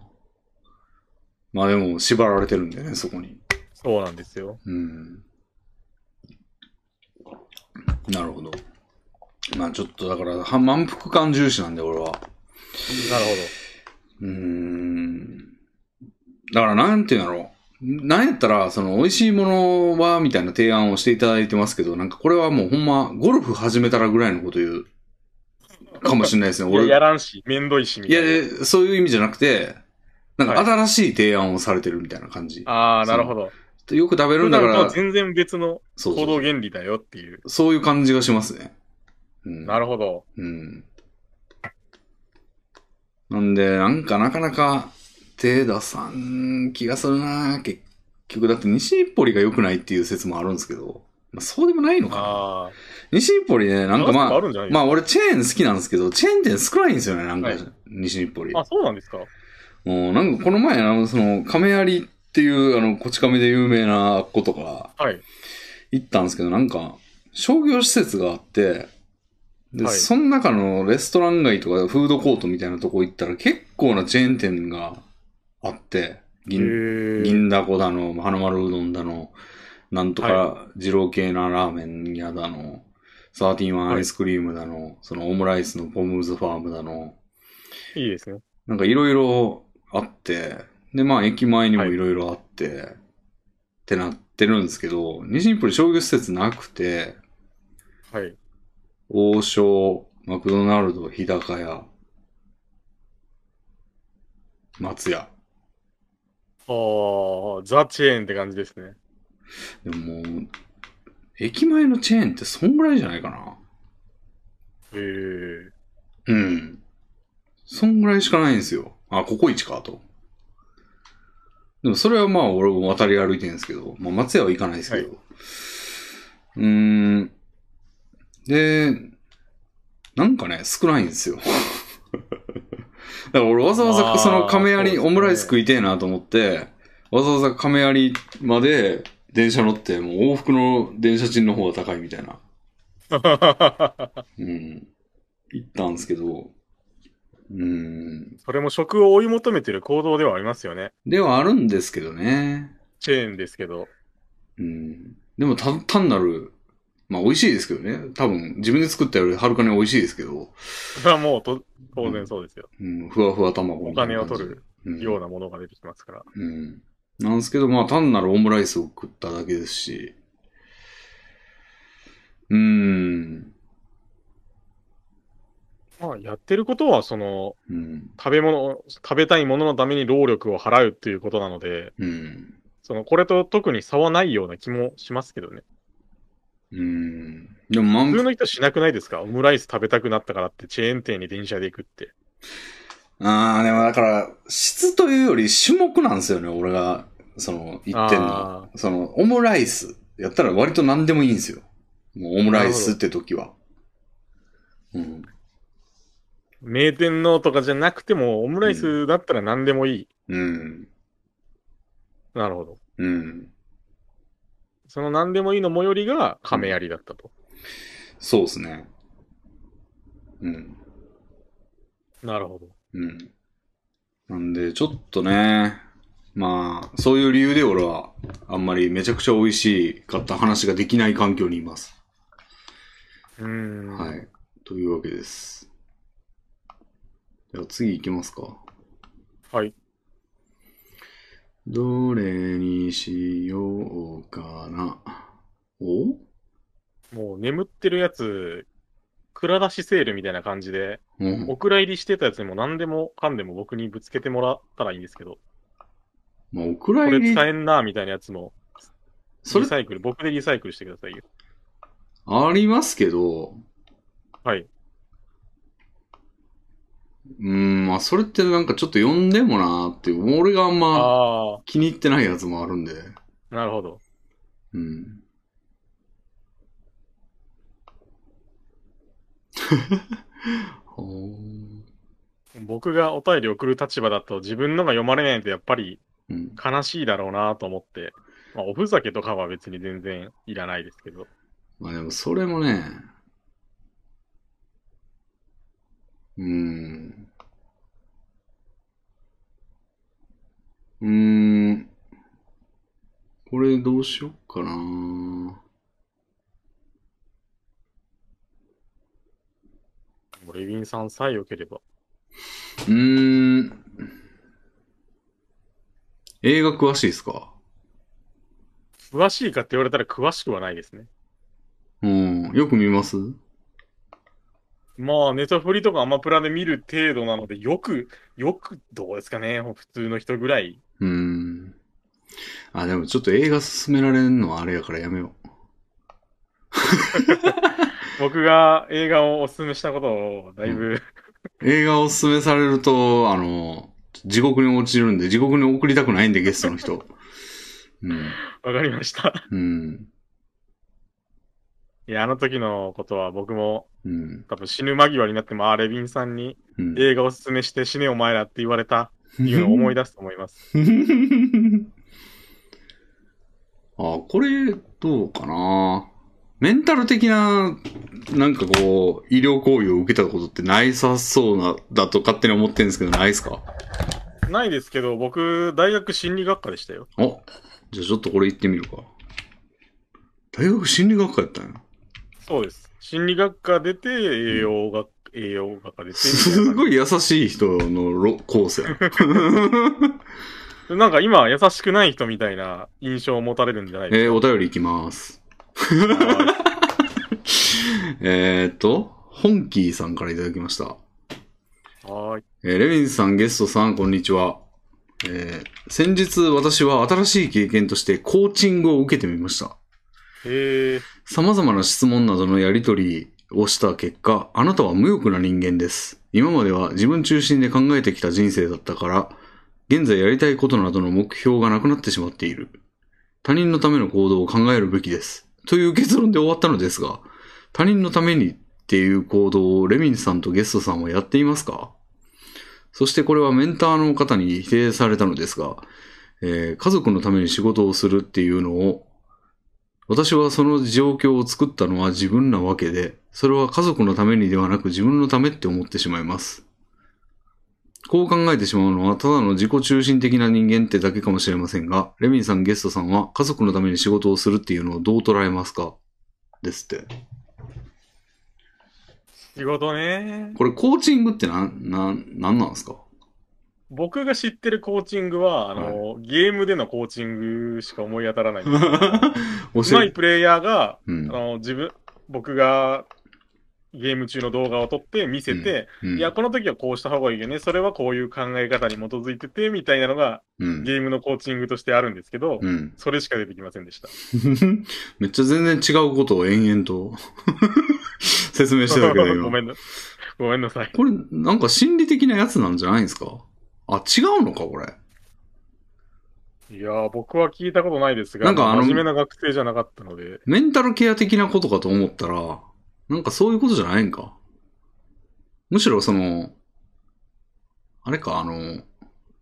[SPEAKER 1] まあでも、縛られてるんだよね、そこに。
[SPEAKER 2] そうなんですよ。
[SPEAKER 1] うん。なるほど。まあちょっとだから、は満腹感重視なんで、俺は。
[SPEAKER 2] なるほ
[SPEAKER 1] うーん。だから、なんていうんだろう。なんやったら、その、美味しいものは、みたいな提案をしていただいてますけど、なんかこれはもうほんま、ゴルフ始めたらぐらいのこと言う、かもしれないですね。
[SPEAKER 2] ど。
[SPEAKER 1] 俺、
[SPEAKER 2] いや、やらんし、めんどいし、み
[SPEAKER 1] い
[SPEAKER 2] たい
[SPEAKER 1] や、
[SPEAKER 2] な。
[SPEAKER 1] でそういう意味じゃなくて、なんか
[SPEAKER 2] はい
[SPEAKER 1] 新しい提案をされてるみたいな感じ。
[SPEAKER 2] ああ、なるほど。
[SPEAKER 1] よく食べる
[SPEAKER 2] 普
[SPEAKER 1] んだ
[SPEAKER 2] 段
[SPEAKER 1] か
[SPEAKER 2] と
[SPEAKER 1] ら、
[SPEAKER 2] は全然別の
[SPEAKER 1] そう
[SPEAKER 2] 行
[SPEAKER 1] そ
[SPEAKER 2] 動
[SPEAKER 1] う
[SPEAKER 2] 原理だよっていう。
[SPEAKER 1] そういう感じがしますね。うん、
[SPEAKER 2] なるほど。
[SPEAKER 1] うん。なんで、なんかなかなか手出さん気がするな結局、だって西日暮里が良くないっていう説もあるんですけど、まあ、そうでもないのかな。
[SPEAKER 2] あ
[SPEAKER 1] 西日暮里ね、
[SPEAKER 2] あ。
[SPEAKER 1] なんかま
[SPEAKER 2] ラストあ
[SPEAKER 1] あ、
[SPEAKER 2] るんじゃない
[SPEAKER 1] まあ俺チェーン好きなんですけど、チェーン店少ないんですよね、なんか、
[SPEAKER 2] はい
[SPEAKER 1] 西日暮里。
[SPEAKER 2] あ、そうなんですか。
[SPEAKER 1] もうなんかこの前、あの、その、亀有っていう、あの、こち亀で有名な子とか
[SPEAKER 2] はい。
[SPEAKER 1] 行ったんですけど、なんか、商業施設があって、で、
[SPEAKER 2] はい
[SPEAKER 1] その中のレストラン街とかフードコートみたいなとこ行ったら結構なチェーン店があって、
[SPEAKER 2] へ
[SPEAKER 1] 銀、
[SPEAKER 2] ー
[SPEAKER 1] 銀だこだの、花丸うどんだの、なんとか二郎系なラーメン屋だの、サーティワンアイスクリームだの、そのオムライスのポムーズファームだの、
[SPEAKER 2] いいですね。
[SPEAKER 1] なんかいろいろあって、で、まあ駅前にも
[SPEAKER 2] はい
[SPEAKER 1] いろいろあって、ってなってるんですけど、西日暮里商業施設なくて、
[SPEAKER 2] はい。
[SPEAKER 1] 王将、マクドナルド、日高屋、松屋。
[SPEAKER 2] ああ、ザ・チェーンって感じですね。
[SPEAKER 1] でももう、駅前のチェーンってそんぐらいじゃないかな。
[SPEAKER 2] へえ。
[SPEAKER 1] うん。そんぐらいしかないんですよ。あ、ココイチかと。でもそれはまあ俺も渡り歩いてるんですけど、まあ松屋は行かないですけど。うーん。で、なんかね、少ないんですよ。だから俺わざわ
[SPEAKER 2] ま
[SPEAKER 1] ざ
[SPEAKER 2] あ
[SPEAKER 1] その亀
[SPEAKER 2] そうで
[SPEAKER 1] 有、
[SPEAKER 2] すね
[SPEAKER 1] オムライス食いてえなと思って、わざわざ亀有まで電車乗って、もう往復の電車賃の方が高いみたいな。うん。行ったんですけど、うん。
[SPEAKER 2] それも食を追い求めてる行動ではありますよね。
[SPEAKER 1] ではあるんですけどね。
[SPEAKER 2] チェーンですけど。
[SPEAKER 1] うん。でもた、単なる、まあ美味しいですけどね。多分、自分で作ったよりはるかに美味しいですけど、
[SPEAKER 2] それはもうと、当然そうですよ。
[SPEAKER 1] うん、ふわふわ卵
[SPEAKER 2] お
[SPEAKER 1] みたいな
[SPEAKER 2] 金を
[SPEAKER 1] 感じ
[SPEAKER 2] 取
[SPEAKER 1] で
[SPEAKER 2] る
[SPEAKER 1] うん
[SPEAKER 2] ようなものが出てきますから。
[SPEAKER 1] うん。なんですけど、まあ単なるオムライスを食っただけですし。うーん。
[SPEAKER 2] まあ、やってることは、その、
[SPEAKER 1] うん。
[SPEAKER 2] 食べ物、食べたいもののために労力を払うっていうことなので、
[SPEAKER 1] うん。
[SPEAKER 2] その、これと特に差はないような気もしますけどね。
[SPEAKER 1] うん。でも満
[SPEAKER 2] 普
[SPEAKER 1] 腹
[SPEAKER 2] 通の人しなくないですかオムライス食べたくなったからって、チェーン店に電車で行くって。
[SPEAKER 1] ああ、でもだから、質というより種目なんですよね、俺が、その、言ってんの。
[SPEAKER 2] あ
[SPEAKER 1] その、オムライス。やったら割と何でもいいんですよ。もうオムライスって時は。うん。
[SPEAKER 2] ー名店のとかじゃなくても、オムライスだったら何でもいい。
[SPEAKER 1] うん。
[SPEAKER 2] なるほど。
[SPEAKER 1] うん。
[SPEAKER 2] その何でもいいの最寄りが亀有だったと。
[SPEAKER 1] そうですね。うん。
[SPEAKER 2] なるほど。
[SPEAKER 1] うん。なんで、ちょっとね、まあ、そういう理由で俺は、あんまりめちゃくちゃ美味しかった話ができない環境にいます。
[SPEAKER 2] うーん。
[SPEAKER 1] は。い。というわけです。では次行きますか。
[SPEAKER 2] はい。
[SPEAKER 1] どれにしようかな。お
[SPEAKER 2] もう眠ってるやつ、蔵出しセールみたいな感じで、
[SPEAKER 1] うん
[SPEAKER 2] お。蔵入りしてたやつにも何でもかんでも僕にぶつけてもらったらいいんですけど、
[SPEAKER 1] まあ、お
[SPEAKER 2] こ
[SPEAKER 1] 蔵入
[SPEAKER 2] れ
[SPEAKER 1] り
[SPEAKER 2] 使、えんなみたいなやつも、
[SPEAKER 1] そ
[SPEAKER 2] リ
[SPEAKER 1] れ
[SPEAKER 2] サイクル、僕でリサイクルしてくださいよ。
[SPEAKER 1] ありますけど、
[SPEAKER 2] はい。
[SPEAKER 1] うん、まあ、それってなんかちょっと読んでもなーっていう、俺があんま
[SPEAKER 2] あ
[SPEAKER 1] 気に入ってないやつもあるんで。
[SPEAKER 2] あ、なるほど。
[SPEAKER 1] うん。 *laughs* ほー
[SPEAKER 2] 僕がお便り送る立場だと自分のが読まれないとやっぱり
[SPEAKER 1] うん、
[SPEAKER 2] 悲しいだろうなと思って、まあおふざけとかは別に全然いらないですけど。
[SPEAKER 1] まあでもそれもね、うーん。うーん。これどうしよっかな
[SPEAKER 2] もうレビンさんさえ良ければ。
[SPEAKER 1] うーん。映画詳しいですか
[SPEAKER 2] 詳しいかって言われたら詳しくはないですね。
[SPEAKER 1] うん。よく見ます
[SPEAKER 2] まあ、ネタフリとかアマプラで見る程度なので、よく、よく、どうですかね、普通の人ぐらい。
[SPEAKER 1] うーん。あ、でもちょっと映画進められんのはあれやからやめよう。
[SPEAKER 2] 僕が映画をおすすめしたことを、だいぶ、
[SPEAKER 1] 映画をおすすめされると、あの、地獄に落ちるんで、地獄に送りたくないんで、ゲストの人。うん。
[SPEAKER 2] わかりました。
[SPEAKER 1] うん。
[SPEAKER 2] いや、あの時のことは僕も、
[SPEAKER 1] うん。
[SPEAKER 2] 多分死ぬ間際になっても、あーレビンさんに
[SPEAKER 1] うん。
[SPEAKER 2] 映画をおすすめして死ねお前らって言われたっていうのを思い出すと思います。
[SPEAKER 1] *laughs* あ、これ、どうかな。メンタル的な、なんかこう、医療行為を受けたことってないさそうな、だと勝手に思ってるんですけど、ないですか
[SPEAKER 2] ないですけど、僕、大学心理学科でしたよ。
[SPEAKER 1] おじゃあちょっとこれ行ってみるか。大学心理学科やったんや。
[SPEAKER 2] そうです。心理学科出て、栄養学、栄養学科出てみたいな
[SPEAKER 1] す
[SPEAKER 2] 感じ
[SPEAKER 1] ごい優しい人のロコースや。
[SPEAKER 2] なんか今、優しくない人みたいな印象を持たれるんじゃないです
[SPEAKER 1] えーお便りいきます。
[SPEAKER 2] か。
[SPEAKER 1] えーっと、ホンキーさんからいただきました。
[SPEAKER 2] はーい。
[SPEAKER 1] えーレヴィンさん、ゲストさん、こんにちは。えー先日私は新しい経験としてコーチングを受けてみました。
[SPEAKER 2] へえ。
[SPEAKER 1] 様々な質問などのやりとりをした結果、あなたは無欲な人間です。今までは自分中心で考えてきた人生だったから、現在やりたいことなどの目標がなくなってしまっている。他人のための行動を考えるべきです。という結論で終わったのですが、他人のためにっていう行動をレミンさんとゲストさんはやっていますかそしてこれはメンターの方に否定されたのですが、えー家族のために仕事をするっていうのを私はその状況を作ったのは自分なわけで、それは家族のためにではなく自分のためって思ってしまいます。こう考えてしまうのは、ただの自己中心的な人間ってだけかもしれませんが、レミンさん、ゲストさんは、家族のために仕事をするっていうのをどう捉えますかですって。
[SPEAKER 2] 仕事ね。
[SPEAKER 1] これ、コーチングってなん、なん、なんなんです
[SPEAKER 2] *laughs*
[SPEAKER 1] か
[SPEAKER 2] 僕が知ってるコーチングは、あの、ゲームでのコーチングしか思い当た
[SPEAKER 1] *laughs*
[SPEAKER 2] らないんですけど。う
[SPEAKER 1] 教
[SPEAKER 2] ま
[SPEAKER 1] え
[SPEAKER 2] いプレイヤーが、
[SPEAKER 1] う
[SPEAKER 2] あ
[SPEAKER 1] ん。
[SPEAKER 2] の、自分、僕がゲーム中の動画を撮って見せて、
[SPEAKER 1] うん
[SPEAKER 2] いや、この時はこうした方がいいよね。それはこういう考え方に基づいてて、みたいなのが
[SPEAKER 1] うん。
[SPEAKER 2] ゲームのコーチングとしてあるんですけど、
[SPEAKER 1] うん。 *laughs*
[SPEAKER 2] それしか出てきませんでした。
[SPEAKER 1] めっちゃ全然違うことを延々と *laughs* 説明してたけど、
[SPEAKER 2] *laughs* ご
[SPEAKER 1] 今。
[SPEAKER 2] めんな、ごめんなさい。
[SPEAKER 1] これ、なんか心理的なやつなんじゃないんですかあ、違うのか、これ。
[SPEAKER 2] いやー、僕は聞いたことないですが、
[SPEAKER 1] なんかあの
[SPEAKER 2] 真面目な学生じゃなかったので、
[SPEAKER 1] メンタルケア的なことかと思ったら、なんかそういうことじゃないんか。むしろその、あれか、あの、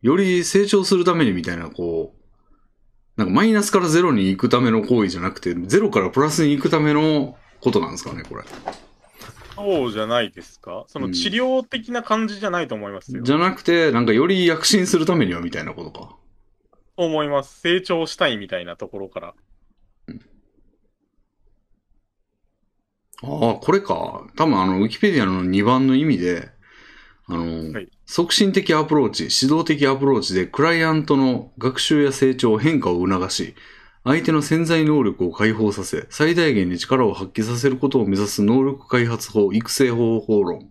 [SPEAKER 1] より成長するためにみたいな、こう、なんかマイナスからゼロに行くための行為じゃなくて、ゼロからプラスに行くためのことなんですかね、これ。
[SPEAKER 2] そうじゃないですかその治療的な感じじゃないと思いますよ。
[SPEAKER 1] じゃなくて、なんかより躍進するためにはみたいなことか。
[SPEAKER 2] と思います。成長したいみたいなところから。
[SPEAKER 1] ああ、これか。多分あの、ウィキペディアの2番の意味で、あの、
[SPEAKER 2] はい
[SPEAKER 1] 促進的アプローチ、指導的アプローチでクライアントの学習や成長、変化を促し、相手の潜在能力を解放させ、最大限に力を発揮させることを目指す能力開発法、育成方法論。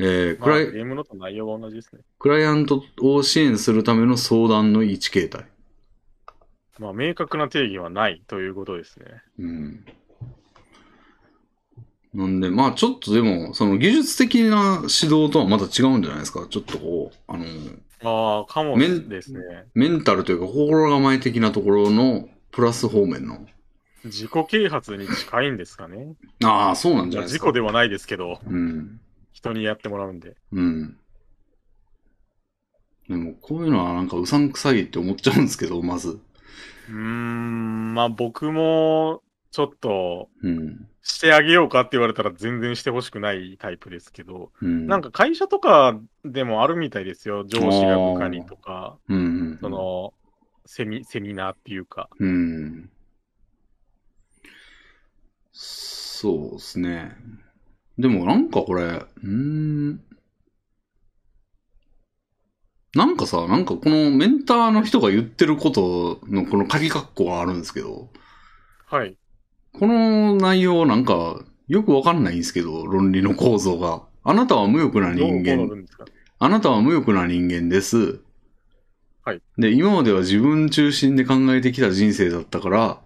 [SPEAKER 1] えー
[SPEAKER 2] ま
[SPEAKER 1] ク
[SPEAKER 2] あ、
[SPEAKER 1] ライ、
[SPEAKER 2] ゲームのと内容が同じですね。
[SPEAKER 1] クライアントを支援するための相談の一形態。
[SPEAKER 2] まあ、明確な定義はないということですね。
[SPEAKER 1] うん。なんで、まあちょっとでも、その技術的な指導とはまた違うんじゃないですか。ちょっとこう、あの、
[SPEAKER 2] ああ、かも
[SPEAKER 1] メン
[SPEAKER 2] ですね。
[SPEAKER 1] メンタルというか心構え的なところのプラス方面の。
[SPEAKER 2] 自己啓発に近いんですかね。
[SPEAKER 1] ああ、そうなんじゃないです
[SPEAKER 2] 事
[SPEAKER 1] か。
[SPEAKER 2] 故ではないですけど、
[SPEAKER 1] うん。
[SPEAKER 2] 人にやってもらうんで。
[SPEAKER 1] うん。でも、こういうのはなんかうさんくさいって思っちゃうんですけど、まず。
[SPEAKER 2] うーん、まあ僕も、ちょっと、
[SPEAKER 1] うん。
[SPEAKER 2] してあげようかって言われたら全然してほしくないタイプですけど、
[SPEAKER 1] うん。
[SPEAKER 2] なんか会社とかでもあるみたいですよ。上司が部下にとか、
[SPEAKER 1] うん、うん。
[SPEAKER 2] その、セミ、セミナーっていうか。
[SPEAKER 1] うん。そうですね。でもなんかこれ、うーん。なんかさ、なんかこのメンターの人が言ってることのこの鍵括弧があるんですけど、
[SPEAKER 2] はい。
[SPEAKER 1] この内容なんかよくわかんないんですけど、論理の構造が。あなたは無欲な人
[SPEAKER 2] どうどうな
[SPEAKER 1] 間
[SPEAKER 2] るんですか
[SPEAKER 1] あなたは無欲な人間です。
[SPEAKER 2] はい。
[SPEAKER 1] で、今までは自分中心で考えてきた人生だったから、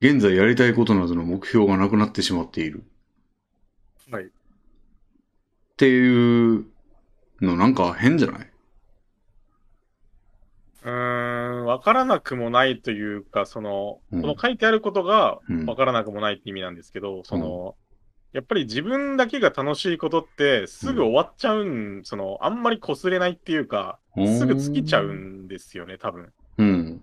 [SPEAKER 1] 現在やりたいことなどの目標がなくなってしまっている。
[SPEAKER 2] はい
[SPEAKER 1] っていうのなんか変じゃないう
[SPEAKER 2] ーん、わからなくもないというか、その、
[SPEAKER 1] うん
[SPEAKER 2] この書いてあることが
[SPEAKER 1] うん
[SPEAKER 2] わからなくもないって意味なんですけど、その、やっぱり自分だけが楽しいことってすぐ終わっちゃうん、その、あんまり擦れないっていうか、すぐ尽きちゃう。んですよね、多分。
[SPEAKER 1] うん。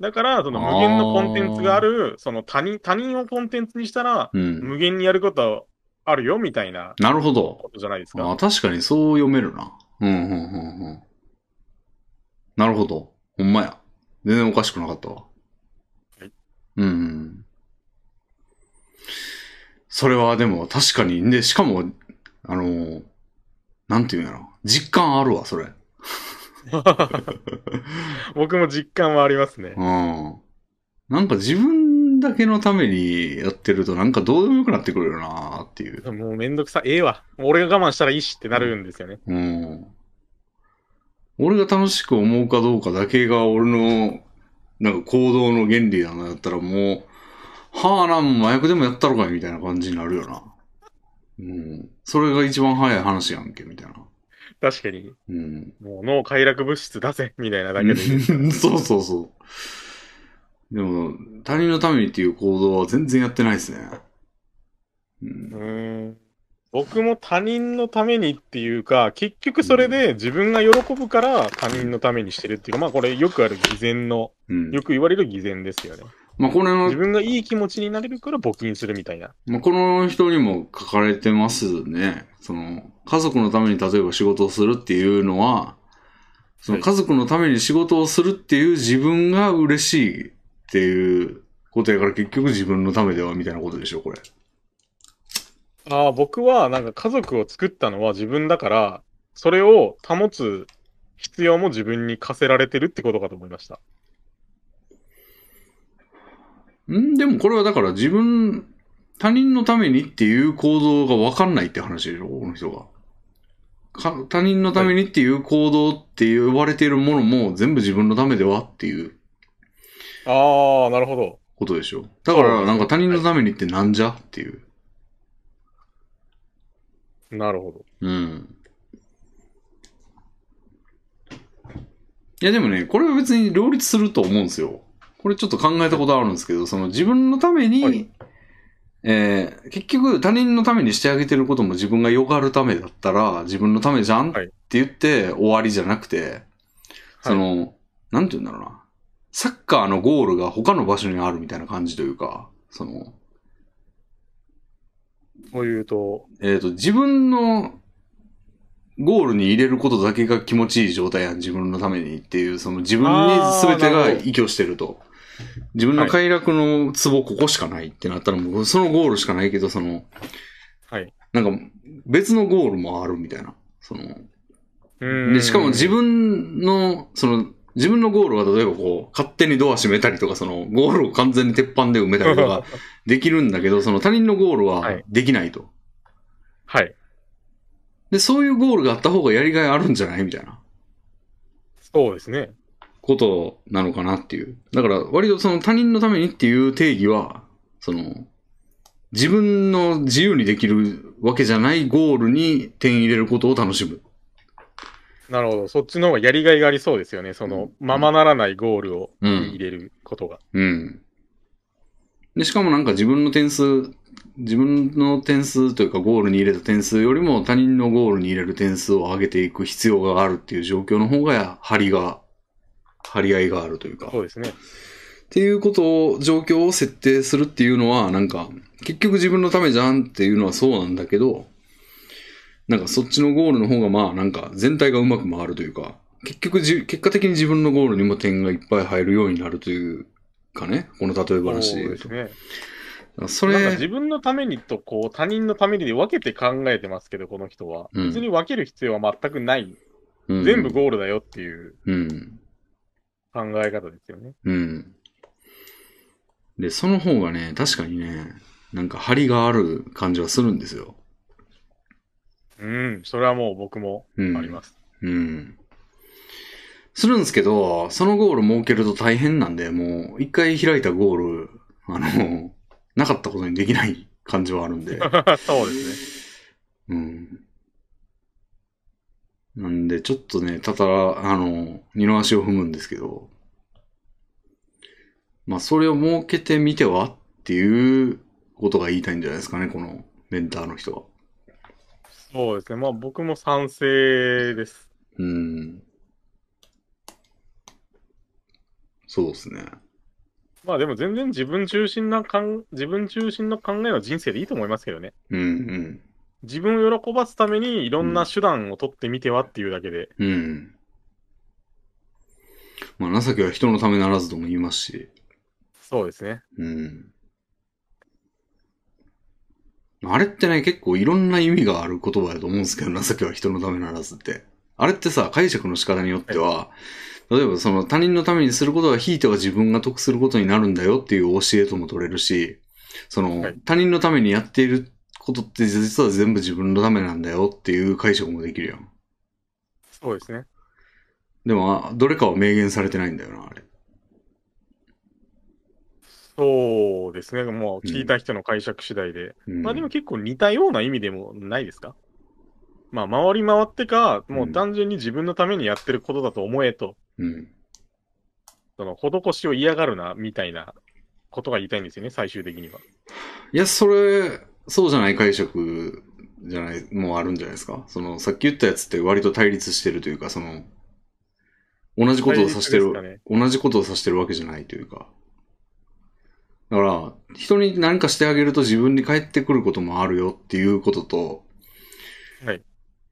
[SPEAKER 2] だから、その
[SPEAKER 1] あー
[SPEAKER 2] 無限のコンテンツがある、その他人、他人をコンテンツにしたら、
[SPEAKER 1] うん。
[SPEAKER 2] 無限にやることはあるよ、みたいな
[SPEAKER 1] なるほど
[SPEAKER 2] こ。とじゃないですか。
[SPEAKER 1] あ確かにそう読めるな。うん、うん、うん、うん。なるほど。ほんまや。全然おかしくなかったわ。
[SPEAKER 2] はい
[SPEAKER 1] うんうん。それはでも確かに、で、しかも、あの、なんていうんやろ。実感あるわ、それ。
[SPEAKER 2] 僕も実感はありますね
[SPEAKER 1] う。ん。なんか自分だけのためにやってると、なんかどうでもよくなってくるよなっていう。
[SPEAKER 2] もうめんどくさい。ええわ。俺が我慢したらいいしってなるんですよね。
[SPEAKER 1] うん。俺が楽しく思うかどうかだけが俺の、なんか行動の原理なんだったらもう、はあな、もう麻薬でもやったろかいみたいな感じになるよな。うん。それが一番早い話やんけ、みたいな。
[SPEAKER 2] 確かに。
[SPEAKER 1] うん。
[SPEAKER 2] もう脳快楽物質出せみたいなだけで。
[SPEAKER 1] *laughs* そうそうそう。でも、他人のためにっていう行動は全然やってないですね。う。
[SPEAKER 2] うんーん僕も他人のためにっていうか、結局それで自分が喜ぶから他人のためにしてるっていうか、まあこれよくある偽善の、
[SPEAKER 1] うん。
[SPEAKER 2] よく言われる偽善ですよね。
[SPEAKER 1] まあ、これの
[SPEAKER 2] 自分がいい気持ちになれるから募金するみたいな。
[SPEAKER 1] まあ、この人にも書かれてますね。その、家族のために例えば仕事をするっていうのは、その家族のために仕事をするっていう自分が嬉しいっていうことやから結局自分のためではみたいなことでしょ、これ。
[SPEAKER 2] ああ、僕はなんか家族を作ったのは自分だから、それを保つ必要も自分に課せられてるってことかと思いました。
[SPEAKER 1] んでもこれはだから自分、他人のためにっていう行動が分かんないって話でしょ、この人が。か他人のためにっていう行動って呼ばれているものも全部自分のためではっていう
[SPEAKER 2] ああ、なるほど。
[SPEAKER 1] ことでしょ。だからなんか他人のためにってなんじゃっていう。
[SPEAKER 2] なるほど。
[SPEAKER 1] うん。いやでもね、これは別に両立すると思うんですよ。これちょっと考えたことあるんですけど、その自分のために、
[SPEAKER 2] はい
[SPEAKER 1] えー結局他人のためにしてあげてることも自分がよがるためだったら、自分のためじゃんっ
[SPEAKER 2] はい
[SPEAKER 1] て言って終わりじゃなくて、その、なんて言うんだろうな。サッカーのゴールが他の場所にあるみたいな感じというか、その、
[SPEAKER 2] こういうと、
[SPEAKER 1] えっ、と、自分のゴールに入れることだけが気持ちいい状態やん、自分のためにっていう、その自分に全て
[SPEAKER 2] あーな
[SPEAKER 1] が
[SPEAKER 2] るほど
[SPEAKER 1] 依拠してると。自分の快楽のツボここしかないってなったら、もうそのゴールしかないけど、その、
[SPEAKER 2] はい。
[SPEAKER 1] なんか別のゴールもあるみたいな。その、
[SPEAKER 2] うーん。
[SPEAKER 1] で、しかも自分の、その、自分のゴールは例えばこう、勝手にドア閉めたりとか、その、ゴールを完全に鉄板で埋めたりと
[SPEAKER 2] *laughs*
[SPEAKER 1] かできるんだけど、その他人のゴール
[SPEAKER 2] は
[SPEAKER 1] はいできないと。
[SPEAKER 2] はい。
[SPEAKER 1] で、そういうゴールがあった方がやりがいあるんじゃないみたいな
[SPEAKER 2] そうですね。
[SPEAKER 1] ことなのかなっていう。だから、割とその他人のためにっていう定義は、その、自分の自由にできるわけじゃないゴールに点入れることを楽しむ。
[SPEAKER 2] なるほど。そっちの方がやりがいがありそうですよね。その、ままならないゴールを
[SPEAKER 1] うん
[SPEAKER 2] 入れることが。
[SPEAKER 1] うん。で、しかもなんか自分の点数、自分の点数というかゴールに入れた点数よりも他人のゴールに入れる点数を上げていく必要があるっていう状況の方が、張りが、張り合いがあるというか。
[SPEAKER 2] そうですね。
[SPEAKER 1] っていうことを、状況を設定するっていうのは、なんか、結局自分のためじゃんっていうのはそうなんだけど、なんかそっちのゴールの方がまあなんか全体がうまく回るというか、結局じ、結果的に自分のゴールにも点がいっぱい入るようになるというかね、この例え話で
[SPEAKER 2] そう
[SPEAKER 1] 言う
[SPEAKER 2] で
[SPEAKER 1] と
[SPEAKER 2] す。ね。
[SPEAKER 1] だからそ
[SPEAKER 2] なんか
[SPEAKER 1] れ、
[SPEAKER 2] 自分のためにとこう他人のためにで分けて考えてますけど、この人は。
[SPEAKER 1] うん
[SPEAKER 2] 別に分ける必要は全くない。
[SPEAKER 1] うん
[SPEAKER 2] 全部ゴールだよっていう
[SPEAKER 1] うん。
[SPEAKER 2] 考え方ですよね。
[SPEAKER 1] うん。で、その方がね、確かにね、なんか張りがある感じはするんですよ。
[SPEAKER 2] うん。それはもう僕も
[SPEAKER 1] うん。
[SPEAKER 2] あります。
[SPEAKER 1] うん。するんですけど、そのゴール設けると大変なんで、もう、一回開いたゴール、あの、なかったことにできない感じはあるんで。
[SPEAKER 2] そうですね。
[SPEAKER 1] うん。なんで、ちょっとね、たたら、あの、二の足を踏むんですけど、まあ、それを設けてみてはっていうことが言いたいんじゃないですかね、このメンターの人は。
[SPEAKER 2] そうですね。まあ僕も賛成です。
[SPEAKER 1] うん。そうですね。
[SPEAKER 2] まあでも全然自分中心なかん、自分中心の考えは人生でいいと思いますけどね。
[SPEAKER 1] うん
[SPEAKER 2] 自分を喜ばすためにいろんな手段を取ってみてはっていうだけで。
[SPEAKER 1] うん。うん。まあ、情けは人のためならずとも言いますし。
[SPEAKER 2] そうですね。
[SPEAKER 1] うん。あれってね、結構いろんな意味がある言葉だと思うんですけど、情けは人のためならずって。あれってさ、解釈の仕方によっては、例えばその他人のためにすることは、ひいては自分が得することになるんだよっていう教えとも取れるし、その、
[SPEAKER 2] はい
[SPEAKER 1] 他人のためにやっていることって実は全部自分のためなんだよっていう解釈もできるやん。
[SPEAKER 2] そうですね。
[SPEAKER 1] でも、あどれかは明言されてないんだよな、あれ。
[SPEAKER 2] そうですね。もう聞いた人の解釈次第で。
[SPEAKER 1] うん
[SPEAKER 2] まあでも結構似たような意味でもないですかまあ回り回ってか、もう単純に自分のためにやってることだと思えと、
[SPEAKER 1] うん。
[SPEAKER 2] その施しを嫌がるな、みたいなことが言いたいんですよね、最終的には。
[SPEAKER 1] いや、それ、そうじゃない解釈じゃない、もうあるんじゃないですか。その、さっき言ったやつって割と対立してるというか、その、同じことを指してる、
[SPEAKER 2] 対立です
[SPEAKER 1] 同じことを指してるわけじゃないというか。だから、人に何かしてあげると自分に返ってくることもあるよっていうことと、
[SPEAKER 2] はい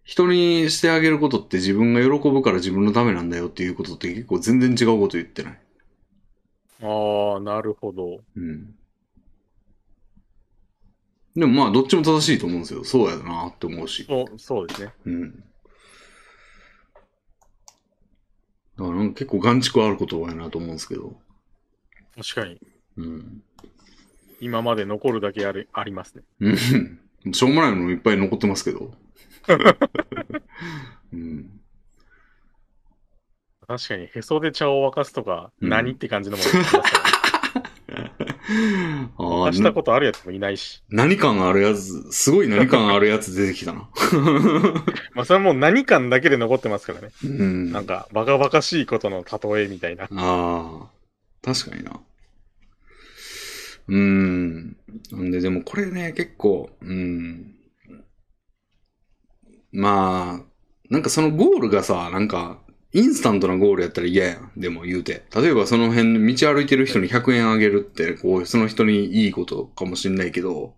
[SPEAKER 1] 人にしてあげることって自分が喜ぶから自分のためなんだよっていうことって結構全然違うこと言ってない。
[SPEAKER 2] ああ、なるほど。
[SPEAKER 1] うん。でもまあ、どっちも正しいと思うんですよ。そうやなって思うし。
[SPEAKER 2] そう、そうですね。
[SPEAKER 1] うん。だからなんか結構眼蓄あることやなと思うんですけど。
[SPEAKER 2] 確かに。
[SPEAKER 1] うん。
[SPEAKER 2] 今まで残るだけありありますね。
[SPEAKER 1] うん。 *laughs* しょうもないのもいっぱい残ってますけど。 *laughs* うん。
[SPEAKER 2] 確かに、へそで茶を沸かすとか、
[SPEAKER 1] うん
[SPEAKER 2] 何って感じのものがあ
[SPEAKER 1] *laughs*
[SPEAKER 2] りますから
[SPEAKER 1] ああ
[SPEAKER 2] 沸か、したことあるやつもいないし。
[SPEAKER 1] 何感あるやつ、すごい何感あるやつ出てきたな。
[SPEAKER 2] まあ、それはもう何感だけで残ってますからね。
[SPEAKER 1] うん。
[SPEAKER 2] な
[SPEAKER 1] あ
[SPEAKER 2] んか、バカバカしいことの例えみたいな。
[SPEAKER 1] あ、確かにな。うん。なんで、でもこれね、結構、うん。まあ、なんかそのゴールがさ、なんか、インスタントなゴールやったら嫌やん。でも言うて。例えばその辺、道歩いてる人に100円あげるって、こう、その人にいいことかもしんないけど、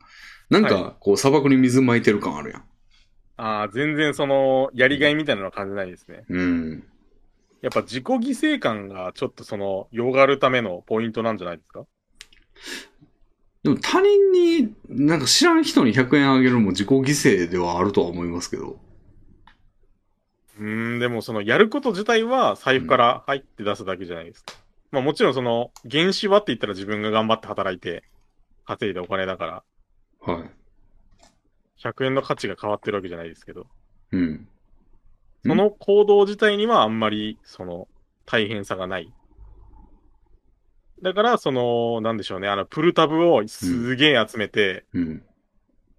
[SPEAKER 1] なん
[SPEAKER 2] は
[SPEAKER 1] か、こう、砂漠に水撒いてる感あるやん。
[SPEAKER 2] ああ、全然その、やりがいみたいなのは感じないですね。
[SPEAKER 1] うん。
[SPEAKER 2] やっぱ自己犠牲感がちょっとその、よがるためのポイントなんじゃないですか
[SPEAKER 1] でも他人に、なんか知らん人に100円あげるのも自己犠牲ではあるとは思いますけど。
[SPEAKER 2] うーん、でもその、やること自体は財布から入って出すだけじゃないですか。まあもちろんその、原資はって言ったら自分が頑張って働いて、稼いだお金だから、
[SPEAKER 1] はい。
[SPEAKER 2] 100円の価値が変わってるわけじゃないですけど、
[SPEAKER 1] うん。
[SPEAKER 2] その行動自体にはあんまり、その、大変さがない。だから、その、なんでしょうね、あの、プルタブをすげえ集めて、
[SPEAKER 1] うん。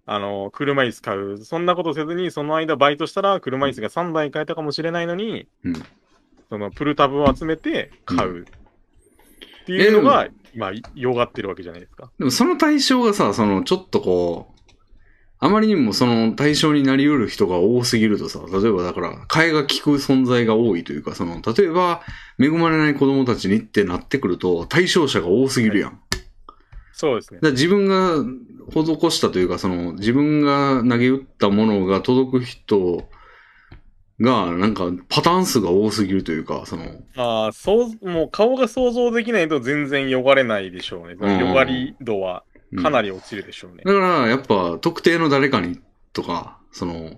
[SPEAKER 2] あの、車椅子買う。そんなことせずに、その間バイトしたら、車椅子が3台買えたかもしれないのに、
[SPEAKER 1] うん
[SPEAKER 2] その、プルタブを集めて買う。っていうのが、まあ、よがってるわけじゃないですか。
[SPEAKER 1] でもその対象がさ、その、ちょっとこう、あまりにもその対象になり得る人が多すぎるとさ、例えばだから、替えが利く存在が多いというか、その、例えば、恵まれない子供たちにってなってくると、対象者が多すぎるやん。
[SPEAKER 2] そうですね
[SPEAKER 1] だ。から自分が施したというか、その自分が投げ打ったものが届く人が、なんかパターン数が多すぎるというか、その、
[SPEAKER 2] ああ、そう、もう顔が想像できないと全然よがれないでしょうね。そのよがり度はかな
[SPEAKER 1] り。
[SPEAKER 2] り落ちるでしょうね。
[SPEAKER 1] だから、やっぱ特定の誰かにとか、その、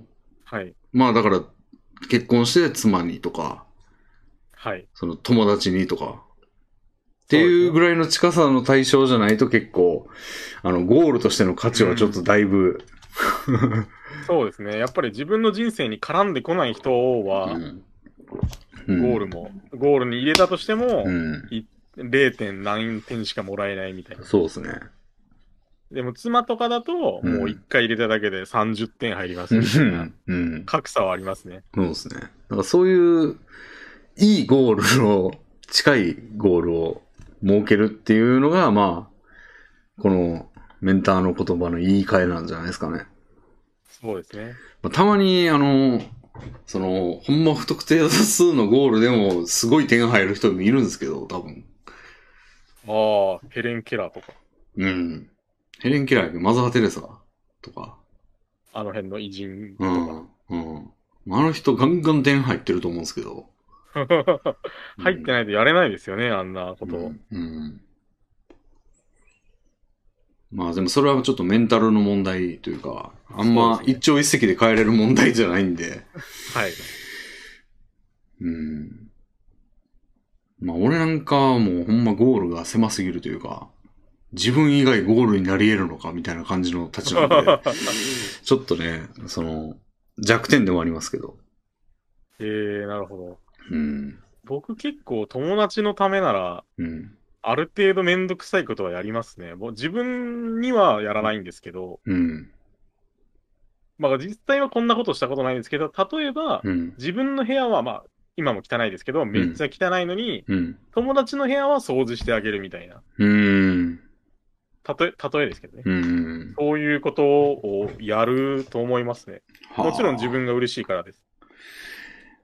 [SPEAKER 2] はい。
[SPEAKER 1] まあだから、結婚して妻にとか、
[SPEAKER 2] はい。
[SPEAKER 1] その友達にとか、っていうぐらいの近さの対象じゃないと結構、あの、ゴールとしての価値はちょっとだいぶ、
[SPEAKER 2] そうですね。やっぱり自分の人生に絡んでこない人
[SPEAKER 1] う
[SPEAKER 2] は、
[SPEAKER 1] ん。
[SPEAKER 2] ゴ
[SPEAKER 1] うん
[SPEAKER 2] ールも、ゴールに入れたとしても、
[SPEAKER 1] うん。
[SPEAKER 2] 0. 点何点しかもらえないみたいな。
[SPEAKER 1] そうですね。
[SPEAKER 2] でも妻とかだと、もう
[SPEAKER 1] うん
[SPEAKER 2] 1回入れただけで30点入ります
[SPEAKER 1] う。
[SPEAKER 2] みたいなん
[SPEAKER 1] うん。
[SPEAKER 2] 格差はありますね。
[SPEAKER 1] そうですね。だからそういう、いいゴールを、近いゴールを設けるっていうのが、まあ、このメンターの言葉の言い換えなんじゃないですかね。
[SPEAKER 2] そうですね。
[SPEAKER 1] まあ、たまに、あの、その、ほんま不特定多数のゴールでも、すごい点入る人もいるんですけど、多分。
[SPEAKER 2] ああ、ヘレン・ケラーとか、
[SPEAKER 1] うん。ヘレン・ケラー、マザー・テレサとか。
[SPEAKER 2] あの辺の偉人と
[SPEAKER 1] う
[SPEAKER 2] か。
[SPEAKER 1] ん。うん。まああの人、ガンガン点入ってると思うんですけ
[SPEAKER 2] *laughs*
[SPEAKER 1] ど。
[SPEAKER 2] 入ってないとやれないですよね、あんなこと
[SPEAKER 1] う
[SPEAKER 2] を。
[SPEAKER 1] んうん。まあでもそれはちょっとメンタルの問題というか、あんま
[SPEAKER 2] そうですね
[SPEAKER 1] 一朝一夕で変えれる問題じゃないんで。
[SPEAKER 2] はい。
[SPEAKER 1] うん。まあ俺なんかはもうほんまゴールが狭すぎるというか、自分以外ゴールになり得るのかみたいな感じの立場なんで、
[SPEAKER 2] *laughs*
[SPEAKER 1] ちょっとね、その弱点でもありますけど。
[SPEAKER 2] えー、なるほど。
[SPEAKER 1] うん。
[SPEAKER 2] 僕結構友達のためなら、
[SPEAKER 1] うん。
[SPEAKER 2] ある程度めんどくさいことはやりますね。もう自分にはやらないんですけど、
[SPEAKER 1] うん。
[SPEAKER 2] まあ実際はこんなことしたことないんですけど、例えば、
[SPEAKER 1] うん。
[SPEAKER 2] 自分の部屋はまあ、今も汚いですけど、めっちゃ汚いのに、
[SPEAKER 1] うん。
[SPEAKER 2] 友達の部屋は掃除してあげるみたいな。
[SPEAKER 1] うん。
[SPEAKER 2] たとえ、例えですけどね。
[SPEAKER 1] うん。
[SPEAKER 2] そういうことをやると思いますね。もちろん自分が嬉しいからです。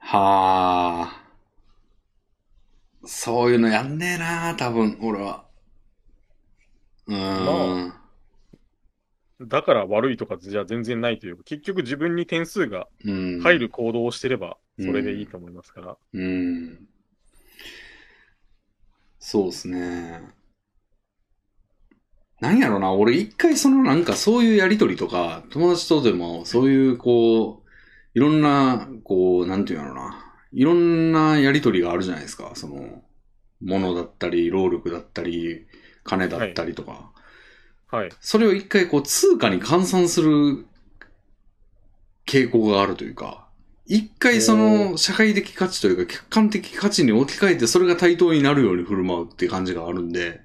[SPEAKER 1] はあ。そういうのやんねえな多分、俺は。うーん。
[SPEAKER 2] だから悪いとかじゃ全然ないというか、結局自分に点数が
[SPEAKER 1] うん。
[SPEAKER 2] 入る行動をしてれば、それでいいと思いますから。
[SPEAKER 1] うん。そうですね。なんやろな、俺一回そのなんかそういうやりとりとか、友達とでもそういうこう、いろんな、こう、なんていうんやろな、いろんなやりとりがあるじゃないですか。その、物だったり、労力だったり、金だったりとか。
[SPEAKER 2] はい。
[SPEAKER 1] それを一回こう通貨に換算する傾向があるというか、一回そ
[SPEAKER 2] お
[SPEAKER 1] の社会的価値というか客観的価値に置き換えてそれが対等になるように振る舞うっていう感じがあるんで、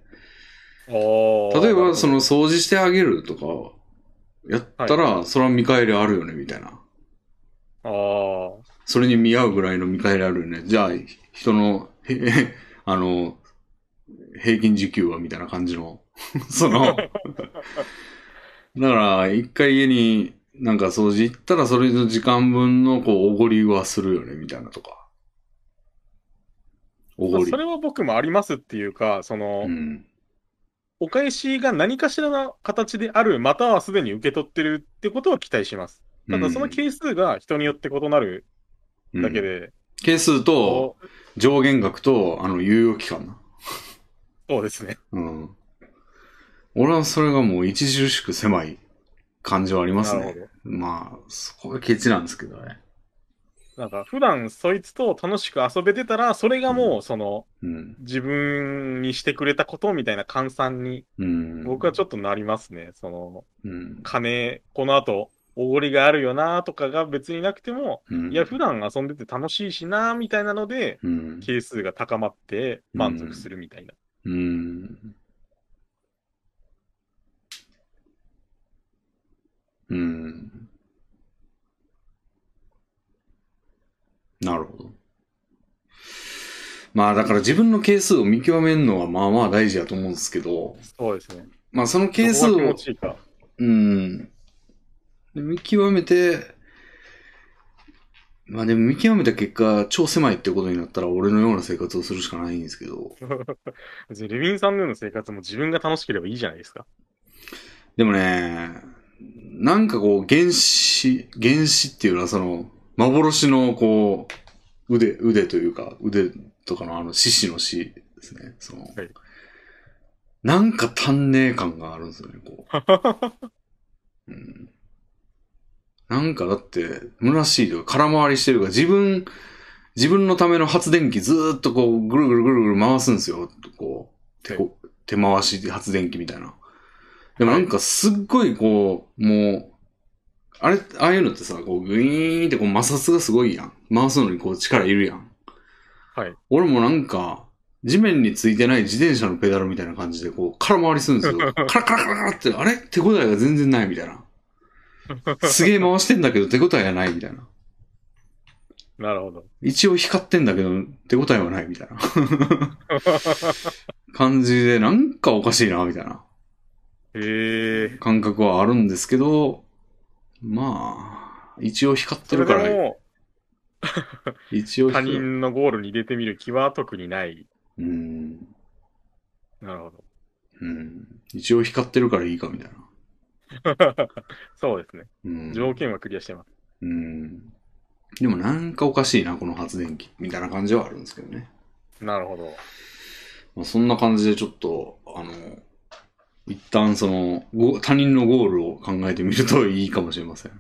[SPEAKER 1] 例
[SPEAKER 2] 例
[SPEAKER 1] えばその、掃除してあげるとか、やったらそれは見返りあるよねみたいな。
[SPEAKER 2] あー
[SPEAKER 1] それに見合うぐらいの見返りあるよね。じゃあ人の、へへあの、平均時給はみたいな感じの、 *laughs* その、だから、一回家になんか掃除行ったら、それの時間分のこう、おごりはするよね、みたいなとか。お
[SPEAKER 2] まあ
[SPEAKER 1] ごり
[SPEAKER 2] そ。れは僕もありますっていうか、その、
[SPEAKER 1] うん。
[SPEAKER 2] お返しが何かしらの形である、またはすでに受け取ってるってことは期待します。ただその係数が人によって異なる
[SPEAKER 1] うん
[SPEAKER 2] だけ
[SPEAKER 1] うん
[SPEAKER 2] で、
[SPEAKER 1] 係数と
[SPEAKER 2] こ、
[SPEAKER 1] 上限額と、あの、猶予期間な。
[SPEAKER 2] うそうですね。
[SPEAKER 1] うん。俺はそれがもう著しく狭い感じはあります
[SPEAKER 2] な
[SPEAKER 1] ね。
[SPEAKER 2] る
[SPEAKER 1] まあ、そこがケチなんですけどね。
[SPEAKER 2] ほど。なんか普段そいつと楽しく遊べてたら、それがもうその
[SPEAKER 1] うん。
[SPEAKER 2] 自分にしてくれたことみたいな換算に
[SPEAKER 1] うん。
[SPEAKER 2] 僕は
[SPEAKER 1] ょ
[SPEAKER 2] ちょっとなりますね。その
[SPEAKER 1] っと、うん。
[SPEAKER 2] 金、この後おごりがあるよなとかが別になくても、
[SPEAKER 1] うん
[SPEAKER 2] いや普段遊んでて楽しいしなみたいなので、
[SPEAKER 1] うん。
[SPEAKER 2] 係数が高まって満足するみたいな。
[SPEAKER 1] うん。うん。なるほど。まあだから自分の係数を見極めるのはまあまあ大事だと思うんですけど、
[SPEAKER 2] そうですね。
[SPEAKER 1] まあその係数
[SPEAKER 2] そこが気
[SPEAKER 1] を
[SPEAKER 2] 持、ちいいか。
[SPEAKER 1] うん。で見極めて、まあでも見極めた結果、超狭いってことになったら俺のような生活をするしかないんですけど。
[SPEAKER 2] 別にレビンさんのような生活も自分が楽しければいいじゃないですか。
[SPEAKER 1] でもね、なんかこう、原始、原始っていうのはその、幻のこう、腕、腕というか、腕とかのあの、獅子の獅ですね。その、
[SPEAKER 2] はい
[SPEAKER 1] なんか丹寧感があるんですよね、こ
[SPEAKER 2] *laughs*
[SPEAKER 1] う。うん、なんかだって、虚しいというか、空回りしてるから、自分、自分のための発電機ずーっとこう、ぐるぐるぐるぐる回すんですよ。こう、手こ手回し発電機みたいな。でもなんかすっごいこう、もう、あれ、ああいうのってさ、こう、グイーンってこう摩擦がすごいやん。回すのにこう力いるやん。
[SPEAKER 2] はい。
[SPEAKER 1] 俺もなんか、地面についてない自転車のペダルみたいな感じで、こう、空回りするんです
[SPEAKER 2] *laughs*
[SPEAKER 1] よ。カラカラカラカラって、あれ手応えが全然ないみたいな。すげえ回してんだけど手応えがないみたいな。
[SPEAKER 2] なるほど。
[SPEAKER 1] 一応光ってんだけど手応えはないみ
[SPEAKER 2] *laughs*
[SPEAKER 1] たいな。感じで、なんかおかしいな、みたいな。
[SPEAKER 2] へえ。
[SPEAKER 1] 感覚はあるんですけど、まあ、一応光って
[SPEAKER 2] それ
[SPEAKER 1] るか
[SPEAKER 2] で
[SPEAKER 1] ら、
[SPEAKER 2] も
[SPEAKER 1] 一応
[SPEAKER 2] 他
[SPEAKER 1] 光る。
[SPEAKER 2] 人のゴールに入れてみる気は特にない。
[SPEAKER 1] うん。
[SPEAKER 2] なるほど。 *laughs*
[SPEAKER 1] うん。一応光ってるからいいか、みたいな。
[SPEAKER 2] そうですね。
[SPEAKER 1] うん。
[SPEAKER 2] 条件はクリアしてます。
[SPEAKER 1] うん。でもなんかおかしいな、この発電機。みたいな感じはあるんですけどね。
[SPEAKER 2] なるほど。
[SPEAKER 1] まあ、そんな感じでちょっと、あの、一旦その、ご他人のゴールを考えてみるといいかもしれません。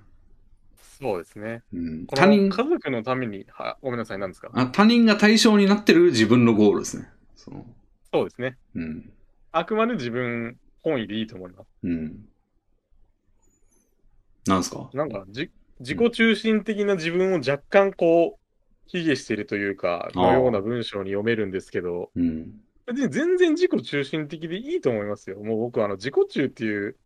[SPEAKER 2] そうですね。
[SPEAKER 1] うん。
[SPEAKER 2] こ
[SPEAKER 1] 他
[SPEAKER 2] の家
[SPEAKER 1] 人、
[SPEAKER 2] 族のために、はごめんなさい、何ですか
[SPEAKER 1] あ他人が対象になってる自分のゴールですね。その、
[SPEAKER 2] そうですね。
[SPEAKER 1] うん。
[SPEAKER 2] あくまで自分本位でいいと思います。
[SPEAKER 1] うん。なんですか
[SPEAKER 2] なんか、じ、自己中心的な自分を若干こう、卑下しているというか、
[SPEAKER 1] あー
[SPEAKER 2] のような文章に読めるんですけど、 *laughs*
[SPEAKER 1] うん。
[SPEAKER 2] 別に全然自己中心的でいいと思いますよ。もう僕はあの、自己中っていう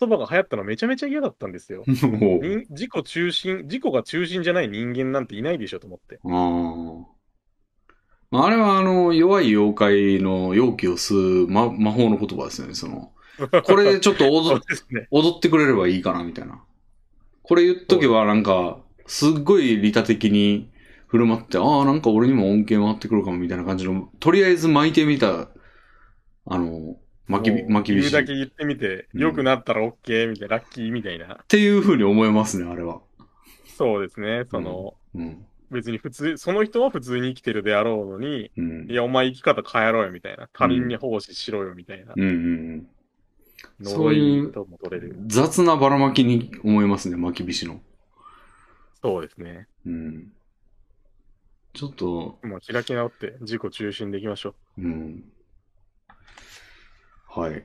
[SPEAKER 2] 言葉が流行ったのめちゃめちゃ嫌だったんですよ。
[SPEAKER 1] もう。
[SPEAKER 2] 人自己中心、自己が中心じゃない人間なんていないでしょと思って。
[SPEAKER 1] ああ。まあ、あれはあの、弱い妖怪の容器を吸う、ま、魔法の言葉ですよね、そ
[SPEAKER 2] *laughs*
[SPEAKER 1] の。これでちょっと
[SPEAKER 2] そ
[SPEAKER 1] 踊
[SPEAKER 2] うですね。
[SPEAKER 1] *laughs* 踊ってくれればいいかな、みたいな。これ言っとけばなんか、すっごい利他的に振る舞って、ああ、なんか俺にも恩恵回ってくるかも、みたいな感じの、とりあえず巻いてみた、あの、巻きび、巻きび
[SPEAKER 2] 言
[SPEAKER 1] し。
[SPEAKER 2] う
[SPEAKER 1] っ
[SPEAKER 2] だけ言ってみて、
[SPEAKER 1] うん
[SPEAKER 2] 良くなったら OK みたいな、ラッキーみたいな。
[SPEAKER 1] ていう風に思えますね、あれは。
[SPEAKER 2] そうですね、その、
[SPEAKER 1] うん。
[SPEAKER 2] 別に普通、その人は普通に生きてるであろうのに、
[SPEAKER 1] うん。
[SPEAKER 2] いや、お前生き方変えろよみたいな。他人に奉仕しろよみたいな。
[SPEAKER 1] うんうん
[SPEAKER 2] 呪いとも取れ
[SPEAKER 1] う
[SPEAKER 2] る。
[SPEAKER 1] ん。雑なばらまきに思えますね、巻きびしの。
[SPEAKER 2] そうですね。
[SPEAKER 1] うん。ちょっと、
[SPEAKER 2] もう開き直って自己中心でいきましょう。
[SPEAKER 1] うん。はい。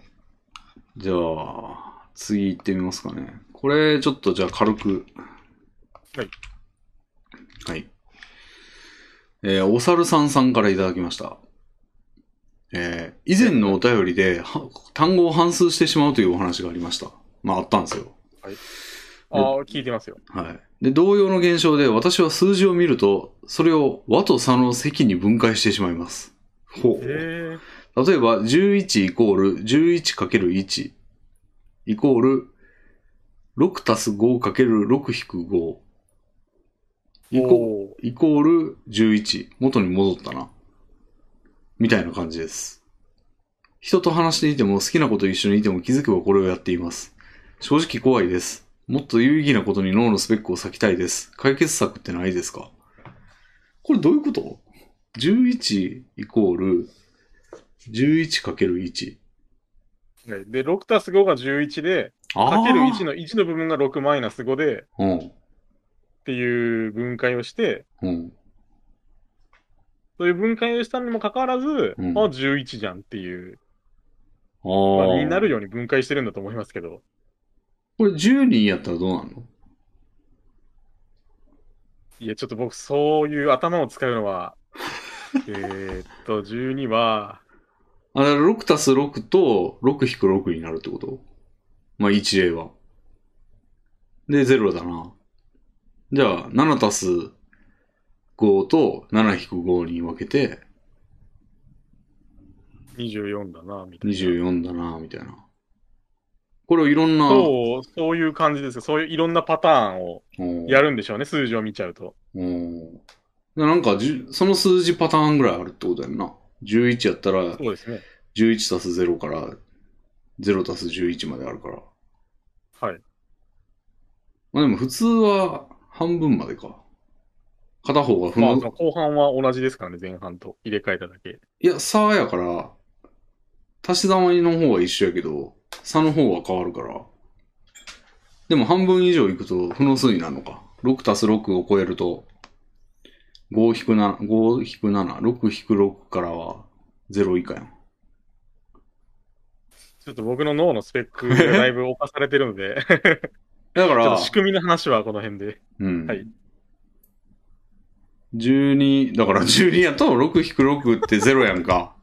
[SPEAKER 1] じゃあ、次行ってみますかね。これ、ちょっとじゃあ軽く。
[SPEAKER 2] はい。
[SPEAKER 1] はい。えーお猿さんさんからいただきました。えー以前のお便りで、は単語を反数してしまうというお話がありました。まあ、あったんですよ。
[SPEAKER 2] ああ、聞いてますよ。
[SPEAKER 1] はい。で、同様の現象で、私は数字を見ると、それを和と差の積に分解してしまいます。ほう。
[SPEAKER 2] ええ
[SPEAKER 1] 例えば、11イコール 11×1 イコール6たす 5×6-5 イコ
[SPEAKER 2] おー
[SPEAKER 1] イコール11。元に戻ったな。みたいな感じです。人と話していても好きなこと一緒にいても気づけばこれをやっています。正直怖いです。もっと有意義なことに脳のスペックを割きたいです。解決策ってないですかこれどういうこと ?11 イコール 11×1。
[SPEAKER 2] ねで、6たす5が11で、
[SPEAKER 1] あ
[SPEAKER 2] かける1
[SPEAKER 1] の。
[SPEAKER 2] の1の部分が6マイナス5で、
[SPEAKER 1] うん。
[SPEAKER 2] っていう分解をして、
[SPEAKER 1] うん。
[SPEAKER 2] そういう分解をしたにもかかわらず、
[SPEAKER 1] うん
[SPEAKER 2] あ、11じゃんっていう、
[SPEAKER 1] あ
[SPEAKER 2] まあ
[SPEAKER 1] ー
[SPEAKER 2] になるように分解してるんだと思いますけど、
[SPEAKER 1] これ10人やったらどうなるの
[SPEAKER 2] いや、ちょっと僕、そういう頭を使うの
[SPEAKER 1] *laughs*
[SPEAKER 2] は、えーっと、12は、
[SPEAKER 1] あ、だから6たす6と6引く6になるってことまあ 1A は。で、0だな。じゃあ、7たす5と7引く5に分けて
[SPEAKER 2] 24だな、みたいな。
[SPEAKER 1] 24だな、みたいな。これをいろんな、
[SPEAKER 2] そう、そういう感じですよそういういろんなパターンを
[SPEAKER 1] うん
[SPEAKER 2] やるんでしょうね、数字を見ちゃうと。
[SPEAKER 1] うんでなんかじゅ、その数字パターンぐらいあるってことやんな。11やったら
[SPEAKER 2] そ、うですね。
[SPEAKER 1] 11たす0から、0たす11まであるから。
[SPEAKER 2] はい。
[SPEAKER 1] まあでも普通は半分までか。片方が踏
[SPEAKER 2] まあ、
[SPEAKER 1] む。
[SPEAKER 2] その後半は同じですからね、前半と入れ替えただけ。
[SPEAKER 1] いや、差やから、足し算の方は一緒やけど、差の方は変わるから。でも半分以上いくと、負の数になるのか。6たす6を超えると、5引く7、5引く7、6引く6からは0以下やん。
[SPEAKER 2] ちょっと僕の脳のスペックがだいぶ侵されてるので、 *laughs* ち
[SPEAKER 1] だか
[SPEAKER 2] ょっ
[SPEAKER 1] ら
[SPEAKER 2] と、仕組みの話はこの辺で。
[SPEAKER 1] うん。
[SPEAKER 2] はい
[SPEAKER 1] 12、だから12やと6引く6って0やんか。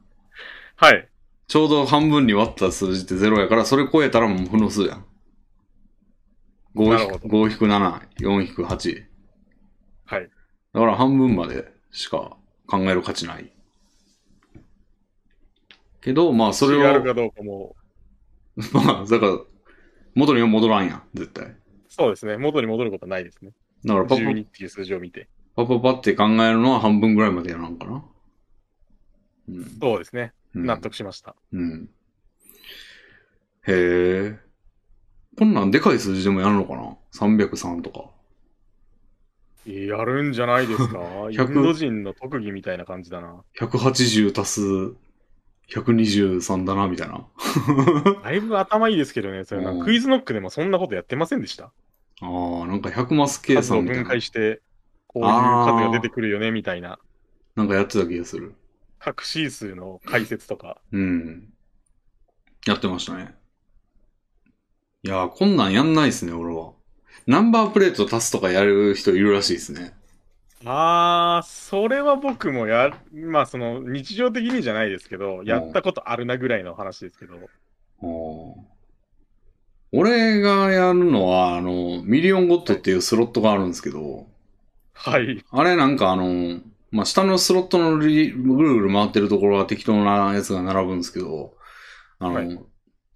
[SPEAKER 2] はい。
[SPEAKER 1] ちょうど半分に割った数字って0やから、それ超えたらもう負の数やん。
[SPEAKER 2] な
[SPEAKER 1] 5
[SPEAKER 2] る
[SPEAKER 1] 引
[SPEAKER 2] ほ
[SPEAKER 1] く
[SPEAKER 2] ど
[SPEAKER 1] 5引く7、4引く8。
[SPEAKER 2] はい。
[SPEAKER 1] だから半分までしか考える価値ない。けど、まあそれ
[SPEAKER 2] 違う
[SPEAKER 1] を、
[SPEAKER 2] かどうかも、
[SPEAKER 1] *laughs* まあ、だから、元には戻らんやん、絶対。
[SPEAKER 2] そうですね。元に戻ることはないですね。
[SPEAKER 1] だからパパ、
[SPEAKER 2] 12っていう数字を見て。
[SPEAKER 1] パパパって考えるのは半分ぐらいまでやらんかな。うん。
[SPEAKER 2] そうですね。
[SPEAKER 1] うん
[SPEAKER 2] 納得しました。
[SPEAKER 1] うん。へえ。こんなんでかい数字でもやるのかな ?303 とか。
[SPEAKER 2] やるんじゃないですかインド人の特技みたいな感じだな。
[SPEAKER 1] 180足す123だな、みたいな。
[SPEAKER 2] だいぶ頭いいですけどね。それなん
[SPEAKER 1] うん
[SPEAKER 2] かクイズノックでもそんなことやってませんでした。
[SPEAKER 1] ああ、なんか100マス計
[SPEAKER 2] 数
[SPEAKER 1] 算
[SPEAKER 2] を
[SPEAKER 1] みたい
[SPEAKER 2] 分
[SPEAKER 1] な
[SPEAKER 2] 解。して、こういう数が出てくるよね、みたいな。
[SPEAKER 1] なんかやってた気がする。
[SPEAKER 2] 各シー数の解説とか。
[SPEAKER 1] うん。やってましたね。いやー、こんなんやんないですね、俺は。ナンバープレート足すとかやる人いるらしいですね。
[SPEAKER 2] あー、それは僕もや、まあその日常的にじゃないですけど、やったことあるなぐらいの話です
[SPEAKER 1] *laughs*
[SPEAKER 2] けど。
[SPEAKER 1] あー俺がやるのは、あの、ミリオンゴッドっていうスロットがあるんですけど、
[SPEAKER 2] はい。
[SPEAKER 1] あれなんかあの、まあ、下のスロットのリぐるぐる回ってるところは適当なやつが並ぶんですけど、あの、
[SPEAKER 2] はい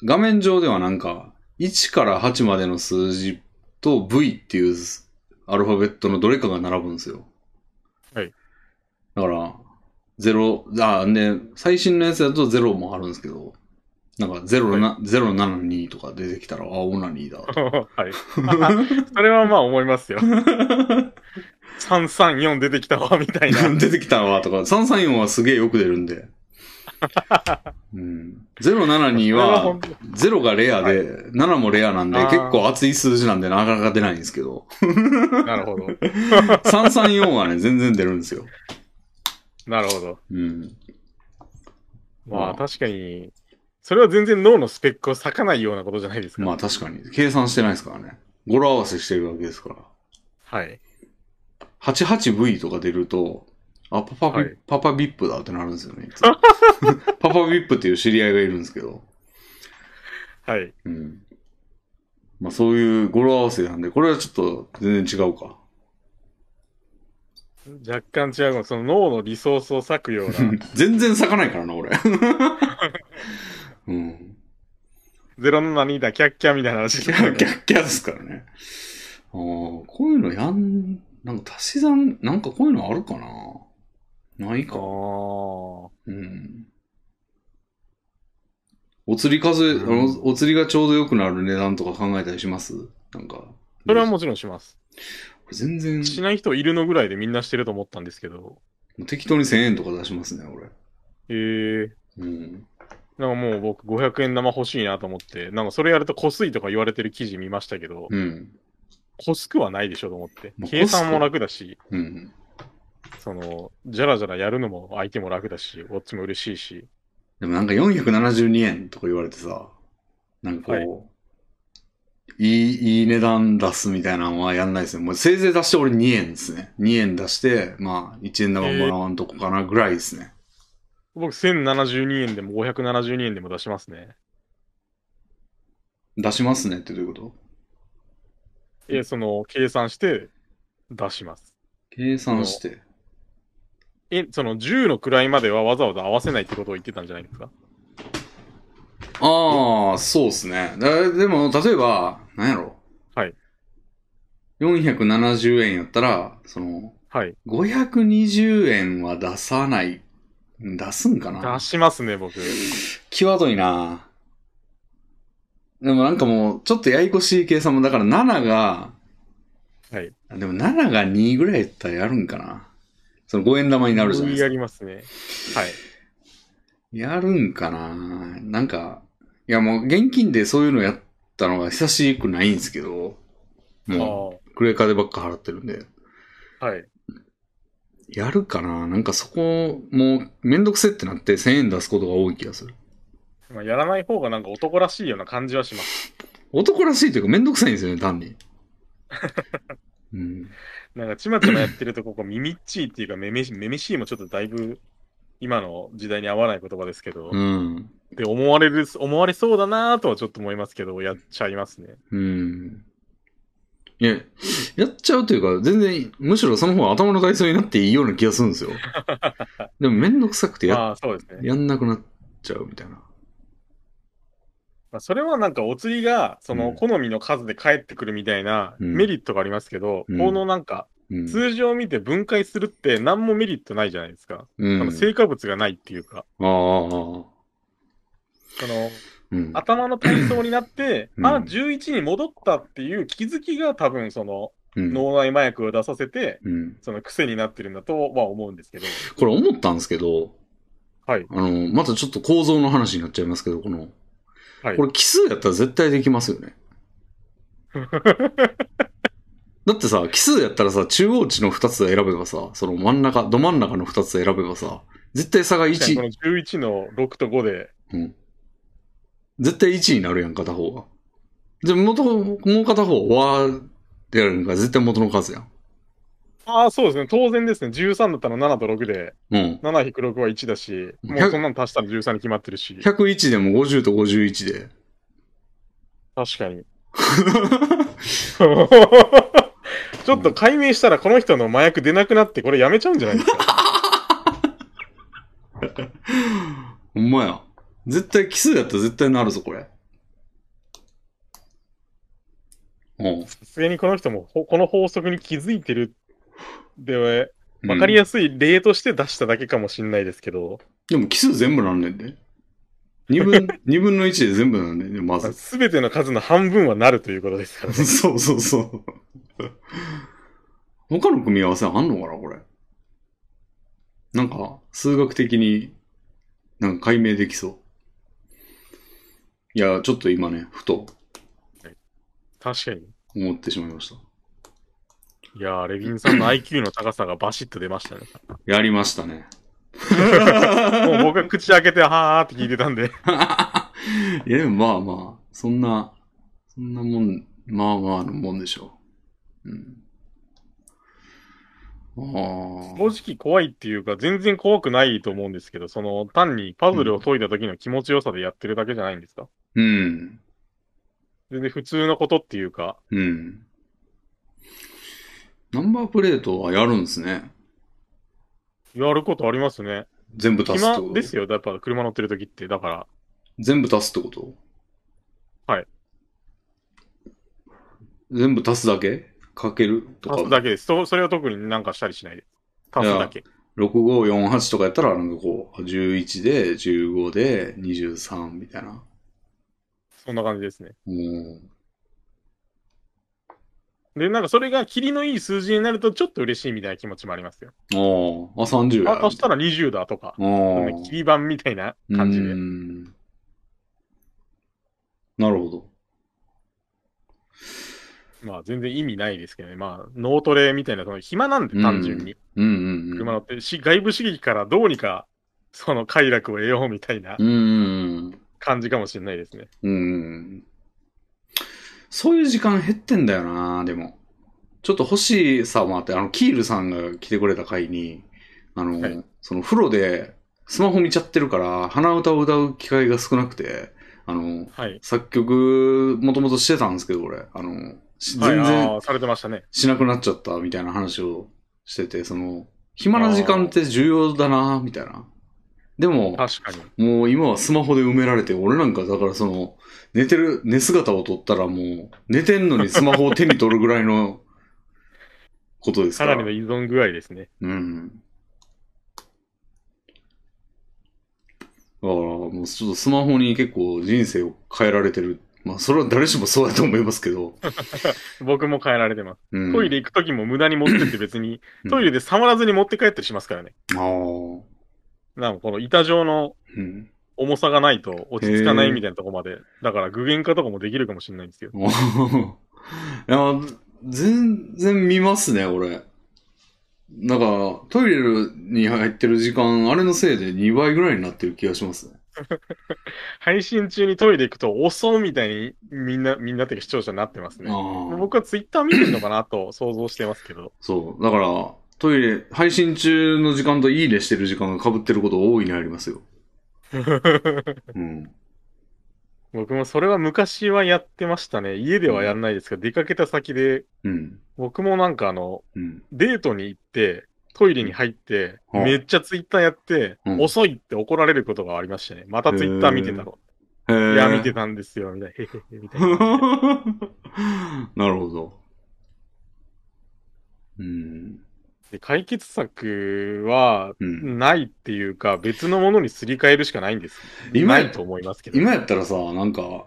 [SPEAKER 1] 画面上ではなんか、1から8までの数字と V っていうアルファベットのどれかが並ぶんですよ。
[SPEAKER 2] はい。
[SPEAKER 1] だから、0、あ、ね、最新のやつだと0もあるんですけど、なんか0な、072とか出てきたら、あ、オナニーだ。
[SPEAKER 2] はい。 *laughs* それはまあ思いますよ。334出てきたわ、みたいな。
[SPEAKER 1] *laughs* 出てきたわ、とか。334はすげえよく出るん
[SPEAKER 2] *laughs*
[SPEAKER 1] で。うん、072は、0がレアで、7もレアなんで、
[SPEAKER 2] あー
[SPEAKER 1] 結構熱い数字なんでなかなか出ないんですけ
[SPEAKER 2] *laughs*
[SPEAKER 1] ど、
[SPEAKER 2] なるほど。
[SPEAKER 1] 334はね、全然出るんですよ。
[SPEAKER 2] なるほど。
[SPEAKER 1] うん。ま
[SPEAKER 2] まあ
[SPEAKER 1] あ
[SPEAKER 2] 確かに、それは全然脳のスペックを割かないようなことじゃないですか。
[SPEAKER 1] まあ確かに。計算してないですからね。語呂合わせしてるわけですから。
[SPEAKER 2] はい。
[SPEAKER 1] 88V とか出ると、あ、パパビ、
[SPEAKER 2] はい
[SPEAKER 1] パパビップだってなるんですよね。いつ
[SPEAKER 2] *laughs*
[SPEAKER 1] も *laughs* パパビップっていう知り合いがいるんですけど。
[SPEAKER 2] はい。
[SPEAKER 1] うん。まあそういう語呂合わせなんで、これはちょっと全然違うか。 *laughs*
[SPEAKER 2] 若干違うのその脳のリソースを割くような
[SPEAKER 1] 全然咲かないからな、俺。 *laughs* うん。
[SPEAKER 2] 072だ、キャッキャみたいな話
[SPEAKER 1] キャキャッキャですからね。ああ、こういうのやん、なんか足し算、なんかこういうのあるかなない
[SPEAKER 2] あ
[SPEAKER 1] か。
[SPEAKER 2] ー
[SPEAKER 1] うん。お釣り数え、あの
[SPEAKER 2] うん
[SPEAKER 1] お釣りがちょうど良くなる値段とか考えたりしますなんか。
[SPEAKER 2] それはもちろんします。
[SPEAKER 1] 全然、
[SPEAKER 2] しない人いるのぐらいでみんなしてると思ったんですけど。
[SPEAKER 1] 適当に1000円とか出しますね、俺。
[SPEAKER 2] えー、
[SPEAKER 1] うん。
[SPEAKER 2] なんかもう僕500円玉欲しいなと思って、なんかそれやるとこすいとか言われてる記事見ましたけど、
[SPEAKER 1] うん。
[SPEAKER 2] こすくはないでしょと思って
[SPEAKER 1] まあ。
[SPEAKER 2] 計算も楽だし、
[SPEAKER 1] うん。
[SPEAKER 2] その、じゃらじゃらやるのも相手も楽だし、こっちも嬉しいし。
[SPEAKER 1] でもなんか472円とか言われてさ、なんかこう、
[SPEAKER 2] はい
[SPEAKER 1] い、いい、値段出すみたいなのはやんないですね。もうせいぜい出して俺2円ですね。2円出して、まあ1円玉もらわんとこかなぐらいですね。
[SPEAKER 2] 僕、1072円でも572円でも出しますね。
[SPEAKER 1] 出しますねってどういうこと
[SPEAKER 2] え、その、計算して出します。
[SPEAKER 1] 計算して。
[SPEAKER 2] え、その、10の位まではわざわざ合わせないってことを言ってたんじゃないですか
[SPEAKER 1] ああ、そうですね。だでも、例えば、なんやろ。
[SPEAKER 2] はい。
[SPEAKER 1] 470円やったら、その、
[SPEAKER 2] はい。
[SPEAKER 1] 520円は出さない。出すんかな
[SPEAKER 2] 出しますね、僕。
[SPEAKER 1] 際どいなでもなんかもう、ちょっとややこしい計算も、だから7が、
[SPEAKER 2] はい。
[SPEAKER 1] でも7が2ぐらいやったらやるんかな。その5円玉になるじゃないで
[SPEAKER 2] や
[SPEAKER 1] すか。
[SPEAKER 2] りますね。はい。
[SPEAKER 1] やるんかななんか、いやもう現金でそういうのやったのが久しくないんですけど、も
[SPEAKER 2] あ
[SPEAKER 1] う、クレカでばっか払ってるんで。
[SPEAKER 2] あ。はい。
[SPEAKER 1] やるかななんかそこ、もう、めんどくせってなって1000円出すことが多い気がする。
[SPEAKER 2] まあ、やらない方がなんか男らしいような感じはします。
[SPEAKER 1] 男らしいというかめんどくさいんですよね、単
[SPEAKER 2] *laughs*
[SPEAKER 1] に。うん。
[SPEAKER 2] なんか、ちまちまやってると、ここ、耳っちいっていうか、めめし、めめしいもちょっとだいぶ、今の時代に合わない言葉ですけど、
[SPEAKER 1] うん。
[SPEAKER 2] って思われる、思われそうだなぁとはちょっと思いますけど、やっちゃいますね。
[SPEAKER 1] うん。いや、やっちゃうというか、全然、むしろその方が頭の体操になっていいような気がするん
[SPEAKER 2] *laughs*
[SPEAKER 1] ですよ。でもめんどくさくてや,、
[SPEAKER 2] まあ、そうですね。
[SPEAKER 1] やんなくなっちゃうみたいな。
[SPEAKER 2] まあ、それはなんかお釣りが、その
[SPEAKER 1] うん
[SPEAKER 2] 好みの数で返ってくるみたいな
[SPEAKER 1] うん
[SPEAKER 2] メリットがありますけど、
[SPEAKER 1] うん
[SPEAKER 2] このなんか、
[SPEAKER 1] うん。
[SPEAKER 2] 通常見て分解するって何もメリットないじゃないですか。
[SPEAKER 1] うん、
[SPEAKER 2] その成果物がないっていうか、
[SPEAKER 1] ああああ、
[SPEAKER 2] その
[SPEAKER 1] うん。
[SPEAKER 2] 頭の体操になって、
[SPEAKER 1] うん
[SPEAKER 2] あ、11に戻ったっていう気づきが多分その
[SPEAKER 1] うん
[SPEAKER 2] 脳内麻薬を出させて、
[SPEAKER 1] うん。
[SPEAKER 2] その癖になってるんだとは思うんですけど、
[SPEAKER 1] これ思ったんですけど、
[SPEAKER 2] はい。
[SPEAKER 1] あの、またちょっと構造の話になっちゃいますけど、この、
[SPEAKER 2] はい
[SPEAKER 1] こ。れ奇数やったら絶対できますよ
[SPEAKER 2] *laughs*
[SPEAKER 1] ね。だってさ、奇数やったらさ、中央値の2つ選べばさ、その真ん中、ど真ん中の2つ選べばさ、絶対差が
[SPEAKER 2] 確かにこ
[SPEAKER 1] 1、
[SPEAKER 2] の11の6と5で、
[SPEAKER 1] うん。絶対1になるやん、片方が。じゃあ、元、もう片方は、ってやるんから絶対元の数やん。
[SPEAKER 2] ああ、そうですね。当然ですね。13だったら7と6で、
[SPEAKER 1] うん。
[SPEAKER 2] 7-6は1だし、も
[SPEAKER 1] 100
[SPEAKER 2] うそんなの足したら13に決まってるし、
[SPEAKER 1] 101でも50と51で。
[SPEAKER 2] 確かに。 *laughs* ちょっと解明したらこの人の麻薬出なくなって、これやめちゃうんじゃないです *laughs* か。
[SPEAKER 1] ほんまや。絶対奇数やったら絶対なるぞ、これ。うん。
[SPEAKER 2] さすがにこの人もほこの法則に気づいてる。で、わかりやすい例として出しただけかもしれないですけど、
[SPEAKER 1] でも奇数全部なんねんで。二分、二分の一で全部なんで、ね、まず。
[SPEAKER 2] すべての数の半分はなるということですからね。
[SPEAKER 1] *laughs* そうそうそう。他の組み合わせあんのかな、これ。なんか、数学的に、なんか解明できそう。いや、ちょっと今ね、ふと
[SPEAKER 2] 確かに。
[SPEAKER 1] 思ってしまいました。
[SPEAKER 2] いやー、レビンさんの IQ の高さがバシッと出ましたね。
[SPEAKER 1] やりましたね。
[SPEAKER 2] *laughs* もう僕が口開けて、はーって聞いてたんで。
[SPEAKER 1] いや、でもまあまあ、そんな、そんなもん、まあまあのもんでしょう。うん。あ
[SPEAKER 2] 正直怖いっていうか、全然怖くないと思うんですけど、その、単にパズルを解いた時の気持ちよさでやってるだけじゃないんですか
[SPEAKER 1] あ。うん。
[SPEAKER 2] 全然普通のことっていうか、
[SPEAKER 1] うん。ナンバープレートはやるんですね。
[SPEAKER 2] やることありますね。
[SPEAKER 1] 全部足すってこ
[SPEAKER 2] 暇
[SPEAKER 1] と
[SPEAKER 2] ですよ。やっぱ車乗ってる時って、だから、
[SPEAKER 1] 全部足すってこと
[SPEAKER 2] はい。
[SPEAKER 1] 全部足すだけかけると
[SPEAKER 2] 足す
[SPEAKER 1] か、
[SPEAKER 2] だけです。そそれを特になんかしたりしないで。足すだけ。
[SPEAKER 1] 6548とかやったら、なんかこう、11で、15で、23みたいな。
[SPEAKER 2] そんな感じですね。
[SPEAKER 1] も
[SPEAKER 2] で、なんかそれが霧のいい数字になるとちょっと嬉しいみたいな気持ちもありますよ。
[SPEAKER 1] う、ああ、あ、30や。
[SPEAKER 2] あ、そしたら20だとか、
[SPEAKER 1] あー
[SPEAKER 2] 霧版みたいな感じで
[SPEAKER 1] うー。んなるほど。
[SPEAKER 2] まあ全然意味ないですけどね。まあ脳トレみたいな、その暇なんで単純に。
[SPEAKER 1] うんうんうん。
[SPEAKER 2] 車乗ってし、外部刺激からどうにかその快楽を得ようみたいな
[SPEAKER 1] うんうん
[SPEAKER 2] 感じかもしれないですね。
[SPEAKER 1] うん。うん。そういう時間減ってんだよな、でも。ちょっと欲しさもあって、あの、キールさんが来てくれた回に、あの、
[SPEAKER 2] はい
[SPEAKER 1] その風呂でスマホ見ちゃってるから、鼻歌を歌う機会が少なくて、あの、
[SPEAKER 2] はい。
[SPEAKER 1] 作曲、もともとしてたんですけど、俺。あの、し全
[SPEAKER 2] はい
[SPEAKER 1] 然、
[SPEAKER 2] あー、されてましたね。
[SPEAKER 1] しなくなっちゃったみたいな話をしてて、その、暇な時間って重要だなみたいな。でも、
[SPEAKER 2] 確かに。
[SPEAKER 1] もう今はスマホで埋められて、俺なんかだからその、寝てる、寝姿を撮ったらもう、寝てんのにスマホを手に取るぐらいの、ことです
[SPEAKER 2] か
[SPEAKER 1] から。
[SPEAKER 2] なりの依存具合ですね。
[SPEAKER 1] うん。だから、もうちょっとスマホに結構人生を変えられてる。まあ、それは誰しもそうだと思いますけど。
[SPEAKER 2] 僕も変えられてます。
[SPEAKER 1] うん、
[SPEAKER 2] トイレ行く時も無駄に持ってって別に
[SPEAKER 1] う、ん
[SPEAKER 2] トイレで触らずに持って帰ったりしますからね。
[SPEAKER 1] ああ。う
[SPEAKER 2] なんかこの板状の
[SPEAKER 1] ん。
[SPEAKER 2] 重さがないと落ち着かないみたいなとこまで。だから具現化とかもできるかもしれないんですけ
[SPEAKER 1] *laughs*
[SPEAKER 2] ど。
[SPEAKER 1] おーいや、全然見ますね、俺。なんか、トイレに入ってる時間、あれのせいで2倍ぐらいになってる気がしますね。
[SPEAKER 2] 配信中にトイレ行くと遅うみたいにみんな、みんなっていうか視聴者になってますね。
[SPEAKER 1] ああ。
[SPEAKER 2] 僕はツイッター見てるのかなと想像してますけど。
[SPEAKER 1] そう。だから、トイレ、配信中の時間といいねしてる時間が被ってること大いにありますよ。うん。
[SPEAKER 2] 僕もそれは昔はやってましたね。家ではやんないですけど、出かけた先で、
[SPEAKER 1] うん。
[SPEAKER 2] 僕もなんかあの、
[SPEAKER 1] うん。
[SPEAKER 2] デートに行って、トイレに入って、
[SPEAKER 1] うん
[SPEAKER 2] めっちゃツイッターやって、
[SPEAKER 1] うん
[SPEAKER 2] 遅いって怒られることがありましたね。またツイッター見てたろ。
[SPEAKER 1] へえ
[SPEAKER 2] いや、見てたんですよ、みたいな。へへへ、みたいな。
[SPEAKER 1] *laughs* なるほど。うん。
[SPEAKER 2] で解決策は
[SPEAKER 1] うん。
[SPEAKER 2] ないっていうか、別のものにすり替えるしかないんです。
[SPEAKER 1] 今
[SPEAKER 2] ないと思いますけど。
[SPEAKER 1] 今やったらさ、なんか、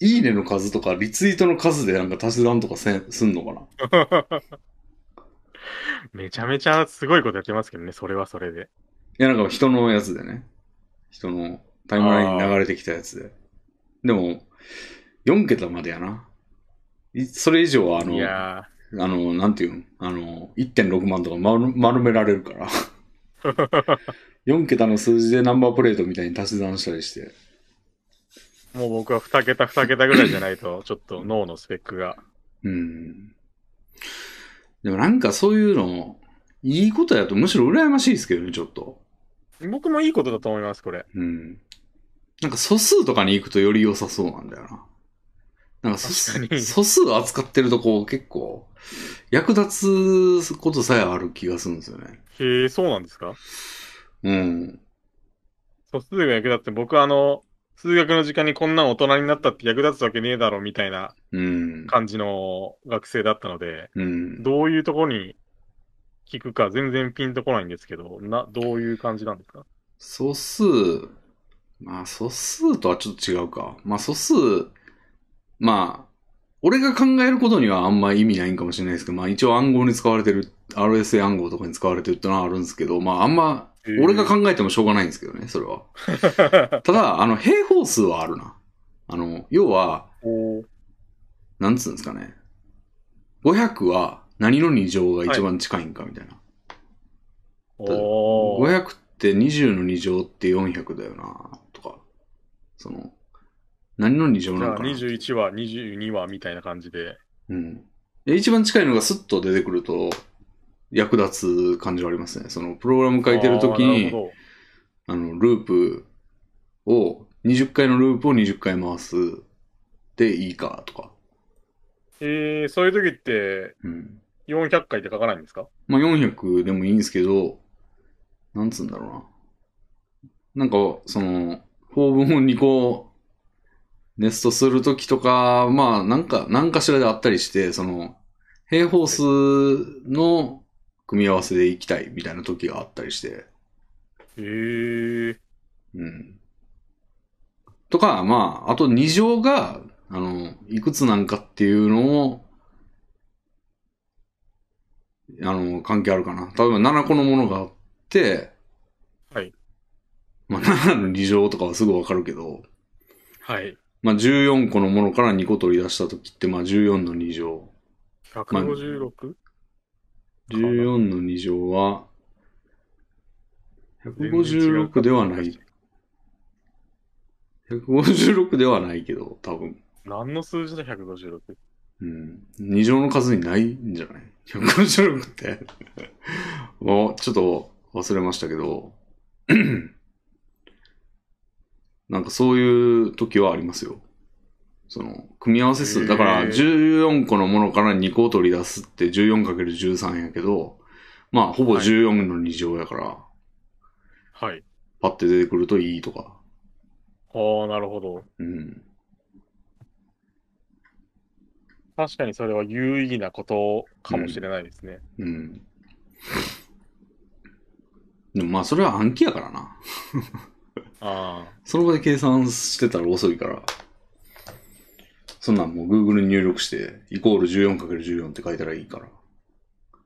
[SPEAKER 1] いいねの数とか、リツイートの数でなんか足し算とかせんすんのかな
[SPEAKER 2] めちゃめちゃすごいことやってますけどね、それはそれで。
[SPEAKER 1] いや、なんか人のやつでね。人のタイムラインに流れてきたやつで。でも、4桁までやな。いそれ以上は、あ
[SPEAKER 2] い
[SPEAKER 1] の、あ
[SPEAKER 2] や
[SPEAKER 1] の、なんていうん、あの、1.6万とか丸丸められる
[SPEAKER 2] *laughs*
[SPEAKER 1] から。4桁の数字でナンバープレートみたいに足し算したりして。
[SPEAKER 2] ー、もう僕は2桁2桁ぐらいじゃないと、ちょっと脳のスペックが。
[SPEAKER 1] うん。でもなんかそういうの、いいことやとむしろ羨ましいですけどね、ちょっと。
[SPEAKER 2] 僕もいいことだと思います、これ。
[SPEAKER 1] うん。なんか素数とかに行くとより良さそうなんだよな。なんか素数
[SPEAKER 2] 確かに
[SPEAKER 1] 素数扱ってるとこう結構役立つことさえある気がするんですよね。
[SPEAKER 2] へえ、そうなんですか
[SPEAKER 1] うん。
[SPEAKER 2] 素数が役立って、僕はあの、数学の時間にこんなん大人になったって役立つわけねえだろ、みたいな
[SPEAKER 1] うん。
[SPEAKER 2] 感じの学生だったので、
[SPEAKER 1] うん。
[SPEAKER 2] どういうところに聞くか全然ピンとこないんですけど、な、どういう感じなんですか
[SPEAKER 1] 素数、まあ、素数とはちょっと違うか。まあ、素数、まあ、俺が考えることにはあんま意味ないんかもしれないですけど、まあ一応暗号に使われてる、RSA 暗号とかに使われてるってのはあるんですけど、まああんま、俺が考えてもしょうがないんですけどね、それは。ただ、あの、平方数はあるな。あの、要は、
[SPEAKER 2] おー
[SPEAKER 1] なんつうんですかね。500は何の2乗が一番近いんかみたいな。
[SPEAKER 2] おー。
[SPEAKER 1] 500って20の2乗って400だよな、とか。その、何の2乗
[SPEAKER 2] じ
[SPEAKER 1] な
[SPEAKER 2] ゃ
[SPEAKER 1] ん
[SPEAKER 2] あ
[SPEAKER 1] かな。
[SPEAKER 2] 21話、22話みたいな感じで。
[SPEAKER 1] うん。で一番近いのがスッと出てくると役立つ感じはありますね。そのプログラム書いてるとき
[SPEAKER 2] あーなる
[SPEAKER 1] に、
[SPEAKER 2] ほ
[SPEAKER 1] あの、ループを、20回のループを20回回すでいいかとか。
[SPEAKER 2] どえー、そういう時って
[SPEAKER 1] うん。
[SPEAKER 2] 400回って書かないんですか
[SPEAKER 1] まあ、400でもいいんですけど、なんつうんだろうな。なんか、その、法文を2個ネストするときとか、まあ、なんか、何かしらであったりして、その、平方数の組み合わせでいきたいみたいなときがあったりして、
[SPEAKER 2] えー。
[SPEAKER 1] うん。とか、まあ、あと2乗が、あの、いくつなんかっていうのを、あの、関係あるかな。例えば7個のものがあって、
[SPEAKER 2] はい。
[SPEAKER 1] まあ、7の2乗とかはすぐわかるけど、
[SPEAKER 2] はい。
[SPEAKER 1] まあ、14個のものから2個取り出したときって、まあ、14の2乗。
[SPEAKER 2] 156?
[SPEAKER 1] 14の2乗は、156ではない。。156ではないけど、多分。
[SPEAKER 2] 何の数字だ、156。
[SPEAKER 1] うん。二乗の数にないんじゃない ?156 って。 *laughs* もう、ちょっと忘れましたけど。 *clears throat* なんかそういう時はありますよ。その、組み合わせ
[SPEAKER 2] へ
[SPEAKER 1] 数。
[SPEAKER 2] ー
[SPEAKER 1] だから、14個のものから2個を取り出すって 14×13 やけど、まあ、ほぼ
[SPEAKER 2] はい
[SPEAKER 1] 14の2乗やから、
[SPEAKER 2] はい。
[SPEAKER 1] パッて出てくるといいとか。
[SPEAKER 2] ああ、なるほど。
[SPEAKER 1] うん。
[SPEAKER 2] 確かにそれは有意義なことかもしれないですね。
[SPEAKER 1] うん。でもまあ、それは暗記やからな。
[SPEAKER 2] あ
[SPEAKER 1] その場で計算してたら遅いから、そんなんもう Google に入力して、イコール 14×14 って書いたらいいから。
[SPEAKER 2] あ、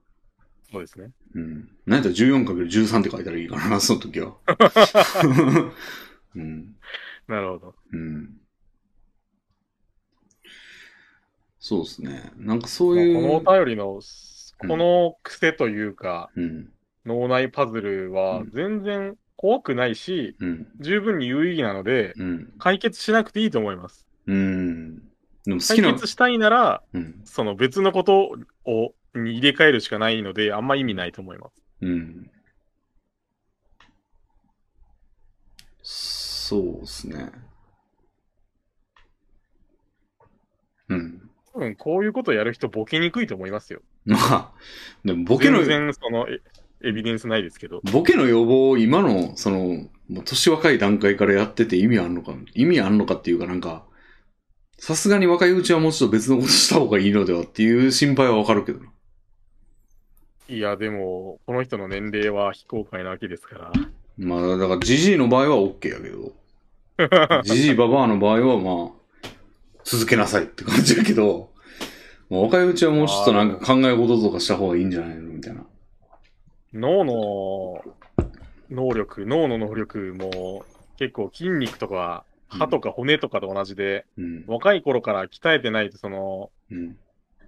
[SPEAKER 2] そうですね。
[SPEAKER 1] うん。なんやったら 14×13 って書いたらいいからな、 *laughs* その時は。うん。
[SPEAKER 2] なるほど。
[SPEAKER 1] うん。そうですね。なんかそうい
[SPEAKER 2] まあ
[SPEAKER 1] う
[SPEAKER 2] こ。のお便りの、この癖というか、
[SPEAKER 1] うん。
[SPEAKER 2] 脳内パズルは
[SPEAKER 1] うん
[SPEAKER 2] 全然怖くないし、
[SPEAKER 1] うん。
[SPEAKER 2] 十分に有意義なので、
[SPEAKER 1] うん。
[SPEAKER 2] 解決しなくていいと思います。
[SPEAKER 1] うん。でも好き
[SPEAKER 2] 解
[SPEAKER 1] な
[SPEAKER 2] 決、したいなら、
[SPEAKER 1] うん。
[SPEAKER 2] その別のことを、に入れ替えるしかないので、あんま意味ないと思います。
[SPEAKER 1] うん。そうですね。うん。 *laughs*
[SPEAKER 2] 多分こういうことやる人ボケにくいと思いますよ。
[SPEAKER 1] まあ、でもボケの、
[SPEAKER 2] 全然そのエエビデンスないですけど。
[SPEAKER 1] ボケの予防を今の、その、もう年若い段階からやってて意味あんのか、意味あんのかっていうかなんか、さすがに若いうちはもうちょっと別のことした方がいいのではっていう心配はわかるけどな。
[SPEAKER 2] いや、でも、この人の年齢は非公開なわけですから。
[SPEAKER 1] まあ、だから、ジジイの場合は OK やけど、
[SPEAKER 2] *laughs*
[SPEAKER 1] ジジイババアの場合は、まあ、続けなさいって感じやけど、まあ、若いうちはもうちょっとなんか考え事とかした方がいいんじゃないのみたいな。
[SPEAKER 2] 脳の能力、脳の能力も結構筋肉とか歯とか骨とかと同じで、
[SPEAKER 1] うん。
[SPEAKER 2] 若い頃から鍛えてないと、その、
[SPEAKER 1] うん。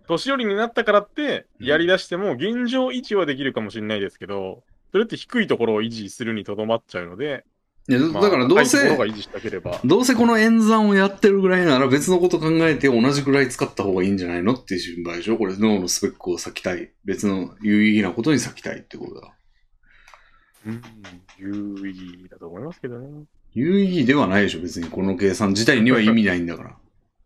[SPEAKER 2] 年寄りになったからって
[SPEAKER 1] うん
[SPEAKER 2] やり出しても現状維持はできるかもしれないですけど、それって低いところを維持するにとどまっちゃうので、
[SPEAKER 1] いや、
[SPEAKER 2] まあ
[SPEAKER 1] だからどうせ、
[SPEAKER 2] 高いところが維持したければ。
[SPEAKER 1] どうせこの演算をやってるぐらいなら別のこと考えて同じぐらい使った方がいいんじゃないのっていう心配でしょこれ脳のスペックを割きたい。別の有意義なことに割きたいってことだ。
[SPEAKER 2] うん、有意義だと思いますけどね。
[SPEAKER 1] 有意義ではないでしょ別にこの計算自体には意味ないんだから。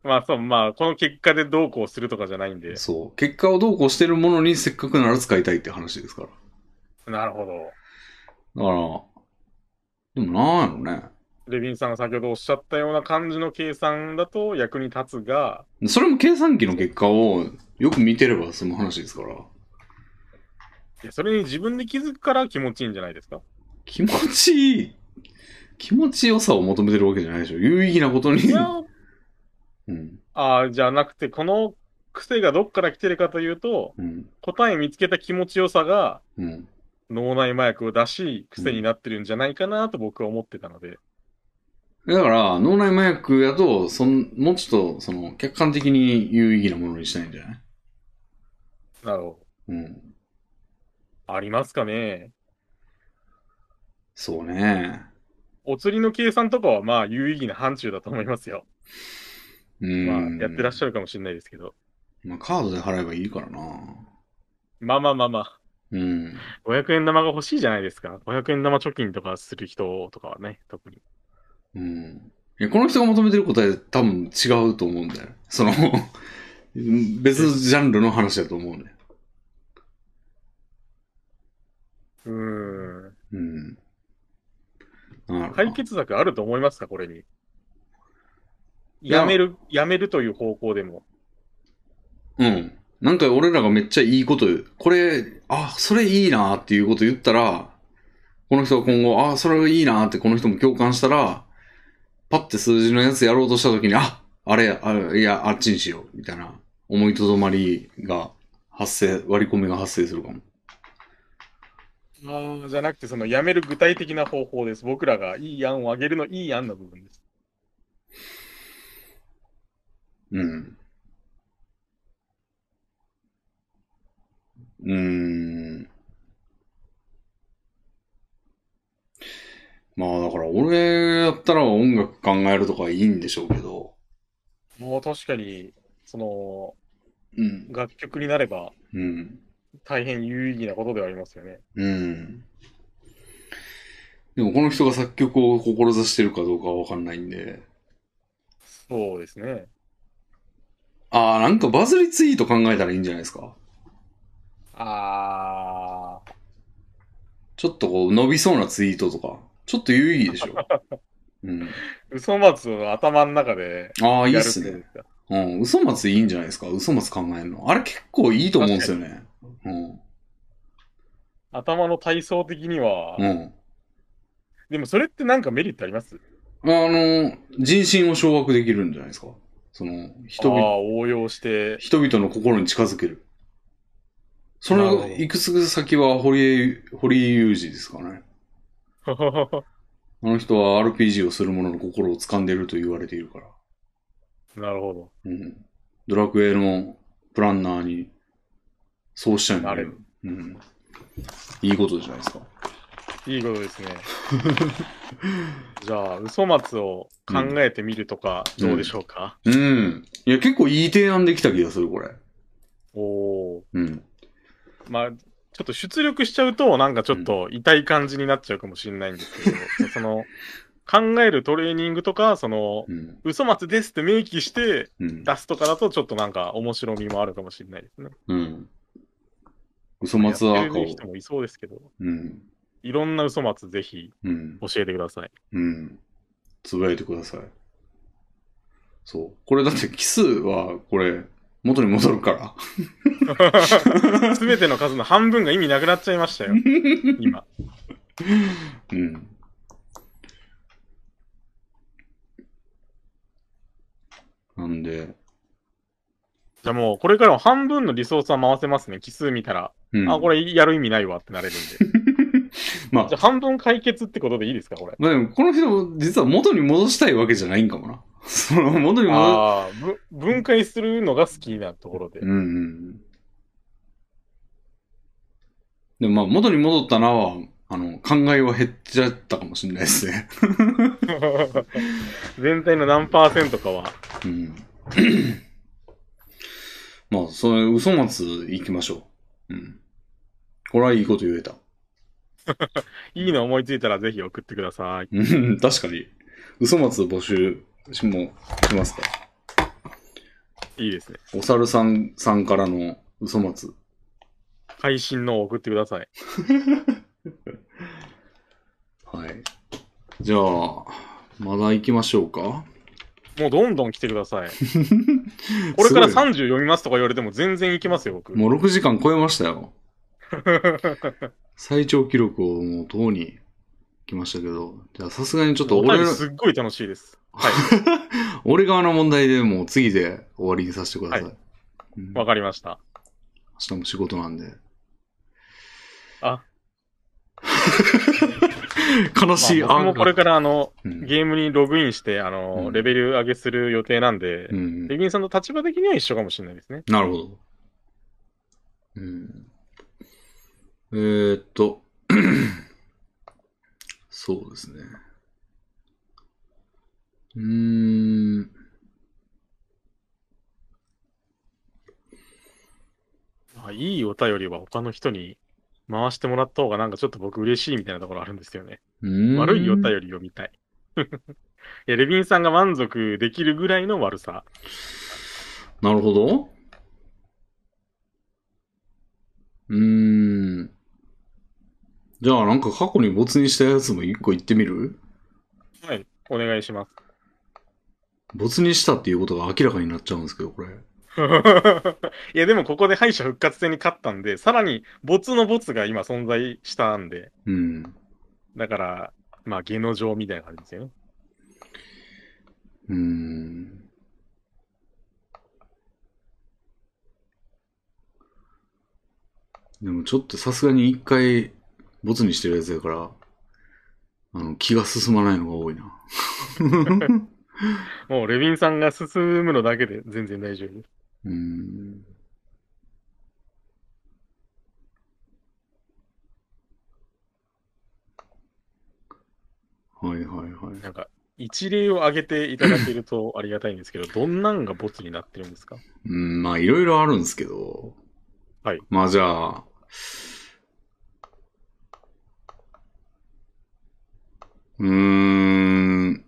[SPEAKER 2] まあそう、まあ、この結果でどうこうするとかじゃないんで。
[SPEAKER 1] そう。結果をどうこうしてるものにせっかくなら使いたいって話ですから。
[SPEAKER 2] なるほ
[SPEAKER 1] だ
[SPEAKER 2] ど。
[SPEAKER 1] から、でもなんやろ
[SPEAKER 2] レビンさんが先ほどおっしゃったような感じの計算だと役に立つが、
[SPEAKER 1] ね。それも計算機の結果をよく見てれば済む話ですから。
[SPEAKER 2] いやそれに自分で気づくから気持ちいいんじゃないですか
[SPEAKER 1] 気持ちいい。気持ちよさを求めてるわけじゃないでしょ。有意義なことに
[SPEAKER 2] い。や、
[SPEAKER 1] うん。
[SPEAKER 2] あーじゃなくて、この癖がどっから来てるかというと、
[SPEAKER 1] うん。
[SPEAKER 2] 答え見つけた気持ちよさが
[SPEAKER 1] うん。
[SPEAKER 2] 脳内麻薬を出し、癖になってるんじゃないかなと僕は思ってたので。
[SPEAKER 1] だから、脳内麻薬やと、そん、もうちょっと、その、客観的に有意義なものにしたいんじゃない
[SPEAKER 2] なるほ
[SPEAKER 1] うん。
[SPEAKER 2] ど。ありますかね。
[SPEAKER 1] そうね。
[SPEAKER 2] お釣りの計算とかはまあ有意義な範疇だと思いますよ。
[SPEAKER 1] うん。
[SPEAKER 2] まあやってらっし
[SPEAKER 1] ゃ
[SPEAKER 2] ゃるかもしれないですけど。
[SPEAKER 1] る。まあ、カードで払えばいいからな。
[SPEAKER 2] まあまあまあまあ。
[SPEAKER 1] うん。
[SPEAKER 2] 500円玉が欲しいじゃないですか。500円玉貯金とかする人とかはね、特に。
[SPEAKER 1] うん。いや、この人が求めてる答え多分違うと思うんだよ。その、 *laughs* 別のジャンルの話だと思うね。
[SPEAKER 2] うーん。
[SPEAKER 1] うん。なるほど
[SPEAKER 2] 解決策あると思いますか、これに。
[SPEAKER 1] や
[SPEAKER 2] やめる、やめるという方向でも。
[SPEAKER 1] うん。なんか俺らがめっちゃいいこと言う、これ、あ、それいいなっていうこと言ったら、この人が今後、あ、それいいなってこの人も共感したら、パッて数字のやつやろうとした時に、あ、あれ、あれいや、あっちにしよう、みたいな、思いとどまりが発生、割り込みが発生するかも。
[SPEAKER 2] ああ、じゃなくて、そのやめる具体的な方法です。僕らがいい案をあげるのいい案の部分です。
[SPEAKER 1] うん。うーん。まあだから俺やったら音楽考えるとかいいんでしょうけど。
[SPEAKER 2] もう確かに、その、
[SPEAKER 1] うん。
[SPEAKER 2] 楽曲になれば
[SPEAKER 1] うん。
[SPEAKER 2] 大変有意義なことではありますよね。
[SPEAKER 1] うん。でもこの人が作曲を志してるかどうかはわかんないんで。
[SPEAKER 2] そうですね。
[SPEAKER 1] ああ、なんかバズりツイート考えたらいいんじゃないですか。
[SPEAKER 2] ああ、
[SPEAKER 1] ちょっとこう伸びそうなツイートとか。ちょっと有意義でしょ。うん。
[SPEAKER 2] 嘘松を頭の中で
[SPEAKER 1] ああ、いい
[SPEAKER 2] や
[SPEAKER 1] っ
[SPEAKER 2] る
[SPEAKER 1] す
[SPEAKER 2] って
[SPEAKER 1] ね
[SPEAKER 2] こ。とですか
[SPEAKER 1] うん、嘘松いいんじゃないですか嘘松考えるの。あれ結構いいと思うんですよね。うん。
[SPEAKER 2] 頭の体操的には、
[SPEAKER 1] うん。
[SPEAKER 2] でもそれってなんかメリットあります
[SPEAKER 1] あの、人心を掌握できるんじゃないですかその、人
[SPEAKER 2] あ
[SPEAKER 1] 々、
[SPEAKER 2] あ、応用して、
[SPEAKER 1] 人々の心に近づける。そ
[SPEAKER 2] なるほど
[SPEAKER 1] の、いくつ先は堀江、堀江雄二ですかね。あの人は RPG をする者の心を掴んでいると言われているから。
[SPEAKER 2] *laughs* なるほ
[SPEAKER 1] うん。ドラクエのプランナーに、そうしたいんだ
[SPEAKER 2] なれる
[SPEAKER 1] うん。いいことじゃないですか。
[SPEAKER 2] ど。いいこと *laughs* ですね。じゃあ、嘘松を考えてみるとか、どうでしょうか、
[SPEAKER 1] うん。いや、結構いい提案できた気がする、これ。
[SPEAKER 2] おお
[SPEAKER 1] うん。
[SPEAKER 2] ーまあ、ちょっと出力しちゃうと、なんかちょっと痛い感じになっちゃうかもしれないんですけど、 *laughs* その、考えるトレーニングとか、その、
[SPEAKER 1] うん。
[SPEAKER 2] 嘘松ですって明記して
[SPEAKER 1] うん。
[SPEAKER 2] 出すとかだと、ちょっとなんか面白みもあるかもしれないですね。
[SPEAKER 1] うん。嘘松は
[SPEAKER 2] やって
[SPEAKER 1] 赤を
[SPEAKER 2] る。人もいそうですけど、
[SPEAKER 1] うん。
[SPEAKER 2] いろんな嘘松ぜひ
[SPEAKER 1] うん。
[SPEAKER 2] 教えてください。
[SPEAKER 1] うん。つぶやいてください。そう。これだって奇数は、これ、元に戻るから。
[SPEAKER 2] *laughs* すべての数の半分が意味なくなっちゃいましたよ。今。
[SPEAKER 1] うん。なんで、
[SPEAKER 2] じゃあもう、これからも半分のリソースは回せますね。奇数見たら。
[SPEAKER 1] うん。
[SPEAKER 2] あ、これやる意味ないわってなれるんで。
[SPEAKER 1] まあ
[SPEAKER 2] じゃあ、半分解決ってことでいいですか、これ。
[SPEAKER 1] まあでも、この人、実は元に戻したいわけじゃないんかもな。 *laughs* その、元に戻、
[SPEAKER 2] ああ、ぶ分解するのが好きなところで *laughs*
[SPEAKER 1] う。んうん。でもまあ、元に戻ったなは、あの、考えは減っちゃったかもしれないですね。
[SPEAKER 2] 全体の何パーセントかは。
[SPEAKER 1] うん。まあ、それ、嘘松行きましょう。うん。これはいいこと言えた。
[SPEAKER 2] いいの思いついたらぜひ送ってください。
[SPEAKER 1] うん、確かに。嘘松募集しもしますか。
[SPEAKER 2] いいですね。
[SPEAKER 1] お猿さんさんからの嘘松。
[SPEAKER 2] 配信のを送ってください。
[SPEAKER 1] はい。じゃあ、まだ行きましょうか。
[SPEAKER 2] もうどんどん来てく
[SPEAKER 1] *laughs*
[SPEAKER 2] ださい。これから
[SPEAKER 1] すごい
[SPEAKER 2] 30読みますとか言われても全然いけますよ、僕。
[SPEAKER 1] もう6時間超えましたよ。最長記録をもうとうに来ましたけど、じゃあさすがにちょっと
[SPEAKER 2] お
[SPEAKER 1] 俺
[SPEAKER 2] 便
[SPEAKER 1] ら
[SPEAKER 2] り、すっごい楽しいです。はい。
[SPEAKER 1] *laughs* 俺側の問題でもう次で終わりにさせてください。
[SPEAKER 2] は
[SPEAKER 1] うん
[SPEAKER 2] わかりました。
[SPEAKER 1] 明日も仕事なんで。
[SPEAKER 2] あ
[SPEAKER 1] *laughs* 悲しい。
[SPEAKER 2] まあ僕もこれからあの、
[SPEAKER 1] うん
[SPEAKER 2] ゲームにログインして、あの、
[SPEAKER 1] うん
[SPEAKER 2] レベル上げする予定なんで、
[SPEAKER 1] うん
[SPEAKER 2] レビンさんの立場的には一緒かもしれないですね。
[SPEAKER 1] なるほど。うん。えー、っと。 *coughs* そうですね。うーん。
[SPEAKER 2] あいいお便りは他の人に回してもらった方がなんかちょっと僕嬉しいみたいなところあるんですよね。
[SPEAKER 1] うーん
[SPEAKER 2] 悪いお便り読みた *laughs* い。いや、レビンさんが満足できるぐらいの悪さ。
[SPEAKER 1] なるほど。うーん。じゃあなんか過去に没にしたやつも一個言ってみる
[SPEAKER 2] はい。お願いします。
[SPEAKER 1] 没にしたっていうことが明らかになっちゃうんですけど、これ。
[SPEAKER 2] *laughs* いや、でもここで敗者復活戦に勝ったんで、さらに、ボツのボツが今存在したんで、
[SPEAKER 1] うん。
[SPEAKER 2] だから、まあ、芸能上みたいな感じですよね。
[SPEAKER 1] うーん。でもちょっとさすがに一回、ボツにしてるやつやから、あの、気が進まないのが多いな。
[SPEAKER 2] もう、レビンさんが進むのだけで全然大丈夫です。
[SPEAKER 1] うーん。はいはいはい。
[SPEAKER 2] なんか、一例を挙げていただけるとありがたいんですけど、 *laughs* どんなんがボツになってるんですか
[SPEAKER 1] うん、まあいろいろあるんですけど。
[SPEAKER 2] はい。
[SPEAKER 1] まあじゃあ、うーん。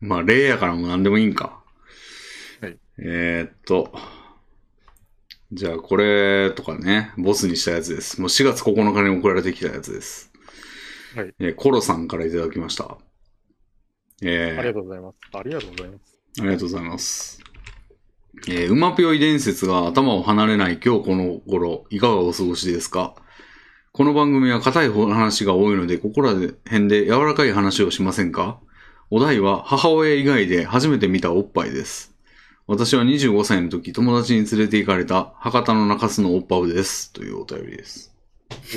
[SPEAKER 1] まあ例やからもう何でもいいんか。
[SPEAKER 2] はい。
[SPEAKER 1] えーっと。じゃあこれとかね、ボスにしたやつです。もう4月9日に送られてきたやつです。
[SPEAKER 2] はい。
[SPEAKER 1] えーコロさんからいただきました。えー、
[SPEAKER 2] ありがとうございます。ありがとうございます。
[SPEAKER 1] ありがとうございます。えー、うまぴょい伝説が頭を離れない今日この頃、いかがお過ごしですかこの番組は硬い話が多いので、ここら辺で柔らかい話をしませんかお題は母親以外で初めて見たおっぱいです。私は25歳の時、友達に連れて行かれた博多の中洲のおっぱいです。というお便りです。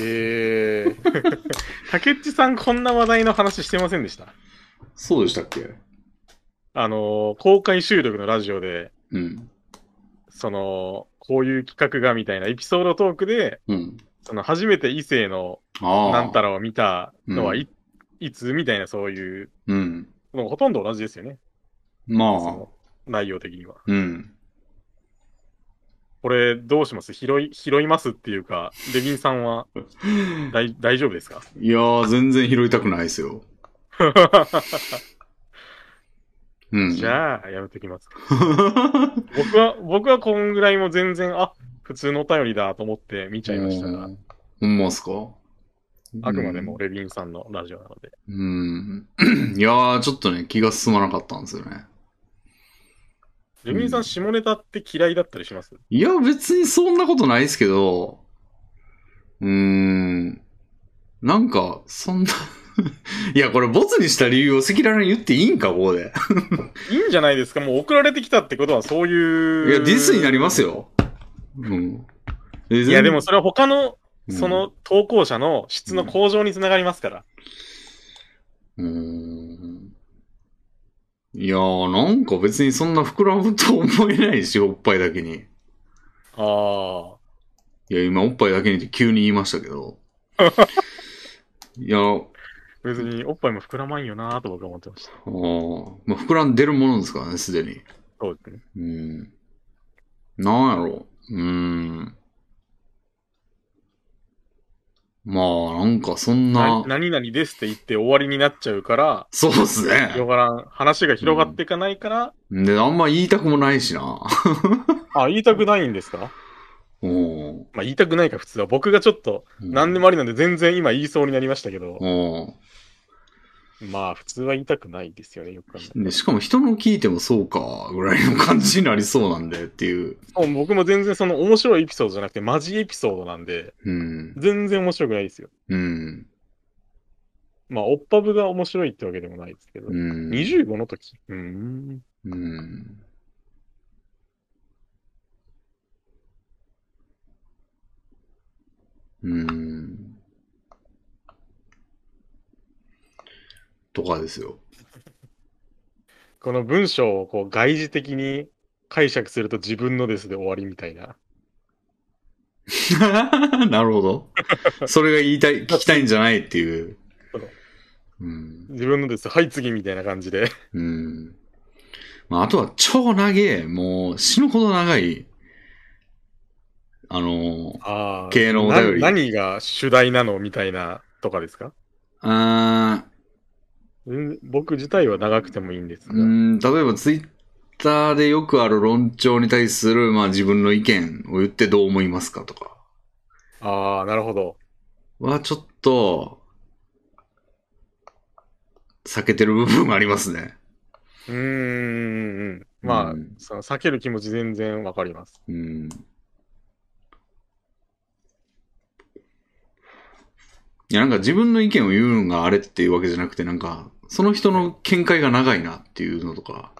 [SPEAKER 2] えー。 *laughs* 竹内さん、こんな話題の話してませんでした
[SPEAKER 1] そうでしたっけ
[SPEAKER 2] あのー公開収録のラジオで、
[SPEAKER 1] うん。
[SPEAKER 2] その、こういう企画がみたいなエピソードトークで、
[SPEAKER 1] うん。
[SPEAKER 2] その初めて異性の
[SPEAKER 1] ああ。
[SPEAKER 2] なんたらを見たのは
[SPEAKER 1] うん
[SPEAKER 2] い,、いつみたいなそういう、
[SPEAKER 1] うん。
[SPEAKER 2] もうほとんど同じですよね。そ
[SPEAKER 1] まあ
[SPEAKER 2] の。内容的には。
[SPEAKER 1] うん。
[SPEAKER 2] これどうします拾い、拾いますっていうか、レビンさ
[SPEAKER 1] *laughs*
[SPEAKER 2] んは大大丈夫ですか
[SPEAKER 1] いやー、全然拾いたくないです
[SPEAKER 2] *laughs*
[SPEAKER 1] よ。うん。*laughs*
[SPEAKER 2] じ
[SPEAKER 1] あ。
[SPEAKER 2] ゃあ、やめときます。僕は、僕はこんぐらいも全然、あ、普通のお便りだと思って見ちゃいましたが、。
[SPEAKER 1] ほんまっすか
[SPEAKER 2] あくまでも。レビンさんのラジオなので。
[SPEAKER 1] うん。 *clears throat* うんいやー、ちょっとね、気が進まなかったんですよね。
[SPEAKER 2] レビンさ
[SPEAKER 1] うん
[SPEAKER 2] ん、下ネタって嫌いだったりします
[SPEAKER 1] いや、別にそんなことないですけど、うーん。なんか、そんな、 *laughs* いや、これ、ボツにした理由を赤裸々に言っていいんか、ここで。
[SPEAKER 2] いいんじゃないですかもう送られてきたってことはそう
[SPEAKER 1] い
[SPEAKER 2] いう。
[SPEAKER 1] や、ディスになります。よ。うん。い
[SPEAKER 2] いや、でも、それは他の、そ
[SPEAKER 1] うん
[SPEAKER 2] の投稿者の質の向上につながりますから。
[SPEAKER 1] うーんいやー、なんか別にそんな膨らむと思えないし、おっぱいだけに。
[SPEAKER 2] あ
[SPEAKER 1] いや、今、おっぱいだけにって急に言いましたけど。いや、あー
[SPEAKER 2] あ。別におっぱいも膨らまんよなぁと僕は思ってました。
[SPEAKER 1] まあ、膨らんでるものですからね、すでに。
[SPEAKER 2] そうですね。
[SPEAKER 1] うん。なんやろう。うーん。まあ、なんかそんな
[SPEAKER 2] な、何々ですって言って終わりになっちゃうから、
[SPEAKER 1] そうっす
[SPEAKER 2] 広
[SPEAKER 1] ね。
[SPEAKER 2] がらん、話が広がっていかないから、
[SPEAKER 1] で、あんま言いたくもないしな。 *laughs*
[SPEAKER 2] あ、言いたくないんですか
[SPEAKER 1] うん。
[SPEAKER 2] まあ言いたくないか普通は。僕がちょっと何で
[SPEAKER 1] も。
[SPEAKER 2] もありなんで全然今言いそうになりましたけど、
[SPEAKER 1] うん。
[SPEAKER 2] まあ普通は言いたくないですよね、よく考えたら
[SPEAKER 1] で、しかも人の聞いてもそうか、ぐらいの感じになりそうなんでっていう。
[SPEAKER 2] そう僕も全然その面白いエピソードじゃなくてマジエピソードなんで、
[SPEAKER 1] うん。
[SPEAKER 2] 全然面白くないですよ。
[SPEAKER 1] うん。
[SPEAKER 2] まあ、オッパブが面白いってわけでもないですけど、
[SPEAKER 1] うん。
[SPEAKER 2] 25の時。うん。
[SPEAKER 1] うん。うん。とかですよ。 *laughs*
[SPEAKER 2] この文章をこう外事的に解釈すると自分のですで終わりみたいな。
[SPEAKER 1] なるほど。それが言いたい、聞きたいんじゃないっていう
[SPEAKER 2] *laughs* そう。
[SPEAKER 1] うん。
[SPEAKER 2] 自分のです、はい次みたいな感じで。
[SPEAKER 1] うん。まあ、あとは超長え、もう死ぬほど長い、あの、
[SPEAKER 2] ああ。
[SPEAKER 1] 系のお便り
[SPEAKER 2] な何が主題なのみたいなとかですか
[SPEAKER 1] あー
[SPEAKER 2] うん僕自体は長くてもいいんですが。
[SPEAKER 1] うーん、例えばツイッターでよくある論調に対する、まあ自分の意見を言ってどう思いますかとか
[SPEAKER 2] ああ、なるほど。
[SPEAKER 1] はちょっと、避けてる部分がありますね。
[SPEAKER 2] うーん。まあ、
[SPEAKER 1] うん
[SPEAKER 2] その避ける気持ち全然わかります。
[SPEAKER 1] うん。いや、なんか自分の意見を言うのがあれっていうわけじゃなくて、なんか、その人の見解が長いなっていうのとか、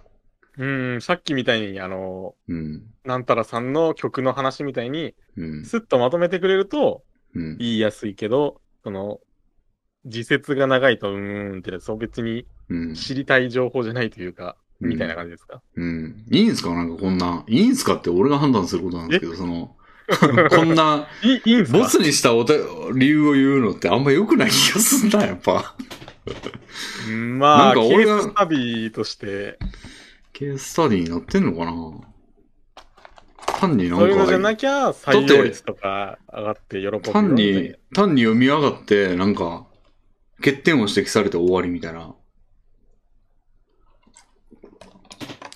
[SPEAKER 2] うーん、さっきみたいに、あの、
[SPEAKER 1] うん、
[SPEAKER 2] なんたらさんの曲の話みたいに、
[SPEAKER 1] うん、
[SPEAKER 2] スッとまとめてくれると
[SPEAKER 1] うん、
[SPEAKER 2] 言いやすいけど、その、自説が長いと、うーんって、そう別に
[SPEAKER 1] うん、
[SPEAKER 2] 知りたい情報じゃないというか、
[SPEAKER 1] うん
[SPEAKER 2] みたいな感じですか。
[SPEAKER 1] うん。いいんすかなんかこんな。いいんすかって俺が判断することなんです
[SPEAKER 2] *laughs*
[SPEAKER 1] けど、その、 *laughs* こんな、
[SPEAKER 2] いいいんすか
[SPEAKER 1] ボスにしたおた理由を言うのってあんま良くない気がすんな、やっぱ。
[SPEAKER 2] うんま
[SPEAKER 1] な
[SPEAKER 2] あ、
[SPEAKER 1] んか
[SPEAKER 2] ケ
[SPEAKER 1] 俺が
[SPEAKER 2] ースタビーとして、
[SPEAKER 1] ケーススタディになってんのかな単になんか、
[SPEAKER 2] そういうのじゃなきゃ、採用率とか上がって喜ぶよみたいな
[SPEAKER 1] 単に、単に読み上がって、なんか、欠点を指摘されて終わりみたいな。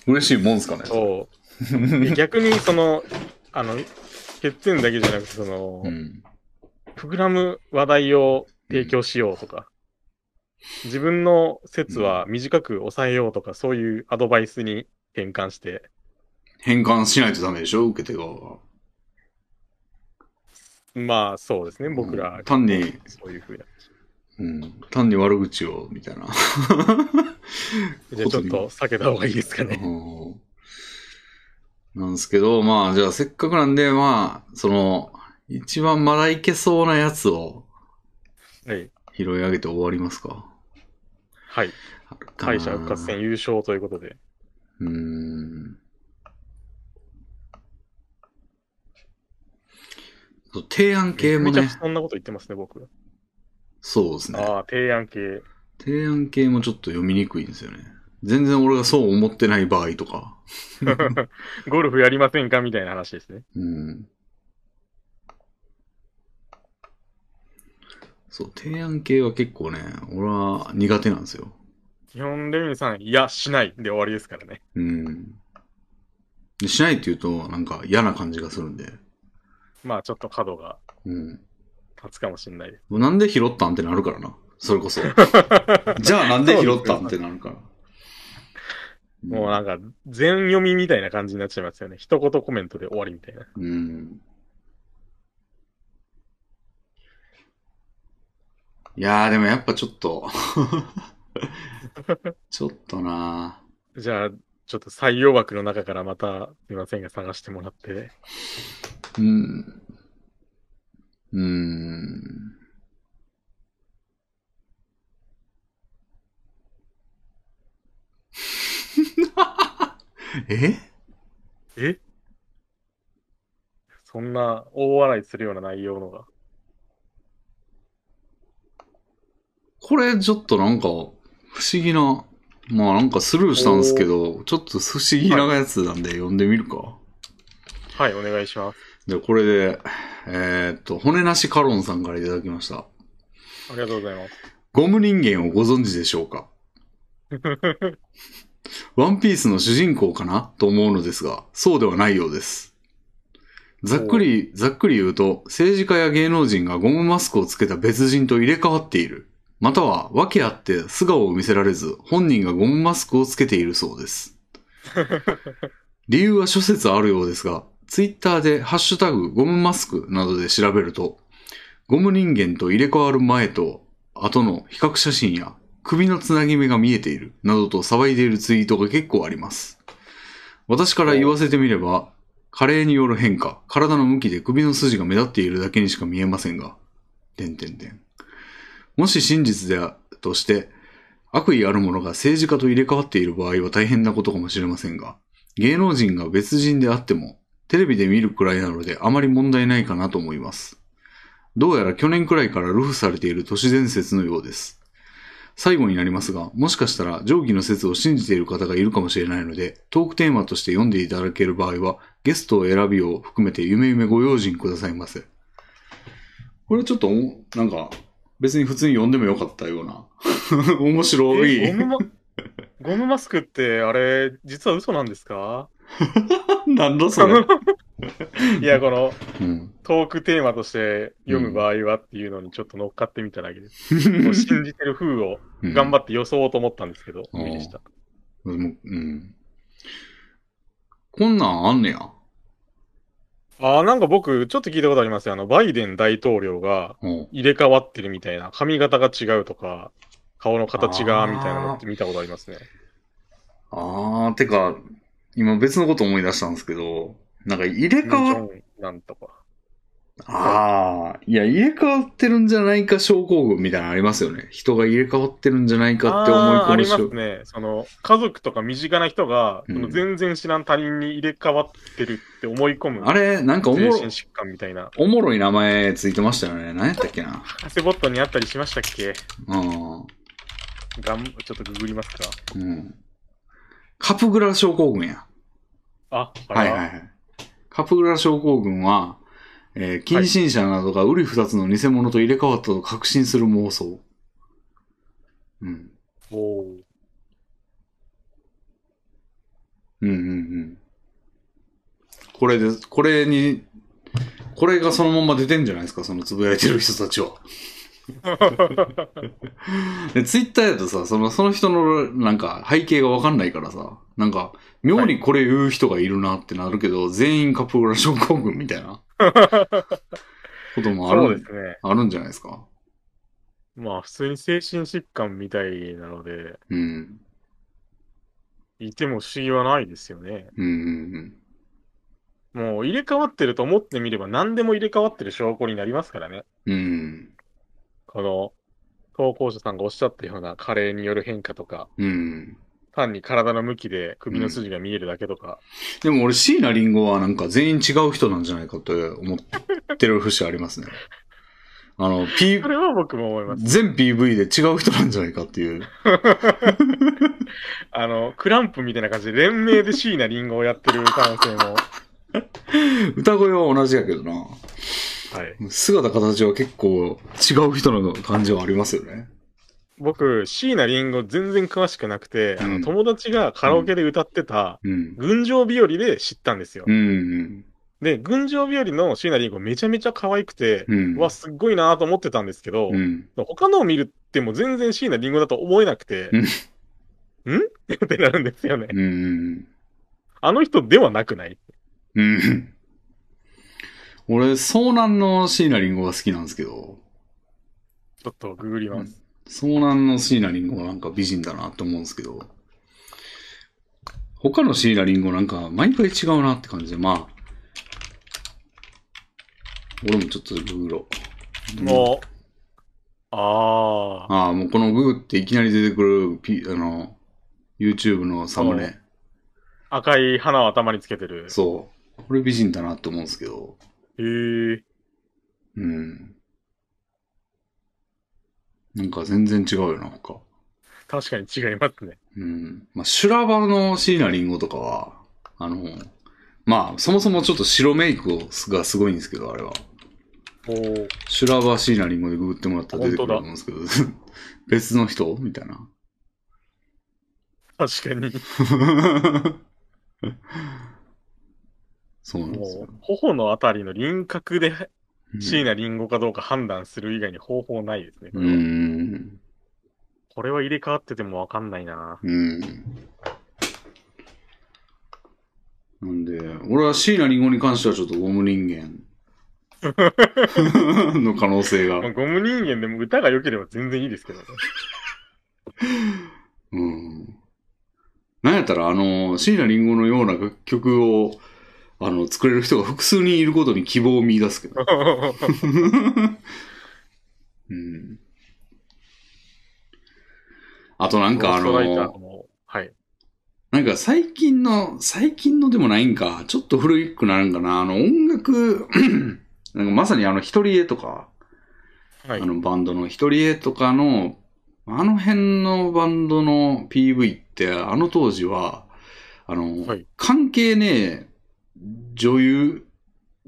[SPEAKER 1] 嬉しいもんすかね。
[SPEAKER 2] そう逆にその、あの、欠点だけじゃなくて、その、
[SPEAKER 1] うん。
[SPEAKER 2] 膨らむ話題を提供しようとか、自分の説は短く抑えようとか、そういうアドバイスに転換して、
[SPEAKER 1] 変換しないとダメでしょ受け手側は。
[SPEAKER 2] まあそうですね、僕ら、
[SPEAKER 1] うん単に
[SPEAKER 2] そういうふうな。
[SPEAKER 1] うん。単に悪口を、み
[SPEAKER 2] *laughs*
[SPEAKER 1] たいな。
[SPEAKER 2] じゃあちょっと避けた方がいいですかね。
[SPEAKER 1] うんなんですけど、まあ、じゃあせっかくなんで、まあ、その、一番まだいけそうなやつを
[SPEAKER 2] はい。
[SPEAKER 1] 拾い上げて終わりますか。
[SPEAKER 2] はい。
[SPEAKER 1] あるかな
[SPEAKER 2] 敗者復活戦優勝ということで。
[SPEAKER 1] うーん。そう提案系も
[SPEAKER 2] めちゃく
[SPEAKER 1] ね
[SPEAKER 2] ちゃ、そんなこと言ってますね、僕。
[SPEAKER 1] そうですね。
[SPEAKER 2] ああ、提案系。
[SPEAKER 1] 提案系もちょっと読みにくいんですよね。全然俺がそう思ってない場合とか。
[SPEAKER 2] ゴルフやりませんかみたいな話ですね。
[SPEAKER 1] うん。そう、提案系は結構ね、俺は苦手なんですよ。
[SPEAKER 2] 基本、レミさん、いや、しないで終わりですからね。
[SPEAKER 1] うん。でしないって言うと、なんか嫌な感じがするんで。
[SPEAKER 2] まあちょっと角が
[SPEAKER 1] うん。
[SPEAKER 2] 立つかもしれないです。
[SPEAKER 1] なんで拾ったんってなるからな。それこ
[SPEAKER 2] *laughs*
[SPEAKER 1] そ。じゃあなんで拾ったんってなるから。
[SPEAKER 2] もうなんか、全読みみたいな感じになっちゃいますよね。一言コメントで終わりみたいな。
[SPEAKER 1] うん。いやーでもやっぱちょっと。ちょっとな
[SPEAKER 2] じゃあ、ちょっと採用枠の中からまた、すいませんが探してもらって。
[SPEAKER 1] ーうん。うーん。 *laughs* え
[SPEAKER 2] えそんな大笑いするような内容のが。
[SPEAKER 1] これちょっとなんか不思議な、まあなんかスルーしたんですけど、ちょっと不思議なやつなんで読んでみるか。
[SPEAKER 2] はい、お願いします。
[SPEAKER 1] で、これで、えーっと、骨なしカロンさんからいただきました。
[SPEAKER 2] ありがとうございます。
[SPEAKER 1] ゴム人間をご存知でしょうかワンピースの主人公かなと思うのですが、そうではないようです。ざっくり、ざっくり言うと、政治家や芸能人がゴムマスクをつけた別人と入れ替わっている。または、訳あって素顔を見せられず、本人がゴムマスクをつけているそうです。理由は諸説あるようですが、ツイッターでハッシュタグゴムマスクなどで調べると、ゴム人間と入れ替わる前と後の比較写真や首のつなぎ目が見えているなどと騒いでいるツイートが結構あります。私から言わせてみれば、加齢による変化、体の向きで首の筋が目立っているだけにしか見えませんが、点点点。もし真実であとして、悪意ある者が政治家と入れ替わっている場合は大変なことかもしれませんが、芸能人が別人であっても、テレビで見るくらいなのであまり問題ないかなと思います。どうやら去年くらいからルフされている都市伝説のようです。最後になりますが、もしかしたら上記の説を信じている方がいるかもしれないので、トークテーマとして読んでいただける場合は、ゲストを選びを含めてゆめゆめご用心くださいませ。これちょっとお、なんか、別に普通に読んでもよかったような。 *laughs* 面白い。
[SPEAKER 2] えゴムマゴムマスクって、あれ、実は嘘なんですか
[SPEAKER 1] なんだそれ。
[SPEAKER 2] *laughs* いや、この、
[SPEAKER 1] *laughs* うん。
[SPEAKER 2] トークテーマとして読む場合はっていうのにちょっと乗っかってみただけです。もう信じてる風を頑張って予想と思ったんですけど、
[SPEAKER 1] うん
[SPEAKER 2] 無理でした。
[SPEAKER 1] うんでもうん。こんなんあんねや。
[SPEAKER 2] ああ、なんか僕、ちょっと聞いたことありますよ。あの、バイデン大統領が
[SPEAKER 1] うん。
[SPEAKER 2] 入れ替わってるみたいな、髪型が違うとか、顔の形が、みたいなのって見たことありますね。
[SPEAKER 1] あー、てか、今別のこと思い出したんですけど、なんか入れ替わっ
[SPEAKER 2] ジョンなんとか。
[SPEAKER 1] ああ、いや、入れ替わってるんじゃないか症候群みたいなのありますよね。人が入れ替わってるんじゃないかって思い
[SPEAKER 2] あ
[SPEAKER 1] 込
[SPEAKER 2] ーあ
[SPEAKER 1] む
[SPEAKER 2] りま
[SPEAKER 1] 症
[SPEAKER 2] すね。その、家族とか身近な人が、
[SPEAKER 1] うん
[SPEAKER 2] その全然知らん他人に入れ替わってるって思い込む。
[SPEAKER 1] あれ、なんかおも
[SPEAKER 2] 精
[SPEAKER 1] ろ
[SPEAKER 2] 神、疾患みたいな。
[SPEAKER 1] おもろい名前ついてましたよね。何やったっけな。
[SPEAKER 2] カセボットにあったりしましたっけ
[SPEAKER 1] うん。
[SPEAKER 2] がんちょっとググりますか。
[SPEAKER 1] うん。カプグラ症候群や。
[SPEAKER 2] あ、あ
[SPEAKER 1] はい
[SPEAKER 2] ら
[SPEAKER 1] はいはい。カプグラ症候群は、えー近親者などがウリ二つの偽物と入れ替わったと確信する妄想。うん。
[SPEAKER 2] お
[SPEAKER 1] *laughs*
[SPEAKER 2] ー
[SPEAKER 1] うんうんうん。これです。これに、これがそのまま出てんじゃないですか、そのつぶやいてる人たちは。 *laughs* で、ツイッターだとさ、その、その人のなんか背景がわかんないからさ、なんか、妙にこれ言う人がいるなってなるけど、全員カップグラ症候群みたいなこともあ
[SPEAKER 2] そう
[SPEAKER 1] る、
[SPEAKER 2] ですね。
[SPEAKER 1] あるんじゃないですか。
[SPEAKER 2] まあ、普通に精神疾患みたいなので、
[SPEAKER 1] うん。
[SPEAKER 2] いても不思議はないですよね。
[SPEAKER 1] うんうんうん。
[SPEAKER 2] もう入れ替わってると思ってみれば何でも入れ替わってる証拠になりますからね。
[SPEAKER 1] うん。
[SPEAKER 2] この、投稿者さんがおっしゃったような加齢による変化とか、
[SPEAKER 1] うん。
[SPEAKER 2] 単に体の向きで首の筋が見えるだけとか、
[SPEAKER 1] でも俺、椎名林檎はなんか全員違う人なんじゃないかと思ってる節ありますね。 *laughs* あの、P
[SPEAKER 2] そ、れは僕も思います。
[SPEAKER 1] 全 PV で違う人なんじゃないかっていう。
[SPEAKER 2] あの、クランプみたいな感じで連名で椎名林檎をやってる可能性も。
[SPEAKER 1] 歌声は同じやけどな。
[SPEAKER 2] はい。
[SPEAKER 1] 姿形は結構違う人の感じはありますよね。
[SPEAKER 2] 僕、椎名林檎全然詳しくなくて、あ
[SPEAKER 1] う
[SPEAKER 2] の
[SPEAKER 1] ん
[SPEAKER 2] 友達がカラオケで歌ってた、
[SPEAKER 1] うん。
[SPEAKER 2] 群青日和で知ったんですよ
[SPEAKER 1] う。ん。
[SPEAKER 2] で、群青日和の椎名林檎めちゃめちゃ可愛くて、
[SPEAKER 1] うん。
[SPEAKER 2] わ、すっごいなと思ってたんですけど、
[SPEAKER 1] うん。
[SPEAKER 2] 他のを見るっても全然椎名林檎だと思えなくて、
[SPEAKER 1] うん
[SPEAKER 2] ん *laughs* ってなるんですよね。
[SPEAKER 1] うん。
[SPEAKER 2] あの人ではなくない
[SPEAKER 1] うん。俺、遭難の椎名林檎が好きなんですけど、
[SPEAKER 2] ちょっとググります。
[SPEAKER 1] 遭難の椎名林檎はなんか美人だなって思うんですけど、他の椎名林檎なんか毎回違うなって感じで、まあ、俺もちょっとググろう。
[SPEAKER 2] もう、ああ、
[SPEAKER 1] ああ、もうこのググっていきなり出てくる、P、あの、YouTube のサムネ。
[SPEAKER 2] 赤い花を頭につけてる。
[SPEAKER 1] そう。これ美人だなと思うんですけど。
[SPEAKER 2] へえ。
[SPEAKER 1] うん。なんか全然違うよな、なんか。
[SPEAKER 2] 確かに違いますね。
[SPEAKER 1] うん。まあ、修羅場の椎名林檎とかは、あの、まあ、そもそもちょっと白メイクをすがすごいんですけど、あれは。
[SPEAKER 2] おー
[SPEAKER 1] 修羅場椎名林檎でググってもらったら出てくると思うんですけど、 *laughs* 別の人みたいな。 *laughs*
[SPEAKER 2] 確かに。
[SPEAKER 1] そうなんです
[SPEAKER 2] も
[SPEAKER 1] よ
[SPEAKER 2] う。、頬のあたりの輪郭で
[SPEAKER 1] うん
[SPEAKER 2] 椎名林檎かどうか判断する以外に方法ないですね。こ
[SPEAKER 1] う
[SPEAKER 2] れは,、
[SPEAKER 1] ん。
[SPEAKER 2] これは入れ替わっててもわかんないな。
[SPEAKER 1] うん。なんで、俺は椎名林檎に関してはちょっとゴム人間の可能性
[SPEAKER 2] まあ
[SPEAKER 1] が。
[SPEAKER 2] ゴム人間でも歌が良ければ全然いいで
[SPEAKER 1] *laughs*
[SPEAKER 2] すけどね。
[SPEAKER 1] うん。なんやったら、あの、椎名林檎のような楽曲を、あの、作れる人が複数人いることに希望を見出すけ
[SPEAKER 2] *laughs*
[SPEAKER 1] ど。うん。あとなんかあ
[SPEAKER 2] ゴーストライタ
[SPEAKER 1] の、
[SPEAKER 2] ーのはい。
[SPEAKER 1] なんか最近の、最近のでもないんか、ちょっと古いくなるんかな、あの音楽、 *clears throat* なんかまさにあの一人絵とか、
[SPEAKER 2] はい
[SPEAKER 1] あ。のバンドの一人絵とかの、あの辺のバンドの PV って、あの当時は、あの、
[SPEAKER 2] はい
[SPEAKER 1] 関係ねえ女優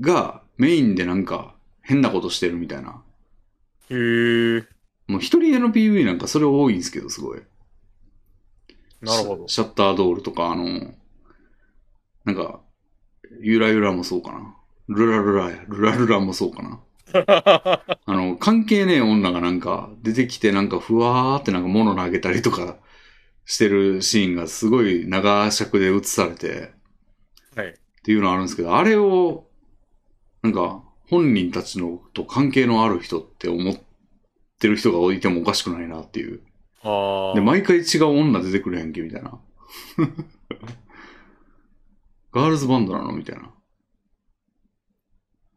[SPEAKER 1] がメインでなんか変なことしてるみたいな。
[SPEAKER 2] へー
[SPEAKER 1] もう一人絵の PV なんかそれ多いんですけど、すごい。
[SPEAKER 2] なるほど。
[SPEAKER 1] シャシャッタードールとか、あの、なんか、ゆらゆらもそうかな。ルラルラや、ルラルラもそうか
[SPEAKER 2] *laughs*
[SPEAKER 1] な。あの、関係ねえ女がなんか出てきてなんかふわーってなんか物投げたりとかしてるシーンがすごい長尺で映されて、
[SPEAKER 2] はい
[SPEAKER 1] っていうのあるんですけど、あれを、なんか本人たちのと関係のある人って思ってる人がいてもおかしくないなっていう。
[SPEAKER 2] ああ。
[SPEAKER 1] で、毎回違う女出てくるやんけ、みたいな。 *laughs* ガールズバンドなのみたいな。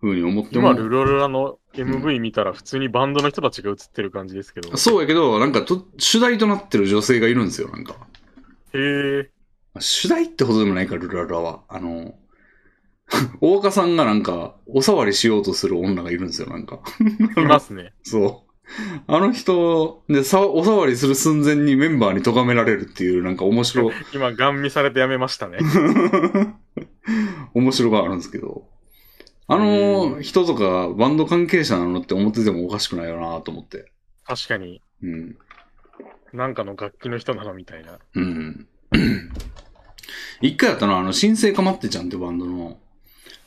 [SPEAKER 1] ふうに思っても
[SPEAKER 2] 今、。ルロルラの MV 見たら普通にバンドの人たちが映ってる感じですけど。
[SPEAKER 1] そうやけど、なんかと、主題となってる女性がいるんですよ、なんか。
[SPEAKER 2] へえ。
[SPEAKER 1] 主題ってほどでもないから、ルララは。あの、 *laughs* 大岡さんがなんか、お触りしようとする女がいるんですよ、なんか。 *laughs*
[SPEAKER 2] いますね。
[SPEAKER 1] そう。あの人、で、さお触りする寸前にメンバーに咎められるっていう、なんか面白、
[SPEAKER 2] 今、ガン見されてやめましたね。
[SPEAKER 1] *laughs* 面白があるんですけど。あ
[SPEAKER 2] う
[SPEAKER 1] の
[SPEAKER 2] ん
[SPEAKER 1] 人とかバンド関係者なのって思っててもおかしくないよなと思って。
[SPEAKER 2] 確かに、
[SPEAKER 1] うん。
[SPEAKER 2] なんかの楽器の人なのみたいな。
[SPEAKER 1] うん。一回やったのは、あの、新生かまってちゃんってバンドの、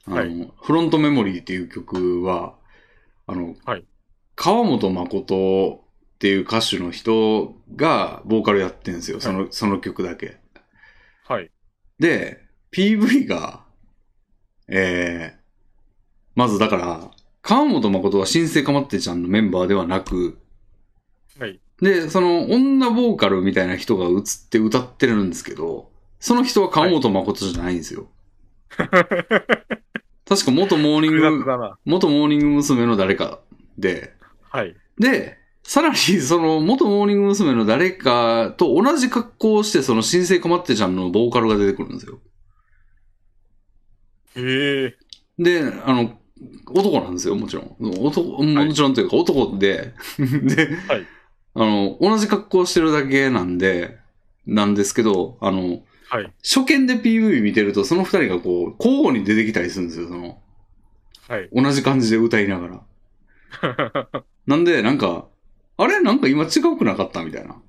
[SPEAKER 1] あの、
[SPEAKER 2] は
[SPEAKER 1] フロントメモリーっていう曲は、あの、
[SPEAKER 2] はい
[SPEAKER 1] 川本誠っていう歌手の人がボーカルやってんですよ。その、その曲だけ。
[SPEAKER 2] はい。
[SPEAKER 1] で、PV が、えー、まずだから、川本誠は新生かまってちゃんのメンバーではなく、
[SPEAKER 2] はい。
[SPEAKER 1] で、その女ボーカルみたいな人が映って歌ってるんですけど、その人は川本誠じゃないんですよ。 *laughs* 確か元モーニン
[SPEAKER 2] 複雑
[SPEAKER 1] グ、
[SPEAKER 2] だな。
[SPEAKER 1] 元モーニング娘。の誰かで、
[SPEAKER 2] はい。
[SPEAKER 1] で、さらにその元モーニング娘。の誰かと同じ格好をしてその新生かまってちゃんのボーカルが出てくるんですよ。
[SPEAKER 2] へえ。
[SPEAKER 1] で、あの、男なんですよ、もちろん。男、もちろんというか男で、 *laughs* で、
[SPEAKER 2] はい
[SPEAKER 1] あの、同じ格好してるだけなんで、なんですけど、あの、
[SPEAKER 2] はい。
[SPEAKER 1] 初見で PV 見てると、その二人がこう、交互に出てきたりするんですよ、その、
[SPEAKER 2] はい。
[SPEAKER 1] 同じ感じで歌いながら。なんで、なんか、あれなんか今違うくなかったみたいな。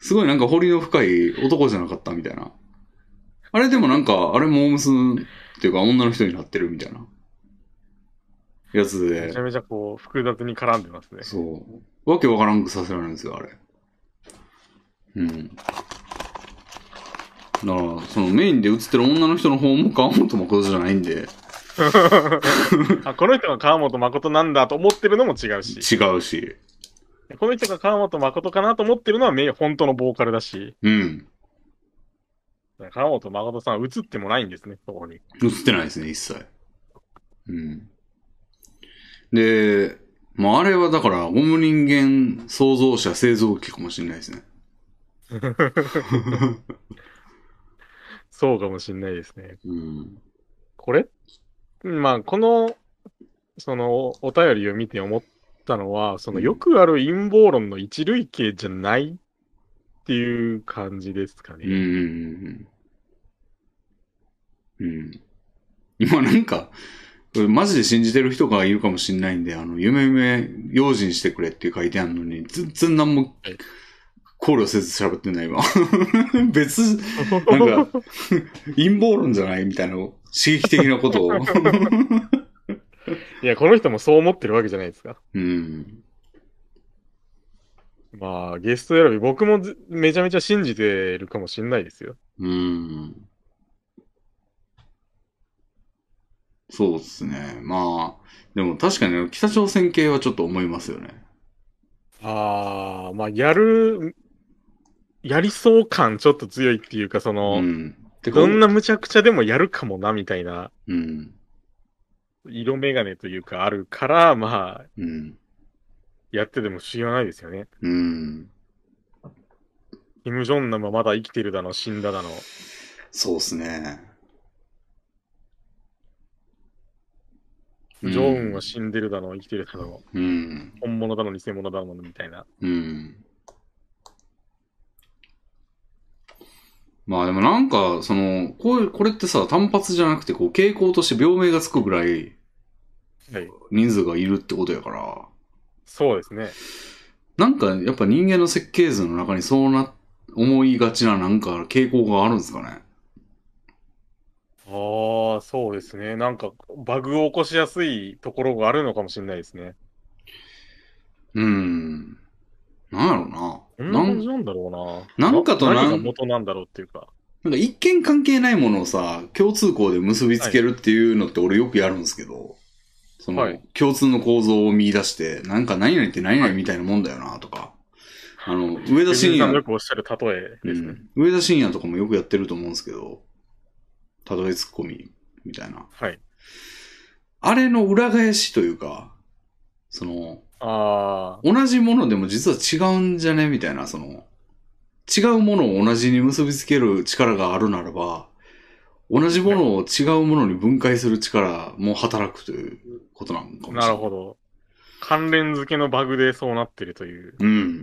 [SPEAKER 1] すごいなんか彫りの深い男じゃなかったみたいな。あれでもなんか、あれモームスっていうか女の人になってるみたいな。やつ
[SPEAKER 2] め
[SPEAKER 1] で
[SPEAKER 2] ちゃ、めちゃこう、複雑に絡んでますね。
[SPEAKER 1] そう。わけわからんくさせられるんですよ、あれ。うん。だから、そのメインで映ってる女の人の方も川本誠じゃないんで、
[SPEAKER 2] あ、この人が川本誠なんだと思ってるのも違うし、
[SPEAKER 1] 違うし。
[SPEAKER 2] この人が川本誠かなと思ってるのはめ本当のボーカルだし、
[SPEAKER 1] うん。
[SPEAKER 2] 川本誠さんは映ってもないんですね、そこに。
[SPEAKER 1] 映ってないですね、一切。うん。で、まあ、あれはだから、ゴム人間創造者製造機かもしれないですね。
[SPEAKER 2] そうかもしれないですね。
[SPEAKER 1] うん。
[SPEAKER 2] これまあ、この、その、お便りを見て思ったのは、その、
[SPEAKER 1] うん
[SPEAKER 2] よくある陰謀論の一類型じゃないっていう感じですか
[SPEAKER 1] うんう
[SPEAKER 2] ね。
[SPEAKER 1] んうんうん。うん。今なんか、これマジで信じてる人がいるかもしれないんで、あの、夢夢用心してくれって書いてあるのに、全然何も
[SPEAKER 2] はい
[SPEAKER 1] 考慮せず喋ってんない、今。 *laughs* 別、なんか、陰謀論じゃないみたいな、刺激的なこと
[SPEAKER 2] *laughs*
[SPEAKER 1] を。
[SPEAKER 2] いや、この人もそう思ってるわけじゃないですか。
[SPEAKER 1] うん。
[SPEAKER 2] まあ、ゲスト選び、僕もずめちゃめちゃ信じてるかもしれないですよ。
[SPEAKER 1] うん。そうですね。まあ、でも確かに北朝鮮系はちょっと思いますよね。
[SPEAKER 2] ああ、まあ、やる、やりそう感ちょっと強いっていうか、その、
[SPEAKER 1] ん。てか
[SPEAKER 2] どんな無茶苦茶でもやるかもな、みたいな、
[SPEAKER 1] うん。
[SPEAKER 2] 色眼鏡というかあるから、まあ、
[SPEAKER 1] うん。
[SPEAKER 2] やってても不思議はないですよね。
[SPEAKER 1] うん。
[SPEAKER 2] キム・ジョンナムはまだ生きてるだの、死んだだの。
[SPEAKER 1] そうですね。
[SPEAKER 2] ジョンウンは死んでるだの、生きてるだの、
[SPEAKER 1] うん。
[SPEAKER 2] 本物だの、偽物だの、みたいな。
[SPEAKER 1] うん。まあでもなんか、その、こういう、これってさ、単発じゃなくて、こう、傾向として病名がつくぐらい
[SPEAKER 2] はい。
[SPEAKER 1] 人数がいるってことやから、
[SPEAKER 2] そうですね。
[SPEAKER 1] なんかやっぱ人間の設計図の中にそうな、思いがちななんか傾向があるんですかね。
[SPEAKER 2] ああ、そうですね。なんか、バグを起こしやすいところがあるのかもしれないですね。
[SPEAKER 1] うん。なんやろ
[SPEAKER 2] こ
[SPEAKER 1] うんな。
[SPEAKER 2] な
[SPEAKER 1] な
[SPEAKER 2] 感じ
[SPEAKER 1] ん
[SPEAKER 2] なんだろう
[SPEAKER 1] な
[SPEAKER 2] な。
[SPEAKER 1] んかとなん
[SPEAKER 2] 何が元なんだろうっていうか。
[SPEAKER 1] なんか一見関係ないものをさ、共通項で結びつけるっていうのって俺よくやるんですけど、その、
[SPEAKER 2] はい
[SPEAKER 1] 共通の構造を見出して、なんか何々って何々みたいなもんだよなとか、あの、上田晋
[SPEAKER 2] 吉井さ
[SPEAKER 1] 也
[SPEAKER 2] んのよ、くおっしゃる例えですね。
[SPEAKER 1] うん上田晋也とかもよくやってると思うんですけど、たどり突っ込みみたいな。
[SPEAKER 2] はい。
[SPEAKER 1] あれの裏返しというか、その、
[SPEAKER 2] あ
[SPEAKER 1] 同じものでも実は違うんじゃねみたいな、その、違うものを同じに結びつける力があるならば、同じものを違うものに分解する力も働くということなのかもし
[SPEAKER 2] あ、
[SPEAKER 1] れない。
[SPEAKER 2] なるほ。ど。関連付けのバグでそうなってるという。
[SPEAKER 1] うん。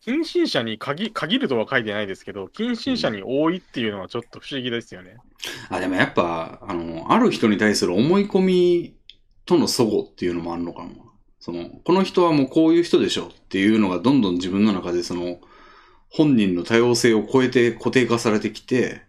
[SPEAKER 2] 近親者に限限るとは書いてないですけど、近親者に多いっていうのはちょっと不思議ですよね。
[SPEAKER 1] あ、でもやっぱ、あの、ある人に対する思い込みとの齟齬っていうのもあるのかも。その、この人はもうこういう人でしょっていうのがどんどん自分の中でその、本人の多様性を超えて固定化されてきて、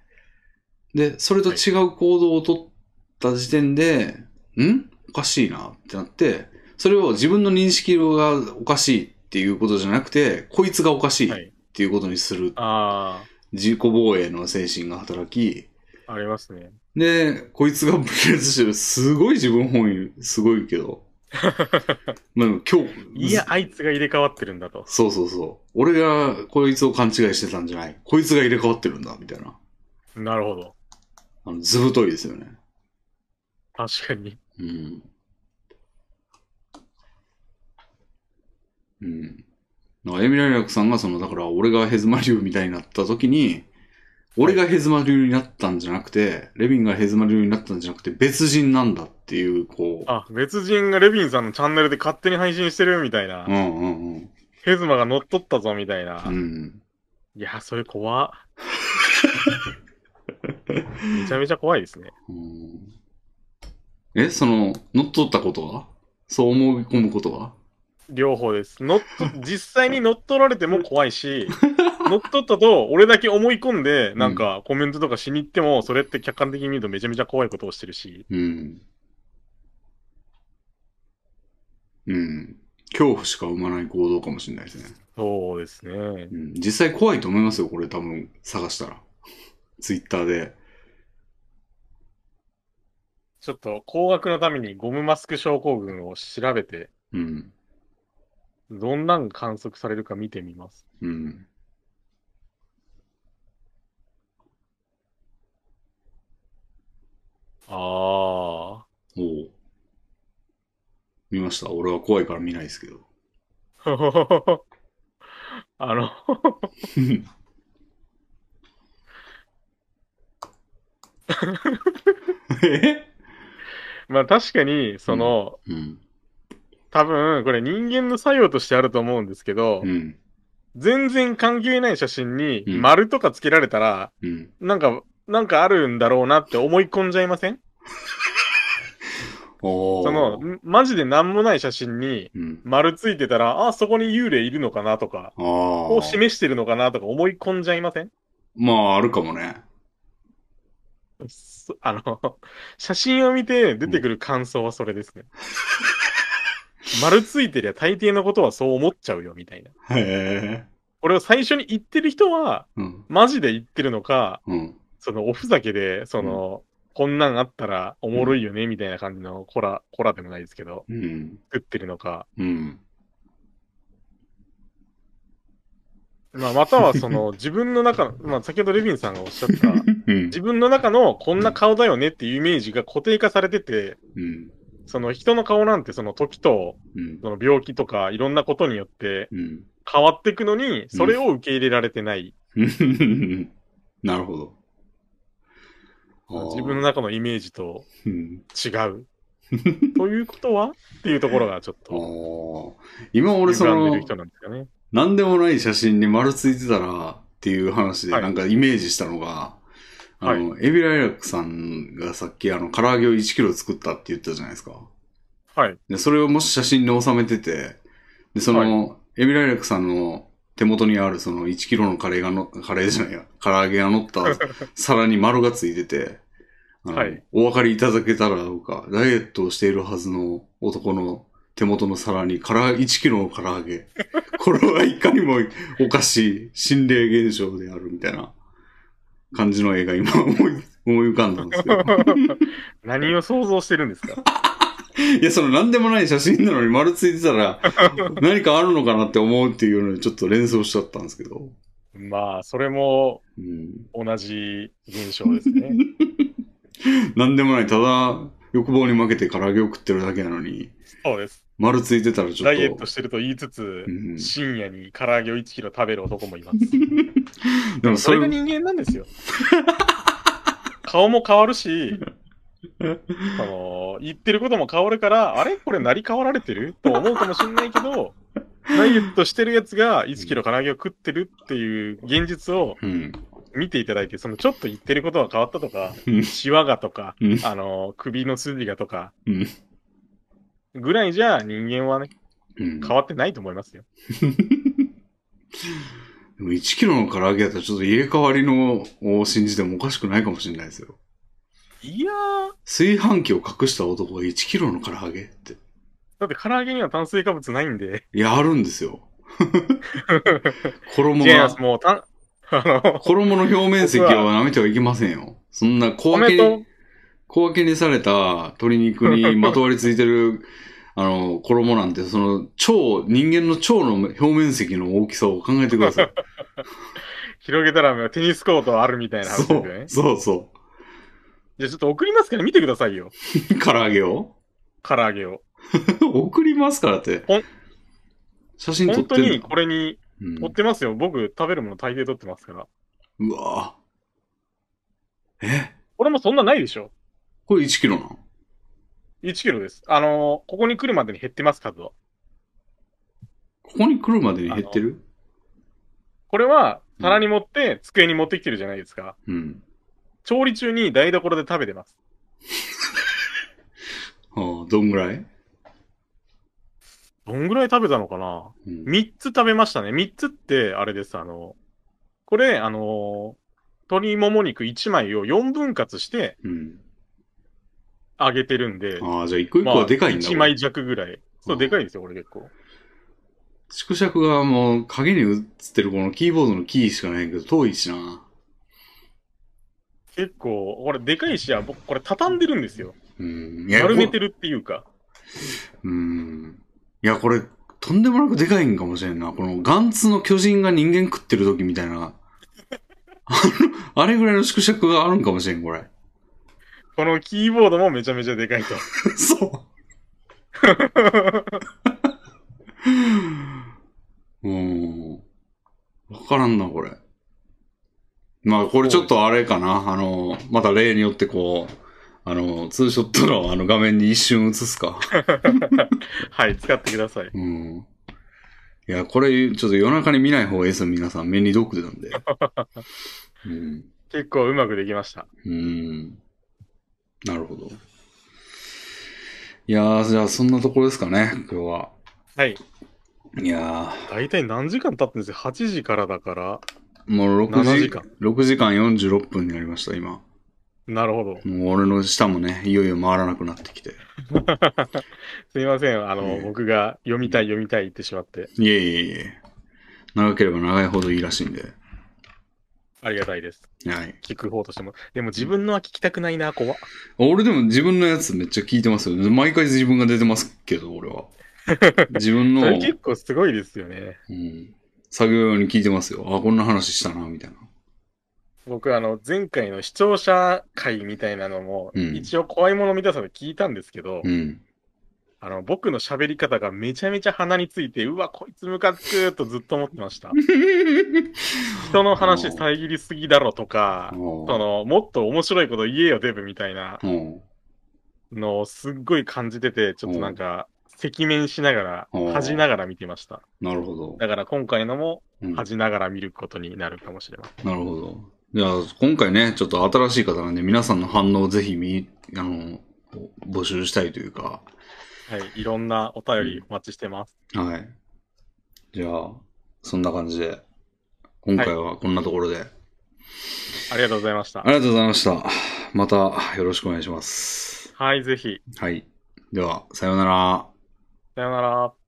[SPEAKER 1] で、それと違う行動をとった時点で、んおかしいなってなって、それを自分の認識がおかしいっていうことじゃなくて、こいつがおかしい
[SPEAKER 2] は
[SPEAKER 1] っ
[SPEAKER 2] い。
[SPEAKER 1] ていうことにする、
[SPEAKER 2] あ
[SPEAKER 1] 自己防衛の精神が働き、
[SPEAKER 2] あ、ありますね。
[SPEAKER 1] で、こいつが分裂してる。すごい自分本位、すごいけ
[SPEAKER 2] *laughs*
[SPEAKER 1] ど。まあでも今日、
[SPEAKER 2] いや、、あいつが入れ替わってるんだと。
[SPEAKER 1] そうそうそう。俺がこいつを勘違いしてたんじゃない。こいつが入れ替わってるんだ、みたいな。
[SPEAKER 2] なるほど。
[SPEAKER 1] あの、ずぶといですよね。
[SPEAKER 2] 確かに。
[SPEAKER 1] うん。うん。だからエミライラクさんが、その、だから俺がヘズマ流みたいになった時に、俺がヘズマ流になったんじゃなくて、レビンがヘズマ流になったんじゃなくて、別人なんだっていう、こう。
[SPEAKER 2] あ、別人がレビンさんのチャンネルで勝手に配信してるみたいな。
[SPEAKER 1] うんうんうん。
[SPEAKER 2] ヘズマが乗っ取ったぞみたいな。
[SPEAKER 1] うん。
[SPEAKER 2] いや、それ怖っめちゃめちゃ怖いですね。
[SPEAKER 1] うんえ、その、乗っ取ったことはそう思い込むことは
[SPEAKER 2] 両方で
[SPEAKER 1] *laughs*
[SPEAKER 2] す。乗っ取実際に乗っ取られても怖いし、乗っ取ったと俺だけ思い込んで、なんかコメントとかしに行っても、それって客観的に見るとめちゃめちゃ怖いことをしてるし、
[SPEAKER 1] うん。うん。恐怖しか生まない行動かもしれないですね。
[SPEAKER 2] そうですね。
[SPEAKER 1] うん、実際怖いと思いますよ、これ多分探したら。ツイッターで。
[SPEAKER 2] ちょっと高額のためにゴムマスク症候群を調べて、
[SPEAKER 1] うん。
[SPEAKER 2] どんなん観測されるか見てみます。
[SPEAKER 1] うん。
[SPEAKER 2] あ
[SPEAKER 1] おう見ました俺は怖いから見ないですけど。
[SPEAKER 2] あ。 *laughs* あの、
[SPEAKER 1] *laughs* え
[SPEAKER 2] まあ確かに、その、
[SPEAKER 1] うん。
[SPEAKER 2] 多分、これ人間の作用としてあると思うんですけど、
[SPEAKER 1] うん。
[SPEAKER 2] 全然関係ない写真に
[SPEAKER 1] うん
[SPEAKER 2] 丸とかつけられたら、
[SPEAKER 1] うん。
[SPEAKER 2] なんか、なんかあるんだろうなって思い込んじゃいません
[SPEAKER 1] おー
[SPEAKER 2] その、、んマジで何もない写真に
[SPEAKER 1] うん。
[SPEAKER 2] 丸ついてたら、あ、そこに幽霊いるのかなとか、
[SPEAKER 1] ああ。
[SPEAKER 2] を示してるのかなとか思い込んじゃいません
[SPEAKER 1] まあ、あるかもね。
[SPEAKER 2] そ *laughs* あの、写真を見て出てくる感想はそ
[SPEAKER 1] *laughs*
[SPEAKER 2] れですね。丸ついてりゃ大抵のことはそう思っちゃうよ、みたいな。
[SPEAKER 1] へえ。
[SPEAKER 2] これを最初に言ってる人は、
[SPEAKER 1] うん。
[SPEAKER 2] マジで言ってるのか、
[SPEAKER 1] うん。
[SPEAKER 2] そのおふざけで、その、こんなんあったらおもろいよね、みたいな感じのコラ、コラでもないですけど、
[SPEAKER 1] うん。
[SPEAKER 2] 作ってるのか、
[SPEAKER 1] うん。
[SPEAKER 2] まあ、またはその、
[SPEAKER 1] *laughs*
[SPEAKER 2] 自分の中の、まあ、先ほどレヴィンさんがおっしゃった、
[SPEAKER 1] うん。
[SPEAKER 2] 自分の中のこんな顔だよねっていうイメージが固定化されてて、
[SPEAKER 1] うん。
[SPEAKER 2] その人の顔なんてその時と、
[SPEAKER 1] うん
[SPEAKER 2] その病気とかいろんなことによって
[SPEAKER 1] うん。
[SPEAKER 2] 変わっていくのに、それを受け入れられてない。
[SPEAKER 1] うん。なるほど。あー
[SPEAKER 2] 自分の中のイメージと
[SPEAKER 1] うん
[SPEAKER 2] 違
[SPEAKER 1] *laughs*
[SPEAKER 2] う。ということはっていうところがちょっ
[SPEAKER 1] あ
[SPEAKER 2] と、
[SPEAKER 1] ー今俺そ
[SPEAKER 2] 歪んで
[SPEAKER 1] の
[SPEAKER 2] る、人なんですよね。
[SPEAKER 1] 何でもない写真に丸ついてたらっていう話で
[SPEAKER 2] はい
[SPEAKER 1] なんかイメージしたのが、あの、エビライラックさんがさっきあの、唐揚げを1キロ作ったって言ったじゃないですか。
[SPEAKER 2] はい。
[SPEAKER 1] で、それをもし写真に収めてて、で、その、エビライラックさんの手元にあるその1キロのカレーがの、 *laughs* カレーじゃないや、唐揚げが乗った
[SPEAKER 2] *laughs*
[SPEAKER 1] 皿に丸がついてて、あの
[SPEAKER 2] はい
[SPEAKER 1] お分かりいただけたらどうか、ダイエットをしているはずの男の手元の皿にから1キロの唐揚げ。 *laughs* これはいかにもおかしい心霊現象であるみたいな感じの絵が今思い思い浮かんだんですけど。
[SPEAKER 2] 何を想像してるんですか
[SPEAKER 1] *laughs* いや、その何でもない写真なのに丸ついてた
[SPEAKER 2] *laughs*
[SPEAKER 1] ら、何かあるのかなって思うっていうのにちょっと連想しちゃったんですけど。
[SPEAKER 2] *laughs* まあ、それも
[SPEAKER 1] うん。
[SPEAKER 2] 同じ現象ですね。
[SPEAKER 1] 何でもない、ただ欲望に負けて唐揚げを食ってるだけなのに、
[SPEAKER 2] *laughs* そうです。
[SPEAKER 1] 丸ついてたらちょっと。
[SPEAKER 2] ダイエットしてると言いつつ
[SPEAKER 1] う、ん。
[SPEAKER 2] 深夜に唐揚げを1キロ食べる男もいます。
[SPEAKER 1] でも
[SPEAKER 2] *laughs* そ
[SPEAKER 1] そ
[SPEAKER 2] れが
[SPEAKER 1] れ、
[SPEAKER 2] 人間なんですよ。 *laughs* 顔も変わるし、あの言ってることも変わるから、あれこれ成り変わられてると思うかもしんないけど、ダイエットしてるやつが1キロ唐揚げを食ってるっていう現実を
[SPEAKER 1] うん。
[SPEAKER 2] 見ていただいて、そのちょっと言ってることが変わったとか
[SPEAKER 1] う、ん
[SPEAKER 2] シワがとか、
[SPEAKER 1] うん
[SPEAKER 2] あの首の筋がとか、
[SPEAKER 1] うん
[SPEAKER 2] ぐらいじゃ人間はね、
[SPEAKER 1] うん。
[SPEAKER 2] 変わってないと思いますよ。
[SPEAKER 1] でも1キロの唐揚げだったらちょっと入れ替わりのを信じてもおかしくないかもしれないですよ。
[SPEAKER 2] いやー、
[SPEAKER 1] 炊飯器を隠した男が1キロの唐揚げって。
[SPEAKER 2] だって唐揚げには炭水化物ないんで。
[SPEAKER 1] いや、あるんです
[SPEAKER 2] *laughs*
[SPEAKER 1] よ。衣
[SPEAKER 2] 違いま
[SPEAKER 1] が
[SPEAKER 2] す、、もうた、 *laughs* あの、
[SPEAKER 1] 衣の表面積を舐めてはいけませんよ。そんな小分
[SPEAKER 2] 米
[SPEAKER 1] けに、
[SPEAKER 2] と、
[SPEAKER 1] 小分けにされた鶏肉にまとわりついて
[SPEAKER 2] *laughs*
[SPEAKER 1] る、あの、衣なんて、その、腸、人間の腸の表面積の大きさを考えてくだ
[SPEAKER 2] *laughs*
[SPEAKER 1] さい。
[SPEAKER 2] 広げたらテニスコートあるみたいな話です
[SPEAKER 1] そ
[SPEAKER 2] よ
[SPEAKER 1] う
[SPEAKER 2] ね、。
[SPEAKER 1] そうそ
[SPEAKER 2] じゃあちょっと送りますから見てくださいよ。
[SPEAKER 1] う。 *laughs* 唐揚げを
[SPEAKER 2] 唐揚げを。
[SPEAKER 1] 送りますからって
[SPEAKER 2] ほん。
[SPEAKER 1] 写真撮っ
[SPEAKER 2] 本当
[SPEAKER 1] てん
[SPEAKER 2] に
[SPEAKER 1] の
[SPEAKER 2] これに
[SPEAKER 1] うん
[SPEAKER 2] 追ってますよ。僕食べるもの大抵取ってますから。
[SPEAKER 1] うわぁ。え
[SPEAKER 2] これもそんなないでしょ。
[SPEAKER 1] これ1キロなの
[SPEAKER 2] 1キロです。あのーここに来るまでに減ってます、数は。
[SPEAKER 1] ここに来るまでに減ってる
[SPEAKER 2] これは皿に持って、机に持ってきてるじゃないですか。
[SPEAKER 1] うん。
[SPEAKER 2] 調理中に台所で食べてます。
[SPEAKER 1] ああ、どんぐらい
[SPEAKER 2] どんぐらい食べたのかな
[SPEAKER 1] うん。
[SPEAKER 2] 3つ食べましたね。3つって、あれです、あの、これ、あのー、鶏もも肉1枚を4分割して
[SPEAKER 1] うん
[SPEAKER 2] 揚げてるんで、
[SPEAKER 1] ああ、じゃあ一個一個
[SPEAKER 2] まあ
[SPEAKER 1] はでかいんだ。
[SPEAKER 2] 1枚弱ぐらい。そうう、
[SPEAKER 1] ん
[SPEAKER 2] でかいですよ、これ結構。
[SPEAKER 1] 縮尺がもう影に映ってるこのキーボードのキーしかないけど遠いしな。
[SPEAKER 2] 結構、これでかいし、あ僕、これ畳んでるんですよ。
[SPEAKER 1] うん。いや、
[SPEAKER 2] 丸めて
[SPEAKER 1] る。
[SPEAKER 2] るっていうか。
[SPEAKER 1] うん。いや、これ、とんでもなくでかいんかもしれんな。このガンツの巨人が人間食ってる時みたいな。あの、あれぐらいの縮尺があるんかもしれん、これ。
[SPEAKER 2] このキーボードもめちゃめちゃでかいと。
[SPEAKER 1] そう。うん。わからんな、これ。まあ、これちょっとあれかな。あの、また例によってこう、あの、ツーショットのあの画面に一瞬映すか。
[SPEAKER 2] はい、使ってください。
[SPEAKER 1] うん。いや、これ、ちょっと夜中に見ない方がいいですよ、皆さん。目に毒なんで。うん。
[SPEAKER 2] 結構うまくできました。
[SPEAKER 1] うん。なるほど。いやー、じゃあそんなところですかね、今日は。
[SPEAKER 2] はい。
[SPEAKER 1] いやー、
[SPEAKER 2] 大体何時間経ってんですよ ?8 時からだから。
[SPEAKER 1] もう6
[SPEAKER 2] 7
[SPEAKER 1] 時
[SPEAKER 2] 時間。
[SPEAKER 1] 6時間46分になりました、今。
[SPEAKER 2] なるほど。
[SPEAKER 1] もう俺の舌もね、いよいよ回らなくなってきて。
[SPEAKER 2] すいません。あの、
[SPEAKER 1] ええ
[SPEAKER 2] 僕が読みたい読みたい言ってしまって。
[SPEAKER 1] いえいえいえ。長ければ長いほどいいらしいんで。
[SPEAKER 2] ありがたいです。
[SPEAKER 1] はい。
[SPEAKER 2] 聞く方としても。でも自分のは聞きたくないな、怖っ
[SPEAKER 1] 俺でも自分のやつめっちゃ聞いてますよ。毎回自分が出てますけど、俺
[SPEAKER 2] *laughs*
[SPEAKER 1] は。自分
[SPEAKER 2] そ
[SPEAKER 1] の
[SPEAKER 2] れ、結構すごいですよね。
[SPEAKER 1] うん、作業用に聞いてますよ。あ、こんな話したな、みたいな。
[SPEAKER 2] 僕、あの、前回の視聴者会みたいなのも、
[SPEAKER 1] うん
[SPEAKER 2] 一応怖いもの見たさで聞いたんですけど、
[SPEAKER 1] うん。
[SPEAKER 2] あの、僕の喋り方がめちゃめちゃ鼻について、うわ、こいつムカつくとずっと思ってま
[SPEAKER 1] *laughs*
[SPEAKER 2] した。人の話遮りすぎだろとか、
[SPEAKER 1] も
[SPEAKER 2] その、もっと面白いこと言えよ、デブみたいな
[SPEAKER 1] う、も
[SPEAKER 2] のをすっごい感じてて、ちょっとなんか、赤面しなが
[SPEAKER 1] うん
[SPEAKER 2] ら、恥じながら見てました。
[SPEAKER 1] う、なるほど。
[SPEAKER 2] だから今回のも、
[SPEAKER 1] うん
[SPEAKER 2] 恥じながら見ることになるかもしれません。
[SPEAKER 1] なるほど。じゃあ、今回ね、ちょっと新しい方なんで、皆さんの反応をぜひ見、あの、募集したいというか、
[SPEAKER 2] はい、いろんなお便りお待ちしてます。
[SPEAKER 1] はい。じゃあ、そんな感じで、今回はこんなところで、
[SPEAKER 2] ありがとうございました
[SPEAKER 1] あ。りがとうございました。またよろしくお願いします。
[SPEAKER 2] はい、ぜひ。
[SPEAKER 1] はい。では、さようなら。
[SPEAKER 2] さよなら。